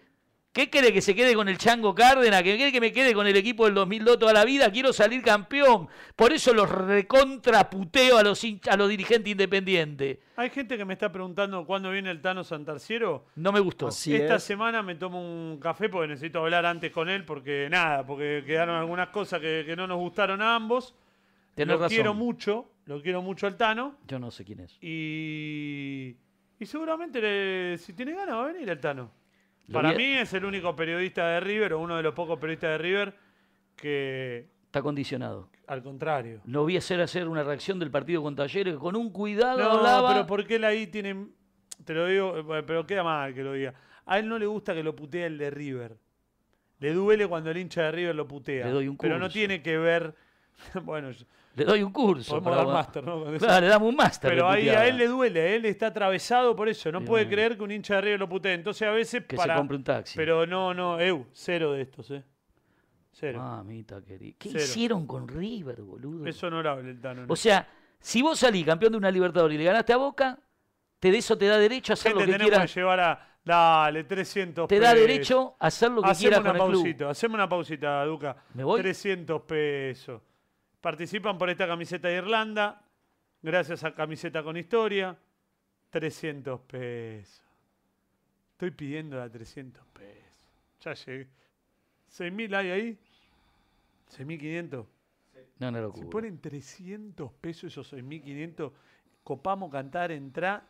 [SPEAKER 2] ¿Qué quiere que se quede con el Chango Cárdenas? ¿Qué quiere que me quede con el equipo del 2002 toda la vida? Quiero salir campeón. Por eso los recontraputeo a los, hinch- a los dirigentes independientes.
[SPEAKER 1] Hay gente que me está preguntando cuándo viene el Tano Santarciero.
[SPEAKER 2] No me gustó.
[SPEAKER 5] Así
[SPEAKER 1] Esta
[SPEAKER 5] es.
[SPEAKER 1] semana me tomo un café porque necesito hablar antes con él porque nada, porque quedaron algunas cosas que, que no nos gustaron a ambos.
[SPEAKER 2] Tenés
[SPEAKER 1] lo
[SPEAKER 2] razón.
[SPEAKER 1] quiero mucho, lo quiero mucho al Tano
[SPEAKER 2] Yo no sé quién es.
[SPEAKER 1] y, y seguramente le- si tiene ganas va a venir el Tano.
[SPEAKER 2] Lo
[SPEAKER 1] Para
[SPEAKER 2] vi-
[SPEAKER 1] mí es el único periodista de River o uno de los pocos periodistas de River que
[SPEAKER 2] Está condicionado.
[SPEAKER 1] al contrario.
[SPEAKER 2] Lo vi hacer hacer una reacción del partido con Talleres que con un cuidado
[SPEAKER 1] No,
[SPEAKER 2] hablaba.
[SPEAKER 1] pero porque él ahí tiene. Te lo digo, eh, pero queda mal que lo diga. A él no le gusta que lo putee el de River. Le duele cuando el hincha de River lo putea.
[SPEAKER 2] Le doy un
[SPEAKER 1] pero no
[SPEAKER 2] curso.
[SPEAKER 1] tiene que ver. Bueno, yo-
[SPEAKER 2] Le doy un curso.
[SPEAKER 1] Podemos
[SPEAKER 2] para-
[SPEAKER 1] dar máster, ¿no? Con eso.
[SPEAKER 2] Claro, le damos un máster. de
[SPEAKER 1] pero ahí
[SPEAKER 2] puteada.
[SPEAKER 1] a él le duele, él está atravesado por eso. No puede creer que un hincha de River lo putee. Entonces a veces
[SPEAKER 2] Que se
[SPEAKER 1] para.
[SPEAKER 2] compre un taxi.
[SPEAKER 1] Pero no, no, eu, cero de estos, ¿eh? Cero.
[SPEAKER 2] Ah, Mamita querida. ¿Qué
[SPEAKER 1] Cero.
[SPEAKER 2] hicieron con River, boludo?
[SPEAKER 1] Es honorable el Tano. ¿no?
[SPEAKER 2] O sea, si vos salís campeón de una Libertadores y le ganaste a Boca, te de eso te da derecho a hacer
[SPEAKER 1] ¿Qué te
[SPEAKER 2] lo que
[SPEAKER 1] tenemos
[SPEAKER 2] quieras.
[SPEAKER 1] que llevar a. Dale, 300
[SPEAKER 2] Te da
[SPEAKER 1] pesos.
[SPEAKER 2] derecho a hacer lo que
[SPEAKER 1] Hacemos
[SPEAKER 2] quieras
[SPEAKER 1] una
[SPEAKER 2] con el club.
[SPEAKER 1] pausita, hacemos una pausita, Duca.
[SPEAKER 2] ¿Me voy?
[SPEAKER 1] 300 pesos. Participan por esta camiseta de Irlanda, gracias a Camiseta con Historia. 300 pesos. Estoy pidiendo la 300 pesos. Ya llegué. 6.000 hay ahí. 6.500.
[SPEAKER 2] No, no lo
[SPEAKER 1] Si ponen 300 pesos esos 6.500, copamos cantar, entrar,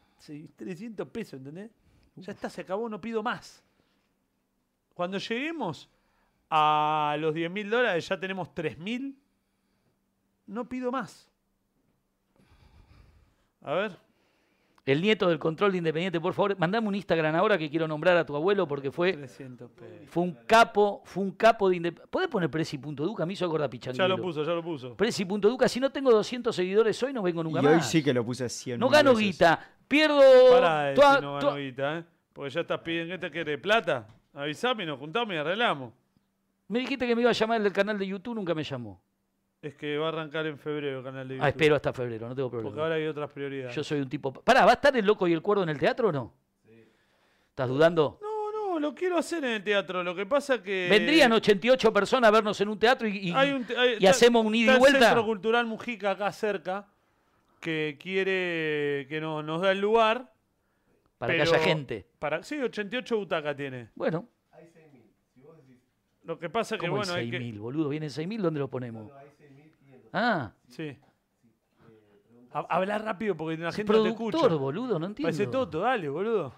[SPEAKER 1] 300 pesos, ¿entendés? Ya está, se acabó, no pido más. Cuando lleguemos a los 10.000 dólares, ya tenemos 3.000, no pido más. A ver,
[SPEAKER 2] El nieto del control de Independiente, por favor, mandame un Instagram ahora que quiero nombrar a tu abuelo porque fue,
[SPEAKER 1] 300 pesos.
[SPEAKER 2] fue un capo, fue un capo de Independiente. ¿Podés poner Presi.duca? Me hizo acordar Pichanguero.
[SPEAKER 1] Ya lo puso, ya lo puso.
[SPEAKER 2] Presi.duca, si no tengo 200 seguidores hoy no vengo
[SPEAKER 5] Y
[SPEAKER 2] nunca más.
[SPEAKER 5] hoy sí que lo puse 100
[SPEAKER 2] no gano
[SPEAKER 5] veces.
[SPEAKER 2] guita, pierdo...
[SPEAKER 1] Pará de
[SPEAKER 2] toda-
[SPEAKER 1] decir no
[SPEAKER 2] toda-
[SPEAKER 1] ganó guita, ¿eh? Porque ya estás pidiendo, ¿este ¿qué te quiere? ¿Plata? Avisame y nos juntamos y arreglamos.
[SPEAKER 2] Me dijiste que me iba a llamar el del canal de YouTube, nunca me llamó.
[SPEAKER 1] Es que va a arrancar en febrero el canal de YouTube.
[SPEAKER 2] Ah, espero hasta febrero, no tengo
[SPEAKER 1] Porque
[SPEAKER 2] problema.
[SPEAKER 1] ahora hay otras prioridades.
[SPEAKER 2] Yo soy un tipo... Pará, ¿va a estar el loco y el cuerdo en el teatro o no? ¿Estás dudando?
[SPEAKER 1] No, no, lo quiero hacer en el teatro. Lo que pasa que.
[SPEAKER 2] Vendrían 88 personas a vernos en un teatro y, y-
[SPEAKER 1] Eh. Hay un te- hay-
[SPEAKER 2] y
[SPEAKER 1] está-
[SPEAKER 2] hacemos un
[SPEAKER 1] está
[SPEAKER 2] ida y
[SPEAKER 1] El
[SPEAKER 2] vuelta.
[SPEAKER 1] Centro Cultural Mujica, acá cerca, que quiere que no- nos da el lugar.
[SPEAKER 2] para que
[SPEAKER 1] pero-
[SPEAKER 2] haya gente.
[SPEAKER 1] Para, sí, 88 butacas tiene.
[SPEAKER 2] Bueno,
[SPEAKER 1] Lo que pasa que, Eh,
[SPEAKER 2] como
[SPEAKER 1] bueno, hay
[SPEAKER 2] hay
[SPEAKER 1] que.
[SPEAKER 2] 6.000, boludo? ¿Vienen 6.000? ¿Dónde lo ponemos? Ah,
[SPEAKER 1] Sí. Ha- Habla rápido porque la gente no te escucha.
[SPEAKER 2] productor, boludo, no entiendo.
[SPEAKER 1] Parece Toto, dale, boludo.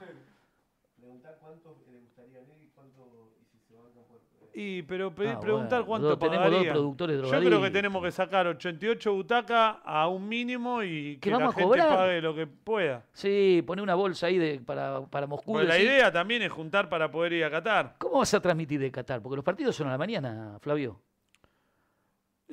[SPEAKER 1] Y, pero pe-
[SPEAKER 2] Ah,
[SPEAKER 1] preguntar
[SPEAKER 2] bueno,
[SPEAKER 1] cuánto
[SPEAKER 2] boludo, tenemos dos
[SPEAKER 1] pagaría.
[SPEAKER 2] productores
[SPEAKER 1] Yo creo que
[SPEAKER 2] drogadictos.
[SPEAKER 1] tenemos que sacar 88 butacas a un mínimo y que la
[SPEAKER 2] vamos a
[SPEAKER 1] gente
[SPEAKER 2] cobrar?
[SPEAKER 1] pague lo que pueda.
[SPEAKER 2] Sí, poné una bolsa ahí de, para, para Moscú.
[SPEAKER 1] Porque la
[SPEAKER 2] decís,
[SPEAKER 1] idea también es juntar para poder ir a Qatar.
[SPEAKER 2] ¿Cómo vas a transmitir de Qatar? Porque los partidos son a la mañana, Flavio.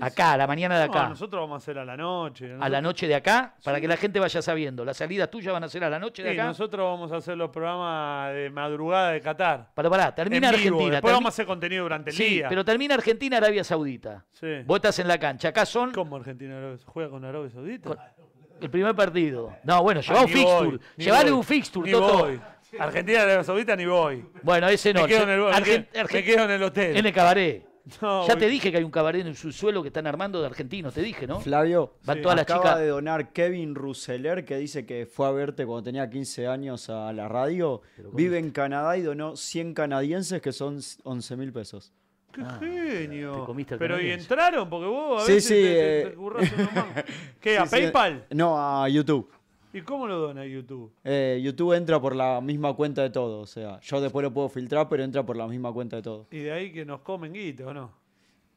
[SPEAKER 2] Acá, a la mañana de
[SPEAKER 1] No,
[SPEAKER 2] acá.
[SPEAKER 1] nosotros vamos a hacer a la noche.
[SPEAKER 2] a la
[SPEAKER 1] Nosotros-
[SPEAKER 2] noche de acá, para que la gente vaya sabiendo. Las salidas tuyas van a ser a la noche de
[SPEAKER 1] Sí,
[SPEAKER 2] acá.
[SPEAKER 1] nosotros vamos a hacer los programas de madrugada de Qatar.
[SPEAKER 2] Para, pará, termina
[SPEAKER 1] en vivo.
[SPEAKER 2] Argentina.
[SPEAKER 1] Después
[SPEAKER 2] termi-
[SPEAKER 1] vamos a hacer contenido durante el
[SPEAKER 2] Sí,
[SPEAKER 1] día.
[SPEAKER 2] pero termina Argentina, Arabia Saudita.
[SPEAKER 1] Sí.
[SPEAKER 2] Vos estás en la cancha. Acá son
[SPEAKER 1] ¿Cómo Argentina Arabia- juega con Arabia Saudita?
[SPEAKER 2] el primer partido. No, bueno, llevá
[SPEAKER 1] Ah,
[SPEAKER 2] un
[SPEAKER 1] ni
[SPEAKER 2] fixture.
[SPEAKER 1] voy, ni
[SPEAKER 2] Llevale
[SPEAKER 1] voy,
[SPEAKER 2] un fixture,
[SPEAKER 1] ni
[SPEAKER 2] Toto.
[SPEAKER 1] voy. Argentina Arabia Saudita ni voy.
[SPEAKER 2] Bueno, ese no.
[SPEAKER 1] me, quedo en el,
[SPEAKER 2] Argen-
[SPEAKER 1] me quedo-
[SPEAKER 2] Argen-
[SPEAKER 1] me quedo en el hotel.
[SPEAKER 2] en el cabaret.
[SPEAKER 1] No,
[SPEAKER 2] ya
[SPEAKER 1] voy-
[SPEAKER 2] te dije que hay un cabaret en su suelo que están armando de argentinos, te dije, ¿no?
[SPEAKER 5] Flavio,
[SPEAKER 2] Van
[SPEAKER 5] sí.
[SPEAKER 2] todas las
[SPEAKER 5] acaba
[SPEAKER 2] chicas.
[SPEAKER 5] de donar Kevin Russeler, que dice que fue a verte cuando tenía 15 años a la radio. Vive en Canadá y donó 100 canadienses, que son 11 mil pesos.
[SPEAKER 1] ¡Qué genio!
[SPEAKER 2] te comiste el
[SPEAKER 1] Pero ¿y
[SPEAKER 2] canadiense.
[SPEAKER 1] entraron? Porque vos a
[SPEAKER 5] Ah, Sí,
[SPEAKER 1] veces
[SPEAKER 5] sí,
[SPEAKER 1] te, te-
[SPEAKER 5] eh.
[SPEAKER 1] te currás unos mangos. ¿Qué? ¿A
[SPEAKER 5] Sí, sí.
[SPEAKER 1] PayPal?
[SPEAKER 5] No, a YouTube.
[SPEAKER 1] ¿Y cómo lo dona YouTube?
[SPEAKER 5] Eh, YouTube entra por la misma cuenta de todo. O sea, yo después lo puedo filtrar, pero entra por la misma cuenta de todo.
[SPEAKER 1] Y de ahí que nos comen guita, ¿o no?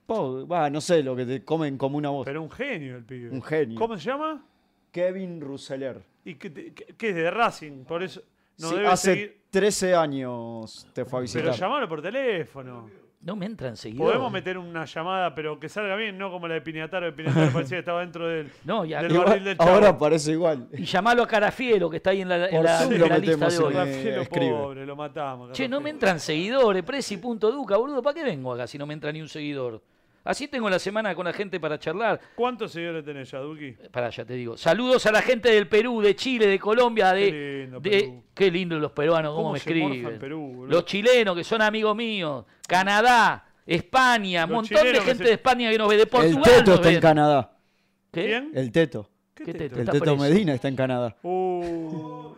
[SPEAKER 5] Po, va, no sé, lo que te comen como una voz.
[SPEAKER 1] Pero un genio el pibe.
[SPEAKER 5] Un genio.
[SPEAKER 1] ¿Cómo se llama?
[SPEAKER 5] Kevin Russeler.
[SPEAKER 1] ¿Y qué, te- qué- qué es de Racing? Por eso no
[SPEAKER 5] Sí,
[SPEAKER 1] debe
[SPEAKER 5] hace
[SPEAKER 1] seguir.
[SPEAKER 5] 13 años te fue a
[SPEAKER 1] Pero
[SPEAKER 5] visitar.
[SPEAKER 1] llamalo por teléfono.
[SPEAKER 2] No me entran seguidores.
[SPEAKER 1] Podemos meter una llamada, pero que salga bien, no como la de Piñataro. El Piñataro parecía que estaba dentro del.
[SPEAKER 2] No, y, a-
[SPEAKER 1] del
[SPEAKER 5] Igual-
[SPEAKER 1] barril del chavo.
[SPEAKER 5] ahora parece igual.
[SPEAKER 2] y llamalo a Carafiero, que está ahí en la, en
[SPEAKER 5] Por
[SPEAKER 2] la-
[SPEAKER 5] Zoom
[SPEAKER 2] en
[SPEAKER 5] lo
[SPEAKER 2] la lista
[SPEAKER 5] metemos
[SPEAKER 2] de
[SPEAKER 5] en
[SPEAKER 2] hoy.
[SPEAKER 5] la-
[SPEAKER 1] Rafaelo,
[SPEAKER 5] escribe.
[SPEAKER 1] Ah, pobre, lo matamos.
[SPEAKER 2] Che, no me
[SPEAKER 1] Rafaelo.
[SPEAKER 2] entran seguidores, presi.duca, boludo. ¿Para qué vengo acá si no me entra ni un seguidor? Así tengo la semana con la gente para charlar.
[SPEAKER 1] ¿Cuántos seguidores tenés ya, Duki?
[SPEAKER 2] Para ya te digo. Saludos a la gente del Perú, de Chile, de Colombia, de.
[SPEAKER 1] Qué lindo,
[SPEAKER 2] de-
[SPEAKER 1] Perú.
[SPEAKER 2] qué lindo los peruanos, cómo,
[SPEAKER 1] ¿Cómo
[SPEAKER 2] me
[SPEAKER 1] se morfa en
[SPEAKER 2] escriben.
[SPEAKER 1] Perú, boludo?
[SPEAKER 2] los chilenos, que son amigos míos. Canadá, España,
[SPEAKER 1] Los
[SPEAKER 2] un montón de
[SPEAKER 1] chilenos que
[SPEAKER 2] gente
[SPEAKER 1] se-
[SPEAKER 2] de España que nos ve. De
[SPEAKER 5] El
[SPEAKER 2] Portugal,
[SPEAKER 5] Teto
[SPEAKER 2] nos
[SPEAKER 5] está en
[SPEAKER 2] ven.
[SPEAKER 5] Canadá.
[SPEAKER 2] ¿Qué?
[SPEAKER 1] ¿Quién?
[SPEAKER 5] El Teto.
[SPEAKER 2] ¿Qué
[SPEAKER 1] ¿Qué
[SPEAKER 2] teto?
[SPEAKER 1] teto?
[SPEAKER 5] El
[SPEAKER 2] Está
[SPEAKER 5] Teto
[SPEAKER 2] preso.
[SPEAKER 5] Medina está en Canadá.
[SPEAKER 1] Uh,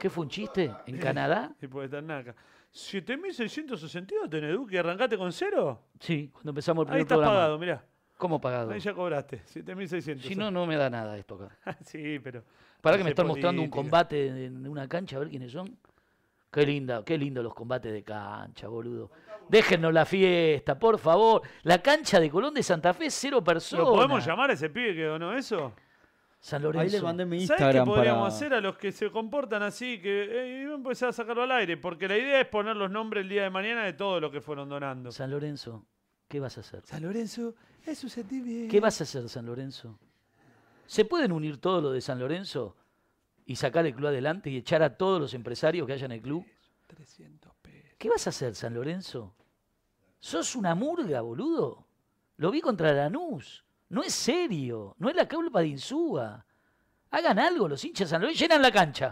[SPEAKER 2] ¿Qué fue un chiste? ¿En Canadá?
[SPEAKER 1] y puede estar naca. 7.662 tenés, Duki. ¿Arrancaste con cero?
[SPEAKER 2] Sí, cuando empezamos el
[SPEAKER 1] Ahí
[SPEAKER 2] primer
[SPEAKER 1] estás
[SPEAKER 2] programa.
[SPEAKER 1] pagado, mirá.
[SPEAKER 2] ¿Cómo pagado?
[SPEAKER 1] Ahí ya cobraste. 7.600.
[SPEAKER 2] Si no, no me da nada esto acá.
[SPEAKER 1] sí, pero.
[SPEAKER 2] Para
[SPEAKER 1] no
[SPEAKER 2] que me
[SPEAKER 1] sé
[SPEAKER 2] están mostrando un
[SPEAKER 1] política.
[SPEAKER 2] combate en una cancha, a ver quiénes son. Qué linda, qué lindo los combates de cancha, boludo. Déjennos la fiesta, por favor. La cancha de Colón de Santa Fe, cero personas.
[SPEAKER 1] ¿Lo podemos llamar a ese pibe que donó eso?
[SPEAKER 2] San
[SPEAKER 5] Ahí
[SPEAKER 2] Lorenzo.
[SPEAKER 5] le mandé mi
[SPEAKER 1] ¿Sabes qué
[SPEAKER 5] Instagram
[SPEAKER 1] podríamos
[SPEAKER 5] para...
[SPEAKER 1] hacer a los que se comportan así? Que eh, y empezar a sacarlo al aire, porque la idea es poner los nombres el día de mañana de todos los que fueron donando.
[SPEAKER 2] San Lorenzo, ¿qué vas a hacer?
[SPEAKER 1] San Lorenzo es susceptible.
[SPEAKER 2] ¿Qué vas a hacer, San Lorenzo? ¿Se pueden unir todos los de San Lorenzo y sacar el club adelante y echar a todos los empresarios que haya en el club?
[SPEAKER 1] 300 pesos.
[SPEAKER 2] ¿Qué vas a hacer, San Lorenzo? Sos una murga, boludo. Lo vi contra Lanús. No es serio. No es la culpa de Insúa. Hagan algo, los hinchas de San Lorenzo. Llenan la cancha.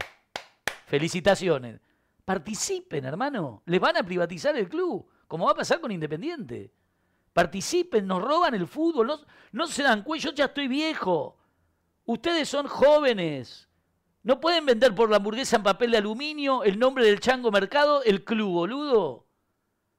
[SPEAKER 2] Felicitaciones. Participen, hermano. Les van a privatizar el club, como va a pasar con Independiente. Participen, nos roban el fútbol. No, no se dan cuello, yo ya estoy viejo. Ustedes son jóvenes. No pueden vender por la hamburguesa en papel de aluminio el nombre del chango mercado, el club, boludo.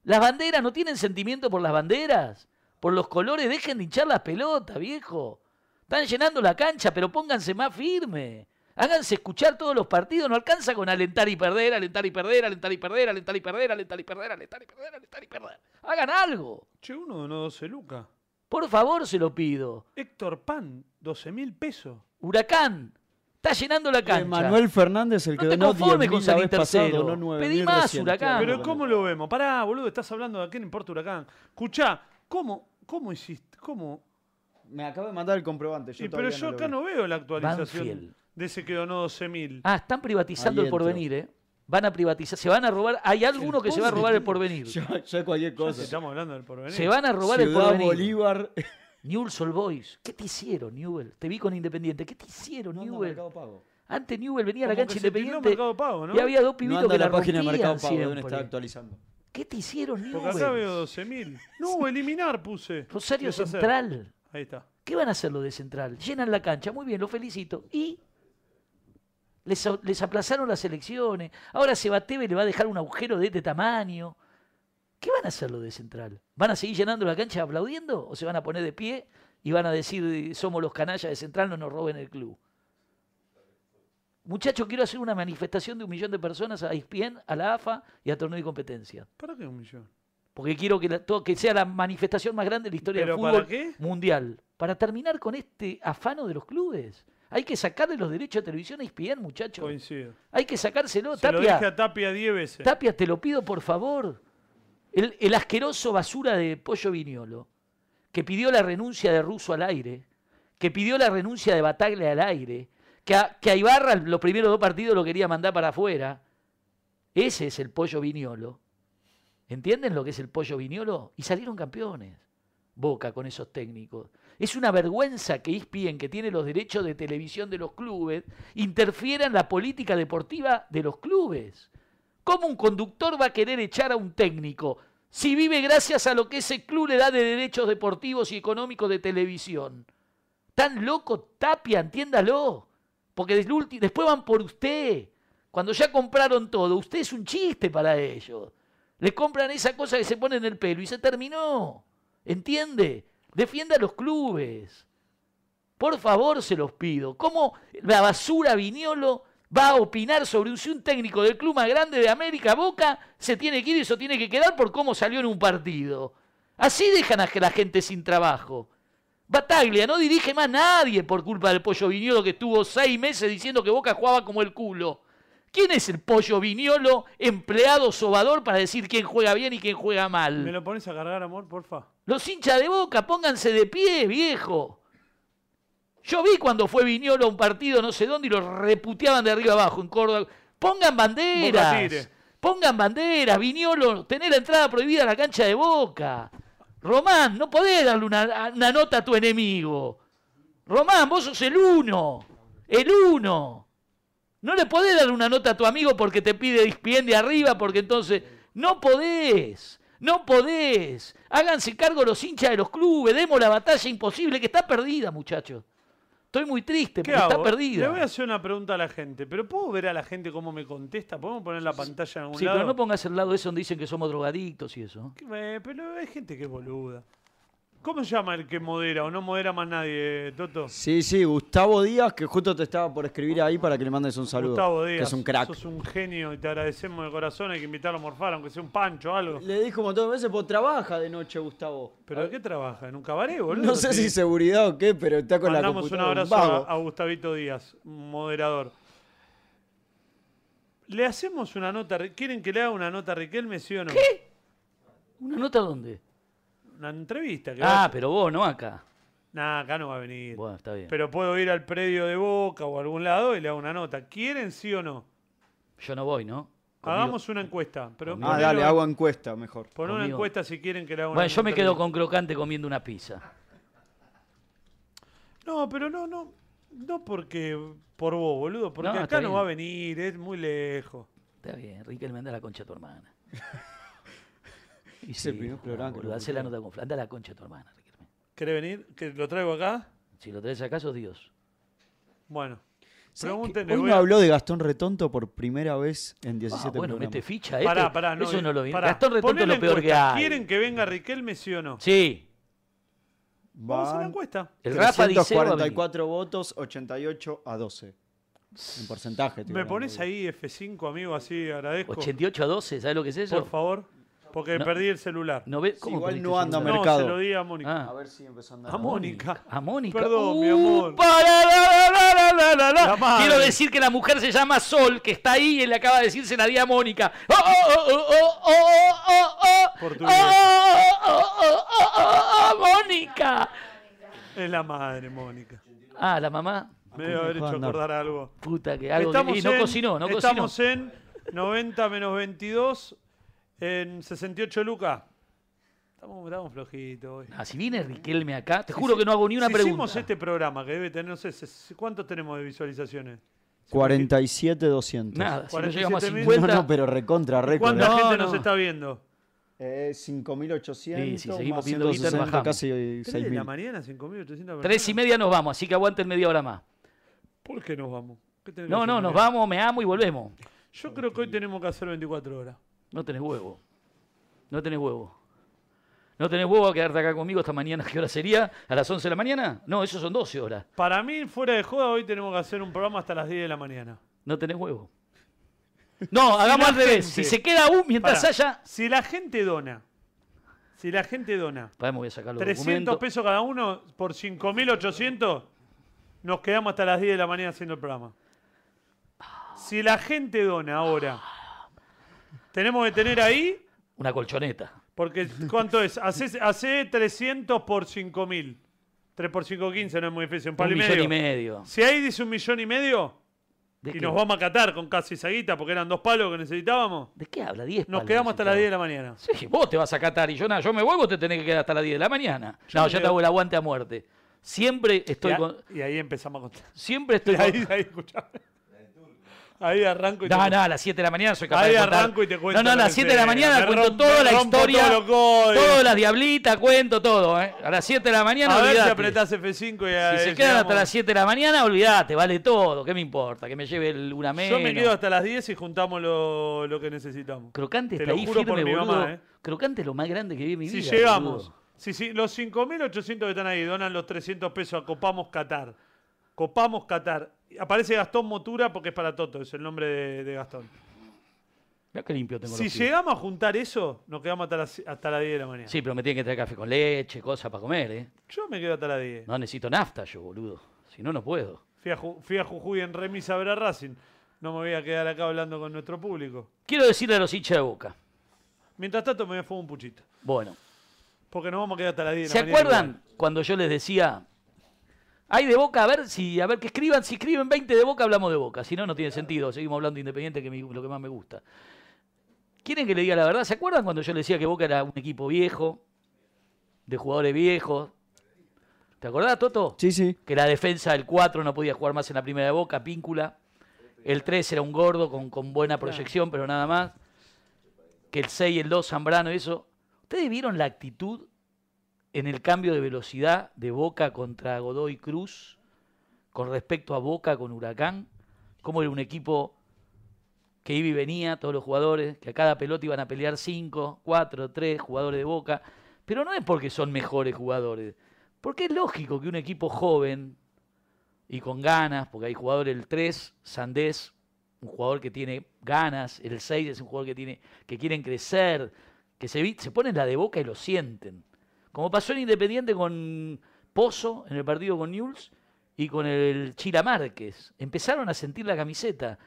[SPEAKER 2] Las banderas, ¿no tienen sentimiento por las banderas? Por los colores, dejen de hinchar las pelotas, viejo. Están llenando la cancha, pero pónganse más firme. Háganse escuchar todos los partidos, no alcanza con alentar y perder, alentar y perder, alentar y perder, alentar y perder, alentar y perder, alentar y perder, alentar y perder. Hagan algo.
[SPEAKER 1] Che, uno donó 12 lucas.
[SPEAKER 2] Por favor, se lo pido.
[SPEAKER 1] Héctor Pan, 12 mil pesos.
[SPEAKER 2] Huracán, está llenando la cancha.
[SPEAKER 5] Manuel Fernández, el
[SPEAKER 2] No
[SPEAKER 5] que
[SPEAKER 2] te
[SPEAKER 5] donó
[SPEAKER 2] conformes
[SPEAKER 5] 10.000
[SPEAKER 2] con
[SPEAKER 5] la
[SPEAKER 2] salir
[SPEAKER 5] vez pasado,
[SPEAKER 2] tercero.
[SPEAKER 5] donó 9.000
[SPEAKER 2] Pedí más,
[SPEAKER 5] recién.
[SPEAKER 2] Huracán. Ah,
[SPEAKER 1] Pero
[SPEAKER 2] no,
[SPEAKER 1] ¿cómo lo vemos? Pará, boludo, estás hablando de a quién importa Huracán. Escuchá, ¿cómo, cómo hiciste? ¿Cómo?
[SPEAKER 5] Me acaba de mandar el comprobante. Yo
[SPEAKER 1] Y pero
[SPEAKER 5] todavía
[SPEAKER 1] yo
[SPEAKER 5] no lo
[SPEAKER 1] acá
[SPEAKER 5] vi.
[SPEAKER 1] no veo la actualización
[SPEAKER 2] Banfield.
[SPEAKER 1] de ese que donó 12 mil.
[SPEAKER 2] Ah, están privatizando
[SPEAKER 5] Ahí
[SPEAKER 2] el
[SPEAKER 5] entro.
[SPEAKER 2] porvenir, ¿eh? Van a privatizar, se van a robar. Hay alguno que se va a robar el porvenir.
[SPEAKER 5] Ya, ya cualquier cosa.
[SPEAKER 1] estamos hablando del porvenir.
[SPEAKER 2] Se van a robar el
[SPEAKER 5] Ciudad
[SPEAKER 2] porvenir.
[SPEAKER 5] Bolívar.
[SPEAKER 2] Newell's Old Boys. ¿Qué te hicieron, Newell? Te vi con Independiente. ¿Qué te hicieron,
[SPEAKER 5] No, no,
[SPEAKER 2] Newell?
[SPEAKER 5] Mercado Pago.
[SPEAKER 2] Antes Newell venía a la
[SPEAKER 1] Como
[SPEAKER 2] cancha
[SPEAKER 1] que se tildó
[SPEAKER 2] Independiente
[SPEAKER 1] Mercado Pago, ¿no?
[SPEAKER 2] y había dos
[SPEAKER 5] No
[SPEAKER 2] pibitos
[SPEAKER 5] anda
[SPEAKER 2] que la,
[SPEAKER 5] la página de Mercado
[SPEAKER 2] rompían
[SPEAKER 5] Pago, deben
[SPEAKER 2] siempre.
[SPEAKER 5] estar actualizando.
[SPEAKER 2] ¿Qué te hicieron,
[SPEAKER 1] Porque acá
[SPEAKER 2] Newell?
[SPEAKER 1] veo 12 mil. No, eliminar puse.
[SPEAKER 2] Rosario
[SPEAKER 1] Deshacer.
[SPEAKER 2] Central.
[SPEAKER 1] Ahí está.
[SPEAKER 2] ¿Qué van a hacer los de Central? Llenan la cancha, muy bien, los felicito. Y les, a- les aplazaron las elecciones. Ahora Sebateve le va a dejar un agujero de este tamaño. ¿Qué van a hacer los de Central? ¿Van a seguir llenando la cancha aplaudiendo? ¿O se van a poner de pie y van a decir somos los canallas de Central, no nos roben el club? Muchachos, quiero hacer una manifestación de un millón de personas a E ESPN, a la AFA y a Torneo y Competencia.
[SPEAKER 1] ¿Para qué un millón?
[SPEAKER 2] Porque quiero que, la- to- que sea la manifestación más grande de la historia del
[SPEAKER 1] ¿Pero
[SPEAKER 2] fútbol
[SPEAKER 1] para qué?
[SPEAKER 2] mundial. Para terminar con este afano de los clubes. Hay que sacarle los derechos de televisión a E ESPN, muchachos.
[SPEAKER 1] Coincido.
[SPEAKER 2] Hay que sacárselo.
[SPEAKER 1] Se lo
[SPEAKER 2] Tapia,
[SPEAKER 1] dije a Tapia 10 veces.
[SPEAKER 2] Tapia, te lo pido por favor. El, el asqueroso basura de Pollo Viñolo, que pidió la renuncia de Russo al aire, que pidió la renuncia de Bataglia al aire, que a, que a Ibarra los primeros dos partidos lo quería mandar para afuera. Ese es el Pollo Viñolo. ¿Entienden lo que es el pollo viñolo? Y salieron campeones. Boca con esos técnicos. Es una vergüenza que E ESPN, que tiene los derechos de televisión de los clubes, interfiera en la política deportiva de los clubes. ¿Cómo un conductor va a querer echar a un técnico si vive gracias a lo que ese club le da de derechos deportivos y económicos de televisión? Tan loco Tapia, entiéndalo. Porque del ulti- después van por usted. Cuando ya compraron todo, usted es un chiste para ellos. Le compran esa cosa que se pone en el pelo y se terminó. ¿Entiende? Defienda a los clubes. Por favor, se los pido. ¿Cómo la basura Viñolo va a opinar sobre un, si un técnico del club más grande de América, Boca, se tiene que ir y se tiene que quedar por cómo salió en un partido? Así dejan a la gente sin trabajo. Bataglia no dirige más nadie por culpa del pollo viñolo que estuvo seis meses diciendo que Boca jugaba como el culo. ¿Quién es el pollo viñolo empleado sobador para decir quién juega bien y quién juega mal?
[SPEAKER 1] ¿Me lo pones a cargar, amor, porfa?
[SPEAKER 2] Los hinchas de Boca, pónganse de pie, viejo. Yo vi cuando fue Viñolo a un partido no sé dónde y lo reputeaban de arriba abajo en Córdoba. Pongan
[SPEAKER 1] Boca
[SPEAKER 2] banderas.
[SPEAKER 1] tire.
[SPEAKER 2] Pongan banderas, Viñolo, tener la entrada prohibida a la cancha de Boca. Román, no podés darle una, una nota a tu enemigo. Román, vos sos el uno. El uno. No le podés dar una nota a tu amigo porque te pide bien de arriba, porque entonces. No podés. No podés. Háganse cargo los hinchas de los clubes. Demos la batalla imposible que está perdida, muchachos. Estoy muy triste
[SPEAKER 1] ¿Qué
[SPEAKER 2] porque
[SPEAKER 1] hago?
[SPEAKER 2] está perdida.
[SPEAKER 1] Le voy a hacer una pregunta a la gente, pero ¿puedo ver a la gente cómo me contesta? ¿Podemos poner la pantalla en algún
[SPEAKER 2] Sí,
[SPEAKER 1] lado? Eh,
[SPEAKER 2] pero no pongas el lado eso donde dicen que somos drogadictos y eso.
[SPEAKER 1] Que me- pero hay gente que es boluda. ¿Cómo se llama el que modera o no modera más nadie, eh, Toto?
[SPEAKER 5] Sí, sí, Gustavo Díaz, que justo te estaba por escribir ahí para que le mandes un saludo.
[SPEAKER 1] Gustavo Díaz.
[SPEAKER 5] Que es un crack.
[SPEAKER 1] Sos un genio y te agradecemos de corazón. Hay que invitarlo a morfar, aunque sea un pancho o algo.
[SPEAKER 5] Le dijo un montón de veces, pues trabaja de noche, Gustavo.
[SPEAKER 1] ¿Pero de qué trabaja? ¿En un cabaret, boludo?
[SPEAKER 5] No sé
[SPEAKER 1] Sí.
[SPEAKER 5] si seguridad o qué, pero está con la
[SPEAKER 1] Mandamos un
[SPEAKER 5] computadora.
[SPEAKER 1] abrazo
[SPEAKER 5] un vago.
[SPEAKER 1] a, a Gustavito Díaz, moderador. ¿Le hacemos una nota? a Ri- ¿Quieren que le haga una nota a Riquelme, sí o no? ¿Qué?
[SPEAKER 2] ¿Una nota dónde?
[SPEAKER 1] Una entrevista. Que
[SPEAKER 2] Ah,
[SPEAKER 1] vaya-
[SPEAKER 2] pero vos, no acá.
[SPEAKER 1] Nah, acá no va a venir.
[SPEAKER 2] Bueno, está bien.
[SPEAKER 1] Pero puedo ir al predio de Boca o a algún lado y le hago una nota. ¿Quieren sí o no?
[SPEAKER 2] Yo no voy, ¿no? Conmigo.
[SPEAKER 1] Hagamos una encuesta. Pero
[SPEAKER 5] Ah, dale, hago encuesta mejor.
[SPEAKER 1] Pon una
[SPEAKER 2] Conmigo.
[SPEAKER 1] encuesta si quieren que le haga una
[SPEAKER 2] Bueno, yo me
[SPEAKER 1] nota.
[SPEAKER 2] quedo con Crocante comiendo una pizza.
[SPEAKER 1] No, pero no, no. No porque por vos, boludo. Porque
[SPEAKER 2] No,
[SPEAKER 1] acá
[SPEAKER 2] está
[SPEAKER 1] no
[SPEAKER 2] bien.
[SPEAKER 1] va a venir, es muy lejos.
[SPEAKER 2] Está bien, Riquelme, anda a la concha de tu hermana. Y
[SPEAKER 5] Es el primer programa que
[SPEAKER 2] boludo,
[SPEAKER 5] lo
[SPEAKER 2] hacé la nota con Fla- Anda a la concha de tu hermana, Riquelme.
[SPEAKER 1] ¿Querés venir? ¿Que lo traigo acá?
[SPEAKER 2] Si lo traes acá, sos Dios.
[SPEAKER 1] Bueno.
[SPEAKER 5] ¿Sabés que
[SPEAKER 1] Pregúntenle.
[SPEAKER 5] Hoy
[SPEAKER 1] voy
[SPEAKER 5] me
[SPEAKER 1] a-
[SPEAKER 5] habló de Gastón Retonto por primera vez en 17
[SPEAKER 2] Ah, bueno,
[SPEAKER 5] programas.
[SPEAKER 2] mete ficha, ¿eh?
[SPEAKER 1] Pará, pará, no.
[SPEAKER 2] Eso no lo vi.
[SPEAKER 1] pará.
[SPEAKER 2] Gastón Retonto
[SPEAKER 1] Poné
[SPEAKER 2] es
[SPEAKER 1] la
[SPEAKER 2] lo peor que
[SPEAKER 1] encuesta.
[SPEAKER 2] hay.
[SPEAKER 1] ¿Quieren que venga Riquelme, sí o no?
[SPEAKER 2] Sí,
[SPEAKER 1] Vamos a hacer la
[SPEAKER 5] Van
[SPEAKER 1] encuesta.
[SPEAKER 2] el Rafa dice...
[SPEAKER 5] 344 votos, 88 a 12. En porcentaje. estoy
[SPEAKER 1] ¿Me
[SPEAKER 5] hablando,
[SPEAKER 1] pones
[SPEAKER 5] obvio.
[SPEAKER 1] ahí F5, amigo? Así agradezco.
[SPEAKER 2] 88 a 12, ¿sabes lo que es eso?
[SPEAKER 1] Por favor. Porque
[SPEAKER 2] No.
[SPEAKER 1] perdí el celular.
[SPEAKER 2] No ve-
[SPEAKER 5] Sí,
[SPEAKER 2] ¿cómo
[SPEAKER 5] igual
[SPEAKER 2] perdiste
[SPEAKER 5] no
[SPEAKER 2] el
[SPEAKER 5] anda
[SPEAKER 2] celular?
[SPEAKER 5] mercado.
[SPEAKER 1] No, se lo di a Mónica.
[SPEAKER 2] Ah.
[SPEAKER 5] A ver si empezó a andar.
[SPEAKER 1] A Mónica.
[SPEAKER 2] A Mónica.
[SPEAKER 1] Perdón, mi
[SPEAKER 2] Uh,
[SPEAKER 1] amor.
[SPEAKER 2] para, la, la, la, la, la, la.
[SPEAKER 1] La madre.
[SPEAKER 2] Quiero decir que la mujer se llama Sol, que está ahí y le acaba de decir se la di a Mónica. Oh, oh, oh, oh, oh, oh, oh, oh.
[SPEAKER 1] Portugués.
[SPEAKER 2] Oh, oh, oh, oh, oh, oh, oh, Mónica.
[SPEAKER 1] Es la madre, Mónica.
[SPEAKER 2] Ah, la mamá.
[SPEAKER 1] Me debe haber hecho
[SPEAKER 5] Juan, no.
[SPEAKER 1] acordar algo.
[SPEAKER 2] Puta que algo. de- y no cocinó, no cocinó.
[SPEAKER 1] estamos en 90 menos 22, en 68 lucas. Estamos, estamos flojitos hoy.
[SPEAKER 2] Ah, si viene Riquelme acá, te juro que no hago ni una
[SPEAKER 1] si
[SPEAKER 2] pregunta.
[SPEAKER 1] hicimos este programa que debe tener, no sé, ses- ¿cuántos tenemos de visualizaciones?
[SPEAKER 5] 47 200.
[SPEAKER 2] Nada, si no llegamos a
[SPEAKER 1] 47.000.
[SPEAKER 5] No,
[SPEAKER 2] 50.
[SPEAKER 5] no, pero recontra récord.
[SPEAKER 1] ¿Cuánta
[SPEAKER 2] No,
[SPEAKER 1] gente
[SPEAKER 2] no.
[SPEAKER 1] nos está viendo?
[SPEAKER 5] Eh, 5800
[SPEAKER 2] Sí, si seguimos
[SPEAKER 5] más
[SPEAKER 2] viendo Guitar,
[SPEAKER 5] 160,
[SPEAKER 2] bajamos.
[SPEAKER 5] casi
[SPEAKER 1] ¿Tres de la
[SPEAKER 5] 6000.
[SPEAKER 1] mañana, 5.800
[SPEAKER 2] Tres y
[SPEAKER 1] personas?
[SPEAKER 2] media nos vamos, así que aguanten media hora más.
[SPEAKER 1] ¿Por qué nos vamos? ¿Qué tenemos que
[SPEAKER 2] No,
[SPEAKER 1] hacer
[SPEAKER 2] no, nos
[SPEAKER 1] mañana?
[SPEAKER 2] vamos, me amo y volvemos.
[SPEAKER 1] Yo creo que hoy tenemos que hacer 24 horas.
[SPEAKER 2] No tenés huevo. No tenés huevo. No tenés huevo a quedarte acá conmigo esta mañana. ¿Qué hora sería? ¿A las 11 de la mañana? No, eso son 12 horas.
[SPEAKER 1] Para mí, fuera de joda, hoy tenemos que hacer un programa hasta las 10 de la mañana.
[SPEAKER 2] No tenés huevo. No,
[SPEAKER 1] la
[SPEAKER 2] hagamos al revés.
[SPEAKER 1] gente-
[SPEAKER 2] Si se queda un mientras
[SPEAKER 1] Pará.
[SPEAKER 2] haya.
[SPEAKER 1] Si la gente dona, si la gente dona
[SPEAKER 2] Pará, me voy a sacar los
[SPEAKER 1] 300
[SPEAKER 2] documentos.
[SPEAKER 1] pesos cada uno por 5.800, nos quedamos hasta las 10 de la mañana haciendo el programa. Si la gente dona ahora, tenemos que tener ahí,
[SPEAKER 2] Una colchoneta.
[SPEAKER 1] porque ¿cuánto es? Hacés- Hacé, 300 por 5.000. 3 por 5, 15, no es muy difícil, un palo
[SPEAKER 2] un
[SPEAKER 1] y
[SPEAKER 2] millón
[SPEAKER 1] medio.
[SPEAKER 2] y medio.
[SPEAKER 1] Si ahí dice un millón y medio,
[SPEAKER 2] ¿De,
[SPEAKER 1] y
[SPEAKER 2] qué,
[SPEAKER 1] nos vamos a catar con casi esa guita, porque eran dos palos que necesitábamos,
[SPEAKER 2] ¿De qué habla? 10
[SPEAKER 1] nos quedamos hasta las 10 de la mañana.
[SPEAKER 2] Sí, vos te vas a catar y yo nada. Yo me vuelvo, te tenés que quedar hasta las 10 de la mañana. no,
[SPEAKER 1] me
[SPEAKER 2] yo te
[SPEAKER 1] quedo.
[SPEAKER 2] hago el aguante a muerte. Siempre
[SPEAKER 1] Y,
[SPEAKER 2] estoy
[SPEAKER 1] a-
[SPEAKER 2] con.
[SPEAKER 1] y ahí empezamos a contar.
[SPEAKER 2] Siempre
[SPEAKER 1] Y
[SPEAKER 2] estoy con.
[SPEAKER 1] ahí, ahí, escuchame. Ahí arranco y te
[SPEAKER 2] No, no, a las 7 de la mañana soy capaz
[SPEAKER 1] Ahí
[SPEAKER 2] de contar.
[SPEAKER 1] arranco y te cuento.
[SPEAKER 2] No, no, a las
[SPEAKER 1] la
[SPEAKER 2] 7 de la
[SPEAKER 1] escena.
[SPEAKER 2] mañana
[SPEAKER 1] Me
[SPEAKER 2] cuento
[SPEAKER 1] rompo-
[SPEAKER 2] toda la
[SPEAKER 1] rompo
[SPEAKER 2] historia.
[SPEAKER 1] todos los códigos.
[SPEAKER 2] Todas las diablitas, cuento todo, ¿eh? A las 7 de la mañana,
[SPEAKER 1] a ver si
[SPEAKER 2] olvidate.
[SPEAKER 1] apretás F5 y
[SPEAKER 2] si
[SPEAKER 1] ahí
[SPEAKER 2] se quedan hasta
[SPEAKER 1] llegamos.
[SPEAKER 2] las 7 de la mañana, olvidate, vale todo. ¿Qué me importa? Que me lleve el- una menos.
[SPEAKER 1] Yo me quedo hasta las 10 y juntamos lo, lo que necesitamos.
[SPEAKER 2] Crocante
[SPEAKER 1] Te
[SPEAKER 2] está
[SPEAKER 1] lo
[SPEAKER 2] ahí
[SPEAKER 1] juro
[SPEAKER 2] firme,
[SPEAKER 1] por mi
[SPEAKER 2] boludo.
[SPEAKER 1] mamá, ¿eh?
[SPEAKER 2] Crocante es lo más grande que vi en mi
[SPEAKER 1] Si
[SPEAKER 2] vida.
[SPEAKER 1] llegamos,
[SPEAKER 2] boludo.
[SPEAKER 1] si, si los 5.800 que están ahí donan los 300 pesos a Copamos Qatar. Copamos Qatar. Aparece Gastón Motura porque es para Toto, es el nombre de, de Gastón.
[SPEAKER 2] Mirá qué limpio tengo
[SPEAKER 1] Si
[SPEAKER 2] los pies.
[SPEAKER 1] llegamos a juntar eso, nos quedamos hasta las, hasta las 10 de la mañana.
[SPEAKER 2] Sí, pero me tienen que traer café con leche, cosas para comer, ¿eh?
[SPEAKER 1] Yo me quedo hasta las 10.
[SPEAKER 2] No necesito nafta yo, boludo. Si no, no puedo.
[SPEAKER 1] Fui a, Ju- fui a Jujuy en remis a ver a Racing. No me voy a quedar acá hablando con nuestro público.
[SPEAKER 2] Quiero decirle a los hinchas de boca.
[SPEAKER 1] Mientras tanto me voy a fumar un puchito.
[SPEAKER 2] Bueno,
[SPEAKER 1] Porque nos vamos a quedar hasta las 10. de
[SPEAKER 2] ¿Se
[SPEAKER 1] la mañana
[SPEAKER 2] acuerdan
[SPEAKER 1] igual.
[SPEAKER 2] cuando yo les decía, hay de boca, a ver si, a ver que escriban, si escriben 20 de boca, hablamos de boca, si no, no tiene sentido, seguimos hablando de independiente, que es lo que más me gusta. ¿Quieren que le diga la verdad? ¿Se acuerdan cuando yo les decía que Boca era un equipo viejo, de jugadores viejos? ¿Te acordás, Toto?
[SPEAKER 5] Sí, sí.
[SPEAKER 2] Que la defensa del 4 no podía jugar más en la primera de Boca, Píncula. El 3 era un gordo con, con buena proyección, pero nada más. Que el 6, el 2, Zambrano y eso. ¿Ustedes vieron la actitud en el cambio de velocidad de Boca contra Godoy Cruz con respecto a Boca con Huracán? ¿Cómo era un equipo que iba y venía, todos los jugadores, que a cada pelota iban a pelear 5, 4, 3 jugadores de Boca? Pero no es porque son mejores jugadores. Porque es lógico que un equipo joven y con ganas, porque hay jugadores, el 3, Sandés, un jugador que tiene ganas, el 6 es un jugador que, tiene, que quieren crecer, que se, vi- se ponen la de boca y lo sienten. Como pasó en Independiente con Pozo en el partido con Newell's y con el Chila Márquez. Empezaron a sentir la camiseta.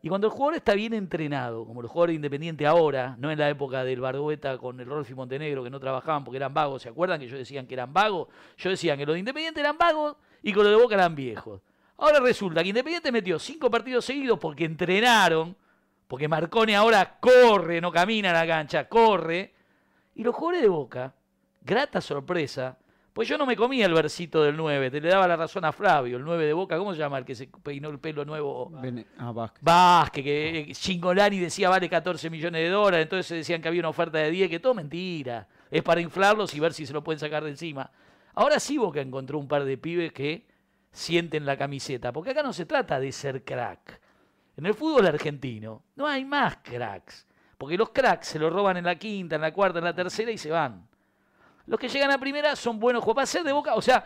[SPEAKER 2] Y cuando el jugador está bien entrenado, como los jugadores de Independiente ahora, no en la época del Barboeta con el Rolfi Montenegro, que no trabajaban porque eran vagos, ¿se acuerdan que yo decían que eran vagos? Yo decía que los de Independiente eran vagos y que los de Boca eran viejos. Ahora resulta que Independiente metió cinco partidos seguidos porque entrenaron, porque Marcone ahora corre, no camina a la cancha, corre. Y los jugadores de Boca, grata sorpresa, pues yo no me comía el versito del 9, te le daba la razón a Flavio, el 9 de Boca, ¿cómo se llama el que se peinó el pelo nuevo?
[SPEAKER 5] Bene- ah, Vázquez.
[SPEAKER 2] Vázquez, que Chingolani decía vale 14 millones de dólares, entonces decían que había una oferta de 10, que todo mentira. Es para inflarlos y ver si se lo pueden sacar de encima. Ahora sí Boca encontró un par de pibes que sienten la camiseta, porque acá no se trata de ser crack. En el fútbol argentino no hay más cracks, porque los cracks se los roban en la quinta, en la cuarta, en la tercera y se van. Los que llegan a primera son buenos jugadores. Para ser de Boca, o sea,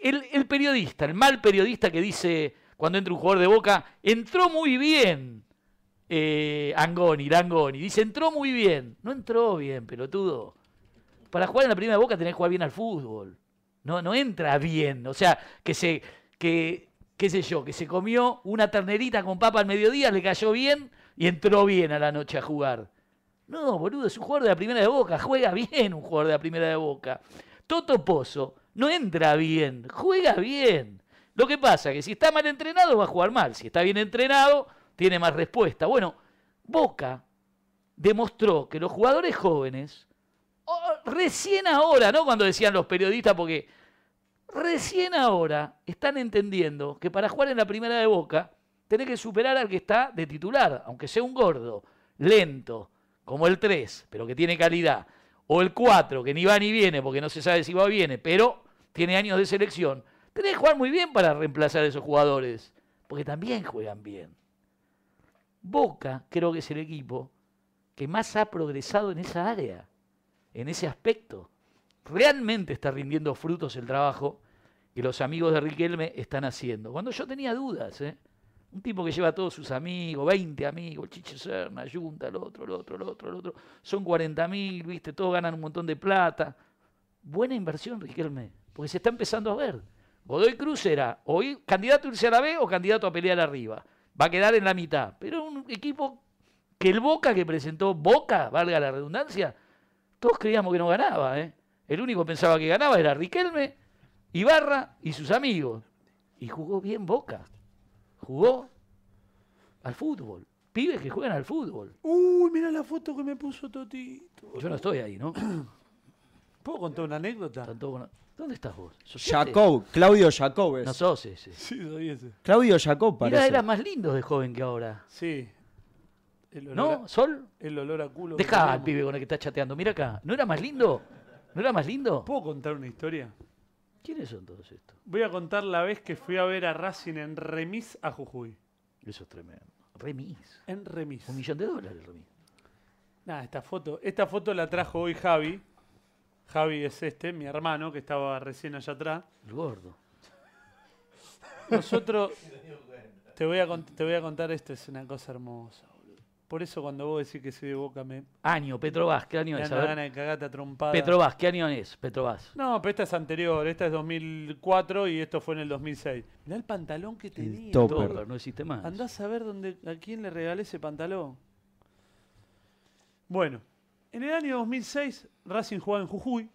[SPEAKER 2] el, el periodista, el mal periodista que dice cuando entra un jugador de Boca, entró muy bien eh, Angoni, Langoni. Dice, entró muy bien. No entró bien, pelotudo. Para jugar en la primera de Boca tenés que jugar bien al fútbol. No, no entra bien. O sea, que se, que, qué sé yo, que se comió una ternerita con papa al mediodía, le cayó bien y entró bien a la noche a jugar. No, boludo, es un jugador de la primera de Boca. Juega bien un jugador de la primera de Boca. Toto Pozo no entra bien, juega bien. Lo que pasa es que si está mal entrenado va a jugar mal. Si está bien entrenado, tiene más respuesta. Bueno, Boca demostró que los jugadores jóvenes, o- recién ahora, ¿no? Cuando decían los periodistas, porque recién ahora están entendiendo que para jugar en la primera de Boca tenés que superar al que está de titular, aunque sea un gordo, lento, como el 3, pero que tiene calidad, o el 4, que ni va ni viene, porque no se sabe si va o viene, pero tiene años de selección. Tenés que jugar muy bien para reemplazar a esos jugadores, porque también juegan bien. Boca creo que es el equipo que más ha progresado en esa área, en ese aspecto. Realmente está rindiendo frutos el trabajo que los amigos de Riquelme están haciendo. Cuando yo tenía dudas, ¿eh? un tipo que lleva a todos sus amigos, 20 amigos, el Chiche Serna, Junta, el otro, el otro, el otro, el otro, son 40 mil, ¿viste? Todos ganan un montón de plata. Buena inversión, Riquelme, porque se está empezando a ver. Godoy Cruz era hoy candidato a irse a la B o candidato a pelear arriba. Va a quedar en la mitad, pero un equipo que el Boca que presentó Boca, valga la redundancia, todos creíamos que no ganaba, ¿eh? El único que pensaba que ganaba era Riquelme, Ibarra y sus amigos. Y jugó bien Boca. Jugó al fútbol. Pibes que juegan al fútbol.
[SPEAKER 1] Uy, mira la foto que me puso Totito.
[SPEAKER 2] Yo no estoy ahí, ¿no?
[SPEAKER 1] ¿Puedo contar una anécdota?
[SPEAKER 2] Tanto con- ¿Dónde estás vos? ¿Sos este?
[SPEAKER 5] Jacob, Claudio Jacob es.
[SPEAKER 2] No sos ese.
[SPEAKER 1] Sí, soy ese.
[SPEAKER 5] Claudio Jacob
[SPEAKER 2] Mirá,
[SPEAKER 5] parece.
[SPEAKER 2] era más lindo de joven que ahora.
[SPEAKER 1] Sí. El olor
[SPEAKER 2] ¿No,
[SPEAKER 1] a-
[SPEAKER 2] Sol?
[SPEAKER 1] el olor a culo. que
[SPEAKER 2] Dejá al
[SPEAKER 1] tenemos.
[SPEAKER 2] pibe con el que está chateando. Mira acá. ¿No era más lindo? ¿No era más lindo?
[SPEAKER 1] ¿Puedo contar una historia?
[SPEAKER 2] ¿Quiénes son todos estos?
[SPEAKER 1] Voy a contar la vez que fui a ver a Racing en remis a Jujuy.
[SPEAKER 2] Eso es tremendo. Remis.
[SPEAKER 1] En remis.
[SPEAKER 2] Un millón de dólares el remis.
[SPEAKER 1] Nada, esta foto, esta foto la trajo hoy Javi. Javi es este, mi hermano, que estaba recién allá atrás.
[SPEAKER 2] El gordo.
[SPEAKER 1] Nosotros. te, voy a cont- te voy a contar esto, es una cosa hermosa, boludo. Por eso cuando vos decís que soy de boca me
[SPEAKER 2] Año, Petrobras, ¿qué año
[SPEAKER 1] me
[SPEAKER 2] es?
[SPEAKER 1] dan
[SPEAKER 2] A
[SPEAKER 1] una
[SPEAKER 2] ver.
[SPEAKER 1] gana de cagarte a trompada.
[SPEAKER 2] Petrobras, ¿qué año es? Petrobras.
[SPEAKER 1] No, pero esta es anterior, esta es 2004 y esto fue en el 2006. Mirá el pantalón que tenía.
[SPEAKER 5] top.
[SPEAKER 1] todo.
[SPEAKER 2] Topper, no existe más.
[SPEAKER 1] Andás a ver dónde, a quién le regalé ese pantalón. Bueno, en el año 2006 Racing jugaba en Jujuy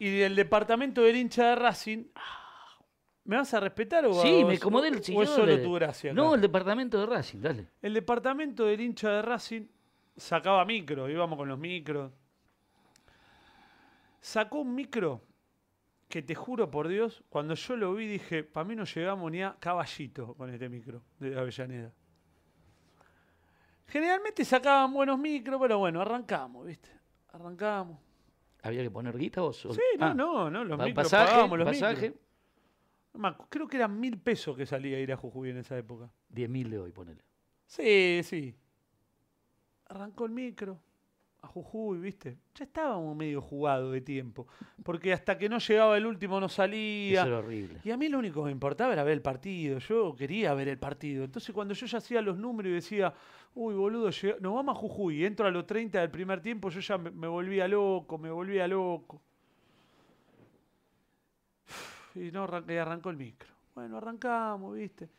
[SPEAKER 1] y del departamento del hincha de Racing... ah, ¿Me vas a respetar o,
[SPEAKER 2] Sí,
[SPEAKER 1] o
[SPEAKER 2] me
[SPEAKER 1] es-
[SPEAKER 2] acomodé el
[SPEAKER 1] o
[SPEAKER 2] sillón.
[SPEAKER 1] es solo
[SPEAKER 2] de-
[SPEAKER 1] tu gracia? acá?
[SPEAKER 2] No, el departamento de Racing, dale.
[SPEAKER 1] El departamento del hincha de Racing sacaba micro, íbamos con los micros. Sacó un micro que te juro por Dios, cuando yo lo vi dije, para mí no llegamos ni a caballito con este micro de Avellaneda. Generalmente sacaban buenos micros, pero bueno, arrancamos, ¿viste? Arrancamos.
[SPEAKER 2] ¿Había que poner guita o sol?
[SPEAKER 1] Sí, no,
[SPEAKER 2] Ah,
[SPEAKER 1] no, no, los
[SPEAKER 2] pa-
[SPEAKER 1] micros
[SPEAKER 2] pasaje,
[SPEAKER 1] pagábamos los
[SPEAKER 2] pasaje,
[SPEAKER 1] micros. No me acu- Creo que eran mil pesos que salía a ir a Jujuy en esa época.
[SPEAKER 2] 10.000 de hoy, ponele.
[SPEAKER 1] Sí, sí. Arrancó el micro. a Jujuy, ¿viste? Ya estábamos medio jugado de tiempo. Porque hasta que no llegaba el último no salía.
[SPEAKER 2] Eso era horrible.
[SPEAKER 1] Y a mí lo único que me importaba era ver el partido. Yo quería ver el partido. Entonces, cuando yo ya hacía los números y decía, uy, boludo, llega- nos vamos a Jujuy, y entro a los 30 del primer tiempo, yo ya me, me volvía loco, me volvía loco. Y no arran- y arrancó el micro. Bueno, arrancamos, ¿viste?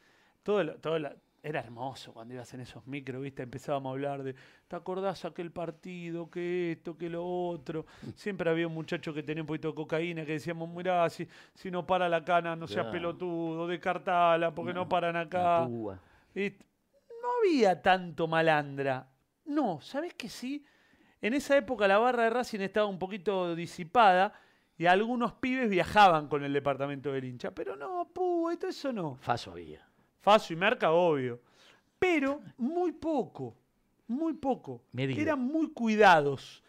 [SPEAKER 1] Todo lo- todo la- era hermoso cuando ibas en esos micros, ¿viste? Empezábamos a hablar de, ¿te acordás aquel partido? Que esto, que lo otro. Siempre había un muchacho que tenía un poquito de cocaína que decíamos, mirá, si, si no para la cana, no seas
[SPEAKER 2] Claro.
[SPEAKER 1] pelotudo, descartala, porque no, paran acá.
[SPEAKER 2] La púa.
[SPEAKER 1] Y t- no había tanto malandra. No, ¿sabés que sí? En esa época la barra de Racing estaba un poquito disipada y algunos pibes viajaban con el departamento del hincha. Pero no, pú, esto eso no.
[SPEAKER 2] Faso había.
[SPEAKER 1] Faso y Merca, obvio. Pero muy poco, muy poco.
[SPEAKER 2] Medido.
[SPEAKER 1] Eran muy cuidados.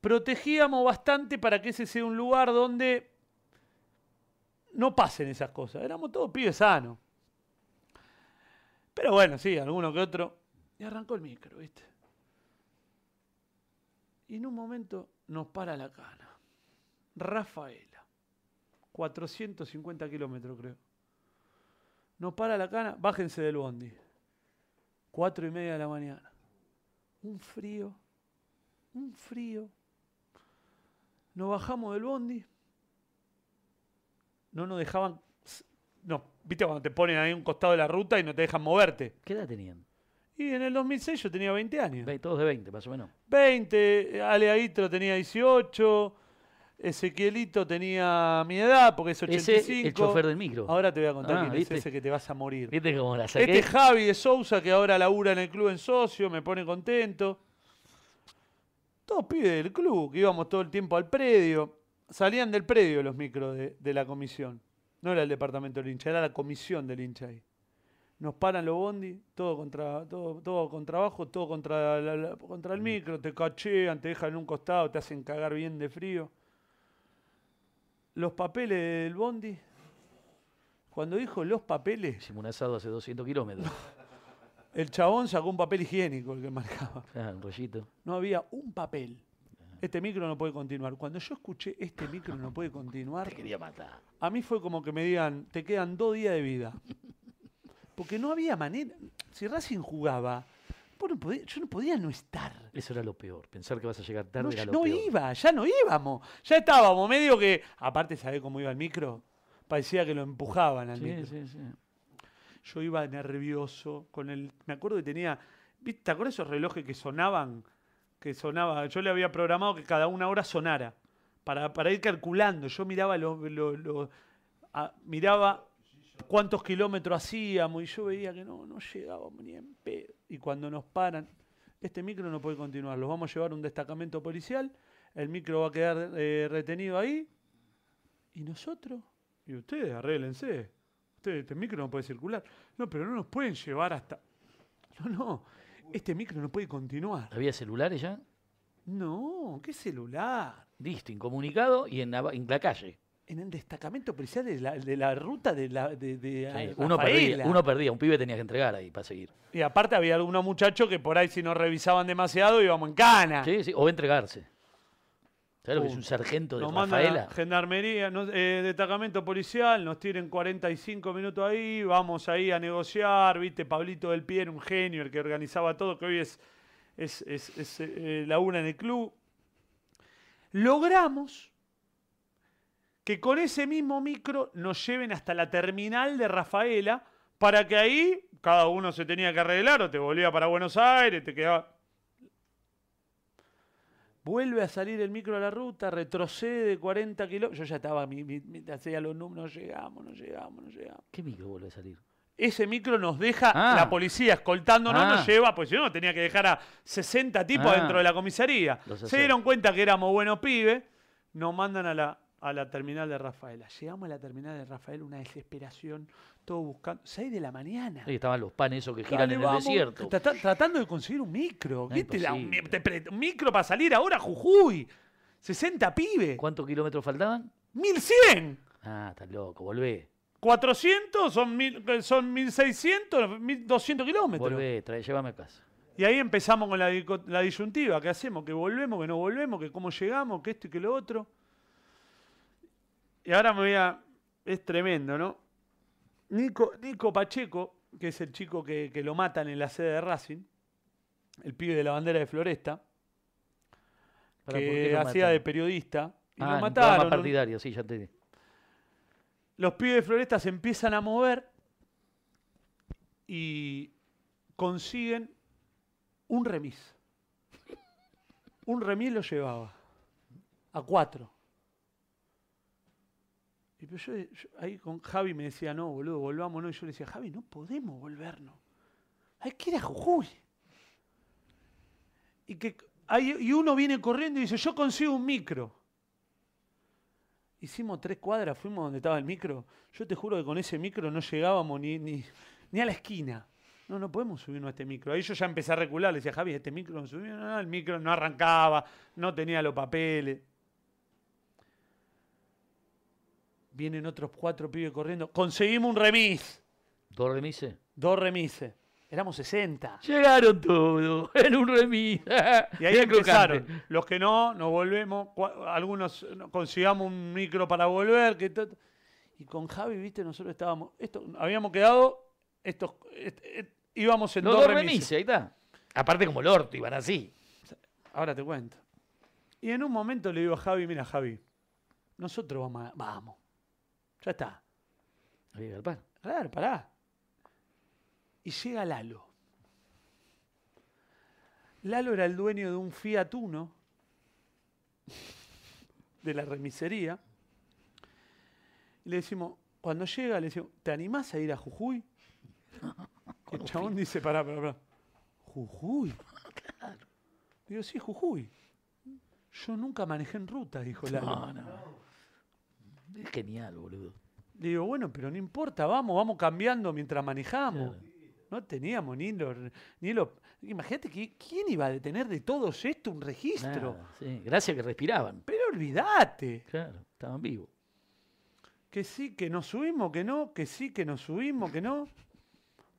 [SPEAKER 1] Protegíamos bastante para que ese sea un lugar donde no pasen esas cosas. Éramos todos pibes sanos. Pero bueno, sí, alguno que otro. Y arrancó el micro, ¿viste? Y en un momento nos para la cana. Rafaela. 450 kilómetros, creo. Nos para la cana, bájense del bondi. Cuatro y media de la mañana. Un frío, un frío. Nos bajamos del bondi. No nos dejaban. No, viste cuando te ponen ahí a un costado de la ruta y no te dejan moverte.
[SPEAKER 2] ¿Qué edad tenían?
[SPEAKER 1] Y en el 2006 yo tenía 20 años.
[SPEAKER 2] Ve- Todos de 20, más o menos.
[SPEAKER 1] 20, Ale Aitro tenía 18, Ezequielito tenía mi edad, porque es 85.
[SPEAKER 2] Ese, el chofer del micro.
[SPEAKER 1] Ahora te voy a contar
[SPEAKER 2] Ah,
[SPEAKER 1] quién
[SPEAKER 2] ¿viste?
[SPEAKER 1] es ese que te vas a morir.
[SPEAKER 2] ¿Viste cómo la saqué?
[SPEAKER 1] Este Javi de Sousa, que ahora labura en el club en socio, me pone contento. Todos pibes del club, que íbamos todo el tiempo al predio. Salían del predio los micros de, de la comisión. No era el departamento del hincha, era la comisión del hincha ahí. Nos paran los bondi, todo contra, todo, todo contra abajo, todo contra, la- la- contra el micro, te cachean, te dejan en un costado, te hacen cagar bien de frío. Los papeles del bondi. Cuando dijo los papeles,
[SPEAKER 2] Hicimos un asado hace 200 kilómetros.
[SPEAKER 1] el chabón sacó un papel higiénico el que marcaba.
[SPEAKER 2] Ah, un rollito.
[SPEAKER 1] No había un papel. Este micro no puede continuar. Cuando yo escuché este micro no puede continuar,
[SPEAKER 2] Te quería matar.
[SPEAKER 1] a mí fue como que me digan, te quedan dos días de vida. Porque no había manera. Si Racing jugaba, vos no podías- yo no podía no estar.
[SPEAKER 2] Eso era lo peor. Pensar que vas a llegar tarde
[SPEAKER 1] No,
[SPEAKER 2] era lo
[SPEAKER 1] no
[SPEAKER 2] peor.
[SPEAKER 1] iba, ya no íbamos. Ya estábamos, medio que. Aparte, ¿sabés cómo iba el micro? Parecía que lo empujaban al micro.
[SPEAKER 2] Sí, sí, sí.
[SPEAKER 1] Yo iba nervioso con el. Me acuerdo que tenía. ¿viste? ¿Te acuerdas esos relojes que sonaban? Que sonaba. Yo le había programado que cada una hora sonara. Para, para ir calculando. Yo miraba los. los- los- a- miraba cuántos kilómetros hacíamos. Y yo veía que no, no llegábamos ni en pedo. Y cuando nos paran. Este micro no puede continuar. Los vamos a llevar a un destacamento policial. El micro va a quedar eh, retenido ahí. ¿Y nosotros? Y ustedes, arréglense. Ustedes, este micro no puede circular. No, pero no nos pueden llevar hasta. No, no. Este micro no puede continuar.
[SPEAKER 2] ¿Había celulares ya?
[SPEAKER 1] No, qué celular.
[SPEAKER 2] Listo, incomunicado y en la, en la calle.
[SPEAKER 1] En el destacamento policial de la, de la ruta de la. De, de-
[SPEAKER 2] Sí,
[SPEAKER 1] ay,
[SPEAKER 2] uno,
[SPEAKER 1] Rafaela.
[SPEAKER 2] perdía, uno perdía, un pibe tenía que entregar ahí para seguir.
[SPEAKER 1] Y aparte había algunos muchachos que por ahí, si nos revisaban demasiado, íbamos en cana.
[SPEAKER 2] Sí, sí, o entregarse. ¿Sabes lo que es
[SPEAKER 1] Ah. Uh,
[SPEAKER 2] un sargento de
[SPEAKER 1] Nos mandan a
[SPEAKER 2] Rafaela?
[SPEAKER 1] gendarmería, no- eh, destacamento policial, nos tienen 45 minutos ahí, vamos ahí a negociar, viste, Pablito del Pie era un genio, el que organizaba todo, que hoy es, es, es- es, eh, la una en el club. Logramos que con ese mismo micro nos lleven hasta la terminal de Rafaela para que ahí cada uno se tenía que arreglar o te volvía para Buenos Aires, te quedaba... Vuelve a salir el micro a la ruta, retrocede 40 kilómetros. Yo ya estaba, mi, mi- mi- hacía los números, no llegamos, no llegamos, no llegamos.
[SPEAKER 2] ¿Qué micro vuelve a salir?
[SPEAKER 1] Ese micro nos deja,
[SPEAKER 2] Ah.
[SPEAKER 1] la policía escoltándonos,
[SPEAKER 2] Ah.
[SPEAKER 1] nos lleva, pues yo no tenía que dejar a 60 tipos
[SPEAKER 2] Ah.
[SPEAKER 1] dentro de la comisaría.
[SPEAKER 2] Los
[SPEAKER 1] Se
[SPEAKER 2] hacer.
[SPEAKER 1] dieron cuenta que éramos buenos pibes, nos mandan a la, a la terminal de Rafaela. Llegamos a la terminal de Rafaela, una desesperación, todo buscando. 6 de la mañana.
[SPEAKER 2] Ahí estaban los panes esos que giran
[SPEAKER 1] Dale,
[SPEAKER 2] en el
[SPEAKER 1] vamos.
[SPEAKER 2] desierto.
[SPEAKER 1] Trata- tratando de conseguir un micro.
[SPEAKER 2] No,
[SPEAKER 1] ¿Qué te da un, mi-
[SPEAKER 2] imposible.
[SPEAKER 1] te pre- un micro para salir ahora a Jujuy? 60 pibes.
[SPEAKER 2] ¿Cuántos kilómetros faltaban?
[SPEAKER 1] 1100.
[SPEAKER 2] Ah, estás loco, volvé.
[SPEAKER 1] 400 son, mil, eh, son 1600, 1200 kilómetros.
[SPEAKER 2] Volvé, trae, llévame a casa.
[SPEAKER 1] Y ahí empezamos con la, dico- la disyuntiva. ¿Qué hacemos? ¿Que volvemos? ¿Que no volvemos? ¿Que cómo llegamos? ¿Que esto y que lo otro? Y ahora me voy a... Es tremendo, ¿no? Nico, Nico Pacheco, que es el chico que, que lo matan en la sede de Racing, el pibe de la bandera de Floresta,
[SPEAKER 2] Pará, ¿por qué
[SPEAKER 1] que
[SPEAKER 2] lo
[SPEAKER 1] hacía
[SPEAKER 2] matan?
[SPEAKER 1] de periodista, y
[SPEAKER 2] Ah, en
[SPEAKER 1] lo
[SPEAKER 2] un
[SPEAKER 1] mataron.
[SPEAKER 2] programa
[SPEAKER 1] ¿no?
[SPEAKER 2] partidario, sí, ya entendí.
[SPEAKER 1] los pibes de Floresta se empiezan a mover y consiguen un remis. Un remis lo llevaba a cuatro. Y pero yo, yo ahí con Javi me decía, no, boludo, volvámonos. Y yo le decía, Javi, no podemos volvernos. Hay que ir a Jujuy. Y, que, ahí- y uno viene corriendo y dice, yo consigo un micro. Hicimos tres cuadras, fuimos donde estaba el micro. Yo te juro que con ese micro no llegábamos ni, ni, ni a la esquina. No, no podemos subirnos a este micro. Ahí yo ya empecé a recular. Le decía, Javi, este micro no subió. No, no, el micro no arrancaba, no tenía los papeles. Vienen otros cuatro pibes corriendo. Conseguimos un remis.
[SPEAKER 2] ¿Dos remises?
[SPEAKER 1] Dos remises. Éramos 60.
[SPEAKER 2] Llegaron todos en un remis.
[SPEAKER 1] Y ahí empezaron. Los que no, nos volvemos. cua- Algunos eh, no, consigamos un micro para volver. Que tot- y con Javi, viste, nosotros estábamos. Esto, habíamos quedado. Estos, est- est- íbamos en
[SPEAKER 2] Los
[SPEAKER 1] dos
[SPEAKER 2] dos remises,
[SPEAKER 1] remises.
[SPEAKER 2] ahí está. Aparte como el orto, iban así.
[SPEAKER 1] Ahora te cuento. Y en un momento le digo a Javi: Mira, Javi, nosotros vamos. a- vamos. Ya está.
[SPEAKER 2] Ahí, al par.
[SPEAKER 1] Claro, pará. Y llega Lalo. Lalo era el dueño de un Fiat Uno de la remisería. Y le decimos, cuando llega, le decimos, ¿te animás a ir a Jujuy? Que el chabón dice, pará, pará, pará. ¿Jujuy? Digo, sí, Jujuy. Yo nunca manejé en ruta, dijo Lalo.
[SPEAKER 2] No, no. Es genial, boludo.
[SPEAKER 1] Le digo, bueno, pero no importa, vamos, vamos cambiando mientras manejamos. No teníamos ni los... Ni los imagínate que, quién iba a detener de todos esto un registro.
[SPEAKER 2] Nada, sí. Gracias que respiraban.
[SPEAKER 1] Pero olvídate.
[SPEAKER 2] Claro, estaban vivos.
[SPEAKER 1] Que sí, que nos subimos, que no, que sí, que nos subimos, que no.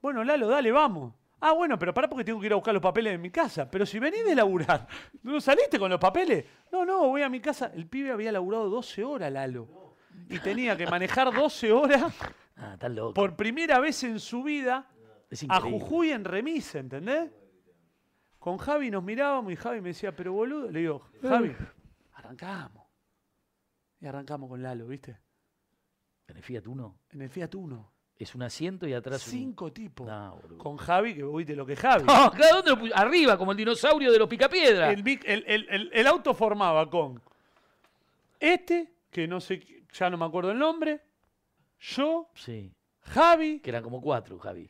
[SPEAKER 1] Bueno, Lalo, dale, vamos. Ah, bueno, pero pará porque tengo que ir a buscar los papeles de mi casa. Pero si venís de laburar, ¿no saliste con los papeles? No, no, voy a mi casa. El pibe había laburado 12 horas, Lalo. Y tenía que manejar 12 horas
[SPEAKER 2] Ah, están locos.
[SPEAKER 1] por primera vez en su vida
[SPEAKER 2] Es
[SPEAKER 1] a
[SPEAKER 2] increíble.
[SPEAKER 1] Jujuy en remis, ¿entendés? Con Javi nos mirábamos y Javi me decía, pero boludo, le digo, Javi, arrancamos. Y arrancamos con Lalo, ¿viste?
[SPEAKER 2] En el Fiat Uno
[SPEAKER 1] En el Fiat Uno.
[SPEAKER 2] es un asiento y atrás un-
[SPEAKER 1] Cinco tipos.
[SPEAKER 2] No, boludo.
[SPEAKER 1] con Javi, que viste lo que es Javi.
[SPEAKER 2] No, claro, Ah, ¿dónde lo pus- Arriba, como el dinosaurio de los picapiedra.
[SPEAKER 1] El, mic- el- el- el- el auto formaba con este, que no sé, qui- ya no me acuerdo el nombre, yo,
[SPEAKER 2] Sí,
[SPEAKER 1] Javi,
[SPEAKER 2] que eran como cuatro, Javi.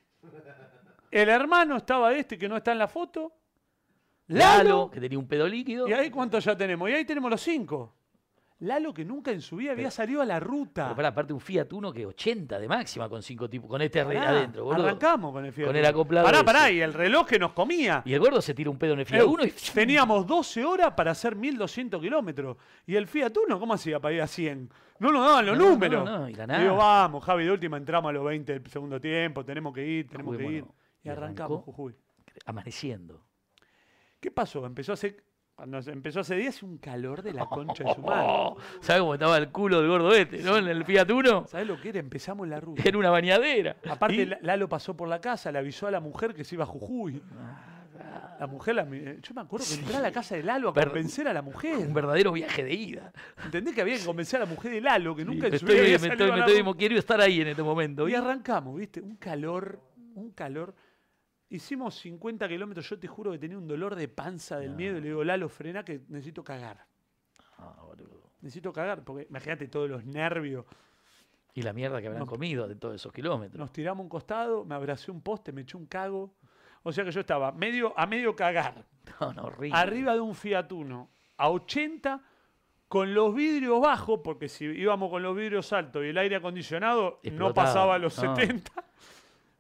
[SPEAKER 1] el hermano estaba este que no está en la foto, Lalo
[SPEAKER 2] que tenía un pedo líquido.
[SPEAKER 1] ¿Y ahí cuántos ya tenemos? Y ahí tenemos los cinco. Lalo que nunca en su vida había salido a la ruta.
[SPEAKER 2] Pero pará, aparte un Fiat Uno que 80 de máxima con cinco tipos, con este re-
[SPEAKER 1] Pará,
[SPEAKER 2] adentro, boludo.
[SPEAKER 1] Arrancamos con el Fiat.
[SPEAKER 2] Con
[SPEAKER 1] Uno.
[SPEAKER 2] el acoplado
[SPEAKER 1] Pará,
[SPEAKER 2] ese.
[SPEAKER 1] pará, y el reloj que nos comía.
[SPEAKER 2] Y el gordo se tira un pedo en el Fiat
[SPEAKER 1] Eh,
[SPEAKER 2] Uno y
[SPEAKER 1] Teníamos 12 horas para hacer 1200 kilómetros. Y el Fiat Uno, ¿cómo hacía para ir a 100? No nos daban los
[SPEAKER 2] No, no,
[SPEAKER 1] números.
[SPEAKER 2] no, no, y ganaba.
[SPEAKER 1] Digo, vamos, Javi, de última entramos a los 20 del segundo tiempo, tenemos que ir, tenemos que ir.
[SPEAKER 2] Juguémonos.
[SPEAKER 1] Y
[SPEAKER 2] Y
[SPEAKER 1] arrancamos,
[SPEAKER 2] arrancó.
[SPEAKER 1] Jujuy.
[SPEAKER 2] amaneciendo.
[SPEAKER 1] ¿Qué pasó? Empezó a hacer, cuando se- empezó hace días un calor de la concha de su madre.
[SPEAKER 2] Oh, ¿Sabes cómo estaba el culo del gordo este, no? En el Fiat Uno,
[SPEAKER 1] ¿Sabés lo que era? Empezamos la ruta.
[SPEAKER 2] en una bañadera.
[SPEAKER 1] Aparte,
[SPEAKER 2] Y-
[SPEAKER 1] La- Lalo pasó por la casa, le avisó a la mujer que se iba a Jujuy. La mujer, la mi- yo me acuerdo que entré a la casa de Lalo a
[SPEAKER 2] Pero-
[SPEAKER 1] convencer a la
[SPEAKER 2] un
[SPEAKER 1] mujer.
[SPEAKER 2] verdadero viaje de ida.
[SPEAKER 1] ¿Entendés que había que convencer a la mujer de Lalo, que nunca
[SPEAKER 2] me
[SPEAKER 1] en su
[SPEAKER 2] estoy,
[SPEAKER 1] vida
[SPEAKER 2] me
[SPEAKER 1] había
[SPEAKER 2] estoy,
[SPEAKER 1] salido a
[SPEAKER 2] me
[SPEAKER 1] la
[SPEAKER 2] estoy-
[SPEAKER 1] ruta.
[SPEAKER 2] quiero estar ahí en este momento.
[SPEAKER 1] Y
[SPEAKER 2] ¿viste?
[SPEAKER 1] arrancamos, ¿viste? Un calor, un calor. Hicimos 50 kilómetros, yo te juro que tenía un dolor de panza del miedo y le digo, Lalo, frena que necesito cagar.
[SPEAKER 2] Ah, boludo.
[SPEAKER 1] Necesito cagar, porque imagínate todos los nervios.
[SPEAKER 2] Y la mierda que habrán comido de todos esos kilómetros.
[SPEAKER 1] Nos tiramos a un costado, me abracé un poste, me eché un cago. O sea que yo estaba medio, a medio cagar.
[SPEAKER 2] No, no, horrible.
[SPEAKER 1] arriba de un Fiat Uno, a 80, con los vidrios bajos, porque si íbamos con los vidrios altos y el aire acondicionado, no
[SPEAKER 2] Explotaba.
[SPEAKER 1] pasaba a los
[SPEAKER 2] No.
[SPEAKER 1] 70,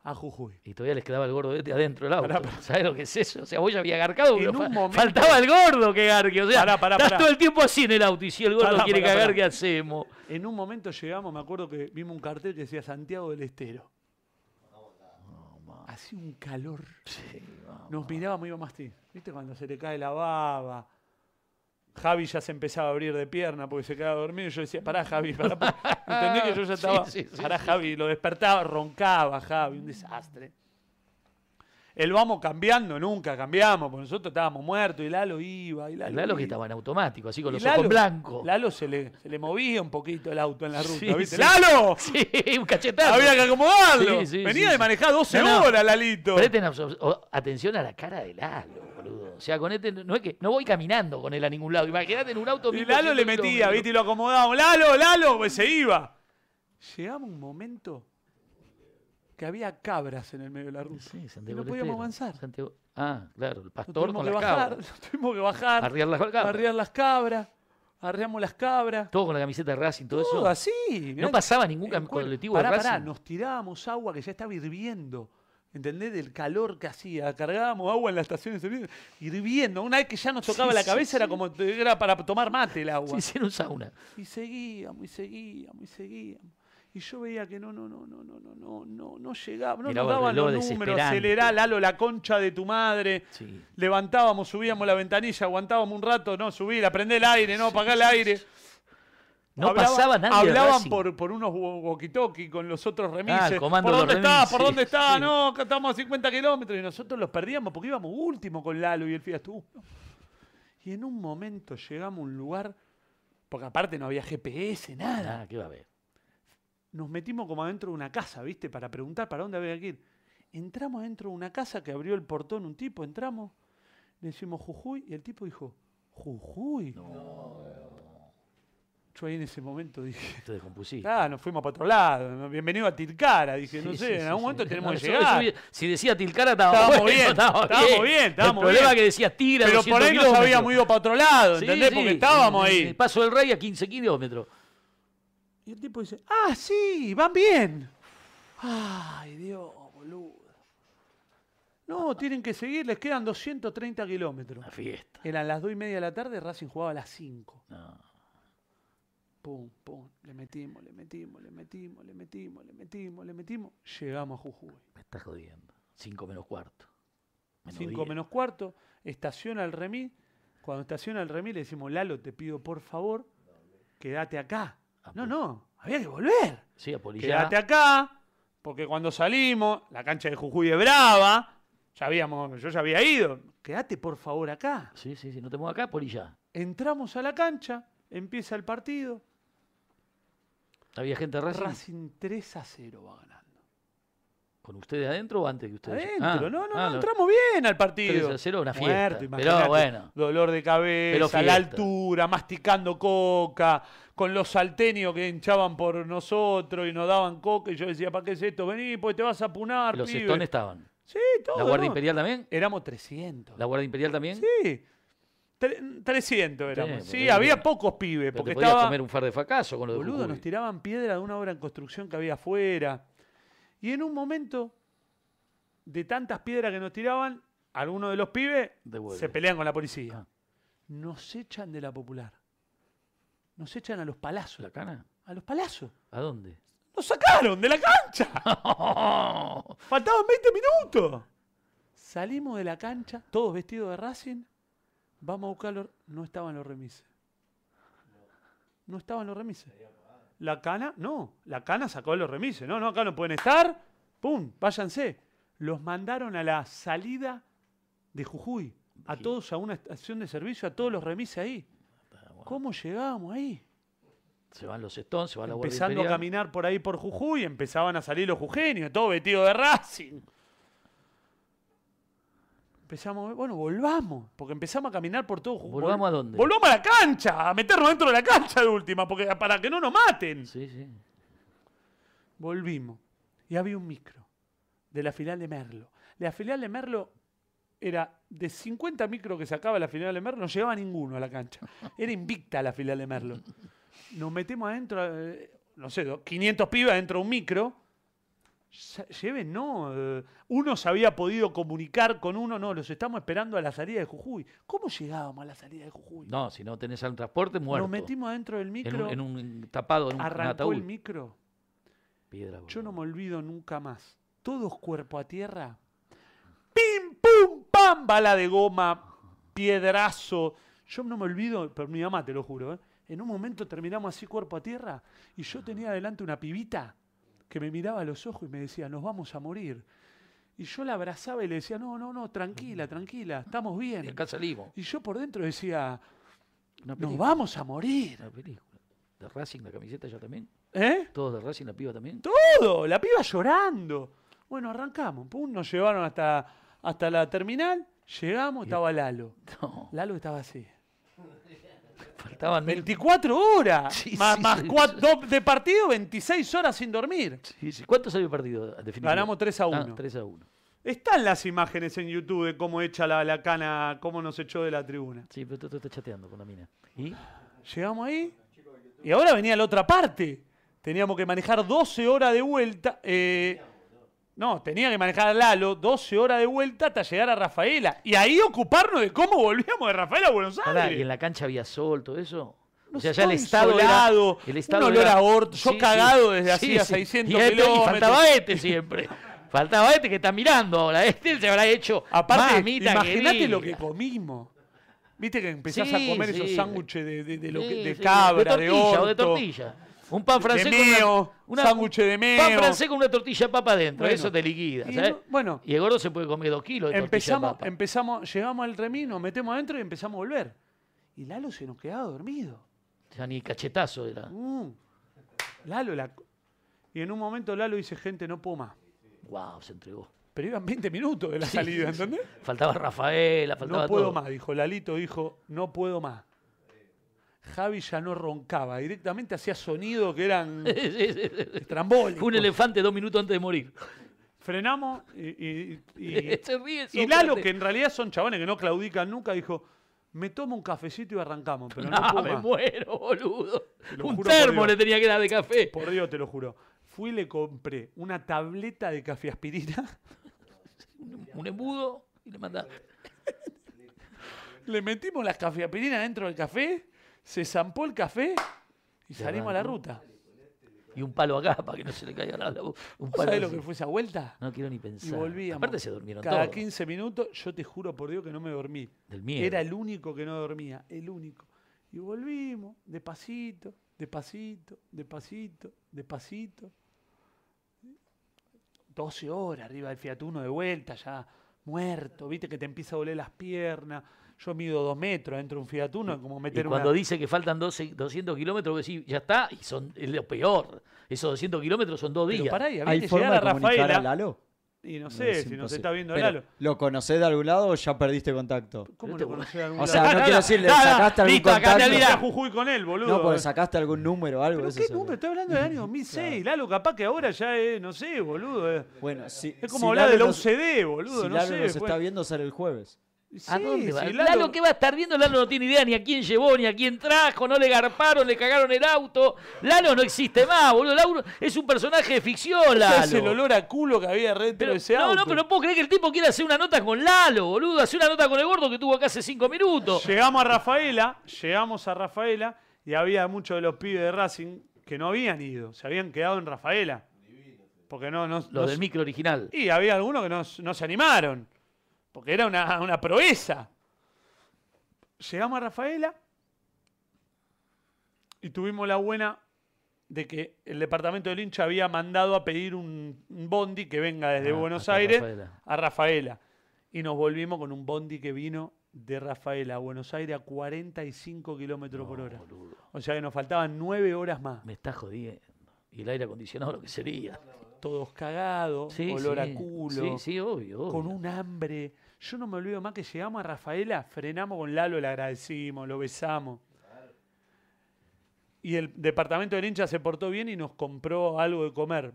[SPEAKER 1] a Jujuy.
[SPEAKER 2] Y todavía les quedaba el gordo este adentro del
[SPEAKER 1] Pará,
[SPEAKER 2] auto.
[SPEAKER 1] pará.
[SPEAKER 2] ¿Sabes lo que es eso? O sea, vos ya había garcado,
[SPEAKER 1] En
[SPEAKER 2] pero
[SPEAKER 1] un
[SPEAKER 2] fa-
[SPEAKER 1] momento-
[SPEAKER 2] faltaba el gordo que garque. O sea,
[SPEAKER 1] Pará, pará,
[SPEAKER 2] estás
[SPEAKER 1] pará.
[SPEAKER 2] todo el tiempo así en el auto. Y si el gordo
[SPEAKER 1] Pará,
[SPEAKER 2] quiere
[SPEAKER 1] pará,
[SPEAKER 2] cagar,
[SPEAKER 1] pará.
[SPEAKER 2] ¿qué hacemos?
[SPEAKER 1] En un momento llegamos, me acuerdo que vimos un cartel que decía Santiago del Estero. hacía un calor. Nos mirábamos, iba más ¿Viste cuando se le cae la baba? Javi ya se empezaba a abrir de pierna porque se quedaba dormido. Y yo decía, pará, Javi, pará. porque-". ¿Entendés que yo ya
[SPEAKER 2] Sí,
[SPEAKER 1] estaba?
[SPEAKER 2] sí, sí,
[SPEAKER 1] pará, Javi. Lo despertaba, roncaba, Javi. Un desastre. El vamos cambiando, nunca cambiamos, porque nosotros estábamos muertos y Lalo iba. Y Lalo,
[SPEAKER 2] Lalo que
[SPEAKER 1] iba.
[SPEAKER 2] estaba en automático, así con
[SPEAKER 1] Y
[SPEAKER 2] los
[SPEAKER 1] Lalo-
[SPEAKER 2] ojos blancos.
[SPEAKER 1] Lalo se le, se le movía un poquito el auto en la ruta,
[SPEAKER 2] Sí,
[SPEAKER 1] ¿viste?
[SPEAKER 2] sí.
[SPEAKER 1] ¡Lalo!
[SPEAKER 2] Sí, un cachetazo.
[SPEAKER 1] Había que acomodarlo.
[SPEAKER 2] Sí, sí,
[SPEAKER 1] Venía
[SPEAKER 2] sí,
[SPEAKER 1] de
[SPEAKER 2] sí.
[SPEAKER 1] manejar 12
[SPEAKER 2] No, no.
[SPEAKER 1] horas, Lalito.
[SPEAKER 2] Presten abs- o- atención a la cara de Lalo, boludo. O sea, con este no no es que no voy caminando con él a ningún lado. Imagínate en un auto.
[SPEAKER 1] Y
[SPEAKER 2] 1400
[SPEAKER 1] Lalo le metía,
[SPEAKER 2] kilómetros.
[SPEAKER 1] ¿viste? Y lo acomodábamos. ¡Lalo, Lalo! Pues se iba. Llegaba un momento que había cabras en el medio de la ruta.
[SPEAKER 2] Sí,
[SPEAKER 1] y
[SPEAKER 2] Santiago
[SPEAKER 1] no
[SPEAKER 2] del
[SPEAKER 1] podíamos
[SPEAKER 2] Estero.
[SPEAKER 1] avanzar.
[SPEAKER 2] Santiago- Ah, claro, el
[SPEAKER 1] Nos
[SPEAKER 2] pastor
[SPEAKER 1] tuvimos
[SPEAKER 2] con
[SPEAKER 1] que
[SPEAKER 2] las
[SPEAKER 1] bajar,
[SPEAKER 2] cabras.
[SPEAKER 1] nos tuvimos que bajar.
[SPEAKER 2] Arriar las cabras.
[SPEAKER 1] Arriar las cabras. Arriamos las cabras.
[SPEAKER 2] Todo con la camiseta de Racing, todo,
[SPEAKER 1] Todo
[SPEAKER 2] eso.
[SPEAKER 1] así. mirá,
[SPEAKER 2] pasaba ningún cam-
[SPEAKER 1] en cuero.
[SPEAKER 2] colectivo de
[SPEAKER 1] Pará, pará,
[SPEAKER 2] Racing.
[SPEAKER 1] nos tirábamos agua que ya estaba hirviendo. ¿Entendés? Del calor que hacía. Cargábamos agua en las estaciones de servicio, hirviendo. Una vez que ya nos tocaba
[SPEAKER 2] Sí,
[SPEAKER 1] la
[SPEAKER 2] sí,
[SPEAKER 1] cabeza era como era para tomar mate el agua.
[SPEAKER 2] Se hicieron sauna.
[SPEAKER 1] Y seguíamos, y seguíamos, y seguíamos. Y yo veía que no, no, no, no, no, no, no, no, no llegaba, no nos
[SPEAKER 2] Miraba el
[SPEAKER 1] daban los
[SPEAKER 2] reloj
[SPEAKER 1] números,
[SPEAKER 2] desesperante.
[SPEAKER 1] acelerá, Lalo, la concha de tu madre.
[SPEAKER 2] Sí.
[SPEAKER 1] Levantábamos, subíamos la ventanilla, aguantábamos un rato, no, subir, prende el aire, no, apagar el aire.
[SPEAKER 2] No
[SPEAKER 1] Hablaba-
[SPEAKER 2] pasaba nada. de
[SPEAKER 1] Hablaban
[SPEAKER 2] Racing. Ah,
[SPEAKER 1] por, por unos wo- walkie-talkie con los otros remises.
[SPEAKER 2] el comando
[SPEAKER 1] ¿Por
[SPEAKER 2] de
[SPEAKER 1] dónde
[SPEAKER 2] los
[SPEAKER 1] está?
[SPEAKER 2] remises,
[SPEAKER 1] ¿Por dónde está?
[SPEAKER 2] sí.
[SPEAKER 1] No, acá estamos a 50 kilómetros. Y nosotros los perdíamos porque íbamos último con Lalo y el Fiat Uno. Y en un momento llegamos a un lugar, porque aparte no había GPS, nada
[SPEAKER 2] Ah, ¿qué va a haber?
[SPEAKER 1] nos metimos como adentro de una casa, ¿viste? Para preguntar para dónde había que ir. Entramos adentro de una casa que abrió el portón un tipo, entramos, le decimos Jujuy y el tipo dijo, Jujuy. Yo ahí en ese momento dije,
[SPEAKER 2] Te descompusiste.
[SPEAKER 1] ah, nos fuimos para otro lado, ¿no? bienvenido a Tilcara, dije, no
[SPEAKER 2] Sí,
[SPEAKER 1] sé,
[SPEAKER 2] sí,
[SPEAKER 1] en
[SPEAKER 2] sí,
[SPEAKER 1] algún
[SPEAKER 2] sí.
[SPEAKER 1] momento tenemos
[SPEAKER 2] No,
[SPEAKER 1] que
[SPEAKER 2] eso- eso
[SPEAKER 1] llegar.
[SPEAKER 2] bien. si decía Tilcara, estábamos,
[SPEAKER 1] Estábamos
[SPEAKER 2] bueno,
[SPEAKER 1] bien, estábamos bien, estábamos
[SPEAKER 2] El problema
[SPEAKER 1] bien.
[SPEAKER 2] que decías tira.
[SPEAKER 1] Pero por
[SPEAKER 2] 200
[SPEAKER 1] ahí nos habíamos
[SPEAKER 2] kilómetros.
[SPEAKER 1] ido para otro lado,
[SPEAKER 2] Sí,
[SPEAKER 1] ¿entendés?
[SPEAKER 2] sí,
[SPEAKER 1] Porque
[SPEAKER 2] sí,
[SPEAKER 1] estábamos
[SPEAKER 2] sí,
[SPEAKER 1] ahí.
[SPEAKER 2] sí. Paso del Rey a 15 kilómetros.
[SPEAKER 1] Y el tipo dice, ah, sí, van bien. Ay, Dios, boludo. No, tienen que seguir, les quedan 230 kilómetros.
[SPEAKER 2] Una fiesta.
[SPEAKER 1] Eran las 2 y media de la tarde, Racing jugaba a las 5.
[SPEAKER 2] No.
[SPEAKER 1] Pum, pum, le metimos, le metimos, le metimos, le metimos, le metimos, le metimos. Llegamos a Jujuy.
[SPEAKER 2] Me estás jodiendo. 5 menos cuarto.
[SPEAKER 1] 5
[SPEAKER 2] diez.
[SPEAKER 1] menos cuarto, estaciona el remis. Cuando estaciona el remis le decimos, Lalo, te pido por favor, quédate acá.
[SPEAKER 2] Ah,
[SPEAKER 1] No,
[SPEAKER 2] pues.
[SPEAKER 1] no, había que volver.
[SPEAKER 2] Sí, a Polillá.
[SPEAKER 1] Quédate acá, porque cuando salimos, la cancha de Jujuy es brava. Ya habíamos, yo ya había ido. Quédate por favor acá.
[SPEAKER 2] Sí, sí, sí. No te muevas acá, Polillá.
[SPEAKER 1] Entramos a la cancha, empieza el partido.
[SPEAKER 2] Había gente de Racing.
[SPEAKER 1] Racing 3 a 0 va ganando.
[SPEAKER 2] ¿Con ustedes adentro o antes que ustedes?
[SPEAKER 1] Adentro,
[SPEAKER 2] Ah,
[SPEAKER 1] no, no,
[SPEAKER 2] ah,
[SPEAKER 1] no, entramos bien al partido.
[SPEAKER 2] 3 a 0, una
[SPEAKER 1] Muerto,
[SPEAKER 2] fiesta.
[SPEAKER 1] imagínate,
[SPEAKER 2] Pero bueno.
[SPEAKER 1] Dolor de
[SPEAKER 2] Pero
[SPEAKER 1] cabeza, la
[SPEAKER 2] fiesta.
[SPEAKER 1] altura, masticando coca, con los salteños que hinchaban por nosotros y nos daban coca. Y yo decía, ¿para qué es esto? Vení, pues te vas a punar,
[SPEAKER 2] Los
[SPEAKER 1] pibe".
[SPEAKER 2] estones estaban.
[SPEAKER 1] Sí, todo.
[SPEAKER 2] ¿La Guardia
[SPEAKER 1] ¿no?
[SPEAKER 2] Imperial también?
[SPEAKER 1] Éramos 300.
[SPEAKER 2] ¿La Guardia Imperial también?
[SPEAKER 1] Sí. Tre- 300 éramos.
[SPEAKER 2] Sí,
[SPEAKER 1] Sí,
[SPEAKER 2] porque
[SPEAKER 1] había
[SPEAKER 2] era-
[SPEAKER 1] pocos pibes.
[SPEAKER 2] Pero
[SPEAKER 1] Porque
[SPEAKER 2] te podías
[SPEAKER 1] estaba.
[SPEAKER 2] comer un far de fracaso con lo de
[SPEAKER 1] Boludo,
[SPEAKER 2] Jujuy.
[SPEAKER 1] nos tiraban piedra de una obra en construcción que había afuera. Y en un momento, de tantas piedras que nos tiraban, algunos de los pibes
[SPEAKER 2] Devuelve.
[SPEAKER 1] se pelean con la policía.
[SPEAKER 2] Ah.
[SPEAKER 1] Nos echan de la popular. Nos echan a los palazos.
[SPEAKER 2] ¿La cana?
[SPEAKER 1] A los palazos.
[SPEAKER 2] ¿A dónde?
[SPEAKER 1] Nos sacaron de la cancha. Faltaban 20 minutos. Salimos de la cancha, todos vestidos de Racing. Vamos a buscar los... No estaban los remises. No estaban los remises. La cana, no. La cana sacó los remises. No, no, acá no pueden estar. Pum, váyanse. Los mandaron a la salida de Jujuy. A todos a una estación de servicio, a todos los remises ahí. ¿Cómo llegamos ahí?
[SPEAKER 2] Se van los Stones, se va la Guardia
[SPEAKER 1] Empezando a
[SPEAKER 2] Imperial.
[SPEAKER 1] caminar por ahí por Jujuy, empezaban a salir los jujeños, todo vestido de Racing. Empezamos, a ver, bueno, volvamos, porque empezamos a caminar por todo Jujuy.
[SPEAKER 2] ¿Volvamos a dónde?
[SPEAKER 1] Volvamos a la cancha, a meternos dentro de la cancha de última, porque, para que no nos maten.
[SPEAKER 2] Sí, sí.
[SPEAKER 1] Volvimos. Y había un micro de la filial de Merlo. La filial de Merlo era de 50 micros que sacaba la filial de Merlo, no llegaba ninguno a la cancha. Era invicta la filial de Merlo. Nos metemos adentro, eh, no sé, do- 500 pibes adentro de un micro. Sa- Lleven, no. eh, uno se había podido comunicar con uno, no, los estamos esperando a la salida de Jujuy. ¿Cómo llegábamos a la salida de Jujuy?
[SPEAKER 2] No, si no tenés un transporte, muerto.
[SPEAKER 1] Nos metimos adentro del
[SPEAKER 2] en
[SPEAKER 1] micro,
[SPEAKER 2] un, en un tapado, en un, un
[SPEAKER 1] arrancó
[SPEAKER 2] ataúd.
[SPEAKER 1] el micro.
[SPEAKER 2] Piedra,
[SPEAKER 1] Yo
[SPEAKER 2] boludo.
[SPEAKER 1] no me olvido nunca más. Todos cuerpo a tierra, gran bala de goma, piedrazo. Yo no me olvido, pero mi mamá te lo juro, ¿eh? en un momento terminamos así cuerpo a tierra y yo tenía adelante una pibita que me miraba a los ojos y me decía, nos vamos a morir. Y yo la abrazaba y le decía, no, no, no, tranquila, tranquila, estamos bien.
[SPEAKER 2] Y acá salimos.
[SPEAKER 1] Y yo por dentro decía,
[SPEAKER 2] Una
[SPEAKER 1] nos
[SPEAKER 2] película,
[SPEAKER 1] vamos a morir.
[SPEAKER 2] Una película. De Racing, la camiseta ya también.
[SPEAKER 1] ¿Eh?
[SPEAKER 2] Todos de Racing, la piba también.
[SPEAKER 1] Todo, la piba llorando. Bueno, arrancamos, pum, nos llevaron hasta, hasta la terminal, llegamos, estaba Lalo.
[SPEAKER 2] No,
[SPEAKER 1] Lalo estaba así.
[SPEAKER 2] faltaban mil-
[SPEAKER 1] 24 horas,
[SPEAKER 2] Sí,
[SPEAKER 1] más,
[SPEAKER 2] sí,
[SPEAKER 1] más
[SPEAKER 2] sí.
[SPEAKER 1] cua- do- de partido, 26 horas sin dormir.
[SPEAKER 2] Sí, sí. ¿Cuánto salió el partido? en definitiva?
[SPEAKER 1] Ganamos 3 a 1.
[SPEAKER 2] Ah, 3 a 1.
[SPEAKER 1] Están las imágenes en YouTube de cómo echa la, la cana, cómo nos echó de la tribuna.
[SPEAKER 2] Sí, pero tú, tú estás chateando con la mina. ¿Y?
[SPEAKER 1] Llegamos ahí y ahora venía la otra parte. Teníamos que manejar 12 horas de vuelta. eh, no, tenía que manejar a Lalo 12 horas de vuelta hasta llegar a Rafaela. Y ahí ocuparnos de cómo volvíamos de Rafaela a Buenos
[SPEAKER 2] Pará,
[SPEAKER 1] Aires.
[SPEAKER 2] y en la cancha había sol, todo eso.
[SPEAKER 1] No
[SPEAKER 2] o sea, ya el
[SPEAKER 1] estoy
[SPEAKER 2] estado era-
[SPEAKER 1] insolado,
[SPEAKER 2] el estado
[SPEAKER 1] un olor
[SPEAKER 2] era-
[SPEAKER 1] a orto, yo cagado desde hacía 600
[SPEAKER 2] y este- y
[SPEAKER 1] kilómetros.
[SPEAKER 2] faltaba este siempre. Faltaba este que está mirando ahora. Este se habrá hecho.
[SPEAKER 1] Aparte,
[SPEAKER 2] mamita
[SPEAKER 1] imagínate lo que
[SPEAKER 2] querida.
[SPEAKER 1] comimos. Viste que empezás
[SPEAKER 2] Sí,
[SPEAKER 1] a comer esos
[SPEAKER 2] sí.
[SPEAKER 1] sándwiches de, de- de lo que-
[SPEAKER 2] Sí,
[SPEAKER 1] de
[SPEAKER 2] sí,
[SPEAKER 1] cabra, de,
[SPEAKER 2] tortilla,
[SPEAKER 1] orto.
[SPEAKER 2] o de tortilla. Un pan francés
[SPEAKER 1] meo,
[SPEAKER 2] con una, una-
[SPEAKER 1] sándwich de meo.
[SPEAKER 2] Pan francés con una tortilla de papa adentro,
[SPEAKER 1] Bueno,
[SPEAKER 2] eso te liquida,
[SPEAKER 1] y
[SPEAKER 2] ¿sabes?
[SPEAKER 1] no- bueno.
[SPEAKER 2] y el gordo se puede comer dos kilos de
[SPEAKER 1] empezamos,
[SPEAKER 2] tortilla de papa.
[SPEAKER 1] empezamos, llegamos al remín, nos metemos adentro y empezamos a volver. Y Lalo se nos quedaba dormido.
[SPEAKER 2] O sea, ni cachetazo era.
[SPEAKER 1] Mm. Lalo, la... co- Y en un momento Lalo dice, gente, no puedo más.
[SPEAKER 2] Wow, se entregó.
[SPEAKER 1] Pero iban 20 minutos de la
[SPEAKER 2] Sí,
[SPEAKER 1] salida,
[SPEAKER 2] sí, sí.
[SPEAKER 1] ¿entendés?
[SPEAKER 2] Faltaba Rafaela, faltaba
[SPEAKER 1] No puedo
[SPEAKER 2] todo.
[SPEAKER 1] más, dijo. Lalito dijo, no puedo más. Javi ya no roncaba, directamente hacía sonido que eran
[SPEAKER 2] Sí, sí, sí.
[SPEAKER 1] estrambólicos.
[SPEAKER 2] Un elefante dos minutos antes de morir.
[SPEAKER 1] Frenamos y, y- y-
[SPEAKER 2] Se ríe,
[SPEAKER 1] y Lalo,
[SPEAKER 2] Sócrates.
[SPEAKER 1] que en realidad son chavales que no claudican nunca, dijo, me tomo un cafecito y arrancamos, pero no,
[SPEAKER 2] Ah,
[SPEAKER 1] puedo
[SPEAKER 2] me
[SPEAKER 1] más".
[SPEAKER 2] muero, boludo.
[SPEAKER 1] lo
[SPEAKER 2] Un
[SPEAKER 1] juro por
[SPEAKER 2] termo
[SPEAKER 1] Dios.
[SPEAKER 2] le tenía que dar de café.
[SPEAKER 1] Por Dios, te lo juro. Fui y le compré una tableta de café aspirina,
[SPEAKER 2] Un embudo y le mandaste.
[SPEAKER 1] le metimos las café aspirina dentro del café, se zampó el café y
[SPEAKER 2] Ya
[SPEAKER 1] salimos a la
[SPEAKER 2] arrancó.
[SPEAKER 1] ruta.
[SPEAKER 2] Y un palo acá para que no se le caiga la, la- un
[SPEAKER 1] ¿Vos
[SPEAKER 2] palo.
[SPEAKER 1] ¿Sabés lo
[SPEAKER 2] así.
[SPEAKER 1] que fue esa vuelta?
[SPEAKER 2] No quiero ni
[SPEAKER 1] Y
[SPEAKER 2] pensar.
[SPEAKER 1] volvíamos.
[SPEAKER 2] Aparte se durmieron
[SPEAKER 1] Cada
[SPEAKER 2] todos.
[SPEAKER 1] 15 minutos, yo te juro por Dios que no me dormí.
[SPEAKER 2] Del miedo.
[SPEAKER 1] Era el único que no dormía, el único. Y volvimos, despacito, despacito, despacito, despacito. 12 horas arriba del Fiat Uno de vuelta, ya muerto, viste que te empieza a doler las piernas. Yo mido dos metros dentro de un Fiat Uno, es como
[SPEAKER 2] Y
[SPEAKER 1] meter
[SPEAKER 2] cuando
[SPEAKER 1] una...
[SPEAKER 2] dice que faltan 12 200 kilómetros, vos decís, ya está, y son es lo peor. Esos 200 kilómetros son dos
[SPEAKER 1] Pero
[SPEAKER 2] días.
[SPEAKER 1] pará, y había
[SPEAKER 5] ¿Hay
[SPEAKER 1] que
[SPEAKER 5] forma
[SPEAKER 1] llegar a
[SPEAKER 5] de comunicar a
[SPEAKER 1] Rafaela.
[SPEAKER 5] Lalo?
[SPEAKER 1] Y no
[SPEAKER 5] No,
[SPEAKER 1] sé
[SPEAKER 5] es
[SPEAKER 1] si nos
[SPEAKER 5] imposible.
[SPEAKER 1] está viendo
[SPEAKER 5] Pero,
[SPEAKER 1] Lalo.
[SPEAKER 5] ¿Lo conocés de algún lado o ya perdiste contacto?
[SPEAKER 1] ¿Cómo
[SPEAKER 2] Pero
[SPEAKER 1] lo
[SPEAKER 2] te-
[SPEAKER 1] conocés de algún
[SPEAKER 5] O
[SPEAKER 1] lado?
[SPEAKER 5] sea, no
[SPEAKER 1] Nada,
[SPEAKER 5] quiero decir, ¿le
[SPEAKER 1] nada,
[SPEAKER 5] sacaste algún
[SPEAKER 2] listo, acá te
[SPEAKER 5] contacto?
[SPEAKER 1] Andá a
[SPEAKER 2] mirá.
[SPEAKER 1] Jujuy con él, boludo.
[SPEAKER 5] No, porque sacaste algún número o algo.
[SPEAKER 1] ¿Pero
[SPEAKER 5] eso
[SPEAKER 1] qué
[SPEAKER 5] se ve.
[SPEAKER 1] número? Estoy hablando del año 2006. Lalo, capaz que ahora ya es, no sé, boludo. eh. Es,
[SPEAKER 5] Bueno, si,
[SPEAKER 1] es como
[SPEAKER 5] si
[SPEAKER 1] hablar
[SPEAKER 5] Lalo
[SPEAKER 1] de la
[SPEAKER 5] nos-
[SPEAKER 1] UCD, boludo.
[SPEAKER 5] si
[SPEAKER 1] no
[SPEAKER 5] Lalo
[SPEAKER 1] sé.
[SPEAKER 5] nos
[SPEAKER 1] pues.
[SPEAKER 5] está viendo será el jueves.
[SPEAKER 1] Sí,
[SPEAKER 2] ¿A dónde va?
[SPEAKER 1] si
[SPEAKER 2] Lalo,
[SPEAKER 1] Lalo-
[SPEAKER 2] que va a estar viendo, Lalo no tiene idea ni a quién llevó, ni a quién trajo, no le garparon, le cagaron el auto. Lalo no existe más, boludo. Lalo es un personaje de ficción,
[SPEAKER 1] ¿Sabés
[SPEAKER 2] Lalo.
[SPEAKER 1] el olor a culo que había dentro
[SPEAKER 2] Pero-
[SPEAKER 1] de ese
[SPEAKER 2] no,
[SPEAKER 1] auto.
[SPEAKER 2] no, pero no puedo creer que el tipo quiera hacer una nota con Lalo, boludo. Hacer una nota con el gordo que tuvo acá hace cinco minutos.
[SPEAKER 1] Llegamos a Rafaela, llegamos a Rafaela y había muchos de los pibes de Racing que no habían ido, se habían quedado en Rafaela. Porque no, no,
[SPEAKER 2] Los
[SPEAKER 1] no-
[SPEAKER 2] del micro original.
[SPEAKER 1] Y había algunos que no, s- no se animaron, porque era una, una proeza. Llegamos a Rafaela y tuvimos la buena de que el departamento del hincha había mandado a pedir un un bondi que venga desde
[SPEAKER 2] Ah,
[SPEAKER 1] Buenos
[SPEAKER 2] hasta
[SPEAKER 1] Aires
[SPEAKER 2] Rafaela.
[SPEAKER 1] a Rafaela. Y nos volvimos con un bondi que vino de Rafaela a Buenos Aires a 45 kilómetros por hora. O sea que nos faltaban nueve horas más.
[SPEAKER 2] Me está jodiendo. Y el aire acondicionado, lo que sería.
[SPEAKER 1] Todos cagados,
[SPEAKER 2] Sí,
[SPEAKER 1] olor
[SPEAKER 2] sí.
[SPEAKER 1] a culo.
[SPEAKER 2] Sí, sí, obvio. obvio.
[SPEAKER 1] con un hambre. Yo no me olvido más que llegamos a Rafaela, frenamos con Lalo, le agradecimos, lo besamos. Y el departamento del hincha se portó bien y nos compró algo de comer.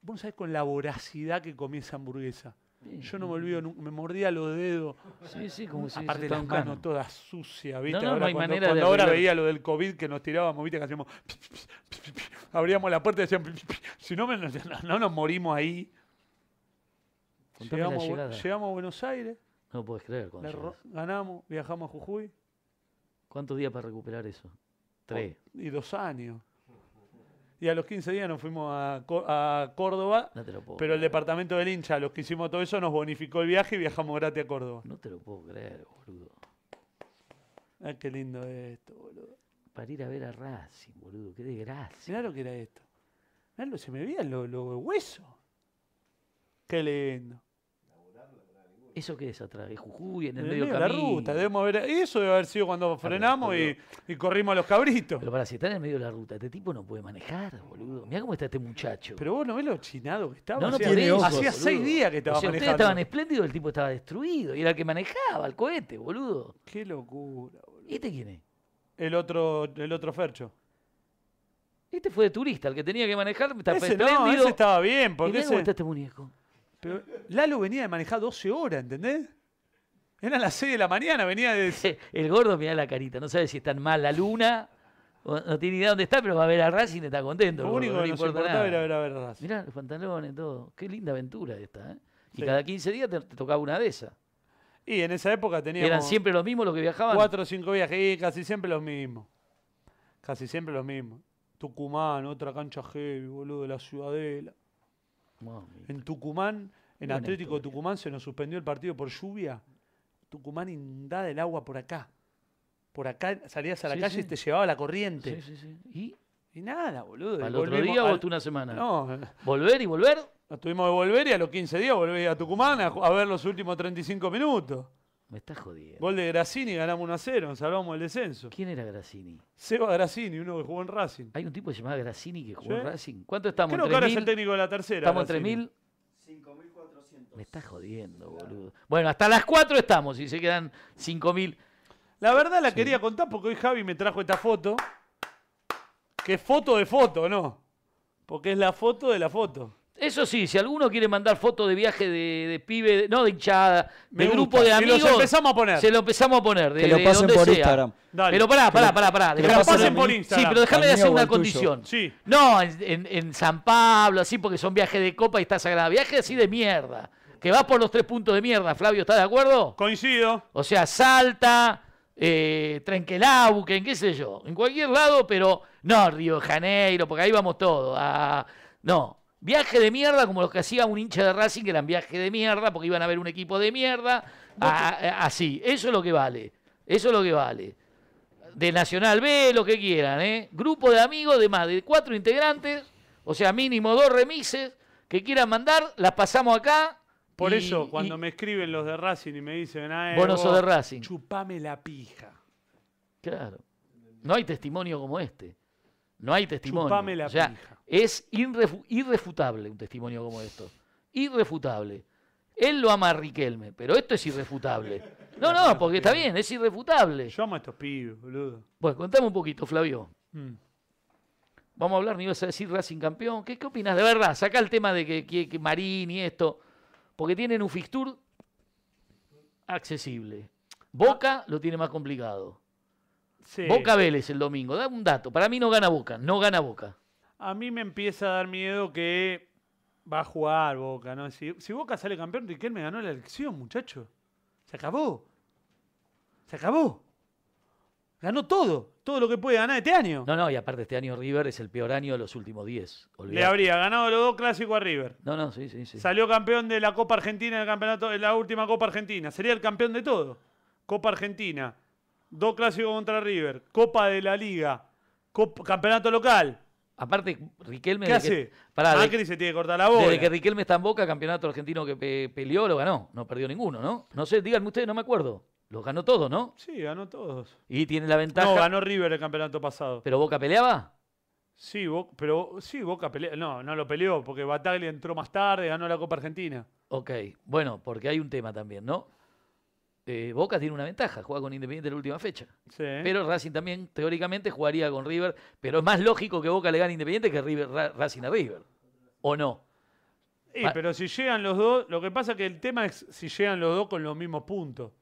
[SPEAKER 1] Vos no sabés con la voracidad que comí esa hamburguesa. Yo no me olvido, nunca, me mordía los dedos,
[SPEAKER 2] Sí, sí, como si
[SPEAKER 1] aparte
[SPEAKER 2] se
[SPEAKER 1] las
[SPEAKER 2] tocara.
[SPEAKER 1] manos todas sucias, ¿viste?
[SPEAKER 2] No, no,
[SPEAKER 1] ahora
[SPEAKER 2] no hay
[SPEAKER 1] cuando,
[SPEAKER 2] manera
[SPEAKER 1] cuando
[SPEAKER 2] de
[SPEAKER 1] ahora
[SPEAKER 2] arreglar.
[SPEAKER 1] veía lo del COVID que nos tirábamos, ¿viste? Que hacíamos... abríamos la puerta y decían... si no, me- no nos morimos ahí.
[SPEAKER 2] Contame la
[SPEAKER 1] Llegamos, a Bu-
[SPEAKER 2] llegada.
[SPEAKER 1] llegamos a Buenos Aires.
[SPEAKER 2] No puedes creer. cuando
[SPEAKER 1] Le ro-
[SPEAKER 2] llegas.
[SPEAKER 1] ganamos, viajamos a Jujuy Oh,
[SPEAKER 2] ¿Cuántos días para recuperar eso? Tres.
[SPEAKER 1] y dos años. y a los 15 días nos fuimos a, Co- a Córdoba.
[SPEAKER 2] No te lo puedo
[SPEAKER 1] pero el
[SPEAKER 2] creer.
[SPEAKER 1] departamento del hincha, los que hicimos todo eso, nos bonificó el viaje y viajamos gratis a Córdoba.
[SPEAKER 2] No te lo puedo creer, boludo.
[SPEAKER 1] Ah, qué lindo esto, boludo.
[SPEAKER 2] Para ir a ver a Racing, boludo. Qué desgracia.
[SPEAKER 1] Mirá lo que era esto. Mirá, lo, se me veían los los huesos. Qué lindo.
[SPEAKER 2] ¿Eso qué es atrás? ¿Es Jujuy en el
[SPEAKER 1] En
[SPEAKER 2] medio
[SPEAKER 1] medio de la
[SPEAKER 2] camino?
[SPEAKER 1] ruta, debemos haber- y eso debe haber sido cuando frenamos y, y corrimos a los cabritos.
[SPEAKER 2] Pero para si está en el medio de la ruta, este tipo no puede manejar, boludo. Mirá cómo está este muchacho.
[SPEAKER 1] Pero vos no ves lo chinado que estaba.
[SPEAKER 2] no, no
[SPEAKER 1] o sea,
[SPEAKER 5] tiene ojos,
[SPEAKER 1] hacía seis días que estaba
[SPEAKER 2] o sea, ustedes
[SPEAKER 1] manejando.
[SPEAKER 2] estaban espléndidos, el tipo estaba destruido. Y era el que manejaba el cohete, boludo.
[SPEAKER 1] Qué locura, boludo.
[SPEAKER 2] ¿Y este quién es?
[SPEAKER 1] El otro, el otro Fercho.
[SPEAKER 2] Este fue de turista, el que tenía que manejar. Está
[SPEAKER 1] Ese
[SPEAKER 2] espléndido.
[SPEAKER 1] no, ese estaba bien,
[SPEAKER 2] ¿Y
[SPEAKER 1] porque
[SPEAKER 2] mirá cómo
[SPEAKER 1] ese...
[SPEAKER 2] está este muñeco?
[SPEAKER 1] Pero Lalo venía de manejar 12 horas, ¿entendés? Eran las 6 de la mañana, venía de...
[SPEAKER 2] El gordo mirá la carita, no sabe si está mal la luna, o- no tiene idea dónde está, pero va a ver a Racing y está contento. el
[SPEAKER 1] Lo
[SPEAKER 2] gordo,
[SPEAKER 1] único
[SPEAKER 2] no
[SPEAKER 1] que
[SPEAKER 2] le
[SPEAKER 1] nos
[SPEAKER 2] importa
[SPEAKER 1] importaba
[SPEAKER 2] nada.
[SPEAKER 1] era ver a ver Racing.
[SPEAKER 2] Mirá los pantalones, todo. Qué linda aventura esta, ¿eh? Y
[SPEAKER 1] Sí.
[SPEAKER 2] cada 15 días te, te tocaba una de esas.
[SPEAKER 1] Y en esa época
[SPEAKER 2] Y
[SPEAKER 1] teníamos...
[SPEAKER 2] Eran siempre los mismos los que viajaban.
[SPEAKER 1] Cuatro o cinco viajes, y casi siempre los mismos. Casi siempre los mismos. Tucumán, otra cancha heavy, boludo, de la Ciudadela.
[SPEAKER 2] Mami.
[SPEAKER 1] En Tucumán, en
[SPEAKER 2] Buena
[SPEAKER 1] Atlético de
[SPEAKER 2] historia.
[SPEAKER 1] Tucumán se nos suspendió el partido por lluvia. Tucumán inundada el agua por acá. Por acá salías a la
[SPEAKER 2] Sí,
[SPEAKER 1] calle
[SPEAKER 2] sí.
[SPEAKER 1] y te llevaba la corriente.
[SPEAKER 2] Sí, sí, sí. Y
[SPEAKER 1] Y nada, boludo. y
[SPEAKER 2] al otro
[SPEAKER 1] Eh, volvimos
[SPEAKER 2] día
[SPEAKER 1] al-
[SPEAKER 2] o tú una semana.
[SPEAKER 1] No, eh,
[SPEAKER 2] Volver y volver.
[SPEAKER 1] nos tuvimos que volver y a los 15 días volví a Tucumán a, ju- a ver los últimos 35 minutos.
[SPEAKER 2] Me estás jodiendo.
[SPEAKER 1] Gol de Grassini, ganamos 1 a 0, nos salvamos el descenso.
[SPEAKER 2] ¿Quién era Grassini?
[SPEAKER 1] Seba Grassini, uno que jugó en Racing.
[SPEAKER 2] Hay un tipo llamado Grassini que jugó en
[SPEAKER 1] Sí.
[SPEAKER 2] Racing. ¿Cuánto estamos?
[SPEAKER 1] Creo que ahora es el
[SPEAKER 2] 3.000?
[SPEAKER 1] técnico de la tercera.
[SPEAKER 2] ¿Estamos en
[SPEAKER 1] Grassini.
[SPEAKER 2] 3000?
[SPEAKER 5] 5.400.
[SPEAKER 2] Me estás jodiendo, boludo. Bueno, hasta las 4 estamos y se quedan 5000.
[SPEAKER 1] La verdad la quería contar porque hoy Javi me trajo esta foto. Que es foto de foto, ¿no? Porque es la foto de la foto.
[SPEAKER 2] Eso sí, si alguno quiere mandar fotos de viaje de, de pibe, de- no de hinchada,
[SPEAKER 1] Me
[SPEAKER 2] de grupo de
[SPEAKER 1] gusta. Si los
[SPEAKER 2] amigos.
[SPEAKER 1] empezamos a poner.
[SPEAKER 2] Se lo empezamos a poner. De,
[SPEAKER 5] Que lo
[SPEAKER 2] de
[SPEAKER 5] pasen
[SPEAKER 2] donde
[SPEAKER 5] por
[SPEAKER 2] sea.
[SPEAKER 5] Instagram.
[SPEAKER 1] Dale.
[SPEAKER 2] Pero pará, pará, pará. pará.
[SPEAKER 1] Que
[SPEAKER 2] dejame
[SPEAKER 1] lo
[SPEAKER 2] hacer
[SPEAKER 1] pasen
[SPEAKER 2] una-
[SPEAKER 1] por
[SPEAKER 2] Sí,
[SPEAKER 1] Instagram.
[SPEAKER 2] pero déjame
[SPEAKER 5] Al
[SPEAKER 2] de hacer
[SPEAKER 5] mío o
[SPEAKER 2] una
[SPEAKER 5] al tuyo.
[SPEAKER 2] condición.
[SPEAKER 1] Sí.
[SPEAKER 2] No, en, en- en San Pablo, así, porque son viajes de copa y está sagrada. Viajes así de mierda. Que vas por los tres puntos de mierda, Flavio, ¿estás de acuerdo?
[SPEAKER 1] Coincido.
[SPEAKER 2] O sea, Salta, eh, Trenquelauquen, qué sé yo, en cualquier lado, pero no Río de Janeiro, porque ahí vamos todos. a- no, viaje de mierda como los que hacía un hincha de Racing, que eran viaje de mierda, porque iban a ver un equipo de mierda. a- a- así, eso es lo que vale, eso es lo que vale. De Nacional B, lo que quieran, ¿eh? Grupo de amigos de más de cuatro integrantes, o sea, mínimo dos remises que quieran mandar, las pasamos acá.
[SPEAKER 1] Por
[SPEAKER 2] y-
[SPEAKER 1] eso, cuando
[SPEAKER 2] y-
[SPEAKER 1] me escriben los de Racing y me dicen, ah,
[SPEAKER 2] Vos no sos de Racing.
[SPEAKER 1] Chupame la pija.
[SPEAKER 2] Claro. No hay testimonio como este. No hay testimonio.
[SPEAKER 1] Chupame la
[SPEAKER 2] o sea,
[SPEAKER 1] pija.
[SPEAKER 2] es irrefu- irrefutable un testimonio como esto. Irrefutable. Él lo ama a Riquelme, pero esto es irrefutable. No, no, porque está bien, es irrefutable.
[SPEAKER 1] Yo amo a estos pibes, boludo.
[SPEAKER 2] Bueno, contame un poquito, Flavio.
[SPEAKER 1] Mm.
[SPEAKER 2] Vamos a hablar, ni ibas a decir Racing campeón. ¿Qué, qué opinas? De verdad, saca el tema de que, que- que Marín y esto. Porque tienen un fixture accesible.
[SPEAKER 1] Ah.
[SPEAKER 2] Boca lo tiene más complicado.
[SPEAKER 1] Sí.
[SPEAKER 2] Boca Vélez el domingo. Da un dato. Para mí no gana Boca. No gana Boca.
[SPEAKER 1] A mí me empieza a dar miedo que va a jugar Boca, ¿no? Si, si Boca sale campeón, Riquelme ganó la elección, muchacho. Se acabó. Se acabó. Ganó todo. Todo lo que puede ganar este año.
[SPEAKER 2] No, no, y aparte este año River es el peor año de los últimos 10.
[SPEAKER 1] Le
[SPEAKER 2] olvidate.
[SPEAKER 1] habría ganado los dos clásicos a River.
[SPEAKER 2] No, no, sí, sí, sí.
[SPEAKER 1] Salió campeón de la Copa Argentina, el campeonato, en la última Copa Argentina. Sería el campeón de todo. Copa Argentina, dos clásicos contra River, Copa de la Liga, Cop- campeonato local.
[SPEAKER 2] Aparte, Riquelme...
[SPEAKER 1] ¿Qué
[SPEAKER 2] desde que-
[SPEAKER 1] hace?
[SPEAKER 2] Pará, de-
[SPEAKER 1] Macri se tiene que cortar la bola.
[SPEAKER 2] desde que Riquelme está en Boca, campeonato argentino que pe- peleó, lo ganó. No perdió ninguno, ¿no? No sé, díganme ustedes, no me acuerdo. Los ganó todos, ¿no?
[SPEAKER 1] Sí, ganó todos.
[SPEAKER 2] Y tiene la ventaja...
[SPEAKER 1] No, ganó River el campeonato pasado.
[SPEAKER 2] ¿Pero Boca peleaba?
[SPEAKER 1] Sí, Bo- pero sí, Boca peleó. No, no lo peleó porque Bataglia entró más tarde, ganó la Copa Argentina.
[SPEAKER 2] Ok, bueno, porque hay un tema también, ¿no? Eh, Boca tiene una ventaja, juega con Independiente en la última fecha.
[SPEAKER 1] Sí.
[SPEAKER 2] Pero Racing también, teóricamente, jugaría con River. Pero es más lógico que Boca le gane a Independiente que River, Ra- Racing a River. ¿O no?
[SPEAKER 1] Eh,
[SPEAKER 2] pa-
[SPEAKER 1] pero si llegan los dos, lo que pasa que el tema es si llegan los dos con los mismos puntos.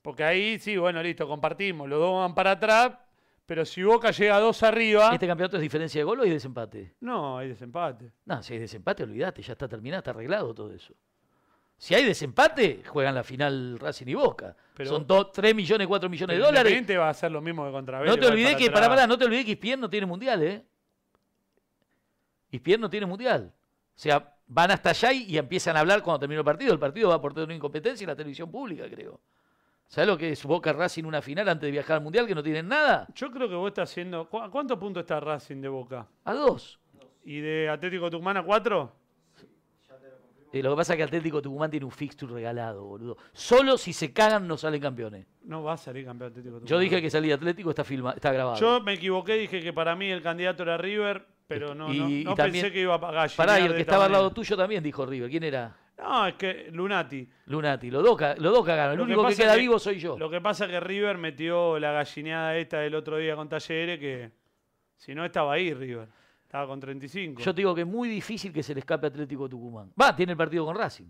[SPEAKER 1] Porque ahí sí, bueno, listo, compartimos, los dos van para atrás, pero si Boca llega a dos arriba,
[SPEAKER 2] ¿Este campeonato es diferencia de gol o es desempate?
[SPEAKER 1] no, hay desempate.
[SPEAKER 2] No, si hay desempate, olvídate, ya está terminado, está arreglado todo eso. Si hay desempate, juegan la final Racing y Boca.
[SPEAKER 1] Pero-
[SPEAKER 2] Son 3 millones, 4 millones de
[SPEAKER 1] Pero
[SPEAKER 2] dólares.
[SPEAKER 1] Independiente va a ser lo mismo que contra Vélez.
[SPEAKER 2] No te
[SPEAKER 1] va
[SPEAKER 2] olvides
[SPEAKER 1] para
[SPEAKER 2] que, pará,
[SPEAKER 1] atrás.
[SPEAKER 2] pará, no te olvides que Ispien no tiene mundial, ¿eh? Y Pierre no tiene mundial. O sea, van hasta allá y, y empiezan a hablar cuando termina el partido. El partido va por tener una incompetencia en la televisión pública, creo. ¿Sabes lo que es Boca Racing una final antes de viajar al mundial que no tienen nada?
[SPEAKER 1] Yo creo que vos estás haciendo. ¿cu- ¿A cuántos puntos está Racing de Boca?
[SPEAKER 2] A dos.
[SPEAKER 1] ¿Y de Atlético Tucumán a cuatro?
[SPEAKER 2] Eh, lo que pasa es que Atlético Tucumán tiene un fixture regalado, boludo. Solo si se cagan no salen campeones.
[SPEAKER 1] No va a salir campeón Atlético Tucumán.
[SPEAKER 2] Yo dije que salí de Atlético, está, filma, está grabado.
[SPEAKER 1] Yo me equivoqué, dije que para mí el candidato era River, pero no,
[SPEAKER 2] Y-
[SPEAKER 1] no-
[SPEAKER 2] y
[SPEAKER 1] no
[SPEAKER 2] también-
[SPEAKER 1] pensé que iba a pagar.
[SPEAKER 2] Pará, y el que estaba al lado tuyo también dijo River. ¿Quién era?
[SPEAKER 1] No, es que Lunati.
[SPEAKER 2] Lunati. Los dos, ca- los dos cagaron. El
[SPEAKER 1] Lo
[SPEAKER 2] único que,
[SPEAKER 1] pasa
[SPEAKER 2] queda
[SPEAKER 1] es
[SPEAKER 2] vivo soy yo.
[SPEAKER 1] Lo que pasa es que River metió la gallineada esta del otro día con Talleres que si no estaba ahí River. Estaba con 35.
[SPEAKER 2] Yo te digo que es muy difícil que se le escape a Atlético Tucumán. Va, tiene el partido con Racing.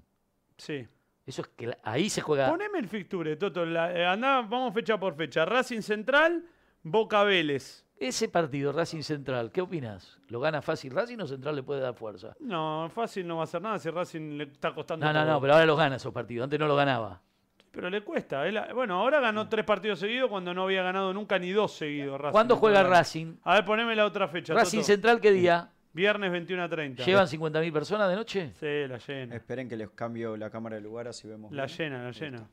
[SPEAKER 1] Sí.
[SPEAKER 2] Eso es que la- ahí se juega.
[SPEAKER 1] Poneme el fixture, Toto. la- eh, andá, vamos fecha por fecha. Racing Central, Boca Vélez.
[SPEAKER 2] Ese partido, Racing Central, ¿qué opinas? ¿Lo gana fácil Racing o Central le puede dar fuerza?
[SPEAKER 1] No, fácil no va a hacer nada si Racing le está costando.
[SPEAKER 2] No, no,
[SPEAKER 1] todo.
[SPEAKER 2] no, pero ahora los gana esos partidos. Antes no lo ganaba.
[SPEAKER 1] Pero le cuesta. él ha- bueno, ahora ganó tres partidos seguidos cuando no había ganado nunca ni dos seguidos. Racing.
[SPEAKER 2] ¿Cuándo juega Racing?
[SPEAKER 1] A ver, poneme la otra fecha.
[SPEAKER 2] Racing
[SPEAKER 1] Toto.
[SPEAKER 2] Central, ¿qué día?
[SPEAKER 1] Viernes 21 a 30.
[SPEAKER 2] ¿Llevan 50.000 personas de noche?
[SPEAKER 1] Sí, la llena.
[SPEAKER 5] Esperen que les cambio la cámara de lugar así vemos.
[SPEAKER 1] La
[SPEAKER 5] bien.
[SPEAKER 1] llena, la llena.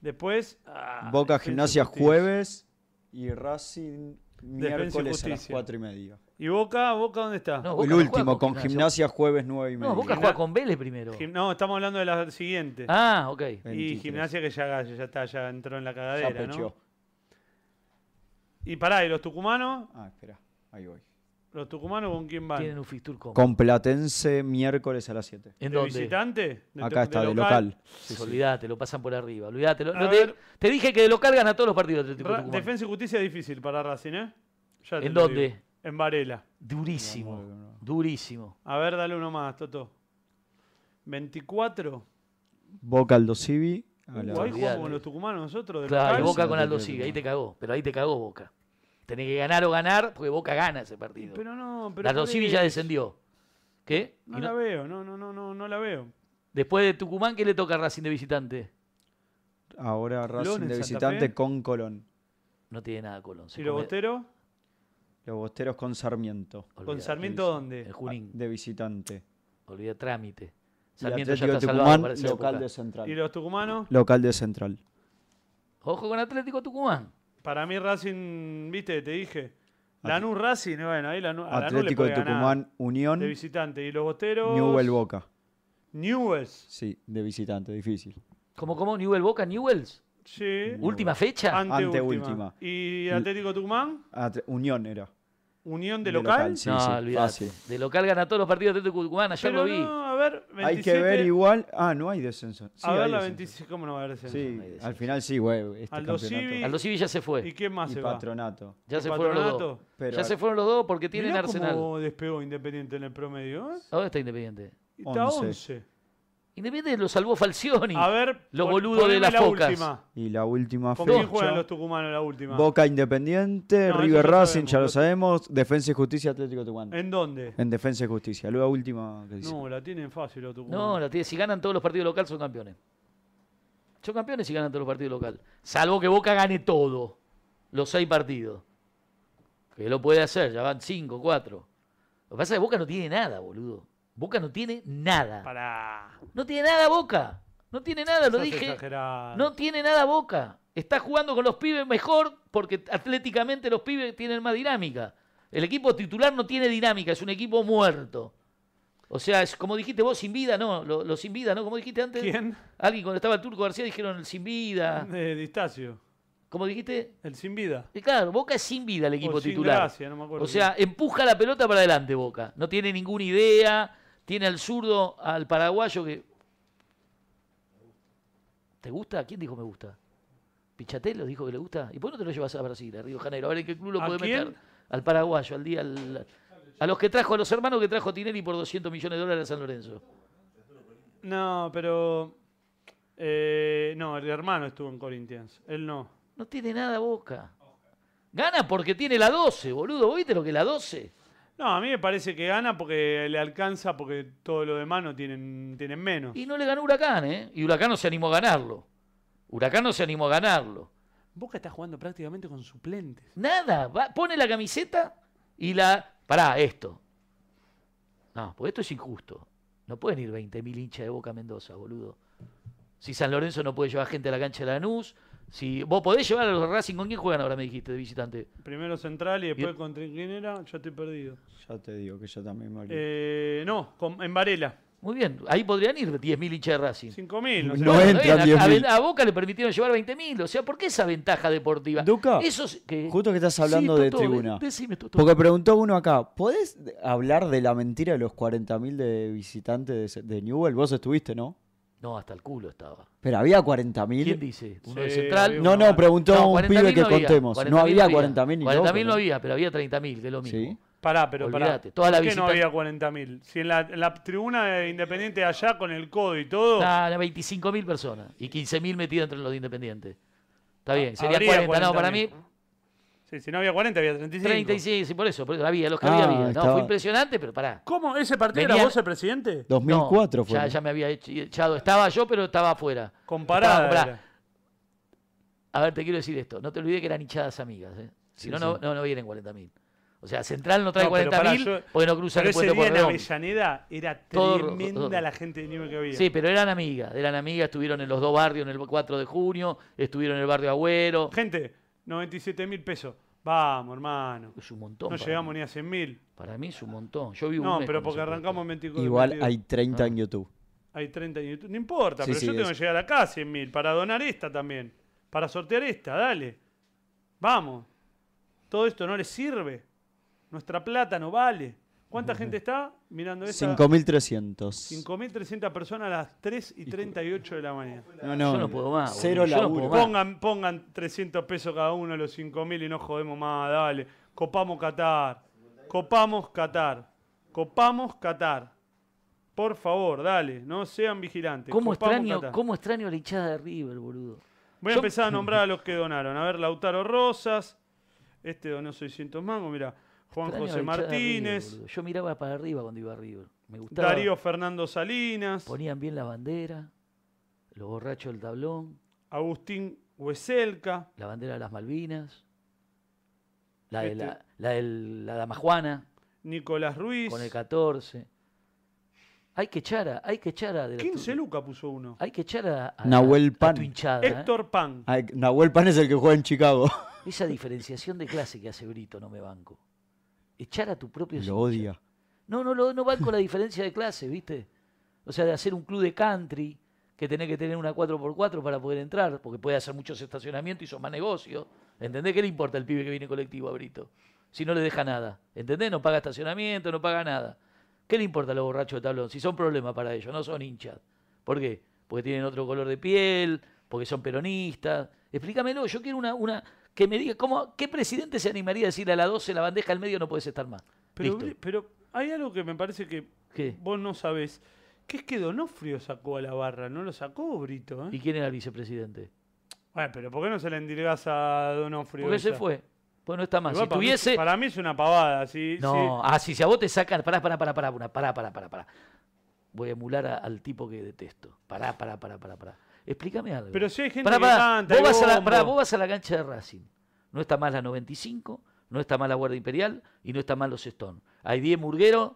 [SPEAKER 1] Después. ah,
[SPEAKER 5] Boca
[SPEAKER 1] Gimnasia
[SPEAKER 5] Gimnasia jueves y Racing miércoles a las
[SPEAKER 1] Justicia.
[SPEAKER 5] 4 y media.
[SPEAKER 1] ¿Y Boca? ¿Boca dónde está?
[SPEAKER 2] No, Boca
[SPEAKER 5] El
[SPEAKER 2] no juega
[SPEAKER 5] último con
[SPEAKER 2] Gimnasia.
[SPEAKER 5] Gimnasia jueves 9 y media.
[SPEAKER 2] No, Boca juega con Vélez primero.
[SPEAKER 1] Gim- no, estamos hablando de la siguiente.
[SPEAKER 2] Ah, ok.
[SPEAKER 1] y
[SPEAKER 5] 23.
[SPEAKER 1] Gimnasia que ya, ya está, ya entró en la
[SPEAKER 5] Ya
[SPEAKER 1] cagadera, ¿no?
[SPEAKER 5] pecheó.
[SPEAKER 1] Y pará, ¿y los tucumanos?
[SPEAKER 5] Ah, espera, ahí voy.
[SPEAKER 1] ¿Los tucumanos con quién
[SPEAKER 2] Tienen
[SPEAKER 1] van?
[SPEAKER 2] un fixture con.
[SPEAKER 5] Con Platense miércoles a las 7.
[SPEAKER 2] ¿En
[SPEAKER 1] ¿De
[SPEAKER 2] dónde?
[SPEAKER 1] visitante? ¿De tu-
[SPEAKER 5] Acá está, de local. Sí, sí.
[SPEAKER 2] Olvídate, lo pasan por arriba. Olvídate. lo-
[SPEAKER 1] A
[SPEAKER 2] no te,
[SPEAKER 1] ver.
[SPEAKER 2] te dije que de local gana todos los partidos de Atlético
[SPEAKER 1] Ra-
[SPEAKER 2] Tucumán.
[SPEAKER 1] Defensa y justicia es difícil para Racing, ¿eh? Ya te
[SPEAKER 2] ¿En
[SPEAKER 1] lo
[SPEAKER 2] dónde?
[SPEAKER 1] digo. En Varela.
[SPEAKER 2] Durísimo.
[SPEAKER 5] No, no, no.
[SPEAKER 2] Durísimo.
[SPEAKER 1] A ver, dale uno más, Toto. 24.
[SPEAKER 5] Boca Aldo Civi. a
[SPEAKER 1] Uh,
[SPEAKER 5] la-
[SPEAKER 1] ahí jugamos
[SPEAKER 2] olvidate.
[SPEAKER 1] con los tucumanos nosotros. de
[SPEAKER 2] Claro, y
[SPEAKER 1] local.
[SPEAKER 2] Boca con Aldo
[SPEAKER 5] Atlético
[SPEAKER 2] Sigue, ahí te
[SPEAKER 5] Tucumán.
[SPEAKER 2] cagó. Pero ahí te cagó Boca. Tenés que ganar o ganar, porque Boca gana ese partido.
[SPEAKER 1] Pero no, pero.
[SPEAKER 2] La Dosivi ya
[SPEAKER 1] por ahí-
[SPEAKER 2] descendió. ¿Qué? Y
[SPEAKER 1] No
[SPEAKER 2] no-
[SPEAKER 1] la veo, no, no, no, no, no la veo.
[SPEAKER 2] Después de Tucumán, ¿qué le toca a Racing de visitante?
[SPEAKER 5] Ahora
[SPEAKER 1] Colón
[SPEAKER 5] Racing
[SPEAKER 1] en
[SPEAKER 5] de
[SPEAKER 1] Santa
[SPEAKER 5] visitante
[SPEAKER 1] Fe.
[SPEAKER 5] con Colón.
[SPEAKER 2] No tiene nada Colón. se
[SPEAKER 1] ¿Y los
[SPEAKER 2] come-
[SPEAKER 1] bosteros?
[SPEAKER 5] Los Bosteros con Sarmiento. Ah,
[SPEAKER 2] olvidate,
[SPEAKER 1] Sarmiento Ah,
[SPEAKER 2] dice.
[SPEAKER 1] dónde?
[SPEAKER 2] En Junín.
[SPEAKER 5] De visitante.
[SPEAKER 2] Olvida trámite.
[SPEAKER 5] Y
[SPEAKER 2] Sarmiento ya
[SPEAKER 5] Atlético
[SPEAKER 2] está salvado
[SPEAKER 5] Tucumán,
[SPEAKER 2] para esa
[SPEAKER 5] local
[SPEAKER 2] época.
[SPEAKER 5] de Central.
[SPEAKER 1] ¿Y los tucumanos?
[SPEAKER 5] Local de Central.
[SPEAKER 2] Ojo con Atlético Tucumán.
[SPEAKER 1] Para mí Racing, viste, te dije. Lanús Racing, y bueno, ahí Lanús, a Lanús le
[SPEAKER 5] Atlético
[SPEAKER 1] puede
[SPEAKER 5] de
[SPEAKER 1] ganar
[SPEAKER 5] Tucumán, Unión,
[SPEAKER 1] de visitante. ¿Y los bosteros?
[SPEAKER 5] Newell Boca.
[SPEAKER 1] Newell's.
[SPEAKER 5] Sí, de visitante, difícil.
[SPEAKER 2] ¿Cómo, cómo? Newell Boca, Newells.
[SPEAKER 1] Sí.
[SPEAKER 2] Última fecha.
[SPEAKER 1] Anteúltima.
[SPEAKER 5] Anteúltima.
[SPEAKER 1] ¿Y Atlético Tucumán?
[SPEAKER 5] Atre- Unión era.
[SPEAKER 1] ¿Unión de,
[SPEAKER 5] De
[SPEAKER 1] local?
[SPEAKER 5] local, sí.
[SPEAKER 2] no, olvidate.
[SPEAKER 5] fácil.
[SPEAKER 2] De local gana todos los partidos de Atlético Tucumán. Ayer
[SPEAKER 1] Pero
[SPEAKER 2] lo vi.
[SPEAKER 1] no, a ver, 27.
[SPEAKER 5] Hay que ver igual. Ah, no hay descenso. Sí,
[SPEAKER 1] a ver
[SPEAKER 5] hay
[SPEAKER 1] la
[SPEAKER 5] descenso.
[SPEAKER 1] 25, ¿cómo no va a haber ese?
[SPEAKER 5] Sí,
[SPEAKER 2] hay descenso.
[SPEAKER 5] al final sí, güey. Este
[SPEAKER 1] Aldo
[SPEAKER 5] campeonato.
[SPEAKER 1] Civi.
[SPEAKER 2] Aldo Civi ya se
[SPEAKER 1] ¿Y
[SPEAKER 2] fue.
[SPEAKER 1] quién más
[SPEAKER 5] y
[SPEAKER 1] se va?
[SPEAKER 5] patronato.
[SPEAKER 2] Ya
[SPEAKER 1] ¿Y
[SPEAKER 2] se fueron los dos.
[SPEAKER 1] Patronato?
[SPEAKER 5] Pero
[SPEAKER 2] Ya se fueron los dos porque tienen
[SPEAKER 1] Mirá
[SPEAKER 2] Arsenal.
[SPEAKER 1] cómo despegó Independiente en el promedio. ¿eh?
[SPEAKER 2] ¿A dónde está Independiente?
[SPEAKER 1] Y Está
[SPEAKER 5] Once.
[SPEAKER 1] 11.
[SPEAKER 2] Independiente lo salvó Falcioni.
[SPEAKER 1] A ver,
[SPEAKER 2] Los
[SPEAKER 1] pon-
[SPEAKER 2] boludos de
[SPEAKER 1] poneme
[SPEAKER 2] las
[SPEAKER 1] la
[SPEAKER 2] focas.
[SPEAKER 1] última.
[SPEAKER 5] y la última
[SPEAKER 1] ¿Con
[SPEAKER 5] fecha.
[SPEAKER 1] quién juegan los tucumanos la última?
[SPEAKER 5] Boca Independiente,
[SPEAKER 1] No, eso
[SPEAKER 5] River
[SPEAKER 1] ya
[SPEAKER 5] Racing,
[SPEAKER 1] sabemos,
[SPEAKER 5] ya lo
[SPEAKER 1] pero-
[SPEAKER 5] sabemos. Defensa y Justicia, Atlético Tucumán.
[SPEAKER 1] ¿En dónde?
[SPEAKER 5] En Defensa y Justicia. Luego última que dice.
[SPEAKER 1] No, la tienen fácil los tucumanos.
[SPEAKER 2] No, la tiene- si ganan todos los partidos locales son campeones. Son campeones si ganan todos los partidos locales. Salvo que Boca gane todo. Los seis partidos. Que lo puede hacer, ya van cinco, cuatro. Lo que pasa es que Boca no tiene nada, boludo. Boca no tiene nada.
[SPEAKER 1] Pará.
[SPEAKER 2] No tiene nada Boca. No tiene nada, lo
[SPEAKER 1] Estás
[SPEAKER 2] dije.
[SPEAKER 1] exagerando.
[SPEAKER 2] No tiene nada Boca. Está jugando con los pibes mejor porque atléticamente los pibes tienen más dinámica. El equipo titular no tiene dinámica, es un equipo muerto. O sea, es como dijiste vos, sin vida, no, lo- los sin vida, ¿no? Como dijiste antes.
[SPEAKER 1] ¿Quién?
[SPEAKER 2] Alguien cuando estaba el Turco García dijeron el sin vida.
[SPEAKER 1] Eh, Distacio.
[SPEAKER 2] Como dijiste.
[SPEAKER 1] El sin vida.
[SPEAKER 2] Y claro, Boca es sin vida el equipo
[SPEAKER 1] O sin
[SPEAKER 2] titular.
[SPEAKER 1] gracia, no me acuerdo
[SPEAKER 2] o sea, empuja la pelota para adelante Boca. No tiene ninguna idea. Tiene al zurdo, al paraguayo que. ¿Te gusta? ¿Quién dijo me gusta? ¿Pichatello dijo que le gusta? ¿Y por qué no te lo llevas a Brasil, a Río de Janeiro? A ver en qué club lo
[SPEAKER 1] ¿A
[SPEAKER 2] puede
[SPEAKER 1] quién?
[SPEAKER 2] meter. Al paraguayo, al día. al- a los que trajo, a los hermanos que trajo Tinelli por 200 millones de dólares a San Lorenzo.
[SPEAKER 1] No, pero. eh, no, el hermano estuvo en Corinthians. Él no.
[SPEAKER 2] No tiene nada Boca. Gana porque tiene la 12, boludo. ¿Vos ¿Viste lo que es la 12?
[SPEAKER 1] No, a mí me parece que gana porque le alcanza porque todo lo demás no tienen, tienen menos.
[SPEAKER 2] Y no le ganó Huracán, ¿eh? Y Huracán no se animó a ganarlo. Huracán no se animó a ganarlo.
[SPEAKER 1] Boca está jugando prácticamente con suplentes.
[SPEAKER 2] Nada, va- pone la camiseta y la... Pará, esto. No, porque esto es injusto. No pueden ir 20.000 hinchas de Boca a Mendoza, boludo. Si San Lorenzo no puede llevar gente a la cancha de Lanús, si vos podés llevar a los de Racing, ¿con quién juegan ahora, me dijiste, de visitante?
[SPEAKER 1] Primero central y después contra quién era, ya estoy perdido.
[SPEAKER 5] Ya te digo que yo también me olvidé.
[SPEAKER 1] Eh, no, con- en Varela.
[SPEAKER 2] Muy bien, ahí podrían ir 10.000 hinchas de Racing.
[SPEAKER 1] 5.000. No sé.
[SPEAKER 5] No
[SPEAKER 2] Bueno,
[SPEAKER 5] entran
[SPEAKER 2] está bien, a- a
[SPEAKER 5] 10.000.
[SPEAKER 2] Ben- a, Boca le permitieron llevar 20.000, o sea, ¿por qué esa ventaja deportiva?
[SPEAKER 5] Duca,
[SPEAKER 2] Eso es que-
[SPEAKER 5] Justo que estás
[SPEAKER 2] Sí,
[SPEAKER 5] hablando de
[SPEAKER 2] Totó, ven,
[SPEAKER 5] tribuna.
[SPEAKER 2] decime, Totó.
[SPEAKER 5] Porque preguntó uno acá, ¿podés de- hablar de la mentira de los 40.000 de visitantes de, se- de Newell? Vos estuviste, ¿no?
[SPEAKER 2] No, hasta el culo estaba.
[SPEAKER 5] Pero había
[SPEAKER 2] ¿Quién
[SPEAKER 5] 40.000.
[SPEAKER 2] dice? Uno de
[SPEAKER 1] Sí,
[SPEAKER 2] Central.
[SPEAKER 1] había
[SPEAKER 5] No, no, preguntó
[SPEAKER 2] No,
[SPEAKER 5] un
[SPEAKER 2] 40.000
[SPEAKER 5] pibe que
[SPEAKER 2] no había,
[SPEAKER 5] contemos. No
[SPEAKER 2] 40.000
[SPEAKER 5] había 40.000 ni
[SPEAKER 2] 40.000 no
[SPEAKER 5] loco.
[SPEAKER 2] había, pero había 30.000, que es lo mismo.
[SPEAKER 5] Sí.
[SPEAKER 1] Pará, pero pará.
[SPEAKER 2] Olvídate, toda la
[SPEAKER 1] ¿Por qué no
[SPEAKER 2] visita-
[SPEAKER 1] había 40.000? Si en la, en la tribuna de independiente allá con el codo y todo.
[SPEAKER 2] Nah, era 25.000 personas y 15.000 metidas entre los de Independientes. Está bien, sería
[SPEAKER 1] habría
[SPEAKER 2] 40, no, para mí
[SPEAKER 1] 40.000. Sí, si no había 40, había 35.
[SPEAKER 2] 36, sí, por eso, por eso había, los que
[SPEAKER 5] Ah,
[SPEAKER 2] había, había. No,
[SPEAKER 5] estaba-
[SPEAKER 2] fue impresionante, pero pará.
[SPEAKER 1] ¿Cómo? ¿Ese partido
[SPEAKER 2] Venía-
[SPEAKER 1] era vos el presidente?
[SPEAKER 5] 2004
[SPEAKER 2] No,
[SPEAKER 5] fue.
[SPEAKER 2] Ya,
[SPEAKER 5] ¿no?
[SPEAKER 2] ya me había hecho- echado. Estaba yo, pero estaba afuera.
[SPEAKER 1] Comparada.
[SPEAKER 2] Estaba- pará.
[SPEAKER 1] era.
[SPEAKER 2] A ver, te quiero decir esto. No te olvides que eran hinchadas amigas. ¿eh? Si no, no, no, no vienen 40.000. O sea, Central no trae
[SPEAKER 1] No, pero pará,
[SPEAKER 2] 40.000
[SPEAKER 1] yo-
[SPEAKER 2] porque no cruzan
[SPEAKER 1] Pero
[SPEAKER 2] el
[SPEAKER 1] ese
[SPEAKER 2] puente
[SPEAKER 1] día
[SPEAKER 2] por
[SPEAKER 1] en
[SPEAKER 2] Redondo.
[SPEAKER 1] Avellaneda era
[SPEAKER 2] Todo rojo,
[SPEAKER 1] tremenda
[SPEAKER 2] todo rojo.
[SPEAKER 1] la gente de Newell que había.
[SPEAKER 2] Sí, pero eran amigas. Eran amigas, estuvieron en los dos barrios, en el 4 de junio, estuvieron en el barrio Agüero.
[SPEAKER 1] Gente, 97 mil pesos. Vamos, hermano.
[SPEAKER 2] Es un montón.
[SPEAKER 1] No
[SPEAKER 2] para
[SPEAKER 1] llegamos
[SPEAKER 2] mí.
[SPEAKER 1] ni a 100 mil.
[SPEAKER 2] Para mí es un montón. Yo vivo
[SPEAKER 1] No, pero porque arrancamos en 24.
[SPEAKER 5] Igual
[SPEAKER 1] metido.
[SPEAKER 5] hay
[SPEAKER 2] Ah.
[SPEAKER 5] 30 en YouTube.
[SPEAKER 1] Hay 30 en YouTube. No importa,
[SPEAKER 5] Sí,
[SPEAKER 1] pero
[SPEAKER 5] sí,
[SPEAKER 1] yo tengo
[SPEAKER 5] es-
[SPEAKER 1] que llegar acá a 100 mil para donar esta también. Para sortear esta, dale. Vamos. Todo esto no le sirve. Nuestra plata no vale. ¿Cuánta gente está mirando esta?
[SPEAKER 5] 5.300.
[SPEAKER 1] 5.300 personas a las 3 y 38 de la mañana.
[SPEAKER 5] No,
[SPEAKER 2] Yo no puedo más, boludo.
[SPEAKER 5] Cero
[SPEAKER 2] Yo no
[SPEAKER 5] laburo.
[SPEAKER 2] puedo más.
[SPEAKER 1] Pongan, pongan 300 pesos cada uno de los 5.000 y no jodemos más, dale. Copamos Qatar. Copamos Qatar. Copamos Qatar. Por favor, dale, no sean vigilantes.
[SPEAKER 2] ¿Cómo
[SPEAKER 1] Copamos
[SPEAKER 2] extraño,
[SPEAKER 1] Qatar.
[SPEAKER 2] ¿Cómo extraño la hinchada de River, boludo?
[SPEAKER 1] Voy a
[SPEAKER 2] Yo-
[SPEAKER 1] empezar a nombrar a los que donaron. A ver, Lautaro Rosas. Este donó 600 mangos, mira. Juan
[SPEAKER 2] Extraño
[SPEAKER 1] José
[SPEAKER 2] la hinchada de River,
[SPEAKER 1] Martínez.
[SPEAKER 2] boludo. Yo miraba para arriba cuando iba a River. Me gustaba.
[SPEAKER 1] Darío Fernando Salinas.
[SPEAKER 2] Ponían bien la bandera, los borrachos del tablón,
[SPEAKER 1] Agustín Hueselca.
[SPEAKER 2] la bandera de las Malvinas, la de
[SPEAKER 1] Este-
[SPEAKER 2] la, la, del- la Dama Juana
[SPEAKER 1] Nicolás Ruiz.
[SPEAKER 2] con el 14. Hay que echar a, hay que echar a de la
[SPEAKER 1] 15
[SPEAKER 2] tu-
[SPEAKER 1] lucas puso uno.
[SPEAKER 2] Hay que echar a, a-
[SPEAKER 5] Nahuel
[SPEAKER 2] a tu
[SPEAKER 5] Pan.
[SPEAKER 2] hinchada, ¿eh?
[SPEAKER 1] Héctor Pan.
[SPEAKER 5] Ay, Nahuel Pan es el que juega en Chicago.
[SPEAKER 2] Esa diferenciación de clase que hace Brito no me banco. Echar a tu propio
[SPEAKER 5] Lo odia.
[SPEAKER 2] No, no, lo- no van con la diferencia de clase, ¿viste? O sea, de hacer un club de country que tenés que tener una 4x4 para poder entrar, porque puede hacer muchos estacionamientos y son más negocios. ¿Entendés? ¿Qué le importa al pibe que viene en colectivo a Brito? Si no le deja nada. ¿Entendés? No paga estacionamiento, no paga nada. ¿Qué le importa a los borrachos de tablón? Si son problemas para ellos, no son hinchas. ¿Por qué? Porque tienen otro color de piel, porque son peronistas. Explícamelo, yo quiero una, una que me diga, ¿cómo, ¿qué presidente se animaría a decir a la 12 la bandeja al medio no puedes estar más?
[SPEAKER 1] Pero,
[SPEAKER 2] Listo.
[SPEAKER 1] Bri- pero hay algo que me parece que
[SPEAKER 2] ¿Qué?
[SPEAKER 1] vos no sabés. Que es que Donofrio sacó a la barra, no lo sacó Brito. ¿eh?
[SPEAKER 2] ¿Y quién era el vicepresidente?
[SPEAKER 1] Bueno, pero ¿por qué no se la endilgás a Donofrio?
[SPEAKER 2] Porque se
[SPEAKER 1] esa?
[SPEAKER 2] fue. Pues no está más.
[SPEAKER 1] Igual
[SPEAKER 2] Si
[SPEAKER 1] para, mí-
[SPEAKER 2] tuviese.
[SPEAKER 1] para mí es una pavada. Si,
[SPEAKER 2] No, ah, si si a vos te sacan. Pará, pará, pará, pará, una- pará, pará, pará, pará. Voy a emular a- al tipo que detesto. Pará, pará, pará, pará, pará. Explícame algo.
[SPEAKER 1] Pero si hay gente
[SPEAKER 2] Pará,
[SPEAKER 1] que
[SPEAKER 2] pará.
[SPEAKER 1] canta,
[SPEAKER 2] Vos
[SPEAKER 1] hay
[SPEAKER 2] vas, a la,
[SPEAKER 1] bombo.
[SPEAKER 2] pará, vos vas a la cancha de Racing. No está mal la 95, no está mal la Guardia Imperial y no está mal los Stone. Hay 10 murgueros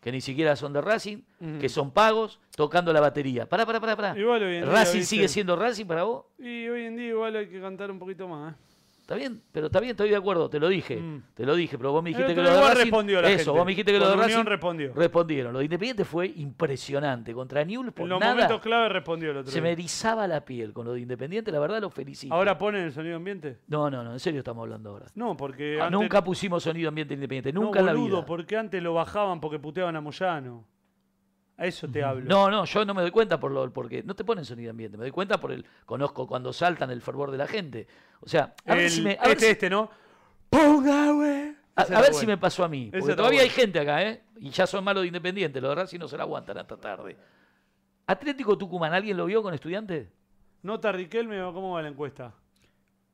[SPEAKER 2] que ni siquiera son de Racing, que son pagos, tocando la batería. Pará, pará, pará, pará.
[SPEAKER 1] Igual hoy en día,
[SPEAKER 2] Racing
[SPEAKER 1] viste.
[SPEAKER 2] sigue siendo Racing para vos.
[SPEAKER 1] si- y hoy en día igual hay que cantar un poquito más. ¿eh?
[SPEAKER 2] Está bien, pero está bien, estoy de acuerdo, te lo dije. Te lo dije, pero vos me
[SPEAKER 1] El
[SPEAKER 2] dijiste que
[SPEAKER 1] otro
[SPEAKER 2] lo de
[SPEAKER 1] día Mm. igual
[SPEAKER 2] Racing.
[SPEAKER 1] respondió la
[SPEAKER 2] eso,
[SPEAKER 1] gente.
[SPEAKER 2] vos me dijiste que lo
[SPEAKER 1] Con
[SPEAKER 2] de Racing.
[SPEAKER 1] Unión respondió.
[SPEAKER 2] Respondieron. Lo de Independiente fue impresionante. Contra Newell's por
[SPEAKER 1] En los
[SPEAKER 2] nada.
[SPEAKER 1] momentos clave respondió el otro.
[SPEAKER 2] Se me
[SPEAKER 1] día.
[SPEAKER 2] erizaba la piel con lo de Independiente, la verdad lo felicito.
[SPEAKER 1] ¿Ahora ponen el sonido ambiente?
[SPEAKER 2] No, no, no, en serio estamos hablando ahora.
[SPEAKER 1] No, porque.
[SPEAKER 2] Ah,
[SPEAKER 1] Eh, antes-
[SPEAKER 2] Nunca pusimos sonido ambiente independiente,
[SPEAKER 1] No,
[SPEAKER 2] nunca en
[SPEAKER 1] boludo,
[SPEAKER 2] la vida.
[SPEAKER 1] porque antes lo bajaban porque puteaban a Moyano. A eso te hablo.
[SPEAKER 2] No, no, yo no me doy cuenta por lo porque no te ponen sonido ambiente, me doy cuenta por el conozco cuando saltan el fervor de la gente. O sea, a ver
[SPEAKER 1] El-
[SPEAKER 2] si me a ver
[SPEAKER 1] este,
[SPEAKER 2] si-
[SPEAKER 1] este, ¿no? Ponga, güey. Ese
[SPEAKER 2] A, a
[SPEAKER 1] era
[SPEAKER 2] ver
[SPEAKER 1] bueno.
[SPEAKER 2] si me pasó a mí.
[SPEAKER 1] Ese
[SPEAKER 2] Porque
[SPEAKER 1] era
[SPEAKER 2] todavía hay
[SPEAKER 1] bueno.
[SPEAKER 2] gente acá, ¿eh? Y ya son malos de Independiente. Los de Racing no se la aguantan hasta tarde. Atlético Tucumán, ¿alguien lo vio con estudiantes?
[SPEAKER 1] Nota Riquelme, ¿cómo va la encuesta? Ah,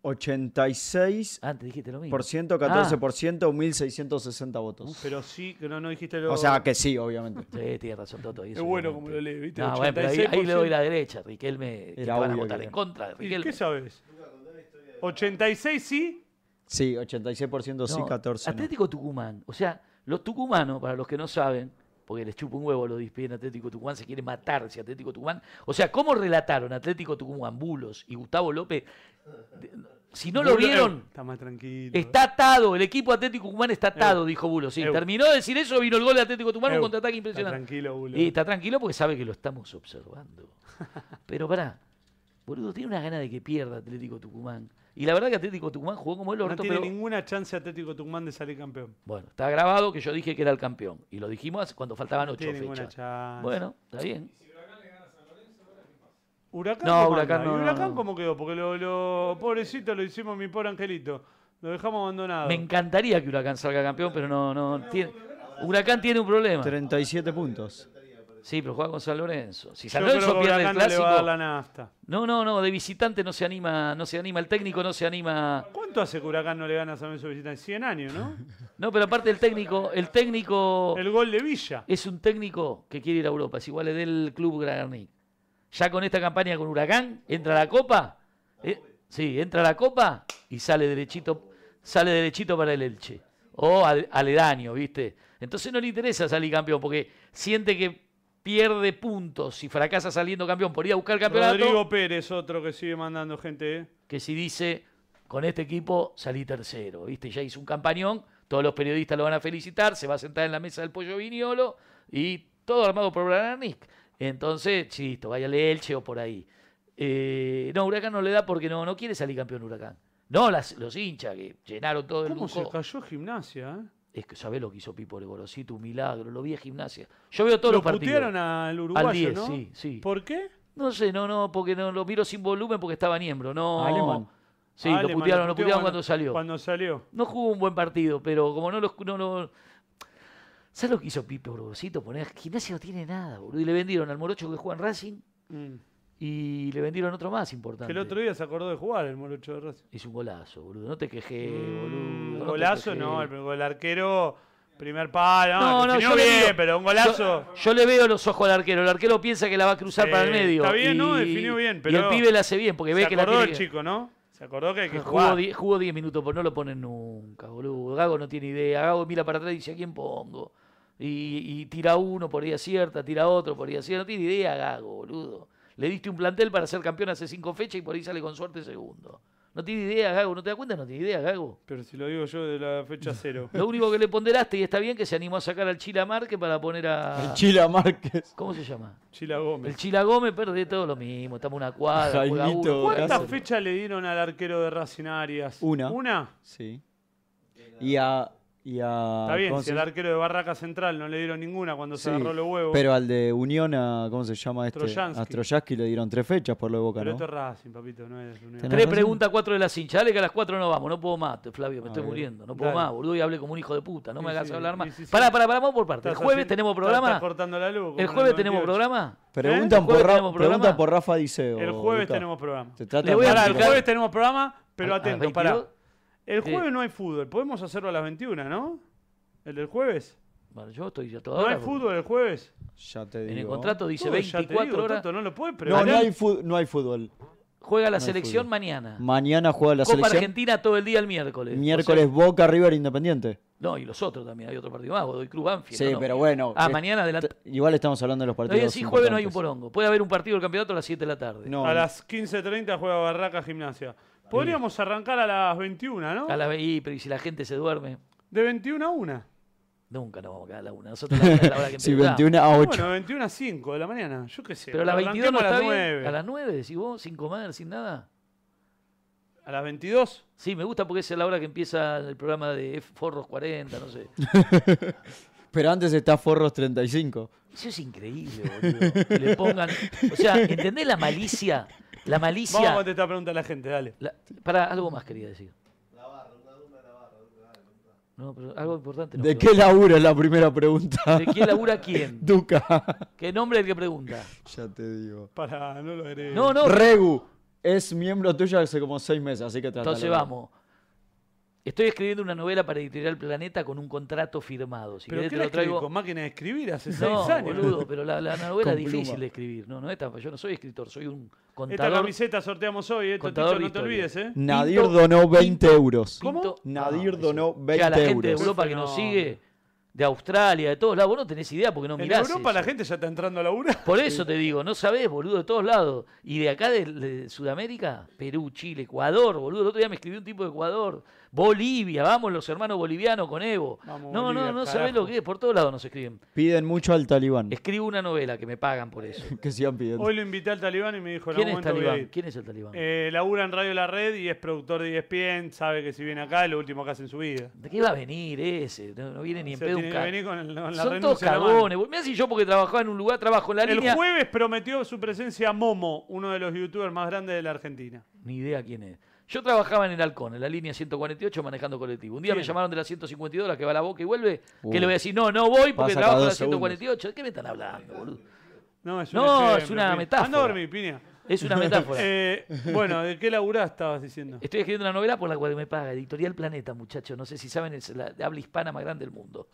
[SPEAKER 5] 86%,
[SPEAKER 2] Ah, Antes dijiste lo mismo.
[SPEAKER 5] 14%, 1.660 votos.
[SPEAKER 1] Pero sí, que no, no dijiste lo.
[SPEAKER 5] O sea que sí, obviamente.
[SPEAKER 2] Sí, tiene razón, Toto. y
[SPEAKER 1] Es
[SPEAKER 2] eso,
[SPEAKER 1] bueno
[SPEAKER 2] obviamente.
[SPEAKER 1] como lo leí, ¿viste?
[SPEAKER 2] No, bueno, pero ahí, ahí le
[SPEAKER 1] 86%.
[SPEAKER 2] doy la derecha. Riquelme, que te
[SPEAKER 5] Era
[SPEAKER 2] van a
[SPEAKER 5] obvio que
[SPEAKER 2] votar
[SPEAKER 5] era.
[SPEAKER 2] en contra de
[SPEAKER 1] ¿Y
[SPEAKER 2] Riquelme.
[SPEAKER 1] ¿Qué sabes? 86 sí.
[SPEAKER 5] Sí, 86% sí,
[SPEAKER 2] No,
[SPEAKER 5] 14%. no.
[SPEAKER 2] Atlético Tucumán. O sea, los tucumanos, para los que no saben, porque les chupa un huevo lo despiden Atlético Tucumán, se quiere matar si Atlético Tucumán. O sea, ¿cómo relataron Atlético Tucumán, Bulos y Gustavo López? De- Si no lo
[SPEAKER 1] Bulo, eh,
[SPEAKER 2] vieron,
[SPEAKER 1] Está más tranquilo.
[SPEAKER 2] Está atado, el equipo Atlético Tucumán está atado, dijo Bulo. Sí,
[SPEAKER 1] Eu.
[SPEAKER 2] terminó de decir eso, vino el gol de Atlético Tucumán, un
[SPEAKER 1] Eu.
[SPEAKER 2] contraataque
[SPEAKER 1] Está
[SPEAKER 2] impresionante.
[SPEAKER 1] tranquilo, Bulo.
[SPEAKER 2] Y está tranquilo porque sabe que lo estamos observando. Pero pará, boludo, tiene una gana de que pierda Atlético Tucumán. Y la verdad que Atlético Tucumán jugó como el
[SPEAKER 1] no
[SPEAKER 2] orto,
[SPEAKER 1] tiene
[SPEAKER 2] pero
[SPEAKER 1] ninguna chance Atlético Tucumán de salir campeón.
[SPEAKER 2] bueno, está grabado que yo dije que era el campeón. Y lo dijimos hace- cuando faltaban
[SPEAKER 1] No
[SPEAKER 2] ocho
[SPEAKER 1] tiene ninguna
[SPEAKER 2] fechas.
[SPEAKER 1] chance.
[SPEAKER 2] Bueno, está bien.
[SPEAKER 1] Huracán.
[SPEAKER 2] No,
[SPEAKER 1] cómo
[SPEAKER 2] Huracán
[SPEAKER 1] anda?
[SPEAKER 2] no,
[SPEAKER 1] ¿Y
[SPEAKER 2] no,
[SPEAKER 1] Huracán
[SPEAKER 2] no.
[SPEAKER 1] cómo quedó? Porque lo, lo- pobrecito lo hicimos mi pobre angelito. Lo dejamos abandonado.
[SPEAKER 2] Me encantaría que Huracán salga campeón, pero no, no tiene. Huracán tiene un problema.
[SPEAKER 5] 37 puntos.
[SPEAKER 2] Sí, pero juega con San Lorenzo. Si
[SPEAKER 1] Yo
[SPEAKER 2] San
[SPEAKER 1] creo que
[SPEAKER 2] Lorenzo pierde el
[SPEAKER 1] Huracán no le va a dar
[SPEAKER 2] clásico,
[SPEAKER 1] la nafta.
[SPEAKER 2] No, no, no, de visitante no se anima, no se anima, el técnico no se anima.
[SPEAKER 1] ¿Cuánto hace que Huracán no le gana a San Lorenzo visitante? 100 años, ¿no?
[SPEAKER 2] No, pero aparte el técnico, el técnico
[SPEAKER 1] El gol de Villa.
[SPEAKER 2] es un técnico que quiere ir a Europa, es igual el del club Gragarnik. Ya con esta campaña con Huracán, entra la copa, eh, sí, entra la copa y sale derechito, sale derechito para el Elche. O al- aledaño, ¿viste? Entonces no le interesa salir campeón, porque siente que pierde puntos y fracasa saliendo campeón por ir a buscar el campeonato.
[SPEAKER 1] Rodrigo Pérez, otro que sigue mandando gente. ¿eh?
[SPEAKER 2] que si dice, con este equipo salí tercero, ¿viste? Ya hizo un campañón, todos los periodistas lo van a felicitar, se va a sentar en la mesa del pollo viñolo y todo armado por Brananic. Entonces, chisto, vaya al Elche o por ahí. Eh, no, Huracán no le da porque no, no quiere salir campeón Huracán. No, las- los hinchas que llenaron todo el
[SPEAKER 1] ¿Cómo se
[SPEAKER 2] lujo.
[SPEAKER 1] cayó gimnasia? eh?
[SPEAKER 2] Es que sabés lo que hizo Pipo de Gorosito, un milagro, lo vi a gimnasia. Yo veo todos
[SPEAKER 1] lo
[SPEAKER 2] los partidos.
[SPEAKER 1] putearon al uruguayo,
[SPEAKER 2] 10,
[SPEAKER 1] ¿no?
[SPEAKER 2] sí, sí.
[SPEAKER 1] ¿Por qué?
[SPEAKER 2] No sé, no, no, porque no lo miro sin volumen porque estaba niembro, no.
[SPEAKER 5] Alemán.
[SPEAKER 2] Sí,
[SPEAKER 1] Alemán,
[SPEAKER 2] lo putearon, lo
[SPEAKER 1] Ah, puteó
[SPEAKER 2] putearon cuando salió.
[SPEAKER 1] Cuando salió.
[SPEAKER 2] No jugó un buen partido, pero como no lo. No, lo- ¿Sabes lo que hizo Pipe Orgosito? Poner gimnasia no tiene nada, boludo. Y le vendieron al Morocho que juega en Racing
[SPEAKER 1] Mm.
[SPEAKER 2] y le vendieron otro más importante.
[SPEAKER 1] Que el otro día se acordó de jugar el morocho de Racing.
[SPEAKER 2] Hizo un golazo, boludo. No te quejes,
[SPEAKER 1] Mm,
[SPEAKER 2] boludo. no te
[SPEAKER 1] golazo no, el,
[SPEAKER 2] quejés.
[SPEAKER 1] el arquero, primer palo.
[SPEAKER 2] No,
[SPEAKER 1] No,
[SPEAKER 2] no,
[SPEAKER 1] definió
[SPEAKER 2] yo le
[SPEAKER 1] bien,
[SPEAKER 2] digo-
[SPEAKER 1] pero un golazo.
[SPEAKER 2] Yo, eh, yo le veo los ojos al arquero. El arquero piensa que la va a cruzar
[SPEAKER 1] Sí,
[SPEAKER 2] para el medio.
[SPEAKER 1] está bien,
[SPEAKER 2] y,
[SPEAKER 1] ¿no? Definió bien,
[SPEAKER 2] y el
[SPEAKER 1] pero
[SPEAKER 2] pibe la hace bien porque ve
[SPEAKER 1] se
[SPEAKER 2] que la
[SPEAKER 1] acordó
[SPEAKER 2] tiene
[SPEAKER 1] el
[SPEAKER 2] que-
[SPEAKER 1] chico, ¿no? Se acordó que hay que
[SPEAKER 2] Jugó
[SPEAKER 1] jugar.
[SPEAKER 2] 10 jugó 10 minutos, pero no lo ponen nunca, boludo. Gago no tiene idea. Gago mira para atrás y dice, ¿a quién pongo? Y, y tira uno por ahí acierta, tira otro por ahí acierta. No tiene idea, Gago, boludo. Le diste un plantel para ser campeón hace cinco fechas y por ahí sale con suerte segundo. No tiene idea, Gago. ¿No te das cuenta? No tiene idea, Gago.
[SPEAKER 1] Pero si lo digo yo de la fecha cero.
[SPEAKER 2] Lo único que le ponderaste, y está bien, que se animó a sacar al Chila Marque para poner
[SPEAKER 1] Ah.
[SPEAKER 2] a...
[SPEAKER 5] Chila Márquez.
[SPEAKER 2] ¿Cómo se llama?
[SPEAKER 1] Chila
[SPEAKER 2] El
[SPEAKER 1] Gómez.
[SPEAKER 2] Chila Gómez perde todo lo mismo. Estamos una cuadra, juega
[SPEAKER 5] Jaimito
[SPEAKER 2] uno.
[SPEAKER 5] Gracias.
[SPEAKER 1] ¿Cuántas
[SPEAKER 5] Gracias.
[SPEAKER 1] fechas le dieron al arquero de Racing Arias?
[SPEAKER 5] Una.
[SPEAKER 1] ¿Una?
[SPEAKER 5] Sí. Y a. Y a
[SPEAKER 1] Está bien,
[SPEAKER 5] ¿cómo
[SPEAKER 1] si
[SPEAKER 5] se-
[SPEAKER 1] el arquero de Barraca Central no le dieron ninguna cuando
[SPEAKER 5] Sí,
[SPEAKER 1] se agarró los huevos.
[SPEAKER 5] Pero al de Unión, a, ¿cómo se llama este?
[SPEAKER 1] Trojansky.
[SPEAKER 5] A Trojansky le dieron tres fechas por lo de Boca,
[SPEAKER 1] Pero este
[SPEAKER 5] ¿no?
[SPEAKER 1] esto es Racing, papito, no es Unión.
[SPEAKER 5] Tenés-
[SPEAKER 2] Tres
[SPEAKER 5] razón.
[SPEAKER 2] preguntas, cuatro de las hinchas. Dale que a las cuatro no vamos, no puedo más, te- Flavio, me
[SPEAKER 5] A
[SPEAKER 2] estoy
[SPEAKER 5] ver.
[SPEAKER 2] muriendo. No puedo
[SPEAKER 1] Dale.
[SPEAKER 2] más, boludo, y hablé como un hijo de puta. No me
[SPEAKER 1] Sí,
[SPEAKER 2] hagas
[SPEAKER 1] sí,
[SPEAKER 2] hablar más.
[SPEAKER 1] sí, sí, sí.
[SPEAKER 2] Pará, pará, pará, vamos por parte. El
[SPEAKER 1] Estás
[SPEAKER 2] jueves
[SPEAKER 1] haciendo-
[SPEAKER 2] tenemos
[SPEAKER 1] estás-
[SPEAKER 2] programa.
[SPEAKER 1] estás cortando la luz. como
[SPEAKER 2] El
[SPEAKER 1] en
[SPEAKER 2] jueves tenemos
[SPEAKER 1] 98.
[SPEAKER 2] programa.
[SPEAKER 5] Preguntan,
[SPEAKER 2] ¿El
[SPEAKER 5] por
[SPEAKER 2] jueves
[SPEAKER 5] Ra-
[SPEAKER 2] tenemos programa?
[SPEAKER 5] preguntan por Rafa Diceo.
[SPEAKER 1] El jueves
[SPEAKER 5] Boca.
[SPEAKER 1] tenemos programa.
[SPEAKER 5] Te tratan
[SPEAKER 2] Le voy a
[SPEAKER 5] mal,
[SPEAKER 1] Pará, el
[SPEAKER 2] explicar-
[SPEAKER 1] jueves tenemos programa, pero
[SPEAKER 2] ¿A- a
[SPEAKER 1] atento,
[SPEAKER 2] 22?
[SPEAKER 1] pará. El
[SPEAKER 2] Sí.
[SPEAKER 1] jueves no hay fútbol, podemos hacerlo a las 21, ¿no? ¿El del jueves?
[SPEAKER 2] Bueno, yo estoy ya toda
[SPEAKER 1] ¿No
[SPEAKER 2] hora,
[SPEAKER 1] hay
[SPEAKER 2] boludo.
[SPEAKER 1] fútbol el jueves?
[SPEAKER 5] Ya te digo.
[SPEAKER 2] En el contrato dice
[SPEAKER 1] Todo, ya te
[SPEAKER 2] 24
[SPEAKER 1] digo,
[SPEAKER 2] horas.
[SPEAKER 1] Tato, no lo puedes
[SPEAKER 5] No,
[SPEAKER 1] prever.
[SPEAKER 5] no hay, fu- no hay fútbol.
[SPEAKER 2] Juega la
[SPEAKER 5] hay
[SPEAKER 2] selección
[SPEAKER 5] fútbol.
[SPEAKER 2] mañana.
[SPEAKER 5] Mañana juega la
[SPEAKER 2] Copa
[SPEAKER 5] selección.
[SPEAKER 2] Argentina todo el día el miércoles. O sea,
[SPEAKER 5] Miércoles Boca, River, Independiente.
[SPEAKER 2] no, y los otros también. Hay otro partido más, Godoy Cruz Banfield.
[SPEAKER 5] Sí,
[SPEAKER 2] no, no.
[SPEAKER 5] pero bueno.
[SPEAKER 2] Ah,
[SPEAKER 5] es-
[SPEAKER 2] mañana adelante.
[SPEAKER 5] t- Igual estamos hablando de los
[SPEAKER 2] Está bien,
[SPEAKER 5] partidos.
[SPEAKER 2] sí, jueves no hay un
[SPEAKER 5] importantes.
[SPEAKER 2] porongo. Puede haber un partido del campeonato a las 7 de la tarde.
[SPEAKER 5] No,
[SPEAKER 1] A las 15.30 juega Barraca Gimnasia. Podríamos arrancar a las 21, ¿no?
[SPEAKER 2] A las y, pero y si la gente se duerme,
[SPEAKER 1] De 21 a 1.
[SPEAKER 2] nunca nos vamos a quedar a la una. Nosotros la, la hora que
[SPEAKER 5] Sí,
[SPEAKER 2] empezamos.
[SPEAKER 5] 21 a 8.
[SPEAKER 1] Bueno, de 21 a 5 de la mañana, yo qué sé.
[SPEAKER 2] Pero a las 22 no
[SPEAKER 1] Arranquemos
[SPEAKER 2] está
[SPEAKER 1] a las
[SPEAKER 2] bien.
[SPEAKER 1] 9.
[SPEAKER 2] A las 9, decís vos, sin comer, sin nada.
[SPEAKER 1] ¿A las 22?
[SPEAKER 2] Sí, me gusta porque esa es la hora que empieza el programa de F- Forros 40, no sé.
[SPEAKER 5] Pero antes está Forros 35.
[SPEAKER 2] Eso es increíble, boludo. Que le pongan... O sea, ¿entendés la malicia?
[SPEAKER 1] Vamos
[SPEAKER 2] La
[SPEAKER 1] a
[SPEAKER 2] malicia...
[SPEAKER 1] contestar pregunta a la gente, dale.
[SPEAKER 2] para algo más quería decir. No, pero algo importante. no,
[SPEAKER 5] ¿De
[SPEAKER 2] pero-
[SPEAKER 5] qué laburo es la primera pregunta?
[SPEAKER 2] ¿De quién labura quién?
[SPEAKER 5] Duca.
[SPEAKER 2] ¿Qué nombre es el que pregunta?
[SPEAKER 5] ya te digo.
[SPEAKER 1] Para, no lo agregues.
[SPEAKER 2] No, no,
[SPEAKER 5] Regu es miembro tuyo hace como seis meses, así que trátalo.
[SPEAKER 2] Entonces vamos. Estoy escribiendo una novela para Editorial Planeta con un contrato firmado. Si
[SPEAKER 1] ¿Pero
[SPEAKER 2] querés
[SPEAKER 1] qué
[SPEAKER 2] te
[SPEAKER 1] la
[SPEAKER 2] lo
[SPEAKER 1] escribí
[SPEAKER 2] traigo.
[SPEAKER 1] con máquina de escribir hace 6
[SPEAKER 2] No,
[SPEAKER 1] años?
[SPEAKER 2] boludo, pero la, la novela es
[SPEAKER 5] Con pluma.
[SPEAKER 2] difícil de escribir. No, no es tan, yo no soy escritor, soy un
[SPEAKER 1] Esta
[SPEAKER 2] contador.
[SPEAKER 1] camiseta sorteamos hoy, eh,
[SPEAKER 2] Contador
[SPEAKER 1] Totito, no te
[SPEAKER 2] Victoria.
[SPEAKER 1] olvides, ¿eh?
[SPEAKER 5] Nadir
[SPEAKER 2] Pinto-
[SPEAKER 5] donó 20 euros.
[SPEAKER 2] Pinto-
[SPEAKER 5] Nadir
[SPEAKER 2] Ah, eso.
[SPEAKER 5] donó
[SPEAKER 2] Que a la
[SPEAKER 5] 20
[SPEAKER 2] gente de
[SPEAKER 5] euros.
[SPEAKER 2] Europa que nos
[SPEAKER 1] No.
[SPEAKER 2] sigue, de Australia, de todos lados. Vos no tenés idea porque no
[SPEAKER 1] en
[SPEAKER 2] mirás.
[SPEAKER 1] Europa la
[SPEAKER 2] eso.
[SPEAKER 1] gente ya está entrando a laburar.
[SPEAKER 2] Por eso te digo, no sabés, boludo, de todos lados. Y de acá de, de Sudamérica, Perú, Chile, Ecuador, boludo. El otro día me escribió un tipo de Ecuador. Bolivia, vamos los hermanos bolivianos con Evo.
[SPEAKER 1] Vamos,
[SPEAKER 2] no,
[SPEAKER 1] Bolivia,
[SPEAKER 2] no, no
[SPEAKER 1] carajo.
[SPEAKER 2] sabés lo que es. Por todos lados nos escriben.
[SPEAKER 5] Piden mucho al talibán.
[SPEAKER 2] Escribo una novela que me pagan por eso.
[SPEAKER 5] Que sigan pidiendo.
[SPEAKER 1] Hoy lo invité al talibán y me dijo, en
[SPEAKER 2] ¿Quién es
[SPEAKER 1] algún momento voy a
[SPEAKER 2] talibán?
[SPEAKER 1] ir.
[SPEAKER 2] ¿Quién es el talibán?
[SPEAKER 1] Eh, labura en Radio La Red y es productor de E ESPN, sabe que si viene acá es lo último que hace en su vida.
[SPEAKER 2] ¿De qué va a venir ese? No, no viene ni
[SPEAKER 1] O
[SPEAKER 2] en
[SPEAKER 1] sea,
[SPEAKER 2] pedo
[SPEAKER 1] tiene
[SPEAKER 2] un
[SPEAKER 1] que
[SPEAKER 2] ca-
[SPEAKER 1] venir con la- con la
[SPEAKER 2] Son todos
[SPEAKER 1] renuncia en la mano.
[SPEAKER 2] cagones. Mirá si yo porque trabajaba en un lugar, trabajo en la
[SPEAKER 1] El
[SPEAKER 2] línea.
[SPEAKER 1] jueves prometió su presencia Momo, uno de los youtubers más grandes de la Argentina.
[SPEAKER 2] Ni idea quién es. Yo trabajaba en el Halcón, en la línea 148, manejando colectivo. Un día me
[SPEAKER 1] Bien.
[SPEAKER 2] llamaron de la 152, la que va a la boca y vuelve,
[SPEAKER 5] Uh.
[SPEAKER 2] que le voy a decir, no, no voy porque
[SPEAKER 5] Pasa cada
[SPEAKER 2] trabajo en la
[SPEAKER 5] dos segundos.
[SPEAKER 2] 148. ¿De qué me están hablando, boludo?
[SPEAKER 1] No, es, un
[SPEAKER 2] No,
[SPEAKER 1] ejemplo,
[SPEAKER 2] es una
[SPEAKER 1] Piña.
[SPEAKER 2] metáfora.
[SPEAKER 1] Anda a dormir, Piña.
[SPEAKER 2] Es una metáfora.
[SPEAKER 1] Eh, bueno, ¿de qué laburás estabas diciendo?
[SPEAKER 2] Estoy escribiendo una novela por la cual me paga Editorial Planeta, muchachos. No sé si saben, es la de habla hispana más grande del mundo.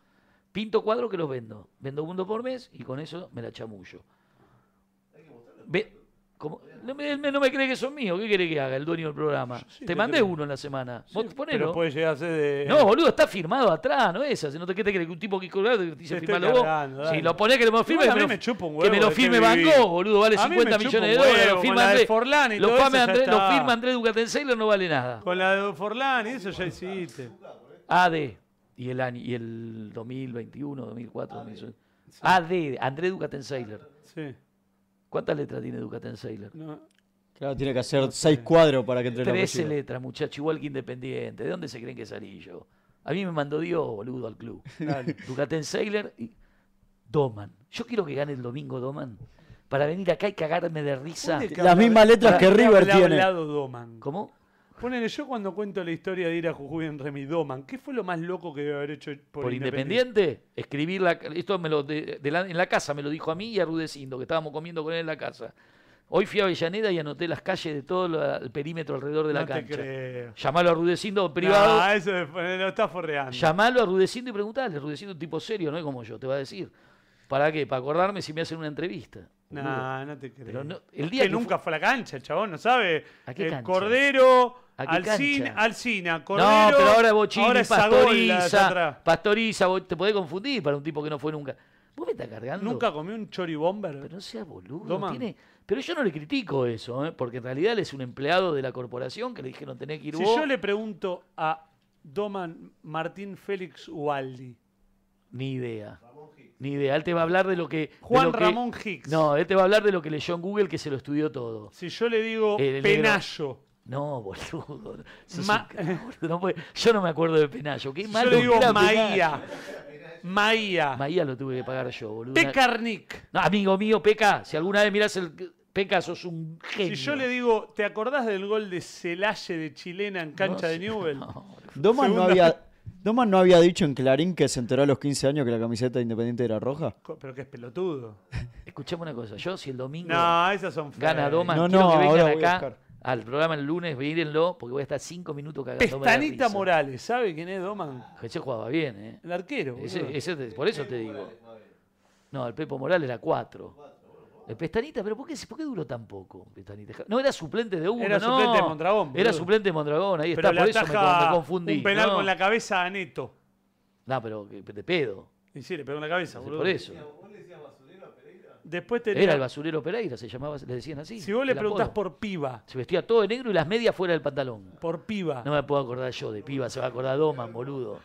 [SPEAKER 2] Pinto cuadros que los vendo. Vendo uno por mes y con eso me la chamullo. Ve- ¿Cómo? No, me, él me- no me cree que son míos. ¿Qué quiere que haga el dueño del programa? te
[SPEAKER 1] te
[SPEAKER 2] mandé
[SPEAKER 1] creo.
[SPEAKER 2] uno en la semana. Vos
[SPEAKER 1] Pero
[SPEAKER 2] ponelo.
[SPEAKER 1] puede llegar a ser de...
[SPEAKER 2] No, boludo, está firmado atrás, no es así. No te qué te crees que un tipo que colgado te dice
[SPEAKER 1] Te estoy
[SPEAKER 2] firmalo vos.
[SPEAKER 1] cargando, dale.
[SPEAKER 2] Si lo ponés que lo firme,
[SPEAKER 1] Igual a
[SPEAKER 2] que
[SPEAKER 1] mí
[SPEAKER 2] me
[SPEAKER 1] me
[SPEAKER 2] lo-
[SPEAKER 1] chupa un
[SPEAKER 2] que
[SPEAKER 1] huevo
[SPEAKER 2] me lo
[SPEAKER 1] de qué
[SPEAKER 2] firme Van
[SPEAKER 1] vivís.
[SPEAKER 2] Gogh, boludo, vale
[SPEAKER 1] A mí me
[SPEAKER 2] 50
[SPEAKER 1] chupa
[SPEAKER 2] millones de
[SPEAKER 1] un huevo,
[SPEAKER 2] dólares. Lo
[SPEAKER 1] con
[SPEAKER 2] firma
[SPEAKER 1] la de
[SPEAKER 2] Andrés,
[SPEAKER 1] Forlán y
[SPEAKER 2] lo
[SPEAKER 1] todo
[SPEAKER 2] fame
[SPEAKER 1] eso, ya
[SPEAKER 2] Andrés- lo
[SPEAKER 1] está.
[SPEAKER 2] firma Andrés Ducatenseiler, no vale nada.
[SPEAKER 1] Con la de Forlán y eso ya hiciste.
[SPEAKER 2] AD. Y el año, y el 2021, 2004, 2006. AD, Andrés Ducatenseiler.
[SPEAKER 1] Sí.
[SPEAKER 2] ¿Cuántas letras tiene Ducatenseiler?
[SPEAKER 1] No.
[SPEAKER 5] Claro, tiene que hacer seis cuadros para que entre la
[SPEAKER 2] 13
[SPEAKER 5] música.
[SPEAKER 2] letras, muchacho, igual que Independiente. ¿De dónde se creen que salí yo? A mí me mandó Dios, boludo, al club. Ducaten Sailor y Doman. Yo quiero que gane el domingo Doman para venir acá y cagarme de risa.
[SPEAKER 1] ¿Dónde
[SPEAKER 5] Las mismas letras que
[SPEAKER 1] ¿Qué
[SPEAKER 5] Ah, River
[SPEAKER 1] habrá
[SPEAKER 5] tiene.
[SPEAKER 1] hablado Doman?
[SPEAKER 2] ¿Cómo?
[SPEAKER 1] Ponele, yo cuando cuento la historia de ir a Jujuy en Remy Doman, ¿qué fue lo más loco que debe haber hecho por,
[SPEAKER 2] Por, Independiente, escribir la, esto me lo de- de la- en la casa me lo dijo a mí y a Rudecindo, que estábamos comiendo con él en la casa. Hoy fui a Avellaneda y anoté las calles de todo la- el perímetro alrededor de la
[SPEAKER 1] no te
[SPEAKER 2] cancha.
[SPEAKER 1] creo.
[SPEAKER 2] Llamalo a Rudecindo en privado.
[SPEAKER 1] Ah, eso es- lo está forreando.
[SPEAKER 2] Llamalo a Rudecindo y preguntale. Rudecindo es un tipo serio, no es como yo, te va a decir. ¿Para qué? Para acordarme si me hacen una entrevista.
[SPEAKER 1] No,
[SPEAKER 2] boludo.
[SPEAKER 1] no te creo.
[SPEAKER 2] Pero no- el día
[SPEAKER 1] que,
[SPEAKER 2] que
[SPEAKER 1] nunca fue a la cancha, el chabón, ¿no sabe?
[SPEAKER 2] ¿A qué
[SPEAKER 1] Eh,
[SPEAKER 2] cancha?
[SPEAKER 1] Cordero,
[SPEAKER 2] ¿A qué
[SPEAKER 1] Alcina,
[SPEAKER 2] cancha?
[SPEAKER 1] Alcina, Cordero.
[SPEAKER 2] No, pero ahora Bochini
[SPEAKER 1] ahora es Sagol, la de atrás.
[SPEAKER 2] pastoriza. Pastoriza, vos te podés confundir para un tipo que no fue nunca. Vos me estás cargando.
[SPEAKER 1] Nunca comió un choribomber.
[SPEAKER 2] Pero no seas boludo.
[SPEAKER 1] Toma.
[SPEAKER 2] tiene- Pero yo no le critico eso, ¿eh? porque en realidad él es un empleado de la corporación que le dijeron tenés que ir
[SPEAKER 1] si
[SPEAKER 2] vos.
[SPEAKER 1] yo le pregunto a Doman Martín Félix Ualdi,
[SPEAKER 2] Ni idea. Ni idea. Él te va a hablar de lo que. de
[SPEAKER 1] Juan
[SPEAKER 2] lo que-
[SPEAKER 1] Ramón Hicks,
[SPEAKER 2] No, él te va a hablar de lo que leyó en Google que se lo estudió todo.
[SPEAKER 1] si yo le digo
[SPEAKER 2] El negro.
[SPEAKER 1] Penayo,
[SPEAKER 2] No, boludo. Sos un
[SPEAKER 1] Ma-
[SPEAKER 2] cagón, boludo. No puede- Yo no me acuerdo de Penayo. Qué
[SPEAKER 1] si yo
[SPEAKER 2] malo
[SPEAKER 1] le
[SPEAKER 2] que
[SPEAKER 1] digo
[SPEAKER 2] era Penayo.
[SPEAKER 1] Maía, Maía,
[SPEAKER 2] Maía lo tuve que pagar yo, boludo. Una-
[SPEAKER 1] Pecarnik,
[SPEAKER 2] No, amigo mío, Peca, si alguna vez mirás el Peca, sos un genio.
[SPEAKER 1] si yo le digo, ¿te acordás del gol de Celaye de Chilena en cancha
[SPEAKER 2] No
[SPEAKER 1] de
[SPEAKER 2] sé,
[SPEAKER 1] Newell?
[SPEAKER 2] no.
[SPEAKER 5] Doman no,
[SPEAKER 1] Segunda-
[SPEAKER 5] había, Doman no había dicho en Clarín que se enteró a los 15 años que la camiseta de independiente era roja.
[SPEAKER 1] Co- Pero que es pelotudo.
[SPEAKER 2] Escuchame una cosa, yo si el domingo
[SPEAKER 1] No, esas son
[SPEAKER 2] gana
[SPEAKER 1] fake.
[SPEAKER 2] Doman,
[SPEAKER 5] No,
[SPEAKER 2] quiero
[SPEAKER 5] no,
[SPEAKER 2] que
[SPEAKER 5] ahora
[SPEAKER 2] vengan
[SPEAKER 5] voy a
[SPEAKER 2] acá
[SPEAKER 5] buscar.
[SPEAKER 2] al programa el lunes, mírenlo, porque voy a estar cinco minutos cagando.
[SPEAKER 1] Pestanita Morales, ¿sabe quién es Doman?
[SPEAKER 2] Ese jugaba bien, ¿eh?
[SPEAKER 1] El arquero. boludo.
[SPEAKER 2] Ese, ese te- por eso te digo. No, el Pepo Morales era cuatro. El Pestanita, pero ¿por qué, por qué duró tan poco? Pestanita? No, era suplente de uno.
[SPEAKER 1] Era
[SPEAKER 2] no.
[SPEAKER 1] suplente de Mondragón, boludo.
[SPEAKER 2] Era suplente de Mondragón, ahí
[SPEAKER 1] Pero
[SPEAKER 2] está,
[SPEAKER 1] le
[SPEAKER 2] por eso me,
[SPEAKER 1] ataja
[SPEAKER 2] me confundí.
[SPEAKER 1] un penal
[SPEAKER 2] no.
[SPEAKER 1] con la cabeza a Neto.
[SPEAKER 2] No, pero que- de pedo.
[SPEAKER 1] Y sí, le pegó en la cabeza, boludo.
[SPEAKER 2] Por eso.
[SPEAKER 1] Después tenía-
[SPEAKER 2] Era el basurero Pereira, se llamaba, le decían así.
[SPEAKER 1] Si vos le
[SPEAKER 2] el
[SPEAKER 1] preguntás
[SPEAKER 2] apodo.
[SPEAKER 1] por piba,
[SPEAKER 2] Se vestía todo de negro y las medias fuera del pantalón.
[SPEAKER 1] por piba,
[SPEAKER 2] No me puedo acordar yo de piba, se va a acordar Doman, boludo.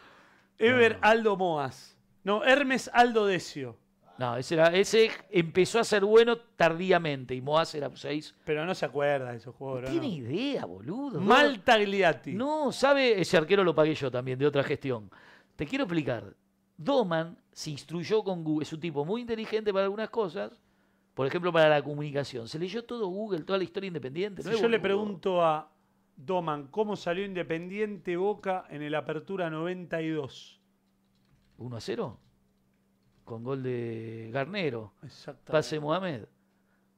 [SPEAKER 1] Ever Aldo Moas. No, Hermes Aldo Decio.
[SPEAKER 2] No, ese, era, ese empezó a ser bueno tardíamente y Moaz era 6.
[SPEAKER 1] Pero no se acuerda de esos
[SPEAKER 2] No
[SPEAKER 1] jugadores.
[SPEAKER 2] tiene
[SPEAKER 1] ¿no?
[SPEAKER 2] idea, boludo.
[SPEAKER 1] Mal Tagliati.
[SPEAKER 2] No, sabe, ese arquero lo pagué yo también, de otra gestión. Te quiero explicar. Doman se instruyó con Google. Es un tipo muy inteligente para algunas cosas. Por ejemplo, para la comunicación. Se leyó todo Google, toda la historia independiente.
[SPEAKER 1] si
[SPEAKER 2] no es
[SPEAKER 1] yo le
[SPEAKER 2] boludo.
[SPEAKER 1] pregunto a Doman cómo salió Independiente Boca en el Apertura 92.
[SPEAKER 2] 1 a 0. Con gol de Garnero.
[SPEAKER 1] Exactamente.
[SPEAKER 2] Pase Mohamed.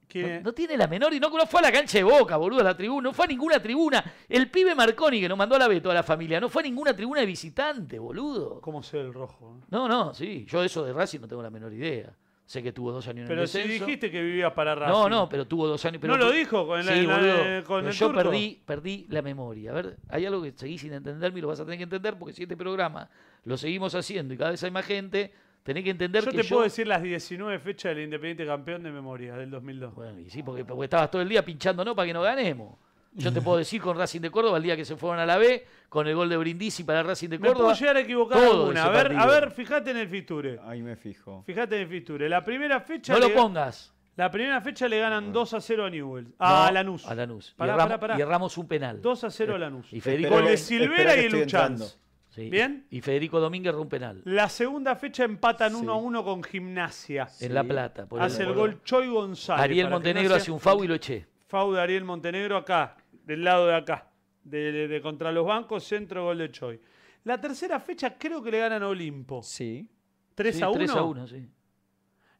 [SPEAKER 1] ¿Quién
[SPEAKER 2] No,
[SPEAKER 1] es?
[SPEAKER 2] no tiene la menor y no, no fue a la cancha de Boca, boludo, a la tribuna. No fue a ninguna tribuna. El pibe Marconi que nos mandó a la B toda la familia. No fue a ninguna tribuna de visitante, boludo.
[SPEAKER 1] ¿Cómo se ve el rojo? eh?
[SPEAKER 2] No, no, sí. Yo eso de Racing no tengo la menor idea. Sé que tuvo dos años en
[SPEAKER 1] Pero
[SPEAKER 2] el
[SPEAKER 1] si
[SPEAKER 2] descenso.
[SPEAKER 1] dijiste que vivías para Racing.
[SPEAKER 2] No, no, pero tuvo dos años. Pero
[SPEAKER 1] No lo dijo con la-
[SPEAKER 2] Sí,
[SPEAKER 1] la-
[SPEAKER 2] boludo,
[SPEAKER 1] eh, con
[SPEAKER 2] pero
[SPEAKER 1] el
[SPEAKER 2] yo
[SPEAKER 1] turco.
[SPEAKER 2] perdí, perdí la memoria. A ver, hay algo que seguís sin entenderme y lo vas a tener que entender porque si este programa lo seguimos haciendo y cada vez hay más gente, tenés que entender
[SPEAKER 1] Yo
[SPEAKER 2] que
[SPEAKER 1] te
[SPEAKER 2] yo...
[SPEAKER 1] puedo decir las 19 fechas del Independiente Campeón de Memoria del 2002.
[SPEAKER 2] Bueno, y sí, porque, porque estabas todo el día pinchando no para que no ganemos. Yo te puedo decir con Racing de Córdoba, el día que se fueron a la B, con el gol de Brindisi para Racing de
[SPEAKER 1] Me
[SPEAKER 2] Córdoba.
[SPEAKER 1] puedo llegar a equivocar
[SPEAKER 2] todo
[SPEAKER 1] alguna.
[SPEAKER 2] ese
[SPEAKER 1] A ver, a
[SPEAKER 2] partido.
[SPEAKER 1] ver, fíjate en el Fiture.
[SPEAKER 5] Ahí me fijo.
[SPEAKER 1] Fíjate en el Fiture. La primera fecha.
[SPEAKER 2] No
[SPEAKER 1] le-
[SPEAKER 2] lo pongas.
[SPEAKER 1] La primera fecha le ganan 2 a 0 a Newell's. Ah, A
[SPEAKER 2] No,
[SPEAKER 1] Lanús.
[SPEAKER 2] A Lanús.
[SPEAKER 1] Pará,
[SPEAKER 2] y, erramos,
[SPEAKER 1] pará, pará.
[SPEAKER 2] y erramos un penal.
[SPEAKER 1] 2 a 0 a Lanús.
[SPEAKER 2] Y
[SPEAKER 5] Espera
[SPEAKER 2] Federico,
[SPEAKER 1] Gol de
[SPEAKER 5] que- espera
[SPEAKER 1] Silvera
[SPEAKER 5] que
[SPEAKER 1] y
[SPEAKER 5] estoy entrando.
[SPEAKER 1] Luchans.
[SPEAKER 2] Sí,
[SPEAKER 1] ¿Bien?
[SPEAKER 2] Y Federico Domínguez rompe un penal.
[SPEAKER 1] La segunda fecha empatan
[SPEAKER 5] Sí.
[SPEAKER 1] 1 a 1 con Gimnasia.
[SPEAKER 2] En La Plata. por
[SPEAKER 1] Hace el
[SPEAKER 2] por-
[SPEAKER 1] gol Choy González.
[SPEAKER 2] Ariel
[SPEAKER 1] para
[SPEAKER 2] Montenegro
[SPEAKER 1] Gimnasia.
[SPEAKER 2] hace un FAU y lo eché.
[SPEAKER 1] Fau de Ariel Montenegro acá, del lado de acá, de, de- de contra los bancos, centro gol de Choi. La tercera fecha creo que le ganan a Olimpo.
[SPEAKER 5] Sí.
[SPEAKER 1] 3
[SPEAKER 2] Sí,
[SPEAKER 1] a 1.
[SPEAKER 2] 3 a 1, sí.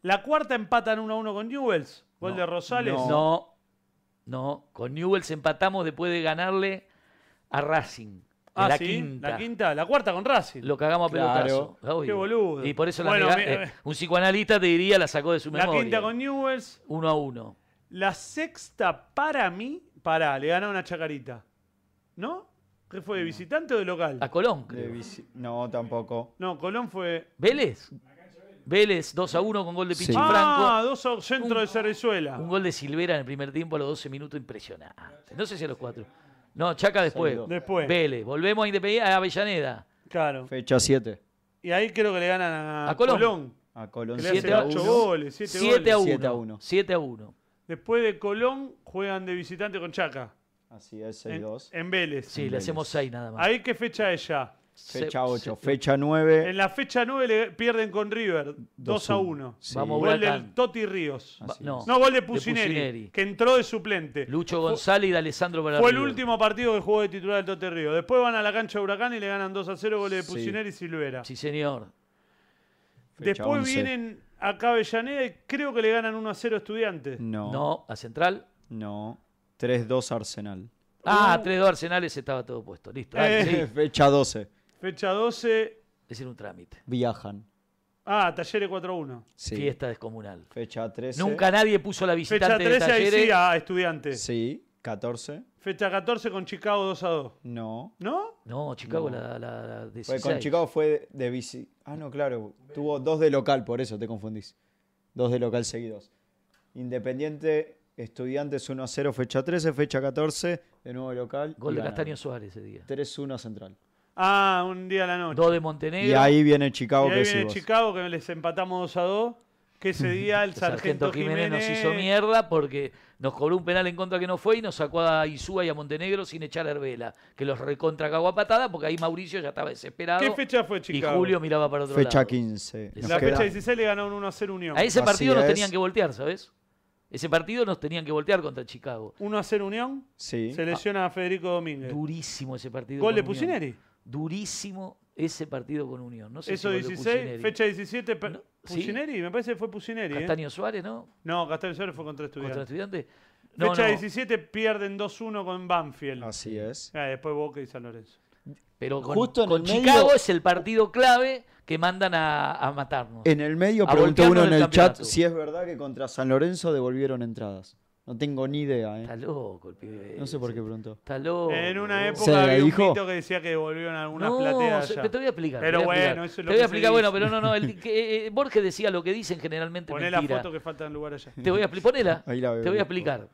[SPEAKER 1] La cuarta empatan 1 a 1 con Newells. Gol
[SPEAKER 2] No,
[SPEAKER 1] de Rosales.
[SPEAKER 5] No.
[SPEAKER 2] No, no. Con Newell's empatamos después de ganarle a Racing. en
[SPEAKER 1] Ah,
[SPEAKER 2] la
[SPEAKER 1] sí,
[SPEAKER 2] quinta.
[SPEAKER 1] la quinta, la cuarta con Racing.
[SPEAKER 2] Lo cagamos a
[SPEAKER 5] Claro.
[SPEAKER 2] pelotazo. obvio.
[SPEAKER 1] Qué boludo.
[SPEAKER 2] Y por eso la
[SPEAKER 1] Bueno,
[SPEAKER 2] nega-
[SPEAKER 1] me-
[SPEAKER 2] eh, un psicoanalista te diría la sacó de su
[SPEAKER 1] la
[SPEAKER 2] memoria.
[SPEAKER 1] quinta con Newells.
[SPEAKER 2] Uno a uno.
[SPEAKER 1] La sexta para mí, para, le ganaron a Chacarita. ¿No? ¿Qué fue de visitante o de local?
[SPEAKER 2] A Colón,
[SPEAKER 5] de
[SPEAKER 2] creo.
[SPEAKER 5] visi- No, tampoco.
[SPEAKER 1] No, Colón fue.
[SPEAKER 2] ¿Vélez? Vélez 2 a 1 con gol de
[SPEAKER 5] Sí.
[SPEAKER 2] Pichi
[SPEAKER 1] Ah,
[SPEAKER 2] Franco.
[SPEAKER 1] dos a centro de Cerrizuela.
[SPEAKER 2] Un gol de Silvera en el primer tiempo a los 12 minutos impresionante. No sé si a los 4. No, Chaca después.
[SPEAKER 5] Salió.
[SPEAKER 1] Después.
[SPEAKER 2] Vélez. Volvemos a Independiente, a Avellaneda.
[SPEAKER 1] Claro.
[SPEAKER 5] Fecha 7.
[SPEAKER 1] Y ahí creo que le ganan a,
[SPEAKER 2] A Colón.
[SPEAKER 1] Colón.
[SPEAKER 5] A Colón
[SPEAKER 1] Que le hacen
[SPEAKER 2] Siete a
[SPEAKER 5] 7
[SPEAKER 1] 8
[SPEAKER 2] uno.
[SPEAKER 1] goles, 7
[SPEAKER 2] 7
[SPEAKER 1] goles.
[SPEAKER 2] a 1.
[SPEAKER 5] Siete a uno.
[SPEAKER 2] 7 a 1.
[SPEAKER 1] Después de Colón juegan de visitante con Chaca.
[SPEAKER 5] Así es,
[SPEAKER 1] En,
[SPEAKER 5] 6-2.
[SPEAKER 1] en Vélez.
[SPEAKER 2] Sí, le hacemos 6 nada más.
[SPEAKER 1] Ahí qué fecha es ya.
[SPEAKER 2] Se-
[SPEAKER 5] Fecha 8.
[SPEAKER 2] se-
[SPEAKER 5] Fecha 9.
[SPEAKER 1] En la fecha 9 le pierden con River 2 a 1.
[SPEAKER 2] Vamos,
[SPEAKER 1] Gol del
[SPEAKER 2] Huracán.
[SPEAKER 1] Toti Ríos.
[SPEAKER 2] Va- No,
[SPEAKER 1] No, gol de Pusineri,
[SPEAKER 2] Pucineri.
[SPEAKER 1] que entró de suplente.
[SPEAKER 2] Lucho González y de Alessandro para
[SPEAKER 1] Fue el
[SPEAKER 2] River.
[SPEAKER 1] último partido que jugó de titular el Toti Ríos. Después van a la cancha de Huracán y le ganan 2 a 0 goles de
[SPEAKER 5] Sí.
[SPEAKER 1] Pusineri y Silvera.
[SPEAKER 2] Sí, señor.
[SPEAKER 5] Fecha
[SPEAKER 1] Después
[SPEAKER 5] 11.
[SPEAKER 1] vienen acá a Avellaneda y creo que le ganan 1 a 0 a Estudiantes.
[SPEAKER 5] No. No.
[SPEAKER 2] No, a Central.
[SPEAKER 5] No. 3-2 Arsenal.
[SPEAKER 2] Ah,
[SPEAKER 1] Uh.
[SPEAKER 2] 3-2 Arsenales estaba todo puesto. Listo.
[SPEAKER 1] Eh.
[SPEAKER 2] Dale, seguí.
[SPEAKER 5] Fecha 12.
[SPEAKER 1] Fecha 12.
[SPEAKER 2] Es en un trámite.
[SPEAKER 5] Viajan.
[SPEAKER 1] Ah, Talleres 4 a 1.
[SPEAKER 5] Sí.
[SPEAKER 2] Fiesta descomunal.
[SPEAKER 5] Fecha 13.
[SPEAKER 2] Nunca nadie puso la
[SPEAKER 1] Fecha
[SPEAKER 2] visitante de
[SPEAKER 1] 13 ahí
[SPEAKER 2] Talleres.
[SPEAKER 1] sí ah. a Estudiantes.
[SPEAKER 5] Sí. 14.
[SPEAKER 1] Fecha 14 con Chicago 2 a 2.
[SPEAKER 5] No.
[SPEAKER 1] ¿No?
[SPEAKER 2] No, Chicago la, la, la 16.
[SPEAKER 5] Fue con Chicago fue de, de bici. Ah, no, claro. Tuvo dos de local, por eso te confundís. Dos de local seguidos. Independiente, Estudiantes 1 a 0, fecha 13, fecha 14, de nuevo local.
[SPEAKER 2] Gol
[SPEAKER 5] y
[SPEAKER 2] de
[SPEAKER 5] ganaron.
[SPEAKER 2] Castaño Suárez ese día.
[SPEAKER 5] 3-1 Central.
[SPEAKER 1] Ah, un día a la noche.
[SPEAKER 2] Dos de
[SPEAKER 5] Y
[SPEAKER 2] Montenegro.
[SPEAKER 5] ahí viene
[SPEAKER 1] Y
[SPEAKER 5] Chicago
[SPEAKER 1] ahí
[SPEAKER 5] que
[SPEAKER 1] viene
[SPEAKER 5] decís vos.
[SPEAKER 1] Chicago que les empatamos 2 a 2. Que ese día el
[SPEAKER 2] el Sargento
[SPEAKER 1] sargento,
[SPEAKER 2] Jiménez nos hizo mierda porque nos cobró un penal en contra que no fue y nos sacó a Isúa y a Montenegro sin echar a Herbela, que los recontra cagó a patada porque ahí Mauricio ya estaba desesperado.
[SPEAKER 1] ¿Qué fecha fue Chicago?
[SPEAKER 2] Y Julio miraba para otro
[SPEAKER 5] Fecha
[SPEAKER 2] lado.
[SPEAKER 5] 15.
[SPEAKER 2] La
[SPEAKER 5] Nos
[SPEAKER 1] La
[SPEAKER 5] queda-
[SPEAKER 1] fecha 16 le ganaron 1 a 0 Unión.
[SPEAKER 2] A ese
[SPEAKER 5] Así
[SPEAKER 2] partido nos
[SPEAKER 5] es.
[SPEAKER 2] tenían que voltear, ¿sabes? Ese partido nos tenían que voltear contra Chicago.
[SPEAKER 1] 1 a 0 Unión.
[SPEAKER 5] Sí.
[SPEAKER 1] Se lesiona a Federico Domínguez.
[SPEAKER 2] Durísimo ese partido.
[SPEAKER 1] Gol
[SPEAKER 2] con
[SPEAKER 1] de
[SPEAKER 2] Unión.
[SPEAKER 1] Pucineri.
[SPEAKER 2] Durísimo ese partido con Unión. No sé
[SPEAKER 1] Eso
[SPEAKER 2] si gol de
[SPEAKER 1] 16.
[SPEAKER 2] Pucineri.
[SPEAKER 1] Fecha 17. per-
[SPEAKER 2] No, sí.
[SPEAKER 1] Pucineri, me parece que fue Pucineri. ¿eh?
[SPEAKER 2] Castaño Suárez, ¿no?
[SPEAKER 1] No, Castaño Suárez fue contra
[SPEAKER 2] Contra
[SPEAKER 1] Estudiantes.
[SPEAKER 2] Estudiantes. No,
[SPEAKER 1] Fecha
[SPEAKER 2] no,
[SPEAKER 1] 17 pierden 2-1 con Banfield.
[SPEAKER 5] Así es.
[SPEAKER 1] Ah, después Boca y San Lorenzo.
[SPEAKER 2] Pero con,
[SPEAKER 5] Justo en
[SPEAKER 2] con
[SPEAKER 5] el medio-
[SPEAKER 2] Chicago es el partido clave que mandan a, a matarnos.
[SPEAKER 5] En el medio
[SPEAKER 2] A
[SPEAKER 5] preguntó uno
[SPEAKER 2] voltearnos
[SPEAKER 5] en
[SPEAKER 2] del
[SPEAKER 5] el chat
[SPEAKER 2] campeonato.
[SPEAKER 5] si es verdad que contra San Lorenzo devolvieron entradas. No tengo ni idea,
[SPEAKER 2] Está
[SPEAKER 5] ¿eh?
[SPEAKER 2] loco el pibe.
[SPEAKER 5] No sé por qué preguntó.
[SPEAKER 2] Está loco.
[SPEAKER 1] En una
[SPEAKER 2] boludo.
[SPEAKER 1] época
[SPEAKER 5] ¿Se
[SPEAKER 1] había un
[SPEAKER 5] dijo?
[SPEAKER 1] mito que decía que devolvieron algunas
[SPEAKER 2] No,
[SPEAKER 1] plateas.
[SPEAKER 2] se-
[SPEAKER 1] allá.
[SPEAKER 2] pero te voy a explicar.
[SPEAKER 1] Pero
[SPEAKER 2] te voy a
[SPEAKER 1] bueno,
[SPEAKER 2] explicar.
[SPEAKER 1] eso es lo
[SPEAKER 2] Te voy a
[SPEAKER 1] que se
[SPEAKER 2] explicar, bueno,
[SPEAKER 1] dice.
[SPEAKER 2] pero no, no. el que- eh, Borges decía lo que dicen generalmente
[SPEAKER 1] Poné la
[SPEAKER 2] mentira.
[SPEAKER 1] foto que falta en lugar allá.
[SPEAKER 2] Te voy a expli- ponela.
[SPEAKER 5] Ahí la veo,
[SPEAKER 2] Te voy a
[SPEAKER 5] viejo.
[SPEAKER 2] explicar.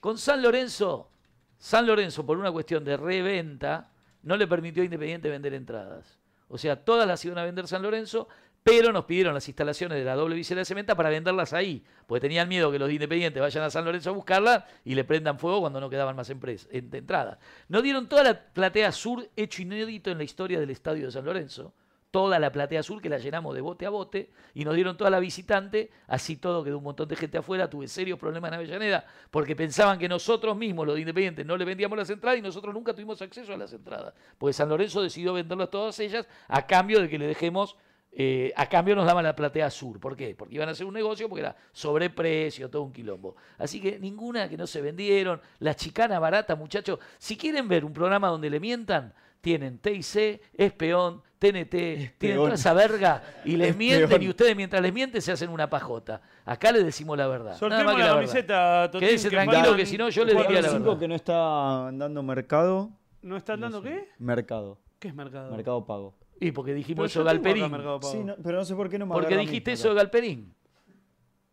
[SPEAKER 2] Con San Lorenzo, San Lorenzo, por una cuestión de reventa, no le permitió a Independiente vender entradas. O sea, todas las iban a vender San Lorenzo, pero nos pidieron las instalaciones de la doble visera de cementa para venderlas ahí. Porque tenían miedo que los de Independiente vayan a San Lorenzo a buscarlas y le prendan fuego cuando no quedaban más empres- en- de entradas. Nos dieron toda la platea sur, hecho inédito en la historia del estadio de San Lorenzo toda la platea azul que la llenamos de bote a bote y nos dieron toda la visitante, así todo quedó un montón de gente afuera, tuve serios problemas en Avellaneda porque pensaban que nosotros mismos, los de Independiente, no le vendíamos las entradas y nosotros nunca tuvimos acceso a las entradas, porque San Lorenzo decidió venderlas todas ellas a cambio de que le dejemos eh, a cambio nos daban la platea sur. ¿Por qué? Porque iban a hacer un negocio porque era sobreprecio, todo un quilombo. Así que ninguna que no se vendieron. La chicana barata, muchachos. Si quieren ver un programa donde le mientan, tienen TIC, Espeón, TNT, tienen
[SPEAKER 5] Espeón.
[SPEAKER 2] toda esa verga y les mienten
[SPEAKER 5] Espeón.
[SPEAKER 2] y ustedes mientras les mienten se hacen una pajota. Acá les decimos la verdad. nada
[SPEAKER 1] Soltemos
[SPEAKER 2] más que
[SPEAKER 1] la
[SPEAKER 2] verdad.
[SPEAKER 1] camiseta, Totín.
[SPEAKER 2] Quédese tranquilo
[SPEAKER 1] faltan
[SPEAKER 2] que si no yo les
[SPEAKER 1] cuatro
[SPEAKER 2] diría la
[SPEAKER 5] Los
[SPEAKER 1] cinco.
[SPEAKER 5] cinco
[SPEAKER 2] verdad.
[SPEAKER 5] que no está andando mercado.
[SPEAKER 1] ¿No están dando qué?
[SPEAKER 5] Mercado.
[SPEAKER 1] ¿Qué es mercado?
[SPEAKER 5] Mercado pago.
[SPEAKER 2] Y porque dijimos
[SPEAKER 1] Pero
[SPEAKER 2] eso
[SPEAKER 1] yo
[SPEAKER 2] de
[SPEAKER 1] tengo acá
[SPEAKER 2] Galperín.
[SPEAKER 1] Pues Mercado Pago.
[SPEAKER 5] Sí, no- pero no sé por qué no me
[SPEAKER 2] Porque
[SPEAKER 5] agarra a mí,
[SPEAKER 2] dijiste
[SPEAKER 5] acá.
[SPEAKER 2] eso de Galperín.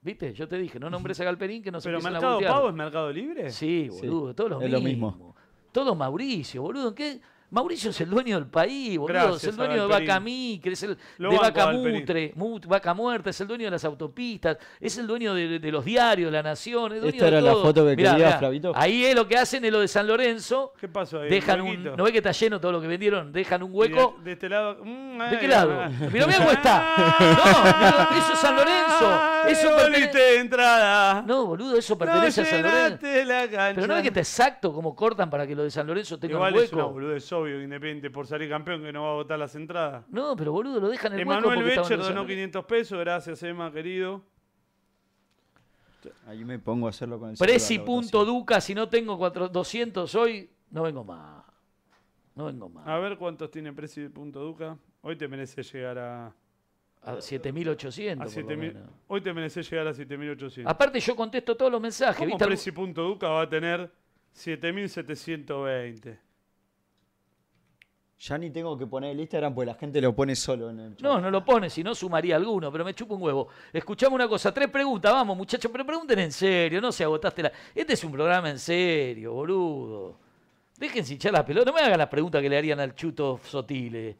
[SPEAKER 2] ¿Viste? Yo te dije, no nombres a Galperín que no se
[SPEAKER 1] ¿Pero
[SPEAKER 2] empiecen a
[SPEAKER 1] mercado
[SPEAKER 2] voltear.
[SPEAKER 1] pago es mercado libre?
[SPEAKER 2] Sí,
[SPEAKER 5] Sí,
[SPEAKER 2] boludo, todos los
[SPEAKER 5] es lo mismo.
[SPEAKER 2] Todos Mauricio, boludo. ¿qué? Mauricio es el dueño del país, boludo.
[SPEAKER 1] Gracias
[SPEAKER 2] es el
[SPEAKER 1] a
[SPEAKER 2] dueño de
[SPEAKER 1] Galperín.
[SPEAKER 2] Vaca Micre, es el
[SPEAKER 1] Lo
[SPEAKER 2] de
[SPEAKER 1] banco a
[SPEAKER 2] Vaca
[SPEAKER 1] Galperín.
[SPEAKER 2] Mutre, Mut- Vaca Muerta, es el dueño de las autopistas, es el dueño de, de los diarios, La Nación. Es dueño
[SPEAKER 5] Esta
[SPEAKER 2] de
[SPEAKER 5] era la
[SPEAKER 2] todo.
[SPEAKER 5] foto que
[SPEAKER 2] Mirá,
[SPEAKER 5] quería,
[SPEAKER 2] mirá,
[SPEAKER 5] Flavito.
[SPEAKER 2] Ahí es lo que hacen, es lo de San Lorenzo.
[SPEAKER 1] ¿Qué pasó ahí?
[SPEAKER 2] Dejan un.
[SPEAKER 1] huequito?
[SPEAKER 2] ¿No ves que está lleno todo lo que vendieron? Dejan un
[SPEAKER 1] Y de-
[SPEAKER 2] hueco.
[SPEAKER 1] De, este lado. mm,
[SPEAKER 2] ¿De
[SPEAKER 1] ay,
[SPEAKER 2] qué lado?
[SPEAKER 1] ay.
[SPEAKER 2] Pero mira cómo está. No, mirá, eso es San Lorenzo.
[SPEAKER 1] Ay,
[SPEAKER 2] Eso
[SPEAKER 1] voliste
[SPEAKER 2] pertenece,
[SPEAKER 1] de entrada.
[SPEAKER 2] no, boludo, eso pertenece a San Lorenzo.
[SPEAKER 1] llenaste la cancha.
[SPEAKER 2] Pero no es que está exacto cómo cortan para que lo de San Lorenzo tenga
[SPEAKER 1] Igual
[SPEAKER 2] un
[SPEAKER 1] es una
[SPEAKER 2] hueco.
[SPEAKER 1] boludez, obvio, independiente por salir campeón que no va a votar las entradas.
[SPEAKER 2] no, pero boludo, lo dejan en el hueco
[SPEAKER 1] Emanuel
[SPEAKER 2] porque estaban
[SPEAKER 1] Becher
[SPEAKER 2] en San
[SPEAKER 1] donó
[SPEAKER 2] Lorenzo.
[SPEAKER 1] 500 pesos, gracias Emma, querido.
[SPEAKER 5] Ahí me pongo a hacerlo con el celular, la votación.
[SPEAKER 2] Preci.duca, si no tengo cuatro- 200 hoy, no vengo más. No vengo más.
[SPEAKER 1] A ver cuántos tiene Preci punto Duca. Hoy te merece llegar a, a Ah,
[SPEAKER 2] A 7800. por lo
[SPEAKER 1] 7000.
[SPEAKER 2] menos.
[SPEAKER 1] Hoy te merece llegar a 7800.
[SPEAKER 2] Aparte, yo contesto todos los mensajes.
[SPEAKER 1] ¿Cómo
[SPEAKER 2] Ah, ¿viste? Algu-
[SPEAKER 1] Preci punto Duca va a tener 7720?
[SPEAKER 5] Ya ni tengo que poner el Instagram porque la gente lo pone solo en el chat.
[SPEAKER 2] No, no lo pone, si no sumaría alguno, pero me chupa un huevo. Escuchame una cosa, tres preguntas, vamos muchachos, pero pregunten en serio, no se agotaste la... Este es un programa en serio, boludo. Déjense hinchar las pelotas, no me hagan las preguntas que le harían al chuto Sotile.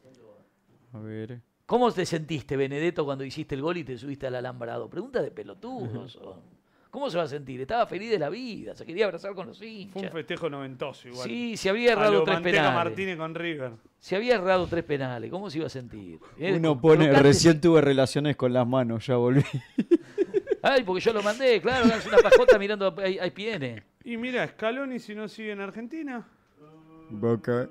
[SPEAKER 5] A ver.
[SPEAKER 2] ¿Cómo te sentiste, Benedetto, cuando hiciste el gol y te subiste al alambrado? Pregunta de pelotudo son. ¿Cómo se va a sentir? Estaba feliz de la vida, se quería abrazar con los
[SPEAKER 1] Fue un
[SPEAKER 2] hinchas.
[SPEAKER 1] festejo noventoso igual.
[SPEAKER 2] Sí, se había
[SPEAKER 1] a
[SPEAKER 2] errado
[SPEAKER 1] lo
[SPEAKER 2] tres
[SPEAKER 1] Manteca
[SPEAKER 2] penales.
[SPEAKER 1] Martínez con River.
[SPEAKER 2] Se había errado tres penales, ¿cómo se iba a sentir? Eh,
[SPEAKER 5] Uno
[SPEAKER 2] co-
[SPEAKER 5] pone,
[SPEAKER 2] colocate-
[SPEAKER 5] recién tuve relaciones con las manos, ya volví.
[SPEAKER 2] Ay, porque yo lo mandé, claro, es una pajota mirando a a IPN.
[SPEAKER 1] Y mira, Scaloni si no sigue en Argentina.
[SPEAKER 5] Boca.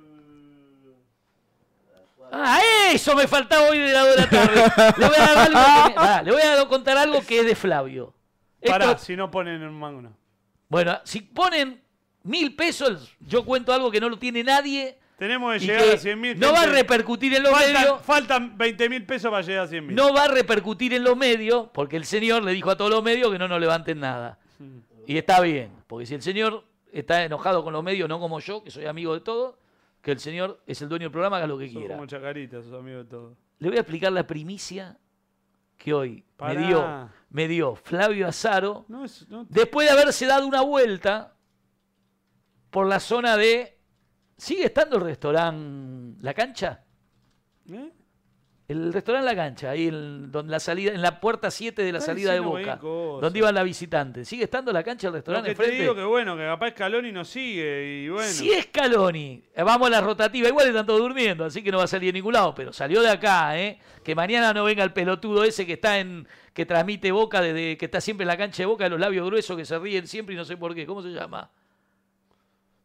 [SPEAKER 2] Ah, eso me faltaba hoy de la hora de la tarde. Le voy a dar algo que me- ah, le voy a contar algo que es de Flavio. Esto-
[SPEAKER 1] Pará, si no ponen un mango.
[SPEAKER 2] bueno, si ponen mil pesos, yo cuento algo que no lo tiene nadie.
[SPEAKER 1] Tenemos que
[SPEAKER 2] y
[SPEAKER 1] llegar
[SPEAKER 2] que
[SPEAKER 1] a 100 mil.
[SPEAKER 2] no va a repercutir en los medios.
[SPEAKER 1] Faltan, faltan 20 mil pesos para llegar a 100 mil.
[SPEAKER 2] No va a repercutir en los medios, porque el señor le dijo a todos los medios que no nos levanten nada. Y está bien, porque si el señor está enojado con los medios, no como yo, que soy amigo de todos, que el señor es el dueño del programa, haga lo que
[SPEAKER 1] Son
[SPEAKER 2] quiera.
[SPEAKER 1] como chacaritas, sus amigos de todo.
[SPEAKER 2] Le voy a explicar la primicia que hoy me
[SPEAKER 1] Pará.
[SPEAKER 2] dio, me dio Flavio Azaro,
[SPEAKER 1] No, es, no ¿eh? te-
[SPEAKER 2] después de haberse dado una vuelta por la zona de... ¿Sigue estando el restaurante La Cancha?
[SPEAKER 1] ¿eh?
[SPEAKER 2] El restaurante La Cancha, ahí en, donde la salida, en la puerta 7 de la
[SPEAKER 1] Está
[SPEAKER 2] salida de
[SPEAKER 1] diciendo cualquier
[SPEAKER 2] Boca,
[SPEAKER 1] cosa.
[SPEAKER 2] donde iba la visitante. ¿Sigue estando La Cancha el
[SPEAKER 1] Lo
[SPEAKER 2] restaurante
[SPEAKER 1] que te
[SPEAKER 2] enfrente?
[SPEAKER 1] digo que bueno, que capaz Scaloni no sigue y bueno.
[SPEAKER 2] Si es Caloni, vamos a la rotativa, igual están todos durmiendo, así que no va a salir de ningún lado, pero salió de acá, ¿eh? Que mañana no venga el pelotudo ese que está en que transmite Boca desde que está siempre en la cancha de Boca de los labios gruesos que se ríen siempre y no sé por qué, ¿cómo se llama?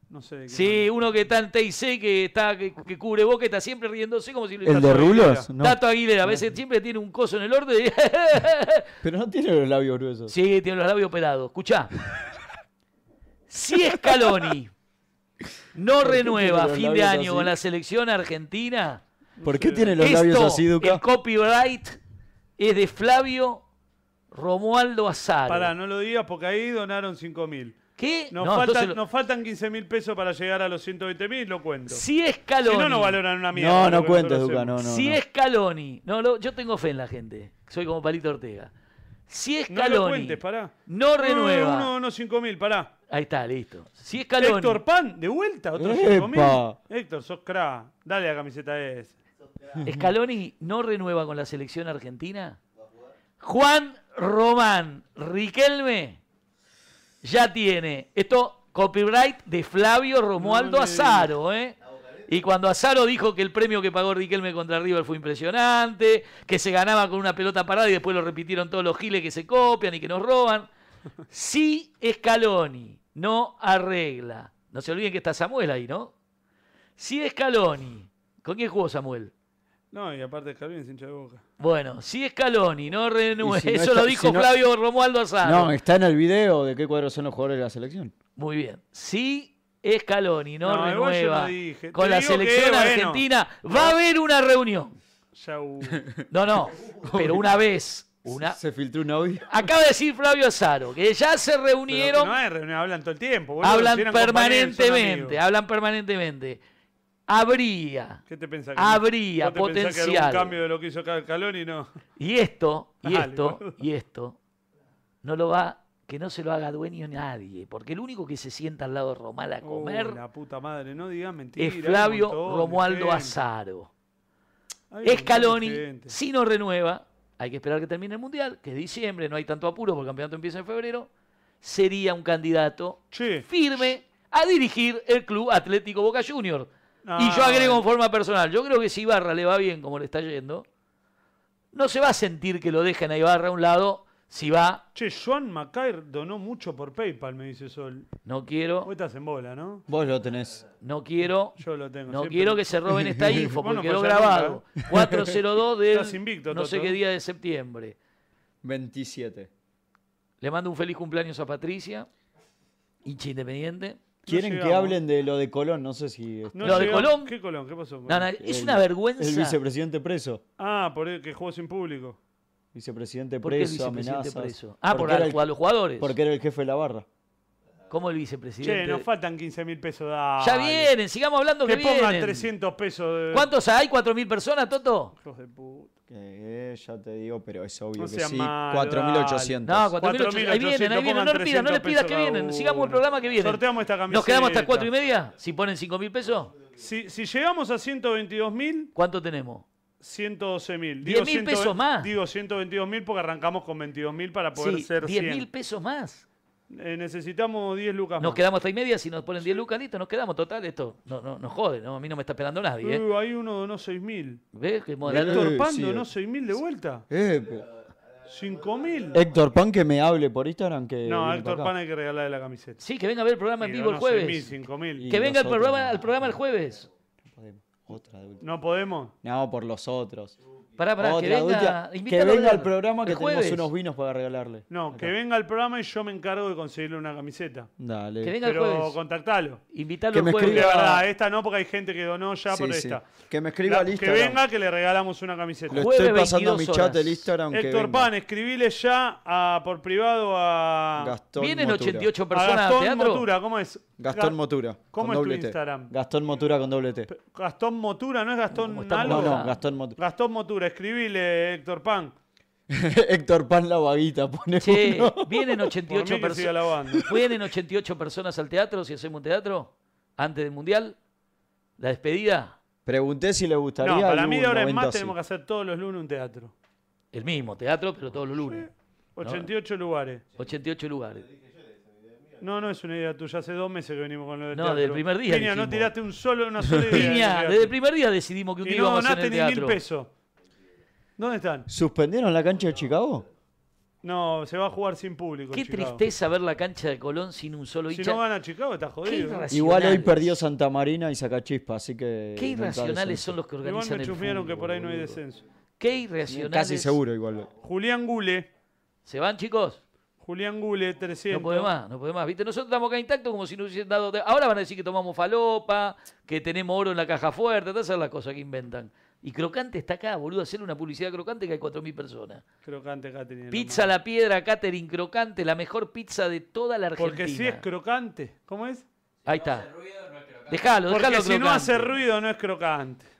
[SPEAKER 1] No sé. de qué
[SPEAKER 2] Sí, uno que está en TIC que está que, que cubre Boca y está siempre riéndose como si lo
[SPEAKER 5] ¿El de rulos? No.
[SPEAKER 2] Tato Aguilera, a veces siempre tiene un coso en el orden y
[SPEAKER 5] Pero no tiene los labios gruesos.
[SPEAKER 2] Sí, tiene los labios operados. Escuchá. Si Scaloni no
[SPEAKER 5] qué tiene
[SPEAKER 2] renueva
[SPEAKER 5] los
[SPEAKER 2] fin de
[SPEAKER 5] labios
[SPEAKER 2] año
[SPEAKER 5] así?
[SPEAKER 2] con la selección argentina,
[SPEAKER 5] ¿Por qué tiene los
[SPEAKER 2] esto,
[SPEAKER 5] labios así, Duca?
[SPEAKER 2] el copyright es de Flavio Romualdo Azar.
[SPEAKER 1] Pará, no lo digas porque ahí donaron 5 mil.
[SPEAKER 2] ¿Qué?
[SPEAKER 1] Nos,
[SPEAKER 2] No,
[SPEAKER 1] faltan,
[SPEAKER 2] entonces lo-
[SPEAKER 1] nos faltan 15 mil pesos para llegar a los 120 mil, lo cuento.
[SPEAKER 2] Si
[SPEAKER 1] si
[SPEAKER 2] Scaloni...
[SPEAKER 1] no, no valoran una mierda.
[SPEAKER 5] No,
[SPEAKER 1] lo
[SPEAKER 5] no
[SPEAKER 1] que
[SPEAKER 5] cuentes,
[SPEAKER 1] nosotros
[SPEAKER 5] Duca, no,
[SPEAKER 1] hacemos.
[SPEAKER 5] no.
[SPEAKER 2] si
[SPEAKER 5] no.
[SPEAKER 2] Scaloni... No, lo- yo tengo fe en la gente. Soy como Palito Ortega. Si
[SPEAKER 1] No lo
[SPEAKER 2] Scaloni
[SPEAKER 1] cuentes, pará.
[SPEAKER 2] no renueva...
[SPEAKER 1] Uno, uno, cinco mil, pará.
[SPEAKER 2] Ahí está, listo. Si Scaloni...
[SPEAKER 1] Héctor Pan, de vuelta, otro
[SPEAKER 5] ¡Epa!
[SPEAKER 1] 5.000. Héctor, sos cra. Dale la camiseta esa.
[SPEAKER 2] Scaloni no renueva con la selección argentina. Juan Román Riquelme ya tiene esto copyright de Flavio Romualdo
[SPEAKER 1] No le-
[SPEAKER 2] Azaro, ¿eh? Y cuando Azaro dijo que el premio que pagó Riquelme contra River fue impresionante, que se ganaba con una pelota parada y después lo repitieron todos los giles que se copian y que nos roban. Si Scaloni no arregla, no se olviden que está Samuel ahí, ¿no? Si Scaloni, ¿con quién jugó Samuel?
[SPEAKER 1] No, y aparte Calvin es hincha de boca.
[SPEAKER 2] Bueno, si Scaloni no renueva,
[SPEAKER 5] Y si no
[SPEAKER 2] eso
[SPEAKER 5] está-
[SPEAKER 2] lo dijo
[SPEAKER 5] si no-
[SPEAKER 2] Flavio Romualdo Azaro.
[SPEAKER 5] No, está en el video de qué cuadros son los jugadores de la selección.
[SPEAKER 2] Muy bien. Si Escaloni no,
[SPEAKER 1] No, igual yo
[SPEAKER 2] renueva
[SPEAKER 1] no dije.
[SPEAKER 2] con
[SPEAKER 1] Te
[SPEAKER 2] la
[SPEAKER 1] digo que,
[SPEAKER 2] selección
[SPEAKER 1] bueno.
[SPEAKER 2] argentina, va a haber una reunión.
[SPEAKER 1] Ya hubo.
[SPEAKER 2] No, no, pero una vez. Una...
[SPEAKER 5] Se filtró un audio.
[SPEAKER 2] Acaba de decir Flavio Azaro que ya se
[SPEAKER 1] Pero que
[SPEAKER 2] reunieron
[SPEAKER 1] no hay reunión, hablan todo el tiempo. boludo, si
[SPEAKER 2] hablan
[SPEAKER 1] eran compañeros, son
[SPEAKER 2] permanentemente,
[SPEAKER 1] amigos.
[SPEAKER 2] hablan permanentemente. Habría.
[SPEAKER 1] ¿Qué te pensás?
[SPEAKER 2] habría
[SPEAKER 1] ¿Vos te pensás que
[SPEAKER 2] potencial.
[SPEAKER 1] algún cambio de lo que hizo Cal- Caloni? No.
[SPEAKER 2] Y esto, y
[SPEAKER 1] Dale,
[SPEAKER 2] esto,
[SPEAKER 1] boludo.
[SPEAKER 2] y esto, no lo va, que no se lo haga dueño nadie, porque el único que se sienta al lado de Romal a comer
[SPEAKER 1] Oh, la puta madre, no digas mentiras.
[SPEAKER 2] es Flavio
[SPEAKER 1] hay un montón de
[SPEAKER 2] Romualdo
[SPEAKER 1] gente. Hay
[SPEAKER 2] Azaro.
[SPEAKER 1] un montón de
[SPEAKER 2] Escaloni,
[SPEAKER 1] gente.
[SPEAKER 2] si no renueva, hay que esperar que termine el Mundial, que es diciembre, no hay tanto apuro porque el campeonato empieza en febrero, sería un candidato
[SPEAKER 1] Che,
[SPEAKER 2] firme a dirigir el club Atlético Boca Junior.
[SPEAKER 1] No.
[SPEAKER 2] Y yo agrego en forma personal, yo creo que si Ibarra le va bien como le está yendo, no se va a sentir que lo dejen a Ibarra a un lado si va,
[SPEAKER 1] che, Joan Macair donó mucho por PayPal, me dice Sol.
[SPEAKER 2] no quiero,
[SPEAKER 1] Vos estás en bola, ¿no?
[SPEAKER 5] Vos lo tenés.
[SPEAKER 2] no quiero,
[SPEAKER 1] Yo lo tengo.
[SPEAKER 2] no
[SPEAKER 1] siempre.
[SPEAKER 2] quiero que se roben esta info
[SPEAKER 1] Vos
[SPEAKER 2] porque
[SPEAKER 1] no
[SPEAKER 2] quedó
[SPEAKER 1] fallás
[SPEAKER 2] grabado. 402 del
[SPEAKER 1] Estás invicto,
[SPEAKER 2] no sé
[SPEAKER 1] Toto.
[SPEAKER 2] qué día de septiembre.
[SPEAKER 5] 27.
[SPEAKER 2] Le mando un feliz cumpleaños a Patricia, hincha independiente.
[SPEAKER 5] Quieren que
[SPEAKER 1] llegamos.
[SPEAKER 5] hablen de lo de Colón, no sé si... está-
[SPEAKER 1] No
[SPEAKER 2] Lo de
[SPEAKER 1] llegamos-
[SPEAKER 2] Colón.
[SPEAKER 1] ¿Qué Colón? ¿Qué pasó? con
[SPEAKER 2] No, no,
[SPEAKER 1] Colón?
[SPEAKER 2] es
[SPEAKER 5] el-
[SPEAKER 2] una vergüenza.
[SPEAKER 5] El vicepresidente preso.
[SPEAKER 1] Ah, por el que jugó sin público.
[SPEAKER 5] Vicepresidente
[SPEAKER 2] ¿Por qué el
[SPEAKER 5] preso,
[SPEAKER 2] vicepresidente
[SPEAKER 5] amenazas.
[SPEAKER 2] preso? Ah, por,
[SPEAKER 5] Porque era
[SPEAKER 2] a-
[SPEAKER 5] el-
[SPEAKER 2] a los jugadores.
[SPEAKER 5] Porque era el jefe de la barra.
[SPEAKER 2] ¿Cómo el
[SPEAKER 1] Che,
[SPEAKER 2] vicepresidente?
[SPEAKER 1] nos faltan 15 mil pesos. Dale.
[SPEAKER 2] Ya vienen, sigamos hablando que,
[SPEAKER 1] Que pongan
[SPEAKER 2] vienen.
[SPEAKER 1] 300 pesos de.
[SPEAKER 2] ¿Cuántos hay? ¿4.000 personas, Toto?
[SPEAKER 1] Hijos de puta.
[SPEAKER 5] Que, eh, ya te digo, pero es obvio
[SPEAKER 1] No
[SPEAKER 5] que
[SPEAKER 1] sea
[SPEAKER 5] sí.
[SPEAKER 1] malo,
[SPEAKER 5] 4.800.
[SPEAKER 2] No, 4.800. Ahí
[SPEAKER 1] 4.800,
[SPEAKER 2] vienen, ahí vienen. No le
[SPEAKER 1] pongan
[SPEAKER 2] pidas, no
[SPEAKER 1] 300
[SPEAKER 2] le pidas que
[SPEAKER 1] pesos
[SPEAKER 2] vienen.
[SPEAKER 1] cada
[SPEAKER 2] Sigamos el
[SPEAKER 1] uno.
[SPEAKER 2] programa que viene.
[SPEAKER 1] Sorteamos esta
[SPEAKER 2] ¿Nos quedamos hasta
[SPEAKER 1] camiseta.
[SPEAKER 2] 4 y media? Si ponen 5.000 pesos,
[SPEAKER 1] Si, si llegamos a 122 mil,
[SPEAKER 2] ¿cuánto tenemos?
[SPEAKER 1] 112 mil.
[SPEAKER 2] 10.000 pesos más.
[SPEAKER 1] Digo 122 mil porque arrancamos con 22 mil para poder
[SPEAKER 2] Sí,
[SPEAKER 1] ser 100.
[SPEAKER 2] 10.000 pesos más.
[SPEAKER 1] Eh, necesitamos 10 lucas
[SPEAKER 2] Nos
[SPEAKER 1] más.
[SPEAKER 2] quedamos hasta y media. Si nos ponen 10 lucas, listo, nos quedamos. Total, esto no, no, nos jode. No, a mí no me está esperando nadie. ¿eh?
[SPEAKER 1] Uh, hay uno donó 6 mil.
[SPEAKER 2] ¿Ves? Que moderado.
[SPEAKER 5] Eh,
[SPEAKER 1] Héctor Pan
[SPEAKER 5] sí,
[SPEAKER 1] donó
[SPEAKER 5] eh.
[SPEAKER 1] 6 mil de vuelta.
[SPEAKER 5] Eh, pero-
[SPEAKER 1] 5 mil.
[SPEAKER 5] Héctor Pan que me hable por Instagram que...
[SPEAKER 1] No, Héctor
[SPEAKER 5] viene Eh, para acá.
[SPEAKER 1] Pan hay que regalarle la camiseta.
[SPEAKER 2] Sí, que venga a ver el programa en
[SPEAKER 1] Y
[SPEAKER 2] vivo el
[SPEAKER 1] donó 6.000,
[SPEAKER 2] jueves.
[SPEAKER 1] 5.000.
[SPEAKER 5] Y
[SPEAKER 2] Que venga al
[SPEAKER 5] nosotros
[SPEAKER 2] programa,
[SPEAKER 5] no.
[SPEAKER 2] al programa el jueves.
[SPEAKER 5] Podemos. Otra de última.
[SPEAKER 1] No podemos.
[SPEAKER 5] No, por los otros.
[SPEAKER 2] Pará, Ah, pará, que
[SPEAKER 5] Otra de última.
[SPEAKER 2] venga,
[SPEAKER 5] Que
[SPEAKER 2] invítalo a
[SPEAKER 5] venga al
[SPEAKER 2] hablar.
[SPEAKER 5] programa que
[SPEAKER 2] El
[SPEAKER 5] tenemos
[SPEAKER 2] jueves.
[SPEAKER 5] unos vinos para regalarle.
[SPEAKER 1] No, que venga al programa y yo me encargo de conseguirle una camiseta.
[SPEAKER 5] Dale.
[SPEAKER 2] Que venga el
[SPEAKER 1] Pero
[SPEAKER 2] jueves.
[SPEAKER 1] contactalo.
[SPEAKER 2] Invítalo
[SPEAKER 5] Que
[SPEAKER 2] el
[SPEAKER 5] me
[SPEAKER 1] De
[SPEAKER 2] jueves.
[SPEAKER 5] escriba-
[SPEAKER 1] verdad, ¿eh? esta no, porque hay gente que donó ya
[SPEAKER 5] Sí,
[SPEAKER 1] por
[SPEAKER 5] sí.
[SPEAKER 1] esta.
[SPEAKER 5] Que me escriba
[SPEAKER 1] La-
[SPEAKER 5] al
[SPEAKER 1] que
[SPEAKER 5] Instagram.
[SPEAKER 1] venga, que le regalamos una camiseta.
[SPEAKER 5] Lo
[SPEAKER 2] Jueves,
[SPEAKER 5] estoy pasando a mi
[SPEAKER 2] 22
[SPEAKER 5] chat el
[SPEAKER 2] horas.
[SPEAKER 5] Instagram. que
[SPEAKER 1] Héctor
[SPEAKER 5] venga.
[SPEAKER 1] Pan, escribile ya a- por privado a,
[SPEAKER 5] Gastón
[SPEAKER 2] Vienen
[SPEAKER 5] Motura.
[SPEAKER 2] 88
[SPEAKER 1] a
[SPEAKER 2] personas al
[SPEAKER 1] Gastón
[SPEAKER 2] teatro.
[SPEAKER 1] Motura. ¿Cómo es?
[SPEAKER 5] Gastón
[SPEAKER 1] Ga-
[SPEAKER 5] Motura.
[SPEAKER 1] ¿Cómo
[SPEAKER 5] con
[SPEAKER 1] es tu
[SPEAKER 5] doble T.
[SPEAKER 1] Instagram?
[SPEAKER 5] Gastón Motura con doble T.
[SPEAKER 1] Gastón Motura, ¿no es
[SPEAKER 2] ¿Cómo
[SPEAKER 1] Gastón
[SPEAKER 2] estamos?
[SPEAKER 1] algo?
[SPEAKER 5] No,
[SPEAKER 2] Motura.
[SPEAKER 5] no, Gastón Motura.
[SPEAKER 1] Gastón Motura, escribile Héctor Pan.
[SPEAKER 5] Héctor Pan la vaguita, pone
[SPEAKER 2] Che,
[SPEAKER 5] uno.
[SPEAKER 2] vienen
[SPEAKER 1] Por mí
[SPEAKER 2] 88
[SPEAKER 1] que siga la
[SPEAKER 2] personas.
[SPEAKER 1] banda.
[SPEAKER 2] Vienen 88 personas al teatro si hacemos un teatro antes del mundial. La despedida,
[SPEAKER 5] Pregunté si le gustaría.
[SPEAKER 1] No, para
[SPEAKER 5] y
[SPEAKER 1] mí
[SPEAKER 5] hubo
[SPEAKER 1] de ahora en más
[SPEAKER 5] 90 sí.
[SPEAKER 1] tenemos que hacer todos los lunes un teatro.
[SPEAKER 2] el mismo teatro, pero todos los lunes.
[SPEAKER 1] 88 lugares.
[SPEAKER 2] 88 lugares.
[SPEAKER 1] No, no es una idea tuya. Hace dos meses que venimos con lo del
[SPEAKER 2] No,
[SPEAKER 1] teatro.
[SPEAKER 2] del primer día
[SPEAKER 1] Piña, no
[SPEAKER 2] dijimos.
[SPEAKER 1] tiraste un solo, una sola idea. del
[SPEAKER 2] Piña,
[SPEAKER 1] teatro.
[SPEAKER 2] desde el primer día decidimos que un día
[SPEAKER 1] Y no
[SPEAKER 2] íbamos a hacer
[SPEAKER 1] donaste
[SPEAKER 2] el
[SPEAKER 1] ni mil
[SPEAKER 2] teatro.
[SPEAKER 1] pesos. ¿Dónde están?
[SPEAKER 5] ¿Suspendieron la cancha de Chicago?
[SPEAKER 1] No, se va a jugar sin público.
[SPEAKER 2] Qué
[SPEAKER 1] Chicago.
[SPEAKER 2] tristeza ver la cancha de Colón sin un solo
[SPEAKER 1] Si
[SPEAKER 2] hincha.
[SPEAKER 1] no gana Chicago, está
[SPEAKER 2] Qué
[SPEAKER 1] jodido.
[SPEAKER 2] irracionales.
[SPEAKER 5] Igual hoy perdió Santa Marina y Sacachispa, así que.
[SPEAKER 2] Qué
[SPEAKER 5] no está
[SPEAKER 2] irracionales
[SPEAKER 5] descenso.
[SPEAKER 2] son los que
[SPEAKER 1] Igual
[SPEAKER 2] organizan
[SPEAKER 1] me
[SPEAKER 2] el
[SPEAKER 1] chusmearon que
[SPEAKER 2] fútbol,
[SPEAKER 1] por ahí no hay
[SPEAKER 2] boludo.
[SPEAKER 1] descenso.
[SPEAKER 2] Qué irracionales.
[SPEAKER 5] Casi seguro, igual.
[SPEAKER 1] Julián Gule.
[SPEAKER 2] ¿Se van, chicos?
[SPEAKER 1] Julián Gule, 300.
[SPEAKER 2] No puede más, no puede más. ¿Viste? Nosotros estamos acá intactos como si nos hubiesen dado. de- Ahora van a decir que tomamos falopa, que tenemos oro en la caja fuerte, todas esas las cosas que inventan. Y Crocante está acá, boludo, hacer una publicidad crocante que hay 4.000 personas.
[SPEAKER 1] Crocante Catherine.
[SPEAKER 2] Pizza La Piedra, Catering Crocante, la mejor pizza de toda la Argentina.
[SPEAKER 1] Porque si es crocante. ¿Cómo es?
[SPEAKER 2] Ahí está. Déjalo,
[SPEAKER 1] Porque
[SPEAKER 2] déjalo
[SPEAKER 1] si no hace
[SPEAKER 2] crocante.
[SPEAKER 1] ruido, no es crocante.